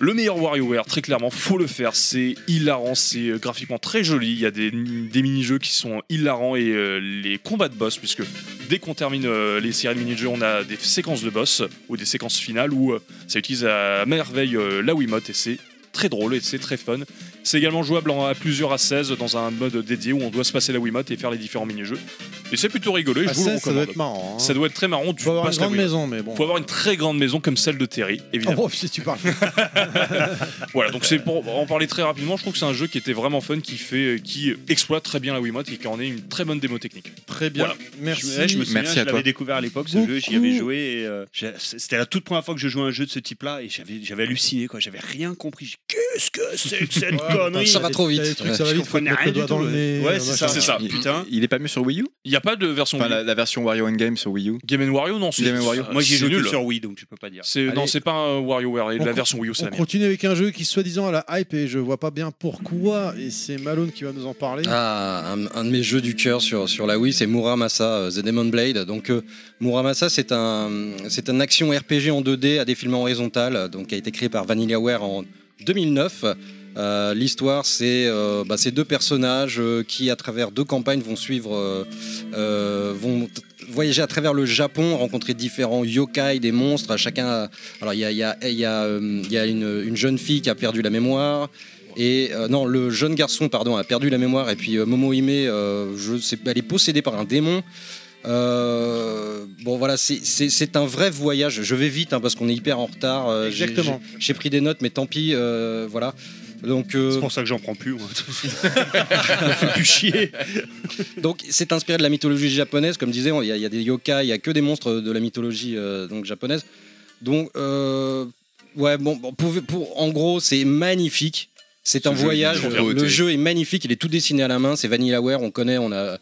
[SPEAKER 8] le meilleur WarioWare, très clairement, faut le faire. C'est hilarant, c'est euh, graphiquement très joli. Il y a des, des mini-jeux qui sont hilarants et euh, les combats de boss, puisque dès qu'on termine euh, les séries de mini-jeux, on a des séquences de boss ou des séquences finales où euh, ça utilise à merveille euh, la Wiimote et c'est très drôle et c'est très fun. C'est également jouable en- à plusieurs à 16 dans un mode dédié où on doit se passer la Wiimote et faire les différents mini-jeux. Et c'est plutôt rigolo, et je
[SPEAKER 1] À
[SPEAKER 8] vous le
[SPEAKER 1] 16, ça doit
[SPEAKER 8] recommande.
[SPEAKER 1] être marrant. hein.
[SPEAKER 8] Ça doit être très marrant. Tu
[SPEAKER 1] Faut avoir une
[SPEAKER 8] passes la
[SPEAKER 1] grande
[SPEAKER 8] Wiimote.
[SPEAKER 1] maison, mais bon.
[SPEAKER 8] Faut avoir une très grande maison comme celle de Terry,
[SPEAKER 1] Oh,
[SPEAKER 8] évidemment.
[SPEAKER 1] bon, si tu parles. Oh.
[SPEAKER 8] voilà, donc c'est pour en parler très rapidement. Je trouve que c'est un jeu qui était vraiment fun, qui fait, euh, qui exploite très bien la Wiimote et qui en est une très bonne démo technique.
[SPEAKER 1] Très bien.
[SPEAKER 8] Voilà.
[SPEAKER 1] Merci.
[SPEAKER 3] Je, ouais, je me souviens,
[SPEAKER 4] Merci à
[SPEAKER 3] je
[SPEAKER 4] toi.
[SPEAKER 3] l'avais découvert à l'époque, ce jeu, j'y avais joué. et, euh, j'ai- C'était la toute première fois que je jouais à un jeu de ce type-là et j'avais j'avais halluciné, quoi. J'avais rien compris. J'ai- Qu'est-ce que c'est que cette connerie
[SPEAKER 6] Ça va trop vite.
[SPEAKER 1] Il y a des trucs,
[SPEAKER 6] Ouais.
[SPEAKER 1] Ah, ça va
[SPEAKER 3] Je
[SPEAKER 1] vite, faut te
[SPEAKER 3] comprenais
[SPEAKER 1] mettre
[SPEAKER 3] rien
[SPEAKER 1] le
[SPEAKER 3] du
[SPEAKER 1] doigt dans
[SPEAKER 3] tout.
[SPEAKER 1] le nez.
[SPEAKER 3] Ouais,
[SPEAKER 1] euh,
[SPEAKER 3] c'est ça,
[SPEAKER 1] machin.
[SPEAKER 8] c'est ça.
[SPEAKER 4] Il-
[SPEAKER 3] Ah, Putain.
[SPEAKER 4] Il est pas mieux sur Wii U
[SPEAKER 8] Il n'y a pas de version
[SPEAKER 4] Enfin,
[SPEAKER 8] Wii U.
[SPEAKER 4] la, la version Wario and Game sur Wii U.
[SPEAKER 8] Game Wario, non. c'est-
[SPEAKER 4] Game Wario.
[SPEAKER 8] ça-
[SPEAKER 3] Euh, Moi, j'ai
[SPEAKER 8] c'est euh,
[SPEAKER 3] joué que
[SPEAKER 8] nul.
[SPEAKER 3] sur Wii, donc je peux pas dire.
[SPEAKER 8] C'est- Non,
[SPEAKER 1] Allez.
[SPEAKER 8] c'est pas un WarioWare. et
[SPEAKER 1] On
[SPEAKER 8] La
[SPEAKER 1] co-
[SPEAKER 8] version Wii U, c'est
[SPEAKER 1] On
[SPEAKER 8] la mienne.
[SPEAKER 1] continue avec un jeu qui soi-disant a la hype et je vois pas bien pourquoi et c'est Malone qui va nous en parler.
[SPEAKER 6] Ah, un, un de mes jeux du cœur sur, sur la Wii, c'est Muramasa, euh, The Demon Blade. Donc, euh, Muramasa, c'est un, c'est un action RPG en 2D à défilement horizontal, euh, donc, qui a été créé par VanillaWare en 2009. Euh, L'histoire, c'est euh, bah, ces deux personnages euh, qui, à travers deux campagnes, vont suivre, euh, euh, vont t- voyager à travers le Japon, rencontrer différents yokai, des monstres. Chacun, a- alors il y a, il y a- il y a, euh, il y a une, une jeune fille qui a perdu la mémoire, et euh, non, le jeune garçon, pardon, a perdu la mémoire. Et puis euh, Momo Hime, euh, je sais, pas, elle est possédée par un démon. Euh, bon voilà, c'est- c'est c'est un vrai voyage. Je vais vite hein, parce qu'on est hyper en retard. Euh, j'ai-
[SPEAKER 1] Exactement.
[SPEAKER 6] j'ai- J'ai pris des notes, mais tant pis. euh, voilà. Donc, euh,
[SPEAKER 3] C'est pour ça que j'en prends plus. moi. Je me fais plus chier.
[SPEAKER 6] donc c'est inspiré de la mythologie japonaise, comme disait, il y, a- il y a des yokai, il y a que des monstres de la mythologie euh, donc japonaise. Donc euh, ouais, bon, bon, pour- pour- en gros, c'est magnifique. C'est
[SPEAKER 7] Ce
[SPEAKER 6] un
[SPEAKER 7] jeu,
[SPEAKER 6] voyage.
[SPEAKER 7] il est une
[SPEAKER 6] Le
[SPEAKER 7] beauté.
[SPEAKER 6] jeu est magnifique. Il est tout dessiné à la main. C'est Vanillaware. On connaît. On a euh,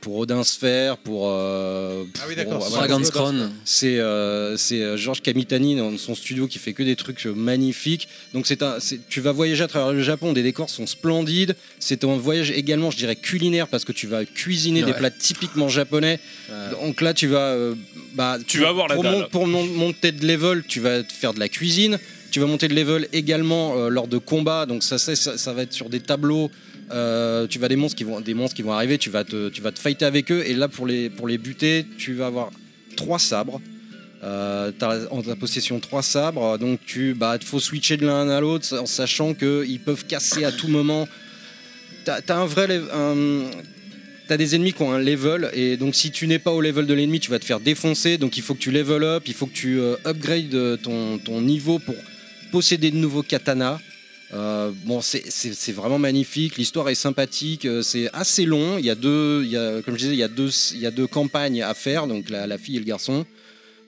[SPEAKER 6] pour Odin Sphere, pour euh,
[SPEAKER 1] Ah oui,
[SPEAKER 6] d'accord, c'est
[SPEAKER 1] Voilà,
[SPEAKER 6] ça.
[SPEAKER 5] Dragon's Crown.
[SPEAKER 6] c'est euh, c'est, euh, Georges Kamitani dans son studio qui fait que des trucs euh, magnifiques. Donc c'est un, c'est- tu vas voyager à travers le Japon, des décors sont splendides. C'est un voyage également, je dirais, culinaire parce que tu vas cuisiner des
[SPEAKER 5] Ouais.
[SPEAKER 6] plats typiquement japonais.
[SPEAKER 5] Ouais.
[SPEAKER 6] Donc là, tu vas, euh, bah,
[SPEAKER 8] Tu
[SPEAKER 6] pour-
[SPEAKER 8] vas avoir la
[SPEAKER 6] pour,
[SPEAKER 8] dalle.
[SPEAKER 6] mon- pour mon- monter de level, tu vas te faire de la cuisine. Tu vas monter de level également euh, lors de combats. Donc ça, ça, ça- ça va être sur des tableaux. Euh, tu vas des monstres qui vont des monstres qui vont arriver. Tu vas te tu vas te fighter avec eux. Et là pour les pour les buter, tu vas avoir trois sabres. Euh, t'as en ta possession trois sabres, donc tu bah faut switcher de l'un à l'autre en sachant que ils peuvent casser à tout moment. T'as t'as un vrai lev- un- t'as des ennemis qui ont un level et donc si tu n'es pas au level de l'ennemi, tu vas te faire défoncer. Donc il faut que tu level up, il faut que tu euh, upgrades euh, ton ton niveau pour posséder de nouveaux katanas. Euh, bon, c'est- c'est c'est vraiment magnifique. L'histoire est sympathique. euh, C'est assez long. Il y a deux, il y a, comme je disais, il y a deux, il y a deux campagnes à faire, donc la, la fille et le garçon.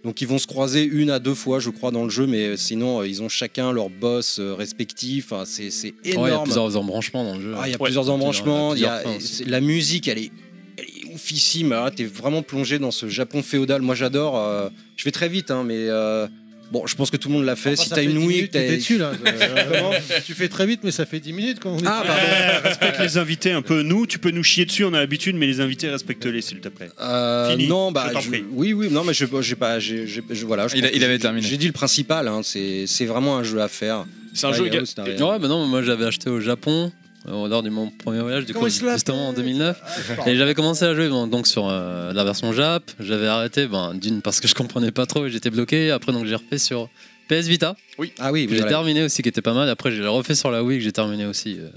[SPEAKER 6] Donc ils vont se croiser une à deux fois, je crois, dans le jeu, mais sinon euh, ils ont chacun leur boss euh, respectif. Enfin, c'est c'est
[SPEAKER 5] Ouais, Oh, il y a
[SPEAKER 6] énorme.
[SPEAKER 5] plusieurs embranchements dans le jeu.
[SPEAKER 6] Ah, il y a
[SPEAKER 8] Ouais,
[SPEAKER 6] plusieurs embranchements. il y a-
[SPEAKER 5] plusieurs fins.
[SPEAKER 6] c'est- la musique, elle est, elle est oufissime. hein, T'es vraiment plongé dans ce Japon féodal. Moi, j'adore. euh, je vais très vite, hein, mais euh, bon, je pense que tout le monde l'a fait.
[SPEAKER 1] Enfin,
[SPEAKER 6] si
[SPEAKER 1] ça
[SPEAKER 6] t'as
[SPEAKER 1] fait
[SPEAKER 6] une
[SPEAKER 1] 10
[SPEAKER 6] Wii,
[SPEAKER 1] minutes que t'es
[SPEAKER 6] t'as
[SPEAKER 1] dessus, là. Euh, vraiment, tu fais très vite, mais ça fait 10 minutes qu'on est.
[SPEAKER 6] ah pardon.
[SPEAKER 3] Eh, Respecte les invités un peu. Nous, tu peux nous chier dessus, on a l'habitude, mais les invités, respecte-les, s'il te plaît.
[SPEAKER 6] Euh,
[SPEAKER 3] Fini.
[SPEAKER 6] non, bah,
[SPEAKER 3] Je t'en
[SPEAKER 6] je-
[SPEAKER 3] prie.
[SPEAKER 6] oui, oui, non, mais je, j'ai pas, j'ai, j'ai- je- voilà. je
[SPEAKER 4] Il a-
[SPEAKER 6] pense
[SPEAKER 4] il
[SPEAKER 6] que
[SPEAKER 4] avait
[SPEAKER 6] j'ai-
[SPEAKER 4] terminé.
[SPEAKER 6] J'ai dit le principal, hein, c'est, c'est vraiment un jeu à faire.
[SPEAKER 8] C'est un
[SPEAKER 6] Pas
[SPEAKER 8] jeu
[SPEAKER 6] Yahoo,
[SPEAKER 8] éga-
[SPEAKER 6] c'est un réel.
[SPEAKER 5] Ouais, mais non, moi j'avais acheté au Japon euh, lors de mon premier voyage, du
[SPEAKER 1] Comment
[SPEAKER 5] coup,
[SPEAKER 1] il se l'appelle
[SPEAKER 5] justement en 2009.
[SPEAKER 1] Ah, je parle.
[SPEAKER 5] Et j'avais commencé à jouer bon, donc sur euh, la version Jap. J'avais arrêté, ben, d'une parce que je comprenais pas trop et j'étais bloqué. Après, donc j'ai refait sur PS Vita.
[SPEAKER 6] Ah oui,
[SPEAKER 5] que
[SPEAKER 6] vous
[SPEAKER 5] j'ai
[SPEAKER 6] allez-
[SPEAKER 5] terminé aussi, qui était pas mal. Après, j'ai refait sur la Wii que j'ai terminé aussi, euh,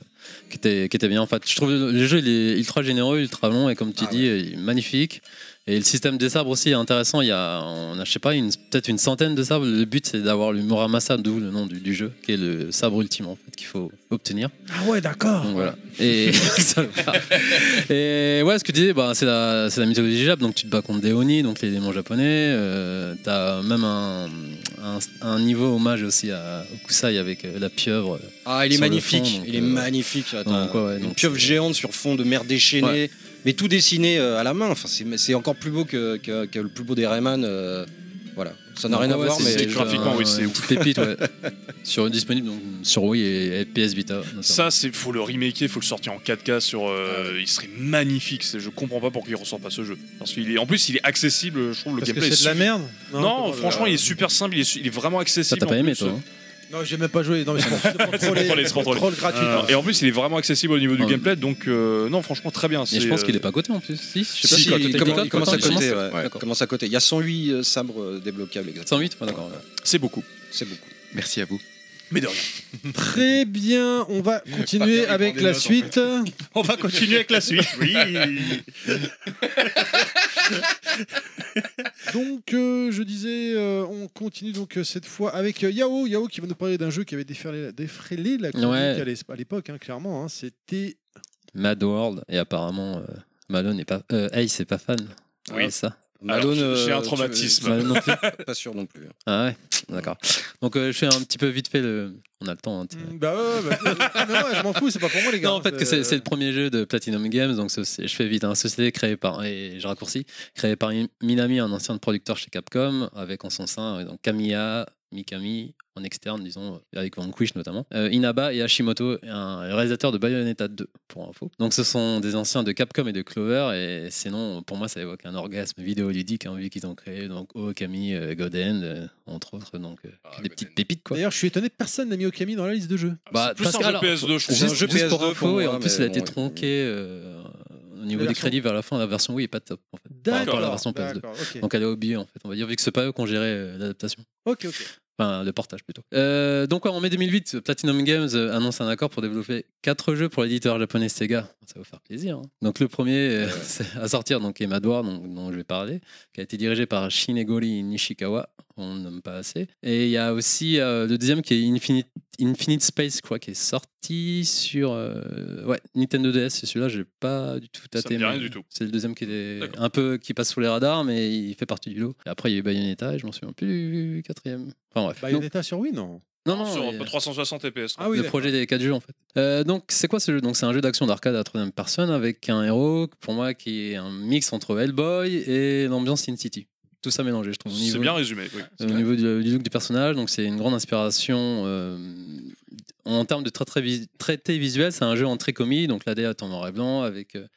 [SPEAKER 5] qui, était, qui était bien. En fait, je trouve le le jeu il est ultra généreux, ultra long et comme tu
[SPEAKER 6] Ah
[SPEAKER 5] dis, il est magnifique. Et le système des sabres aussi est intéressant. Il y a, on a, je sais pas, une- peut-être une centaine de sabres. Le but c'est d'avoir le Muramasa, d'où le nom du, du jeu, qui est le sabre ultime en fait qu'il faut obtenir.
[SPEAKER 1] Ah ouais, d'accord.
[SPEAKER 5] Donc, voilà. Et, Salopard. et ouais, ce que tu disais, bah, c'est la, c'est la mythologie japonaise donc tu te bats contre des Oni, donc les démons japonais. euh, T'as même un, un, un niveau hommage aussi à au Kusai avec euh, la pieuvre.
[SPEAKER 6] Ah, il est
[SPEAKER 5] sur le
[SPEAKER 6] magnifique,
[SPEAKER 5] fond, donc,
[SPEAKER 6] il est
[SPEAKER 5] euh,
[SPEAKER 6] magnifique. Attends,
[SPEAKER 5] donc, ouais, ouais,
[SPEAKER 6] une
[SPEAKER 5] donc,
[SPEAKER 6] pieuvre
[SPEAKER 5] c'est-
[SPEAKER 6] géante sur fond de mer déchaînée, mais tout dessiné euh, à la main. Enfin, c'est, c'est encore plus beau que, que- que le plus beau des Rayman. euh, voilà, ça n'a
[SPEAKER 5] Donc,
[SPEAKER 6] rien à
[SPEAKER 5] ouais,
[SPEAKER 6] voir,
[SPEAKER 5] c'est-
[SPEAKER 6] mais
[SPEAKER 5] c'est
[SPEAKER 8] graphiquement,
[SPEAKER 5] un-
[SPEAKER 8] oui, c'est
[SPEAKER 5] une petite pépite, ouais. sur, disponible donc, sur Wii et, et PS Vita. notamment.
[SPEAKER 8] Ça, c'est faut le remaker, faut le sortir en 4K sur. euh, Il serait magnifique. c'est- Je comprends pas pourquoi il ressort pas ce jeu. Parce qu'il est, en plus, il est accessible. Je trouve le
[SPEAKER 1] Parce que
[SPEAKER 8] gameplay.
[SPEAKER 1] c'est de
[SPEAKER 8] est
[SPEAKER 1] la
[SPEAKER 8] su-
[SPEAKER 1] merde.
[SPEAKER 8] Non,
[SPEAKER 1] euh,
[SPEAKER 8] franchement, il est super simple. Il est, su- il est vraiment
[SPEAKER 5] Ça,
[SPEAKER 8] accessible.
[SPEAKER 5] t'as pas
[SPEAKER 8] en
[SPEAKER 5] aimé,
[SPEAKER 8] plus.
[SPEAKER 5] toi hein
[SPEAKER 1] Non, j'ai même pas joué. Non, mais c'est pour
[SPEAKER 8] contrôlé,
[SPEAKER 1] troller.
[SPEAKER 8] c'est pour troller.
[SPEAKER 1] Troll gratuit.
[SPEAKER 8] Euh, et en plus, il est vraiment accessible au niveau du
[SPEAKER 5] Ouais.
[SPEAKER 8] gameplay. Donc, euh, non, franchement, très bien.
[SPEAKER 5] Ah Et
[SPEAKER 8] c'est,
[SPEAKER 5] je pense
[SPEAKER 8] euh,
[SPEAKER 5] qu'il est pas coté en plus. Si, je sais pas
[SPEAKER 6] Si,
[SPEAKER 5] si,
[SPEAKER 6] il,
[SPEAKER 5] coté,
[SPEAKER 6] commence-
[SPEAKER 5] coté,
[SPEAKER 6] il commence à
[SPEAKER 5] coté,
[SPEAKER 6] côté.
[SPEAKER 5] il
[SPEAKER 6] ouais,
[SPEAKER 5] commence-
[SPEAKER 6] il commence à côté. Il y a 108 sabres euh, débloquables, exactement.
[SPEAKER 5] 108, ouais, d'accord. ouais.
[SPEAKER 8] C'est beaucoup.
[SPEAKER 6] C'est beaucoup.
[SPEAKER 4] Merci à vous.
[SPEAKER 8] Mais de rien.
[SPEAKER 1] Très bien, on va continuer
[SPEAKER 8] Parker, il
[SPEAKER 1] avec
[SPEAKER 8] prend des
[SPEAKER 1] la
[SPEAKER 8] notes, en
[SPEAKER 1] suite.
[SPEAKER 3] On va continuer avec la suite. Oui. Euh,
[SPEAKER 1] Donc, euh, je disais, euh, on continue donc euh, cette fois avec euh, Yao, Yao qui va nous parler d'un jeu qui avait déferlé- défrayé la chronique
[SPEAKER 6] Ouais.
[SPEAKER 1] à l'es- à l'époque, hein, clairement. hein, C'était
[SPEAKER 6] Mad World, et apparemment, euh, Malone n'est pas. euh, Ace n'est pas fan.
[SPEAKER 8] Oui.
[SPEAKER 6] C'est ça.
[SPEAKER 8] Malone,
[SPEAKER 7] Alors,
[SPEAKER 8] j'ai un
[SPEAKER 7] euh,
[SPEAKER 8] traumatisme.
[SPEAKER 6] Malone non plus.
[SPEAKER 7] Pas sûr non plus.
[SPEAKER 6] Ah ouais, d'accord. Donc euh, je fais un petit peu vite fait le. On a le temps. hein, t'sais.
[SPEAKER 1] Bah ouais, bah, non, non, je m'en fous, c'est euh, pas pour moi les gars.
[SPEAKER 6] Non, en fait, que c'est c'est le premier jeu de Platinum Games, donc c'est aussi- je fais vite. Hein, société créée par, et je raccourcis, créée par Minami, un ancien producteur chez Capcom, avec en son sein euh, donc Kamiya, Mikami, en externe, disons, euh, avec Vanquish notamment, euh, Inaba et Hashimoto, un réalisateur de Bayonetta 2, pour info. Donc ce sont des anciens de Capcom et de Clover, et sinon, pour moi, ça évoque un orgasme vidéoludique, hein, vu qu'ils ont créé donc Okami, euh, God End, euh, entre autres, donc euh, que des petites pépites, quoi.
[SPEAKER 1] Ah, D'ailleurs, je suis étonné, personne n'a mis Okami dans la liste de jeux.
[SPEAKER 6] Bah,
[SPEAKER 8] plus un jeu
[SPEAKER 6] alors,
[SPEAKER 8] PS2, je trouve.
[SPEAKER 6] Juste,
[SPEAKER 7] Un jeu
[SPEAKER 6] juste
[SPEAKER 7] PS2
[SPEAKER 6] pour
[SPEAKER 7] pour
[SPEAKER 6] info,
[SPEAKER 7] moi,
[SPEAKER 6] et en plus,
[SPEAKER 7] mais
[SPEAKER 6] il a été
[SPEAKER 7] bon,
[SPEAKER 6] tronqué euh, au niveau
[SPEAKER 1] La
[SPEAKER 6] des
[SPEAKER 1] version.
[SPEAKER 6] crédits vers la fin. La version Wii est pas top. En fait, par rapport à la version PS2.
[SPEAKER 1] d'accord, ok.
[SPEAKER 6] Donc elle est oubliée, en fait, on va dire, vu que c'est pas eux qui ont géré euh, l'adaptation.
[SPEAKER 1] Ok, ok.
[SPEAKER 6] Enfin, le portage plutôt. Euh, donc, ouais, en mai 2008, Platinum Games euh, annonce un accord pour développer quatre jeux pour l'éditeur japonais Sega. Ça va vous faire plaisir. hein. Donc, le premier euh, c'est à sortir donc, est Mad War, donc, dont je vais parler, qui a été dirigé par Shinegori Nishikawa. On ne nomme pas assez. Et il y a aussi euh, le deuxième qui est Infinite, Infinite Space, je crois, qui est sorti sur euh, ouais, Nintendo DS. Et celui-là, je l'ai pas du tout
[SPEAKER 8] Ça me
[SPEAKER 6] tâté.
[SPEAKER 8] dit rien
[SPEAKER 6] mais
[SPEAKER 8] du tout.
[SPEAKER 6] C'est le deuxième qui, est
[SPEAKER 8] D'accord.
[SPEAKER 6] un peu, qui passe sous les radars, mais il fait partie du lot. Et après, il y a eu Bayonetta, et je m'en souviens plus du quatrième. Enfin, bref. Donc-
[SPEAKER 1] Bayonetta Bah, sur Wii, non
[SPEAKER 6] non, non,
[SPEAKER 8] Sur
[SPEAKER 6] mais-
[SPEAKER 8] un peu 360 et PS3.
[SPEAKER 1] Ah oui,
[SPEAKER 6] le
[SPEAKER 1] d'accord.
[SPEAKER 6] projet des 4 jeux en fait. Euh, donc c'est quoi ce jeu Donc c'est un jeu d'action d'arcade à la troisième personne avec un héros pour moi qui est un mix entre Hellboy et l'ambiance Sin City. Tout ça mélangé, je trouve. au
[SPEAKER 8] C'est
[SPEAKER 6] niveau-
[SPEAKER 8] bien résumé. Oui.
[SPEAKER 6] au niveau du, du look du personnage, donc c'est une grande inspiration. euh, en termes de traité, vis- traité visuel, c'est un jeu en trichomie, donc l'AD est en noir et blanc avec euh,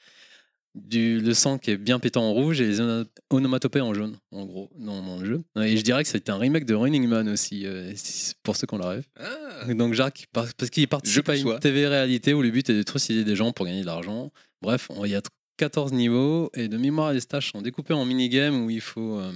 [SPEAKER 6] du, le sang qui est bien pétant en rouge et les ono- onomatopées en jaune, en gros, dans, dans le jeu. Et je dirais que c'est un remake de Running Man aussi, euh, si- pour ceux qui ont la rêve. Donc Jacques, par- parce qu'il
[SPEAKER 7] Ah. Je
[SPEAKER 6] participe à
[SPEAKER 7] perçois.
[SPEAKER 6] une TV-réalité où le but est de trucider des gens pour gagner de l'argent. Bref, on- il y a 14 niveaux et de mémoire, les stages sont découpés en minigames où il faut euh,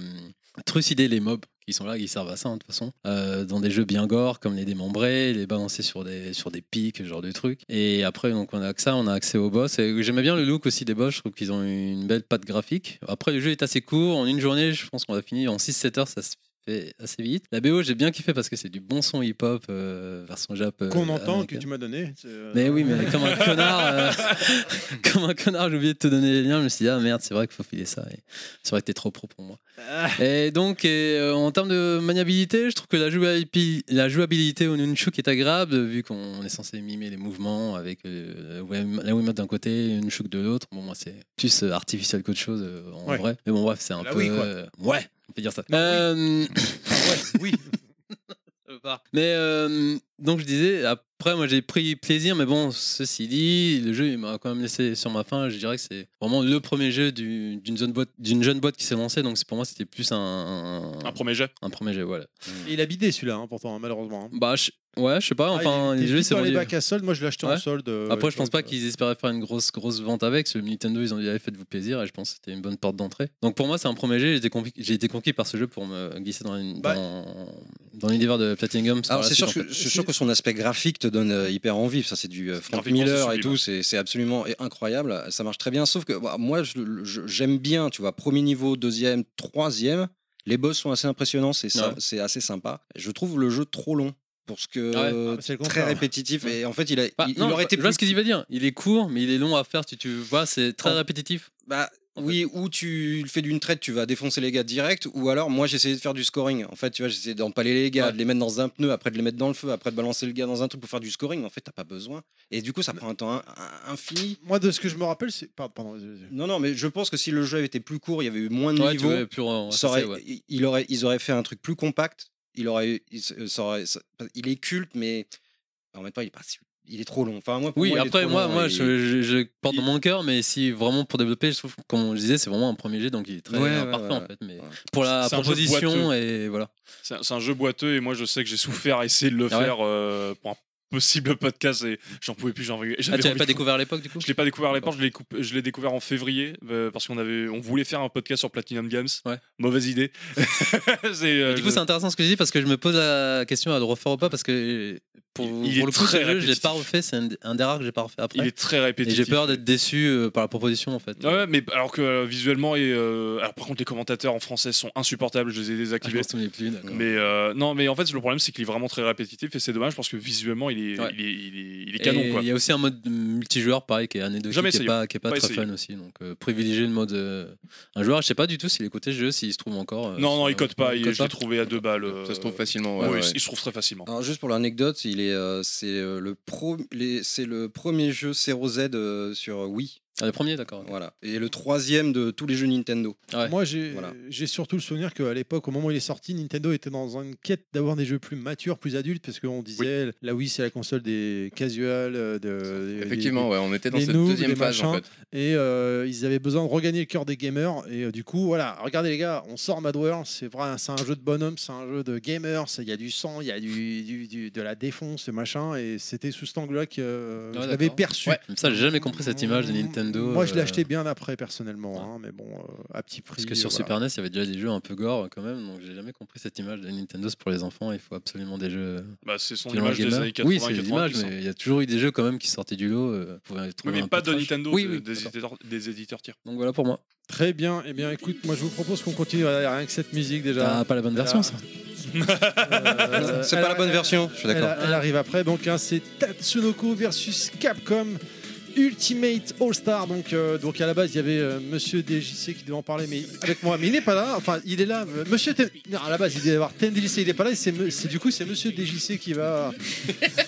[SPEAKER 6] trucider les mobs qui sont là, qui servent à ça hein, de toute façon, Euh, dans des jeux bien gore comme les démembrer, les balancer sur des, sur des pics, ce genre de trucs. Et après, donc on a que ça, on a accès aux boss. Et j'aimais bien le look aussi des boss, je trouve qu'ils ont une belle patte graphique. Après, le jeu est assez court, en une journée, je pense qu'on va finir en 6-7 heures, ça se fait assez vite. La BO, j'ai bien kiffé parce que c'est du bon son hip-hop, euh, version jap. euh,
[SPEAKER 1] Qu'on entend, que
[SPEAKER 6] américaine.
[SPEAKER 1] tu m'as donné. c'est, euh,
[SPEAKER 6] Mais oui, mais comme un connard, euh, comme un connard, j'ai oublié de te donner les liens. Je me suis dit, ah merde, c'est vrai qu'il faut filer ça. Et C'est vrai que t'es trop pro pour moi.
[SPEAKER 1] Ah.
[SPEAKER 6] Et donc, et, euh, en termes de maniabilité, je trouve que la jouabilité, la jouabilité au Nunchuk est agréable, vu qu'on est censé mimer les mouvements avec euh, la Wim- la Wiimote d'un côté et Nunchuk de l'autre. Bon, moi, c'est plus euh, artificiel qu'autre chose euh, en
[SPEAKER 1] Ouais.
[SPEAKER 6] vrai. Mais bon, bref, c'est un
[SPEAKER 1] La
[SPEAKER 6] peu.
[SPEAKER 1] Wii, quoi.
[SPEAKER 6] euh, ouais, on peut dire ça. Euh,
[SPEAKER 1] oui.
[SPEAKER 6] mais euh, donc je disais, après moi j'ai pris plaisir, mais bon, ceci dit, le jeu il m'a quand même laissé sur ma faim. Je dirais que c'est vraiment le premier jeu du- d'une jeune boîte, d'une jeune boîte qui s'est lancée, donc c'est- pour moi c'était plus un,
[SPEAKER 8] Un premier jet.
[SPEAKER 6] un premier jeu. Voilà.
[SPEAKER 1] Et il a bidé celui-là, hein, pourtant, hein, malheureusement. hein.
[SPEAKER 6] Bah je- ouais, je sais pas. Enfin,
[SPEAKER 1] Ah, il
[SPEAKER 6] les
[SPEAKER 1] était
[SPEAKER 6] jeux
[SPEAKER 1] vite
[SPEAKER 6] c'est
[SPEAKER 1] dans les bacs à solde, moi je l'ai acheté en
[SPEAKER 6] Ouais.
[SPEAKER 1] solde. euh,
[SPEAKER 6] Après, je
[SPEAKER 1] tu
[SPEAKER 6] pense
[SPEAKER 1] vois,
[SPEAKER 6] pas qu'ils espéraient faire une grosse, grosse vente avec. Sur le Nintendo, ils ont dit, allez, faites-vous plaisir. Et je pense que c'était une bonne porte d'entrée. Donc, pour moi, c'est un premier jeu. J'ai été, conquis- j'ai été conquis par ce jeu pour me glisser dans, une-
[SPEAKER 1] Bah.
[SPEAKER 6] dans, dans l'univers de Platinum. par
[SPEAKER 7] Alors
[SPEAKER 6] la
[SPEAKER 7] Ah, c'est
[SPEAKER 6] suite,
[SPEAKER 7] sûr,
[SPEAKER 6] en
[SPEAKER 7] que,
[SPEAKER 6] fait.
[SPEAKER 7] c'est sûr que son aspect graphique te donne euh, hyper envie. Ça c'est du euh, Frank
[SPEAKER 8] Graphiquement,
[SPEAKER 7] Miller
[SPEAKER 8] c'est
[SPEAKER 7] et
[SPEAKER 8] sublime.
[SPEAKER 7] tout. C'est c'est absolument et- incroyable. Ça marche très bien. Sauf que bah, moi je- je- j'aime bien. Tu vois, premier niveau, deuxième, troisième. Les boss sont assez impressionnants. C'est ça-
[SPEAKER 6] Ouais.
[SPEAKER 7] c'est assez sympa. Je trouve le jeu trop long pour ce que
[SPEAKER 6] Ah ouais.
[SPEAKER 7] euh,
[SPEAKER 1] Ah, c'est le
[SPEAKER 7] très
[SPEAKER 1] contraire.
[SPEAKER 7] répétitif. Et en fait, il, a,
[SPEAKER 6] Bah,
[SPEAKER 7] il,
[SPEAKER 6] non,
[SPEAKER 7] il aurait
[SPEAKER 6] je-
[SPEAKER 7] été
[SPEAKER 6] je vois
[SPEAKER 7] plus
[SPEAKER 6] ce qu'il veut dire. Il est court, mais il est long à faire. Tu, tu vois, c'est très
[SPEAKER 7] En-
[SPEAKER 6] répétitif.
[SPEAKER 7] Bah oui, ou tu le fais d'une traite, tu vas défoncer les gars direct, ou alors moi j'essayais de faire du scoring. En fait, tu vois, j'essayais d'empaler les gars,
[SPEAKER 6] Ouais.
[SPEAKER 7] de les mettre dans un pneu, après de les mettre dans le feu, après de balancer le gars dans un truc pour faire du scoring. En fait, t'as pas besoin. Et du coup, ça prend un temps in- in- infini.
[SPEAKER 1] Moi, de ce que je me rappelle, c'est. Pardon, pardon. vas-y, vas-y.
[SPEAKER 7] Non, non, mais je pense que si le jeu avait été plus court, il y avait eu moins de
[SPEAKER 6] Ouais, tu
[SPEAKER 7] niveaux.
[SPEAKER 6] vois, pur, euh,
[SPEAKER 7] ça aurait-
[SPEAKER 6] c'est- ouais.
[SPEAKER 7] il- il aurait, ils auraient fait un truc plus compact. Il aurait, il, ça aurait- ça- il est culte, mais en même temps, il est pas, si- il est trop long. Enfin, moi, pour
[SPEAKER 6] Oui,
[SPEAKER 7] moi, il est
[SPEAKER 6] après,
[SPEAKER 7] trop
[SPEAKER 6] moi,
[SPEAKER 7] long
[SPEAKER 6] moi
[SPEAKER 7] et-
[SPEAKER 6] je, je- je porte dans mon cœur, mais si vraiment pour développer, je trouve, comme je disais, c'est vraiment un premier jet, donc il est très
[SPEAKER 7] Ouais, ouais,
[SPEAKER 6] imparfait
[SPEAKER 7] ouais,
[SPEAKER 6] en fait. Mais
[SPEAKER 7] ouais.
[SPEAKER 6] pour la
[SPEAKER 8] C'est un jeu
[SPEAKER 6] proposition,
[SPEAKER 8] boiteux.
[SPEAKER 5] Ah,
[SPEAKER 6] et voilà.
[SPEAKER 8] C'est un, c'est un jeu boiteux et moi je sais que j'ai souffert à essayer de le
[SPEAKER 6] Ah ouais
[SPEAKER 8] faire euh, pour un possible podcast et j'en pouvais plus. J'en... avais-
[SPEAKER 5] Ah, tu
[SPEAKER 8] j'avais
[SPEAKER 5] l'avais
[SPEAKER 8] envie
[SPEAKER 5] pas
[SPEAKER 8] de-
[SPEAKER 5] découvert à l'époque du coup
[SPEAKER 8] Je l'ai pas découvert à l'époque, je l'ai, coup- je l'ai découvert en février euh, parce qu'on avait, on voulait faire un podcast sur Platinum Games. Mauvaise idée. C'est, euh,
[SPEAKER 5] Mais Du coup,
[SPEAKER 8] je-
[SPEAKER 5] c'est intéressant ce que tu dis parce que je me pose la question à le refaire ou pas parce que pour,
[SPEAKER 8] il
[SPEAKER 5] pour
[SPEAKER 8] est
[SPEAKER 5] le coup,
[SPEAKER 8] très
[SPEAKER 5] ce jeu, je l'ai
[SPEAKER 8] répétitif.
[SPEAKER 5] pas refait. C'est un, un des rares que j'ai pas refait après.
[SPEAKER 8] Il est très répétitif.
[SPEAKER 5] Et j'ai peur d'être déçu euh, par la proposition en fait.
[SPEAKER 8] Ouais, ouais, mais alors que euh, visuellement et euh, alors par contre les commentateurs en français sont insupportables, je les ai désactivés.
[SPEAKER 5] Ah, je pense qu'on est plus, d'accord.
[SPEAKER 8] mais euh, non, mais en fait le problème c'est qu'il est vraiment très répétitif et c'est dommage parce que visuellement il est,
[SPEAKER 5] Ouais.
[SPEAKER 8] il est, il est- il est
[SPEAKER 5] Et
[SPEAKER 8] canon quoi.
[SPEAKER 5] Il y a aussi un mode multijoueur pareil qui est anecdotique,
[SPEAKER 8] Jamais
[SPEAKER 5] qui est
[SPEAKER 8] essayé.
[SPEAKER 5] pas, qui est pas,
[SPEAKER 8] Pas
[SPEAKER 5] très
[SPEAKER 8] essayé.
[SPEAKER 5] fun aussi. Donc euh, privilégier le mode euh, un joueur, je sais pas du tout s'il est côté jeu, s'il se trouve encore. euh,
[SPEAKER 8] Non, non,
[SPEAKER 5] sur-
[SPEAKER 8] il code pas.
[SPEAKER 5] il
[SPEAKER 8] il-
[SPEAKER 5] code
[SPEAKER 8] je l'ai
[SPEAKER 5] pas.
[SPEAKER 8] trouvé à deux balles. Ça se trouve
[SPEAKER 7] facilement.
[SPEAKER 5] ouais, ouais.
[SPEAKER 8] Il se trouve très facilement.
[SPEAKER 6] Alors juste pour l'anecdote, il est, euh, c'est euh, le pro, les- c'est le premier jeu 0Z euh, sur Wii.
[SPEAKER 5] Ah, le premier, d'accord.
[SPEAKER 6] Voilà. Et le troisième de tous les jeux Nintendo.
[SPEAKER 1] Moi, j'ai
[SPEAKER 6] Voilà.
[SPEAKER 1] j'ai surtout le souvenir qu'à l'époque, au moment où il est sorti, Nintendo était dans une quête d'avoir des jeux plus matures, plus adultes, parce qu'on disait la Wii, c'est la console des casuals. euh, De, des-
[SPEAKER 7] Effectivement,
[SPEAKER 1] des-
[SPEAKER 7] ouais, on était dans
[SPEAKER 1] des
[SPEAKER 7] cette
[SPEAKER 1] noobs,
[SPEAKER 7] deuxième
[SPEAKER 1] des
[SPEAKER 7] phase, en
[SPEAKER 1] machins. Et euh, ils avaient besoin de regagner le cœur des gamers. Et euh, du coup, voilà, regardez les gars, on sort Mad World, c'est vrai, c'est un jeu de bonhomme, c'est un jeu de gamers, c'est- il y a du sang, il y a du, du- du- de la défonce, et machin. Et c'était sous cet angle-là que euh,
[SPEAKER 5] Ouais,
[SPEAKER 1] je l'avais
[SPEAKER 5] d'accord.
[SPEAKER 1] perçu.
[SPEAKER 5] Ouais. Comme ça, j'ai jamais compris cette image de Nintendo.
[SPEAKER 1] Moi, je l'ai
[SPEAKER 5] euh,
[SPEAKER 1] acheté bien après, personnellement, hein, mais bon, euh, à petit prix.
[SPEAKER 5] Parce que sur
[SPEAKER 1] euh, voilà.
[SPEAKER 5] Super NES, il y avait déjà des jeux un peu gore quand même, donc j'ai jamais compris cette image de Nintendo c'est pour les enfants. Il faut absolument des jeux.
[SPEAKER 8] Bah, c'est son
[SPEAKER 5] qui lancent
[SPEAKER 8] image des
[SPEAKER 5] gamer.
[SPEAKER 8] années
[SPEAKER 5] Oui,
[SPEAKER 8] 80,
[SPEAKER 5] c'est l'image,
[SPEAKER 8] 90,
[SPEAKER 5] mais il y a toujours eu des jeux quand même qui sortaient du lot. euh, pour être
[SPEAKER 8] Oui,
[SPEAKER 5] trouvé
[SPEAKER 8] mais
[SPEAKER 5] un
[SPEAKER 8] pas
[SPEAKER 5] peu
[SPEAKER 8] de
[SPEAKER 5] trash.
[SPEAKER 8] Nintendo,
[SPEAKER 5] Oui,
[SPEAKER 8] de-
[SPEAKER 5] oui,
[SPEAKER 8] des, éditeurs, des éditeurs tiers.
[SPEAKER 5] Donc voilà pour moi.
[SPEAKER 1] Très bien. Eh bien, écoute, moi, je vous propose qu'on continue euh, rien que cette musique déjà.
[SPEAKER 5] T'as pas la bonne version, ça.
[SPEAKER 1] Euh,
[SPEAKER 6] C'est pas
[SPEAKER 1] elle-
[SPEAKER 6] la bonne version, je suis
[SPEAKER 1] elle-
[SPEAKER 6] d'accord.
[SPEAKER 1] Elle, arrive après. Donc, hein, c'est Tatsunoko versus Capcom. Ultimate All Star, donc, euh, donc à la base il y avait euh, Monsieur DJC qui devait en parler, mais avec moi, mais il n'est pas là. Enfin, il est là. euh, Monsieur, T- non, à la base il devait y avoir TNDLC, il n'est pas là. et C'est me- c'est- du coup c'est Monsieur DJC qui va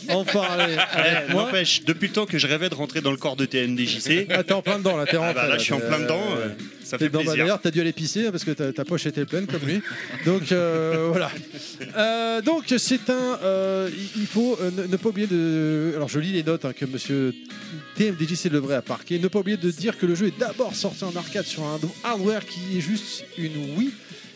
[SPEAKER 1] en parler. avec
[SPEAKER 3] Eh,
[SPEAKER 1] moi.
[SPEAKER 3] N'empêche, depuis le temps que je rêvais de rentrer dans le corps de TNDJC.
[SPEAKER 1] Ah, t'es en plein dedans là, t'es
[SPEAKER 3] Ah
[SPEAKER 1] rentré,
[SPEAKER 3] bah là, je suis en
[SPEAKER 1] t'es-
[SPEAKER 3] plein dedans, euh, ça
[SPEAKER 1] t'es
[SPEAKER 3] fait
[SPEAKER 1] dedans. Bah,
[SPEAKER 3] plaisir.
[SPEAKER 1] D'ailleurs, t'as dû aller pisser hein, parce que ta, ta poche était pleine comme lui. Donc euh, voilà. Euh, donc c'est un. euh, il- il faut euh, ne, ne pas oublier de. Alors je lis les notes hein, que Monsieur TMDJC devrait apparquer. Ne pas oublier de dire que le jeu est d'abord sorti en arcade sur un hardware qui est juste une Wii.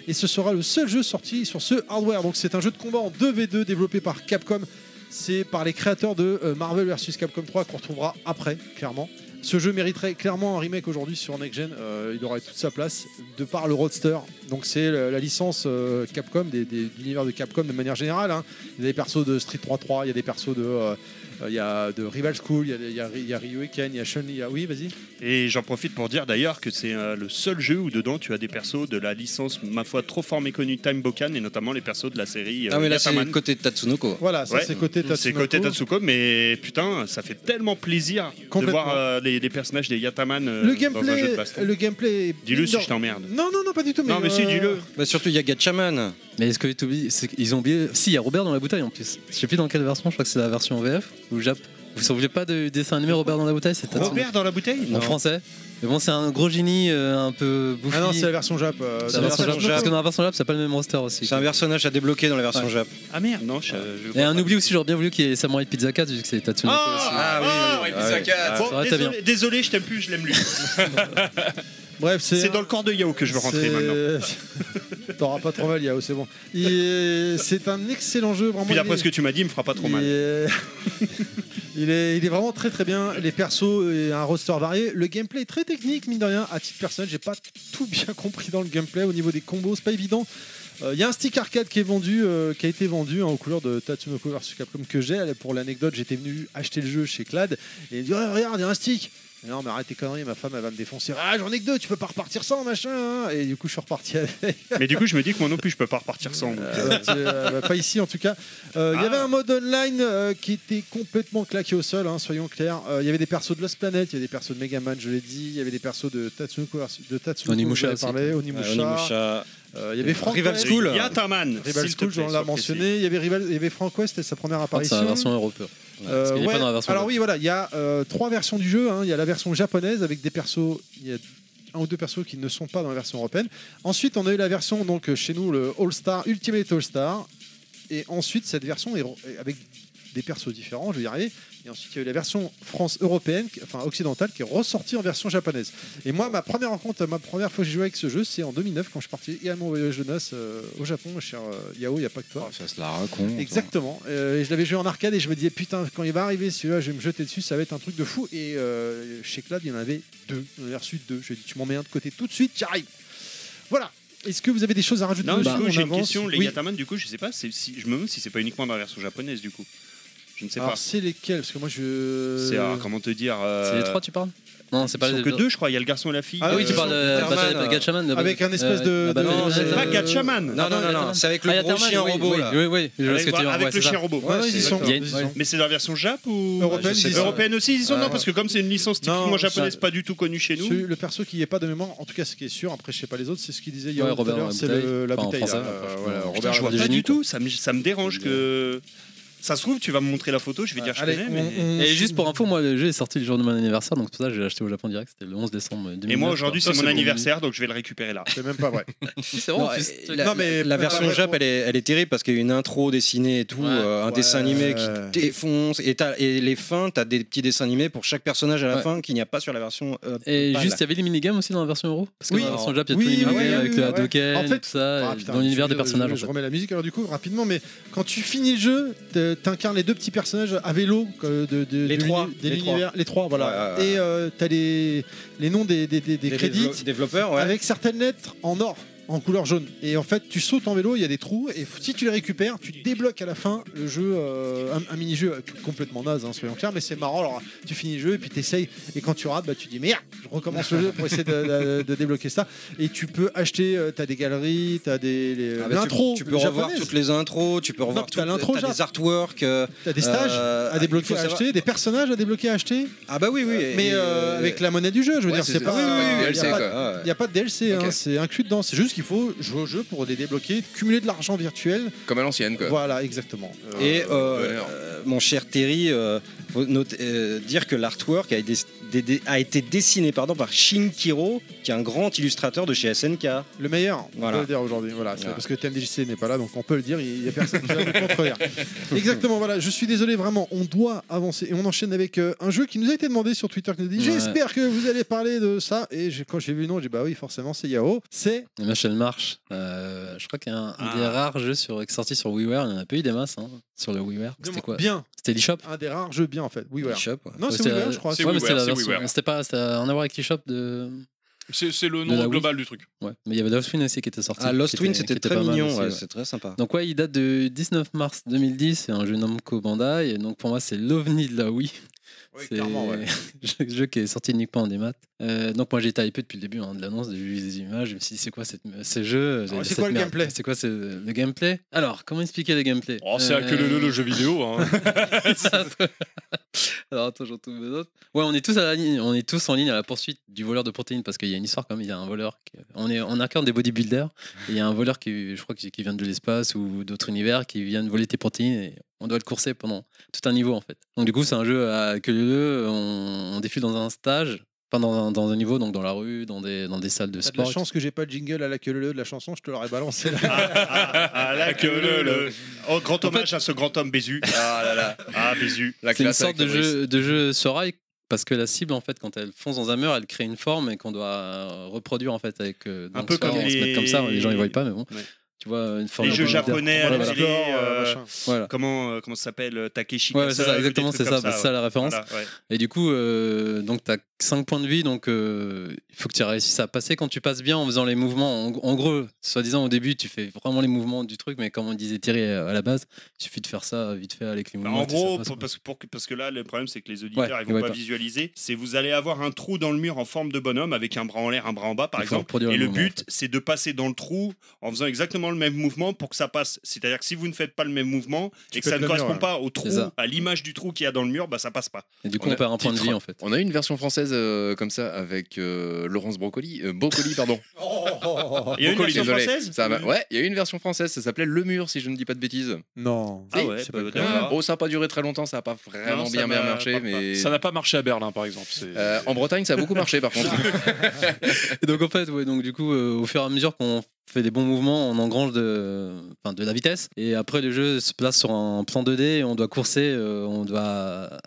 [SPEAKER 1] Et ce sera le seul jeu sorti sur ce hardware. Donc c'est un jeu de combat en 2v2 développé par Capcom. C'est par les créateurs de euh, Marvel vs Capcom 3 qu'on retrouvera après, clairement. Ce jeu mériterait clairement un remake aujourd'hui sur Next Gen. Euh, il aurait toute sa place de par le Roadster. Donc c'est le- la licence euh, Capcom, des, des- de l'univers de Capcom de manière générale. hein. Il y a des persos de Street 3-3, il y a des persos de, euh, euh, il y a de Rival School, il y a, il y a- il y a Ryu et Ken, il y a Chun-Li. il y a- Oui, vas-y.
[SPEAKER 3] Et j'en profite pour dire d'ailleurs que c'est euh, le seul jeu où dedans tu as des persos de la licence, ma foi, trop fort méconnue Time Bokan et notamment les persos de la série. euh,
[SPEAKER 6] Ah mais là c'est
[SPEAKER 3] Gataman.
[SPEAKER 6] le côté de Tatsunoko.
[SPEAKER 1] Voilà, ça
[SPEAKER 3] Ouais.
[SPEAKER 1] c'est côté
[SPEAKER 3] C'est
[SPEAKER 1] Tatsunoko.
[SPEAKER 3] côté Tatsuko, mais putain, ça fait tellement plaisir de
[SPEAKER 1] Complètement.
[SPEAKER 3] voir euh, les, les personnages des Yataman euh,
[SPEAKER 1] Le
[SPEAKER 3] dans un jeu
[SPEAKER 1] gameplay,
[SPEAKER 3] de baston.
[SPEAKER 1] le gameplay. est-
[SPEAKER 3] Dis-le si
[SPEAKER 1] Non.
[SPEAKER 3] je t'emmerde.
[SPEAKER 1] Non, non, non, pas du tout. Mais
[SPEAKER 3] Non, mais si,
[SPEAKER 1] euh,
[SPEAKER 3] dis-le.
[SPEAKER 6] Bah surtout il y a Gatchaman.
[SPEAKER 5] Mais est-ce que tu oublies- c'est qu'ils ont oublié Si, il y a Robert dans la bouteille en plus. Je sais plus dans quelle version, je crois que c'est la version VF ou Jap. Vous vous souvenez pas du dessin animé Robert dans la bouteille C'est
[SPEAKER 3] Robert dans la bouteille
[SPEAKER 5] en français. Mais bon, c'est un gros génie euh, un peu bouffi.
[SPEAKER 1] Ah non, c'est la version Jap. euh,
[SPEAKER 5] C'est
[SPEAKER 1] c'est
[SPEAKER 5] la version Jap.
[SPEAKER 1] Jap.
[SPEAKER 5] Parce que dans la version Jap, c'est pas le même roster aussi.
[SPEAKER 6] C'est un personnage à débloquer dans la version
[SPEAKER 5] Ouais.
[SPEAKER 6] Jap.
[SPEAKER 3] Ah merde, non, je, je
[SPEAKER 5] Et un oubli aussi, j'aurais bien voulu qu'il y ait Samurai Pizza 4 vu que c'est Tatsunoko aussi.
[SPEAKER 3] Ah, ah,
[SPEAKER 7] fait. Pizza Cat.
[SPEAKER 3] Bon,
[SPEAKER 5] ça aurait été
[SPEAKER 3] désolé, désolé, je t'aime plus, je l'aime lui.
[SPEAKER 1] Bref, c'est.
[SPEAKER 3] C'est dans le corps de Yao que je veux
[SPEAKER 1] C'est-
[SPEAKER 3] rentrer maintenant.
[SPEAKER 1] T'auras pas trop mal, Yao, c'est bon. Il- C'est un excellent jeu, vraiment.
[SPEAKER 3] Puis
[SPEAKER 1] il
[SPEAKER 3] d'après
[SPEAKER 1] est-
[SPEAKER 3] ce que tu m'as dit, il me fera pas trop
[SPEAKER 1] il
[SPEAKER 3] mal.
[SPEAKER 1] est- il, est, il est vraiment très très bien. Les persos et un roster varié. Le gameplay est très technique, mine de rien. À titre personnel, j'ai pas tout bien compris dans le gameplay au niveau des combos. C'est pas évident. Euh, Il y a un stick arcade qui est vendu, euh, qui a été vendu hein, aux couleurs de Tatsunoko vs Capcom que j'ai. Pour l'anecdote, j'étais venu acheter le jeu chez Clad et il dit Ouais, regarde, il y a un stick. Mais non, mais arrête tes conneries, ma femme elle va me défoncer. Ah, j'en ai que deux, tu peux pas repartir sans machin. hein. Et du coup, je suis reparti avec.
[SPEAKER 3] Mais du coup, je me dis que moi non plus, je peux pas repartir sans. donc,
[SPEAKER 1] Euh,
[SPEAKER 3] euh,
[SPEAKER 1] bah, tu- euh, bah, pas ici en tout cas. Euh, Il y avait un mode online euh, qui était complètement claqué au sol, hein, soyons clairs. Euh, Il y avait des persos de Lost Planet, il y avait des persos de Megaman, je l'ai dit. Il y avait des persos de Tatsunoko, de Tatsunoko,
[SPEAKER 5] Onimusha
[SPEAKER 1] j'en ai
[SPEAKER 5] aussi.
[SPEAKER 1] parlé, Onimusha. Euh, il y avait Frank
[SPEAKER 6] Rival
[SPEAKER 1] West.
[SPEAKER 6] School.
[SPEAKER 3] Yataman.
[SPEAKER 1] Rival
[SPEAKER 3] s'il te
[SPEAKER 1] School,
[SPEAKER 3] plaît,
[SPEAKER 1] j'en
[SPEAKER 3] sauf
[SPEAKER 1] l'ai
[SPEAKER 3] que
[SPEAKER 1] mentionné. Il y avait Rival, il y avait Frank West et sa première
[SPEAKER 5] Je crois que c'est
[SPEAKER 1] apparition.
[SPEAKER 5] la version européenne. Parce
[SPEAKER 1] Euh,
[SPEAKER 5] qu'il est
[SPEAKER 1] ouais,
[SPEAKER 5] pas dans la version
[SPEAKER 1] alors
[SPEAKER 5] japonaise.
[SPEAKER 1] oui, voilà, il y a euh, trois versions du jeu. hein. Il y a la version japonaise avec des persos. Il y a un ou deux persos qui ne sont pas dans la version européenne. Ensuite, on a eu la version donc euh, chez nous le All Star Ultimate All Star. Et ensuite, cette version est re- est avec des persos différents, je vais y arriver. Et ensuite, il y a eu la version France européenne, qui- enfin occidentale, qui est ressortie en version japonaise. Et moi, ma première rencontre, ma première fois que j'ai joué avec ce jeu, c'est en 2009, quand je suis parti également en voyage de noces euh, au Japon, cher euh, Yao, il n'y a pas que toi.
[SPEAKER 15] Ça se la
[SPEAKER 1] hein.
[SPEAKER 15] raconte.
[SPEAKER 1] Exactement. Euh, et je l'avais joué en arcade et je me disais putain quand il va arriver celui-là je vais me jeter dessus ça va être un truc de fou et euh, chez Clad il y en avait deux on avait reçu deux je lui ai dit tu m'en mets un de côté tout de suite j'arrive voilà est-ce que vous avez des choses à rajouter
[SPEAKER 3] Non,
[SPEAKER 1] dessus
[SPEAKER 3] du coup,
[SPEAKER 1] Bah, On
[SPEAKER 3] j'ai une
[SPEAKER 1] avance
[SPEAKER 3] question. Les
[SPEAKER 1] Oui.
[SPEAKER 3] Yataman, du coup, je sais pas. c'est- Si, je me demande si c'est pas uniquement dans la version japonaise, du coup. Je ne sais
[SPEAKER 1] alors
[SPEAKER 3] pas.
[SPEAKER 1] Ah, c'est lesquels parce que moi je
[SPEAKER 3] C'est euh, comment te dire euh,
[SPEAKER 6] C'est les trois, tu parles Non, c'est
[SPEAKER 3] ils
[SPEAKER 6] pas
[SPEAKER 3] sont
[SPEAKER 6] les-
[SPEAKER 3] que deux, je crois. Il y a le garçon et la fille. Euh,
[SPEAKER 6] Ah oui, tu parles de
[SPEAKER 3] Superman,
[SPEAKER 6] Battle-
[SPEAKER 3] euh,
[SPEAKER 6] Gatchaman, de-
[SPEAKER 1] avec un espèce
[SPEAKER 6] euh,
[SPEAKER 1] de,
[SPEAKER 6] ah bah
[SPEAKER 1] de-
[SPEAKER 6] non,
[SPEAKER 1] de-
[SPEAKER 6] c'est
[SPEAKER 3] pas Gatchaman.
[SPEAKER 4] Non, non, non, non, c'est avec le
[SPEAKER 6] Ah,
[SPEAKER 4] gros
[SPEAKER 6] Yataman,
[SPEAKER 4] chien
[SPEAKER 6] oui,
[SPEAKER 4] robot,
[SPEAKER 6] oui,
[SPEAKER 4] là.
[SPEAKER 6] Oui, oui, je vois
[SPEAKER 3] Allez
[SPEAKER 6] ce que
[SPEAKER 3] voir,
[SPEAKER 6] tu veux ouais,
[SPEAKER 3] avec le
[SPEAKER 6] c'est ça.
[SPEAKER 3] chien robot.
[SPEAKER 1] Ouais, ils y sont.
[SPEAKER 6] Il y a une-
[SPEAKER 1] Ils y sont.
[SPEAKER 3] Mais c'est dans la version Jap ou
[SPEAKER 1] Européenne,
[SPEAKER 4] je sais
[SPEAKER 1] ils y
[SPEAKER 4] pas.
[SPEAKER 1] sont.
[SPEAKER 3] Européenne aussi, ils y sont
[SPEAKER 1] Ouais.
[SPEAKER 3] non parce que comme c'est une licence typiquement
[SPEAKER 1] Non,
[SPEAKER 3] japonaise,
[SPEAKER 1] ça-
[SPEAKER 3] pas du tout connue chez nous.
[SPEAKER 1] Celui- le perso qui n'y est pas de mémoire en tout cas ce qui est sûr après je sais pas les autres c'est ce qu'il disait il y a
[SPEAKER 6] Ouais,
[SPEAKER 1] tout à
[SPEAKER 6] Robert
[SPEAKER 1] l'heure c'est
[SPEAKER 6] Bouteille.
[SPEAKER 1] le- la
[SPEAKER 6] Enfin, en
[SPEAKER 1] bouteille
[SPEAKER 6] français,
[SPEAKER 1] là,
[SPEAKER 6] après, je
[SPEAKER 1] euh,
[SPEAKER 6] pense.
[SPEAKER 1] voilà,
[SPEAKER 6] Putain,
[SPEAKER 1] Robert
[SPEAKER 3] je vois
[SPEAKER 6] Robert
[SPEAKER 3] pas
[SPEAKER 6] Downey,
[SPEAKER 3] du tout. Ça me, ça me dérange que. Ça se trouve, tu vas me montrer la photo, je vais dire je
[SPEAKER 1] Allez,
[SPEAKER 3] connais.
[SPEAKER 1] on-
[SPEAKER 3] Mais...
[SPEAKER 1] on-
[SPEAKER 6] Et juste pour info, moi, le jeu est sorti le jour de mon anniversaire, donc c'est pour ça que j'ai acheté au Japon direct, c'était le 11 décembre 2009.
[SPEAKER 3] Et moi aujourd'hui,
[SPEAKER 6] quoi.
[SPEAKER 3] c'est
[SPEAKER 6] Ça,
[SPEAKER 3] mon
[SPEAKER 6] bon.
[SPEAKER 3] anniversaire, donc je vais le récupérer là.
[SPEAKER 1] c'est même pas vrai
[SPEAKER 6] C'est
[SPEAKER 4] Non,
[SPEAKER 6] bon, tu-
[SPEAKER 4] euh,
[SPEAKER 6] tu-
[SPEAKER 4] la,
[SPEAKER 1] Non, mais
[SPEAKER 4] la version
[SPEAKER 1] préparez-vous.
[SPEAKER 4] Jap, elle est, elle est terrible parce qu'il y a une intro dessinée et tout,
[SPEAKER 6] Ouais.
[SPEAKER 4] euh, un
[SPEAKER 1] Ouais.
[SPEAKER 4] dessin animé qui défonce. Et, t'as- et les fins, t'as des petits dessins animés pour chaque personnage à la
[SPEAKER 6] Ouais.
[SPEAKER 4] fin qu'il n'y a pas sur la version. euh,
[SPEAKER 6] Et
[SPEAKER 4] pas,
[SPEAKER 6] juste, il y
[SPEAKER 4] là.
[SPEAKER 6] avait les minigames aussi dans la version euro Parce que
[SPEAKER 1] Oui.
[SPEAKER 6] dans la version Jap, il y a
[SPEAKER 1] Oui,
[SPEAKER 6] tous les
[SPEAKER 1] oui,
[SPEAKER 6] minigames
[SPEAKER 1] oui,
[SPEAKER 6] avec
[SPEAKER 1] oui,
[SPEAKER 6] le
[SPEAKER 1] ouais.
[SPEAKER 6] Hadoken,
[SPEAKER 1] En fait-
[SPEAKER 6] tout ça,
[SPEAKER 1] Ah, putain, je
[SPEAKER 6] et dans
[SPEAKER 1] suis
[SPEAKER 6] l'univers des
[SPEAKER 1] désolé,
[SPEAKER 6] personnages.
[SPEAKER 1] Je,
[SPEAKER 6] en
[SPEAKER 1] je
[SPEAKER 6] fait.
[SPEAKER 1] remets la musique alors du coup rapidement, mais quand tu finis le jeu, t'es- t'incarnes les deux petits personnages à vélo euh, de, de-
[SPEAKER 4] Les
[SPEAKER 1] de
[SPEAKER 4] trois,
[SPEAKER 1] l'uni- de
[SPEAKER 4] les
[SPEAKER 1] l'univers, les trois, voilà.
[SPEAKER 4] Ouais, ouais, ouais.
[SPEAKER 1] Et euh, t'as les les noms des des, des- des
[SPEAKER 4] Des
[SPEAKER 1] crédits
[SPEAKER 4] dévelop- développeurs, ouais.
[SPEAKER 1] avec certaines lettres en or. En couleur jaune. Et en fait, tu sautes en vélo, il y a des trous, et f- si tu les récupères, tu débloques à la fin le jeu, euh, un, un mini-jeu euh, complètement naze, hein, soyons clairs, mais c'est marrant. Alors, tu finis le jeu, et puis t'essayes, et quand tu rates, bah, tu dis merde, je recommence le jeu pour essayer de, de- de débloquer ça. Et tu peux acheter, euh, t'as des galeries, t'as des. les-
[SPEAKER 4] Ah bah, tu-
[SPEAKER 1] l'intro,
[SPEAKER 4] tu, peux revoir toutes les intros, tu peux revoir
[SPEAKER 1] puis t'as
[SPEAKER 4] toutes-
[SPEAKER 1] l'intro Jap.
[SPEAKER 4] des artworks. euh,
[SPEAKER 1] T'as des stages
[SPEAKER 4] euh,
[SPEAKER 1] à
[SPEAKER 4] il faut
[SPEAKER 1] débloquer, à
[SPEAKER 4] savoir-
[SPEAKER 1] acheter, des personnages à débloquer, à acheter,
[SPEAKER 4] Ah bah oui, oui. et-
[SPEAKER 1] mais euh, avec la monnaie du jeu, je veux
[SPEAKER 7] Ouais,
[SPEAKER 1] dire,
[SPEAKER 7] c'est-
[SPEAKER 1] c'est
[SPEAKER 7] c'est
[SPEAKER 1] pas.
[SPEAKER 7] pas une
[SPEAKER 1] y a
[SPEAKER 7] DLC,
[SPEAKER 1] pas-
[SPEAKER 7] quoi.
[SPEAKER 4] Ah,
[SPEAKER 1] il n'y a pas de DLC, hein,
[SPEAKER 7] Ok.
[SPEAKER 1] c'est inclus dedans. C'est juste qu'il faut jouer au jeu pour les débloquer, cumuler de l'argent virtuel.
[SPEAKER 7] Comme à l'ancienne, quoi.
[SPEAKER 1] Voilà, exactement. Euh,
[SPEAKER 4] Et euh,
[SPEAKER 7] bonheur.
[SPEAKER 4] euh, mon cher Terry, euh, faut noter- euh, dire que l'artwork a, été- dé- dé- a été dessiné pardon, par Shinkiro, qui est un grand illustrateur de chez SNK.
[SPEAKER 1] le meilleur, on
[SPEAKER 4] Voilà.
[SPEAKER 1] peut le dire aujourd'hui. Voilà, c'est
[SPEAKER 4] Voilà.
[SPEAKER 1] parce que TMDJC n'est pas là, donc on peut le dire, il n'y a personne qui va nous contredire. Exactement, voilà, je suis désolé, vraiment, on doit avancer. Et on enchaîne avec euh, un jeu qui nous a été demandé sur Twitter, qui nous dit
[SPEAKER 6] Ouais.
[SPEAKER 1] J'espère que vous allez parler de ça. Et j'ai- quand j'ai vu le nom, j'ai dit Bah oui, forcément, c'est Yao. C'est
[SPEAKER 6] Et Michel Marsh, euh, je crois qu'il y a un, un des
[SPEAKER 3] Ah.
[SPEAKER 6] rares jeux sur, qui est sorti sur WiiWare, il n'y en a pas eu des masses hein, sur le WiiWare. C'était quoi
[SPEAKER 1] bien,
[SPEAKER 6] C'était l'eShop
[SPEAKER 1] un des rares jeux bien en fait. Oui, voilà.
[SPEAKER 4] eShop, ouais.
[SPEAKER 1] Non, c'est
[SPEAKER 6] C'était
[SPEAKER 1] WiiWare,
[SPEAKER 6] la-
[SPEAKER 1] je crois.
[SPEAKER 8] C'est
[SPEAKER 6] Ouais, mais
[SPEAKER 8] WiiWare,
[SPEAKER 6] c'était la
[SPEAKER 8] c'est
[SPEAKER 6] version-
[SPEAKER 8] WiiWare.
[SPEAKER 6] C'était pas, c'était en avoir avec l'eShop de.
[SPEAKER 8] C'est c'est le
[SPEAKER 6] De la
[SPEAKER 8] nom
[SPEAKER 6] Wii.
[SPEAKER 8] global du truc.
[SPEAKER 6] Ouais, mais il y avait Lost Wind aussi qui était sorti.
[SPEAKER 4] Ah, Lost
[SPEAKER 6] qui
[SPEAKER 4] Wind,
[SPEAKER 6] était-
[SPEAKER 4] c'était
[SPEAKER 6] qui était
[SPEAKER 4] très
[SPEAKER 6] pas mal
[SPEAKER 4] mignon,
[SPEAKER 6] aussi,
[SPEAKER 4] ouais,
[SPEAKER 6] ouais.
[SPEAKER 4] c'est très sympa.
[SPEAKER 6] Donc ouais, il date de 19 mars 2010, c'est un jeu Namco Bandai, et donc pour moi c'est l'ovni de la Wii. c'est
[SPEAKER 1] clairement, ouais.
[SPEAKER 6] un jeu qui est sorti uniquement en démat. Euh, donc moi j'ai été hypé depuis le début hein, de l'annonce, j'ai vu les images, je me suis dit c'est quoi cette, ce jeu
[SPEAKER 1] Alors, c'est
[SPEAKER 6] cette
[SPEAKER 1] quoi le
[SPEAKER 6] merde
[SPEAKER 1] gameplay
[SPEAKER 6] C'est quoi ce- le gameplay Alors comment expliquer le gameplay Euh,
[SPEAKER 8] Oh, c'est à que le,
[SPEAKER 5] Euh.
[SPEAKER 8] le- le jeu vidéo. hein.
[SPEAKER 6] Alors attends, j'en trouve une autre. Ouais, on est tous à la ligne- on est tous en ligne à la poursuite du voleur de protéines parce qu'il y a une histoire quand même. Il y a un voleur. qui- On est on incarne des bodybuilders. et Il y a un voleur qui, je crois, qui qui vient de l'espace ou d'autres univers qui vient de voler tes protéines et on doit le courser pendant tout un niveau en fait. Donc du coup, c'est un jeu à que le deux. On, on défile dans un stage. Enfin, dans un, dans un niveau, donc dans la rue, dans des, dans des salles de
[SPEAKER 1] T'as de la
[SPEAKER 6] sport.
[SPEAKER 1] chance que j'ai pas le jingle à la queue leu de la chanson, je te l'aurais balancé là.
[SPEAKER 3] Ah, là, que le, le- Oh, grand hommage à ce grand homme Bézu. Ah là là. Ah, Bézu.
[SPEAKER 7] La
[SPEAKER 6] C'est une
[SPEAKER 7] classe
[SPEAKER 6] sorte de
[SPEAKER 7] avec Fabrice.
[SPEAKER 6] jeu, de jeu Sorai parce que la cible en fait quand elle fonce dans un mur elle crée une forme et qu'on doit euh, reproduire en fait avec euh, dans
[SPEAKER 3] Un peu
[SPEAKER 6] le soir,
[SPEAKER 3] comme
[SPEAKER 6] on se
[SPEAKER 3] les-
[SPEAKER 6] met comme ça les gens ils voient pas mais bon
[SPEAKER 3] Ouais.
[SPEAKER 6] tu vois une forme
[SPEAKER 3] Les
[SPEAKER 6] un
[SPEAKER 3] jeux
[SPEAKER 6] peu
[SPEAKER 3] japonais à
[SPEAKER 6] bizarre.
[SPEAKER 3] la
[SPEAKER 6] voilà,
[SPEAKER 3] télé. euh,
[SPEAKER 1] machin.
[SPEAKER 6] voilà.
[SPEAKER 3] Comment, euh, comment ça s'appelle euh, Takeshi
[SPEAKER 6] Ouais,
[SPEAKER 3] Kasai,
[SPEAKER 6] c'est
[SPEAKER 3] ou
[SPEAKER 6] ça,
[SPEAKER 3] des
[SPEAKER 6] exactement,
[SPEAKER 3] trucs
[SPEAKER 6] c'est
[SPEAKER 3] comme
[SPEAKER 6] ça, bah, c'est ça la référence.
[SPEAKER 3] Voilà, ouais.
[SPEAKER 6] Et du coup, euh, donc tu as 5 points de vie, donc euh, il faut que tu réussisses à passer. Quand tu passes bien en faisant les mouvements, en, en gros, soi-disant au début, tu fais vraiment les mouvements du truc, mais comme on disait Thierry euh, à la base, il suffit de faire ça vite fait avec les
[SPEAKER 3] Bah,
[SPEAKER 6] mouvements.
[SPEAKER 3] en
[SPEAKER 6] et ça
[SPEAKER 3] gros,
[SPEAKER 6] passe,
[SPEAKER 3] pour-
[SPEAKER 6] quoi.
[SPEAKER 3] parce, que- pour que- parce que là, le problème, c'est que les auditeurs,
[SPEAKER 6] Ouais,
[SPEAKER 3] ils vont
[SPEAKER 6] ouais,
[SPEAKER 3] pas
[SPEAKER 6] pas.
[SPEAKER 3] visualiser. C'est vous allez avoir un trou dans le mur en forme de bonhomme avec un bras en l'air, un bras en bas, par
[SPEAKER 6] Il faut
[SPEAKER 3] exemple.
[SPEAKER 6] reproduire
[SPEAKER 3] Et
[SPEAKER 6] le
[SPEAKER 3] le
[SPEAKER 6] mouvement,
[SPEAKER 3] but,
[SPEAKER 6] en fait.
[SPEAKER 3] c'est de passer dans le trou en faisant exactement le même mouvement pour que ça passe. C'est-à-dire que si vous ne faites pas le même mouvement et que
[SPEAKER 1] fais
[SPEAKER 3] ça ne
[SPEAKER 1] le mur,
[SPEAKER 3] correspond
[SPEAKER 1] ouais.
[SPEAKER 3] pas au trou,
[SPEAKER 6] C'est ça.
[SPEAKER 3] à l'image du trou qu'il y a dans le mur, bah ça passe pas.
[SPEAKER 6] Et du coup,
[SPEAKER 7] on
[SPEAKER 6] on,
[SPEAKER 7] a
[SPEAKER 6] perd un point de
[SPEAKER 7] titre.
[SPEAKER 6] vie en fait.
[SPEAKER 7] On a eu une version française euh, comme ça avec euh, Laurence Brocoli. euh, Brocoli, pardon.
[SPEAKER 3] Il y a une
[SPEAKER 7] Brocoli,
[SPEAKER 3] version
[SPEAKER 7] désolé.
[SPEAKER 3] française
[SPEAKER 7] Ça va- Ouais, il y a eu une version française. Ça s'appelait Le Mur, si je ne dis pas de bêtises.
[SPEAKER 1] Non.
[SPEAKER 3] Ah ouais,
[SPEAKER 1] C'est
[SPEAKER 3] bah,
[SPEAKER 1] pas
[SPEAKER 3] d'accord.
[SPEAKER 7] Oh, ça n'a pas duré très longtemps. Ça n'a pas vraiment
[SPEAKER 3] Non, ça
[SPEAKER 7] bien, bien
[SPEAKER 3] m'a-
[SPEAKER 7] marché.
[SPEAKER 3] pas-
[SPEAKER 7] Mais...
[SPEAKER 8] ça n'a pas marché à Berlin, par exemple. c'est-
[SPEAKER 7] Euh, en Bretagne, ça a beaucoup marché, par contre.
[SPEAKER 6] Et donc en fait, ouais, donc du coup, euh, au fur et à mesure qu'on fait des bons mouvements, on engrange de, enfin, de la vitesse. Et après, le jeu se place sur un plan 2D et on doit courser, euh, on doit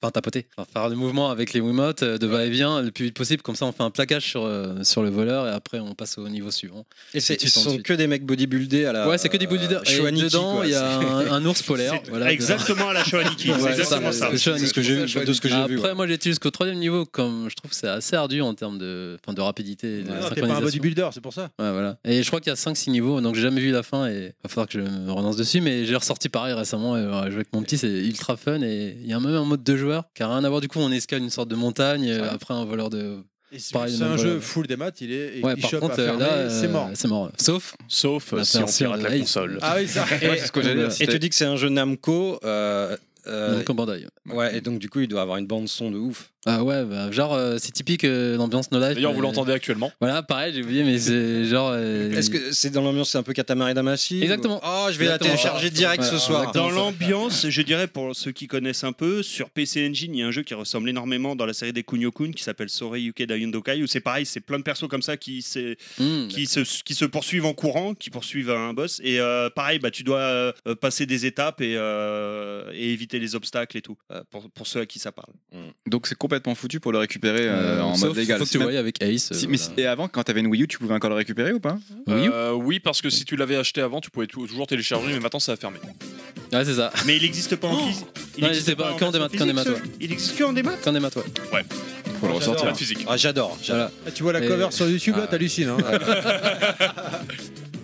[SPEAKER 6] enfin, tapoter, Enfin, faire le mouvement avec les Wiimotes euh, de va-et-vient le plus vite possible. Comme ça, on fait un plaquage sur, euh, sur le voleur et après, on passe au niveau suivant.
[SPEAKER 1] Ah,
[SPEAKER 7] Et
[SPEAKER 6] c'est-
[SPEAKER 7] c'est,
[SPEAKER 6] ce
[SPEAKER 7] ce
[SPEAKER 6] sont
[SPEAKER 7] sont que des mecs bodybuildés à la.
[SPEAKER 6] ouais, c'est que des bodybuilders. Et dedans, il y a un, un ours polaire.
[SPEAKER 3] C'est
[SPEAKER 6] voilà,
[SPEAKER 3] exactement à la Shoaniki, c'est exactement ça.
[SPEAKER 6] c'est
[SPEAKER 7] C'est ce que j'ai vu, de ce que j'ai
[SPEAKER 6] Après,
[SPEAKER 7] vu, ouais.
[SPEAKER 6] moi, j'ai été jusqu'au troisième niveau. Comme je trouve, que c'est assez ardu en termes de, enfin, de rapidité. et De
[SPEAKER 1] Non, Ah, T'es pas un
[SPEAKER 6] synchronisation.
[SPEAKER 1] bodybuilder, c'est pour ça.
[SPEAKER 6] Ouais, voilà. Et je crois qu'il y a 5-6 niveaux, donc j'ai jamais vu la fin et va falloir que je me renonce dessus. Mais j'ai ressorti pareil récemment, et voilà, jouer avec mon petit, c'est ultra fun. Et il y a même un mode de joueur qui a rien à voir. Du coup, on escale une sorte de montagne, euh, après un voleur de.
[SPEAKER 1] Et C'est
[SPEAKER 6] pareil,
[SPEAKER 1] c'est
[SPEAKER 6] même
[SPEAKER 1] un
[SPEAKER 6] voleur.
[SPEAKER 1] jeu full des maths, il est. et
[SPEAKER 6] Ouais,
[SPEAKER 1] qui
[SPEAKER 6] par
[SPEAKER 1] chope
[SPEAKER 6] contre,
[SPEAKER 1] à
[SPEAKER 6] euh,
[SPEAKER 1] fermer,
[SPEAKER 6] là, euh,
[SPEAKER 1] c'est mort.
[SPEAKER 6] c'est mort. Sauf.
[SPEAKER 8] Sauf
[SPEAKER 5] Bah,
[SPEAKER 8] euh,
[SPEAKER 6] La
[SPEAKER 8] si on
[SPEAKER 6] version
[SPEAKER 8] pirate la
[SPEAKER 6] live.
[SPEAKER 8] console.
[SPEAKER 1] Ah oui, ça.
[SPEAKER 4] Ouais, c'est ce que
[SPEAKER 6] euh,
[SPEAKER 4] j'allais dire.
[SPEAKER 7] Et tu dis que c'est un jeu Namco. euh, euh,
[SPEAKER 6] Namco Bandai.
[SPEAKER 7] ouais, et donc du coup, il doit avoir une bande son de ouf.
[SPEAKER 6] Ah ouais, bah, genre, euh, c'est typique euh, l'ambiance No Life.
[SPEAKER 8] D'ailleurs, vous
[SPEAKER 6] mais-
[SPEAKER 8] l'entendez actuellement.
[SPEAKER 6] Voilà, pareil, j'ai oublié, mais c'est genre. euh,
[SPEAKER 7] Est-ce que c'est dans l'ambiance, c'est un peu Katamari Damacy ou-
[SPEAKER 6] Exactement.
[SPEAKER 7] Ah, je vais
[SPEAKER 6] Exactement.
[SPEAKER 7] la télécharger direct
[SPEAKER 6] Ouais,
[SPEAKER 7] ce soir.
[SPEAKER 6] exactement.
[SPEAKER 3] Dans l'ambiance, je dirais pour ceux qui connaissent un peu, sur PC Engine, il y a un jeu qui ressemble énormément dans la série des Kunio-kun qui s'appelle Soreyuke Dayundokai, où c'est pareil, c'est plein de persos comme ça qui, s'est-
[SPEAKER 6] Hmm.
[SPEAKER 3] qui, se, qui se poursuivent en courant, qui poursuivent un boss. Et euh, pareil, bah, tu dois euh, passer des étapes et, euh, et éviter les obstacles et tout, euh, pour, pour ceux à qui ça parle.
[SPEAKER 4] Donc c'est complètement foutu pour le récupérer euh,
[SPEAKER 6] Euh,
[SPEAKER 4] en
[SPEAKER 6] sauf,
[SPEAKER 4] mode légal.
[SPEAKER 6] Faut que
[SPEAKER 4] C'est
[SPEAKER 6] tu
[SPEAKER 4] même-
[SPEAKER 6] voyes avec Ace. euh,
[SPEAKER 4] Si, mais
[SPEAKER 6] voilà.
[SPEAKER 4] Et avant, quand t'avais une Wii U, tu pouvais encore le récupérer ou pas
[SPEAKER 6] Oui,
[SPEAKER 8] Euh, oui, parce que si tu l'avais acheté avant, tu pouvais tou- toujours télécharger, mais maintenant ça a fermé.
[SPEAKER 6] Ouais, c'est ça.
[SPEAKER 3] Mais il n'existe pas en physique.
[SPEAKER 6] Non, il existe pas,
[SPEAKER 3] en
[SPEAKER 6] qu'en
[SPEAKER 3] version
[SPEAKER 6] démat, qu'en
[SPEAKER 3] physique,
[SPEAKER 6] démat,
[SPEAKER 3] ce-
[SPEAKER 6] ouais.
[SPEAKER 3] Il existe qu'en démat
[SPEAKER 6] T'en es ma toi.
[SPEAKER 4] Faut le ressortir.
[SPEAKER 8] Pas de physique.
[SPEAKER 7] Ah, j'adore. j'adore.
[SPEAKER 6] Voilà.
[SPEAKER 1] Ah, Tu vois la
[SPEAKER 6] Mais-
[SPEAKER 1] cover sur YouTube, là,
[SPEAKER 6] Ah.
[SPEAKER 1] t'hallucines. hein.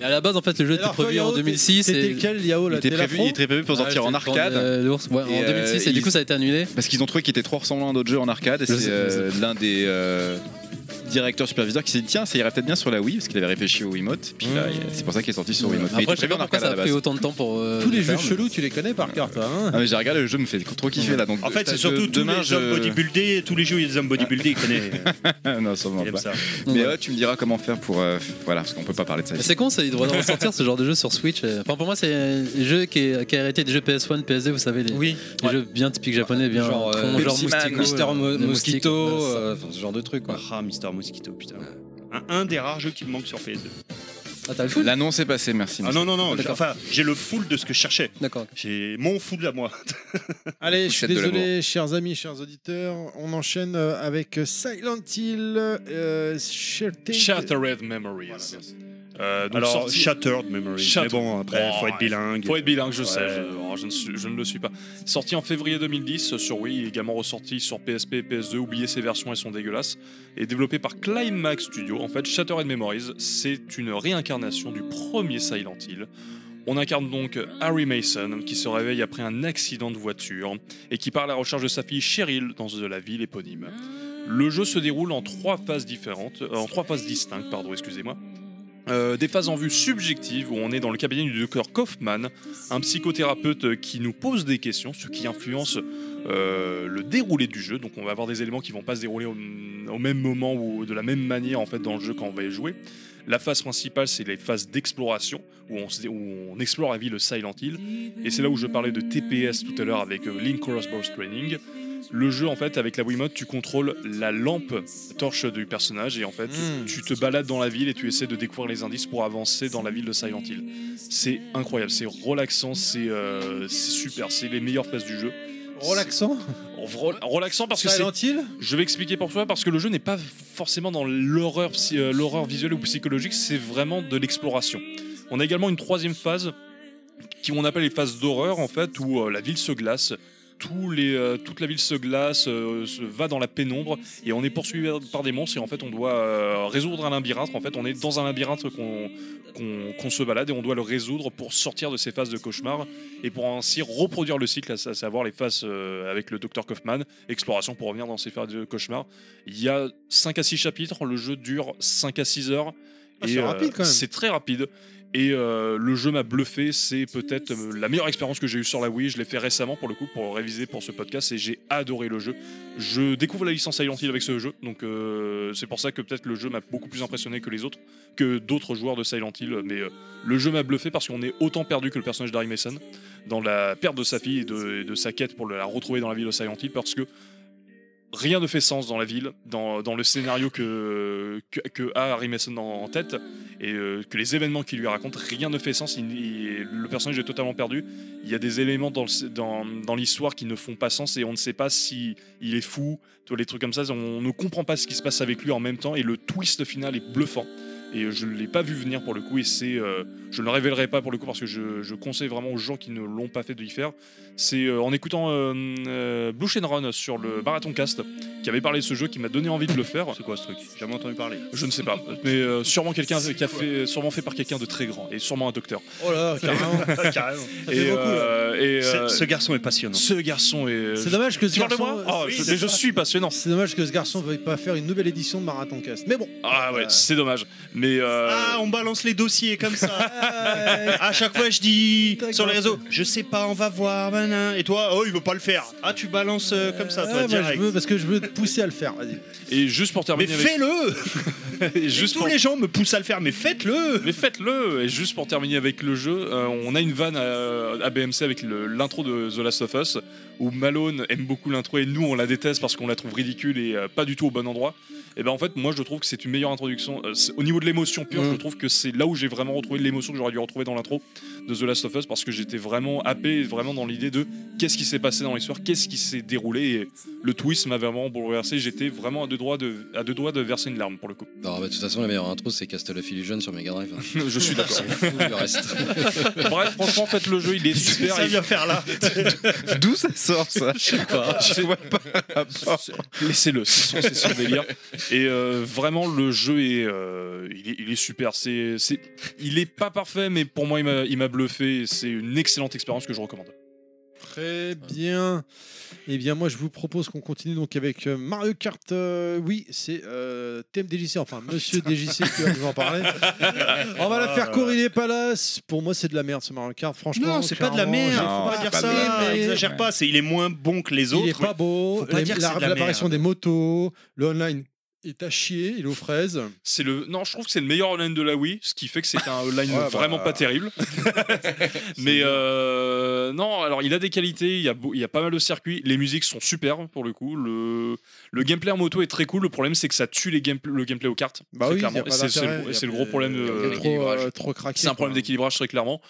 [SPEAKER 6] Et à la base, en fait, le jeu était
[SPEAKER 1] Alors,
[SPEAKER 6] prévu
[SPEAKER 1] Yao,
[SPEAKER 6] en
[SPEAKER 1] t'es-
[SPEAKER 6] 2006.
[SPEAKER 1] C'était
[SPEAKER 6] et-
[SPEAKER 1] lequel,
[SPEAKER 5] Oh,
[SPEAKER 1] Yao
[SPEAKER 4] Il
[SPEAKER 1] là
[SPEAKER 4] était
[SPEAKER 1] T'es
[SPEAKER 4] prévu,
[SPEAKER 1] l'afro
[SPEAKER 4] il était prévu pour
[SPEAKER 6] Ah,
[SPEAKER 4] sortir
[SPEAKER 6] c'était
[SPEAKER 4] en
[SPEAKER 6] le temps de,
[SPEAKER 4] arcade.
[SPEAKER 6] euh, l'ours, ouais,
[SPEAKER 4] Et,
[SPEAKER 6] en 2006, et,
[SPEAKER 4] euh,
[SPEAKER 6] du coup,
[SPEAKER 4] ils-
[SPEAKER 6] ça a été annulé.
[SPEAKER 4] Parce qu'ils ont trouvé qu'il était trop ressemblant à d'autres jeux en arcade. Et
[SPEAKER 6] Je
[SPEAKER 4] c'est
[SPEAKER 6] sais,
[SPEAKER 4] euh, l'un des euh, directeurs superviseurs qui s'est dit tiens, ça irait peut-être bien sur la Wii, parce qu'il avait réfléchi au Wiimote. Puis là, il- c'est pour ça qu'il est sorti sur Wiimote. Mais
[SPEAKER 6] Mmh.
[SPEAKER 4] il
[SPEAKER 6] Après,
[SPEAKER 4] était
[SPEAKER 6] je sais
[SPEAKER 4] prévu
[SPEAKER 6] pas
[SPEAKER 4] en
[SPEAKER 6] pourquoi
[SPEAKER 4] arcade
[SPEAKER 6] ça
[SPEAKER 4] à
[SPEAKER 6] a
[SPEAKER 4] la
[SPEAKER 6] pris
[SPEAKER 4] base.
[SPEAKER 6] autant de temps pour. euh,
[SPEAKER 1] Tous les
[SPEAKER 6] faire,
[SPEAKER 1] jeux
[SPEAKER 6] mais-
[SPEAKER 1] chelous, tu les connais par carte. hein
[SPEAKER 4] Ah, mais j'ai regardé le jeu, me fait trop
[SPEAKER 6] Mmh.
[SPEAKER 4] kiffer là. Donc,
[SPEAKER 3] En fait,
[SPEAKER 4] de-
[SPEAKER 3] c'est surtout tous
[SPEAKER 4] demain,
[SPEAKER 3] les hommes
[SPEAKER 4] je- Ah,
[SPEAKER 3] bodybuildés, tous les jeux, où il y a des hommes bodybuildés, il connaît,
[SPEAKER 4] non,
[SPEAKER 3] il
[SPEAKER 4] sûrement
[SPEAKER 3] aime
[SPEAKER 4] pas.
[SPEAKER 3] ça.
[SPEAKER 6] Donc,
[SPEAKER 4] Mais
[SPEAKER 6] voilà.
[SPEAKER 4] ouais, tu me diras comment faire pour. euh, Voilà, parce qu'on peut pas parler de ça.
[SPEAKER 6] Mais
[SPEAKER 4] ici.
[SPEAKER 6] C'est con, ça, il devrait ressortir ce genre de jeu sur Switch. euh. Enfin, pour moi, c'est un jeu qui, est- qui a hérité des jeux PS1, PS2, vous savez, les,
[SPEAKER 7] Oui.
[SPEAKER 6] les jeux bien typiques japonais, bien
[SPEAKER 7] Genre, euh,
[SPEAKER 6] con, genre
[SPEAKER 7] Pepsi Man,
[SPEAKER 6] Moustico,
[SPEAKER 7] Mister
[SPEAKER 6] euh,
[SPEAKER 7] Mo-
[SPEAKER 6] les
[SPEAKER 7] Mosquito,
[SPEAKER 6] moustiques, euh,
[SPEAKER 7] euh, enfin, ce genre de truc. Quoi.
[SPEAKER 3] Ah, Mister Mosquito, putain. Un, un des rares jeux qui me manque sur PS2.
[SPEAKER 6] Ah, t'as le foot
[SPEAKER 4] L'annonce est passée, merci.
[SPEAKER 3] Ah
[SPEAKER 4] monsieur.
[SPEAKER 3] non, non, non, j'ai-
[SPEAKER 6] D'accord.
[SPEAKER 3] enfin, j'ai le full de ce que je cherchais.
[SPEAKER 6] D'accord.
[SPEAKER 3] J'ai mon full à moi.
[SPEAKER 1] Allez, je suis
[SPEAKER 16] Pochette de
[SPEAKER 1] désolé, chers amis, chers auditeurs. On enchaîne euh, avec Silent Hill, euh, Sheltered-
[SPEAKER 8] Shattered Memories. Euh, donc
[SPEAKER 3] Alors,
[SPEAKER 8] sorti-
[SPEAKER 3] Shattered Memory.
[SPEAKER 8] Shattered.
[SPEAKER 3] Mais bon, après,
[SPEAKER 8] Oh,
[SPEAKER 3] faut être
[SPEAKER 8] ouais.
[SPEAKER 3] bilingue.
[SPEAKER 8] Faut être bilingue, je
[SPEAKER 3] Ouais.
[SPEAKER 8] sais, je, oh, je ne suis- je ne le suis pas. Sorti en février 2010 sur Wii, également ressorti sur PSP et PS2, oubliez ces versions, elles sont dégueulasses. Et développé par Climax Studio, en fait, Shattered Memories, c'est une réincarnation du premier Silent Hill. On incarne donc Harry Mason, qui se réveille après un accident de voiture et qui part à la recherche de sa fille Cheryl dans de la ville éponyme. Le jeu se déroule en trois phases différentes, euh, en trois phases distinctes, pardon, excusez-moi. Euh, des phases en vue subjective où on est dans le cabinet du docteur Kaufman, un psychothérapeute qui nous pose des questions, ce qui influence euh, le déroulé du jeu. Donc on va avoir des éléments qui vont pas se dérouler au, au même moment ou de la même manière en fait dans le jeu quand on va y jouer. La phase principale, c'est les phases d'exploration où on, se- où on explore la ville Silent Hill. Et c'est là où je parlais de TPS tout à l'heure avec euh, Link Crossbow Training. Le jeu, en fait, avec la Wiimote, tu contrôles la lampe torche du personnage et en fait,
[SPEAKER 1] Mm.
[SPEAKER 8] tu te balades dans la ville et tu essaies de découvrir les indices pour avancer dans la ville de Silent Hill. C'est incroyable, c'est relaxant, c'est euh, c'est super, c'est les meilleures phases du jeu.
[SPEAKER 1] Relaxant.
[SPEAKER 8] Rel- Relaxant parce que c'est
[SPEAKER 1] Silent Hill.
[SPEAKER 8] je vais expliquer pour toi parce que le jeu n'est pas forcément dans l'horreur, psy- euh, l'horreur visuelle ou psychologique, c'est vraiment de l'exploration. On a également une troisième phase qui on appelle les phases d'horreur en fait où euh, la ville se glace. Tous les, euh, toute la ville se glace, euh, se va dans la pénombre et on est poursuivi par des monstres et en fait on doit euh, résoudre un labyrinthe. En fait on est dans un labyrinthe qu'on qu'on qu'on se balade et on doit le résoudre pour sortir de ces phases de cauchemar et pour ainsi reproduire le cycle, à sa- savoir les phases euh, avec le docteur Kaufman exploration pour revenir dans ces phases de cauchemar. Il y a 5 à 6 chapitres, le jeu dure 5 à 6 heures.
[SPEAKER 1] Ah, c'est
[SPEAKER 8] euh,
[SPEAKER 1] rapide, quand même.
[SPEAKER 8] C'est très rapide. Et euh, le jeu m'a bluffé, c'est peut-être euh, la meilleure expérience que j'ai eue sur la Wii. Je l'ai fait récemment pour le coup, pour réviser pour ce podcast, et j'ai adoré le jeu. Je découvre la licence Silent Hill avec ce jeu, donc euh, c'est pour ça que peut-être le jeu m'a beaucoup plus impressionné que les autres, que d'autres joueurs de Silent Hill. Mais euh, le jeu m'a bluffé parce qu'on est autant perdu que le personnage d'Harry Mason dans la perte de sa fille et de, et de sa quête pour la retrouver dans la ville de Silent Hill, parce que Rien ne fait sens dans la ville, dans, dans le scénario que, que, que a Harry Mason en, en tête, et euh, que les événements qu'il lui raconte, rien ne fait sens. il- il- le personnage est totalement perdu. Il y a des éléments dans, le sc- dans, dans l'histoire qui ne font pas sens, et on ne sait pas si il est fou, tous les trucs comme ça. On ne comprend pas ce qui se passe avec lui en même temps, et le twist final est bluffant. Et euh, je ne l'ai pas vu venir pour le coup, et c'est, euh, je ne le révélerai pas pour le coup parce que je, je conseille vraiment aux gens qui ne l'ont pas fait de y faire. C'est euh, en écoutant euh, euh, Blue Shenron sur le Marathon Cast qui avait parlé de ce jeu qui m'a donné envie de le faire. C'est quoi ce truc J'ai jamais entendu parler. Je ne sais pas, mais euh, sûrement quelqu'un qui a fait, sûrement fait par quelqu'un de très grand et sûrement un docteur.
[SPEAKER 1] Oh là, carrément. Carrément. Ça fait
[SPEAKER 8] Et,
[SPEAKER 1] beaucoup, là.
[SPEAKER 8] euh, et, euh,
[SPEAKER 1] C'est- ce
[SPEAKER 3] hein. garçon est passionnant.
[SPEAKER 8] Ce garçon est.
[SPEAKER 1] C'est dommage que ce
[SPEAKER 8] Tu parles de
[SPEAKER 1] garçon-
[SPEAKER 8] moi Oh,
[SPEAKER 1] Oui,
[SPEAKER 8] je-
[SPEAKER 1] c'est
[SPEAKER 8] mais je
[SPEAKER 1] ça.
[SPEAKER 8] suis passionnant.
[SPEAKER 1] C'est dommage que ce garçon veuille pas faire une nouvelle édition de Marathon Cast. Mais bon.
[SPEAKER 8] Ah
[SPEAKER 1] Euh.
[SPEAKER 8] ouais, c'est dommage. Mais euh,
[SPEAKER 17] Ah, on balance les dossiers comme ça.
[SPEAKER 3] Ah,
[SPEAKER 17] à chaque fois, je dis sur les réseaux, je sais pas, on va voir, manin. Et toi, oh, il veut pas le faire. Ah, tu balances euh, comme ça, toi,
[SPEAKER 1] Ah, moi, je
[SPEAKER 17] direct.
[SPEAKER 1] veux, parce que je veux te pousser à le faire. Vas-y.
[SPEAKER 8] et juste pour
[SPEAKER 17] Mais
[SPEAKER 8] terminer. avec-
[SPEAKER 17] fais-le
[SPEAKER 8] Et juste
[SPEAKER 17] Tous
[SPEAKER 8] pour-
[SPEAKER 17] les gens me poussent à le faire, mais faites-le
[SPEAKER 8] Mais faites-le Et juste pour terminer avec le jeu, euh, on a une vanne à, à BMC avec le- l'intro de The Last of Us, où Malone aime beaucoup l'intro et nous on la déteste parce qu'on la trouve ridicule et euh, pas du tout au bon endroit. Et ben en fait, moi je trouve que c'est une meilleure introduction. Euh, c'est- au niveau de l'émotion pure,
[SPEAKER 6] Mm.
[SPEAKER 8] je trouve que c'est là où j'ai vraiment retrouvé l'émotion que j'aurais dû retrouver dans l'intro de The Last of Us parce que j'étais vraiment happé, vraiment dans l'idée de qu'est-ce qui s'est passé dans l'histoire, qu'est-ce qui s'est déroulé. Et le twist m'a vraiment bouleversé. J'étais vraiment à deux, doigts de, à deux doigts de verser une larme pour le coup.
[SPEAKER 5] Non, bah, de toute façon, la meilleure intro, c'est Castle of Illusion sur Mega Drive.
[SPEAKER 8] Je suis d'accord.
[SPEAKER 5] le reste.
[SPEAKER 8] Bref, franchement, faites le jeu, il est super.
[SPEAKER 17] Ça vient faire là.
[SPEAKER 4] D'où ça sort ça Je sais pas. Je vois pas. le rapport.
[SPEAKER 8] Laissez-le, c'est son, c'est son délire. Et euh, vraiment, le jeu est, euh, il est, il est super. C'est, c'est- il est pas parfait, mais pour moi, il m'a, il m'a bluffé. et C'est une excellente expérience que je recommande.
[SPEAKER 1] Très bien. Eh bien, moi, je vous propose qu'on continue donc avec euh, Mario Kart. euh, oui, c'est euh, TMDJC, enfin Monsieur DJC qui va nous en parler. On va la faire courir, il est pas là. C- Pour moi, c'est de la merde ce Mario Kart, franchement.
[SPEAKER 17] Ah, Non, c'est pas de la
[SPEAKER 1] clairement,
[SPEAKER 17] merde,
[SPEAKER 1] j'ai-
[SPEAKER 17] faut pas
[SPEAKER 1] c'est
[SPEAKER 17] dire ça,
[SPEAKER 1] de la merde.
[SPEAKER 17] exagère pas, c'est il est moins bon que les autres.
[SPEAKER 1] Il est pas beau.
[SPEAKER 17] Faut pas
[SPEAKER 1] les-
[SPEAKER 17] dire que
[SPEAKER 1] la-
[SPEAKER 17] c'est de la
[SPEAKER 1] L'apparition des motos, le online est à chier, il est aux fraises.
[SPEAKER 17] Euh,
[SPEAKER 8] C'est le, non, je trouve que c'est le meilleur online de la Wii, ce qui fait que c'est un online
[SPEAKER 1] Ouais, bah.
[SPEAKER 8] vraiment pas terrible. mais euh, non, alors il a des qualités, il y a, beau- il y a pas mal de circuits, les musiques sont super pour le coup. Le, le gameplay en moto est très cool. Le problème, c'est que ça tue les gamepl- le gameplay aux cartes.
[SPEAKER 1] Bah
[SPEAKER 8] très
[SPEAKER 1] oui,
[SPEAKER 8] clairement.
[SPEAKER 1] y a pas
[SPEAKER 8] Et c'est, c'est
[SPEAKER 1] d'intérêt,
[SPEAKER 8] le,
[SPEAKER 1] y a
[SPEAKER 8] c'est le
[SPEAKER 1] plus-
[SPEAKER 8] gros problème.
[SPEAKER 1] y a
[SPEAKER 8] de-
[SPEAKER 1] plus trop, euh, trop craqué.
[SPEAKER 8] C'est un problème
[SPEAKER 1] quoi.
[SPEAKER 8] d'équilibrage très clairement.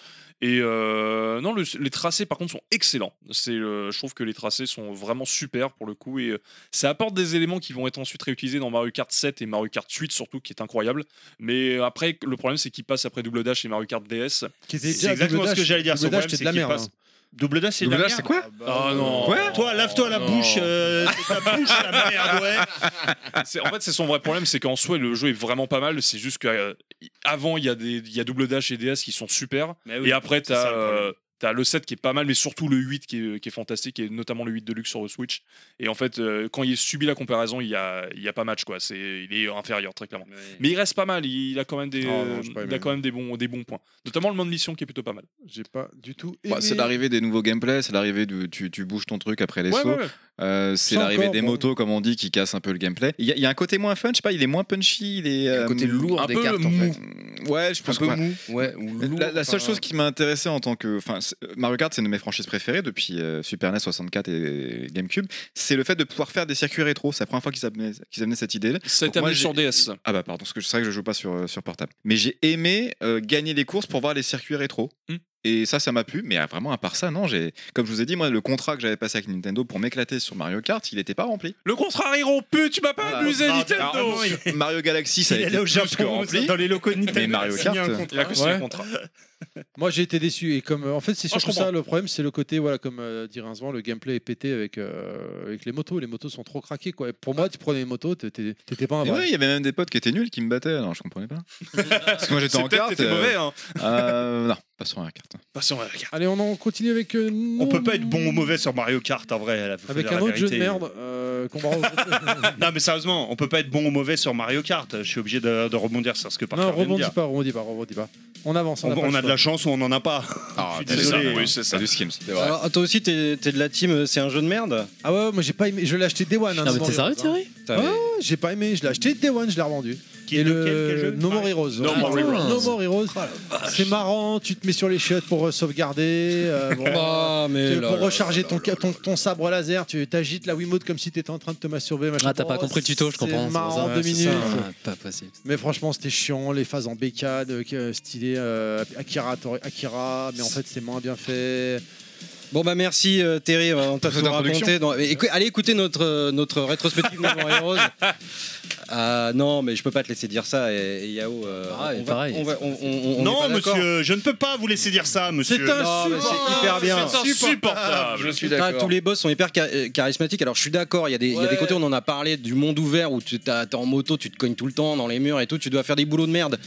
[SPEAKER 8] Et euh, non, le- les tracés par contre sont excellents. C'est, euh, je trouve que les tracés sont vraiment super pour le coup et euh, ça apporte des éléments qui vont être ensuite réutilisés dans Mario Kart 7 et Mario Kart 8 surtout, qui est incroyable. Mais euh, après, le problème c'est qu'il passe après Double Dash et Mario Kart DS.
[SPEAKER 1] Qui était
[SPEAKER 17] C'est exactement ce que j'allais dire. Son
[SPEAKER 8] Double Dash,
[SPEAKER 17] problème,
[SPEAKER 8] c'est
[SPEAKER 17] c'est
[SPEAKER 8] de la
[SPEAKER 17] qu'il
[SPEAKER 8] merde.
[SPEAKER 17] passe.
[SPEAKER 1] hein.
[SPEAKER 17] Double dash, c'est de la
[SPEAKER 8] Double
[SPEAKER 17] merde.
[SPEAKER 8] Dash, c'est quoi Ah non.
[SPEAKER 17] Toi, lave-toi la
[SPEAKER 8] Non.
[SPEAKER 17] bouche. euh, c'est ta bouche, la merde, ouais.
[SPEAKER 8] C'est- en fait, c'est son vrai problème, c'est qu'en soi, le jeu est vraiment pas mal. C'est juste que euh, avant, il y, a des- il y a Double Dash et DS qui sont super.
[SPEAKER 3] Mais Ah oui,
[SPEAKER 8] et après,
[SPEAKER 3] c'est
[SPEAKER 8] t'as
[SPEAKER 3] ça, le problème.
[SPEAKER 8] euh, t'as le 7 qui est pas mal, mais surtout le 8 qui est, qui est fantastique, et notamment le 8 Deluxe sur le Switch. Et en fait, euh, quand il subit la comparaison, il y a, il y a pas match, quoi. C'est, il est inférieur, très clairement. Mais il reste pas mal, il, il a quand même des,
[SPEAKER 1] Ah non, j'ai pas
[SPEAKER 8] il a
[SPEAKER 1] aimé.
[SPEAKER 8] quand même des, bons, des bons points. Notamment le mode mission qui est plutôt pas mal.
[SPEAKER 1] J'ai pas du tout.
[SPEAKER 4] Bah, c'est
[SPEAKER 1] aimé.
[SPEAKER 4] l'arrivée des nouveaux gameplays, c'est l'arrivée du tu, tu bouges ton truc après les
[SPEAKER 8] Ouais,
[SPEAKER 4] sauts.
[SPEAKER 8] ouais, ouais.
[SPEAKER 4] Euh, c'est
[SPEAKER 8] Ça
[SPEAKER 4] l'arrivée
[SPEAKER 8] encore,
[SPEAKER 4] des
[SPEAKER 8] bon.
[SPEAKER 4] motos, comme on dit, qui casse un peu le gameplay. Il y, a- il y a un côté moins fun, je sais pas, il est moins punchy, il est. euh,
[SPEAKER 7] côté lourd
[SPEAKER 4] un
[SPEAKER 7] des
[SPEAKER 4] peu
[SPEAKER 7] cartes, en
[SPEAKER 4] mou.
[SPEAKER 7] fait.
[SPEAKER 4] Ouais, je pense
[SPEAKER 7] un peu
[SPEAKER 4] que-
[SPEAKER 7] mou. Ouais, ou lourd,
[SPEAKER 4] La, la seule
[SPEAKER 7] enfin,
[SPEAKER 4] chose qui m'a intéressé en tant que. Enfin, c'est- euh, Mario Kart, c'est une de mes franchises préférées depuis euh, Super NES 64 et GameCube. C'est le fait de pouvoir faire des circuits rétro. C'est la première fois qu'ils amenaient, qu'ils amenaient cette idée-là.
[SPEAKER 8] Ça a été
[SPEAKER 4] Donc moi,
[SPEAKER 8] amené sur
[SPEAKER 4] j'ai-
[SPEAKER 8] DS.
[SPEAKER 4] Ah bah pardon, parce que c'est vrai que je joue pas sur, euh, sur portable. Mais j'ai aimé euh, gagner les courses pour voir les circuits rétro.
[SPEAKER 8] Hmm.
[SPEAKER 4] Et ça, ça m'a plu. Mais ah, vraiment, à part ça, non. J'ai, comme je vous ai dit, moi, le contrat que j'avais passé avec Nintendo pour m'éclater sur Mario Kart, il n'était pas rempli.
[SPEAKER 8] Le contrat est rompu, tu m'as pas
[SPEAKER 4] Voilà.
[SPEAKER 8] abusé,
[SPEAKER 17] Ah,
[SPEAKER 8] Nintendo
[SPEAKER 17] vraiment, il-
[SPEAKER 4] Mario Galaxy, ça a
[SPEAKER 17] Il est
[SPEAKER 4] été
[SPEAKER 17] allé au
[SPEAKER 4] plus que
[SPEAKER 17] Japon,
[SPEAKER 4] rempli.
[SPEAKER 17] dans les locaux de Nintendo.
[SPEAKER 4] Mais Mario
[SPEAKER 17] il a signé
[SPEAKER 4] Kart,
[SPEAKER 17] un
[SPEAKER 8] Il a
[SPEAKER 17] contrat.
[SPEAKER 8] que c'est
[SPEAKER 1] Ouais.
[SPEAKER 8] le contrat.
[SPEAKER 1] Moi j'ai été déçu et comme euh, en fait c'est
[SPEAKER 8] Oh, je
[SPEAKER 1] surtout
[SPEAKER 8] comprends.
[SPEAKER 1] ça le problème c'est le côté voilà comme euh, dirait Rincevent, le gameplay est pété avec, euh, avec les motos les motos sont trop craquées quoi Et pour moi tu prenais les motos t'étais t'étais
[SPEAKER 8] Ah
[SPEAKER 1] pas un
[SPEAKER 4] Et ouais,
[SPEAKER 1] vrai
[SPEAKER 4] il y avait même des potes qui étaient nuls qui me battaient, alors je comprenais pas. Parce que moi j'étais
[SPEAKER 8] C'est
[SPEAKER 4] en
[SPEAKER 8] peut-être
[SPEAKER 4] carte.
[SPEAKER 8] que t'étais
[SPEAKER 4] euh,
[SPEAKER 8] mauvais, hein.
[SPEAKER 4] euh, non, pas sur Mario Kart.
[SPEAKER 8] Passons à la carte.
[SPEAKER 1] allez on en continue avec euh,
[SPEAKER 17] On
[SPEAKER 1] non-
[SPEAKER 17] peut pas être bon ou mauvais sur Mario Kart en vrai. là, faut
[SPEAKER 1] avec
[SPEAKER 17] dire la
[SPEAKER 1] un autre jeu de
[SPEAKER 17] vérité.
[SPEAKER 1] merde euh, comparé au-
[SPEAKER 17] Non mais sérieusement, on peut pas être bon ou mauvais sur Mario Kart. Je suis obligé de, de rebondir sur ce que Parker
[SPEAKER 1] non
[SPEAKER 17] vient de
[SPEAKER 1] rebondis
[SPEAKER 17] dire.
[SPEAKER 1] pas rebondis pas rebondis pas on avance
[SPEAKER 17] On,
[SPEAKER 1] on,
[SPEAKER 17] on a de la chance ou on en a pas.
[SPEAKER 4] Ah,
[SPEAKER 17] Je suis désolé.
[SPEAKER 8] Oui, c'est ça.
[SPEAKER 4] du skims.
[SPEAKER 7] C'est vrai.
[SPEAKER 6] Alors, toi aussi, t'es t'es de la team, euh, c'est un jeu de merde
[SPEAKER 1] ah ouais moi j'ai pas aimé je l'ai acheté Day One hein,
[SPEAKER 5] Non, mais
[SPEAKER 1] c'est
[SPEAKER 5] t'es
[SPEAKER 1] dans les-
[SPEAKER 5] sérieux, Thierry
[SPEAKER 1] Ouais, j'ai pas aimé je l'ai acheté Day One je l'ai revendu et le No More Heroes.
[SPEAKER 17] No
[SPEAKER 1] Ah,
[SPEAKER 17] More Heroes. Ah,
[SPEAKER 1] No More Heroes. C'est marrant, tu te mets sur les chiottes pour euh, sauvegarder, euh, bon,
[SPEAKER 5] bah,
[SPEAKER 6] Ah, mais
[SPEAKER 1] tu-
[SPEAKER 6] là,
[SPEAKER 1] pour
[SPEAKER 6] là,
[SPEAKER 1] recharger ton, ca- ton, ton sabre laser, tu t'agites la Wiimote comme si t'étais en train de te masturber. Machin.
[SPEAKER 5] Ah, t'as pas
[SPEAKER 1] Oh,
[SPEAKER 5] compris le tuto, je comprends.
[SPEAKER 1] C'est
[SPEAKER 5] c'est
[SPEAKER 1] marrant,
[SPEAKER 5] pour ça.
[SPEAKER 1] deux
[SPEAKER 5] Ouais, c'est
[SPEAKER 1] minutes.
[SPEAKER 5] ça. Ah, Pas possible.
[SPEAKER 1] Mais franchement, c'était chiant, les phases en bécade, euh, stylé euh, Akira, Tori- Akira, mais en fait, c'est moins bien fait.
[SPEAKER 6] Bon bah merci euh, Terry, euh, on t'a
[SPEAKER 1] Pour
[SPEAKER 6] tout
[SPEAKER 1] cette
[SPEAKER 6] raconté.
[SPEAKER 1] introduction.
[SPEAKER 6] dans- mais écou- allez écouter notre euh, notre rétrospective No More Heroes. Ah, non mais je peux pas te laisser dire ça et, et Yao. euh, on va- on va- on- on- on est
[SPEAKER 17] non,
[SPEAKER 6] pas d'accord.
[SPEAKER 17] monsieur, je ne peux pas vous laisser dire ça, monsieur.
[SPEAKER 6] C'est insupportable.
[SPEAKER 8] Oh,
[SPEAKER 17] Non, mais
[SPEAKER 6] C'est hyper bien.
[SPEAKER 17] C'est insupportable.
[SPEAKER 6] Je suis d'accord. Tous les boss sont hyper cha- euh, charismatiques. Alors je suis d'accord, il y, a des- il y a des côtés, on en a parlé, du monde ouvert où tu t'as- t'es en moto, tu te cognes tout le temps dans les murs et tout, tu dois faire des boulots de merde.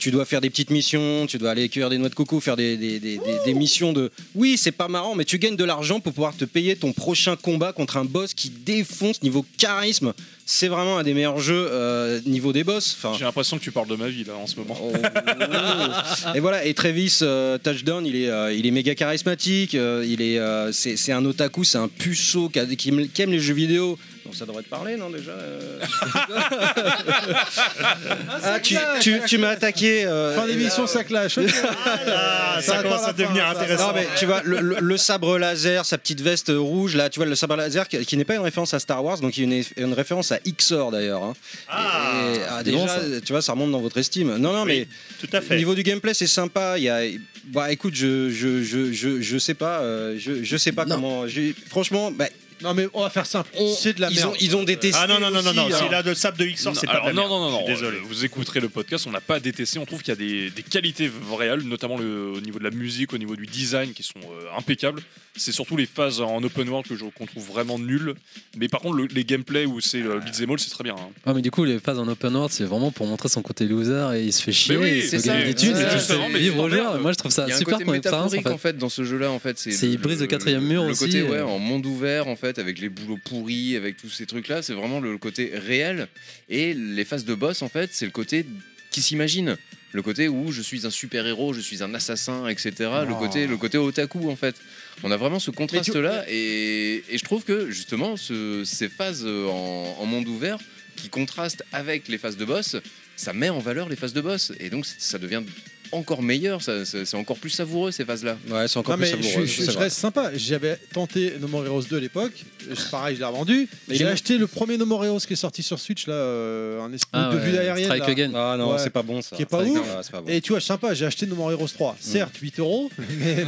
[SPEAKER 6] Tu dois faire des petites missions, tu dois aller cueillir des noix de coco, faire des, des- des- des- des missions de. Oui, c'est pas marrant, mais tu gagnes de l'argent pour pouvoir te payer ton prochain combat contre un boss qui défonce niveau charisme. C'est vraiment un des meilleurs jeux euh, niveau des boss. Enfin,
[SPEAKER 8] J'ai l'impression que tu parles de ma vie là en ce moment.
[SPEAKER 6] Oh. et voilà, et Travis euh, Touchdown, il est, euh, il est méga charismatique, euh, il est, euh, c'est, c'est un otaku, c'est un puceau qui, a- qui aime, qui aime les jeux vidéo. Donc ça devrait te parler, non déjà euh Ah, tu, tu- tu m'as attaqué. euh,
[SPEAKER 1] Fin d'émission, ça clash.
[SPEAKER 17] Ah, ça commence à devenir intéressant.
[SPEAKER 6] euh, non, mais tu vois, le, le- le sabre laser, sa petite veste rouge, là, tu vois, le sabre laser qui, qui n'est pas une référence à Star Wars, donc il y a une, une référence à XOR d'ailleurs. hein. Et- ah,
[SPEAKER 17] C'est
[SPEAKER 6] déjà,
[SPEAKER 17] bon, ça.
[SPEAKER 6] tu vois, ça remonte dans votre estime. Non, non, mais
[SPEAKER 17] tout à fait.
[SPEAKER 6] Au niveau du gameplay, c'est sympa. Il y a, bah, écoute, je, je, je, je, je sais pas, euh, je, je sais pas comment. j'ai- Franchement, bah,
[SPEAKER 1] non mais on va faire simple. C'est de la
[SPEAKER 6] ils
[SPEAKER 1] merde.
[SPEAKER 6] Ont, ils ont détesté.
[SPEAKER 17] Ah non, non, non, non,
[SPEAKER 6] aussi,
[SPEAKER 17] non,
[SPEAKER 6] alors.
[SPEAKER 17] c'est là de sable de Xor, c'est pas de la
[SPEAKER 8] non,
[SPEAKER 17] merde.
[SPEAKER 8] non, non, non,
[SPEAKER 17] Je suis Désolé.
[SPEAKER 8] euh, Vous écouterez le podcast, on n'a pas détesté. On trouve qu'il y a des, des qualités réelles, notamment le- au niveau de la musique, au niveau du design, qui sont euh, impeccables. C'est surtout les phases en open world que je- qu'on trouve vraiment nulles. Mais par contre, le- les gameplays où c'est le beat'em all, c'est très bien. hein.
[SPEAKER 5] Ouais, mais du coup, les phases en open world, c'est vraiment pour montrer son côté loser et il se fait chier,
[SPEAKER 8] Mais oui,
[SPEAKER 5] il se
[SPEAKER 8] c'est
[SPEAKER 5] gagne
[SPEAKER 8] ça,
[SPEAKER 5] des thunes,
[SPEAKER 8] c'est
[SPEAKER 5] et tout,
[SPEAKER 8] justement,
[SPEAKER 5] c'est
[SPEAKER 8] mais
[SPEAKER 5] vivre
[SPEAKER 8] tu
[SPEAKER 5] au jeu.
[SPEAKER 8] t'emmerdes.
[SPEAKER 5] Moi, je trouve ça
[SPEAKER 7] Il y a un
[SPEAKER 5] super
[SPEAKER 7] côté
[SPEAKER 5] comme expérience.
[SPEAKER 7] métaphorique, en fait dans ce jeu-là en fait.
[SPEAKER 5] C'est- il brise le quatrième mur
[SPEAKER 7] le
[SPEAKER 5] aussi,
[SPEAKER 7] côté
[SPEAKER 5] euh.
[SPEAKER 7] ouais, en monde ouvert en fait avec les boulots pourris, avec tous ces trucs là, c'est vraiment le côté réel et les phases de boss en fait c'est le côté qui s'imagine. Le côté où je suis un super héros, je suis un assassin, etc. Le
[SPEAKER 17] Oh.
[SPEAKER 7] côté, le côté otaku en fait. On a vraiment ce contraste là et, et je trouve que justement ce- ces phases euh, en, en monde ouvert qui contrastent avec les phases de boss, ça met en valeur les phases de boss et donc c'est- ça devient encore meilleur, ça- ça- c'est encore plus savoureux ces phases là.
[SPEAKER 6] Ouais, c'est
[SPEAKER 1] Non, Ah, mais je, je- je reste sympa. J'avais tenté No More Heroes 2 à l'époque. Je- Pareil, je l'ai revendu.
[SPEAKER 6] Mais il
[SPEAKER 1] J'ai
[SPEAKER 6] est-
[SPEAKER 1] acheté le premier No More Heroes qui est sorti sur Switch, là, euh, un espèce
[SPEAKER 6] Ah
[SPEAKER 1] de
[SPEAKER 6] ouais,
[SPEAKER 1] vue aérienne.
[SPEAKER 6] Strike
[SPEAKER 1] là.
[SPEAKER 6] Again. Ah non, c'est pas bon, ça.
[SPEAKER 1] Qui est pas
[SPEAKER 6] Strike
[SPEAKER 1] ouf.
[SPEAKER 6] Again, ouais, c'est pas bon.
[SPEAKER 1] Et tu vois, sympa, j'ai acheté No More Heroes 3.
[SPEAKER 6] Mm.
[SPEAKER 1] Certes, 8 euros, mais,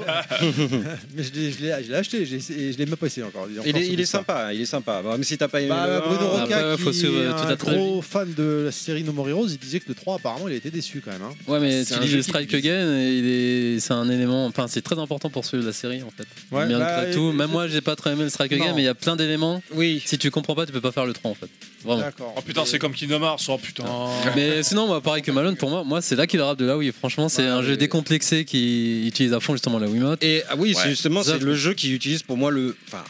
[SPEAKER 1] mais je l'ai- je l'ai je l'ai acheté. j'ai essayé- Et je l'ai même pas essayé encore. encore
[SPEAKER 6] Il est,
[SPEAKER 1] sur
[SPEAKER 6] il est
[SPEAKER 1] Vita.
[SPEAKER 6] sympa, hein, il est sympa. Bah, même si t'as pas aimé
[SPEAKER 1] Bah,
[SPEAKER 6] le un,
[SPEAKER 1] Bruno
[SPEAKER 6] euh,
[SPEAKER 1] Roca,
[SPEAKER 6] après,
[SPEAKER 1] qui
[SPEAKER 6] faut se-
[SPEAKER 1] est
[SPEAKER 6] tout
[SPEAKER 1] un
[SPEAKER 6] attraper.
[SPEAKER 1] gros fan de la série No More Heroes, il disait que le 3, apparemment, il a été déçu quand même. hein.
[SPEAKER 5] Ouais, mais
[SPEAKER 1] C'est
[SPEAKER 5] tu
[SPEAKER 1] un
[SPEAKER 5] dis
[SPEAKER 1] jeu
[SPEAKER 5] le
[SPEAKER 1] qui
[SPEAKER 5] Strike Again, et il est, c'est un élément, enfin, c'est très important pour suivre la série en fait.
[SPEAKER 1] Ouais,
[SPEAKER 5] Bien
[SPEAKER 1] bah,
[SPEAKER 5] que
[SPEAKER 7] euh,
[SPEAKER 5] tout.
[SPEAKER 1] et-
[SPEAKER 5] Même moi, j'ai pas très aimé le Strike Again,
[SPEAKER 1] Non.
[SPEAKER 5] mais il y a plein d'éléments.
[SPEAKER 6] Oui.
[SPEAKER 5] Si tu comprends pas, tu peux pas faire le 3 en fait. Vraiment.
[SPEAKER 1] D'accord.
[SPEAKER 8] Oh putain, c'est comme Kingdom Hearts. Oh putain.
[SPEAKER 5] Mais sinon, moi, pareil que Malone, pour moi, moi c'est là qu'il rappe de là oui. Franchement, c'est un jeu décomplexé qui utilise à fond justement la Wiimote.
[SPEAKER 6] Et ah oui, c'est justement c'est le jeu qui utilise pour moi le, enfin,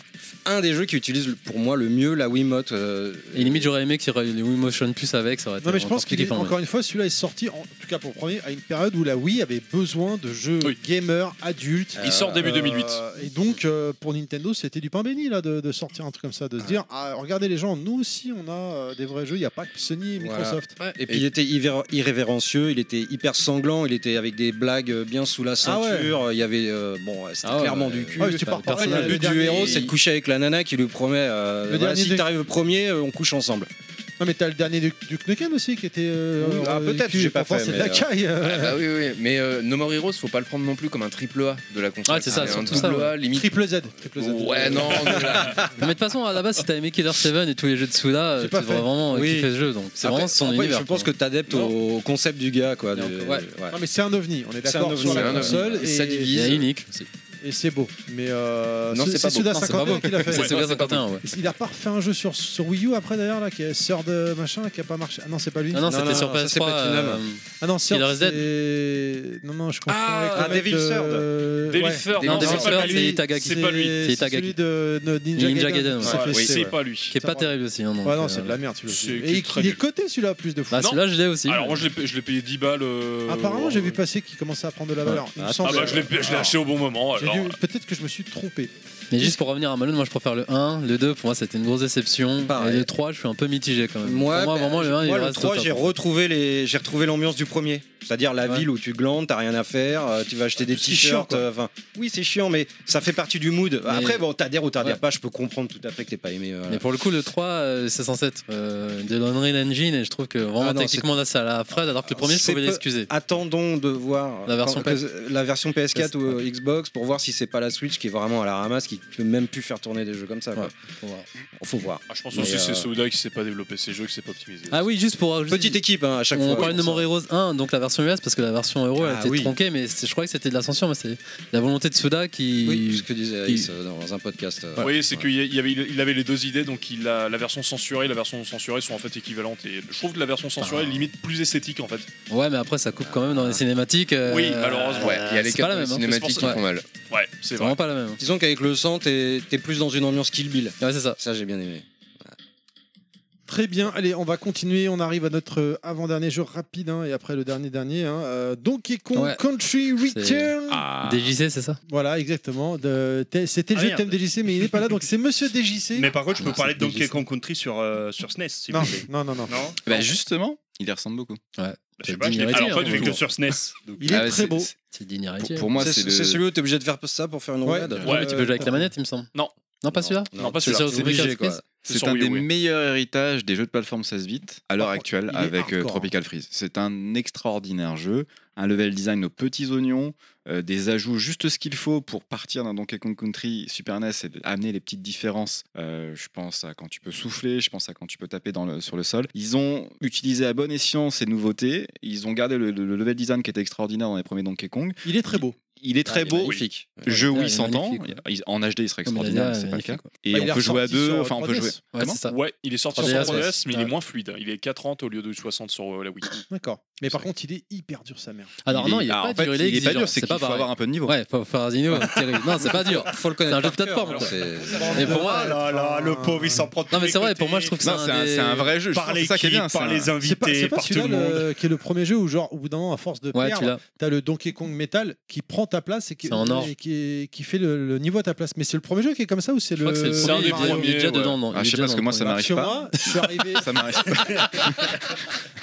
[SPEAKER 6] un des jeux qui utilise le- pour moi le mieux la Wiimote. euh,
[SPEAKER 5] Et limite, j'aurais aimé qu'il y aurait eu les Wiimotion plus avec, ça aurait été.
[SPEAKER 1] Non mais je pense
[SPEAKER 5] qu'il
[SPEAKER 1] qu'il est encore une fois celui-là est sorti en tout cas pour le premier à une période où la Wii avait besoin de jeux gamers adultes. Euh,
[SPEAKER 8] Il sort début 2008.
[SPEAKER 1] Et donc euh, pour Nintendo c'était du pain béni là de, de sortir un truc comme ça, de se dire ah, regardez les gens, nous aussi on a euh, des vrais jeux, il n'y a pas que Sony et
[SPEAKER 6] voilà.
[SPEAKER 1] Microsoft.
[SPEAKER 6] Et puis il était irré- irrévérencieux, il était hyper sanglant, il était avec des blagues euh, bien sous la
[SPEAKER 1] Ah ouais.
[SPEAKER 6] ceinture. euh, Il y avait euh, bon, ouais, c'était
[SPEAKER 1] Ah ouais.
[SPEAKER 6] clairement du cul.
[SPEAKER 1] Ah oui, tu pars pas.
[SPEAKER 6] le but
[SPEAKER 1] Le
[SPEAKER 6] du
[SPEAKER 1] dernier-
[SPEAKER 6] héros, c'est de coucher avec la nana qui lui promet, euh,
[SPEAKER 1] Le
[SPEAKER 6] voilà,
[SPEAKER 1] dernier
[SPEAKER 6] si
[SPEAKER 1] des-
[SPEAKER 6] t'arrives premier, euh, on couche ensemble.
[SPEAKER 1] Non mais t'as le dernier du, du Knuckles aussi qui était euh,
[SPEAKER 6] Oui, ah,
[SPEAKER 1] euh,
[SPEAKER 6] peut-être,
[SPEAKER 1] cul,
[SPEAKER 6] j'ai pas
[SPEAKER 1] pourtant,
[SPEAKER 6] fait,
[SPEAKER 1] c'est de
[SPEAKER 6] mais,
[SPEAKER 1] la
[SPEAKER 6] euh,
[SPEAKER 1] caille. euh.
[SPEAKER 7] Ah bah oui, oui, mais euh, No More Heroes, faut pas le prendre non plus comme un triple A de la console.
[SPEAKER 5] Ouais, Ah, c'est ça,
[SPEAKER 7] un
[SPEAKER 5] surtout
[SPEAKER 7] double
[SPEAKER 5] ça,
[SPEAKER 7] A,
[SPEAKER 5] ouais.
[SPEAKER 7] limite.
[SPEAKER 1] Triple Z. Triple Z.
[SPEAKER 7] Ouais, non, de la-
[SPEAKER 5] Mais de toute façon, à la base, si t'as aimé Killer 7 et tous les jeux de Suda, euh, tu
[SPEAKER 6] pas
[SPEAKER 5] devrais
[SPEAKER 6] fait.
[SPEAKER 5] vraiment
[SPEAKER 6] Oui.
[SPEAKER 5] kiffer ce jeu. Donc c'est
[SPEAKER 6] Après-
[SPEAKER 5] vraiment son
[SPEAKER 6] après,
[SPEAKER 5] univers.
[SPEAKER 6] Je pense que t'adeptes au concept du gars, quoi. de-
[SPEAKER 5] encore-
[SPEAKER 6] ouais.
[SPEAKER 1] Non mais c'est un ovni, on est
[SPEAKER 6] C'est un
[SPEAKER 1] d'accord
[SPEAKER 6] ovni,
[SPEAKER 1] sur
[SPEAKER 6] c'est
[SPEAKER 1] la
[SPEAKER 6] un ovni.
[SPEAKER 1] console
[SPEAKER 6] Et ça divise.
[SPEAKER 5] Il est unique. aussi.
[SPEAKER 1] Et c'est beau, mais euh,
[SPEAKER 6] Non,
[SPEAKER 1] ce-
[SPEAKER 6] c'est
[SPEAKER 1] c'est
[SPEAKER 6] pas beau.
[SPEAKER 1] Suda
[SPEAKER 6] Non, c'est pas
[SPEAKER 1] 51
[SPEAKER 6] beau.
[SPEAKER 1] qui l'a fait.
[SPEAKER 6] C'est Suda
[SPEAKER 1] Ouais,
[SPEAKER 6] 51,
[SPEAKER 1] pas beau.
[SPEAKER 6] ouais.
[SPEAKER 1] Il a pas refait un jeu sur, sur Wii U après d'ailleurs là, qui est Sœur de machin, qui a pas marché. Ah non, c'est pas lui.
[SPEAKER 5] Ah non, c'était sur
[SPEAKER 1] ça, c'est
[SPEAKER 5] PS3,
[SPEAKER 1] Platinum.
[SPEAKER 5] euh,
[SPEAKER 1] ah non, Sœur,
[SPEAKER 5] Killer Z.
[SPEAKER 1] c'est non non, je confonds avec le
[SPEAKER 6] ah,
[SPEAKER 1] mec
[SPEAKER 6] Devil
[SPEAKER 1] de-
[SPEAKER 6] Third.
[SPEAKER 1] euh,
[SPEAKER 8] Devil
[SPEAKER 1] ouais.
[SPEAKER 8] Third,
[SPEAKER 5] Non,
[SPEAKER 8] non,
[SPEAKER 5] Devil
[SPEAKER 8] c'est pas
[SPEAKER 5] Third,
[SPEAKER 8] lui.
[SPEAKER 5] c'est Itagaki.
[SPEAKER 8] C'est pas lui.
[SPEAKER 1] C'est celui de de Ninja,
[SPEAKER 5] Ninja Gaiden, ouais.
[SPEAKER 1] qui s'est fait
[SPEAKER 5] Ouais,
[SPEAKER 1] chier,
[SPEAKER 5] c'est
[SPEAKER 1] ouais.
[SPEAKER 8] pas lui.
[SPEAKER 5] Qui est pas terrible aussi. hein, donc,
[SPEAKER 1] Ouais non,
[SPEAKER 5] euh,
[SPEAKER 1] c'est de la merde
[SPEAKER 8] C'est-
[SPEAKER 1] celui-là.
[SPEAKER 8] qui est
[SPEAKER 1] Et il-
[SPEAKER 8] très
[SPEAKER 1] il est
[SPEAKER 8] nul.
[SPEAKER 1] coté celui-là plus de fou.
[SPEAKER 5] Bah, celui-là, je l'ai aussi.
[SPEAKER 8] Alors moi, je l'ai payé- je l'ai payé 10 balles. euh,
[SPEAKER 1] Apparemment, j'ai vu passer qu'il commençait à prendre de la valeur. Il me
[SPEAKER 8] Ah
[SPEAKER 1] semble-
[SPEAKER 8] bah je l'ai je l'ai acheté au bon moment.
[SPEAKER 1] J'ai
[SPEAKER 8] alors.
[SPEAKER 1] dû- Peut-être que je me suis trompé.
[SPEAKER 7] Mais juste pour revenir à Malone, moi je préfère le 1. Le 2, pour moi, c'était une grosse déception. Et le 3, je suis un peu mitigé quand même.
[SPEAKER 6] Moi,
[SPEAKER 7] Pour moi,
[SPEAKER 6] ben,
[SPEAKER 7] vraiment, le 1, il
[SPEAKER 6] moi,
[SPEAKER 7] reste au
[SPEAKER 6] 3,
[SPEAKER 7] top.
[SPEAKER 6] j'ai retrouvé les, j'ai retrouvé l'ambiance du premier. C'est-à-dire la ville où tu glandes, t'as rien à faire, euh, tu vas acheter des
[SPEAKER 3] chiant,
[SPEAKER 6] t-shirts.
[SPEAKER 3] quoi.
[SPEAKER 6] euh, Enfin, oui, c'est chiant, mais ça fait partie du mood. Après, bon, t'adhères ou t'adhères
[SPEAKER 7] Ouais.
[SPEAKER 6] pas, je peux comprendre tout à fait que t'es pas aimé. euh, voilà.
[SPEAKER 7] Mais pour le coup, le 3, euh, c'est censé être euh, de l'Unreal Engine et je trouve que vraiment
[SPEAKER 6] Ah non,
[SPEAKER 7] techniquement là, c'est à la fraise alors que le premier, je
[SPEAKER 6] C'est
[SPEAKER 7] pouvais
[SPEAKER 6] peu-
[SPEAKER 7] l'excuser.
[SPEAKER 6] Attendons de voir
[SPEAKER 7] La version
[SPEAKER 6] quand- que-
[SPEAKER 7] PS4.
[SPEAKER 6] la version PS4 ou euh, Xbox pour voir si c'est pas la Switch qui est vraiment à la ramasse, qui peut même plus faire tourner des jeux comme ça. quoi.
[SPEAKER 7] Faut voir.
[SPEAKER 6] Faut voir.
[SPEAKER 8] Ah, je pense
[SPEAKER 6] Mais,
[SPEAKER 8] aussi que c'est
[SPEAKER 6] euh,
[SPEAKER 8] Soda qui s'est pas développé ses jeux, qui s'est pas optimisé.
[SPEAKER 7] Ah oui, juste pour ajouter-
[SPEAKER 6] Petite équipe hein, à chaque
[SPEAKER 7] on
[SPEAKER 6] fois.
[SPEAKER 7] parlait de More Heroes 1, donc la version US, parce que la version Euro elle
[SPEAKER 6] Ah
[SPEAKER 7] a été
[SPEAKER 6] oui.
[SPEAKER 7] tronquée, mais c'est- je crois que c'était de la censure, mais c'est la volonté de Soda qui.
[SPEAKER 6] Oui, ce que disait
[SPEAKER 7] qui-
[SPEAKER 6] Alice euh, dans un podcast. euh,
[SPEAKER 8] Oui, c'est qu'il y a- il y avait, il avait les deux idées, donc il a, la version censurée et la version non censurée sont en fait équivalentes. Et je trouve que la version censurée est limite plus esthétique en fait.
[SPEAKER 7] Ouais, mais après, ça coupe quand même dans les cinématiques. euh,
[SPEAKER 8] Oui, malheureusement.
[SPEAKER 18] Ouais, il y a les
[SPEAKER 7] c'est pas la
[SPEAKER 18] quatre
[SPEAKER 7] même, hein.
[SPEAKER 18] cinématiques qui
[SPEAKER 7] Ouais.
[SPEAKER 18] font mal.
[SPEAKER 8] Ouais, c'est
[SPEAKER 7] C'est
[SPEAKER 8] vrai.
[SPEAKER 7] vraiment pas la même.
[SPEAKER 6] Disons qu'avec le sang, t'es t'es plus dans une ambiance Kill Bill.
[SPEAKER 7] Ouais, c'est ça.
[SPEAKER 6] Ça, j'ai bien aimé.
[SPEAKER 1] Très bien, allez, on va continuer. On arrive à notre euh, avant-dernier jeu rapide hein, et après le dernier dernier. hein. Euh, Donkey Kong
[SPEAKER 7] Ouais.
[SPEAKER 1] Country
[SPEAKER 7] C'est-
[SPEAKER 1] Return.
[SPEAKER 8] Ah,
[SPEAKER 4] Ah.
[SPEAKER 7] DJC, c'est ça
[SPEAKER 1] Voilà, exactement. De- t- C'était le
[SPEAKER 19] Ah,
[SPEAKER 1] jeu
[SPEAKER 19] merde.
[SPEAKER 1] thème DJC, mais il n'est pas là, donc c'est Monsieur DJC.
[SPEAKER 19] Mais par contre, je peux
[SPEAKER 1] Ah,
[SPEAKER 19] parler
[SPEAKER 1] c'est
[SPEAKER 19] de Donkey
[SPEAKER 1] DJC.
[SPEAKER 19] Kong Country sur, euh, sur SNES, s'il
[SPEAKER 1] Non,
[SPEAKER 19] vous plaît.
[SPEAKER 1] non, non, non.
[SPEAKER 19] Non
[SPEAKER 4] Bah justement, il les ressemble beaucoup.
[SPEAKER 7] Ouais.
[SPEAKER 19] Je sais pas, je l'ai alors pas vu que sur SNES. donc.
[SPEAKER 1] Il est
[SPEAKER 4] Ah ouais,
[SPEAKER 1] très
[SPEAKER 4] c'est-
[SPEAKER 1] beau.
[SPEAKER 4] c'est-
[SPEAKER 7] C'est digne héritier.
[SPEAKER 4] Pour, pour moi, c'est le-
[SPEAKER 6] celui où t'es obligé de faire ça pour faire une
[SPEAKER 1] Ouais.
[SPEAKER 6] roulade.
[SPEAKER 7] Ouais, mais tu peux jouer avec la manette, il me semble.
[SPEAKER 8] Non.
[SPEAKER 7] Non, pas celui-là
[SPEAKER 8] Non, pas
[SPEAKER 7] C'est
[SPEAKER 8] celui-là.
[SPEAKER 7] sur
[SPEAKER 8] C'est
[SPEAKER 7] Tropical
[SPEAKER 8] obligé, quoi.
[SPEAKER 7] Freeze
[SPEAKER 8] C'est
[SPEAKER 4] C'est
[SPEAKER 8] sur
[SPEAKER 4] un
[SPEAKER 8] Wii,
[SPEAKER 4] des
[SPEAKER 8] oui.
[SPEAKER 4] meilleurs héritages des jeux de plateforme 16 bits à l'heure
[SPEAKER 1] Par contre,
[SPEAKER 4] actuelle
[SPEAKER 1] Oh, il est
[SPEAKER 4] avec euh,
[SPEAKER 1] hardcore, hein.
[SPEAKER 4] Tropical Freeze. C'est un extraordinaire jeu, un level design aux petits oignons, euh, des ajouts juste ce qu'il faut pour partir d'un Donkey Kong Country Super NES et amener les petites différences. Euh, je pense à quand tu peux souffler, je pense à quand tu peux taper dans le- sur le sol. Ils ont utilisé à bon escient ces nouveautés, ils ont gardé le, le- le level design qui était extraordinaire dans les premiers Donkey Kong.
[SPEAKER 1] Il est très beau.
[SPEAKER 4] Il
[SPEAKER 7] Ah,
[SPEAKER 4] est très
[SPEAKER 6] il est
[SPEAKER 4] beau,
[SPEAKER 6] magnifique.
[SPEAKER 4] jeu
[SPEAKER 7] Ouais, il
[SPEAKER 4] oui
[SPEAKER 7] est
[SPEAKER 4] s'entend,
[SPEAKER 7] magnifique,
[SPEAKER 4] Il- en HD il serait
[SPEAKER 7] Comme il a dit,
[SPEAKER 4] extraordinaire,
[SPEAKER 7] ouais,
[SPEAKER 4] c'est pas le cas.
[SPEAKER 7] magnifique, quoi.
[SPEAKER 4] Et
[SPEAKER 1] Bah, il
[SPEAKER 4] on
[SPEAKER 1] est
[SPEAKER 4] peut jouer à
[SPEAKER 1] ressorti
[SPEAKER 4] deux,
[SPEAKER 1] sur
[SPEAKER 4] enfin on peut
[SPEAKER 1] 3DS.
[SPEAKER 4] jouer.
[SPEAKER 7] Ouais,
[SPEAKER 4] Comment
[SPEAKER 7] c'est ça.
[SPEAKER 8] Ouais, il est sorti
[SPEAKER 7] Sur
[SPEAKER 8] sur
[SPEAKER 7] 3DS,
[SPEAKER 8] 3DS, mais il
[SPEAKER 7] ouais.
[SPEAKER 8] est moins fluide. Il est 4,30 au lieu de 60 sur euh, la Wii.
[SPEAKER 1] D'accord. Mais par contre, il est hyper dur, sa mère.
[SPEAKER 7] Alors
[SPEAKER 4] Il
[SPEAKER 7] non,
[SPEAKER 4] est-
[SPEAKER 7] il est
[SPEAKER 4] ah,
[SPEAKER 7] pas
[SPEAKER 4] en fait,
[SPEAKER 7] dur, il
[SPEAKER 4] il
[SPEAKER 7] est
[SPEAKER 4] est pas
[SPEAKER 7] exigeant.
[SPEAKER 4] dur, c'est
[SPEAKER 7] C'est
[SPEAKER 4] qu'il
[SPEAKER 7] pas
[SPEAKER 4] faut
[SPEAKER 7] pareil.
[SPEAKER 4] avoir un peu de niveau.
[SPEAKER 7] Ouais, faut faire un niveau, terrible. Non, c'est pas dur.
[SPEAKER 6] Faut le
[SPEAKER 7] C'est
[SPEAKER 6] connaître.
[SPEAKER 7] un jeu de
[SPEAKER 6] par cœur,
[SPEAKER 7] plateforme.
[SPEAKER 6] alors
[SPEAKER 7] quoi.
[SPEAKER 6] c'est-
[SPEAKER 7] Et
[SPEAKER 17] Ah
[SPEAKER 7] pour moi,
[SPEAKER 3] Oh là, là, le pauvre, il s'en prend de
[SPEAKER 7] non mais
[SPEAKER 3] tous
[SPEAKER 7] c'est
[SPEAKER 3] les
[SPEAKER 7] vrai. Pour moi,
[SPEAKER 3] côtés.
[SPEAKER 7] je trouve que c'est
[SPEAKER 4] Non, c'est
[SPEAKER 7] un
[SPEAKER 4] un,
[SPEAKER 7] des-
[SPEAKER 4] c'est un vrai jeu. je
[SPEAKER 3] par
[SPEAKER 4] pense que C'est ça qui est
[SPEAKER 3] l'équipe,
[SPEAKER 4] bien. c'est
[SPEAKER 3] par
[SPEAKER 4] un-
[SPEAKER 3] les
[SPEAKER 1] C'est pas, c'est
[SPEAKER 3] invités,
[SPEAKER 1] pas
[SPEAKER 3] par tout
[SPEAKER 1] celui-là
[SPEAKER 3] le monde.
[SPEAKER 1] le- qui est le premier jeu où, genre, au bout d'un moment, à force de
[SPEAKER 7] Ouais, tu
[SPEAKER 1] perdre,
[SPEAKER 7] l'as.
[SPEAKER 1] t'as le Donkey Kong Metal qui prend ta place et qui,
[SPEAKER 7] C'est en or.
[SPEAKER 1] et qui, est- qui fait le, le niveau à ta place. Mais c'est le premier jeu qui est comme ça ou c'est
[SPEAKER 7] Je
[SPEAKER 1] le.
[SPEAKER 7] crois que c'est le
[SPEAKER 8] C'est un
[SPEAKER 7] premier,
[SPEAKER 8] des
[SPEAKER 7] il est déjà- il est
[SPEAKER 8] premiers,
[SPEAKER 7] déjà
[SPEAKER 8] ouais.
[SPEAKER 7] dedans. non,
[SPEAKER 4] Ah,
[SPEAKER 7] il est
[SPEAKER 4] je sais
[SPEAKER 7] déjà
[SPEAKER 4] pas, parce
[SPEAKER 7] dans
[SPEAKER 4] que
[SPEAKER 7] le
[SPEAKER 4] moi, ça m'arrive
[SPEAKER 7] premier.
[SPEAKER 1] Parce que
[SPEAKER 4] pas.
[SPEAKER 1] moi, je suis arrivé,
[SPEAKER 4] Ça m'arrive pas.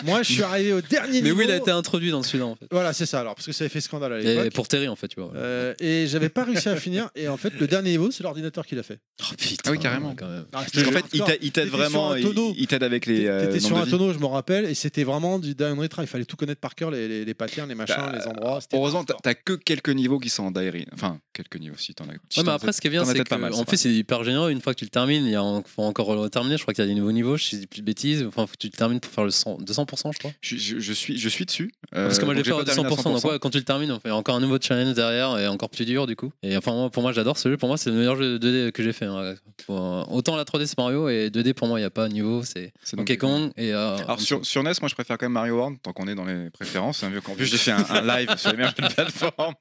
[SPEAKER 1] moi, je suis arrivé au dernier
[SPEAKER 7] Mais
[SPEAKER 1] niveau.
[SPEAKER 7] oui, il a été introduit dans celui-là en fait.
[SPEAKER 1] Voilà, c'est ça alors, parce que ça avait fait scandale à
[SPEAKER 7] Et
[SPEAKER 1] l'époque.
[SPEAKER 7] pour Terry en fait, tu vois. voilà.
[SPEAKER 1] Euh, et j'avais pas réussi à finir. Et en fait, le dernier niveau, c'est l'ordinateur qui l'a fait.
[SPEAKER 7] Oh putain.
[SPEAKER 4] Ah oui, carrément.
[SPEAKER 7] Quand même.
[SPEAKER 4] Parce qu'en fait, il t'a- il t'aide
[SPEAKER 1] T'étais sur
[SPEAKER 4] vraiment.
[SPEAKER 1] un
[SPEAKER 4] il-
[SPEAKER 1] tonneau.
[SPEAKER 4] Il t'aide avec les. euh,
[SPEAKER 1] T'étais
[SPEAKER 4] nombres
[SPEAKER 1] sur
[SPEAKER 4] de
[SPEAKER 1] un
[SPEAKER 4] vies.
[SPEAKER 1] tonneau, je me rappelle, et c'était vraiment du Down Retry. Il fallait tout connaître par cœur, les, les, les patterns, les machins,
[SPEAKER 4] Bah,
[SPEAKER 1] les endroits. c'était
[SPEAKER 4] Heureusement, t'as
[SPEAKER 1] hardcore.
[SPEAKER 4] t'as que quelques niveaux qui sont en diary. Enfin, quelques niveaux si t'en as. si
[SPEAKER 7] Ouais, mais
[SPEAKER 4] t'en-
[SPEAKER 7] après, ce qui est bien,
[SPEAKER 4] t'en as
[SPEAKER 7] c'est
[SPEAKER 4] peut-être
[SPEAKER 7] que
[SPEAKER 4] pas mal,
[SPEAKER 7] en
[SPEAKER 4] c'est
[SPEAKER 7] plus, c'est hyper généreux. Une fois que tu le termines, il y a en- faut encore le terminer. Je crois qu'il y a des nouveaux niveaux. Je dis plus de bêtises. Enfin, faut que tu le termines pour faire le 100 200%, je crois.
[SPEAKER 4] Je, je- je suis, je suis dessus.
[SPEAKER 7] Parce que moi,
[SPEAKER 4] Euh,
[SPEAKER 7] j'ai fait
[SPEAKER 4] donc
[SPEAKER 7] au
[SPEAKER 4] pas terminé à
[SPEAKER 7] 200%. Donc, ouais, quand tu le termines, on fait encore un nouveau challenge derrière et encore plus dur, du coup. Et enfin, moi, pour moi, j'adore ce jeu. Pour moi, c'est le meilleur jeu 2D que j'ai fait. hein. Pour, euh, autant la 3D, c'est Mario, et 2D, pour moi, il n'y a pas de niveau. C'est
[SPEAKER 4] C'est donc-
[SPEAKER 7] Donkey Kong. Et, euh,
[SPEAKER 4] Alors sur, sur NES, moi je préfère quand même Mario World, tant qu'on est dans les préférences. hein, vu qu'en plus j'ai fait un, un live sur les meilleurs jeux de plateforme.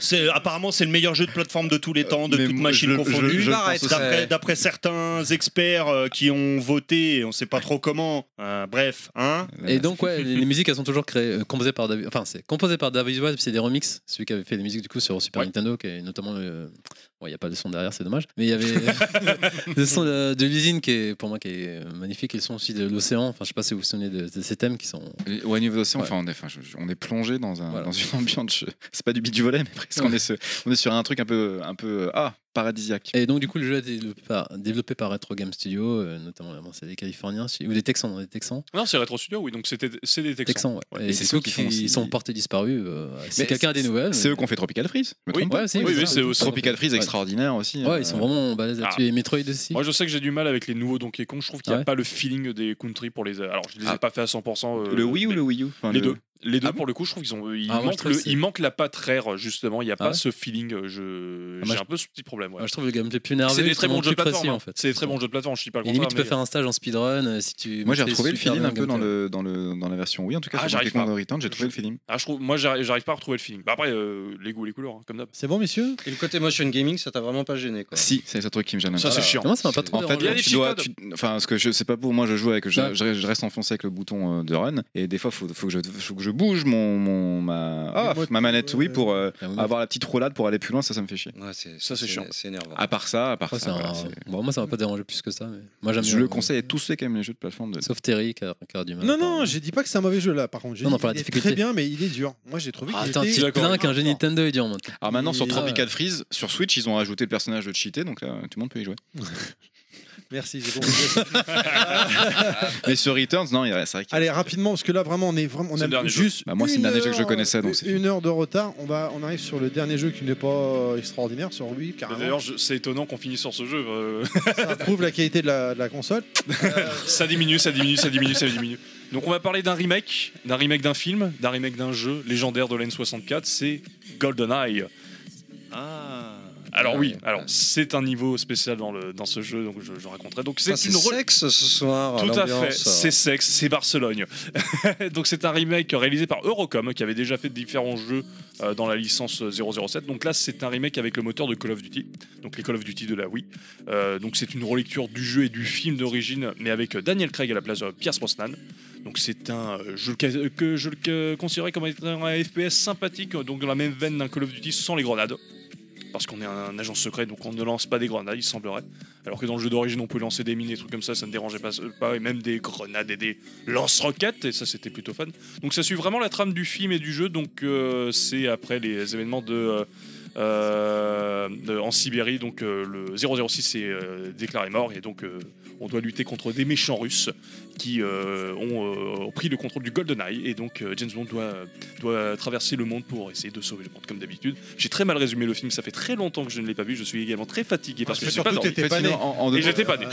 [SPEAKER 3] C'est- Apparemment, c'est le meilleur jeu de plateforme de tous les temps, de
[SPEAKER 4] Mais
[SPEAKER 3] toute
[SPEAKER 4] moi,
[SPEAKER 3] machine
[SPEAKER 4] je- je-
[SPEAKER 3] confondue.
[SPEAKER 4] je le
[SPEAKER 6] Barrette,
[SPEAKER 4] pense aussi.
[SPEAKER 6] ça-
[SPEAKER 3] D'après- D'après certains experts euh, qui ont voté, et on sait pas trop comment. Euh, bref, hein
[SPEAKER 7] Et donc, ouais, les, les musiques, elles sont toujours créées, euh, composées par David. Enfin, c'est composé par David Wise, puis c'est des remixes. Celui qui avait fait les musiques du coup sur Super Nintendo, qui est notamment. euh, Bon, il n'y a pas de son derrière, c'est dommage. Mais il y avait le son de, de l'usine qui est, pour moi, qui est euh, magnifique. Et le son aussi de l'océan. Enfin, je sais pas si vous vous souvenez de, de ces thèmes qui sont.
[SPEAKER 4] Et Au niveau d'océan,
[SPEAKER 7] Ouais.
[SPEAKER 4] enfin, on est, enfin, je- je- on est plongé dans, un,
[SPEAKER 7] Voilà.
[SPEAKER 4] dans une ambiance. je- C'est pas du beach volley, mais presque. On, est sur- on est sur un truc un peu, un peu ah, paradisiaque.
[SPEAKER 7] Et donc, du coup, le jeu a été développé par, développé par Retro Game Studio, euh, notamment, bon, c'est des Californiens, si- ou des Texans, non, des Texans.
[SPEAKER 8] Non, c'est Retro Studio, oui, donc c'était- c'est des Texans.
[SPEAKER 7] Texans, ouais.
[SPEAKER 4] Et
[SPEAKER 7] Et
[SPEAKER 4] c'est
[SPEAKER 7] c'est
[SPEAKER 4] ceux
[SPEAKER 7] ceux
[SPEAKER 4] qui
[SPEAKER 7] qui
[SPEAKER 4] font aussi-
[SPEAKER 7] sont portés disparus. euh, si
[SPEAKER 4] Mais
[SPEAKER 7] quelqu'un a des nouvelles. euh,
[SPEAKER 4] C'est eux qui ont fait Tropical Freeze. je me
[SPEAKER 8] Oui.
[SPEAKER 4] trompe pas
[SPEAKER 7] Ouais, c'est-
[SPEAKER 8] Oui, oui, c'est eux aussi.
[SPEAKER 4] Tropical Freeze
[SPEAKER 7] Ouais.
[SPEAKER 4] extraordinaire aussi. euh,
[SPEAKER 7] Ouais, ils sont vraiment balèzes là-dessus.
[SPEAKER 8] Ah.
[SPEAKER 7] Et Metroid aussi.
[SPEAKER 8] Moi, je sais que j'ai du mal avec les nouveaux Donkey Kong. Je trouve qu'il n'y a
[SPEAKER 7] Ouais.
[SPEAKER 8] pas le feeling des country pour les. Alors, je les ai
[SPEAKER 4] Ah.
[SPEAKER 8] pas fait à 100%. euh,
[SPEAKER 4] Le Wii ou
[SPEAKER 8] mais-
[SPEAKER 4] le Wii U Enfin,
[SPEAKER 8] Les
[SPEAKER 4] le-
[SPEAKER 8] deux. Les deux,
[SPEAKER 4] Ah bon
[SPEAKER 8] pour le coup, je trouve qu'ils ont. Il,
[SPEAKER 7] Ah, moi, je
[SPEAKER 8] manque
[SPEAKER 7] trouve
[SPEAKER 8] le-
[SPEAKER 7] que c'est-
[SPEAKER 8] il manque la patte rare, justement. Il n'y a
[SPEAKER 7] Ah
[SPEAKER 8] pas
[SPEAKER 7] ouais
[SPEAKER 8] ce feeling. euh, Je...
[SPEAKER 7] Ah, moi,
[SPEAKER 8] J'ai
[SPEAKER 7] je-
[SPEAKER 8] un peu ce petit problème. ouais.
[SPEAKER 7] Moi, je trouve le gameplay plus nerveux.
[SPEAKER 8] C'est des
[SPEAKER 7] et
[SPEAKER 8] très bons
[SPEAKER 7] vraiment
[SPEAKER 8] jeux de
[SPEAKER 7] plus précis,
[SPEAKER 8] plateforme.
[SPEAKER 7] en
[SPEAKER 8] hein.
[SPEAKER 7] fait.
[SPEAKER 8] C'est des très bons jeux de plateforme, je suis pas le
[SPEAKER 7] Et limite,
[SPEAKER 8] contraire.
[SPEAKER 7] tu peux
[SPEAKER 8] mais-
[SPEAKER 7] faire un stage en speedrun euh, si tu.
[SPEAKER 4] Moi, j'ai
[SPEAKER 7] maîtrises
[SPEAKER 4] retrouvé le
[SPEAKER 7] super
[SPEAKER 4] feeling
[SPEAKER 7] bien
[SPEAKER 4] un peu dans,
[SPEAKER 7] gameplay.
[SPEAKER 4] le, dans, le, dans la version Wii, en tout cas sur
[SPEAKER 8] Ah,
[SPEAKER 4] Donkey
[SPEAKER 8] j'arrive
[SPEAKER 4] Kong
[SPEAKER 8] pas.
[SPEAKER 4] Return, j'ai trouvé le feeling.
[SPEAKER 8] Ah, je trouve... Moi, j'arri- j'arrive pas à retrouver le feeling. Bah, après, euh, les goûts, les couleurs, hein, comme d'hab.
[SPEAKER 1] C'est bon, messieurs
[SPEAKER 6] Et le côté motion gaming, ça t'a vraiment pas gêné quoi.
[SPEAKER 4] Si, c'est ce truc qui me gêne un
[SPEAKER 8] Ça,
[SPEAKER 4] peu.
[SPEAKER 8] c'est chiant.
[SPEAKER 7] Moi, ça m'a pas trop
[SPEAKER 4] En fait,
[SPEAKER 7] dérangé.
[SPEAKER 8] Il y a des
[SPEAKER 4] tu dois,
[SPEAKER 8] cheat
[SPEAKER 4] tu- enfin, parce que je sais pas pour moi, je joue avec, je,
[SPEAKER 7] Ouais.
[SPEAKER 4] je- je reste enfoncé avec le bouton euh, de run, et des fois, faut, faut que je, faut que je bouge mon, mon- ma, ah, ma manette, oui, pour euh,
[SPEAKER 5] Ah oui.
[SPEAKER 4] avoir la petite roulade pour aller plus loin, ça, ça Ah, me fait chier.
[SPEAKER 5] Ça, c'est chiant.
[SPEAKER 6] C'est énervant.
[SPEAKER 4] À part ça, à part
[SPEAKER 5] Moi,
[SPEAKER 4] ça,
[SPEAKER 5] c'est un-
[SPEAKER 4] voilà, c'est-
[SPEAKER 5] bon, moi, ça m'a pas dérangé plus que ça. Mais... Moi, j'aime
[SPEAKER 4] je
[SPEAKER 7] euh,
[SPEAKER 5] bien.
[SPEAKER 4] le conseille à tous ceux qui aiment les jeux de plateforme. De...
[SPEAKER 5] Sauf Terry qui a, qui a du mal.
[SPEAKER 1] Non, non, j'ai dit pas que c'est un mauvais jeu là, par contre. J'ai
[SPEAKER 5] Non,
[SPEAKER 1] dit
[SPEAKER 5] non, pour la
[SPEAKER 1] qu'il est
[SPEAKER 5] difficulté.
[SPEAKER 1] Très bien, mais il est dur. Moi, j'ai trouvé
[SPEAKER 5] Ah,
[SPEAKER 1] qu'il
[SPEAKER 5] attends,
[SPEAKER 1] était-
[SPEAKER 5] tu te plains qu'un jeu Nintendo est dur maintenant.
[SPEAKER 4] Alors maintenant, sur
[SPEAKER 1] Et-
[SPEAKER 4] Tropical Freeze, sur Switch, ils ont ajouté le personnage de Cheaté, donc là, tout le monde peut y jouer.
[SPEAKER 1] Merci, j'ai compris.
[SPEAKER 5] Euh.
[SPEAKER 4] Mais sur Returns, non, il reste. c'est vrai qu'il-
[SPEAKER 1] Allez, rapidement, parce que là, vraiment, on est vraiment, on
[SPEAKER 4] C'est le
[SPEAKER 1] a
[SPEAKER 4] dernier jeu.
[SPEAKER 1] juste.
[SPEAKER 4] Bah, moi, c'est le
[SPEAKER 1] une
[SPEAKER 4] dernier jeu que je
[SPEAKER 1] heure-
[SPEAKER 4] connaissais, donc c'est
[SPEAKER 1] Une heure de retard. On, va, on arrive sur le dernier jeu qui n'est pas euh, extraordinaire, sur lui,
[SPEAKER 8] Mais
[SPEAKER 1] carrément.
[SPEAKER 8] D'ailleurs, je- c'est étonnant qu'on finisse sur ce jeu. euh,
[SPEAKER 1] Ça prouve la qualité de la, de la console.
[SPEAKER 8] ça diminue, ça diminue, ça diminue, ça diminue. Donc on va parler d'un remake, d'un remake d'un film, d'un remake d'un jeu légendaire de l'N64, c'est GoldenEye. Ah. Alors oui, alors c'est un niveau spécial dans, le, dans ce jeu, donc je, je raconterai. Donc c'est
[SPEAKER 6] Ah, c'est
[SPEAKER 8] une re-
[SPEAKER 6] sexe ce soir.
[SPEAKER 8] Tout à euh. fait,
[SPEAKER 6] l'ambiance. euh.
[SPEAKER 8] c'est sexe, c'est Barcelone. donc c'est un remake réalisé par Eurocom qui avait déjà fait différents jeux euh, dans la licence 007. Donc là c'est un remake avec le moteur de Call of Duty, donc les Call of Duty de la Wii. Euh, donc c'est une relecture du jeu et du film d'origine, mais avec euh, Daniel Craig à la place de Pierce Brosnan. Donc c'est un euh, jeu que- que je le que- considérais comme étant un FPS sympathique, euh, donc dans la même veine d'un Call of Duty sans les grenades parce qu'on est un agent secret, donc on ne lance pas des grenades, il semblerait. Alors que dans le jeu d'origine, on pouvait lancer des mines et des trucs comme ça, ça ne dérangeait pas, euh, pas et même des grenades et des lance-roquettes, et ça c'était plutôt fun. Donc ça suit vraiment la trame du film et du jeu, donc euh, c'est après les événements de... euh, euh, de- en Sibérie, donc euh, le 006 est euh, déclaré mort et donc euh, on doit lutter contre des méchants russes qui euh, ont, euh, ont pris le contrôle du GoldenEye et donc euh, James Bond doit, doit traverser le monde pour essayer de sauver le monde comme d'habitude. J'ai très mal résumé le film, ça fait très longtemps que je ne l'ai pas vu, je suis également très fatigué parce que
[SPEAKER 4] Parce
[SPEAKER 8] j'ai
[SPEAKER 4] que
[SPEAKER 8] pas
[SPEAKER 4] surtout,
[SPEAKER 5] Ah,
[SPEAKER 4] t'étais
[SPEAKER 8] dormi.
[SPEAKER 4] pas né. En- en deux-
[SPEAKER 8] Et j'étais pas né.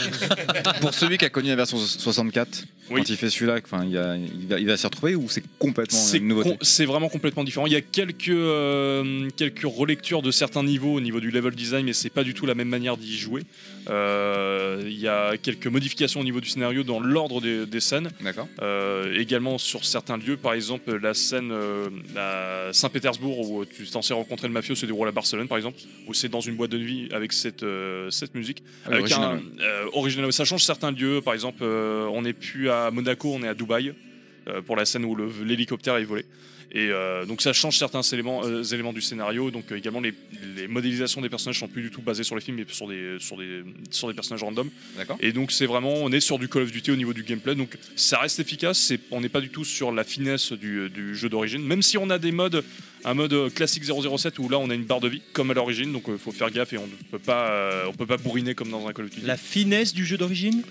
[SPEAKER 4] Pour celui qui a connu la version 64, quand il fait celui-là, enfin, il, va- il va, il va s'y retrouver ou c'est complètement
[SPEAKER 8] C'est
[SPEAKER 4] une nouveauté
[SPEAKER 8] com- C'est vraiment complètement différent. Il y a quelques, euh, quelques relectures de certains niveaux au niveau du level design, mais c'est pas du tout la même manière d'y jouer. Euh, Il y a quelques modifications au niveau du scénario dans l'ordre des, des scènes.
[SPEAKER 4] D'accord.
[SPEAKER 8] Euh, également sur certains lieux, par exemple la scène euh, à Saint-Pétersbourg où tu t'en sais rencontrer le mafieux se déroule à Barcelone, par exemple, où c'est dans une boîte de nuit avec cette, euh, cette musique.
[SPEAKER 4] Ah oui,
[SPEAKER 8] avec
[SPEAKER 4] original,
[SPEAKER 8] un, euh, original. Ça change certains lieux. Par exemple, euh, on n'est plus à Monaco, on est à Dubaï euh, pour la scène où le- l'hélicoptère est volé. Et euh, donc ça change certains éléments, euh, éléments du scénario. Donc euh, également les, les modélisations des personnages sont plus du tout basées sur les films, mais sur des sur des sur des personnages random.
[SPEAKER 4] D'accord.
[SPEAKER 8] Et donc c'est vraiment on est sur du Call of Duty au niveau du gameplay. Donc ça reste efficace. c'est- on n'est pas du tout sur la finesse du, du jeu d'origine. Même si on a des modes, un mode euh, classique 007 où là on a une barre de vie comme à l'origine. Donc il faut faire gaffe et on ne peut pas euh, on peut pas bourriner comme dans un Call of Duty.
[SPEAKER 17] La finesse du jeu d'origine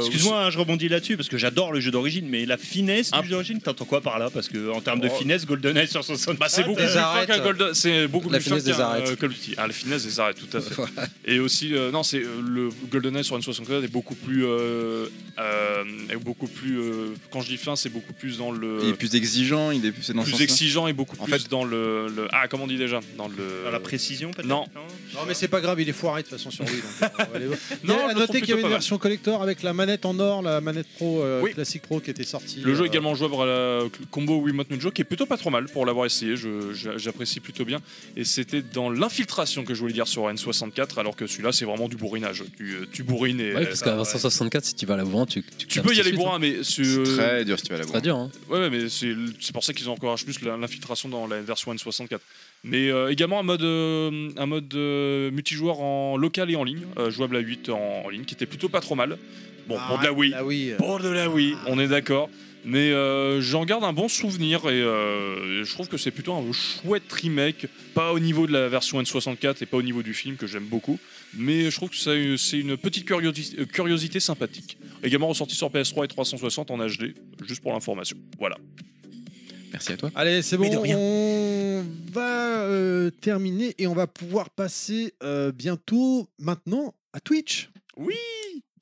[SPEAKER 3] Euh,
[SPEAKER 17] Excuse-moi, hein, je rebondis là-dessus parce que j'adore le jeu d'origine, mais la finesse du jeu d'origine, t'entends quoi par là Parce que en termes de
[SPEAKER 8] Oh.
[SPEAKER 17] finesse, GoldenEye sur 60
[SPEAKER 8] Bah,
[SPEAKER 4] Ah,
[SPEAKER 8] c'est beaucoup plus fin
[SPEAKER 4] euh,
[SPEAKER 8] qu'un Golden. C'est beaucoup
[SPEAKER 17] La
[SPEAKER 8] plus
[SPEAKER 17] finesse
[SPEAKER 8] fin
[SPEAKER 17] des
[SPEAKER 8] qu'un,
[SPEAKER 17] arêtes.
[SPEAKER 8] euh, Call of Duty. Ah, la finesse des arêtes, tout à fait. Et aussi, euh, non, c'est euh, le GoldenEye sur N64 est beaucoup plus, euh, euh, est beaucoup plus. euh, quand je dis fin, c'est beaucoup plus dans le.
[SPEAKER 4] Il est plus exigeant, il est plus, c'est dans ce
[SPEAKER 8] Euh, plus
[SPEAKER 4] sens-là.
[SPEAKER 8] exigeant et beaucoup
[SPEAKER 4] En
[SPEAKER 8] plus
[SPEAKER 4] fait-
[SPEAKER 8] dans le, le- Ah, comment on dit déjà Dans le.
[SPEAKER 17] Dans la précision, peut-être
[SPEAKER 8] Non.
[SPEAKER 1] Non, mais c'est pas grave, il est foiré de toute façon sur lui. donc, euh, on va aller voir. Il y a
[SPEAKER 8] Non, je
[SPEAKER 1] à
[SPEAKER 8] le trouve
[SPEAKER 1] noter qu'il y
[SPEAKER 8] plutôt
[SPEAKER 1] avait
[SPEAKER 8] pas
[SPEAKER 1] une
[SPEAKER 8] mal.
[SPEAKER 1] version collector avec la manette en or, la manette pro, euh,
[SPEAKER 8] Oui.
[SPEAKER 1] classique pro qui était sortie.
[SPEAKER 8] Le jeu
[SPEAKER 1] euh,
[SPEAKER 8] également jouable à la combo Wiimote Nunjo qui est plutôt pas trop mal pour l'avoir essayé, je- je- j'apprécie plutôt bien. Et c'était dans l'infiltration que je voulais dire sur N64, alors que celui-là c'est vraiment du bourrinage. Tu, euh, tu bourrines et.
[SPEAKER 5] Ouais, parce qu'à 164, si tu vas à l'avant, tu.
[SPEAKER 8] Tu peux y aller
[SPEAKER 7] hein.
[SPEAKER 8] bourrin, mais c'est euh,
[SPEAKER 4] Très dur si tu vas la voir.
[SPEAKER 5] Très dur. Hein.
[SPEAKER 8] Ouais, ouais, mais c'est c'est pour ça qu'ils encouragent plus la- l'infiltration dans la version N64. Mais euh, également un mode, euh, un mode euh, multijoueur en local et en ligne, euh, jouable à 8 en, en ligne, qui était plutôt pas trop mal. Bon,
[SPEAKER 1] Ah
[SPEAKER 8] pour de la Wii. Pour de la Wii, on est d'accord. Mais euh, j'en garde un bon souvenir et euh, je trouve que c'est plutôt un chouette remake. Pas au niveau de la version N64 et pas au niveau du film que j'aime beaucoup, mais je trouve que ça- c'est une petite curiosi- euh, curiosité sympathique. Également ressorti sur PS3 et 360 en HD, juste pour l'information. Voilà.
[SPEAKER 4] Merci à toi.
[SPEAKER 1] Allez, c'est bon,
[SPEAKER 8] Mais de rien.
[SPEAKER 1] on va euh, terminer et on va pouvoir passer euh, bientôt maintenant à Twitch.
[SPEAKER 8] Oui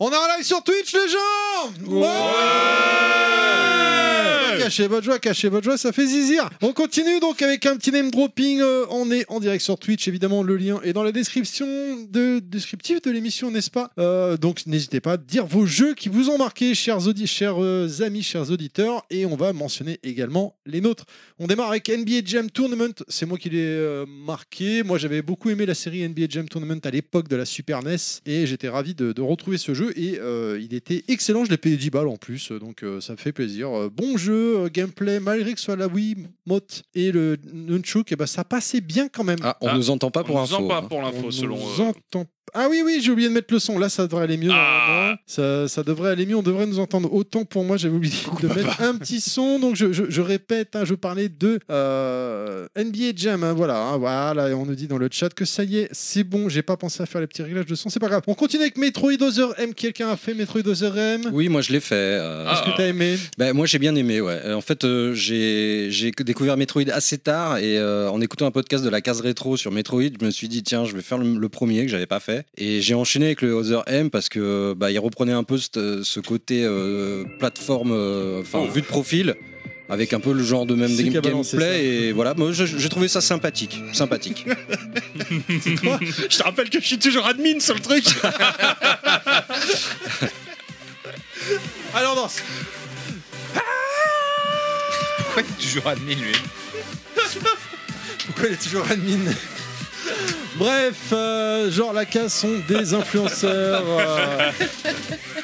[SPEAKER 1] On est en live sur Twitch, les gens Ouais Cachez votre joie, cachez votre joie, ça fait zizir. On continue donc avec un petit name dropping. euh, on est en direct sur Twitch, évidemment, le lien est dans la description de descriptif de l'émission, n'est-ce pas Euh, Donc n'hésitez pas à dire vos jeux qui vous ont marqué, chers, audi chers euh, amis, chers auditeurs, et on va mentionner également les nôtres. On démarre avec NBA Jam Tournament. C'est moi qui l'ai euh, E marqué. Moi, j'avais beaucoup aimé la série NBA Jam Tournament à l'époque de la Super NES et j'étais ravi de, de retrouver ce jeu. jeu et euh, il était excellent. Je l'ai payé 10 balles en plus, euh, donc euh, ça fait plaisir. Euh, bon jeu, euh, gameplay, malgré que ce soit la Wii, Mote et le Nunchuk, et ben ça passait bien quand même.
[SPEAKER 6] Ah, on
[SPEAKER 1] ne
[SPEAKER 6] nous entend pas pour info. hein.
[SPEAKER 8] pour l'info, selon, euh,
[SPEAKER 1] Nous entend- Ah oui, oui, j'ai oublié de mettre le son. Là, ça devrait aller mieux. normalement. Ça, ça devrait aller mieux. On devrait nous entendre. Autant pour moi, j'avais oublié de mettre un petit son. Donc, je, je- je répète, hein, je parlais de euh, NBA Jam. hein, voilà, hein, voilà. Et on nous dit dans le chat que ça y est, c'est bon. J'ai pas pensé à faire les petits réglages de son. C'est pas grave. On continue avec Metroid Other M. Quelqu'un a fait Metroid Other M
[SPEAKER 6] Oui, moi je l'ai fait. euh,
[SPEAKER 1] Est-ce que t'as aimé
[SPEAKER 6] Ben, moi j'ai bien aimé, ouais. Euh, En fait, euh, j'ai j'ai découvert Metroid assez tard et euh, en écoutant un podcast de la case rétro sur Metroid, je me suis dit tiens, je vais faire le, le premier que j'avais pas fait. Et j'ai enchaîné avec le Other M parce que bah, il reprenait un peu ce, ce côté euh, plateforme, euh, enfin vue de profil. Avec un peu le genre de même
[SPEAKER 1] C'est
[SPEAKER 6] game-
[SPEAKER 1] qui a balancé ça
[SPEAKER 6] gameplay et voilà, moi je- j'ai trouvé ça sympathique, sympathique.
[SPEAKER 8] Je te rappelle que je suis toujours admin sur le truc.
[SPEAKER 1] Allez, on danse
[SPEAKER 20] Pourquoi t'es toujours admin, lui
[SPEAKER 1] Pourquoi il est toujours admin Bref, euh, genre la casse sont des influenceurs. euh.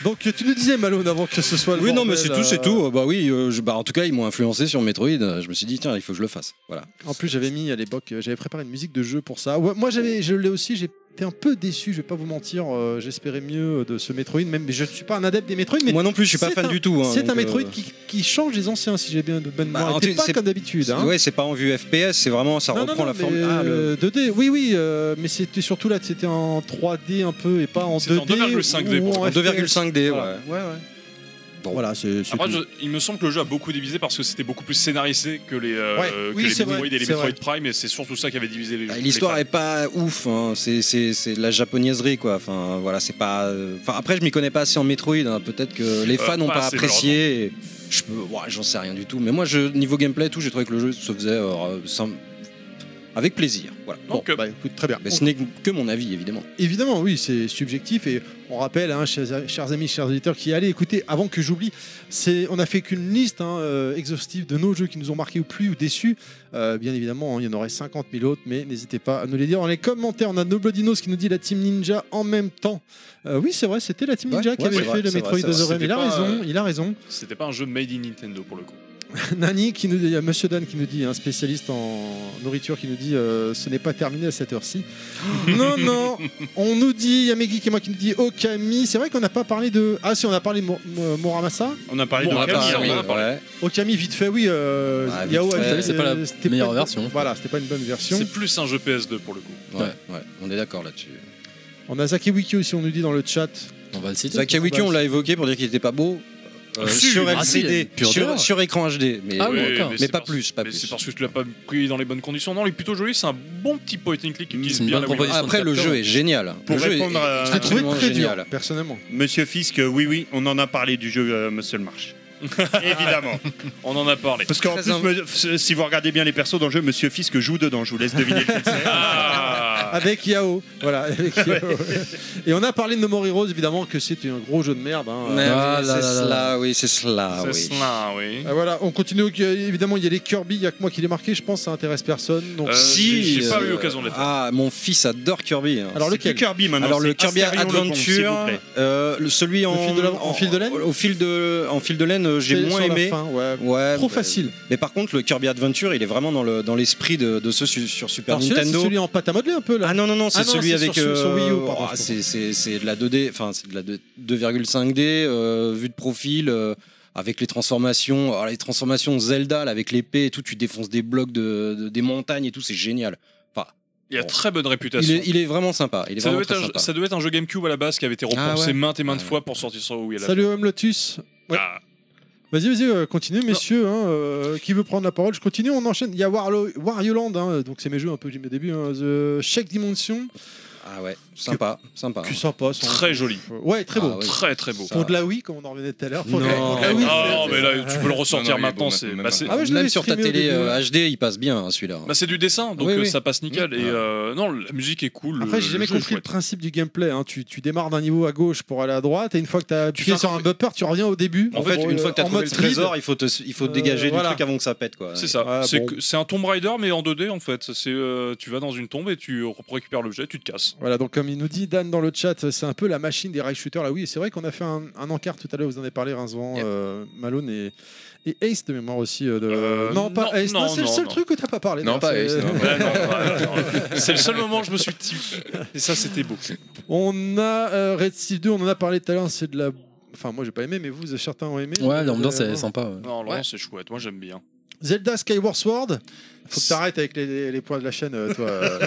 [SPEAKER 1] Donc tu nous disais Malone avant que ce soit. Le
[SPEAKER 6] Oui, non,
[SPEAKER 1] bordel,
[SPEAKER 6] mais c'est
[SPEAKER 1] euh.
[SPEAKER 6] tout, c'est tout. Euh, Bah oui, euh, je- bah, en tout cas, ils m'ont influencé sur Metroid. Euh, Je me suis dit, tiens, il faut que je le fasse. Voilà.
[SPEAKER 1] En plus, j'avais mis à l'époque, euh, j'avais préparé une musique de jeu pour ça. Ouais, moi, j'avais, je l'ai aussi. J'étais un peu déçu. Je vais pas vous mentir. euh, J'espérais mieux de ce Metroid, même. Mais je ne suis pas un adepte des Metroid. Mais
[SPEAKER 6] Moi non plus, je suis pas
[SPEAKER 1] c'est
[SPEAKER 6] fan
[SPEAKER 1] un-
[SPEAKER 6] du tout, hein,
[SPEAKER 1] c'est un
[SPEAKER 6] donc, euh,
[SPEAKER 1] Metroid qui, qui change les anciens, si j'ai bien de bonne mémoire.
[SPEAKER 6] en
[SPEAKER 1] Il était
[SPEAKER 6] tout-
[SPEAKER 1] pas
[SPEAKER 6] c'est-
[SPEAKER 1] comme d'habitude. hein.
[SPEAKER 6] Ouais, c'est pas en vue FPS, c'est vraiment, ça reprend la
[SPEAKER 1] mais,
[SPEAKER 6] forme. Ah, le-
[SPEAKER 1] euh, 2D, oui, oui, euh, mais c'était surtout là, c'était en 3D un peu et pas en 2D.
[SPEAKER 8] en 2,5D,
[SPEAKER 1] ou
[SPEAKER 8] pour
[SPEAKER 1] en
[SPEAKER 8] le coup.
[SPEAKER 1] FPS.
[SPEAKER 6] 2,5D,
[SPEAKER 1] Voilà.
[SPEAKER 6] ouais.
[SPEAKER 1] Voilà, c'est. c'est
[SPEAKER 8] Après,
[SPEAKER 1] tout.
[SPEAKER 8] je- il me semble que le jeu a beaucoup divisé parce que c'était beaucoup plus scénarisé que les, euh,
[SPEAKER 1] Ouais,
[SPEAKER 8] que
[SPEAKER 1] oui,
[SPEAKER 8] les
[SPEAKER 1] c'est
[SPEAKER 8] Metroid
[SPEAKER 1] vrai,
[SPEAKER 8] et les
[SPEAKER 1] c'est
[SPEAKER 8] Metroid
[SPEAKER 1] vrai.
[SPEAKER 8] Prime, et c'est surtout ça qui avait divisé les
[SPEAKER 6] Bah,
[SPEAKER 8] les
[SPEAKER 6] L'histoire
[SPEAKER 8] fans.
[SPEAKER 6] est pas ouf, hein. c'est c'est- c'est de la japonaiserie quoi. Enfin voilà, c'est pas. euh, Enfin après, je m'y connais pas assez en Metroid. hein. Peut-être que les
[SPEAKER 8] Euh,
[SPEAKER 6] fans n'ont
[SPEAKER 8] pas
[SPEAKER 6] pas,
[SPEAKER 8] assez,
[SPEAKER 6] apprécié. et Je peux, ouais, j'en sais rien du tout. Mais moi, je, niveau gameplay, et tout, j'ai trouvé que le jeu se faisait euh, sans- avec plaisir. Voilà. Bon,
[SPEAKER 8] Donc, euh,
[SPEAKER 1] bah, écoute, très bien.
[SPEAKER 6] ce n'est que mon avis évidemment.
[SPEAKER 1] Évidemment, oui, c'est subjectif et on rappelle, hein, chers, chers amis, chers éditeurs qui allez écouter, avant que j'oublie, c'est on a fait qu'une liste hein, euh, exhaustive de nos jeux qui nous ont marqués ou plus ou déçus. Euh, bien évidemment, hein, il y en aurait 50 000 autres, mais n'hésitez pas à nous les dire dans les commentaires. On a No Bloody Nose qui nous dit la Team Ninja en même temps. Euh, oui, c'est vrai, c'était la Team
[SPEAKER 8] Ouais,
[SPEAKER 1] Ninja qui
[SPEAKER 8] ouais,
[SPEAKER 1] avait
[SPEAKER 8] c'est
[SPEAKER 1] fait
[SPEAKER 8] vrai,
[SPEAKER 1] le
[SPEAKER 8] c'est
[SPEAKER 1] Metroid
[SPEAKER 8] vrai, c'est
[SPEAKER 1] Other M.
[SPEAKER 8] vrai.
[SPEAKER 1] Il a
[SPEAKER 8] C'était pas,
[SPEAKER 1] raison,
[SPEAKER 8] euh,
[SPEAKER 1] il a raison.
[SPEAKER 8] C'était pas un jeu made in Nintendo pour le coup.
[SPEAKER 1] Nani qui nous dit, il y a Monsieur Dan qui nous dit, un spécialiste en nourriture qui nous dit, euh, ce n'est pas terminé à cette heure-ci. non, non, on nous dit, il y a Meggy qui est moi qui nous dit, Okami, c'est vrai qu'on n'a pas parlé de, ah si on a parlé de Mor- Mo- Moramasa.
[SPEAKER 3] On a parlé
[SPEAKER 1] Bon,
[SPEAKER 3] de
[SPEAKER 1] on a
[SPEAKER 3] Okami,
[SPEAKER 1] parlé,
[SPEAKER 3] on en a parlé.
[SPEAKER 1] Okami vite fait, oui. Euh,
[SPEAKER 3] Ah, vite
[SPEAKER 1] Yao
[SPEAKER 3] fait,
[SPEAKER 1] a dit,
[SPEAKER 3] c'est
[SPEAKER 1] euh,
[SPEAKER 3] pas la
[SPEAKER 1] c'était
[SPEAKER 6] meilleure
[SPEAKER 1] une-
[SPEAKER 6] version.
[SPEAKER 1] Voilà, c'était pas une bonne version.
[SPEAKER 8] C'est plus un jeu PS2 pour le coup.
[SPEAKER 6] Ouais, ouais, on est d'accord là-dessus.
[SPEAKER 1] On a Zaki Wiki aussi, on nous dit dans le chat.
[SPEAKER 6] On va le
[SPEAKER 1] citer.
[SPEAKER 6] Zakawiki, on l'a évoqué pour dire qu'il était pas beau. euh,
[SPEAKER 1] Si,
[SPEAKER 6] sur
[SPEAKER 1] ah, si,
[SPEAKER 6] LCD,
[SPEAKER 1] pure
[SPEAKER 6] sur,
[SPEAKER 1] dehors.
[SPEAKER 6] sur écran HD, mais,
[SPEAKER 8] Ah oui,
[SPEAKER 6] mais,
[SPEAKER 8] d'accord.
[SPEAKER 6] pas plus, pas
[SPEAKER 8] Mais
[SPEAKER 6] plus.
[SPEAKER 8] c'est parce que tu l'as pas pris dans les bonnes conditions. Non, il est plutôt joli, c'est un bon petit point and
[SPEAKER 6] Mm,
[SPEAKER 8] click qui utilise bien la Wii.
[SPEAKER 6] Après, le jeu est génial.
[SPEAKER 3] Pour
[SPEAKER 6] le jeu
[SPEAKER 3] répondre
[SPEAKER 6] est
[SPEAKER 3] à-
[SPEAKER 1] Je l'ai trouvé
[SPEAKER 3] Ah, Absolument
[SPEAKER 1] très dur,
[SPEAKER 3] génial.
[SPEAKER 1] personnellement.
[SPEAKER 3] Monsieur Fisk, euh, oui, oui, on en a parlé du jeu euh, Muscle March. Évidemment.
[SPEAKER 8] On en a parlé.
[SPEAKER 3] Parce qu'en
[SPEAKER 8] Très
[SPEAKER 3] plus,
[SPEAKER 8] en-
[SPEAKER 3] me- si vous regardez bien les persos dans le jeu, Monsieur Fisk joue dedans. Je vous laisse deviner lequel c'est.
[SPEAKER 6] Ah.
[SPEAKER 3] Ah.
[SPEAKER 1] Avec Yao, voilà. avec Yao. Et on a parlé de No More Heroes, évidemment que c'était un gros jeu de merde. hein.
[SPEAKER 6] Mais oui, c'est cela, oui, c'est cela,
[SPEAKER 1] C'est
[SPEAKER 6] Ah oui.
[SPEAKER 8] cela, oui.
[SPEAKER 1] Ah, voilà, on continue. Il y a- Évidemment, il y a les Kirby, il y a que moi qui les marqué, je pense, ça intéresse personne. Donc,
[SPEAKER 6] euh, Ah, mon fils adore Kirby. hein.
[SPEAKER 1] Alors,
[SPEAKER 6] C'est
[SPEAKER 1] lequel
[SPEAKER 6] plus Alors le Kirby Adventure, euh, le- celui en,
[SPEAKER 1] fil de la- en fil de laine
[SPEAKER 6] au fil de, en fil de laine, euh, j'ai
[SPEAKER 1] C'est
[SPEAKER 6] moins
[SPEAKER 1] sur la
[SPEAKER 6] aimé.
[SPEAKER 1] fin, ouais. Trop facile.
[SPEAKER 6] Mais par contre, le Kirby Adventure, il est vraiment dans le dans l'esprit de, de ceux su- sur Super
[SPEAKER 1] Alors celui-là,
[SPEAKER 6] Nintendo.
[SPEAKER 1] c'est celui en pâte à modeler un peu là.
[SPEAKER 6] Ah non, non, non, c'est celui
[SPEAKER 1] c'est
[SPEAKER 6] avec.
[SPEAKER 1] sur- sur Wii U,
[SPEAKER 6] euh,
[SPEAKER 1] pardon,
[SPEAKER 6] ah,
[SPEAKER 1] je
[SPEAKER 6] c'est, c'est, c'est de la 2D, enfin, c'est de la 2- 2,5D, euh, vue de profil, euh, avec les transformations. Alors, les transformations Zelda, là, avec l'épée et tout, tu défonces des blocs, de, de- des montagnes et tout, c'est génial. Enfin,
[SPEAKER 8] Il a très bonne
[SPEAKER 6] il
[SPEAKER 8] réputation.
[SPEAKER 6] est, il est vraiment sympa. Il est
[SPEAKER 8] ça,
[SPEAKER 6] vraiment
[SPEAKER 8] devait être
[SPEAKER 6] très
[SPEAKER 8] un, jeu-
[SPEAKER 6] sympa. Ah
[SPEAKER 8] ça devait être un jeu GameCube à la base qui avait été repensé
[SPEAKER 6] ouais.
[SPEAKER 8] maintes et maintes fois pour sortir sur Wii. à la
[SPEAKER 1] Salut
[SPEAKER 8] fin.
[SPEAKER 1] Home Lotus. Ouais.
[SPEAKER 8] Ah.
[SPEAKER 1] Vas-y, vas-y, euh, continue, messieurs. hein, euh, qui veut prendre la parole Je continue, on enchaîne. Il y a Warlo, Wario Land, hein, donc c'est mes jeux un peu que j'ai mis au début. hein, The Shake Dimension.
[SPEAKER 6] Ah ouais, sympa, sympa.
[SPEAKER 1] Que sympa. sans-
[SPEAKER 8] Très joli.
[SPEAKER 1] Ouais, très beau.
[SPEAKER 8] Ah ouais. Très, très beau.
[SPEAKER 1] Pour de la Wii, comme on en revenait tout à l'heure. pour de la-
[SPEAKER 6] Non. Oh,
[SPEAKER 1] pour de la Wii,
[SPEAKER 8] Ah,
[SPEAKER 1] c'est-
[SPEAKER 8] mais là, tu peux le ressortir
[SPEAKER 6] Non, non, il est beau,
[SPEAKER 8] maintenant. C'est
[SPEAKER 6] même
[SPEAKER 8] bah, c'est-
[SPEAKER 6] pas. même sur ta télé euh, HD, il passe bien hein, celui-là.
[SPEAKER 8] Bah, c'est du dessin, donc
[SPEAKER 6] Oui,
[SPEAKER 8] euh,
[SPEAKER 6] oui.
[SPEAKER 8] ça passe nickel. Et euh, non, la musique est cool.
[SPEAKER 1] Après,
[SPEAKER 8] le-
[SPEAKER 1] j'ai
[SPEAKER 8] le
[SPEAKER 1] jamais
[SPEAKER 8] jeu est
[SPEAKER 1] compris le
[SPEAKER 8] chouette.
[SPEAKER 1] principe du gameplay. hein. Tu, tu démarres d'un niveau à gauche pour aller à droite, et une fois que tu as appuyé
[SPEAKER 6] fais
[SPEAKER 1] sur un bumper, tu reviens au début.
[SPEAKER 6] En fait,
[SPEAKER 1] Pour,
[SPEAKER 6] une
[SPEAKER 1] euh,
[SPEAKER 6] fois que t'as
[SPEAKER 1] en
[SPEAKER 6] trouvé
[SPEAKER 1] mode
[SPEAKER 6] le
[SPEAKER 1] speed.
[SPEAKER 6] trésor, il faut, te- il faut
[SPEAKER 1] Euh,
[SPEAKER 6] dégager
[SPEAKER 1] voilà.
[SPEAKER 6] du truc avant que ça pète. quoi.
[SPEAKER 8] C'est ça.
[SPEAKER 1] Ouais,
[SPEAKER 8] c'est
[SPEAKER 1] bon.
[SPEAKER 8] que- c'est un Tomb Raider, mais en 2D en fait. C'est euh, tu vas dans une tombe et tu récupères l'objet, tu te casses.
[SPEAKER 1] Voilà, donc comme comme il nous dit Dan dans le chat, c'est un peu la machine des rail shooters. Là, oui, et c'est vrai qu'on a fait un, un encart tout à l'heure, vous en avez parlé, Rincevant, euh, Malone et, et Ace de mémoire aussi. euh, de... non, pas
[SPEAKER 8] non,
[SPEAKER 1] Ace, non,
[SPEAKER 8] non,
[SPEAKER 1] c'est le
[SPEAKER 8] non,
[SPEAKER 1] seul
[SPEAKER 8] non.
[SPEAKER 1] truc que t'as pas parlé.
[SPEAKER 8] Non,
[SPEAKER 1] d'ailleurs,
[SPEAKER 8] pas
[SPEAKER 1] c'est-
[SPEAKER 8] Ace, non. Ouais, non, ouais, non. C'est le seul moment où je me suis dit. Et ça, c'était beau.
[SPEAKER 1] On a euh, Red Steel 2, on en a parlé tout à l'heure, c'est de la. Enfin, moi j'ai pas aimé, mais vous, certains ont aimé.
[SPEAKER 6] Ouais,
[SPEAKER 1] Euh,
[SPEAKER 6] en même temps, c'est
[SPEAKER 1] euh,
[SPEAKER 6] sympa. ouais.
[SPEAKER 8] Non, Laurent,
[SPEAKER 1] Ouais.
[SPEAKER 8] c'est chouette. Moi, j'aime bien.
[SPEAKER 1] Zelda Skyward Sword. Faut que t'arrêtes avec les, les points de la chaîne, euh, toi. euh.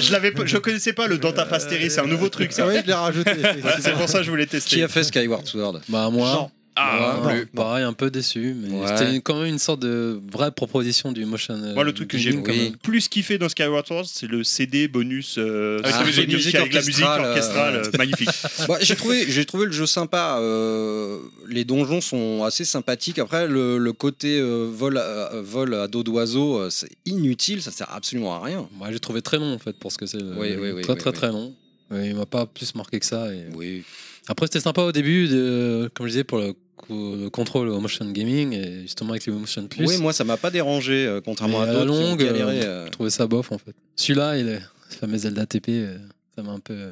[SPEAKER 21] Je l'avais, pas- je connaissais pas le
[SPEAKER 3] Euh,
[SPEAKER 21] Dentapasteri, c'est un nouveau truc. ça.
[SPEAKER 1] Ah oui, je l'ai rajouté.
[SPEAKER 21] Voilà, c'est pour ça que je voulais tester.
[SPEAKER 7] Qui a fait Skyward Sword
[SPEAKER 6] Bah moi,
[SPEAKER 7] Jean.
[SPEAKER 1] hein.
[SPEAKER 6] Ah,
[SPEAKER 7] Moi,
[SPEAKER 6] ouais,
[SPEAKER 7] non.
[SPEAKER 6] pareil, un peu déçu, mais
[SPEAKER 7] Ouais.
[SPEAKER 6] c'était une- quand même une sorte de vraie proposition du motion. euh,
[SPEAKER 3] Moi, le truc que j'ai
[SPEAKER 6] building, quand
[SPEAKER 3] le
[SPEAKER 6] même.
[SPEAKER 3] plus kiffé dans Skyward Sword, c'est le CD bonus euh,
[SPEAKER 7] Ah,
[SPEAKER 3] avec, la
[SPEAKER 7] génial.
[SPEAKER 3] musique, avec la musique
[SPEAKER 7] euh,
[SPEAKER 3] orchestrale, euh, magnifique.
[SPEAKER 7] Bah, j'ai trouvé, j'ai trouvé le jeu sympa. euh, les donjons sont assez sympathiques. Après, le, le côté euh, vol, à- vol à dos d'oiseau, euh, c'est inutile. Ça sert absolument à rien.
[SPEAKER 6] Moi, j'ai trouvé très long en fait pour ce que c'est.
[SPEAKER 7] Oui,
[SPEAKER 6] euh,
[SPEAKER 7] oui, oui,
[SPEAKER 6] très
[SPEAKER 7] oui,
[SPEAKER 6] très
[SPEAKER 7] oui.
[SPEAKER 6] très long. Mais il m'a pas plus marqué que ça. et-
[SPEAKER 7] Oui.
[SPEAKER 6] Après, c'était sympa au début, de, comme je disais, pour le, co- le contrôle au motion gaming et justement avec les motion plus.
[SPEAKER 7] Oui, moi, ça m'a pas dérangé, euh, contrairement
[SPEAKER 6] Mais la
[SPEAKER 7] à d'autres qui ont
[SPEAKER 6] longue,
[SPEAKER 7] galéré.
[SPEAKER 6] euh, je trouvais ça bof en fait. Celui-là, et le fameux Zelda TP, euh, ça m'a un peu. euh,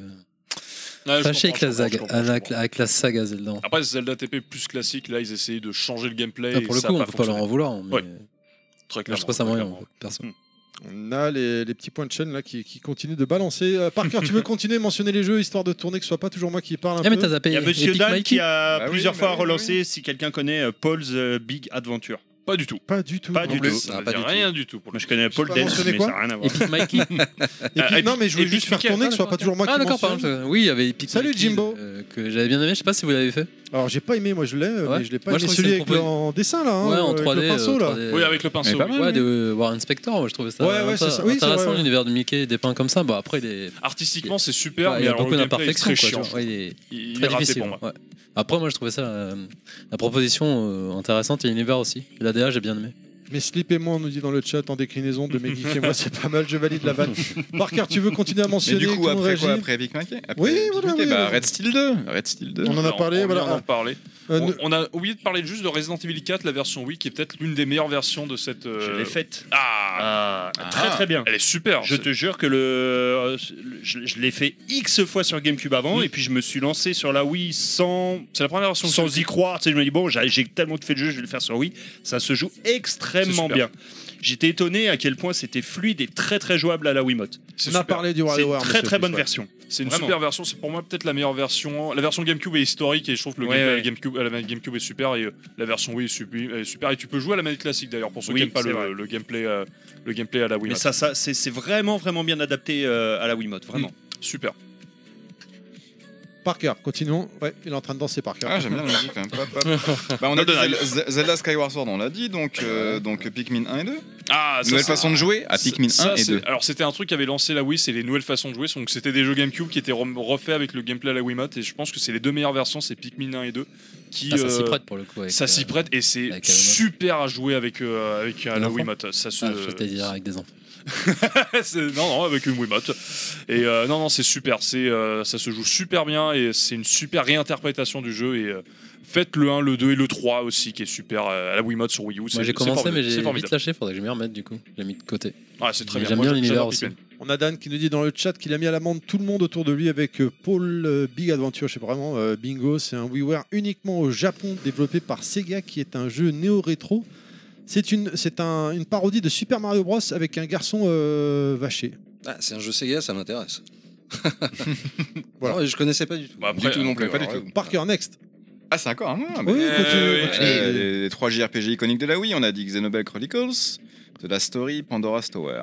[SPEAKER 8] Ouais, je
[SPEAKER 6] fâché avec
[SPEAKER 8] comprends,
[SPEAKER 6] la,
[SPEAKER 8] je comprends, je
[SPEAKER 6] zaga-
[SPEAKER 8] comprends, je
[SPEAKER 6] avec, la- avec la saga Zelda. en fait.
[SPEAKER 8] Après, Zelda TP plus classique, là, ils essayaient de changer le gameplay.
[SPEAKER 6] Ah,
[SPEAKER 8] et
[SPEAKER 6] pour le
[SPEAKER 8] ça
[SPEAKER 6] coup,
[SPEAKER 8] a
[SPEAKER 6] on
[SPEAKER 8] pas
[SPEAKER 6] peut pas leur en
[SPEAKER 8] fonctionné.
[SPEAKER 6] vouloir. mais- euh,
[SPEAKER 8] Ouais. Très
[SPEAKER 6] Je
[SPEAKER 8] clairement.
[SPEAKER 6] trouve ça
[SPEAKER 8] très
[SPEAKER 6] moyen,
[SPEAKER 8] clairement.
[SPEAKER 6] perso.
[SPEAKER 1] On a les, les petits points de chaîne là qui, qui continuent de balancer. Euh, Parker, tu veux continuer à mentionner les jeux histoire de tourner que ce soit pas toujours moi qui parle un
[SPEAKER 6] Eh,
[SPEAKER 1] peu
[SPEAKER 6] mais t'as zappé
[SPEAKER 3] Il y a Monsieur
[SPEAKER 6] Epic
[SPEAKER 3] Dan
[SPEAKER 6] Mikey.
[SPEAKER 3] qui a
[SPEAKER 6] Bah oui,
[SPEAKER 3] plusieurs
[SPEAKER 6] bah
[SPEAKER 3] fois
[SPEAKER 6] oui, bah
[SPEAKER 3] relancé, si quelqu'un connaît euh, Paul's euh, Big Adventure.
[SPEAKER 8] Pas du tout.
[SPEAKER 1] Pas du tout.
[SPEAKER 3] Pas
[SPEAKER 1] Non
[SPEAKER 3] du
[SPEAKER 1] plus.
[SPEAKER 3] tout.
[SPEAKER 1] Ça va pas du
[SPEAKER 8] rien
[SPEAKER 1] tout.
[SPEAKER 8] du tout. Pour
[SPEAKER 3] Moi, je connais Paul
[SPEAKER 1] pas
[SPEAKER 3] Dance,
[SPEAKER 1] mentionné
[SPEAKER 3] mais
[SPEAKER 1] quoi
[SPEAKER 3] ça n'a rien à voir.
[SPEAKER 6] Epic Mikey.
[SPEAKER 1] Et
[SPEAKER 3] Euh,
[SPEAKER 1] puis, non, mais je voulais
[SPEAKER 6] Epic
[SPEAKER 1] juste faire
[SPEAKER 6] Mickey,
[SPEAKER 1] tourner
[SPEAKER 6] ah,
[SPEAKER 1] que ce soit pas toujours moi
[SPEAKER 6] ah,
[SPEAKER 1] qui
[SPEAKER 6] d'accord,
[SPEAKER 1] mentionne.
[SPEAKER 6] pardon, je- Oui, il y avait Epic
[SPEAKER 1] Salut,
[SPEAKER 6] Mikey,
[SPEAKER 1] Jimbo.
[SPEAKER 6] euh, que j'avais bien aimé, je sais pas si vous l'avez fait.
[SPEAKER 1] Alors j'ai pas aimé, moi je l'ai, euh,
[SPEAKER 6] Ouais.
[SPEAKER 1] mais je l'ai pas
[SPEAKER 6] Moi, je
[SPEAKER 1] aimé
[SPEAKER 6] trouve
[SPEAKER 1] celui
[SPEAKER 6] que c'est une
[SPEAKER 1] avec le,
[SPEAKER 6] propo-
[SPEAKER 1] en dessin là, hein,
[SPEAKER 6] ouais, en
[SPEAKER 1] euh,
[SPEAKER 6] 3D.
[SPEAKER 1] avec le pinceau
[SPEAKER 6] euh,
[SPEAKER 1] là.
[SPEAKER 6] 3D,
[SPEAKER 8] Oui, avec le pinceau,
[SPEAKER 6] Mais
[SPEAKER 8] oui.
[SPEAKER 6] ouais,
[SPEAKER 8] lui.
[SPEAKER 6] de Warren Spector, moi, je trouvais ça
[SPEAKER 1] Ouais, ouais, c'est ça. Oui, c'est
[SPEAKER 6] intéressant
[SPEAKER 1] vrai.
[SPEAKER 6] l'univers de Mickey dépeint comme ça. Bon, après, il est.
[SPEAKER 8] Artistiquement, c'est super,
[SPEAKER 6] Ouais, il
[SPEAKER 8] mais
[SPEAKER 6] y a
[SPEAKER 8] alors,
[SPEAKER 6] beaucoup
[SPEAKER 8] le gameplay est
[SPEAKER 6] d'imperfections.
[SPEAKER 8] très
[SPEAKER 6] quoi,
[SPEAKER 8] chiant.
[SPEAKER 6] tu vois, il est
[SPEAKER 8] Il- il
[SPEAKER 6] très
[SPEAKER 8] est raté
[SPEAKER 6] difficile,
[SPEAKER 8] pour moi.
[SPEAKER 6] ouais. Après, moi, je trouvais ça euh, la proposition euh, intéressante et l'univers aussi. Et La DA, j'ai bien aimé.
[SPEAKER 1] Mais Slip et moi, on nous dit dans le chat en déclinaison de Megik et moi, c'est pas mal, je valide la vanne. Parker, tu veux continuer à
[SPEAKER 4] Mais
[SPEAKER 1] mentionner
[SPEAKER 4] du
[SPEAKER 1] tout
[SPEAKER 4] coup,
[SPEAKER 1] le monde
[SPEAKER 4] après quoi
[SPEAKER 1] réagit
[SPEAKER 4] Après Big Mac Après
[SPEAKER 1] Oui,
[SPEAKER 4] Big
[SPEAKER 1] voilà,
[SPEAKER 4] Mac,
[SPEAKER 1] oui,
[SPEAKER 4] bah,
[SPEAKER 1] oui.
[SPEAKER 4] Red Steel 2. Red Steel 2.
[SPEAKER 1] On en a parlé,
[SPEAKER 8] on
[SPEAKER 1] voilà.
[SPEAKER 8] vient d'en parler.
[SPEAKER 1] Euh,
[SPEAKER 8] on,
[SPEAKER 1] ne-
[SPEAKER 8] on a oublié de parler juste de Resident Evil 4, la version Wii, qui est peut-être l'une des meilleures versions de cette. euh,
[SPEAKER 3] Je l'ai faite.
[SPEAKER 8] Ah,
[SPEAKER 3] Très très bien.
[SPEAKER 8] Elle est super.
[SPEAKER 3] Je te jure que le, euh, je, je l'ai fait X fois sur GameCube avant et puis je me suis lancé sur la Wii sans,
[SPEAKER 8] C'est la première version. que
[SPEAKER 3] sans
[SPEAKER 8] je-
[SPEAKER 3] y croire. Tu sais, je me dis, bon, j'ai j'ai tellement fait le jeu, je vais le faire sur Wii. Ça se joue extrêmement
[SPEAKER 8] C'est super.
[SPEAKER 3] bien. J'étais étonné à quel point c'était fluide et très très jouable à la Wiimote.
[SPEAKER 8] C'est
[SPEAKER 1] On a
[SPEAKER 8] super.
[SPEAKER 1] parlé du
[SPEAKER 3] C'est une
[SPEAKER 1] Hardware.
[SPEAKER 3] très très bonne version.
[SPEAKER 8] C'est une
[SPEAKER 3] Vraiment.
[SPEAKER 8] super version. C'est pour moi peut-être la meilleure version. La version GameCube est historique et je trouve que le
[SPEAKER 3] Ouais,
[SPEAKER 8] gameplay à
[SPEAKER 3] ouais.
[SPEAKER 8] la GameCube, à la manette GameCube est super et euh, la version Wii est sublime- est super. Et tu peux jouer à la manette classique d'ailleurs pour ceux
[SPEAKER 3] Oui,
[SPEAKER 8] qui n'aiment pas
[SPEAKER 3] c'est vrai.
[SPEAKER 8] le, le gameplay, euh, le gameplay à la Wii.
[SPEAKER 3] Mais ça, ça c'est c'est vraiment vraiment bien adapté euh, à la Wiimote, vraiment.
[SPEAKER 8] Super.
[SPEAKER 1] Parker, continuons. Ouais, il est en train de danser Parker.
[SPEAKER 4] Ah, j'aime bien la musique quand même. Hop, hop. Bah, on a dit
[SPEAKER 8] Donald.
[SPEAKER 4] Zelda- Zelda Skyward Sword, on l'a dit, donc, euh, donc Pikmin 1 et 2.
[SPEAKER 8] Ah, ça,
[SPEAKER 4] Nouvelle
[SPEAKER 8] c'est-
[SPEAKER 4] façon de jouer à Pikmin
[SPEAKER 8] Ça,
[SPEAKER 4] 1 et
[SPEAKER 8] c'est-
[SPEAKER 4] 2.
[SPEAKER 8] Alors c'était un truc qui avait lancé la Wii, c'est les nouvelles façons de jouer. Donc c'était des jeux GameCube qui étaient rem- refaits avec le gameplay à la Wiimote et je pense que c'est les deux meilleures versions, c'est Pikmin 1 et 2 qui
[SPEAKER 6] Ah, ça s'y
[SPEAKER 8] euh,
[SPEAKER 6] prête pour le coup. avec,
[SPEAKER 8] ça s'y
[SPEAKER 6] euh,
[SPEAKER 8] prête et c'est
[SPEAKER 6] avec la Wiimote.
[SPEAKER 8] super à jouer avec euh, avec euh,
[SPEAKER 6] Des
[SPEAKER 8] la
[SPEAKER 6] enfants
[SPEAKER 8] Wiimote. Ça se
[SPEAKER 6] Ah, je t'ai dit avec des enfants.
[SPEAKER 8] C'est- non non avec une Wiimote. Et euh, non non c'est super, c'est euh, ça se joue super bien et c'est une super réinterprétation du jeu et euh, faites le 1, le 2 et le 3 aussi qui est super euh, à la Wiimote sur Wii U.
[SPEAKER 6] Moi,
[SPEAKER 8] c'est-
[SPEAKER 6] j'ai
[SPEAKER 8] c'est
[SPEAKER 6] commencé,
[SPEAKER 8] formidable,
[SPEAKER 6] mais
[SPEAKER 8] c'est
[SPEAKER 6] j'ai vite
[SPEAKER 8] formidable.
[SPEAKER 6] lâché. Faudrait que je m'y remette du coup. J'ai mis de côté.
[SPEAKER 8] Ah, c'est très
[SPEAKER 6] Mais
[SPEAKER 8] bien.
[SPEAKER 6] j'aime
[SPEAKER 8] Moi,
[SPEAKER 6] bien
[SPEAKER 8] j'adore
[SPEAKER 6] l'univers aussi.
[SPEAKER 8] Pikmin.
[SPEAKER 1] On a Dan qui nous dit dans le chat qu'il a mis à l'amende tout le monde autour de lui avec euh, Paul euh, Big Adventure. Je sais pas vraiment, euh, bingo, c'est un WiiWare uniquement au Japon développé par Sega qui est un jeu néo-rétro. C'est une, c'est un- une parodie de Super Mario Bros avec un garçon euh, vaché.
[SPEAKER 7] Ah, c'est un jeu Sega, ça m'intéresse.
[SPEAKER 1] Voilà.
[SPEAKER 7] Non, je connaissais pas du tout.
[SPEAKER 8] Bah,
[SPEAKER 4] Du
[SPEAKER 8] après,
[SPEAKER 4] tout non plus, pas du
[SPEAKER 7] alors,
[SPEAKER 4] tout.
[SPEAKER 1] Parker, next.
[SPEAKER 4] Ah, c'est encore un mois.
[SPEAKER 1] Oui,
[SPEAKER 4] mais-
[SPEAKER 1] continue,
[SPEAKER 4] Euh,
[SPEAKER 1] continue.
[SPEAKER 4] les- les- Les trois JRPG iconiques de la Wii, on a dit Xenoblade Chronicles, The Last Story, Pandora's Tower.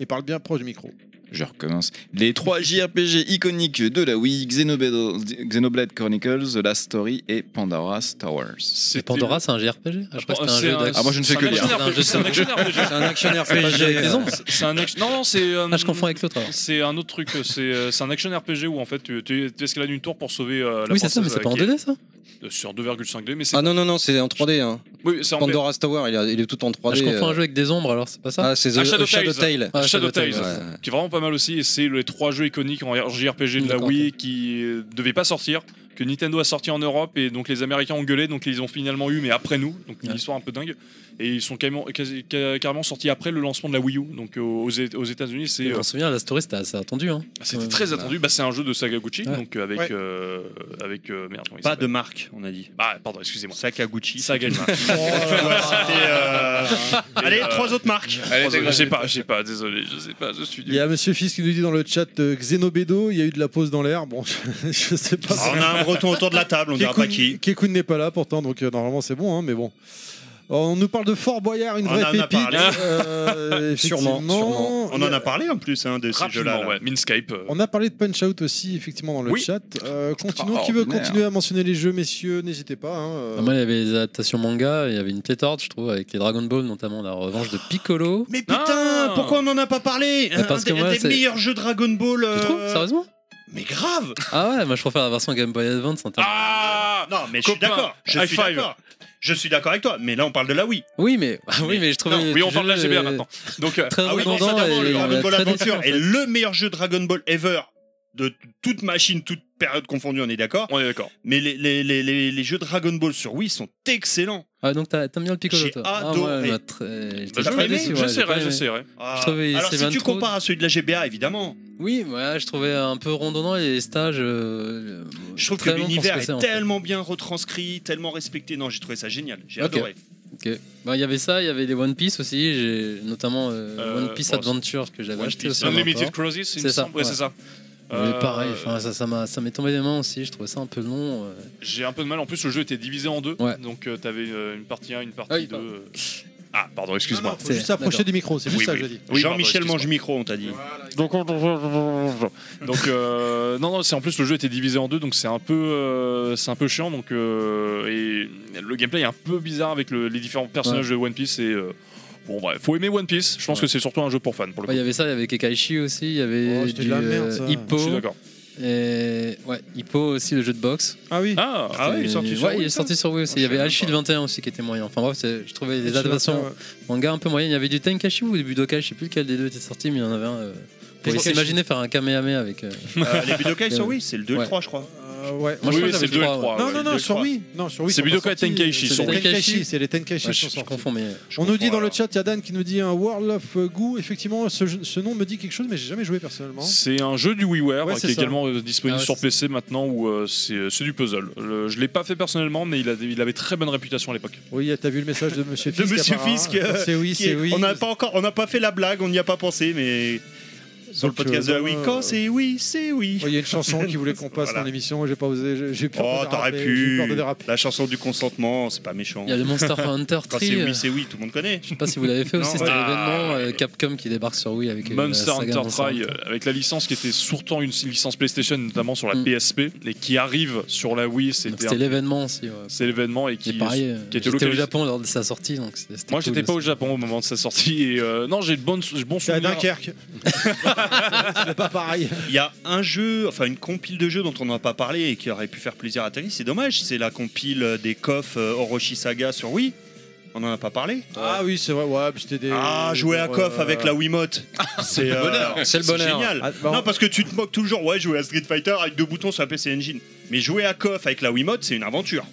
[SPEAKER 1] Et parle bien proche du micro.
[SPEAKER 4] Je recommence. Les trois JRPG iconiques de la Wii, Xenoblade, Xenoblade Chronicles, The Last Story et Pandora's Towers.
[SPEAKER 6] Et
[SPEAKER 8] C'était-
[SPEAKER 6] Pandora, c'est un JRPG Ah, je crois que c'était un jeu d'action.
[SPEAKER 4] Ah, moi, je ne fais
[SPEAKER 8] Oh, c'est
[SPEAKER 4] que
[SPEAKER 8] un
[SPEAKER 4] lire.
[SPEAKER 8] action
[SPEAKER 6] C'est un
[SPEAKER 8] RPG,
[SPEAKER 6] jeu
[SPEAKER 8] C'est un action RPG.
[SPEAKER 7] C'est un action RPG.
[SPEAKER 6] pas joué avec
[SPEAKER 8] Ah,
[SPEAKER 6] les ombres.
[SPEAKER 8] C'est un action. Non, non, c'est. euh,
[SPEAKER 6] Ah, je confonds avec l'autre. alors.
[SPEAKER 8] C'est un autre truc. C'est euh, c'est un action RPG où en fait tu, tu, tu escalades une tour pour sauver euh, la
[SPEAKER 6] Oui, c'est ça, mais
[SPEAKER 8] princesse,
[SPEAKER 6] c'est pas en
[SPEAKER 8] euh, qui
[SPEAKER 6] 2D ça
[SPEAKER 8] est- euh, Sur 2,5D, mais c'est.
[SPEAKER 7] Ah non, non, non, c'est en 3D. Hein.
[SPEAKER 8] Oui, c'est en Pandora.
[SPEAKER 7] Pandora's Tower, il, a- il est tout en 3D.
[SPEAKER 6] Ah, Je confonds
[SPEAKER 7] euh.
[SPEAKER 6] un jeu avec des ombres alors, c'est pas ça
[SPEAKER 7] Ah, c'est The
[SPEAKER 8] Ah, Shadow
[SPEAKER 7] Shadow,
[SPEAKER 8] Tales.
[SPEAKER 7] Tale.
[SPEAKER 6] Ah,
[SPEAKER 8] Shadow Tales,
[SPEAKER 7] ouais.
[SPEAKER 8] qui est vraiment pas mal aussi, et c'est les trois jeux iconiques en JRPG de la
[SPEAKER 6] D'accord,
[SPEAKER 8] Wii qui euh, devaient pas sortir, que Nintendo a sorti en Europe et donc les Américains ont gueulé, donc ils ont finalement eu, mais après nous, donc une histoire un peu dingue. Et ils sont carrément, quasi- ca- carrément sortis après le lancement de la Wii U, donc euh, aux, aux États-Unis, c'est
[SPEAKER 6] Je
[SPEAKER 8] euh,
[SPEAKER 6] m'en souviens, la story, c'était assez attendu. hein.
[SPEAKER 8] c'était
[SPEAKER 6] Ouais.
[SPEAKER 8] très attendu. Bah, c'est un jeu de Sakaguchi,
[SPEAKER 6] Ouais.
[SPEAKER 8] donc euh, avec
[SPEAKER 6] Ouais.
[SPEAKER 8] euh, avec euh, merde. comment il
[SPEAKER 22] Pas
[SPEAKER 8] s'appelle
[SPEAKER 22] de marque, on a dit.
[SPEAKER 8] Ah, pardon, excusez-moi.
[SPEAKER 22] Sakaguchi.
[SPEAKER 8] Sakaguchi.
[SPEAKER 3] euh, Allez, trois autres marques.
[SPEAKER 8] Allez,
[SPEAKER 3] Trois autres-
[SPEAKER 8] je sais pas, je sais pas, désolé, je sais pas, je suis
[SPEAKER 1] Il y a Monsieur Fils qui nous dit dans le chat euh, Xenobédo, il y a eu de la pause dans l'air. Bon, je, je sais pas.
[SPEAKER 3] Ah, on a un breton autour de la table, on dira pas qui.
[SPEAKER 1] Kekun n'est pas là pourtant, donc euh, normalement c'est bon, hein, mais bon. On nous parle de Fort Boyard, une
[SPEAKER 3] On
[SPEAKER 1] vraie
[SPEAKER 3] en a
[SPEAKER 1] pépite.
[SPEAKER 3] parlé.
[SPEAKER 1] euh,
[SPEAKER 3] Sûrement,
[SPEAKER 1] effectivement.
[SPEAKER 3] sûrement. On en a parlé,
[SPEAKER 22] en plus hein, de
[SPEAKER 1] ces jeux-là, là.
[SPEAKER 8] Ouais, Minscape. euh,
[SPEAKER 1] On a parlé de Punch Out aussi, effectivement, dans le
[SPEAKER 8] Oui.
[SPEAKER 1] chat. Euh, continuons, qui veut
[SPEAKER 6] Extraordinaire.
[SPEAKER 1] continuer à mentionner les jeux, messieurs, n'hésitez pas. hein, euh.
[SPEAKER 6] Ah, Moi, il y avait les adaptations manga, il y avait une pléthore, je trouve, avec les Dragon Ball, notamment la revanche de Piccolo.
[SPEAKER 3] Mais putain, pourquoi on n'en a pas parlé Euh,
[SPEAKER 6] Mais Eh, parce
[SPEAKER 3] Un
[SPEAKER 6] que
[SPEAKER 3] des-
[SPEAKER 6] moi,
[SPEAKER 3] des
[SPEAKER 6] c'est-
[SPEAKER 3] meilleurs jeux Dragon Ball. euh,
[SPEAKER 6] trouves, sérieusement
[SPEAKER 3] Mais grave
[SPEAKER 6] Ah ouais, moi je préfère la version Game Boy Advance. en termes-
[SPEAKER 3] Ah Non, mais je suis
[SPEAKER 6] Copain,
[SPEAKER 3] d'accord. Je
[SPEAKER 6] high
[SPEAKER 3] suis
[SPEAKER 6] five.
[SPEAKER 3] d'accord. Je suis d'accord avec toi, mais là on parle de la Wii.
[SPEAKER 6] Oui, mais, ah oui, mais je trouvais.
[SPEAKER 8] Non,
[SPEAKER 3] oui, on
[SPEAKER 6] le
[SPEAKER 3] parle de la
[SPEAKER 6] jeu,
[SPEAKER 3] GBA
[SPEAKER 6] euh,
[SPEAKER 3] maintenant.
[SPEAKER 8] Donc, euh,
[SPEAKER 6] Très
[SPEAKER 3] ah oui, non,
[SPEAKER 6] redondant
[SPEAKER 3] ça, d'abord,
[SPEAKER 6] et
[SPEAKER 3] le Dragon Ball
[SPEAKER 6] très
[SPEAKER 3] Adventure
[SPEAKER 6] décevant,
[SPEAKER 3] est
[SPEAKER 6] en fait.
[SPEAKER 3] le meilleur jeu Dragon Ball ever de toute machine, toute période confondue, on est d'accord
[SPEAKER 8] On est d'accord. Bah,
[SPEAKER 3] Mais les, les- les- les- les jeux Dragon Ball sur Wii sont excellents.
[SPEAKER 6] Ah, donc t'as- t'aimes bien le Piccolo,
[SPEAKER 3] J'ai
[SPEAKER 6] toi
[SPEAKER 3] adoré.
[SPEAKER 6] Ah, ouais, bah, très- j'étais
[SPEAKER 3] T'as
[SPEAKER 6] très
[SPEAKER 3] pas aimé
[SPEAKER 6] déçu, ouais, j'ai pas
[SPEAKER 8] J'essaierai,
[SPEAKER 6] aimé.
[SPEAKER 8] j'essaierai.
[SPEAKER 3] Ah,
[SPEAKER 6] Je trouvais
[SPEAKER 3] Alors si
[SPEAKER 6] Seven
[SPEAKER 3] tu
[SPEAKER 6] True-
[SPEAKER 3] compares à celui de la GBA, évidemment.
[SPEAKER 6] Oui, ouais, je trouvais un peu rondonnant et les stages. euh,
[SPEAKER 3] Je trouve que
[SPEAKER 6] très longs pour ce
[SPEAKER 3] l'univers
[SPEAKER 6] c'est, en
[SPEAKER 3] est
[SPEAKER 6] fait.
[SPEAKER 3] tellement bien retranscrit, tellement respecté. Non, j'ai trouvé ça génial. J'ai
[SPEAKER 6] Ok.
[SPEAKER 3] adoré.
[SPEAKER 6] Ok. Bah, Il y avait ça, il y avait les One Piece aussi, j'ai notamment euh,
[SPEAKER 8] Euh,
[SPEAKER 6] One Piece
[SPEAKER 8] bon,
[SPEAKER 6] Adventure que j'avais
[SPEAKER 8] One
[SPEAKER 6] acheté
[SPEAKER 8] Piece.
[SPEAKER 6] aussi.
[SPEAKER 8] Unlimited
[SPEAKER 6] encore.
[SPEAKER 8] Crossy, c'est il me semble. Ouais, c'est ça.
[SPEAKER 6] Mais
[SPEAKER 8] Euh,
[SPEAKER 6] pareil, enfin, ça, ça, m'a- ça m'est tombé des mains aussi, je trouvais ça un peu long. euh.
[SPEAKER 8] J'ai un peu de mal. En plus, le jeu était divisé en deux.
[SPEAKER 6] Ouais.
[SPEAKER 8] Donc, euh, t'avais euh, une partie 1, une
[SPEAKER 6] Ah
[SPEAKER 8] partie
[SPEAKER 6] oui,
[SPEAKER 8] 2. euh. Ah, pardon, excuse-moi.
[SPEAKER 1] faut juste s'approcher du micro, c'est juste
[SPEAKER 8] Oui,
[SPEAKER 1] ça
[SPEAKER 8] oui.
[SPEAKER 1] que je dis.
[SPEAKER 8] Oui,
[SPEAKER 22] Jean-Michel
[SPEAKER 8] pardon,
[SPEAKER 22] mange micro, on t'a dit.
[SPEAKER 8] Donc, donc euh, non, non, c'est en plus le jeu était divisé en deux, donc c'est un peu, euh, c'est un peu chiant. Donc euh, et le gameplay est un peu bizarre avec le- les différents personnages de One Piece et euh, bon bref, faut aimer One Piece. Je pense que c'est surtout un jeu pour fans pour
[SPEAKER 6] Ouais,
[SPEAKER 8] le
[SPEAKER 6] Il y avait ça, il y avait Kekaishi aussi, il y avait
[SPEAKER 1] Oh, c'était
[SPEAKER 6] du,
[SPEAKER 1] de la merde, ça.
[SPEAKER 6] euh,
[SPEAKER 8] coup.
[SPEAKER 6] Hippo.
[SPEAKER 8] Je suis d'accord.
[SPEAKER 6] Et ouais, Hippo aussi, le jeu de boxe.
[SPEAKER 1] Ah oui.
[SPEAKER 8] Ah,
[SPEAKER 6] C'était- ouais, il est sorti sur Wii aussi. Il y avait Alchid 21 aussi qui était moyen. Enfin bref, c'est- je trouvais les
[SPEAKER 1] Alchid
[SPEAKER 6] adaptations
[SPEAKER 1] 21, ouais.
[SPEAKER 6] manga un peu moyen. Il y avait du Tenkashi ou du Budokai, je sais plus lequel des deux était sorti, mais il y en avait un. euh, pour
[SPEAKER 3] Tenkashi.
[SPEAKER 6] s'imaginer faire un Kamehameha avec. euh,
[SPEAKER 3] Euh, les Budokai
[SPEAKER 6] euh,
[SPEAKER 3] sur Wii, c'est le 2 et le
[SPEAKER 6] ouais.
[SPEAKER 3] 3, je crois.
[SPEAKER 1] Euh, ouais.
[SPEAKER 6] Moi, je
[SPEAKER 8] Oui,
[SPEAKER 6] crois que
[SPEAKER 8] c'est
[SPEAKER 6] j'avais
[SPEAKER 8] le 2 et le
[SPEAKER 6] trois,
[SPEAKER 8] 3.
[SPEAKER 1] non, non,
[SPEAKER 8] ouais, le 2 et
[SPEAKER 1] non,
[SPEAKER 8] le
[SPEAKER 1] sur
[SPEAKER 8] 3.
[SPEAKER 1] Wii. Non, sur Wii.
[SPEAKER 8] C'est
[SPEAKER 1] ils sont
[SPEAKER 8] Budokai
[SPEAKER 1] pas sortis.
[SPEAKER 8] Tenkaichi,
[SPEAKER 1] C'est
[SPEAKER 8] sur
[SPEAKER 1] les
[SPEAKER 6] Wii.
[SPEAKER 1] Tenkaichi, c'est les Tenkaichi
[SPEAKER 6] Ouais,
[SPEAKER 1] qui
[SPEAKER 6] je,
[SPEAKER 1] sont
[SPEAKER 6] je
[SPEAKER 1] sortis.
[SPEAKER 6] confonds, mais. euh,
[SPEAKER 1] On nous dit dans le chat, il y a Dan qui nous dit un World of Goo. Effectivement, ce, jeu- ce nom me dit quelque chose, mais j'ai jamais joué personnellement.
[SPEAKER 8] C'est un jeu du WiiWare
[SPEAKER 1] Ouais,
[SPEAKER 8] euh, qui
[SPEAKER 1] c'est
[SPEAKER 8] est
[SPEAKER 1] ça.
[SPEAKER 8] également euh, disponible
[SPEAKER 6] Ah ouais,
[SPEAKER 8] sur
[SPEAKER 6] c'est
[SPEAKER 8] PC maintenant où euh, c'est euh, c'est du puzzle. Le- je l'ai pas fait personnellement, mais il, a- il avait très bonne réputation à l'époque.
[SPEAKER 1] Oui, t'as vu le message de Monsieur
[SPEAKER 3] De
[SPEAKER 1] Fisk
[SPEAKER 3] Monsieur
[SPEAKER 1] apparemment.
[SPEAKER 3] Fisk. euh,
[SPEAKER 1] C'est oui,
[SPEAKER 3] qui
[SPEAKER 1] c'est
[SPEAKER 3] est-
[SPEAKER 1] oui.
[SPEAKER 3] On n'a pas encore, on n'a pas fait la blague, on n'y a pas pensé, mais sur
[SPEAKER 1] Donc,
[SPEAKER 3] le podcast de
[SPEAKER 1] euh,
[SPEAKER 3] la Wii,
[SPEAKER 1] non, euh, Oh,
[SPEAKER 3] quand c'est oui, c'est oui.
[SPEAKER 1] Il y a une chanson qui voulait qu'on passe
[SPEAKER 3] Voilà.
[SPEAKER 1] dans l'émission, j'ai pas osé, j'ai- j'ai peur,
[SPEAKER 3] Oh,
[SPEAKER 1] de
[SPEAKER 3] t'aurais
[SPEAKER 1] déraper, j'ai eu
[SPEAKER 3] pu.
[SPEAKER 1] peur de déraper.
[SPEAKER 3] La chanson du consentement, c'est pas méchant.
[SPEAKER 6] Il y a le Monster Hunter
[SPEAKER 3] Quand c'est
[SPEAKER 6] Tree. euh,
[SPEAKER 3] oui, c'est oui, tout le monde connaît.
[SPEAKER 6] Je sais pas si vous l'avez fait aussi,
[SPEAKER 3] Non,
[SPEAKER 6] c'était
[SPEAKER 3] ouais.
[SPEAKER 6] l'événement
[SPEAKER 3] Ah,
[SPEAKER 6] euh, Capcom qui débarque sur Wii avec euh, la
[SPEAKER 8] Monster
[SPEAKER 6] saga
[SPEAKER 8] Hunter
[SPEAKER 6] Monster
[SPEAKER 8] Try,
[SPEAKER 6] Hunter.
[SPEAKER 8] euh, avec la licence qui était surtout une licence PlayStation, notamment sur la
[SPEAKER 6] Mm.
[SPEAKER 8] PSP, et qui arrive sur la Wii,
[SPEAKER 6] Donc,
[SPEAKER 8] c'était
[SPEAKER 6] C'était
[SPEAKER 8] un-
[SPEAKER 6] l'événement aussi. ouais.
[SPEAKER 8] c'est l'événement et
[SPEAKER 6] Et
[SPEAKER 8] qui,
[SPEAKER 6] pareil, euh,
[SPEAKER 8] qui était
[SPEAKER 6] j'étais au
[SPEAKER 8] localisé.
[SPEAKER 6] Japon lors de sa sortie, donc c'était- c'était
[SPEAKER 8] Moi,
[SPEAKER 6] cool
[SPEAKER 8] j'étais pas au
[SPEAKER 6] aussi.
[SPEAKER 8] Japon au moment de sa sortie et euh, non, j'ai de bonnes j'ai de bons
[SPEAKER 1] C'est à
[SPEAKER 8] souvenirs.
[SPEAKER 1] Dunkerque. c'est pas pareil.
[SPEAKER 3] Il y a un jeu, enfin une compile de jeux dont on n'a pas parlé et qui aurait pu faire plaisir à Terry. C'est dommage, c'est la compile des coffres euh, Orochi Saga sur Wii. On n'en a pas parlé.
[SPEAKER 1] Ah oui, c'est vrai, ouais, puis c'était des.
[SPEAKER 3] Ah, jouer à
[SPEAKER 1] des-
[SPEAKER 3] coff
[SPEAKER 1] euh,
[SPEAKER 3] avec la Wiimote, c'est euh,
[SPEAKER 6] C'est le bonheur.
[SPEAKER 3] génial.
[SPEAKER 1] Ah, bah,
[SPEAKER 3] Non, parce que tu te moques toujours, ouais, jouer à Street Fighter avec deux boutons sur la PC Engine. Mais jouer à coff avec la Wiimote, c'est une aventure.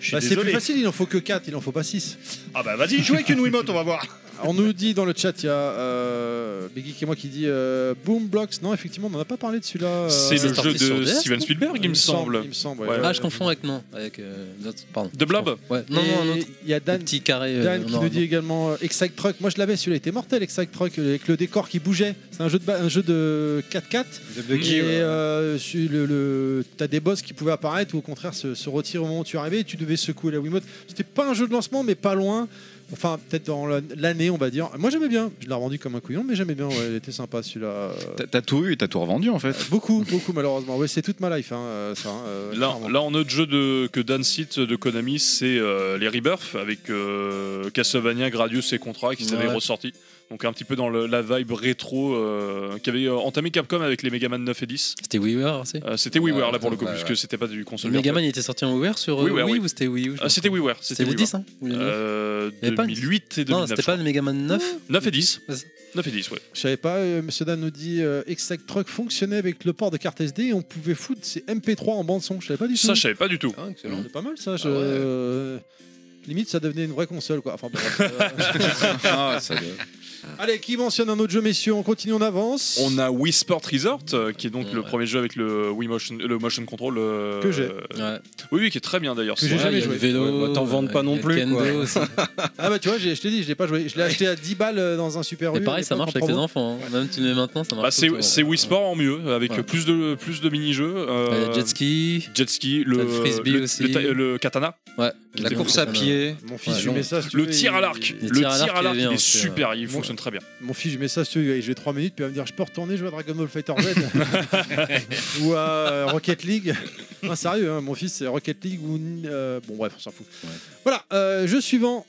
[SPEAKER 3] Je suis
[SPEAKER 1] bah, c'est plus
[SPEAKER 3] désolé.
[SPEAKER 1] facile, il en faut que 4, il en faut pas 6.
[SPEAKER 3] Ah bah vas-y, jouez avec une Wiimote, on va voir.
[SPEAKER 1] On nous dit dans le chat, il y a euh, Beggy et moi qui dit euh, Boom Blocks. Non, effectivement, on n'en a pas parlé de celui-là. euh,
[SPEAKER 8] C'est
[SPEAKER 6] c'est
[SPEAKER 8] le jeu
[SPEAKER 6] sorti sur
[SPEAKER 8] de
[SPEAKER 6] DS,
[SPEAKER 8] Steven Spielberg, il me semble.
[SPEAKER 1] Il me semble, ouais.
[SPEAKER 8] Ouais.
[SPEAKER 6] Ah, je confonds avec non, avec euh, d'autres- pardon.
[SPEAKER 8] De Blob
[SPEAKER 6] Ouais, non,
[SPEAKER 1] Et
[SPEAKER 6] non, un autre.
[SPEAKER 1] Il y a Dan,
[SPEAKER 6] petit carré. euh,
[SPEAKER 1] Dan qui
[SPEAKER 6] noir,
[SPEAKER 1] nous dit
[SPEAKER 6] non.
[SPEAKER 1] également euh, Excite Truck. Moi, je l'avais, celui-là il était mortel, Excite Truck, euh, avec le décor qui bougeait. C'est un jeu de ba- un jeu de 4x4.
[SPEAKER 23] De Buggy,
[SPEAKER 1] Et
[SPEAKER 23] ouais.
[SPEAKER 1] euh, sur le, le- t'as des boss qui pouvaient apparaître ou au contraire se, se retirer au moment où tu arrivais et tu devais secouer la Wiimote. C'était pas un jeu de lancement, mais pas loin. Enfin, peut-être dans la- l'année, on va dire. Moi, j'aimais bien. Je l'ai revendu comme un couillon, mais j'aimais bien. Ouais, il était sympa celui-là. Euh,
[SPEAKER 4] T'as- T'as tout eu et t'as tout revendu en fait.
[SPEAKER 1] Beaucoup, beaucoup, malheureusement. Ouais, c'est toute ma life, hein, euh, ça. hein, euh,
[SPEAKER 8] Là,
[SPEAKER 1] clairement.
[SPEAKER 8] là, en autre jeu de, que Dan cite de Konami, c'est euh, les Rebirth avec euh, Castlevania, Gradius et Contra qui s'avaient
[SPEAKER 6] Ouais.
[SPEAKER 8] ressorti. Donc un petit peu dans le- la vibe rétro euh, qu'avait euh, entamé Capcom avec les Megaman 9 et 10.
[SPEAKER 6] C'était WiiWare aussi.
[SPEAKER 8] Euh, c'était WiiWare
[SPEAKER 6] Ouais,
[SPEAKER 8] là pour le coup,
[SPEAKER 6] ouais,
[SPEAKER 8] puisque
[SPEAKER 6] ouais.
[SPEAKER 8] c'était pas du console.
[SPEAKER 6] Le
[SPEAKER 8] virtuelle.
[SPEAKER 6] Megaman il était sorti en WiiWare sur euh,
[SPEAKER 8] WiiWare,
[SPEAKER 6] Wii
[SPEAKER 8] oui.
[SPEAKER 6] ou c'était Wii U je
[SPEAKER 8] Ah,
[SPEAKER 6] sais
[SPEAKER 8] c'était
[SPEAKER 6] pas.
[SPEAKER 8] WiiWare.
[SPEAKER 6] C'était le
[SPEAKER 8] WiiWare.
[SPEAKER 6] 10 hein ou le 9.
[SPEAKER 8] Euh,
[SPEAKER 6] Il y avait pas une-
[SPEAKER 8] 2008 et 2009.
[SPEAKER 6] Non, c'était pas le Mega Man 9
[SPEAKER 8] 9 et 10.
[SPEAKER 6] Vas-y.
[SPEAKER 8] 9 et 10, ouais.
[SPEAKER 1] Je savais pas, euh, Monsieur Dan nous dit euh, Exact Truck fonctionnait avec le port de carte SD et on pouvait foutre ses MP3 en bande son. Je savais pas du tout.
[SPEAKER 8] Ça, je savais pas du tout.
[SPEAKER 7] Ah, excellent.
[SPEAKER 1] C'est pas mal ça. je-
[SPEAKER 7] Ah ouais.
[SPEAKER 1] euh, Limite, ça devenait une vraie console quoi. Enfin, bref, euh,
[SPEAKER 24] Ah, ça doit-
[SPEAKER 1] Allez, qui mentionne un autre jeu, messieurs On continue, on avance.
[SPEAKER 8] On a Wii Sport Resort, euh, qui est donc le
[SPEAKER 6] Ouais.
[SPEAKER 8] premier jeu avec le Wii Motion, le motion Control. euh,
[SPEAKER 1] Que j'ai.
[SPEAKER 6] Ouais.
[SPEAKER 8] Oui, oui, qui est très bien d'ailleurs.
[SPEAKER 1] Que j'ai
[SPEAKER 8] Ouais,
[SPEAKER 1] jamais
[SPEAKER 8] il y a-
[SPEAKER 1] joué.
[SPEAKER 6] Vélo. euh,
[SPEAKER 4] Ouais, bah, t'en vendent pas
[SPEAKER 6] il y a
[SPEAKER 4] non plus,
[SPEAKER 6] Kendo,
[SPEAKER 4] quoi.
[SPEAKER 6] c'est-
[SPEAKER 1] Ah bah tu vois, j'ai- je t'ai dit, je l'ai pas joué. Je l'ai acheté à 10 balles euh, dans un super
[SPEAKER 6] Et
[SPEAKER 1] U, à
[SPEAKER 6] pareil, ça
[SPEAKER 1] l'époque, en
[SPEAKER 6] marche avec les
[SPEAKER 1] promo.
[SPEAKER 6] enfants. hein. Même tu le mets maintenant, ça marche.
[SPEAKER 8] Bah, c'est
[SPEAKER 6] tout,
[SPEAKER 8] c'est
[SPEAKER 6] ouais.
[SPEAKER 8] Wii Sport en mieux, avec
[SPEAKER 6] Ouais.
[SPEAKER 8] plus de, plus de mini-jeux. euh,
[SPEAKER 6] Euh, Jet ski,
[SPEAKER 8] jet ski, le,
[SPEAKER 6] le frisbee
[SPEAKER 8] le-
[SPEAKER 6] aussi.
[SPEAKER 8] le ta- le katana.
[SPEAKER 6] ouais,
[SPEAKER 4] La course à
[SPEAKER 25] euh,
[SPEAKER 4] pied.
[SPEAKER 1] Mon fils,
[SPEAKER 6] Ouais,
[SPEAKER 1] je lui
[SPEAKER 6] non.
[SPEAKER 1] mets ça. si tu
[SPEAKER 8] Le
[SPEAKER 1] veux,
[SPEAKER 8] tir
[SPEAKER 1] il-
[SPEAKER 8] à l'arc,
[SPEAKER 1] il-
[SPEAKER 8] le
[SPEAKER 6] tir
[SPEAKER 8] tir
[SPEAKER 6] à l'arc,
[SPEAKER 8] à l'arc,
[SPEAKER 6] il est
[SPEAKER 8] il
[SPEAKER 6] bien,
[SPEAKER 8] est
[SPEAKER 6] c'est-
[SPEAKER 8] super, il fonctionne très bien.
[SPEAKER 1] Mon fils, je mets ça. si tu veux, Je vais 3 minutes, puis il va me dire Je peux retourner jouer à Dragon Ball Fighter Z ou à euh, Rocket League. Non, sérieux, hein, mon fils, c'est Rocket League ou. euh, bon, bref, on s'en fout. Voilà, euh, jeu suivant.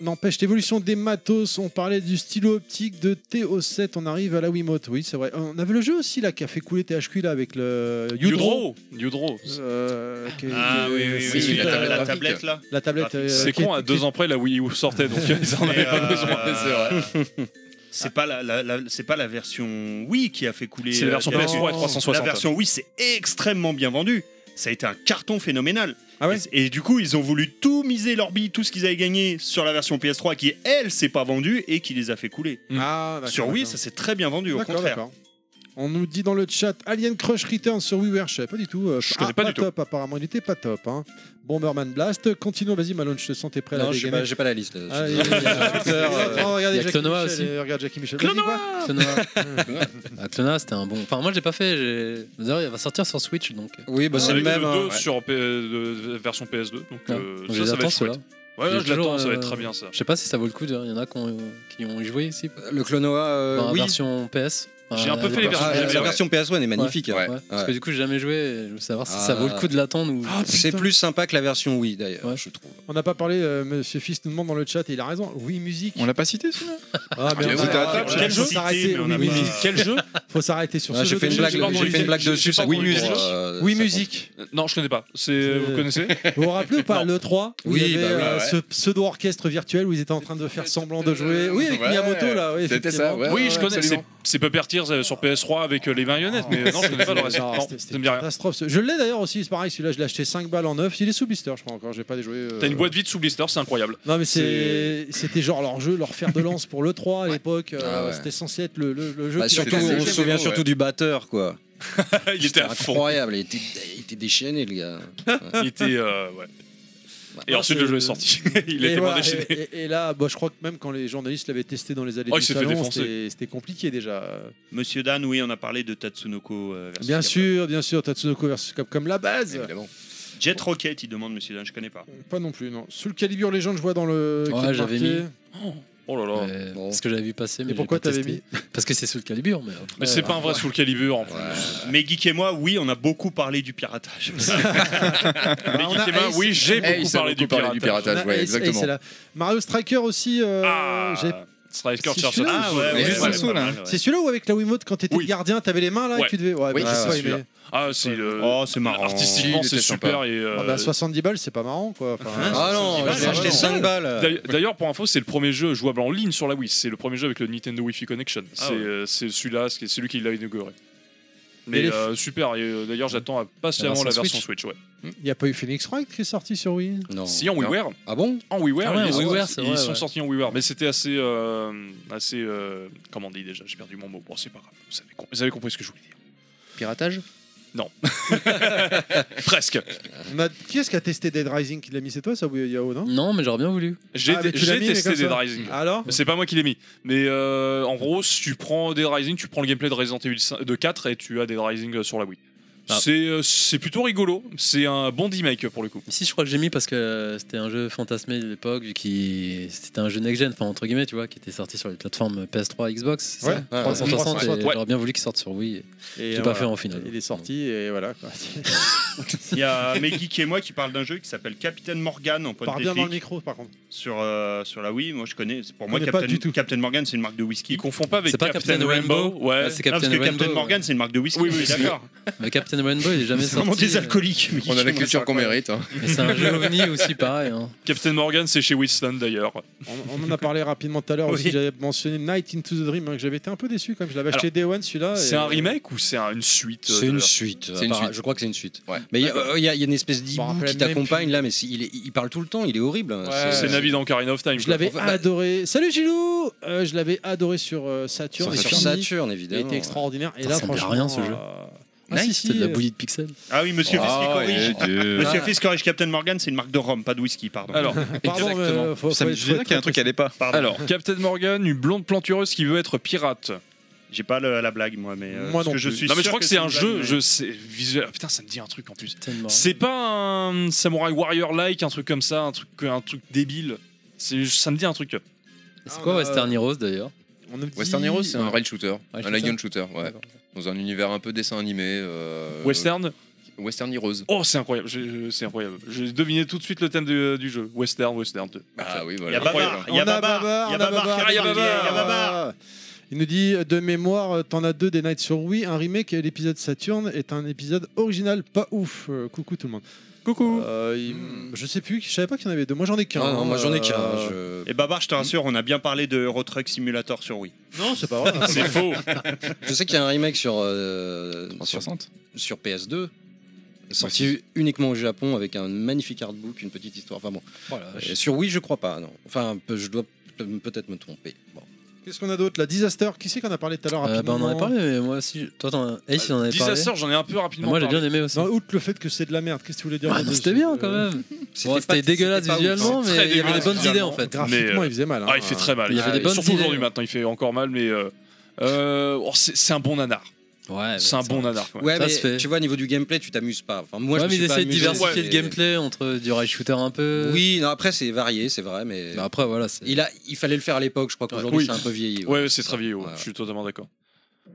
[SPEAKER 1] N'empêche l'évolution des matos. On parlait du stylo optique de TO7. On arrive à la Wiimote. Oui, c'est vrai. On avait le jeu aussi là qui a fait couler THQ là avec le
[SPEAKER 8] Yudro, Yudro.
[SPEAKER 1] Euh, qui-
[SPEAKER 3] Ah
[SPEAKER 1] qui-
[SPEAKER 3] oui, oui, oui,
[SPEAKER 1] c'est
[SPEAKER 3] oui,
[SPEAKER 1] super
[SPEAKER 3] la, ta- la
[SPEAKER 1] graphique.
[SPEAKER 3] tablette là.
[SPEAKER 1] La tablette. euh,
[SPEAKER 8] C'est
[SPEAKER 1] qui
[SPEAKER 8] con,
[SPEAKER 1] est-
[SPEAKER 8] à deux ans près, la Wii U sortait, donc ils en avaient
[SPEAKER 3] Mais,
[SPEAKER 8] pas
[SPEAKER 3] euh,
[SPEAKER 8] besoin. c'est vrai.
[SPEAKER 3] C'est pas la, la- la- c'est pas la version Wii qui a fait couler.
[SPEAKER 8] C'est la
[SPEAKER 3] euh,
[SPEAKER 8] version
[SPEAKER 3] THQ.
[SPEAKER 8] PS3 et
[SPEAKER 3] La
[SPEAKER 8] 360.
[SPEAKER 3] version Wii, c'est extrêmement bien vendu. Ça a été un carton phénoménal.
[SPEAKER 1] Ah ouais
[SPEAKER 3] et, et du coup, ils ont voulu tout miser leur bille, tout ce qu'ils avaient gagné sur la version PS3 qui, elle, s'est pas vendue et qui les a fait couler.
[SPEAKER 1] Ah, d'accord,
[SPEAKER 3] Sur Wii,
[SPEAKER 1] d'accord.
[SPEAKER 3] ça s'est très bien vendu, au
[SPEAKER 1] D'accord,
[SPEAKER 3] contraire.
[SPEAKER 1] d'accord. On nous dit dans le chat Alien Crush Return sur WiiWare, je savais pas du tout. euh,
[SPEAKER 8] Je connais pas du tout.
[SPEAKER 1] top, apparemment il était pas top. hein. Bomberman Blast, continuons, vas-y Malone, je te sens, t'es prêt à la
[SPEAKER 4] Non, je sais
[SPEAKER 1] dégainer. Ah,
[SPEAKER 4] pas- j'ai pas la liste. là.
[SPEAKER 1] Allez, allez, allez, allez. Oh,
[SPEAKER 6] Il
[SPEAKER 1] regardez
[SPEAKER 6] y a
[SPEAKER 1] Jackie
[SPEAKER 6] Clonoa
[SPEAKER 1] Michel,
[SPEAKER 6] aussi.
[SPEAKER 1] euh, Regarde Jackie Michel.
[SPEAKER 8] Clonoa
[SPEAKER 1] Vas-y, quoi
[SPEAKER 6] Clona. Ah, Clona, c'était un bon. Enfin, moi, j'ai pas fait. j'ai- D'ailleurs, il va sortir sur Switch, donc.
[SPEAKER 4] Oui, bah, c'est le même.
[SPEAKER 8] Avec deux
[SPEAKER 4] hein.
[SPEAKER 8] sur P- euh, version PS2, donc
[SPEAKER 6] Ah,
[SPEAKER 8] euh,
[SPEAKER 6] donc je
[SPEAKER 8] ça,
[SPEAKER 6] les
[SPEAKER 8] ça va
[SPEAKER 6] attends,
[SPEAKER 8] être chouette.
[SPEAKER 6] ceux-là.
[SPEAKER 8] Ouais,
[SPEAKER 6] J'ai
[SPEAKER 8] ouais, je l'attends,
[SPEAKER 6] toujours,
[SPEAKER 8] ça va
[SPEAKER 6] euh,
[SPEAKER 8] être très bien ça.
[SPEAKER 6] Je sais pas si ça vaut le coup. d'ailleurs. Il y en a qui ont, qui ont joué ici.
[SPEAKER 4] Le Clonoa, euh,
[SPEAKER 6] Enfin,
[SPEAKER 4] oui.
[SPEAKER 6] version PS. Enfin,
[SPEAKER 8] J'ai un peu
[SPEAKER 6] la-
[SPEAKER 8] fait les
[SPEAKER 6] la-
[SPEAKER 8] versions
[SPEAKER 4] Ah,
[SPEAKER 8] PS,
[SPEAKER 4] la
[SPEAKER 8] ouais.
[SPEAKER 4] version PS1 est magnifique. hein.
[SPEAKER 6] Ouais, Parce que du coup, j'ai jamais joué. et Je veux savoir si
[SPEAKER 4] Ah.
[SPEAKER 6] ça vaut le coup de l'attendre ou.
[SPEAKER 4] C'est plus sympa que la version Wii d'ailleurs,
[SPEAKER 6] Ouais.
[SPEAKER 4] je trouve.
[SPEAKER 1] On n'a pas parlé, euh, Monsieur Fils nous demande dans le chat et il a raison. Oui, musique.
[SPEAKER 24] On l'a pas cité, celui-là
[SPEAKER 1] Ah, mais
[SPEAKER 7] Ah,
[SPEAKER 1] on
[SPEAKER 7] c'était
[SPEAKER 1] a-
[SPEAKER 7] à table,
[SPEAKER 1] faut
[SPEAKER 3] quel jeu
[SPEAKER 1] s'arrêter.
[SPEAKER 3] Cité, mais on
[SPEAKER 1] Oui,
[SPEAKER 3] a
[SPEAKER 1] oui,
[SPEAKER 3] pas-
[SPEAKER 1] musique.
[SPEAKER 8] Quel jeu
[SPEAKER 1] Faut s'arrêter sur
[SPEAKER 4] Ah,
[SPEAKER 1] ce
[SPEAKER 4] j'ai
[SPEAKER 1] jeu
[SPEAKER 4] fait
[SPEAKER 1] de
[SPEAKER 4] une blague,
[SPEAKER 1] musique.
[SPEAKER 8] pardon,
[SPEAKER 4] j'ai fait
[SPEAKER 8] j'ai-
[SPEAKER 4] une blague
[SPEAKER 8] j'ai
[SPEAKER 4] dessus.
[SPEAKER 8] pas
[SPEAKER 4] ça
[SPEAKER 8] compris.
[SPEAKER 4] compte
[SPEAKER 8] Oui,
[SPEAKER 4] pour,
[SPEAKER 8] musique.
[SPEAKER 4] euh,
[SPEAKER 1] Oui,
[SPEAKER 4] ça
[SPEAKER 1] musique.
[SPEAKER 8] Non, je connais pas. C'est vous connaissez
[SPEAKER 1] Vous vous rappelez ou pas l'E3 où
[SPEAKER 4] Oui,
[SPEAKER 1] il y avait
[SPEAKER 4] bah oui,
[SPEAKER 1] euh,
[SPEAKER 7] ouais.
[SPEAKER 1] ce pseudo-orchestre virtuel où ils étaient en train de faire semblant de jouer. Oui, avec
[SPEAKER 7] Ouais.
[SPEAKER 1] Miyamoto là. oui,
[SPEAKER 7] C'était ça,
[SPEAKER 1] effectivement.
[SPEAKER 7] ouais.
[SPEAKER 8] Oui, je connais. C'est-
[SPEAKER 7] absolument.
[SPEAKER 8] C'est Pepper Tears euh, sur PS3 avec euh, les marionnettes, mais non, je connais pas le reste.
[SPEAKER 1] Non,
[SPEAKER 8] Non,
[SPEAKER 1] c'était-
[SPEAKER 8] ça
[SPEAKER 1] c'était
[SPEAKER 8] me dit rien.
[SPEAKER 1] catastrophe. ce- Je l'ai d'ailleurs aussi, c'est pareil, celui-là je l'ai acheté 5 balles en neuf. Il est sous blister, je crois encore, j'ai pas déjoué. euh.
[SPEAKER 8] T'as une boîte vide sous blister, c'est incroyable.
[SPEAKER 1] Non mais c'est- c'était genre leur jeu, leur fer de lance pour l'E3 à l'époque. euh,
[SPEAKER 7] Ah ouais.
[SPEAKER 1] C'était censé être le, le- le jeu.
[SPEAKER 4] Bah,
[SPEAKER 1] qui-
[SPEAKER 4] surtout,
[SPEAKER 7] la
[SPEAKER 4] on se
[SPEAKER 7] deuxième
[SPEAKER 4] souvient
[SPEAKER 7] démo,
[SPEAKER 4] surtout
[SPEAKER 7] ouais.
[SPEAKER 4] du batteur, quoi.
[SPEAKER 8] Il était à fond.
[SPEAKER 4] Incroyable, il était, il était déchaîné, le gars.
[SPEAKER 8] Il était. euh, ouais. Et
[SPEAKER 1] Bah,
[SPEAKER 8] ensuite,
[SPEAKER 1] c'est-
[SPEAKER 8] le jeu est sorti. Il
[SPEAKER 1] et
[SPEAKER 8] était moins
[SPEAKER 1] voilà,
[SPEAKER 8] déchaîné.
[SPEAKER 1] et, et- et là, bah, je crois que même quand les journalistes l'avaient testé dans les allées
[SPEAKER 8] Oh,
[SPEAKER 1] du
[SPEAKER 8] il s'est fait
[SPEAKER 1] salon,
[SPEAKER 8] défoncer.
[SPEAKER 1] c'était c'était compliqué déjà.
[SPEAKER 3] Monsieur Dan, oui, on a parlé de Tatsunoko. euh, versus
[SPEAKER 1] Bien
[SPEAKER 3] Capcom.
[SPEAKER 1] sûr, bien sûr, Tatsunoko versus Capcom, la base.
[SPEAKER 7] Évidemment.
[SPEAKER 3] Jet Rocket, il demande, monsieur Dan, je connais pas.
[SPEAKER 1] Pas non plus, non. Sous le calibre, les gens, je vois dans le.
[SPEAKER 6] Ouais,
[SPEAKER 1] qui est
[SPEAKER 6] j'avais
[SPEAKER 1] marqué.
[SPEAKER 6] mis.
[SPEAKER 8] Oh là là.
[SPEAKER 6] euh,
[SPEAKER 4] bon.
[SPEAKER 6] Parce que j'avais vu passer. Mais
[SPEAKER 1] Et
[SPEAKER 6] j'ai
[SPEAKER 1] pourquoi
[SPEAKER 6] pas
[SPEAKER 1] t'avais
[SPEAKER 6] testé.
[SPEAKER 1] mis
[SPEAKER 6] Parce que c'est sous le calibre. Mais, après,
[SPEAKER 8] Mais c'est pas
[SPEAKER 6] euh,
[SPEAKER 8] un vrai Soul Calibur en plus.
[SPEAKER 3] Mais Geek et moi, oui, on a beaucoup parlé du piratage.
[SPEAKER 8] Mais
[SPEAKER 1] on a
[SPEAKER 8] Geekema,
[SPEAKER 1] Ace.
[SPEAKER 8] oui, j'ai
[SPEAKER 7] Eh,
[SPEAKER 8] beaucoup
[SPEAKER 7] ça a
[SPEAKER 8] parlé
[SPEAKER 7] beaucoup
[SPEAKER 8] du
[SPEAKER 7] parlé du
[SPEAKER 8] piratage.
[SPEAKER 7] piratage,
[SPEAKER 1] Ah,
[SPEAKER 7] ouais,
[SPEAKER 1] et- et c'est
[SPEAKER 7] exactement.
[SPEAKER 1] là. Mario Striker aussi. euh,
[SPEAKER 8] Ah,
[SPEAKER 1] j'ai-
[SPEAKER 8] Striker
[SPEAKER 1] C'est
[SPEAKER 8] Churchill.
[SPEAKER 1] celui-là
[SPEAKER 3] ah ouais,
[SPEAKER 24] Mais
[SPEAKER 3] ouais,
[SPEAKER 24] juste en
[SPEAKER 3] ouais,
[SPEAKER 24] dessous,
[SPEAKER 3] pas
[SPEAKER 24] là.
[SPEAKER 3] mal, ouais.
[SPEAKER 1] C'est celui-là ou avec la Wiimote quand t'étais
[SPEAKER 8] Oui.
[SPEAKER 1] gardien, t'avais les mains là et
[SPEAKER 8] Ouais.
[SPEAKER 1] que tu devais. Ouais,
[SPEAKER 7] Oui,
[SPEAKER 1] bah,
[SPEAKER 7] c'est
[SPEAKER 1] j'ai pas aimé.
[SPEAKER 7] celui-là.
[SPEAKER 8] Ah, c'est le.
[SPEAKER 3] Oh, c'est marrant.
[SPEAKER 8] Artistiquement,
[SPEAKER 7] Il
[SPEAKER 8] c'est
[SPEAKER 7] était
[SPEAKER 8] super. Et, euh,
[SPEAKER 1] Ah bah, 70 balles, c'est pas marrant quoi. Enfin,
[SPEAKER 6] euh,
[SPEAKER 4] Ah non,
[SPEAKER 1] c'est
[SPEAKER 4] je l'ai
[SPEAKER 1] pas
[SPEAKER 4] acheté
[SPEAKER 1] marrant.
[SPEAKER 4] 5 balles.
[SPEAKER 8] d'ailleurs- D'ailleurs, pour info, c'est le premier jeu jouable en ligne sur la Wii. C'est le premier jeu avec le Nintendo Wi-Fi Connection. C'est
[SPEAKER 3] ouais.
[SPEAKER 8] euh, c'est celui-là, c'est celui qui l'a inauguré.
[SPEAKER 1] Mais
[SPEAKER 8] Mais
[SPEAKER 1] les-
[SPEAKER 8] euh, super. Et euh, d'ailleurs, j'attends patiemment la
[SPEAKER 6] version
[SPEAKER 8] version Switch. ouais.
[SPEAKER 1] Il n'y a pas eu Phoenix Wright qui est sorti sur Wii
[SPEAKER 4] Non.
[SPEAKER 8] Si en WiiWare,
[SPEAKER 4] Ah bon
[SPEAKER 8] en WiiWare,
[SPEAKER 6] Ah ouais,
[SPEAKER 8] ils,
[SPEAKER 6] en
[SPEAKER 8] sont-
[SPEAKER 6] WiiWare, c'est
[SPEAKER 8] ils
[SPEAKER 6] vrai,
[SPEAKER 8] sont
[SPEAKER 6] ouais.
[SPEAKER 8] sortis en WiiWare, mais c'était assez, euh, assez, euh, comment on dit déjà, j'ai perdu mon mot. Bon, c'est pas grave. Vous avez, com- vous avez compris ce que je voulais dire.
[SPEAKER 7] Piratage
[SPEAKER 8] Presque.
[SPEAKER 1] On a- Qui est-ce qui a testé Dead Rising qui l'a mis C'est toi ça ou Yao non
[SPEAKER 6] Non, mais j'aurais bien voulu.
[SPEAKER 8] J'ai
[SPEAKER 1] Ah, mais tu l'as
[SPEAKER 8] j'ai
[SPEAKER 1] mis, mais
[SPEAKER 8] testé
[SPEAKER 1] comme
[SPEAKER 8] Dead
[SPEAKER 1] ça. Ah.
[SPEAKER 8] Rising.
[SPEAKER 1] Alors
[SPEAKER 8] C'est pas moi qui l'ai mis. Mais euh, en gros, si tu prends Dead Rising, tu prends le gameplay de Resident Evil 5 de 4 et tu as Dead Rising euh, sur la Wii.
[SPEAKER 6] Ah.
[SPEAKER 8] C'est euh, c'est plutôt rigolo. C'est un bon remake pour le coup.
[SPEAKER 6] Si je crois que j'ai mis parce que euh, c'était un jeu fantasmé de l'époque, vu qui c'était un jeu next gen, enfin entre guillemets, tu vois, qui était sorti sur les plateformes PS3, Xbox, c'est ça
[SPEAKER 1] Ouais, 360,
[SPEAKER 6] 360, et
[SPEAKER 8] ouais.
[SPEAKER 6] j'aurais bien voulu qu'il sorte sur Wii.
[SPEAKER 1] Et
[SPEAKER 6] J'ai
[SPEAKER 1] euh,
[SPEAKER 6] pas
[SPEAKER 1] voilà.
[SPEAKER 6] fait en finale.
[SPEAKER 1] Il est sorti et voilà. quoi.
[SPEAKER 3] Il y a mes geeks et moi qui parlent d'un jeu qui s'appelle Capitaine Morgan en point
[SPEAKER 1] Parle
[SPEAKER 3] and
[SPEAKER 1] bien dans le
[SPEAKER 3] click
[SPEAKER 1] micro par contre.
[SPEAKER 3] sur, euh, sur la Wii. Moi, je connais. C'est Pour moi,
[SPEAKER 1] connais pas
[SPEAKER 3] Captain,
[SPEAKER 1] du tout.
[SPEAKER 3] Captain Morgan, c'est une marque de whisky.
[SPEAKER 8] Il confond pas avec
[SPEAKER 6] C'est pas
[SPEAKER 8] Captain,
[SPEAKER 6] Captain
[SPEAKER 8] Rainbow.
[SPEAKER 6] Rainbow
[SPEAKER 8] Ouais.
[SPEAKER 6] Ah, c'est
[SPEAKER 3] Non, parce
[SPEAKER 6] Captain
[SPEAKER 3] que Captain
[SPEAKER 6] Rainbow,
[SPEAKER 3] Morgan, c'est une marque de whisky.
[SPEAKER 8] oui, oui,
[SPEAKER 3] d'accord.
[SPEAKER 8] d'accord.
[SPEAKER 6] Mais Captain Pokemon Boy est jamais
[SPEAKER 3] C'est
[SPEAKER 6] sorti.
[SPEAKER 3] vraiment des alcooliques. mais
[SPEAKER 7] On a
[SPEAKER 3] ils
[SPEAKER 7] la
[SPEAKER 3] font
[SPEAKER 7] culture
[SPEAKER 3] ça,
[SPEAKER 7] qu'on
[SPEAKER 3] quoi.
[SPEAKER 7] mérite. hein.
[SPEAKER 6] Mais c'est un jeu ovni aussi, pareil. hein.
[SPEAKER 8] Captain Morgan, c'est chez Winston d'ailleurs.
[SPEAKER 1] On, on en a parlé rapidement tout à l'heure
[SPEAKER 3] Oui.
[SPEAKER 1] aussi. J'avais mentionné Night into the Dream, hein, que j'avais été un peu déçu quand même. Je l'avais acheté Day One celui-là. et-
[SPEAKER 8] C'est un remake ou c'est un- une suite euh,
[SPEAKER 4] C'est
[SPEAKER 8] de
[SPEAKER 4] une
[SPEAKER 8] leur-
[SPEAKER 4] suite.
[SPEAKER 7] C'est une
[SPEAKER 4] appara-
[SPEAKER 7] suite.
[SPEAKER 4] Je crois que c'est une suite.
[SPEAKER 7] Ouais.
[SPEAKER 4] Mais il y, a- euh, il y a il y a une espèce
[SPEAKER 1] Je me
[SPEAKER 4] d'hibou
[SPEAKER 1] rappelle même
[SPEAKER 4] qui t'accompagne là, mais c'est- il, est- il parle tout le temps, il est horrible.
[SPEAKER 1] Ouais.
[SPEAKER 8] C'est Navi dans Ocarina of Time.
[SPEAKER 1] Je
[SPEAKER 8] quoi.
[SPEAKER 1] l'avais
[SPEAKER 4] Bah-
[SPEAKER 1] adoré. Salut Gilou Euh, Je l'avais adoré sur euh, Saturn.
[SPEAKER 4] Sur
[SPEAKER 1] et
[SPEAKER 4] sur
[SPEAKER 1] Sony.
[SPEAKER 4] Saturn,
[SPEAKER 1] Il a
[SPEAKER 4] évidemment.
[SPEAKER 1] été extraordinaire. Et
[SPEAKER 6] Ça
[SPEAKER 1] là,
[SPEAKER 6] ressemble à
[SPEAKER 1] franchement.
[SPEAKER 6] rien, ce jeu.
[SPEAKER 1] euh, Ah, si, si,
[SPEAKER 6] C'est de la
[SPEAKER 1] euh,
[SPEAKER 6] bouillie de pixels.
[SPEAKER 3] Ah oui, monsieur Fisk qui
[SPEAKER 7] Ah,
[SPEAKER 3] corrige.
[SPEAKER 7] et Dieu.
[SPEAKER 3] Monsieur Fisk corrige Captain Morgan, c'est une marque de rhum, pas de whisky, pardon.
[SPEAKER 8] Alors,
[SPEAKER 1] Pardon, mais, euh, faut-
[SPEAKER 25] Ça
[SPEAKER 1] faut
[SPEAKER 25] me
[SPEAKER 1] être-
[SPEAKER 25] dit bien
[SPEAKER 1] faut
[SPEAKER 25] qu'il y a un
[SPEAKER 1] être-
[SPEAKER 25] truc qui allait pas.
[SPEAKER 3] Pardon.
[SPEAKER 8] alors, Captain Morgan, une blonde plantureuse qui veut être pirate.
[SPEAKER 3] j'ai pas le- la blague moi, mais euh,
[SPEAKER 1] Moi
[SPEAKER 3] parce
[SPEAKER 1] non
[SPEAKER 3] que je
[SPEAKER 1] plus.
[SPEAKER 3] suis.
[SPEAKER 8] Non mais je
[SPEAKER 3] sûr
[SPEAKER 8] crois que c'est un
[SPEAKER 3] une
[SPEAKER 8] jeu,
[SPEAKER 3] blague,
[SPEAKER 8] je sais visuel. Ah, Putain, ça me dit un truc en plus.
[SPEAKER 6] Tellement.
[SPEAKER 8] C'est pas un Samurai Warrior like, un truc comme ça, un truc un truc débile. C'est- Ça me dit un truc.
[SPEAKER 6] C'est
[SPEAKER 1] euh,
[SPEAKER 6] quoi Western Heroes d'ailleurs
[SPEAKER 1] On nous dit-
[SPEAKER 7] Western Heroes, c'est un rail shooter,
[SPEAKER 6] Rail
[SPEAKER 7] un
[SPEAKER 6] shooter.
[SPEAKER 7] lion shooter, ouais. Dans un univers un peu dessin animé. euh,
[SPEAKER 8] Western.
[SPEAKER 7] Western Heroes.
[SPEAKER 8] Oh, c'est incroyable. je- je- C'est incroyable. J'ai deviné tout de suite le thème du, du jeu. Western, Western.
[SPEAKER 7] Ah oui,
[SPEAKER 3] Il y a
[SPEAKER 7] voilà.
[SPEAKER 3] Babar, il y a
[SPEAKER 1] On a
[SPEAKER 3] Babar, il y a
[SPEAKER 1] on a Babar,
[SPEAKER 3] Babar, il y a
[SPEAKER 1] on a
[SPEAKER 3] Babar, il y a Babar.
[SPEAKER 1] Babar. Il nous dit de mémoire, euh, t'en as deux des Nights sur Wii, un remake et l'épisode Saturn est un épisode original, pas ouf. Euh, coucou tout le monde.
[SPEAKER 8] Coucou.
[SPEAKER 1] Euh, il- Je sais plus, je savais pas qu'il y en avait deux. Moi j'en ai qu'un.
[SPEAKER 4] Ah non, moi j'en ai qu'un.
[SPEAKER 1] Euh,
[SPEAKER 4] je-
[SPEAKER 3] Et Babar, Eh, je te rassure, on a bien parlé de Euro Truck Simulator sur Wii.
[SPEAKER 1] Non, c'est pas vrai.
[SPEAKER 8] C'est faux.
[SPEAKER 4] Je sais qu'il y a un remake sur, euh, sur,
[SPEAKER 25] 60.
[SPEAKER 4] sur PS2, sorti uniquement au Japon avec un magnifique artbook, une petite histoire. Enfin bon.
[SPEAKER 6] Oh
[SPEAKER 4] Euh, sur Wii, je crois pas. Non. Enfin, peu- je dois peut- peut-être me tromper. Bon.
[SPEAKER 1] Qu'est-ce qu'on a d'autre La Disaster, qui c'est qu'on a parlé tout à l'heure
[SPEAKER 6] Euh, bah, on en
[SPEAKER 1] rapidement
[SPEAKER 6] a parlé, mais moi aussi. je- Toi, t'en as. Eh, bah, Ace, il en avait parlé.
[SPEAKER 8] Disaster, j'en ai un peu rapidement.
[SPEAKER 6] Moi, j'ai
[SPEAKER 8] parlé.
[SPEAKER 6] bien aimé aussi.
[SPEAKER 1] Non, outre le fait que c'est de la merde, qu'est-ce que tu voulais dire
[SPEAKER 6] Ah, non,
[SPEAKER 1] là-dessus
[SPEAKER 6] C'était bien quand
[SPEAKER 1] Euh,
[SPEAKER 6] même. Bon, C'était dégueulasse
[SPEAKER 4] hein.
[SPEAKER 6] visuellement,
[SPEAKER 8] C'est très
[SPEAKER 6] mais il y avait des
[SPEAKER 8] dégueulasse
[SPEAKER 6] bonnes idées en
[SPEAKER 8] visuellement.
[SPEAKER 6] fait.
[SPEAKER 1] Graphiquement,
[SPEAKER 8] Mais, euh,
[SPEAKER 1] il faisait mal. hein.
[SPEAKER 8] Ah, il fait très mal.
[SPEAKER 6] Il y avait
[SPEAKER 8] Ah,
[SPEAKER 6] des
[SPEAKER 8] et
[SPEAKER 6] bonnes
[SPEAKER 8] Surtout
[SPEAKER 6] idées.
[SPEAKER 8] aujourd'hui, maintenant, il fait encore mal, mais euh, euh, oh, c'est c'est un bon nanar.
[SPEAKER 6] Ah, Ouais,
[SPEAKER 8] C'est un bon nanar. quoi.
[SPEAKER 4] Ouais,
[SPEAKER 6] Ça
[SPEAKER 4] mais
[SPEAKER 6] se fait.
[SPEAKER 4] tu vois, au niveau du gameplay, tu t'amuses pas. Enfin,
[SPEAKER 6] Moi,
[SPEAKER 4] moi, je me
[SPEAKER 6] mais
[SPEAKER 4] suis
[SPEAKER 6] ils
[SPEAKER 4] pas
[SPEAKER 6] essaient de
[SPEAKER 4] amusé,
[SPEAKER 6] diversifier
[SPEAKER 4] mais-
[SPEAKER 6] le gameplay entre euh, du rail shooter un peu.
[SPEAKER 4] Oui, non, après, c'est varié, c'est vrai, mais.
[SPEAKER 6] Bah, après, voilà. c'est-
[SPEAKER 4] il, a, il fallait le faire à l'époque, je crois qu'aujourd'hui
[SPEAKER 8] Oui.
[SPEAKER 4] c'est un peu vieilli.
[SPEAKER 8] Ouais, ouais, c'est très vieillot.
[SPEAKER 4] Ouais.
[SPEAKER 8] Je suis totalement d'accord.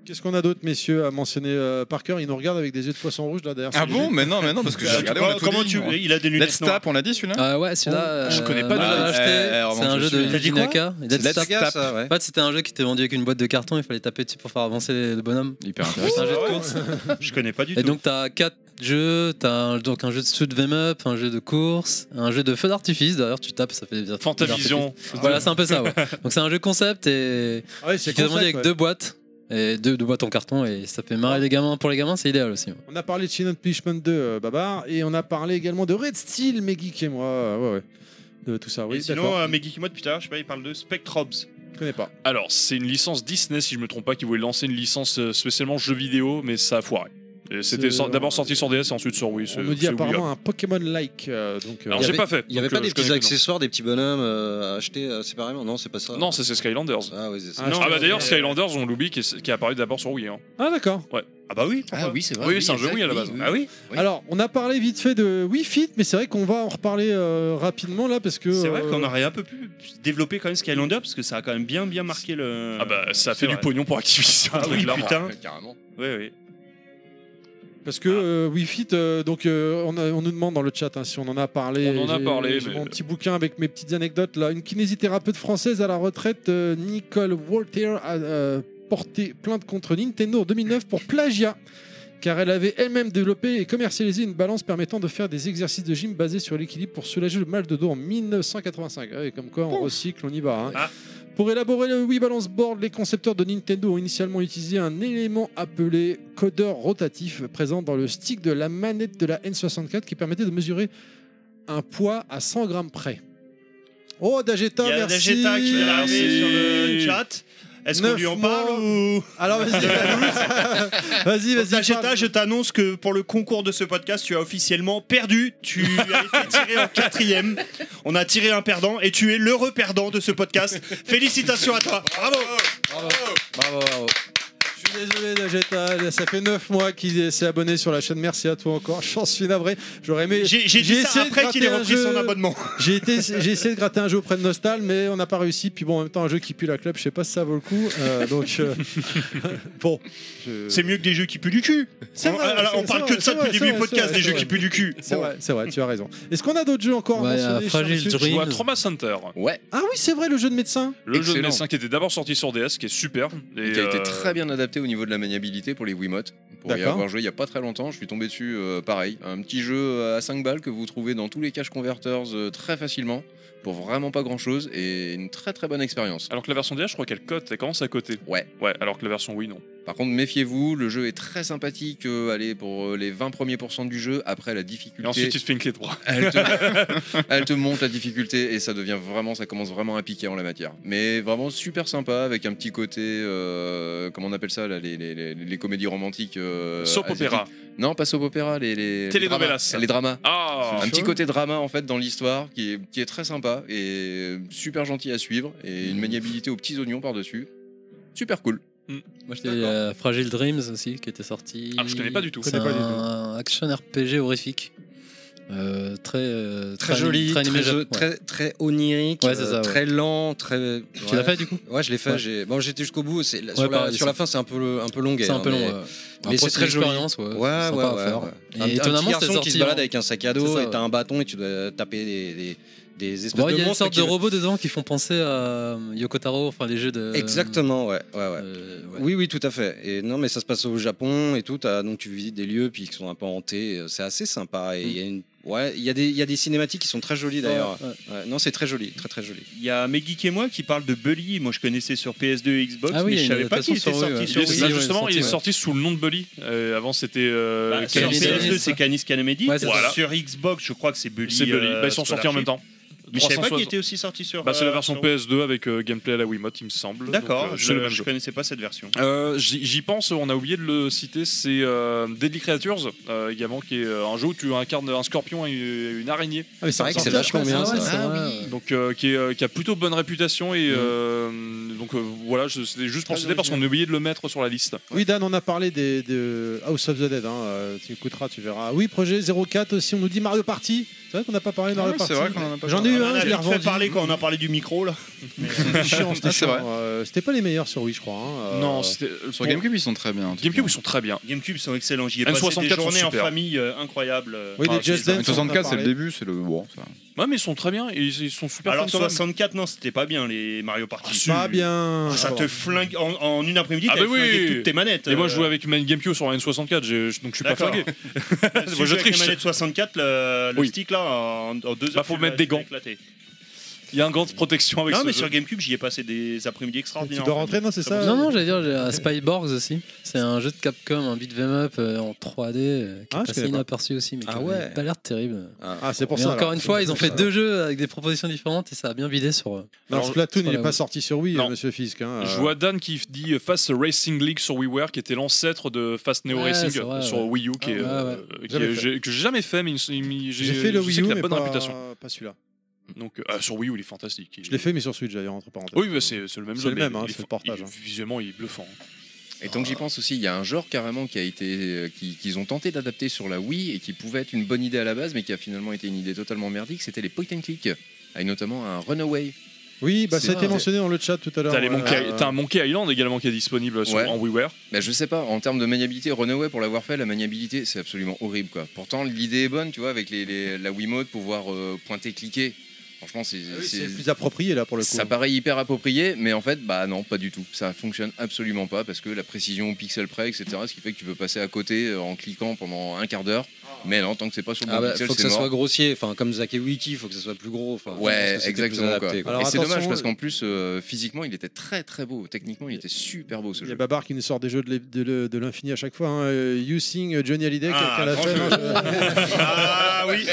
[SPEAKER 1] Qu'est-ce qu'on a d'autre, messieurs, à mentionner euh, Parker Il nous regarde avec des yeux de poisson rouge là derrière.
[SPEAKER 25] Ah
[SPEAKER 1] son
[SPEAKER 25] bon
[SPEAKER 1] jeu.
[SPEAKER 25] Mais non, mais non, parce que
[SPEAKER 4] Ah,
[SPEAKER 25] j'ai regardé. on a
[SPEAKER 3] Comment
[SPEAKER 25] tout
[SPEAKER 3] comment
[SPEAKER 25] dit.
[SPEAKER 3] tu Il a des
[SPEAKER 25] Let's
[SPEAKER 3] lunettes noires.
[SPEAKER 25] Tap, on l'a dit celui-là
[SPEAKER 6] Ah ouais, celui-là.
[SPEAKER 8] Je connais pas
[SPEAKER 6] euh,
[SPEAKER 8] de
[SPEAKER 6] moi,
[SPEAKER 8] nom.
[SPEAKER 6] je l'ai acheté.
[SPEAKER 25] Eh, alors,
[SPEAKER 6] C'est un
[SPEAKER 25] je
[SPEAKER 6] jeu
[SPEAKER 25] suis-
[SPEAKER 6] de
[SPEAKER 25] T'as dit quoi
[SPEAKER 6] Jinaka. et Let's Tap.
[SPEAKER 4] Tap, ça, ouais.
[SPEAKER 6] En fait, c'était un jeu qui était vendu avec une boîte de carton, il fallait taper dessus pour faire avancer le bonhomme.
[SPEAKER 25] Hyper
[SPEAKER 6] C'est un jeu de
[SPEAKER 3] ouais.
[SPEAKER 6] course.
[SPEAKER 3] Je connais pas du
[SPEAKER 6] Et
[SPEAKER 3] tout.
[SPEAKER 6] donc, t'as quatre jeux, t'as un, donc un jeu de shoot 'em up, un jeu de course, un jeu de feu d'artifice. D'ailleurs, tu tapes, ça fait des artifices.
[SPEAKER 8] Fantavision.
[SPEAKER 6] Voilà, c'est un peu ça. ouais. Donc, c'est un jeu concept et
[SPEAKER 1] Ah ouais,
[SPEAKER 6] qui
[SPEAKER 1] c'est
[SPEAKER 6] est vendu
[SPEAKER 1] concept,
[SPEAKER 6] avec
[SPEAKER 1] ouais.
[SPEAKER 6] deux boîtes. Et deux, deux boîtes en carton et ça fait marrer les gamins pour les gamins c'est idéal aussi
[SPEAKER 1] On a parlé de Shin Punishment 2, euh, Babar, et on a parlé également de Red Steel, mais Geek et moi. euh, Ouais, ouais. De tout ça,
[SPEAKER 3] Et
[SPEAKER 1] Ah oui.
[SPEAKER 3] sinon,
[SPEAKER 1] d'accord.
[SPEAKER 3] euh, Meggy Kimod, putain, je sais pas, il parle de Spectrobs.
[SPEAKER 8] euh,
[SPEAKER 1] Je connais pas.
[SPEAKER 8] Alors, c'est une licence Disney, si je me trompe pas, qui voulait lancer une licence euh, spécialement jeux vidéo, mais ça a foiré. Et C'était
[SPEAKER 1] C'est- euh,
[SPEAKER 8] sor- d'abord sorti sur DS et ensuite sur Wii. c'est-
[SPEAKER 1] On nous dit
[SPEAKER 8] c'est oubliable.
[SPEAKER 1] apparemment un Pokémon-like. euh, donc, euh,
[SPEAKER 8] Alors,
[SPEAKER 4] Il y
[SPEAKER 8] j'ai
[SPEAKER 4] avait-
[SPEAKER 8] pas fait.
[SPEAKER 4] Il n'y avait
[SPEAKER 8] donc,
[SPEAKER 4] pas
[SPEAKER 8] euh,
[SPEAKER 4] des
[SPEAKER 8] je
[SPEAKER 4] petits
[SPEAKER 8] connais que le
[SPEAKER 4] accessoires, des petits bonhommes euh, à acheter euh, séparément Non, c'est pas ça.
[SPEAKER 8] nom. Non, c'est c'est Skylanders.
[SPEAKER 4] Ah, oui, c'est ça.
[SPEAKER 1] Ah,
[SPEAKER 8] Ah bah
[SPEAKER 1] je-
[SPEAKER 8] d'ailleurs, Skylanders, on l'oublie, qui, est- qui est apparu d'abord sur Wii. hein.
[SPEAKER 1] Ah, d'accord.
[SPEAKER 3] Ah bah oui.
[SPEAKER 7] Ah oui, c'est vrai.
[SPEAKER 8] Oui, c'est un jeu
[SPEAKER 7] exact,
[SPEAKER 8] Wii à la base.
[SPEAKER 3] Ah oui.
[SPEAKER 7] Oui.
[SPEAKER 1] Alors, on a parlé vite fait de Wii Fit, mais c'est vrai qu'on va en reparler euh, rapidement là, parce que.
[SPEAKER 3] C'est vrai
[SPEAKER 1] euh,
[SPEAKER 3] qu'on aurait un peu plus développé quand même Skylander parce que ça a quand même bien bien marqué le.
[SPEAKER 8] Ah bah ça a
[SPEAKER 3] C'est
[SPEAKER 8] fait du
[SPEAKER 3] vrai.
[SPEAKER 8] pognon pour Activision.
[SPEAKER 3] Ah oui,
[SPEAKER 8] clairement.
[SPEAKER 3] putain.
[SPEAKER 7] Carrément.
[SPEAKER 3] Oui, oui.
[SPEAKER 1] Ah, Parce que euh, Wii Fit, euh, donc euh, on, a- on nous demande dans le chat hein, si on en a parlé.
[SPEAKER 8] On en a
[SPEAKER 1] J'ai-
[SPEAKER 8] parlé,
[SPEAKER 1] j'ai
[SPEAKER 8] mais-
[SPEAKER 1] Mon petit bouquin avec mes petites anecdotes là. Une kinésithérapeute française à la retraite, euh, Nicole Walter, a euh, porté plainte contre Nintendo en 2009 pour plagiat. Car elle avait elle-même développé et commercialisé une balance permettant de faire des exercices de gym basés sur l'équilibre pour soulager le mal de dos en 1985. Ouais, Eh, comme quoi, on recycle, on y va. hein.
[SPEAKER 3] Ah.
[SPEAKER 1] Pour élaborer le Wii Balance Board, les concepteurs de Nintendo ont initialement utilisé un élément appelé codeur rotatif présent dans le stick de la manette de la N64 qui permettait de mesurer un poids à 100 grammes près. Oh, Dageta,
[SPEAKER 3] Il y a
[SPEAKER 1] merci.
[SPEAKER 3] Dageta qui vient d'arriver
[SPEAKER 8] Merci.
[SPEAKER 3] sur le chat. Est-ce qu'on
[SPEAKER 1] Neuf
[SPEAKER 3] lui en
[SPEAKER 1] mois.
[SPEAKER 3] parle ou
[SPEAKER 1] Alors vas-y, vas-y, vas-y.
[SPEAKER 3] Dageta,
[SPEAKER 1] parle.
[SPEAKER 3] je t'annonce que pour le concours de ce podcast, tu as officiellement perdu. Tu as été tiré en quatrième. On a tiré un perdant et tu es l'heureux perdant de ce podcast. Félicitations à toi. Bravo.
[SPEAKER 4] Bravo, bravo.
[SPEAKER 1] Je suis désolé, Dageta. Ça fait 9 mois qu'il s'est abonné sur la chaîne. Merci à toi encore. J'en suis navré. J'aurais aimé.
[SPEAKER 3] J'ai j'ai
[SPEAKER 1] J'ai
[SPEAKER 3] dit
[SPEAKER 1] essayé
[SPEAKER 3] ça
[SPEAKER 1] de
[SPEAKER 3] après qu'il ait
[SPEAKER 1] gratter un
[SPEAKER 3] repris son
[SPEAKER 1] jeu.
[SPEAKER 3] abonnement.
[SPEAKER 1] J'ai été- j'ai essayé de gratter un jeu auprès de Nostal, mais on n'a pas réussi. Puis bon, en même temps, un jeu qui pue la club, je sais pas si ça vaut le coup. Euh, donc euh, bon, je-
[SPEAKER 3] C'est mieux que des jeux qui puent du cul.
[SPEAKER 1] C'est
[SPEAKER 3] on,
[SPEAKER 1] vrai,
[SPEAKER 3] alors,
[SPEAKER 1] c'est-
[SPEAKER 3] on
[SPEAKER 1] c'est
[SPEAKER 3] parle que
[SPEAKER 1] vrai,
[SPEAKER 3] de ça
[SPEAKER 1] c'est
[SPEAKER 3] depuis le
[SPEAKER 1] vrai,
[SPEAKER 3] début du
[SPEAKER 1] c'est
[SPEAKER 3] podcast,
[SPEAKER 1] vrai,
[SPEAKER 3] des
[SPEAKER 1] c'est
[SPEAKER 3] jeux
[SPEAKER 1] vrai.
[SPEAKER 3] qui puent du cul.
[SPEAKER 1] c'est
[SPEAKER 3] Bon.
[SPEAKER 1] vrai, c'est vrai, tu as raison. Est-ce qu'on a d'autres jeux encore
[SPEAKER 6] Ouais,
[SPEAKER 1] à mentionner,
[SPEAKER 6] euh,
[SPEAKER 1] cher
[SPEAKER 6] Fragile
[SPEAKER 1] monsieur
[SPEAKER 6] Dream.
[SPEAKER 8] Je vois
[SPEAKER 6] Dream.
[SPEAKER 8] Trauma Center.
[SPEAKER 7] Ouais,
[SPEAKER 1] Ah oui, c'est vrai, le jeu de médecin.
[SPEAKER 8] Le jeu de
[SPEAKER 7] Excellent.
[SPEAKER 8] médecin qui était d'abord sorti sur DS, qui est super. euh,
[SPEAKER 7] et qui a été euh, très bien adapté au niveau de la maniabilité pour les Wiimotes. Pour y
[SPEAKER 1] D'accord.
[SPEAKER 7] avoir joué il y a pas très longtemps, je suis tombé dessus euh, pareil. Un petit jeu euh, à 5 balles que vous trouvez dans tous les cash converters euh, très facilement pour vraiment pas grand chose et une très très bonne expérience.
[SPEAKER 8] Alors que la version DS, je crois qu'elle cote, elle commence à coter.
[SPEAKER 7] Ouais.
[SPEAKER 8] Ouais, alors que la version Wii, non.
[SPEAKER 7] Par contre, méfiez-vous, le jeu est très sympathique euh, allez, pour euh, les 20 premiers pourcents du jeu. Après, la difficulté.
[SPEAKER 8] Et ensuite, il te fait une clé de bras.
[SPEAKER 7] Elle te, elle te monte la difficulté et ça devient vraiment, ça commence vraiment à piquer en la matière. Mais vraiment super sympa avec un petit côté, euh, comment on appelle ça, là, les, les- les- les comédies romantiques. euh,
[SPEAKER 8] Soap
[SPEAKER 7] asiatiques.
[SPEAKER 8] opéra.
[SPEAKER 7] Non, pas soap opéra, les. les
[SPEAKER 8] Telenovelas.
[SPEAKER 7] dramas. Les dramas.
[SPEAKER 8] Ah
[SPEAKER 7] un petit côté drama en fait dans l'histoire qui est, qui est très sympa et super gentil à suivre et une maniabilité aux petits oignons par-dessus. Super cool.
[SPEAKER 5] Moi, j'étais euh, Fragile Dreams aussi, qui était sorti.
[SPEAKER 8] Ah, je connais pas du tout.
[SPEAKER 5] C'est
[SPEAKER 8] Je connais pas du
[SPEAKER 5] un action RPG horrifique. Euh, très, euh,
[SPEAKER 6] Très
[SPEAKER 5] anim-
[SPEAKER 6] joli, très,
[SPEAKER 5] animé
[SPEAKER 6] jeu-
[SPEAKER 5] Japon, ouais.
[SPEAKER 6] très, très onirique,
[SPEAKER 5] Ouais, c'est
[SPEAKER 6] euh,
[SPEAKER 5] ça, ouais.
[SPEAKER 6] très lent, très.
[SPEAKER 5] Tu l'as fait, du coup
[SPEAKER 6] Ouais, je l'ai fait.
[SPEAKER 5] Ouais.
[SPEAKER 6] j'ai- Bon, j'étais jusqu'au bout. c'est-
[SPEAKER 5] Ouais,
[SPEAKER 6] sur, la,
[SPEAKER 5] pareil,
[SPEAKER 6] sur la
[SPEAKER 5] c'est-
[SPEAKER 6] fin, c'est un peu le- un peu longuet.
[SPEAKER 5] C'est un
[SPEAKER 6] hein,
[SPEAKER 5] peu long,
[SPEAKER 6] mais-
[SPEAKER 5] ouais.
[SPEAKER 6] Mais
[SPEAKER 5] Après,
[SPEAKER 6] c'est
[SPEAKER 5] c'est
[SPEAKER 6] très joli.
[SPEAKER 5] l'expérience, ouais,
[SPEAKER 6] ouais,
[SPEAKER 5] c'est
[SPEAKER 6] ouais,
[SPEAKER 5] sympa à
[SPEAKER 6] ouais,
[SPEAKER 5] faire.
[SPEAKER 6] ouais.
[SPEAKER 5] Et
[SPEAKER 6] un, un
[SPEAKER 5] étonnamment,
[SPEAKER 6] petit garçon
[SPEAKER 5] c'est
[SPEAKER 6] qui
[SPEAKER 5] sorti
[SPEAKER 6] se balade
[SPEAKER 5] en-
[SPEAKER 6] avec un sac à
[SPEAKER 5] C'est
[SPEAKER 6] dos
[SPEAKER 5] ça,
[SPEAKER 6] et t'as
[SPEAKER 5] ouais.
[SPEAKER 6] un bâton et tu dois taper des, des, des espèces
[SPEAKER 5] Bon,
[SPEAKER 6] de
[SPEAKER 5] il y a une
[SPEAKER 6] monstres.
[SPEAKER 5] sorte
[SPEAKER 6] qui-
[SPEAKER 5] de robot dedans qui font penser à euh, Yoko Taro, enfin les jeux de.
[SPEAKER 6] Exactement, ouais. Ah ouais, ouais.
[SPEAKER 7] Euh,
[SPEAKER 5] ouais.
[SPEAKER 6] Oui, oui, tout à fait. Et non, mais ça se passe au Japon et tout. t'as- donc tu visites des lieux puis qui sont un peu hantés. euh, C'est assez sympa.
[SPEAKER 7] Mm.
[SPEAKER 6] Et il y a une- ouais, il y, a des- il y a des cinématiques qui sont très jolies d'ailleurs.
[SPEAKER 3] Ouais,
[SPEAKER 6] Ouais, non, c'est très joli, très très joli.
[SPEAKER 3] Il y a mes geeks et moi qui parlent de Bully. Moi, je connaissais sur PS2 et Xbox,
[SPEAKER 5] Ah oui, il
[SPEAKER 3] mais
[SPEAKER 5] y a
[SPEAKER 3] je
[SPEAKER 5] une
[SPEAKER 3] savais pas
[SPEAKER 5] adaptation
[SPEAKER 3] qu'il était
[SPEAKER 5] sur
[SPEAKER 3] sorti
[SPEAKER 5] Wii, ouais.
[SPEAKER 3] sur
[SPEAKER 5] Il est
[SPEAKER 3] Wii.
[SPEAKER 8] Là,
[SPEAKER 5] ouais,
[SPEAKER 8] justement,
[SPEAKER 5] sorti,
[SPEAKER 8] il est
[SPEAKER 5] ouais.
[SPEAKER 8] sorti sous le nom de Bully. Euh, avant, c'était. euh,
[SPEAKER 3] Bah, sur
[SPEAKER 8] Canis
[SPEAKER 3] PS2,
[SPEAKER 8] Canis.
[SPEAKER 3] c'est Canis Canemedi.
[SPEAKER 8] Ouais, c'est
[SPEAKER 3] Voilà.
[SPEAKER 8] ça.
[SPEAKER 3] Sur Xbox, je crois que c'est Bully.
[SPEAKER 8] C'est Bully.
[SPEAKER 3] euh,
[SPEAKER 8] Bah, ils sont sortis en même temps.
[SPEAKER 3] Mais je savais pas
[SPEAKER 8] 360.
[SPEAKER 3] qu'il était aussi sorti sur.
[SPEAKER 8] Bah, c'est
[SPEAKER 3] euh,
[SPEAKER 8] la version
[SPEAKER 3] sur-
[SPEAKER 8] PS2 avec euh, gameplay à la Wiimote, il me semble.
[SPEAKER 3] D'accord,
[SPEAKER 8] Donc, euh,
[SPEAKER 3] je-
[SPEAKER 8] c'est le même
[SPEAKER 3] je
[SPEAKER 8] jeu.
[SPEAKER 3] connaissais pas cette version.
[SPEAKER 8] Euh, J'y j'y pense, on a oublié de le citer, c'est euh, Deadly Creatures euh, également, qui est euh, un jeu où tu incarnes un scorpion et une araignée.
[SPEAKER 6] Ah, mais c'est vrai que c'est vachement bien, ça. Ah
[SPEAKER 8] oui. Donc euh, qui, est, euh, qui a plutôt bonne réputation
[SPEAKER 3] Mm.
[SPEAKER 8] et euh, donc euh, voilà, je- c'était juste pour citer parce qu'on a oublié de le mettre sur la liste.
[SPEAKER 1] Oui, Dan, on a parlé des, de House of the Dead. hein, euh, Tu écouteras, tu verras. Oui, projet 04 aussi. On nous dit Mario Party. C'est vrai qu'on n'a pas parlé de Mario
[SPEAKER 3] Ouais,
[SPEAKER 1] Party.
[SPEAKER 3] Ah c'est vrai qu'on en a pas
[SPEAKER 1] J'en ai
[SPEAKER 3] parlé.
[SPEAKER 1] eu
[SPEAKER 3] Ah, On
[SPEAKER 1] un,
[SPEAKER 3] en a
[SPEAKER 1] je l'ai
[SPEAKER 3] vite fait
[SPEAKER 1] revendu.
[SPEAKER 3] parler quand on a parlé du micro là.
[SPEAKER 1] C'était chiant, c'était
[SPEAKER 4] Ah, c'est
[SPEAKER 1] chiant.
[SPEAKER 4] vrai.
[SPEAKER 1] Euh, C'était pas les meilleurs sur Wii, je crois. hein. Euh,
[SPEAKER 8] Non, c'était euh,
[SPEAKER 4] Sur
[SPEAKER 8] pour-
[SPEAKER 4] GameCube, ils sont très bien. en tout
[SPEAKER 8] GameCube ils sont très bien.
[SPEAKER 3] GameCube sont excellents. J'y ai
[SPEAKER 8] N64
[SPEAKER 3] passé des
[SPEAKER 8] sont
[SPEAKER 3] journées en
[SPEAKER 8] super.
[SPEAKER 3] famille euh, incroyables. euh.
[SPEAKER 1] Oui, les
[SPEAKER 3] Ah,
[SPEAKER 1] Just
[SPEAKER 3] c'est-
[SPEAKER 1] Dance, on en a
[SPEAKER 4] 64, c'est le
[SPEAKER 1] parlé.
[SPEAKER 4] début, c'est le. Bon, ça.
[SPEAKER 8] Ouais, mais ils sont très bien, et ils, ils sont super
[SPEAKER 3] Alors
[SPEAKER 8] fun quand même.
[SPEAKER 3] 64, non, c'était pas bien les Mario Party.
[SPEAKER 1] Pas bien.
[SPEAKER 3] Ah, ça te flingue en, en une après-midi,
[SPEAKER 8] Ah
[SPEAKER 3] t'as
[SPEAKER 8] bah oui.
[SPEAKER 3] flingué toutes tes manettes.
[SPEAKER 8] Et moi je
[SPEAKER 3] euh.
[SPEAKER 8] jouais avec ma GameCube sur la N64, j'ai- je- donc je suis pas
[SPEAKER 3] D'accord.
[SPEAKER 8] flingué.
[SPEAKER 3] Si
[SPEAKER 8] Moi,
[SPEAKER 3] tu
[SPEAKER 8] je
[SPEAKER 3] joues avec
[SPEAKER 8] triche.
[SPEAKER 3] la manette 64, le, le
[SPEAKER 8] Oui.
[SPEAKER 3] stick là, en, en deux heures.
[SPEAKER 8] Bah, faut
[SPEAKER 3] tu
[SPEAKER 8] mettre
[SPEAKER 3] l'as- tu
[SPEAKER 8] des
[SPEAKER 3] l'as
[SPEAKER 8] gants.
[SPEAKER 3] éclaté.
[SPEAKER 8] Il y a un gant de protection avec
[SPEAKER 3] Non,
[SPEAKER 8] ce
[SPEAKER 3] mais
[SPEAKER 8] jeu.
[SPEAKER 3] sur GameCube, j'y ai passé des
[SPEAKER 1] Tu
[SPEAKER 3] après-midi
[SPEAKER 8] hein.
[SPEAKER 3] extraordinaires.
[SPEAKER 1] dois
[SPEAKER 3] en
[SPEAKER 1] rentrer, non, c'est
[SPEAKER 7] Euh,
[SPEAKER 1] ça
[SPEAKER 5] Non, non, j'allais dire, j'ai un Spyborgs aussi. C'est un jeu de Capcom, un beat'em up euh, en 3D euh, qui
[SPEAKER 1] Ah,
[SPEAKER 5] est
[SPEAKER 1] je
[SPEAKER 5] passé
[SPEAKER 1] connais pas.
[SPEAKER 5] inaperçu aussi, mais qui
[SPEAKER 6] Ah
[SPEAKER 5] avait
[SPEAKER 6] ouais.
[SPEAKER 5] pas l'air terrible.
[SPEAKER 1] Ah, c'est pour
[SPEAKER 5] Mais
[SPEAKER 1] ça.
[SPEAKER 5] encore
[SPEAKER 1] alors.
[SPEAKER 5] une fois, ils ont fait
[SPEAKER 1] Ah.
[SPEAKER 5] deux jeux avec des propositions différentes et ça a bien bidé sur. euh,
[SPEAKER 1] Non,
[SPEAKER 8] Alors,
[SPEAKER 1] Splatoon,
[SPEAKER 5] sur
[SPEAKER 1] il
[SPEAKER 5] la
[SPEAKER 1] n'est pas
[SPEAKER 5] Wii.
[SPEAKER 1] sorti sur Wii,
[SPEAKER 8] Non.
[SPEAKER 1] euh, monsieur Fisk. hein.
[SPEAKER 8] Je
[SPEAKER 1] Euh,
[SPEAKER 8] vois Dan qui dit euh, Fast Racing League sur WiiWare, qui était l'ancêtre de Fast Neo
[SPEAKER 5] Ouais,
[SPEAKER 8] Racing
[SPEAKER 5] c'est vrai,
[SPEAKER 8] sur
[SPEAKER 5] ouais.
[SPEAKER 8] Wii U, qui
[SPEAKER 1] Ah,
[SPEAKER 8] est,
[SPEAKER 1] ouais,
[SPEAKER 8] euh, qui
[SPEAKER 1] Jamais
[SPEAKER 8] est-
[SPEAKER 1] fait.
[SPEAKER 8] j'ai- que j'ai jamais fait, mais il- il-
[SPEAKER 1] J'ai fait le
[SPEAKER 8] je
[SPEAKER 1] Wii
[SPEAKER 8] sais
[SPEAKER 1] U,
[SPEAKER 8] qu'il a
[SPEAKER 1] mais
[SPEAKER 8] bonne
[SPEAKER 1] pas,
[SPEAKER 8] réputation.
[SPEAKER 1] pas celui-là.
[SPEAKER 8] Donc, euh, ah, sur Wii U, il est fantastique. Il-
[SPEAKER 1] Je l'ai fait, mais sur Switch, d'ailleurs, entre parenthèses.
[SPEAKER 8] Oui, bah, c'est c'est le même
[SPEAKER 1] C'est
[SPEAKER 8] jeu.
[SPEAKER 1] le
[SPEAKER 8] mais
[SPEAKER 1] même, hein,
[SPEAKER 8] il est
[SPEAKER 1] c'est le
[SPEAKER 8] fa-
[SPEAKER 1] portage,
[SPEAKER 8] il-
[SPEAKER 1] hein.
[SPEAKER 8] Visuellement, il est bluffant.
[SPEAKER 7] Et tant que j'y pense aussi, il y a un genre carrément qui a été, euh, qui- qu'ils ont tenté d'adapter sur la Wii et qui pouvait être une bonne idée à la base, mais qui a finalement été une idée totalement merdique. C'était les point and click, avec notamment un Runaway.
[SPEAKER 1] Oui, bah,
[SPEAKER 7] C'est-
[SPEAKER 1] ça a été
[SPEAKER 7] ah.
[SPEAKER 1] mentionné dans le chat tout à l'heure.
[SPEAKER 8] T'as les
[SPEAKER 1] euh,
[SPEAKER 8] Monkey-
[SPEAKER 1] euh,
[SPEAKER 8] t'as un Monkey Island également qui est disponible sur,
[SPEAKER 7] Ouais.
[SPEAKER 8] en WiiWare.
[SPEAKER 7] Bah, je sais pas, en termes de maniabilité, Runaway pour l'avoir fait, la maniabilité c'est absolument horrible quoi. Pourtant l'idée est bonne, tu vois, avec les, les- la Wiimote, pouvoir euh, pointer, cliquer. Franchement, c'est.
[SPEAKER 1] Ah oui,
[SPEAKER 7] c'est-
[SPEAKER 1] C'est plus approprié, là, pour le coup.
[SPEAKER 7] Ça paraît hyper approprié, mais en fait, bah non, pas du tout. Ça fonctionne absolument pas parce que la précision au pixel près, etc., ce qui fait que tu peux passer à côté euh, en cliquant pendant un quart d'heure.
[SPEAKER 1] Ah.
[SPEAKER 7] Mais non, tant que c'est pas sur le bon
[SPEAKER 6] Ah bah,
[SPEAKER 7] pixel,
[SPEAKER 6] faut que
[SPEAKER 7] c'est
[SPEAKER 6] ça
[SPEAKER 7] mort.
[SPEAKER 6] soit grossier, enfin comme Zach et Wiki, faut que ça soit plus gros. Enfin, je
[SPEAKER 7] Ouais,
[SPEAKER 6] pense que c'était plus
[SPEAKER 7] exactement. quoi.
[SPEAKER 6] adapté, quoi.
[SPEAKER 1] Alors,
[SPEAKER 7] et c'est
[SPEAKER 1] attention,
[SPEAKER 7] dommage parce
[SPEAKER 1] euh,
[SPEAKER 7] qu'en plus, euh, physiquement, il était très très beau. Techniquement, il était super beau ce
[SPEAKER 1] Il y a
[SPEAKER 7] jeu.
[SPEAKER 1] Babar qui nous sort des jeux de l'é- de l'e- de l'infini à chaque fois. hein. Euh, You Sing, euh, Johnny Hallyday,
[SPEAKER 3] Ah,
[SPEAKER 1] quelqu'un l'a
[SPEAKER 3] grand
[SPEAKER 1] fait.
[SPEAKER 3] jeu.
[SPEAKER 1] non,
[SPEAKER 3] Ah oui,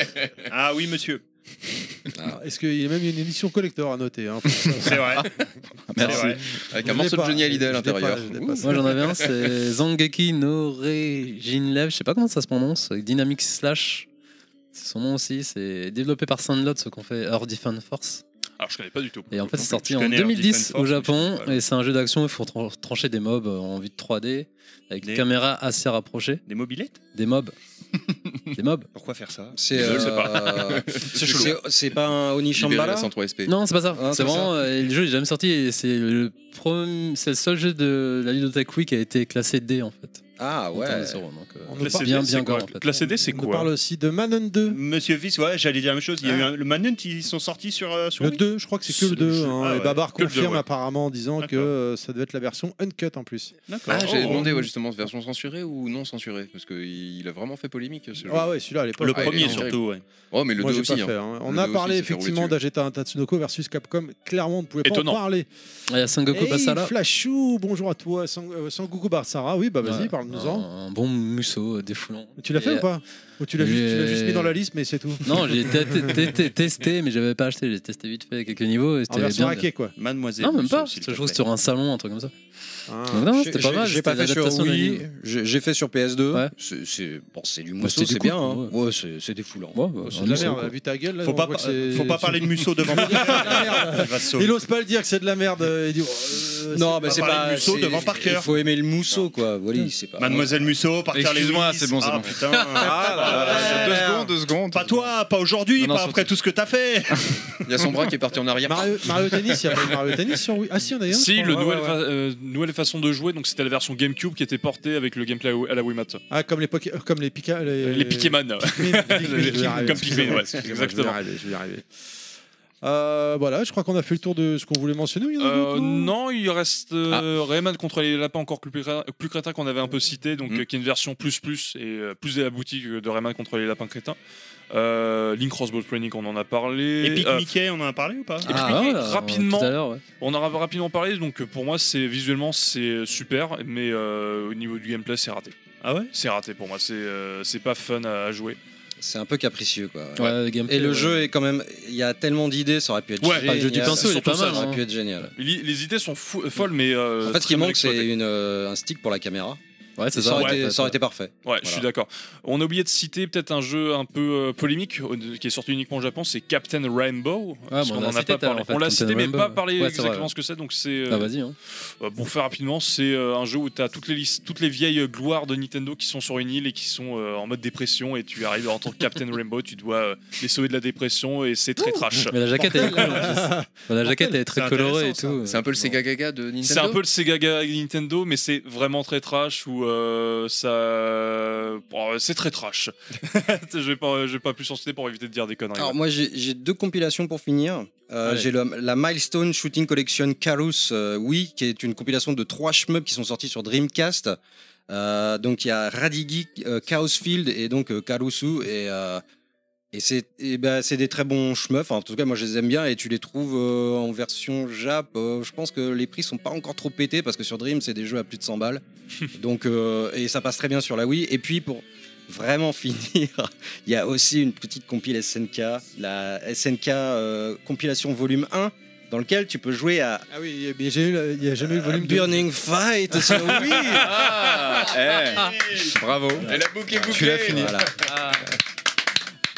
[SPEAKER 3] ah oui, monsieur.
[SPEAKER 1] je- Est-ce qu'il y a même une édition collector à noter hein, pour ça.
[SPEAKER 3] C'est vrai. C'est
[SPEAKER 7] Merci.
[SPEAKER 3] vrai.
[SPEAKER 7] Avec
[SPEAKER 1] Je
[SPEAKER 7] un
[SPEAKER 1] l'ai
[SPEAKER 7] morceau
[SPEAKER 1] pas,
[SPEAKER 7] de Johnny Hallyday à
[SPEAKER 1] je l'ai pas,
[SPEAKER 7] l'intérieur.
[SPEAKER 1] je l'ai
[SPEAKER 7] Ouh.
[SPEAKER 1] pas, ça.
[SPEAKER 5] Moi j'en avais un, c'est Zangeki no Rejinlev, je sais pas comment ça se prononce, avec Dynamic Slash. C'est son nom aussi, c'est développé par Sandlot, ce qu'on fait Earth Defense Force.
[SPEAKER 8] Alors, je connais pas du tout.
[SPEAKER 5] Et en fait, c'est sorti
[SPEAKER 3] Je
[SPEAKER 5] en
[SPEAKER 3] connais Earth
[SPEAKER 5] 2010
[SPEAKER 3] Defense
[SPEAKER 5] au
[SPEAKER 3] Force, mais
[SPEAKER 5] Japon,
[SPEAKER 3] je sais pas.
[SPEAKER 5] et c'est un jeu d'action où il faut tran- trancher des mobs euh, en vue de 3D, avec
[SPEAKER 3] Des-
[SPEAKER 5] une caméra assez rapprochée.
[SPEAKER 3] Des mobilettes
[SPEAKER 5] Des mobs. des mobs.
[SPEAKER 3] Pourquoi faire ça
[SPEAKER 6] C'est
[SPEAKER 7] Je sais
[SPEAKER 6] euh, c'est- c'est pas un
[SPEAKER 7] Libérer la
[SPEAKER 6] Onichambala.
[SPEAKER 7] centre SP.
[SPEAKER 5] Non, c'est pas ça.
[SPEAKER 6] Ah,
[SPEAKER 5] c'est
[SPEAKER 6] c'est
[SPEAKER 5] vraiment. euh, le jeu est jamais sorti. et C'est euh, le, premier- c'est le seul jeu de la ludothèque Wii qui a été classé D en fait.
[SPEAKER 6] Ah ouais.
[SPEAKER 1] On
[SPEAKER 8] La
[SPEAKER 1] nous parle-
[SPEAKER 8] CD, c'est quoi La CD, c'est
[SPEAKER 1] On nous
[SPEAKER 8] quoi
[SPEAKER 1] parle aussi de Manon 2.
[SPEAKER 17] Monsieur Vice, ouais, j'allais dire la même chose. Il y a eu un- le Manhunt, ils sont sortis sur, euh, sur
[SPEAKER 1] Le
[SPEAKER 17] Wii.
[SPEAKER 1] 2, je crois que c'est que le 2. hein.
[SPEAKER 17] Ah
[SPEAKER 1] Et
[SPEAKER 17] ouais,
[SPEAKER 1] Babar
[SPEAKER 17] que le deux,
[SPEAKER 1] confirme
[SPEAKER 17] ouais.
[SPEAKER 1] apparemment en disant que
[SPEAKER 17] D'accord.
[SPEAKER 1] euh, ça devait être la version uncut en plus.
[SPEAKER 17] D'accord.
[SPEAKER 7] Ah, j'avais
[SPEAKER 1] Oh.
[SPEAKER 7] demandé ouais, justement version censurée ou non censurée parce qu'il a vraiment fait polémique. Ce jeu.
[SPEAKER 1] Ah ouais, celui-là à l'époque.
[SPEAKER 7] Le Ah, il premier, est censuré. surtout, ouais. Oh, mais le
[SPEAKER 1] Moi,
[SPEAKER 7] deux
[SPEAKER 1] j'ai
[SPEAKER 7] aussi,
[SPEAKER 1] pas
[SPEAKER 7] hein.
[SPEAKER 1] fait, hein. On
[SPEAKER 7] Le
[SPEAKER 1] a
[SPEAKER 7] deux
[SPEAKER 1] parler
[SPEAKER 7] aussi, il s'est fait
[SPEAKER 1] effectivement
[SPEAKER 7] rouler
[SPEAKER 1] d'Ajeta Tatsunoko versus Capcom. Clairement, on ne pouvait
[SPEAKER 5] Étonnant.
[SPEAKER 1] pas en parler.
[SPEAKER 5] Ah, Il y a Sengoku
[SPEAKER 1] Hey,
[SPEAKER 5] Basara.
[SPEAKER 1] Flashou, bonjour à toi. Sang- euh, Sangoku Basara, oui, bah vas-y,
[SPEAKER 5] Ouais,
[SPEAKER 1] parle-nous-en.
[SPEAKER 5] Un, un bon musso euh, défoulant.
[SPEAKER 1] Tu l'as fait
[SPEAKER 5] Et, euh,
[SPEAKER 1] ou pas Ou tu l'as juste, tu l'as juste mis dans la liste, mais c'est tout.
[SPEAKER 5] Non, j'ai t- t- t- testé, mais j'avais pas acheté. J'ai testé vite fait à quelques niveaux. Et
[SPEAKER 1] En
[SPEAKER 5] c'était
[SPEAKER 1] version
[SPEAKER 5] bien.
[SPEAKER 1] hackée, quoi.
[SPEAKER 17] Mademoiselle.
[SPEAKER 5] Non, même
[SPEAKER 17] Musso,
[SPEAKER 5] pas.
[SPEAKER 17] s'il
[SPEAKER 5] Je
[SPEAKER 17] te
[SPEAKER 5] trouve
[SPEAKER 17] plaît.
[SPEAKER 5] sur un salon, un truc comme ça.
[SPEAKER 1] Ah.
[SPEAKER 5] Donc non,
[SPEAKER 7] J'ai-
[SPEAKER 5] c'était pas
[SPEAKER 7] j'ai-
[SPEAKER 5] mal.
[SPEAKER 7] J'ai
[SPEAKER 5] c'était
[SPEAKER 7] pas fait sur
[SPEAKER 5] l'adaptation d'un
[SPEAKER 7] Wii,
[SPEAKER 5] livre.
[SPEAKER 6] j'ai j'ai fait sur PS2.
[SPEAKER 5] Ouais.
[SPEAKER 6] C'est- C'est bon, c'est du
[SPEAKER 5] Bah,
[SPEAKER 6] mousseau,
[SPEAKER 5] c'était
[SPEAKER 6] c'est
[SPEAKER 5] cool,
[SPEAKER 6] bien. hein.
[SPEAKER 5] quoi,
[SPEAKER 6] Ouais, c'est c'est défoulant.
[SPEAKER 5] Ouais, bah,
[SPEAKER 6] C'est
[SPEAKER 5] un
[SPEAKER 6] de la
[SPEAKER 5] musso,
[SPEAKER 6] merde.
[SPEAKER 5] quoi.
[SPEAKER 1] Bah, vu ta gueule, là,
[SPEAKER 17] Faut
[SPEAKER 1] on
[SPEAKER 17] pas,
[SPEAKER 1] voit que
[SPEAKER 17] pa-
[SPEAKER 1] c'est-
[SPEAKER 17] faut pas
[SPEAKER 1] c'est-
[SPEAKER 17] parler de Musso devant moi. Il va se sauver.
[SPEAKER 1] Il ose pas le dire que c'est de la merde. euh, Il dit, euh,
[SPEAKER 6] Non, mais
[SPEAKER 17] pas
[SPEAKER 6] c'est
[SPEAKER 17] parler
[SPEAKER 6] pas.
[SPEAKER 17] de Musso
[SPEAKER 6] c'est-
[SPEAKER 17] devant Parker.
[SPEAKER 6] Il faut aimer le mousseau, quoi. Voilà, c'est pas.
[SPEAKER 17] Mademoiselle Musso, par Carly
[SPEAKER 4] Excuse-moi,
[SPEAKER 17] Lewis.
[SPEAKER 4] c'est bon, c'est
[SPEAKER 17] ah,
[SPEAKER 4] bon.
[SPEAKER 17] Putain.
[SPEAKER 4] Ah là
[SPEAKER 1] Euh,
[SPEAKER 4] là, deux secondes, deux secondes.
[SPEAKER 17] Pas toi, pas aujourd'hui,
[SPEAKER 4] Non, non,
[SPEAKER 17] pas après tout ce que t'as fait.
[SPEAKER 7] Il y a son bras qui est parti en arrière.
[SPEAKER 1] Mario, Mario Tennis, il y a pas eu Mario Tennis sur Wii. Ah si, on a eu un. je
[SPEAKER 8] Si,
[SPEAKER 1] crois.
[SPEAKER 8] le
[SPEAKER 1] Ouais,
[SPEAKER 8] nouvelle,
[SPEAKER 1] ouais,
[SPEAKER 8] fa-
[SPEAKER 1] ouais.
[SPEAKER 8] euh, nouvelle façon de jouer, donc c'était la version GameCube qui était portée avec le gameplay à la- à la Wiimote.
[SPEAKER 1] Ah, comme les, Poké- euh, comme les Pika. Les,
[SPEAKER 8] Les Pikmin. Comme Pikmin, ouais, exactement.
[SPEAKER 1] Je vais y arriver. Euh, voilà, je crois qu'on a fait le tour de ce qu'on voulait mentionner. ou il y en a
[SPEAKER 8] Euh,
[SPEAKER 1] d'autres,
[SPEAKER 8] non, il reste
[SPEAKER 6] Ah.
[SPEAKER 8] euh, Rayman contre les lapins encore plus, crétin- plus crétin qu'on avait un peu cité,
[SPEAKER 6] Mm.
[SPEAKER 8] donc euh, qui est une version plus plus et euh, plus aboutie que de Rayman contre les lapins crétins. Euh, Link Crossbow Training, on en a parlé.
[SPEAKER 17] Epic
[SPEAKER 8] Euh,
[SPEAKER 17] Mickey, on en a parlé ou pas
[SPEAKER 5] Ah, ouais,
[SPEAKER 8] rapidement.
[SPEAKER 5] Tout à l'heure, ouais.
[SPEAKER 8] Euh, on en a rapidement parlé, donc euh, pour moi, c'est visuellement c'est super, mais euh, au niveau du gameplay, c'est raté.
[SPEAKER 17] Ah ouais
[SPEAKER 8] C'est raté pour moi, c'est euh, c'est pas fun à, à jouer.
[SPEAKER 6] C'est un peu capricieux, quoi. ouais.
[SPEAKER 5] Ouais, le gameplay, euh,
[SPEAKER 6] Et le
[SPEAKER 5] ouais.
[SPEAKER 6] jeu est quand même. Il y a tellement d'idées, ça aurait pu être
[SPEAKER 8] Ouais,
[SPEAKER 6] génial.
[SPEAKER 5] Ah, le jeu du pinceau, il est
[SPEAKER 6] Surtout
[SPEAKER 5] pas
[SPEAKER 6] ça,
[SPEAKER 5] mal,
[SPEAKER 6] Ça aurait
[SPEAKER 5] hein.
[SPEAKER 6] pu être génial.
[SPEAKER 8] Les, les idées sont fou- folles, mais euh,
[SPEAKER 6] En fait, ce qui
[SPEAKER 8] très mal
[SPEAKER 6] manque, c'est
[SPEAKER 8] exploitées.
[SPEAKER 6] une, euh, un stick pour la caméra.
[SPEAKER 5] Ouais, c'est
[SPEAKER 6] Ça,
[SPEAKER 5] ça.
[SPEAKER 6] aurait,
[SPEAKER 5] ouais.
[SPEAKER 6] été, ça aurait été parfait.
[SPEAKER 8] Ouais, je suis d'accord. On a oublié de citer peut-être un jeu un peu euh, polémique euh, qui est sorti uniquement au Japon, c'est Captain Rainbow.
[SPEAKER 5] Ah,
[SPEAKER 8] parce
[SPEAKER 5] bon, on
[SPEAKER 8] qu'on
[SPEAKER 5] l'a
[SPEAKER 8] en a
[SPEAKER 5] cité
[SPEAKER 8] pas
[SPEAKER 5] tout à l'heure,
[SPEAKER 8] parlé.
[SPEAKER 5] en fait,
[SPEAKER 8] on l'a
[SPEAKER 5] Captain
[SPEAKER 8] cité, mais
[SPEAKER 5] Rainbow.
[SPEAKER 8] pas parlé
[SPEAKER 5] Ouais, c'est vrai,
[SPEAKER 8] exactement
[SPEAKER 5] ouais.
[SPEAKER 8] ce que c'est. Donc c'est
[SPEAKER 5] Ah,
[SPEAKER 8] euh,
[SPEAKER 5] vas-y. hein.
[SPEAKER 8] euh, pour faire rapidement, c'est euh, un jeu où tu as toutes les listes, toutes les vieilles gloires de Nintendo qui sont sur une île et qui sont euh, en mode dépression et tu arrives en tant que Captain Rainbow, tu dois euh, les sauver de la dépression et c'est très trash.
[SPEAKER 5] Mais Bah, la jaquette, elle est cool en plus. Bah, La jaquette, elle est très
[SPEAKER 17] C'est
[SPEAKER 5] colorée et
[SPEAKER 17] intéressant,
[SPEAKER 5] tout.
[SPEAKER 7] C'est un peu le Sega Gaga de Nintendo.
[SPEAKER 8] C'est un peu le Sega Ga- Nintendo, mais c'est vraiment très trash où euh, ça. Bon, euh, c'est très trash. je, vais pas, je vais pas plus en citer pour éviter de dire des conneries.
[SPEAKER 6] Alors moi j'ai j'ai deux compilations pour finir. Euh, j'ai le- la Milestone Shooting Collection Carus euh, Wii, qui est une compilation de trois shmups qui sont sortis sur Dreamcast. Euh, donc il y a Radigi, euh, Chaosfield et donc euh, Karusu et euh, et c'est et ben, c'est des très bons shmups. Enfin, en tout cas moi je les aime bien et tu les trouves euh, en version Jap. Euh, je pense que les prix sont pas encore trop pétés parce que sur Dream c'est des jeux à plus de 100 balles. donc euh, et ça passe très bien sur la Wii. Et puis pour vraiment finir il y a aussi une petite compile SNK, la SNK euh, compilation volume 1, dans lequel tu peux jouer à
[SPEAKER 1] Ah oui, mais j'ai eu le- il n'y a jamais eu le volume 2.
[SPEAKER 6] Burning Fight sur Wii.
[SPEAKER 4] Bravo.
[SPEAKER 7] Elle a bouqué bouqué.
[SPEAKER 4] Tu l'as fini.
[SPEAKER 6] Voilà.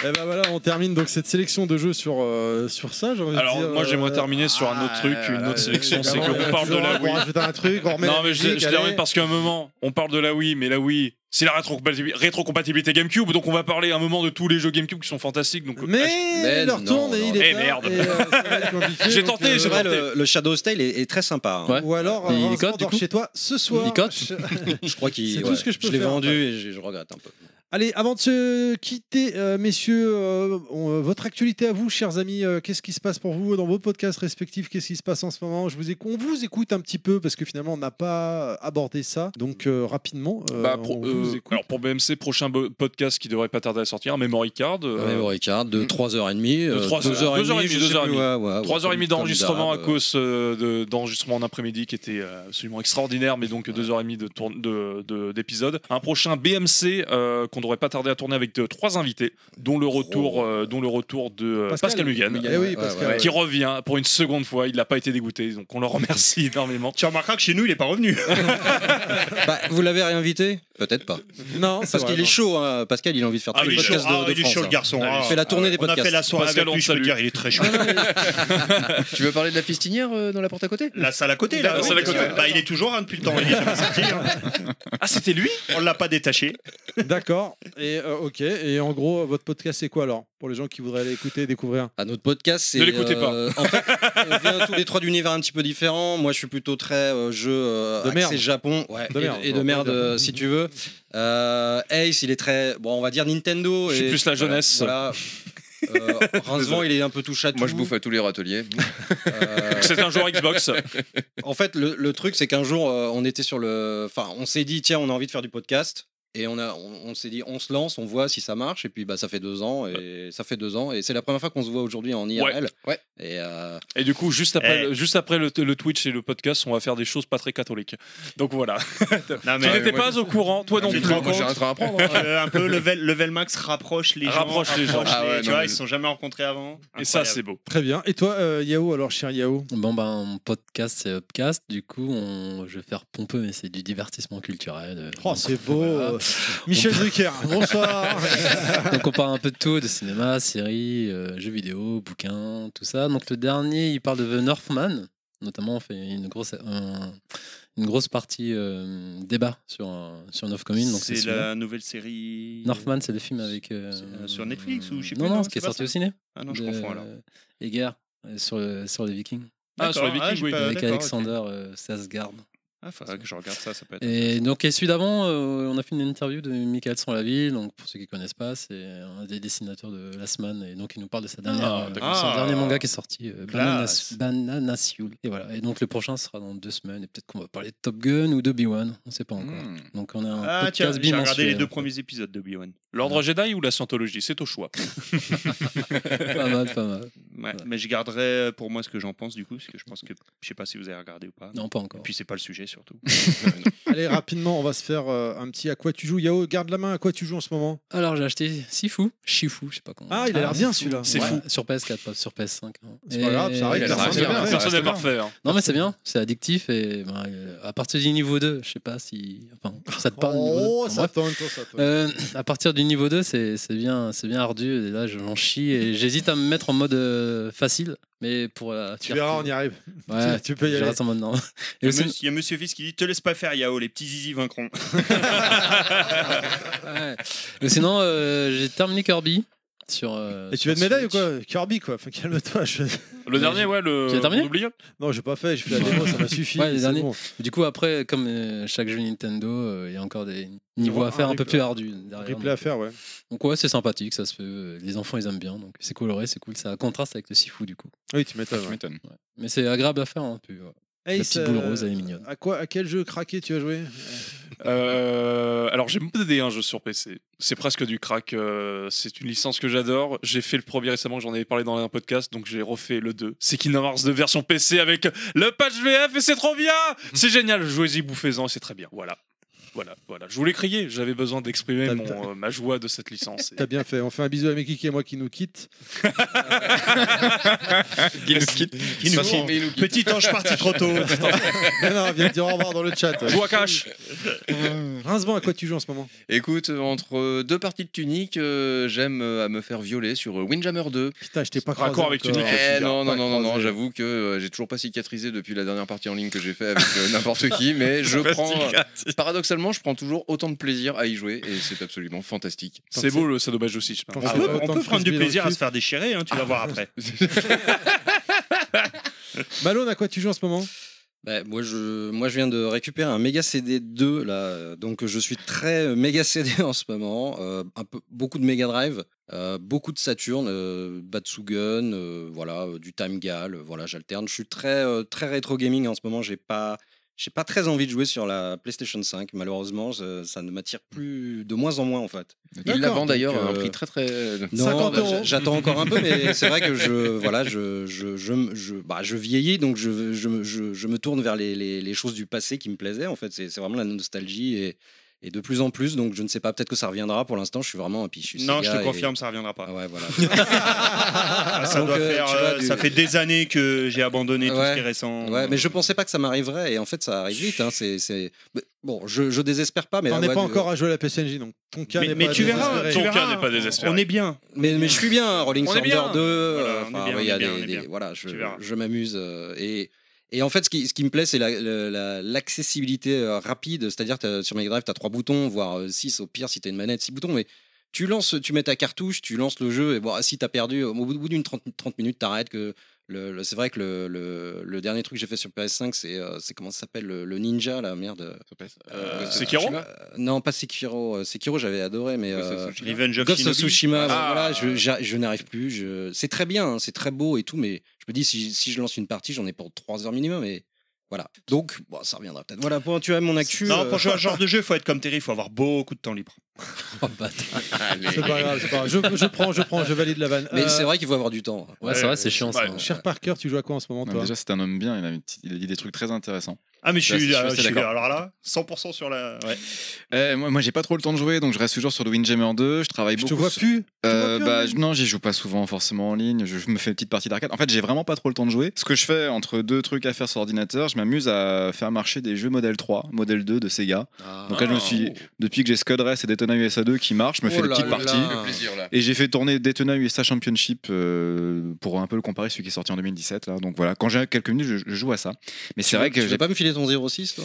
[SPEAKER 1] Et ben voilà, on termine donc cette sélection de jeux sur, euh, sur ça. j'ai envie de
[SPEAKER 8] Alors,
[SPEAKER 1] dire,
[SPEAKER 8] moi,
[SPEAKER 1] euh,
[SPEAKER 8] j'aimerais terminer sur un autre truc, une autre sélection, c'est
[SPEAKER 1] évidemment, euh,
[SPEAKER 8] qu'on parle de la
[SPEAKER 1] on
[SPEAKER 8] Wii.
[SPEAKER 1] rajoute un truc, on remet
[SPEAKER 8] Non,
[SPEAKER 1] la
[SPEAKER 8] mais je,
[SPEAKER 1] musique,
[SPEAKER 8] je
[SPEAKER 1] allez.
[SPEAKER 8] termine parce qu'à un moment, on parle de la Wii, mais la Wii, c'est la rétrocompatibil- rétrocompatibilité GameCube, donc on va parler à un moment de tous les jeux GameCube qui sont fantastiques. Donc, euh,
[SPEAKER 1] Mais,
[SPEAKER 6] Mais
[SPEAKER 1] il leur
[SPEAKER 6] non,
[SPEAKER 1] tourne et
[SPEAKER 6] non,
[SPEAKER 1] il est
[SPEAKER 8] eh
[SPEAKER 1] là,
[SPEAKER 8] merde.
[SPEAKER 1] et, euh, ça va être compliqué,
[SPEAKER 8] J'ai
[SPEAKER 1] donc,
[SPEAKER 8] tenté,
[SPEAKER 1] euh,
[SPEAKER 8] j'ai
[SPEAKER 6] Ouais, le, le Shadow's Tale est, est très sympa. hein.
[SPEAKER 5] Ouais.
[SPEAKER 1] Ou alors,
[SPEAKER 5] Et il
[SPEAKER 1] heureusement,
[SPEAKER 5] cote, du
[SPEAKER 1] dors
[SPEAKER 5] coup
[SPEAKER 1] chez toi ce soir.
[SPEAKER 5] Il cote
[SPEAKER 1] Je-
[SPEAKER 6] Je crois qu'il.
[SPEAKER 1] C'est tout
[SPEAKER 6] ouais,
[SPEAKER 1] ce que je peux
[SPEAKER 6] l'ai
[SPEAKER 1] faire,
[SPEAKER 6] vendu
[SPEAKER 1] ouais.
[SPEAKER 6] et je, je regrette un peu.
[SPEAKER 1] Allez, avant de se quitter, euh, messieurs, euh, on- euh, votre actualité à vous, chers amis, euh, qu'est-ce qui se passe pour vous dans vos podcasts respectifs Qu'est-ce qui se passe en ce moment Je vous éc- On vous écoute un petit peu parce que finalement, on n'a pas abordé ça. Donc, euh, rapidement, euh,
[SPEAKER 8] Bah, pour,
[SPEAKER 1] on
[SPEAKER 8] euh,
[SPEAKER 1] vous écoute.
[SPEAKER 8] alors pour BMC, prochain bo- podcast qui devrait pas tarder à sortir, Memory Card. euh,
[SPEAKER 6] Memory Card de 3h30.
[SPEAKER 8] de trois heures. Deux heures et demie, deux heures et demie. 3h30 d'enregistrement à cause euh, de- d'enregistrement en après-midi qui était euh, absolument extraordinaire, mais donc 2h30 d'épisode. De tourne- de, de- d'épisode. un prochain BMC euh, qu'on devrait pas tarder à tourner avec euh, trois invités, dont le retour, euh, dont le retour de euh, Pascal, Mugan.
[SPEAKER 1] Eh oui, parce que-
[SPEAKER 8] Qui revient pour une seconde fois, il n'a pas été dégoûté, donc on le remercie énormément.
[SPEAKER 17] Tu remarqueras que chez nous, il est pas revenu.
[SPEAKER 6] Bah, vous l'avez réinvité Peut-être pas.
[SPEAKER 1] Non, c'est
[SPEAKER 6] Parce
[SPEAKER 1] vrai,
[SPEAKER 6] qu'il est
[SPEAKER 1] non.
[SPEAKER 6] chaud, hein, Pascal, il a envie de faire tous
[SPEAKER 17] il
[SPEAKER 6] les
[SPEAKER 17] est chaud,
[SPEAKER 6] podcasts
[SPEAKER 17] ah,
[SPEAKER 6] de, de
[SPEAKER 17] il est
[SPEAKER 6] France.
[SPEAKER 17] chaud, le
[SPEAKER 6] hein.
[SPEAKER 17] garçon.
[SPEAKER 6] Il
[SPEAKER 17] Ah,
[SPEAKER 6] fait la tournée des
[SPEAKER 17] On a fait
[SPEAKER 6] podcasts.
[SPEAKER 17] la soirée
[SPEAKER 8] Pascal,
[SPEAKER 17] avec
[SPEAKER 8] on
[SPEAKER 17] lui, je peux
[SPEAKER 8] salue.
[SPEAKER 17] te dire, il est très chaud.
[SPEAKER 7] Tu veux parler de la fistinière euh, dans la porte à côté
[SPEAKER 17] La salle à côté, là.
[SPEAKER 8] La
[SPEAKER 17] oui.
[SPEAKER 8] salle à côté.
[SPEAKER 3] hein.
[SPEAKER 17] Bah, il est toujours un depuis le temps. Il est jamais sorti. hein.
[SPEAKER 8] Ah, c'était lui
[SPEAKER 17] On l'a pas détaché.
[SPEAKER 1] D'accord. D'accord. Et euh, ok. Et en gros, votre podcast, c'est quoi alors Pour les gens qui voudraient aller écouter et découvrir
[SPEAKER 6] Ah, notre podcast, c'est.
[SPEAKER 1] Ne l'écoutez pas.
[SPEAKER 6] euh, en fait, on vient tous les trois d'univers un petit peu différents. Moi, je suis plutôt très euh, jeu euh,
[SPEAKER 1] De
[SPEAKER 6] axé
[SPEAKER 1] merde.
[SPEAKER 6] Japon ouais,
[SPEAKER 1] De
[SPEAKER 6] et-
[SPEAKER 1] merde,
[SPEAKER 6] et,
[SPEAKER 1] on
[SPEAKER 6] de
[SPEAKER 1] peut
[SPEAKER 6] merde,
[SPEAKER 1] dire.
[SPEAKER 6] euh, si tu veux. Euh, Ace, il est très. Bon, on va dire Nintendo.
[SPEAKER 8] Je suis
[SPEAKER 6] et-
[SPEAKER 8] plus la jeunesse.
[SPEAKER 6] Voilà. Euh, Rincevent, il est un peu touche à tout. Euh,
[SPEAKER 7] Moi, je bouffe à tous les râteliers.
[SPEAKER 8] C'est un joueur Xbox.
[SPEAKER 6] En fait, le, le truc, c'est qu'un jour, euh, on était sur le. Enfin, on s'est dit, tiens, on a envie de faire du podcast. Et on, a, on, on s'est dit, on se lance, on voit si ça marche. Et puis, bah, ça fait deux ans. Et ça fait deux ans. Et c'est la première fois qu'on se voit aujourd'hui en IRL.
[SPEAKER 7] Ouais.
[SPEAKER 6] Et, euh,
[SPEAKER 8] Et du coup, juste après,
[SPEAKER 6] Eh.
[SPEAKER 8] le- juste après le, le Twitch et le podcast, on va faire des choses pas très catholiques. Donc voilà. tu
[SPEAKER 3] mais-
[SPEAKER 8] n'étais
[SPEAKER 3] moi,
[SPEAKER 8] pas
[SPEAKER 3] je-
[SPEAKER 8] au courant, toi non
[SPEAKER 3] Tu te
[SPEAKER 8] plus.
[SPEAKER 3] rends compte Euh, un peu level, level max rapproche les gens.
[SPEAKER 8] Rapproche les gens. Ah ouais,
[SPEAKER 3] tu
[SPEAKER 8] non,
[SPEAKER 3] vois,
[SPEAKER 8] mais-
[SPEAKER 3] ils se sont jamais rencontrés avant.
[SPEAKER 8] Et ça,
[SPEAKER 3] Incroyable.
[SPEAKER 8] c'est beau.
[SPEAKER 1] Très bien. Et toi, euh, Yao, alors, cher Yao
[SPEAKER 5] Bon, ben, mon podcast, c'est Upcast. Du coup, on... je vais faire pompeux, mais c'est du divertissement culturel. Euh,
[SPEAKER 1] Oh, c'est beau.
[SPEAKER 5] Voilà.
[SPEAKER 1] Michel Drucker, bonsoir.
[SPEAKER 5] Donc, on parle un peu de tout, de cinéma, séries, euh, jeux vidéo, bouquins, tout ça. Donc, le dernier, il parle de The Northman. Notamment, on fait une grosse, un- une grosse partie euh, débat sur, un- sur North Commune. donc
[SPEAKER 3] C'est
[SPEAKER 5] celui-là.
[SPEAKER 3] la nouvelle série.
[SPEAKER 5] Northman, c'est le film avec. euh,
[SPEAKER 3] euh, sur Netflix ou je sais
[SPEAKER 5] Non,
[SPEAKER 3] plus,
[SPEAKER 5] non,
[SPEAKER 3] non,
[SPEAKER 5] ce qui
[SPEAKER 3] c'est
[SPEAKER 5] est
[SPEAKER 3] pas
[SPEAKER 5] sorti
[SPEAKER 3] ça
[SPEAKER 5] au ciné.
[SPEAKER 3] Ah non, je
[SPEAKER 5] De-
[SPEAKER 3] confonds alors.
[SPEAKER 5] Edgar, euh, sur, le- sur les Vikings.
[SPEAKER 3] Ah, sur les Vikings, oui.
[SPEAKER 5] Avec
[SPEAKER 3] D'accord,
[SPEAKER 5] Alexander euh, Skarsgård.
[SPEAKER 3] Ah, faudra que je regarde ça, ça peut être.
[SPEAKER 5] Et donc, et celui d'avant, euh, on a fait une interview de Michael Sanlaville. Donc, pour ceux qui connaissent pas, c'est un des dessinateurs de Last Man. Et donc, il nous parle de sa dernière,
[SPEAKER 3] Ah,
[SPEAKER 5] euh,
[SPEAKER 3] d'accord.
[SPEAKER 5] son
[SPEAKER 3] Ah,
[SPEAKER 5] dernier manga qui est sorti, euh, Banana,
[SPEAKER 3] classe.
[SPEAKER 5] Banana Fuel. Et voilà. Et donc, le prochain sera dans deux semaines. Et peut-être qu'on va parler de Top Gun ou de B1. On sait pas encore.
[SPEAKER 1] Hmm.
[SPEAKER 5] Donc, on a un
[SPEAKER 3] Ah, tiens,
[SPEAKER 5] podcast
[SPEAKER 3] j'ai regardé les
[SPEAKER 5] bimensuel.
[SPEAKER 3] deux premiers épisodes de Obi-Wan.
[SPEAKER 8] L'ordre Jedi ou la Scientologie, c'est au choix.
[SPEAKER 5] Ah, pas mal, pas mal.
[SPEAKER 3] Ouais, mais je garderai euh, pour moi ce que j'en pense du coup, parce que je pense que je sais pas si vous avez regardé ou pas.
[SPEAKER 5] Non, pas encore.
[SPEAKER 3] Et puis c'est pas le sujet surtout.
[SPEAKER 1] Allez, rapidement, on va se faire euh, un petit à quoi tu joues. Yao, garde la main, à quoi tu joues en ce moment
[SPEAKER 5] Alors j'ai acheté Sifu, Shifu, je sais pas comment.
[SPEAKER 1] Ah, il a l'air bien, celui-là. C'est
[SPEAKER 5] Ouais,
[SPEAKER 1] fou.
[SPEAKER 5] Sur PS4, pas sur PS5. hein.
[SPEAKER 1] C'est pas grave, ça arrive,
[SPEAKER 5] Et- Ouais,
[SPEAKER 1] personne n'est
[SPEAKER 5] c'est
[SPEAKER 1] parfait.
[SPEAKER 5] bien.
[SPEAKER 1] Personne n'est
[SPEAKER 5] C'est bien.
[SPEAKER 1] parfait, hein.
[SPEAKER 5] Non mais c'est bien, c'est addictif et ben, euh, à partir du niveau 2, je sais pas si enfin ça te parle. le niveau 2.
[SPEAKER 1] Oh,
[SPEAKER 5] Enfin,
[SPEAKER 1] ça
[SPEAKER 5] bref.
[SPEAKER 1] tente, oh, ça tente.
[SPEAKER 5] Euh, à partir du niveau 2, c'est c'est bien, c'est bien ardu. Et là, j'en chie et j'hésite à me mettre en mode euh, facile, mais pour la.
[SPEAKER 1] Tu verras, on y arrive.
[SPEAKER 5] Ouais,
[SPEAKER 1] Tu- tu peux y
[SPEAKER 5] je
[SPEAKER 1] aller.
[SPEAKER 5] reste en mode normal. Et
[SPEAKER 3] Il y, a
[SPEAKER 5] aussi-
[SPEAKER 3] monsieur- il y a Monsieur Fils qui dit Te laisse pas faire, Yao, les petits zizi vaincront.
[SPEAKER 5] Ouais. Mais sinon, euh, j'ai terminé Kirby sur. euh,
[SPEAKER 1] Et tu veux
[SPEAKER 5] sur
[SPEAKER 1] une médaille ou quoi Kirby, quoi. Enfin, calme-toi. je-
[SPEAKER 5] Le dernier, ouais, le- Tu l'as terminé
[SPEAKER 1] Non, j'ai pas fait. J'ai fait la démo, ça m'a suffi.
[SPEAKER 5] Ouais, les
[SPEAKER 1] c'est
[SPEAKER 5] derniers.
[SPEAKER 1] bon.
[SPEAKER 5] Du coup, après, comme euh, chaque jeu Nintendo, euh, il y a encore des niveaux
[SPEAKER 1] Ouais,
[SPEAKER 5] à faire un peu
[SPEAKER 1] replay-
[SPEAKER 5] plus ardus. derrière.
[SPEAKER 1] replay à faire, ouais.
[SPEAKER 5] Donc, euh, ouais, c'est sympathique, ça se fait. euh, Les enfants, ils aiment bien. Donc, c'est coloré, c'est cool. Ça contraste avec le Sifu, du coup.
[SPEAKER 1] Ah Oui, tu m'étonnes. ouais.
[SPEAKER 5] Ouais. Mais c'est agréable à faire. hein, puis, ouais.
[SPEAKER 1] Ace,
[SPEAKER 5] La petite boule
[SPEAKER 1] euh,
[SPEAKER 5] rose, elle est mignonne.
[SPEAKER 1] À, quoi, à quel jeu craqué tu as joué
[SPEAKER 8] Euh, alors j'ai modé un jeu sur PC. C'est presque du crack. euh, c'est une licence que j'adore. J'ai fait le premier récemment, j'en avais parlé dans un podcast, donc j'ai refait le 2. C'est Kingdom Hearts 2 version PC avec le patch VF et c'est trop bien C'est génial, jouez-y, bouffez-en, c'est très bien. Voilà. Voilà, voilà. Je voulais crier, j'avais besoin d'exprimer mon, euh, ma joie de cette licence.
[SPEAKER 1] T'as bien fait. On fait un bisou à Mekiki et moi qui nous quittent.
[SPEAKER 8] Qui nous quitte.
[SPEAKER 1] Qui nous quitte.
[SPEAKER 8] Petit ange parti trop tôt.
[SPEAKER 1] non, non, viens de dire au revoir dans le chat.
[SPEAKER 8] Joue à cash.
[SPEAKER 1] Rincevent, à quoi tu joues en ce moment
[SPEAKER 7] Écoute, entre deux parties de Tunique, euh, j'aime euh, à me faire violer sur euh, Windjammer 2.
[SPEAKER 1] Putain, je t'ai pas
[SPEAKER 8] Raccord
[SPEAKER 1] croisé
[SPEAKER 8] avec
[SPEAKER 1] encore.
[SPEAKER 8] Tunic,
[SPEAKER 7] Eh non, non,
[SPEAKER 1] Pas
[SPEAKER 7] non, non, non,
[SPEAKER 1] croisé.
[SPEAKER 7] j'avoue que euh, j'ai toujours pas cicatrisé depuis la dernière partie en ligne que j'ai fait avec euh, n'importe qui, mais je
[SPEAKER 8] Pas
[SPEAKER 7] prends.
[SPEAKER 8] cicatrisé.
[SPEAKER 7] euh, paradoxalement, je prends toujours autant de plaisir à y jouer et c'est absolument fantastique.
[SPEAKER 8] C'est beau le sadomaso aussi, je pense.
[SPEAKER 7] Ah,
[SPEAKER 3] on peut,
[SPEAKER 7] ouais.
[SPEAKER 3] on
[SPEAKER 7] Autant
[SPEAKER 3] peut
[SPEAKER 7] de
[SPEAKER 3] prendre du
[SPEAKER 7] frisbee
[SPEAKER 3] plaisir
[SPEAKER 7] dans le
[SPEAKER 3] à se faire déchirer, hein, tu vas voir après.
[SPEAKER 1] Malone, à quoi tu joues en ce moment
[SPEAKER 6] Bah, moi, je, moi, je viens de récupérer un méga CD 2, là. euh, Donc, je suis très euh, méga CD en ce moment. euh, un peu, beaucoup de Mega Drive, euh, beaucoup de Saturn, euh, Batsugun, euh, voilà, euh, du Time Gal, euh, voilà, j'alterne. Je suis très, euh, très rétro gaming en ce moment. J'ai pas, j'ai pas très envie de jouer sur la PlayStation 5. Malheureusement, ça, ça ne m'attire plus, de moins en moins, en fait.
[SPEAKER 7] Ils la vendent d'ailleurs
[SPEAKER 6] euh,
[SPEAKER 7] à un prix très euh, très.
[SPEAKER 6] Non, bah, j'- J'attends encore un peu, mais c'est vrai que je, voilà, je, je, je, me- je- bah, je vieillis, donc je, je, je, je me tourne vers les, les, les choses du passé qui me plaisaient. En fait, c'est c'est vraiment la nostalgie et, et de plus en plus. Donc, je ne sais pas, peut-être que ça reviendra. Pour l'instant, je suis vraiment un pichu.
[SPEAKER 3] Non, je
[SPEAKER 6] Sega
[SPEAKER 3] te
[SPEAKER 6] et-
[SPEAKER 3] confirme, ça reviendra pas.
[SPEAKER 6] Ah ouais, voilà.
[SPEAKER 3] Ah, ça,
[SPEAKER 6] Donc,
[SPEAKER 3] doit
[SPEAKER 6] euh,
[SPEAKER 3] faire,
[SPEAKER 6] tu vois,
[SPEAKER 3] euh,
[SPEAKER 6] du-
[SPEAKER 3] ça fait des années que j'ai abandonné tout ce qui est récent.
[SPEAKER 6] Ouais, mais je pensais pas que ça m'arriverait et en fait, ça arrive vite. Hein, c'est- c'est- mais Bon, je, je désespère pas, mais.
[SPEAKER 1] T'en
[SPEAKER 6] ouais,
[SPEAKER 1] es pas
[SPEAKER 6] du-
[SPEAKER 1] encore à jouer à la PSNJ, donc ton cas
[SPEAKER 6] Mais-
[SPEAKER 1] n'est
[SPEAKER 6] mais
[SPEAKER 1] pas
[SPEAKER 6] tu verras,
[SPEAKER 1] désespéré.
[SPEAKER 6] ton cas n'est pas désespéré.
[SPEAKER 3] On est bien.
[SPEAKER 6] Mais, mais je suis bien, hein, Rolling
[SPEAKER 3] On est
[SPEAKER 6] Thunder
[SPEAKER 3] bien.
[SPEAKER 6] 2.
[SPEAKER 3] Voilà,
[SPEAKER 6] euh,
[SPEAKER 3] on est
[SPEAKER 6] enfin,
[SPEAKER 3] bien,
[SPEAKER 6] ouais,
[SPEAKER 3] on
[SPEAKER 6] il y a
[SPEAKER 3] est bien,
[SPEAKER 6] des-
[SPEAKER 3] on est
[SPEAKER 6] des-
[SPEAKER 3] bien.
[SPEAKER 6] Voilà, je,
[SPEAKER 3] Tu verras.
[SPEAKER 6] je m'amuse. euh, et, Et en fait, ce qui, ce qui me plaît, c'est la- le- la- l'accessibilité euh, rapide. C'est-à-dire, t'as- sur Mega Drive, tu as trois boutons, voire euh, six au pire si tu as une manette, six boutons. Mais tu lances, tu mets ta cartouche, tu lances le jeu. Et bon, si tu as perdu, au bout, au bout d'une 30, 30 minutes, t'arrêtes. Que le, le- c'est vrai que le, le- le dernier truc que j'ai fait sur PS5, c'est euh, c'est comment ça s'appelle le, le ninja, la merde.
[SPEAKER 8] Euh, Ghost of Sekiro Tsushima
[SPEAKER 6] Euh, Non, pas Sekiro. Euh, Sekiro, j'avais adoré, mais
[SPEAKER 3] Ghost of
[SPEAKER 6] euh,
[SPEAKER 3] Tsushima Revenge of
[SPEAKER 6] Ghost of
[SPEAKER 3] Shinobi.
[SPEAKER 6] Tsushima.
[SPEAKER 3] Ah.
[SPEAKER 6] Voilà, je, j'a- je n'arrive plus. je- C'est très bien, hein, c'est très beau et tout, mais je me dis si, si je lance une partie, j'en ai pour 3 heures minimum. Et voilà. Donc, bon, ça reviendra peut-être. Voilà pour tu as mon actu.
[SPEAKER 3] Non,
[SPEAKER 6] euh,
[SPEAKER 3] pour jouer à ce genre de jeu, faut être comme Terry, faut avoir beaucoup de temps libre.
[SPEAKER 1] C'est pas grave, c'est pas grave. Je, je prends, je prends, je valide la vanne.
[SPEAKER 6] Mais
[SPEAKER 1] Euh,
[SPEAKER 6] c'est vrai qu'il faut avoir du temps. hein.
[SPEAKER 1] Ouais, c'est vrai, c'est
[SPEAKER 6] chiant.
[SPEAKER 1] Cher Parker, tu joues à quoi en ce moment,
[SPEAKER 4] Non,
[SPEAKER 1] toi
[SPEAKER 4] déjà, c'est un homme bien, il a, une petite- il a dit des trucs très intéressants.
[SPEAKER 3] Ah, mais je
[SPEAKER 4] Là,
[SPEAKER 3] suis,
[SPEAKER 4] assez
[SPEAKER 3] je suis-
[SPEAKER 4] d'accord.
[SPEAKER 3] alors là, 100% sur la. Ouais.
[SPEAKER 4] Euh, moi, moi, j'ai pas trop le temps de jouer, donc je reste toujours sur le Windjammer 2. Je travaille
[SPEAKER 1] Je
[SPEAKER 4] beaucoup.
[SPEAKER 1] te vois
[SPEAKER 4] sur-
[SPEAKER 1] plus.
[SPEAKER 4] Euh, bah, je- non, j'y joue pas souvent forcément en ligne. Je, je me fais une petite partie d'arcade. En fait, j'ai vraiment pas trop le temps de jouer. Ce que je fais entre deux trucs à faire sur ordinateur, je m'amuse à faire marcher des jeux modèle 3, modèle 2 de Sega. Donc
[SPEAKER 1] Ah.
[SPEAKER 4] là, je me suis, depuis que j'ai Scud Race et Daytona USA 2 qui marchent, je me fais
[SPEAKER 6] Oh
[SPEAKER 4] des
[SPEAKER 6] là
[SPEAKER 4] petites
[SPEAKER 6] là.
[SPEAKER 4] parties.
[SPEAKER 6] Ça fait plaisir, là.
[SPEAKER 4] Et j'ai fait tourner Daytona USA Championship euh, pour un peu le comparer à celui qui est sorti en 2017. Là. Donc voilà, quand j'ai quelques minutes, je, je joue à ça. Mais c'est vrai que
[SPEAKER 6] je vais
[SPEAKER 4] j'ai
[SPEAKER 6] pas me filer ton 06, toi.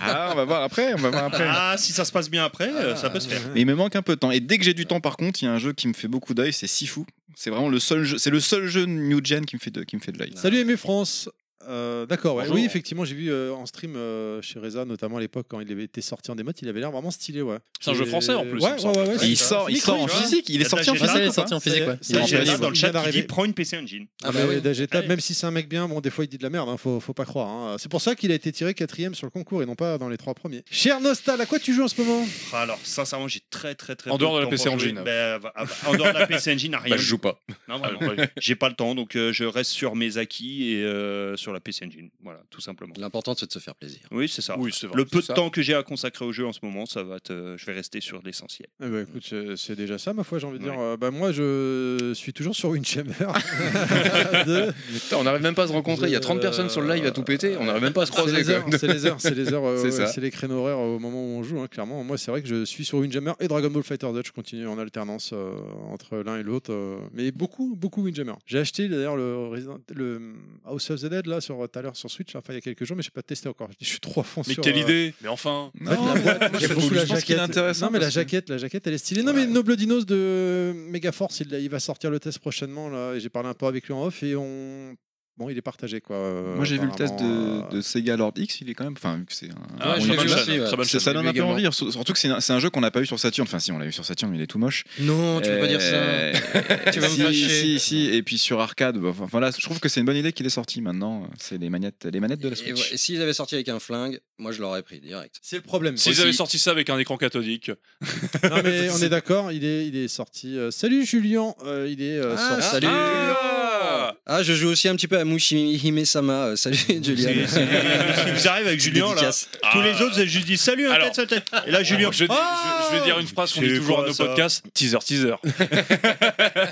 [SPEAKER 4] Ah, on va voir après. On va voir après.
[SPEAKER 3] Ah, si ça se passe bien après, euh, ça peut se faire.
[SPEAKER 4] Mais il me manque un peu de temps. Et dès que j'ai du temps, par contre, il y a un jeu qui me fait beaucoup d'œil, c'est Sifu. C'est vraiment le seul jeu, c'est le seul jeu new gen qui me fait de, qui me fait de l'œil.
[SPEAKER 1] Salut Aimé France. Euh, D'accord, ouais.
[SPEAKER 4] Bonjour.
[SPEAKER 1] oui, effectivement, j'ai vu euh, en stream euh, chez Reza, notamment à l'époque quand il avait été sorti en démat, il avait l'air vraiment stylé. Ouais.
[SPEAKER 8] C'est un jeu
[SPEAKER 1] Et-
[SPEAKER 8] français, en plus, il
[SPEAKER 1] Ouais,
[SPEAKER 8] me
[SPEAKER 1] ouais,
[SPEAKER 8] semble.
[SPEAKER 1] ouais, ouais,
[SPEAKER 4] Et il
[SPEAKER 1] Ah, c'est-
[SPEAKER 4] sort- il
[SPEAKER 1] Micro,
[SPEAKER 4] sort en
[SPEAKER 1] tu vois.
[SPEAKER 4] physique, il est
[SPEAKER 1] y a
[SPEAKER 4] sorti en
[SPEAKER 1] Dageta,
[SPEAKER 4] physique,
[SPEAKER 1] quoi,
[SPEAKER 4] sorti en
[SPEAKER 1] ça y
[SPEAKER 4] physique,
[SPEAKER 1] est,
[SPEAKER 4] ouais.
[SPEAKER 1] ça
[SPEAKER 4] Il
[SPEAKER 1] y
[SPEAKER 4] est
[SPEAKER 1] est,
[SPEAKER 4] en
[SPEAKER 1] il
[SPEAKER 4] physique.
[SPEAKER 1] arrive
[SPEAKER 3] Dans le chat,
[SPEAKER 1] il
[SPEAKER 3] il dit
[SPEAKER 1] arrive.
[SPEAKER 3] prends une PC Engine.
[SPEAKER 1] Ah bah oui, Dageta, même si c'est un mec bien, bon, des fois il dit de la merde, hein, faut, faut pas croire. hein. C'est pour ça qu'il a été tiré quatrième sur le concours et non pas dans les trois premiers. Cher Nostal, à quoi tu joues en ce moment
[SPEAKER 3] Ah, Alors, sincèrement, j'ai très très très.
[SPEAKER 1] En
[SPEAKER 3] peu
[SPEAKER 1] dehors de la
[SPEAKER 3] temps
[SPEAKER 1] PC
[SPEAKER 3] pour jouer.
[SPEAKER 1] Engine.
[SPEAKER 3] Ben, bah, bah, en dehors de la PC Engine, à rien.
[SPEAKER 7] Bah, je joue pas.
[SPEAKER 3] Non, vraiment. j'ai pas le temps, donc euh, je reste sur mes acquis et euh, sur la PC Engine. Voilà, tout simplement.
[SPEAKER 6] L'important, c'est de se faire plaisir.
[SPEAKER 3] Oui, c'est ça.
[SPEAKER 8] Oui, c'est vrai.
[SPEAKER 3] Le peu de
[SPEAKER 8] C'est ça.
[SPEAKER 3] temps que j'ai à consacrer au jeu en ce moment, ça va te... je vais rester sur l'essentiel.
[SPEAKER 1] Eh ben, écoute, c'est- c'est déjà ça, ma foi, j'ai envie de dire. Euh, bah, moi, je suis toujours sur Windjammer. Deux.
[SPEAKER 7] Putain, On n'arrive même pas à se rencontrer. Il y a 30 personnes sur le live à tout péter. On n'arrive même pas à se
[SPEAKER 1] C'est
[SPEAKER 7] croiser.
[SPEAKER 1] les
[SPEAKER 7] quoi.
[SPEAKER 1] heures, c'est les heures, c'est les heures, euh,
[SPEAKER 7] C'est
[SPEAKER 1] ouais,
[SPEAKER 7] ça.
[SPEAKER 1] c'est les créneaux horaires euh, au moment où on joue, hein, clairement. Moi, c'est vrai que je suis sur Windjammer et Dragon Ball Fighter Z. Je continue en alternance euh, entre l'un et l'autre, euh, mais beaucoup, beaucoup Windjammer. J'ai acheté d'ailleurs le, Resident- le hum, House of the Dead là sur euh, tout à l'heure sur Switch, là, enfin, il y a quelques jours, mais j'ai pas testé encore. Je suis trop à fond
[SPEAKER 8] Mais
[SPEAKER 1] sur.
[SPEAKER 8] quelle
[SPEAKER 1] euh,
[SPEAKER 8] idée Mais enfin
[SPEAKER 1] en fait, la boîte, moi, je trouve la jaquette- Non, mais la
[SPEAKER 8] parce que-
[SPEAKER 1] jaquette, la jaquette, elle est stylée. Non, mais Nobledinos de euh, Megaforce, il, il va sortir le test prochainement. Là, et j'ai parlé un peu avec lui en off et on. Bon, il est partagé quoi. euh,
[SPEAKER 4] Moi j'ai vu le test
[SPEAKER 1] apparemment, euh,
[SPEAKER 4] de, de Sega Lord X, il est quand même. Enfin, vu que c'est un.
[SPEAKER 8] Ah ouais,
[SPEAKER 4] on
[SPEAKER 8] je l'ai
[SPEAKER 4] y
[SPEAKER 8] vu
[SPEAKER 4] touche,
[SPEAKER 8] aussi, ouais. Très bonne
[SPEAKER 4] ça-
[SPEAKER 8] chaîne,
[SPEAKER 4] Ça
[SPEAKER 8] je l'ai
[SPEAKER 4] donne
[SPEAKER 8] vu
[SPEAKER 4] un peu
[SPEAKER 8] également.
[SPEAKER 4] envie, sur- surtout que c'est un, c'est un jeu qu'on n'a pas eu sur Saturn. Enfin, si, on l'a eu sur Saturn, mais il est tout moche.
[SPEAKER 6] Non, tu peux pas dire ça.
[SPEAKER 7] Eh.
[SPEAKER 6] Tu vas me
[SPEAKER 4] si,
[SPEAKER 6] fâcher.
[SPEAKER 4] Si, si, et puis sur arcade, bah, enfin voilà, je trouve que c'est une bonne idée qu'il est sorti maintenant. C'est les manettes, les manettes de la
[SPEAKER 6] Et,
[SPEAKER 4] Switch.
[SPEAKER 6] ouais, et s'ils avaient sorti avec un flingue, moi, je l'aurais pris direct.
[SPEAKER 1] C'est le problème.
[SPEAKER 8] S'ils avaient sorti ça avec un écran cathodique.
[SPEAKER 1] Non mais on est d'accord, il est, il est sorti. euh, salut Julien, euh, il est euh,
[SPEAKER 6] Ah,
[SPEAKER 1] sorti.
[SPEAKER 6] salut. Ah, je joue aussi un petit peu à Mushihime Sama. Salut, Julien.
[SPEAKER 3] C'est- c'est- Vous arrivez avec
[SPEAKER 6] Petite
[SPEAKER 3] Julien là.
[SPEAKER 6] dédicace.
[SPEAKER 3] Tous les autres, vous avez juste dit salut, un
[SPEAKER 8] Alors,
[SPEAKER 3] tête, sa tête. Et là, Julien.
[SPEAKER 8] Je, vais-
[SPEAKER 3] Ah
[SPEAKER 8] je vais dire une phrase qu'on dit
[SPEAKER 3] C'est
[SPEAKER 8] toujours à
[SPEAKER 3] quoi,
[SPEAKER 8] nos
[SPEAKER 3] ça
[SPEAKER 8] podcasts teaser, teaser.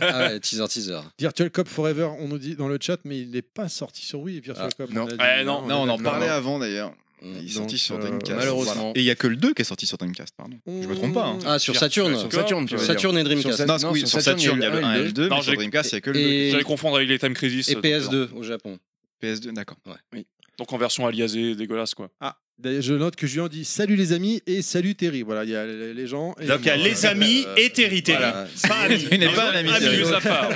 [SPEAKER 6] Ah ouais, teaser, teaser.
[SPEAKER 1] Virtual Cop Forever, on nous dit dans le chat, mais il n'est pas sorti sur Wii. Virtual Cop.
[SPEAKER 4] non.
[SPEAKER 1] on a dit,
[SPEAKER 8] Eh, non,
[SPEAKER 4] Non, on en
[SPEAKER 1] d'accord.
[SPEAKER 4] parlait avant d'ailleurs. Il est sorti
[SPEAKER 1] Donc,
[SPEAKER 4] sur
[SPEAKER 1] euh,
[SPEAKER 4] Dreamcast.
[SPEAKER 7] malheureusement.
[SPEAKER 4] Et il y a que le 2 qui est sorti sur Dreamcast, pardon. Je me trompe pas. hein.
[SPEAKER 6] Ah, sur Saturn.
[SPEAKER 7] Sur Saturn, tu veux dire.
[SPEAKER 6] Saturn et
[SPEAKER 7] Sur
[SPEAKER 6] Dreamcast.
[SPEAKER 7] Saturn,
[SPEAKER 4] Non,
[SPEAKER 7] non,
[SPEAKER 4] oui,
[SPEAKER 7] sur
[SPEAKER 4] sur
[SPEAKER 7] Saturn,
[SPEAKER 4] Saturn, il y a le 1 et le 2,
[SPEAKER 8] Non,
[SPEAKER 4] mais sur
[SPEAKER 8] j'ai-
[SPEAKER 4] Dreamcast, il y a que le 2.
[SPEAKER 6] et-
[SPEAKER 8] J'allais confondre avec les Time Crisis.
[SPEAKER 6] Et
[SPEAKER 8] euh, tout à l'heure.
[SPEAKER 6] PS2 au Japon.
[SPEAKER 4] PS2, d'accord.
[SPEAKER 8] Donc en version aliasée, dégueulasse quoi.
[SPEAKER 1] Ah, d'ailleurs, je note que Julien dit salut les amis et salut Terry. Voilà, il y a les les gens. et
[SPEAKER 3] Donc il y a
[SPEAKER 1] moi,
[SPEAKER 3] les
[SPEAKER 1] euh,
[SPEAKER 3] amis et Terry Terry.
[SPEAKER 6] voilà.
[SPEAKER 3] Pas amis.
[SPEAKER 4] Il n'est pas un ami.
[SPEAKER 3] Amis,
[SPEAKER 4] Thierry.
[SPEAKER 3] les
[SPEAKER 8] Mieux Ah, à part.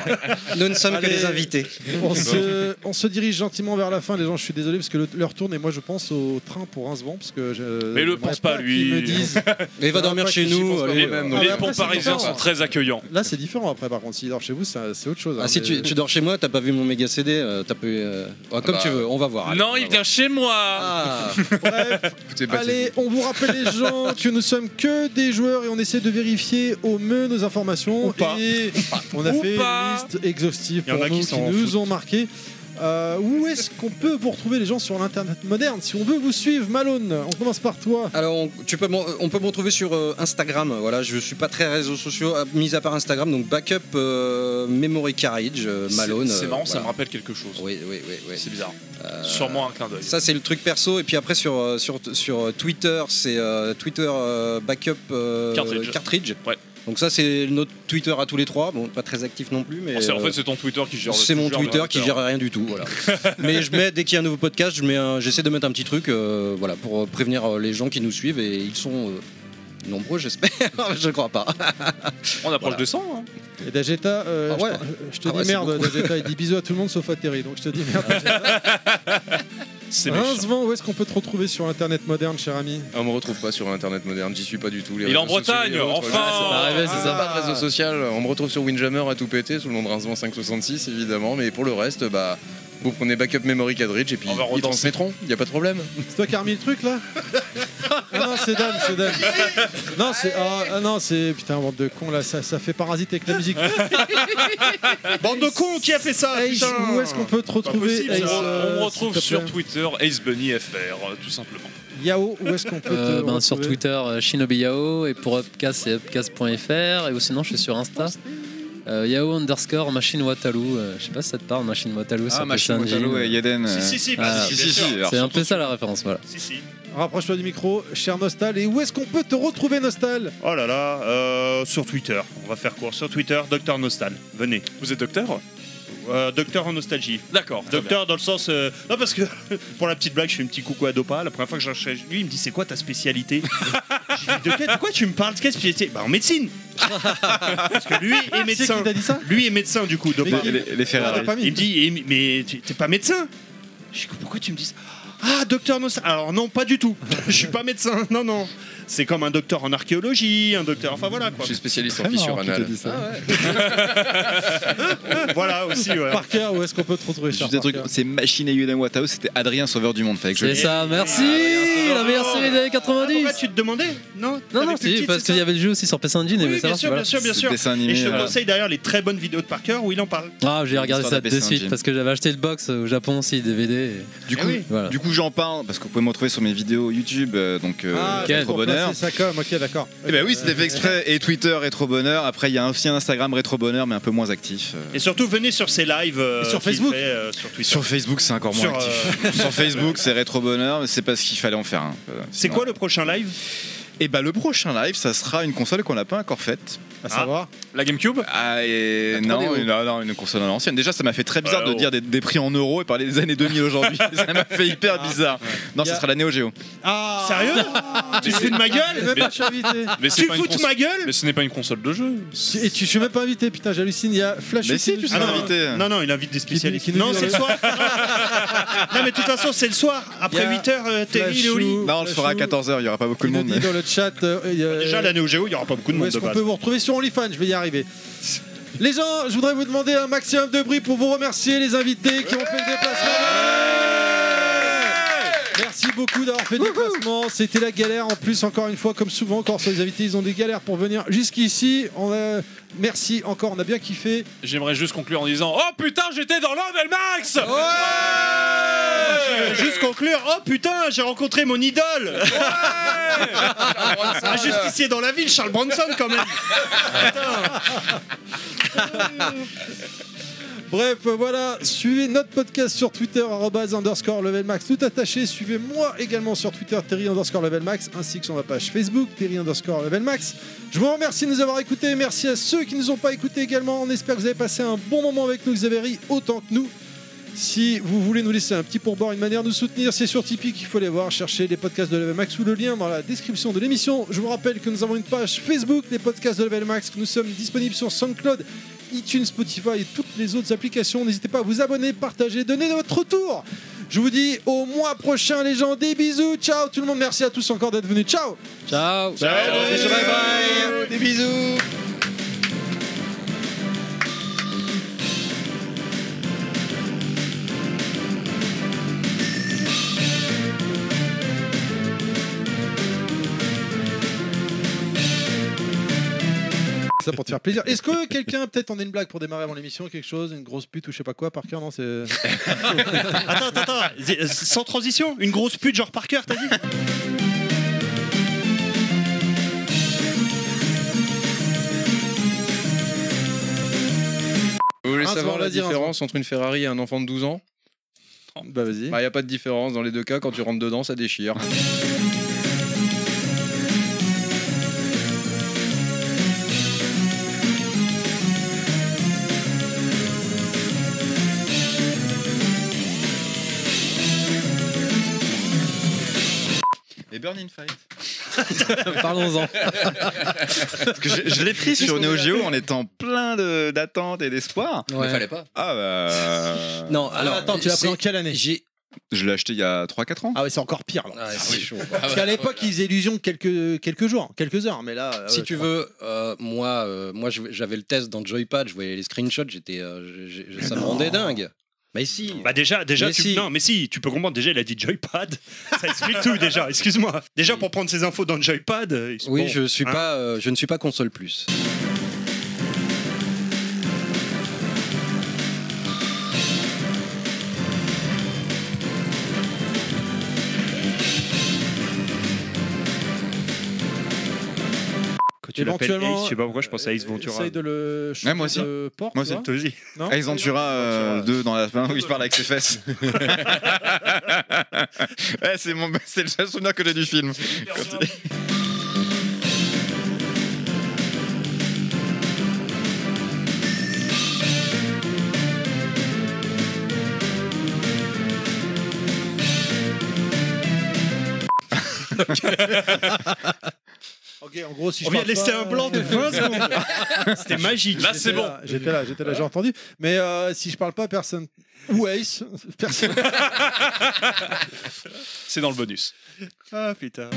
[SPEAKER 6] Nous ne sommes
[SPEAKER 1] Allez.
[SPEAKER 6] que des invités.
[SPEAKER 1] On se, on se dirige gentiment vers la fin, les gens. Je suis désolé parce que le- l'heure tourne et moi je pense au train pour Rincebon parce que je.
[SPEAKER 8] Mais le
[SPEAKER 1] j'aimerais
[SPEAKER 8] pense pas, lui.
[SPEAKER 1] qu'ils me disent.
[SPEAKER 6] Mais va dormir
[SPEAKER 1] Pas
[SPEAKER 6] chez
[SPEAKER 1] que j'y
[SPEAKER 6] nous.
[SPEAKER 1] pense pas
[SPEAKER 6] allez,
[SPEAKER 1] moi-même,
[SPEAKER 6] euh,
[SPEAKER 1] non. Ah, mais
[SPEAKER 8] les
[SPEAKER 1] après,
[SPEAKER 8] ponts
[SPEAKER 1] c'est
[SPEAKER 8] parisiens
[SPEAKER 1] différent.
[SPEAKER 8] sont très accueillants.
[SPEAKER 1] Là c'est différent après par contre. S'il dort chez vous, ça- c'est autre chose. hein,
[SPEAKER 6] Ah, si
[SPEAKER 1] mais-
[SPEAKER 6] tu, tu dors chez moi, t'as pas vu mon méga CD, euh, t'as pu. euh, ah, comme
[SPEAKER 7] bah,
[SPEAKER 6] tu veux, on va voir. allez, on
[SPEAKER 8] Non,
[SPEAKER 6] va
[SPEAKER 8] il
[SPEAKER 6] voir.
[SPEAKER 8] vient chez moi
[SPEAKER 6] Ah,
[SPEAKER 1] Bref,
[SPEAKER 7] Écoutez, battez-vous.
[SPEAKER 1] Allez, on vous rappelle les gens que nous sommes que des joueurs et on essaie de vérifier au mieux nos informations.
[SPEAKER 8] Ou pas.
[SPEAKER 1] Et on a
[SPEAKER 8] Ou
[SPEAKER 1] fait
[SPEAKER 8] pas.
[SPEAKER 1] une liste exhaustive
[SPEAKER 3] Il y en
[SPEAKER 1] pour
[SPEAKER 3] a qui
[SPEAKER 1] nous qui,
[SPEAKER 3] s'en
[SPEAKER 1] nous ont marqué. Euh, où est-ce qu'on peut vous retrouver les gens sur l'internet moderne Si on veut vous suivre, Malone, on commence par toi.
[SPEAKER 6] Alors, on, tu peux, m'en- on peut me retrouver sur euh, Instagram. Voilà, je suis pas très réseaux sociaux, à- mis à part Instagram. Donc, backup euh, memory carriage euh,
[SPEAKER 8] C'est-
[SPEAKER 6] Malone.
[SPEAKER 8] C'est
[SPEAKER 6] euh,
[SPEAKER 8] marrant, ça me
[SPEAKER 6] voilà.
[SPEAKER 8] rappelle quelque chose.
[SPEAKER 6] Oui, oui, oui, oui.
[SPEAKER 8] C'est bizarre.
[SPEAKER 6] Euh,
[SPEAKER 8] Sûrement un clin d'œil.
[SPEAKER 6] Ça c'est le truc perso et puis après sur euh, sur sur Twitter c'est euh, Twitter euh, backup euh,
[SPEAKER 8] Cartridge.
[SPEAKER 6] cartridge.
[SPEAKER 8] Ouais.
[SPEAKER 6] Donc ça, c'est notre Twitter à tous les trois. Bon, pas très actif non plus, mais.
[SPEAKER 8] En fait, en
[SPEAKER 6] euh,
[SPEAKER 8] fait, Ah, c'est ton Twitter qui gère le
[SPEAKER 6] c'est mon
[SPEAKER 8] tout gère le
[SPEAKER 6] Twitter qui
[SPEAKER 8] Twitter. hein.
[SPEAKER 6] gère rien du tout, voilà. Mais je mets dès qu'il y a un nouveau podcast, je mets un- j'essaie de mettre un petit truc, euh, voilà, pour euh, prévenir euh, les gens qui nous suivent et ils sont euh, nombreux, j'espère. je crois pas.
[SPEAKER 8] On approche
[SPEAKER 6] Voilà.
[SPEAKER 8] de 100. hein.
[SPEAKER 1] Et Dageta, euh,
[SPEAKER 6] Ah ouais.
[SPEAKER 1] je, je te
[SPEAKER 6] Ah
[SPEAKER 1] dis
[SPEAKER 6] ouais, c'est
[SPEAKER 1] merde,
[SPEAKER 6] beaucoup.
[SPEAKER 1] Dageta, il dit bisous à tout le monde sauf à Terry, donc je te dis merde.
[SPEAKER 6] Ah,
[SPEAKER 8] C'est méchant.
[SPEAKER 1] Rincevent, où est-ce qu'on peut te retrouver sur Internet moderne, cher ami
[SPEAKER 7] Ah, on me retrouve pas sur Internet moderne, j'y suis pas du tout. les
[SPEAKER 8] Il est en
[SPEAKER 7] réseaux sociaux, Ah,
[SPEAKER 8] Bretagne,
[SPEAKER 7] les autres,
[SPEAKER 8] enfin
[SPEAKER 7] là, c'est pas-
[SPEAKER 26] rêvé, c'est
[SPEAKER 7] c'est
[SPEAKER 26] ça.
[SPEAKER 7] pas de réseau social. On me retrouve sur Windjammer à tout péter, sous le nom de Rincevent 566 évidemment, mais pour le reste, bah. Vous prenez backup memory cartridge et puis
[SPEAKER 8] On va
[SPEAKER 7] ils
[SPEAKER 8] redanser.
[SPEAKER 7] transmettront, y a pas de problème.
[SPEAKER 1] C'est toi qui as remis le truc là Ah non, c'est Dan, c'est Dan. Non, c'est. ah, ah non, c'est. Putain, bande de cons là, ça, ça fait parasite avec la musique.
[SPEAKER 3] Bande de cons, qui a fait ça
[SPEAKER 1] Ace,
[SPEAKER 3] putain
[SPEAKER 1] où est-ce qu'on peut te
[SPEAKER 8] Pas
[SPEAKER 1] retrouver
[SPEAKER 8] possible,
[SPEAKER 1] Ace,
[SPEAKER 8] on,
[SPEAKER 1] euh,
[SPEAKER 8] on me retrouve
[SPEAKER 1] s'il te
[SPEAKER 8] sur
[SPEAKER 1] plaît
[SPEAKER 8] Twitter Ace Bunny FR, euh, tout simplement.
[SPEAKER 1] Yao, où est-ce qu'on peut te
[SPEAKER 26] Euh, ben, sur
[SPEAKER 1] retrouver
[SPEAKER 26] Twitter, euh, Shinobi Yao, et pour Upcast, c'est upcast.fr, et ou sinon je suis sur Insta. euh, Yao underscore machine Watalu, euh, je sais pas si ça te parle, machine Watalu, ça
[SPEAKER 4] Ah,
[SPEAKER 26] peut
[SPEAKER 4] Machine
[SPEAKER 26] être un
[SPEAKER 4] Watalo
[SPEAKER 26] jean,
[SPEAKER 4] et Yeden.
[SPEAKER 3] Si, si, si, bah,
[SPEAKER 26] Ah,
[SPEAKER 3] si,
[SPEAKER 4] si,
[SPEAKER 3] bien
[SPEAKER 4] si,
[SPEAKER 3] sûr.
[SPEAKER 4] alors
[SPEAKER 26] C'est un peu ça la référence, voilà.
[SPEAKER 3] Si, si.
[SPEAKER 1] Rapproche-toi du micro, cher Nostal. Et où est-ce qu'on peut te retrouver, Nostal
[SPEAKER 3] Oh là là, euh, sur Twitter, on va faire court. Sur Twitter, Docteur Nostal, venez.
[SPEAKER 8] Vous êtes docteur
[SPEAKER 3] Euh, docteur en nostalgie.
[SPEAKER 8] D'accord. Ah, très bien.
[SPEAKER 3] Docteur dans le sens... euh, Non parce que pour la petite blague, je fais une petit coucou à Dopa. La première fois que je l'enchaîne, lui, il me dit c'est quoi ta spécialité J'ai dit, de, quel- de quoi tu me parles Qu'est-ce que tu Bah en médecine Parce que lui est
[SPEAKER 1] C'est qui
[SPEAKER 3] médecin.
[SPEAKER 1] t'a dit ça
[SPEAKER 3] Lui est médecin du coup, Dopa.
[SPEAKER 1] Mais-
[SPEAKER 4] Les, les- les Ferrari.
[SPEAKER 1] Ah, pas mis.
[SPEAKER 3] Il me dit, eh, mais tu- t'es pas médecin Je dis, pourquoi tu me dis ça Ah, docteur Nostal. Alors non, pas du tout. Je suis pas médecin, non, non. C'est comme un docteur en archéologie, un docteur. Enfin voilà
[SPEAKER 7] Je
[SPEAKER 3] quoi.
[SPEAKER 7] suis spécialiste en
[SPEAKER 4] Très
[SPEAKER 7] fissure
[SPEAKER 4] marrant qu'il
[SPEAKER 7] anale.
[SPEAKER 4] t'ait dit ça.
[SPEAKER 3] voilà aussi, ouais.
[SPEAKER 1] Parker, où est-ce qu'on peut te retrouver, cher
[SPEAKER 4] Juste un truc,
[SPEAKER 1] Parker
[SPEAKER 4] c'est Machine et Yuden Watao, c'était Adrien Sauveur du Monde. Fallait que je
[SPEAKER 26] C'est ça,
[SPEAKER 3] Ah,
[SPEAKER 26] merci La meilleure série des années
[SPEAKER 3] Pourquoi
[SPEAKER 26] 90
[SPEAKER 3] tu te demandais Non
[SPEAKER 26] Non,
[SPEAKER 3] T'avais
[SPEAKER 26] non,
[SPEAKER 3] plus
[SPEAKER 26] si,
[SPEAKER 3] de titre,
[SPEAKER 26] parce
[SPEAKER 3] c'est
[SPEAKER 26] qu'il y
[SPEAKER 3] ça
[SPEAKER 26] avait le jeu aussi sur PS1 Engine,
[SPEAKER 3] Oui,
[SPEAKER 26] mais ça
[SPEAKER 3] bien
[SPEAKER 26] va,
[SPEAKER 3] sûr,
[SPEAKER 26] voilà.
[SPEAKER 3] bien sûr, bien
[SPEAKER 4] C'est
[SPEAKER 3] sûr.
[SPEAKER 4] le dessin animé,
[SPEAKER 3] Et je te
[SPEAKER 4] euh.
[SPEAKER 3] conseille d'ailleurs les très bonnes vidéos de Parker où il en parle.
[SPEAKER 26] Ah, j'ai regardé ça
[SPEAKER 4] L'histoire de
[SPEAKER 26] de
[SPEAKER 4] la PS1
[SPEAKER 26] suite
[SPEAKER 4] Engine.
[SPEAKER 26] parce que j'avais acheté le box au Japon aussi, DVD. et
[SPEAKER 4] Du coup,
[SPEAKER 26] Voilà.
[SPEAKER 4] Eh du coup j'en parle parce que vous pouvez me retrouver sur mes vidéos YouTube, euh, donc euh,
[SPEAKER 26] quel
[SPEAKER 4] Rétro
[SPEAKER 1] pour
[SPEAKER 4] Bonheur.
[SPEAKER 1] placer ça comme, ok, d'accord.
[SPEAKER 4] Eh ben oui, c'était fait exprès. Et Twitter, Rétro Bonheur. Après, il y a aussi un Instagram Rétro Bonheur, mais un peu moins actif. euh.
[SPEAKER 3] Et surtout, venez sur ses lives. euh,
[SPEAKER 1] Et sur
[SPEAKER 3] qu'il
[SPEAKER 1] Facebook.
[SPEAKER 3] fait, euh, sur Twitter.
[SPEAKER 4] Sur Facebook, c'est encore moins
[SPEAKER 3] Sur, euh,
[SPEAKER 4] actif. Sur Facebook, c'est Rétro Bonheur, mais c'est parce qu'il fallait en faire un. Euh,
[SPEAKER 3] C'est
[SPEAKER 4] sinon-
[SPEAKER 3] quoi le prochain live
[SPEAKER 4] Eh ben, le prochain live, ça sera une console qu'on n'a pas encore faite.
[SPEAKER 8] Ah.
[SPEAKER 1] À savoir.
[SPEAKER 8] La GameCube
[SPEAKER 4] Ah, et
[SPEAKER 7] La 3DO.
[SPEAKER 4] non, une- ah, non, non, une console à l'ancienne. Déjà, ça m'a fait très bizarre
[SPEAKER 3] Ah,
[SPEAKER 4] de
[SPEAKER 3] oh.
[SPEAKER 4] dire des, des prix en euros et parler des années 2000 aujourd'hui. ça m'a fait hyper bizarre. Non,
[SPEAKER 1] Y a-
[SPEAKER 4] ça sera la Neo Geo.
[SPEAKER 1] Ah
[SPEAKER 3] Sérieux Tu te fous de ma
[SPEAKER 1] Et
[SPEAKER 3] gueule
[SPEAKER 1] même pas je suis invité.
[SPEAKER 8] Mais c'est
[SPEAKER 3] Tu
[SPEAKER 8] pas une
[SPEAKER 3] fous de
[SPEAKER 8] console-
[SPEAKER 3] ma gueule
[SPEAKER 8] Mais ce n'est pas une console de jeu.
[SPEAKER 1] Tu- Et tu, je suis même pas invité, putain, j'hallucine. Il y a Flash.
[SPEAKER 4] Mais
[SPEAKER 1] aussi,
[SPEAKER 4] si, tu
[SPEAKER 1] nous
[SPEAKER 4] seras
[SPEAKER 8] Ah
[SPEAKER 1] sommes-
[SPEAKER 4] invité.
[SPEAKER 3] Ah Non, non, il invite des spécialistes.
[SPEAKER 1] qui nous
[SPEAKER 3] non,
[SPEAKER 1] dit
[SPEAKER 3] c'est
[SPEAKER 26] euh,
[SPEAKER 3] le
[SPEAKER 1] dans
[SPEAKER 3] soir. non, mais de toute façon, c'est le soir.
[SPEAKER 1] Y a
[SPEAKER 3] Après 8h, Terry, il est au lit.
[SPEAKER 1] Flashou,
[SPEAKER 4] Non, on le fera à
[SPEAKER 1] Flashou,
[SPEAKER 4] 14h, il n'y aura pas beaucoup
[SPEAKER 1] qui
[SPEAKER 4] de
[SPEAKER 1] nous
[SPEAKER 4] monde.
[SPEAKER 1] dit
[SPEAKER 4] mais-
[SPEAKER 1] dans le chat. euh, il y a-
[SPEAKER 3] Déjà, l'année au Géo, il n'y aura pas beaucoup de
[SPEAKER 1] Où
[SPEAKER 3] monde
[SPEAKER 1] est-ce
[SPEAKER 3] de
[SPEAKER 1] qu'on
[SPEAKER 3] base.
[SPEAKER 1] peut vous retrouver sur OnlyFans Je vais y arriver. Les gens, je voudrais vous demander un maximum de bruit pour vous remercier, les invités qui ont fait le déplacement. Merci beaucoup d'avoir fait le déplacement. C'était la galère en plus, encore une fois, comme souvent, encore sur les invités, ils ont des galères pour venir jusqu'ici. On a... Merci encore, on a bien kiffé.
[SPEAKER 8] J'aimerais juste conclure en disant Oh putain, j'étais dans l'Andelmax Max
[SPEAKER 3] Oh, Euh, Juste conclure, oh putain, j'ai rencontré mon idole Un justicier dans la ville, Charles Bronson quand même
[SPEAKER 1] Bref, euh, voilà, suivez notre podcast sur Twitter, arrobase underscore levelmax, tout attaché. Suivez-moi également sur Twitter, Terry underscore levelmax, ainsi que sur ma page Facebook, Terry underscore levelmax. Je vous remercie de nous avoir écoutés, merci à ceux qui nous ont pas écoutés également. On espère que vous avez passé un bon moment avec nous, que vous avez ri autant que nous. Si vous voulez nous laisser un petit pourboire, une manière de nous soutenir, c'est sur Tipeee qu'il faut les voir. Cherchez les podcasts de Level Max ou le lien dans la description de l'émission. Je vous rappelle que nous avons une page Facebook, les podcasts de Level Max, que nous sommes disponibles sur SoundCloud, iTunes, Spotify et toutes les autres applications. N'hésitez pas à vous abonner, partager, donner votre tour. Je vous dis au mois prochain, les gens. Des bisous, ciao tout le monde. Merci à tous encore d'être venus. Ciao
[SPEAKER 26] Ciao
[SPEAKER 4] Des bisous
[SPEAKER 1] Ça pour te faire plaisir. Est-ce que quelqu'un, peut-être, on a une blague pour démarrer avant l'émission, quelque chose, une grosse pute ou je sais pas quoi, par cœur Non, c'est.
[SPEAKER 3] Attends, attends, attends, c'est- euh, sans transition, une grosse pute genre Parker, t'as dit
[SPEAKER 7] Vous voulez
[SPEAKER 1] Un
[SPEAKER 7] savoir
[SPEAKER 1] soir,
[SPEAKER 7] la
[SPEAKER 1] vas-y, un
[SPEAKER 7] différence entre une Ferrari et un enfant de 12 ans
[SPEAKER 1] Bah vas-y.
[SPEAKER 7] Bah, y a pas de différence dans les deux cas. Quand tu rentres dedans, ça déchire.
[SPEAKER 4] Et Burning Fight.
[SPEAKER 5] Parlons-en.
[SPEAKER 4] Parce que je, je l'ai pris sur Neo Geo en étant plein de- d'attentes et d'espoir.
[SPEAKER 5] Ouais. Mais fallait pas.
[SPEAKER 4] Ah bah.
[SPEAKER 5] Non, alors, Attends, tu l'as pris c'est- en
[SPEAKER 1] quelle année
[SPEAKER 4] Je l'ai acheté il y a 3-4 ans.
[SPEAKER 1] Ah ouais, c'est encore pire. alors.
[SPEAKER 5] c'est chaud. Ah
[SPEAKER 1] Parce qu'à l'époque, ils faisaient illusion quelques, quelques jours, quelques heures, mais là. euh,
[SPEAKER 6] Si
[SPEAKER 1] ouais,
[SPEAKER 6] Ah tu
[SPEAKER 1] je crois.
[SPEAKER 6] veux, euh, moi, euh, moi je- j'avais le test dans le Joypad, je voyais les screenshots, j'étais, euh, j'ai- j'ai- ça me rendait dingue. Mais si.
[SPEAKER 3] Bah déjà, déjà
[SPEAKER 6] Mais
[SPEAKER 3] tu,
[SPEAKER 6] si.
[SPEAKER 3] non, mais si, tu peux comprendre. Déjà, il a dit joypad, ça explique tout. Déjà, excuse-moi. Déjà pour prendre ces infos dans le joypad. euh, ils-
[SPEAKER 6] Oui,
[SPEAKER 3] bon,
[SPEAKER 6] je suis
[SPEAKER 3] hein.
[SPEAKER 6] pas, euh, je ne suis pas console plus.
[SPEAKER 3] Quand tu l'appelles
[SPEAKER 1] Éventuellement,
[SPEAKER 3] Ace, je sais pas pourquoi je pense à Ace Ventura.
[SPEAKER 1] Essaye de le.
[SPEAKER 4] Ouais, moi aussi.
[SPEAKER 1] de porte,
[SPEAKER 4] Moi
[SPEAKER 1] tu
[SPEAKER 4] aussi.
[SPEAKER 1] vois.
[SPEAKER 3] Vas-y.
[SPEAKER 1] Non
[SPEAKER 4] Ah, Ace Ventura 2 dans la fin où il se parle avec ses fesses. Ouais, c'est mon- c'est le seul souvenir que j'ai du film. Quand-
[SPEAKER 1] Ok, en gros, si je
[SPEAKER 3] On vient
[SPEAKER 1] parle
[SPEAKER 3] de laisser
[SPEAKER 1] pas, euh,
[SPEAKER 3] un blanc de 20 secondes. C'était magique.
[SPEAKER 8] Bah,
[SPEAKER 1] J'étais là, J'étais là, j'étais là, j'ai entendu. Mais euh, si je parle pas, personne. Ou Ace, personne.
[SPEAKER 8] C'est dans le bonus.
[SPEAKER 3] Ah putain.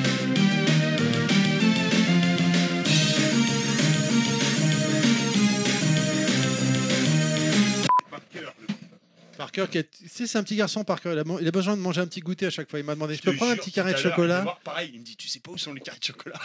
[SPEAKER 1] Parker, qui est... tu sais, c'est un petit garçon, Parker. Il a, il a besoin de manger un petit goûter à chaque fois. Il m'a demandé Je peux prendre un petit carré de chocolat
[SPEAKER 3] Pareil, il me dit Tu sais pas où sont les carrés de chocolat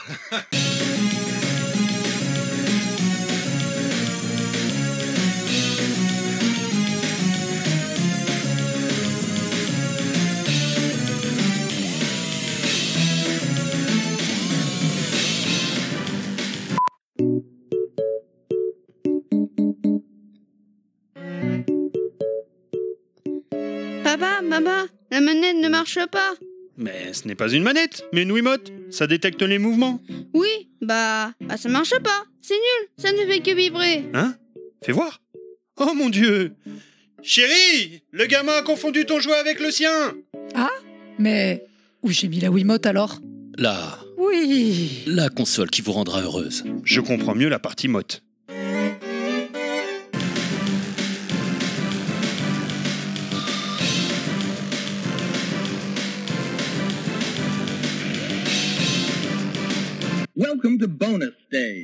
[SPEAKER 10] Papa, papa, la manette ne marche pas.
[SPEAKER 3] Mais ce n'est pas une manette, mais une Wiimote. Ça détecte les mouvements.
[SPEAKER 10] Oui, bah, bah ça marche pas. C'est nul, ça ne fait que vibrer.
[SPEAKER 3] Hein Fais voir. Oh mon dieu Chérie Le gamin a confondu ton jouet avec le sien
[SPEAKER 27] Ah Mais où j'ai mis la Wiimote alors
[SPEAKER 3] Là,
[SPEAKER 27] Oui
[SPEAKER 3] la console qui vous rendra heureuse. Je comprends mieux la partie motte.
[SPEAKER 28] Welcome to bonus day.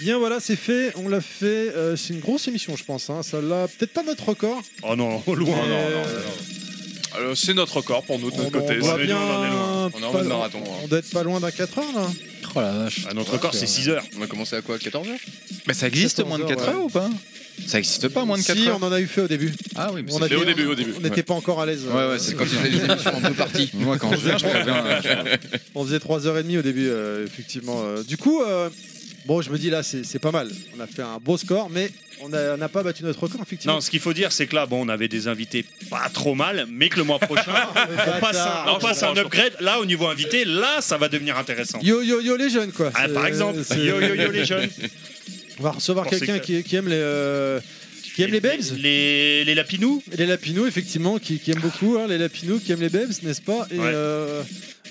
[SPEAKER 1] Bien, voilà, c'est fait. On l'a fait. Euh, c'est une grosse émission, je pense. Hein. Celle-là, peut-être pas notre record.
[SPEAKER 3] Oh non, loin.
[SPEAKER 1] mais, euh,
[SPEAKER 8] Alors, c'est notre record pour nous de notre
[SPEAKER 1] Oh on
[SPEAKER 8] côté.
[SPEAKER 1] doit
[SPEAKER 8] C'est-
[SPEAKER 1] bien-
[SPEAKER 8] on en est loin. On est en
[SPEAKER 1] pas-
[SPEAKER 8] mode marathon.
[SPEAKER 1] On doit être pas loin d'un 4 heures, là.
[SPEAKER 6] Oh la vache.
[SPEAKER 3] notre record, c'est 6 heures.
[SPEAKER 7] On a commencé à quoi 14 heures
[SPEAKER 4] Mais ça existe moins de 4 heures ou pas Ça existe pas moins de 4
[SPEAKER 1] si,
[SPEAKER 4] heures
[SPEAKER 1] on en a eu fait au début.
[SPEAKER 4] Ah oui, mais
[SPEAKER 1] on
[SPEAKER 4] c'est
[SPEAKER 1] a hein.
[SPEAKER 4] fait
[SPEAKER 1] fait-
[SPEAKER 4] au début, au début.
[SPEAKER 1] On n'était
[SPEAKER 4] Ouais.
[SPEAKER 1] pas encore à l'aise. Euh,
[SPEAKER 4] Ouais, ouais, c'est quand tu fais des émissions en deux parties. Moi, quand je viens, je préviens, euh, je-
[SPEAKER 1] On faisait 3h30 au début, euh, effectivement. Euh, Du coup, euh, bon, je me dis là, c'est c'est pas mal. On a fait un beau score, mais on a- on n'a pas battu notre record, effectivement.
[SPEAKER 3] Non, ce qu'il faut dire, c'est que là, bon, on avait des invités pas trop mal, mais que le mois prochain, on passe, un, on
[SPEAKER 1] Non, je
[SPEAKER 3] passe un
[SPEAKER 1] comprends, je
[SPEAKER 3] upgrade. Là, au niveau invité, là, ça va devenir intéressant.
[SPEAKER 1] Yo yo yo les jeunes, quoi.
[SPEAKER 3] Ah,
[SPEAKER 1] C'est-
[SPEAKER 3] par exemple,
[SPEAKER 1] Euh, c'est-
[SPEAKER 3] yo yo yo les jeunes.
[SPEAKER 1] On va recevoir
[SPEAKER 3] Pensez
[SPEAKER 1] quelqu'un
[SPEAKER 3] que-
[SPEAKER 1] qui, qui aime les. euh, Qui aime les babes
[SPEAKER 3] les, les lapinous
[SPEAKER 1] Les lapinous, effectivement, qui, qui aiment beaucoup, hein, les lapinous, qui aiment les babes, n'est-ce pas Et
[SPEAKER 3] Ouais.
[SPEAKER 1] euh,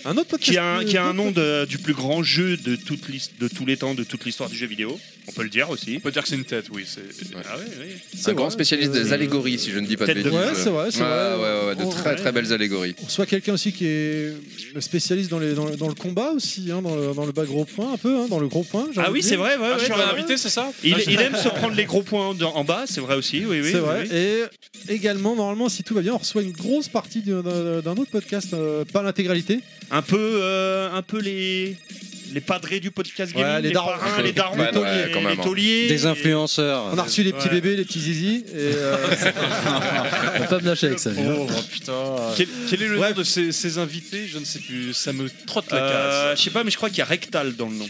[SPEAKER 1] un autre podcast.
[SPEAKER 3] Qui a un, qui a un nom
[SPEAKER 1] d'autres-
[SPEAKER 3] de- du plus grand jeu de, toute l'his- de tous les temps, de toute l'histoire du jeu vidéo. On peut le dire aussi. On
[SPEAKER 8] peut dire que c'est une tête, oui.
[SPEAKER 3] Ah oui, oui.
[SPEAKER 7] Un grand spécialiste
[SPEAKER 1] Euh,
[SPEAKER 7] des allégories, si je ne dis pas de
[SPEAKER 3] Tête de-
[SPEAKER 7] bêtises.
[SPEAKER 1] Ouais, c'est vrai, c'est
[SPEAKER 7] Ouais,
[SPEAKER 1] vrai.
[SPEAKER 7] ouais, ouais, de
[SPEAKER 1] On-
[SPEAKER 7] très très belles allégories.
[SPEAKER 1] Soit quelqu'un aussi qui est spécialiste dans, les, dans, le- dans le combat aussi, hein, dans, le, dans le bas gros point, un peu, hein, dans le gros point. j'ai
[SPEAKER 3] Ah
[SPEAKER 1] envie
[SPEAKER 3] oui,
[SPEAKER 1] de
[SPEAKER 3] c'est
[SPEAKER 1] dire.
[SPEAKER 3] vrai. Ouais, ouais, ouais. il, il aime se prendre les gros points en, en bas, c'est vrai aussi. Oui, oui,
[SPEAKER 1] c'est
[SPEAKER 3] oui,
[SPEAKER 1] vrai.
[SPEAKER 3] oui.
[SPEAKER 1] Et également, normalement, si tout va bien, on reçoit une grosse partie d'un d'un autre podcast, euh, pas l'intégralité.
[SPEAKER 3] Un peu, euh, un peu les les padrés du podcast gaming,
[SPEAKER 1] Ouais, les
[SPEAKER 3] les,
[SPEAKER 1] darons.
[SPEAKER 3] parrains, les darons,
[SPEAKER 1] Ouais, ouais,
[SPEAKER 3] les,
[SPEAKER 1] quand même,
[SPEAKER 3] les
[SPEAKER 1] hein.
[SPEAKER 3] tauliers.
[SPEAKER 6] Des influenceurs.
[SPEAKER 1] On a reçu les petits
[SPEAKER 3] Ouais.
[SPEAKER 1] bébés, les petits zizi. Et, euh,
[SPEAKER 5] On va pas me lâcher avec ça.
[SPEAKER 8] Oh putain. Quel, quel est le nom de ces, ces invités Je ne sais plus. Ça me trotte la
[SPEAKER 3] Euh,
[SPEAKER 8] case.
[SPEAKER 3] je sais pas, mais je crois qu'il y a rectal dans le nom.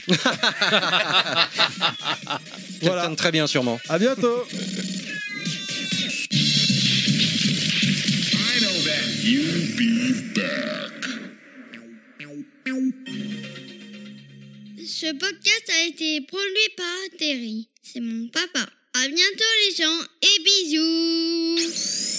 [SPEAKER 6] Quelqu'un de très bien sûrement.
[SPEAKER 1] à bientôt.
[SPEAKER 28] I know that you'll be back.
[SPEAKER 10] Ce podcast a été produit par Terry. C'est mon papa. À bientôt les gens et bisous.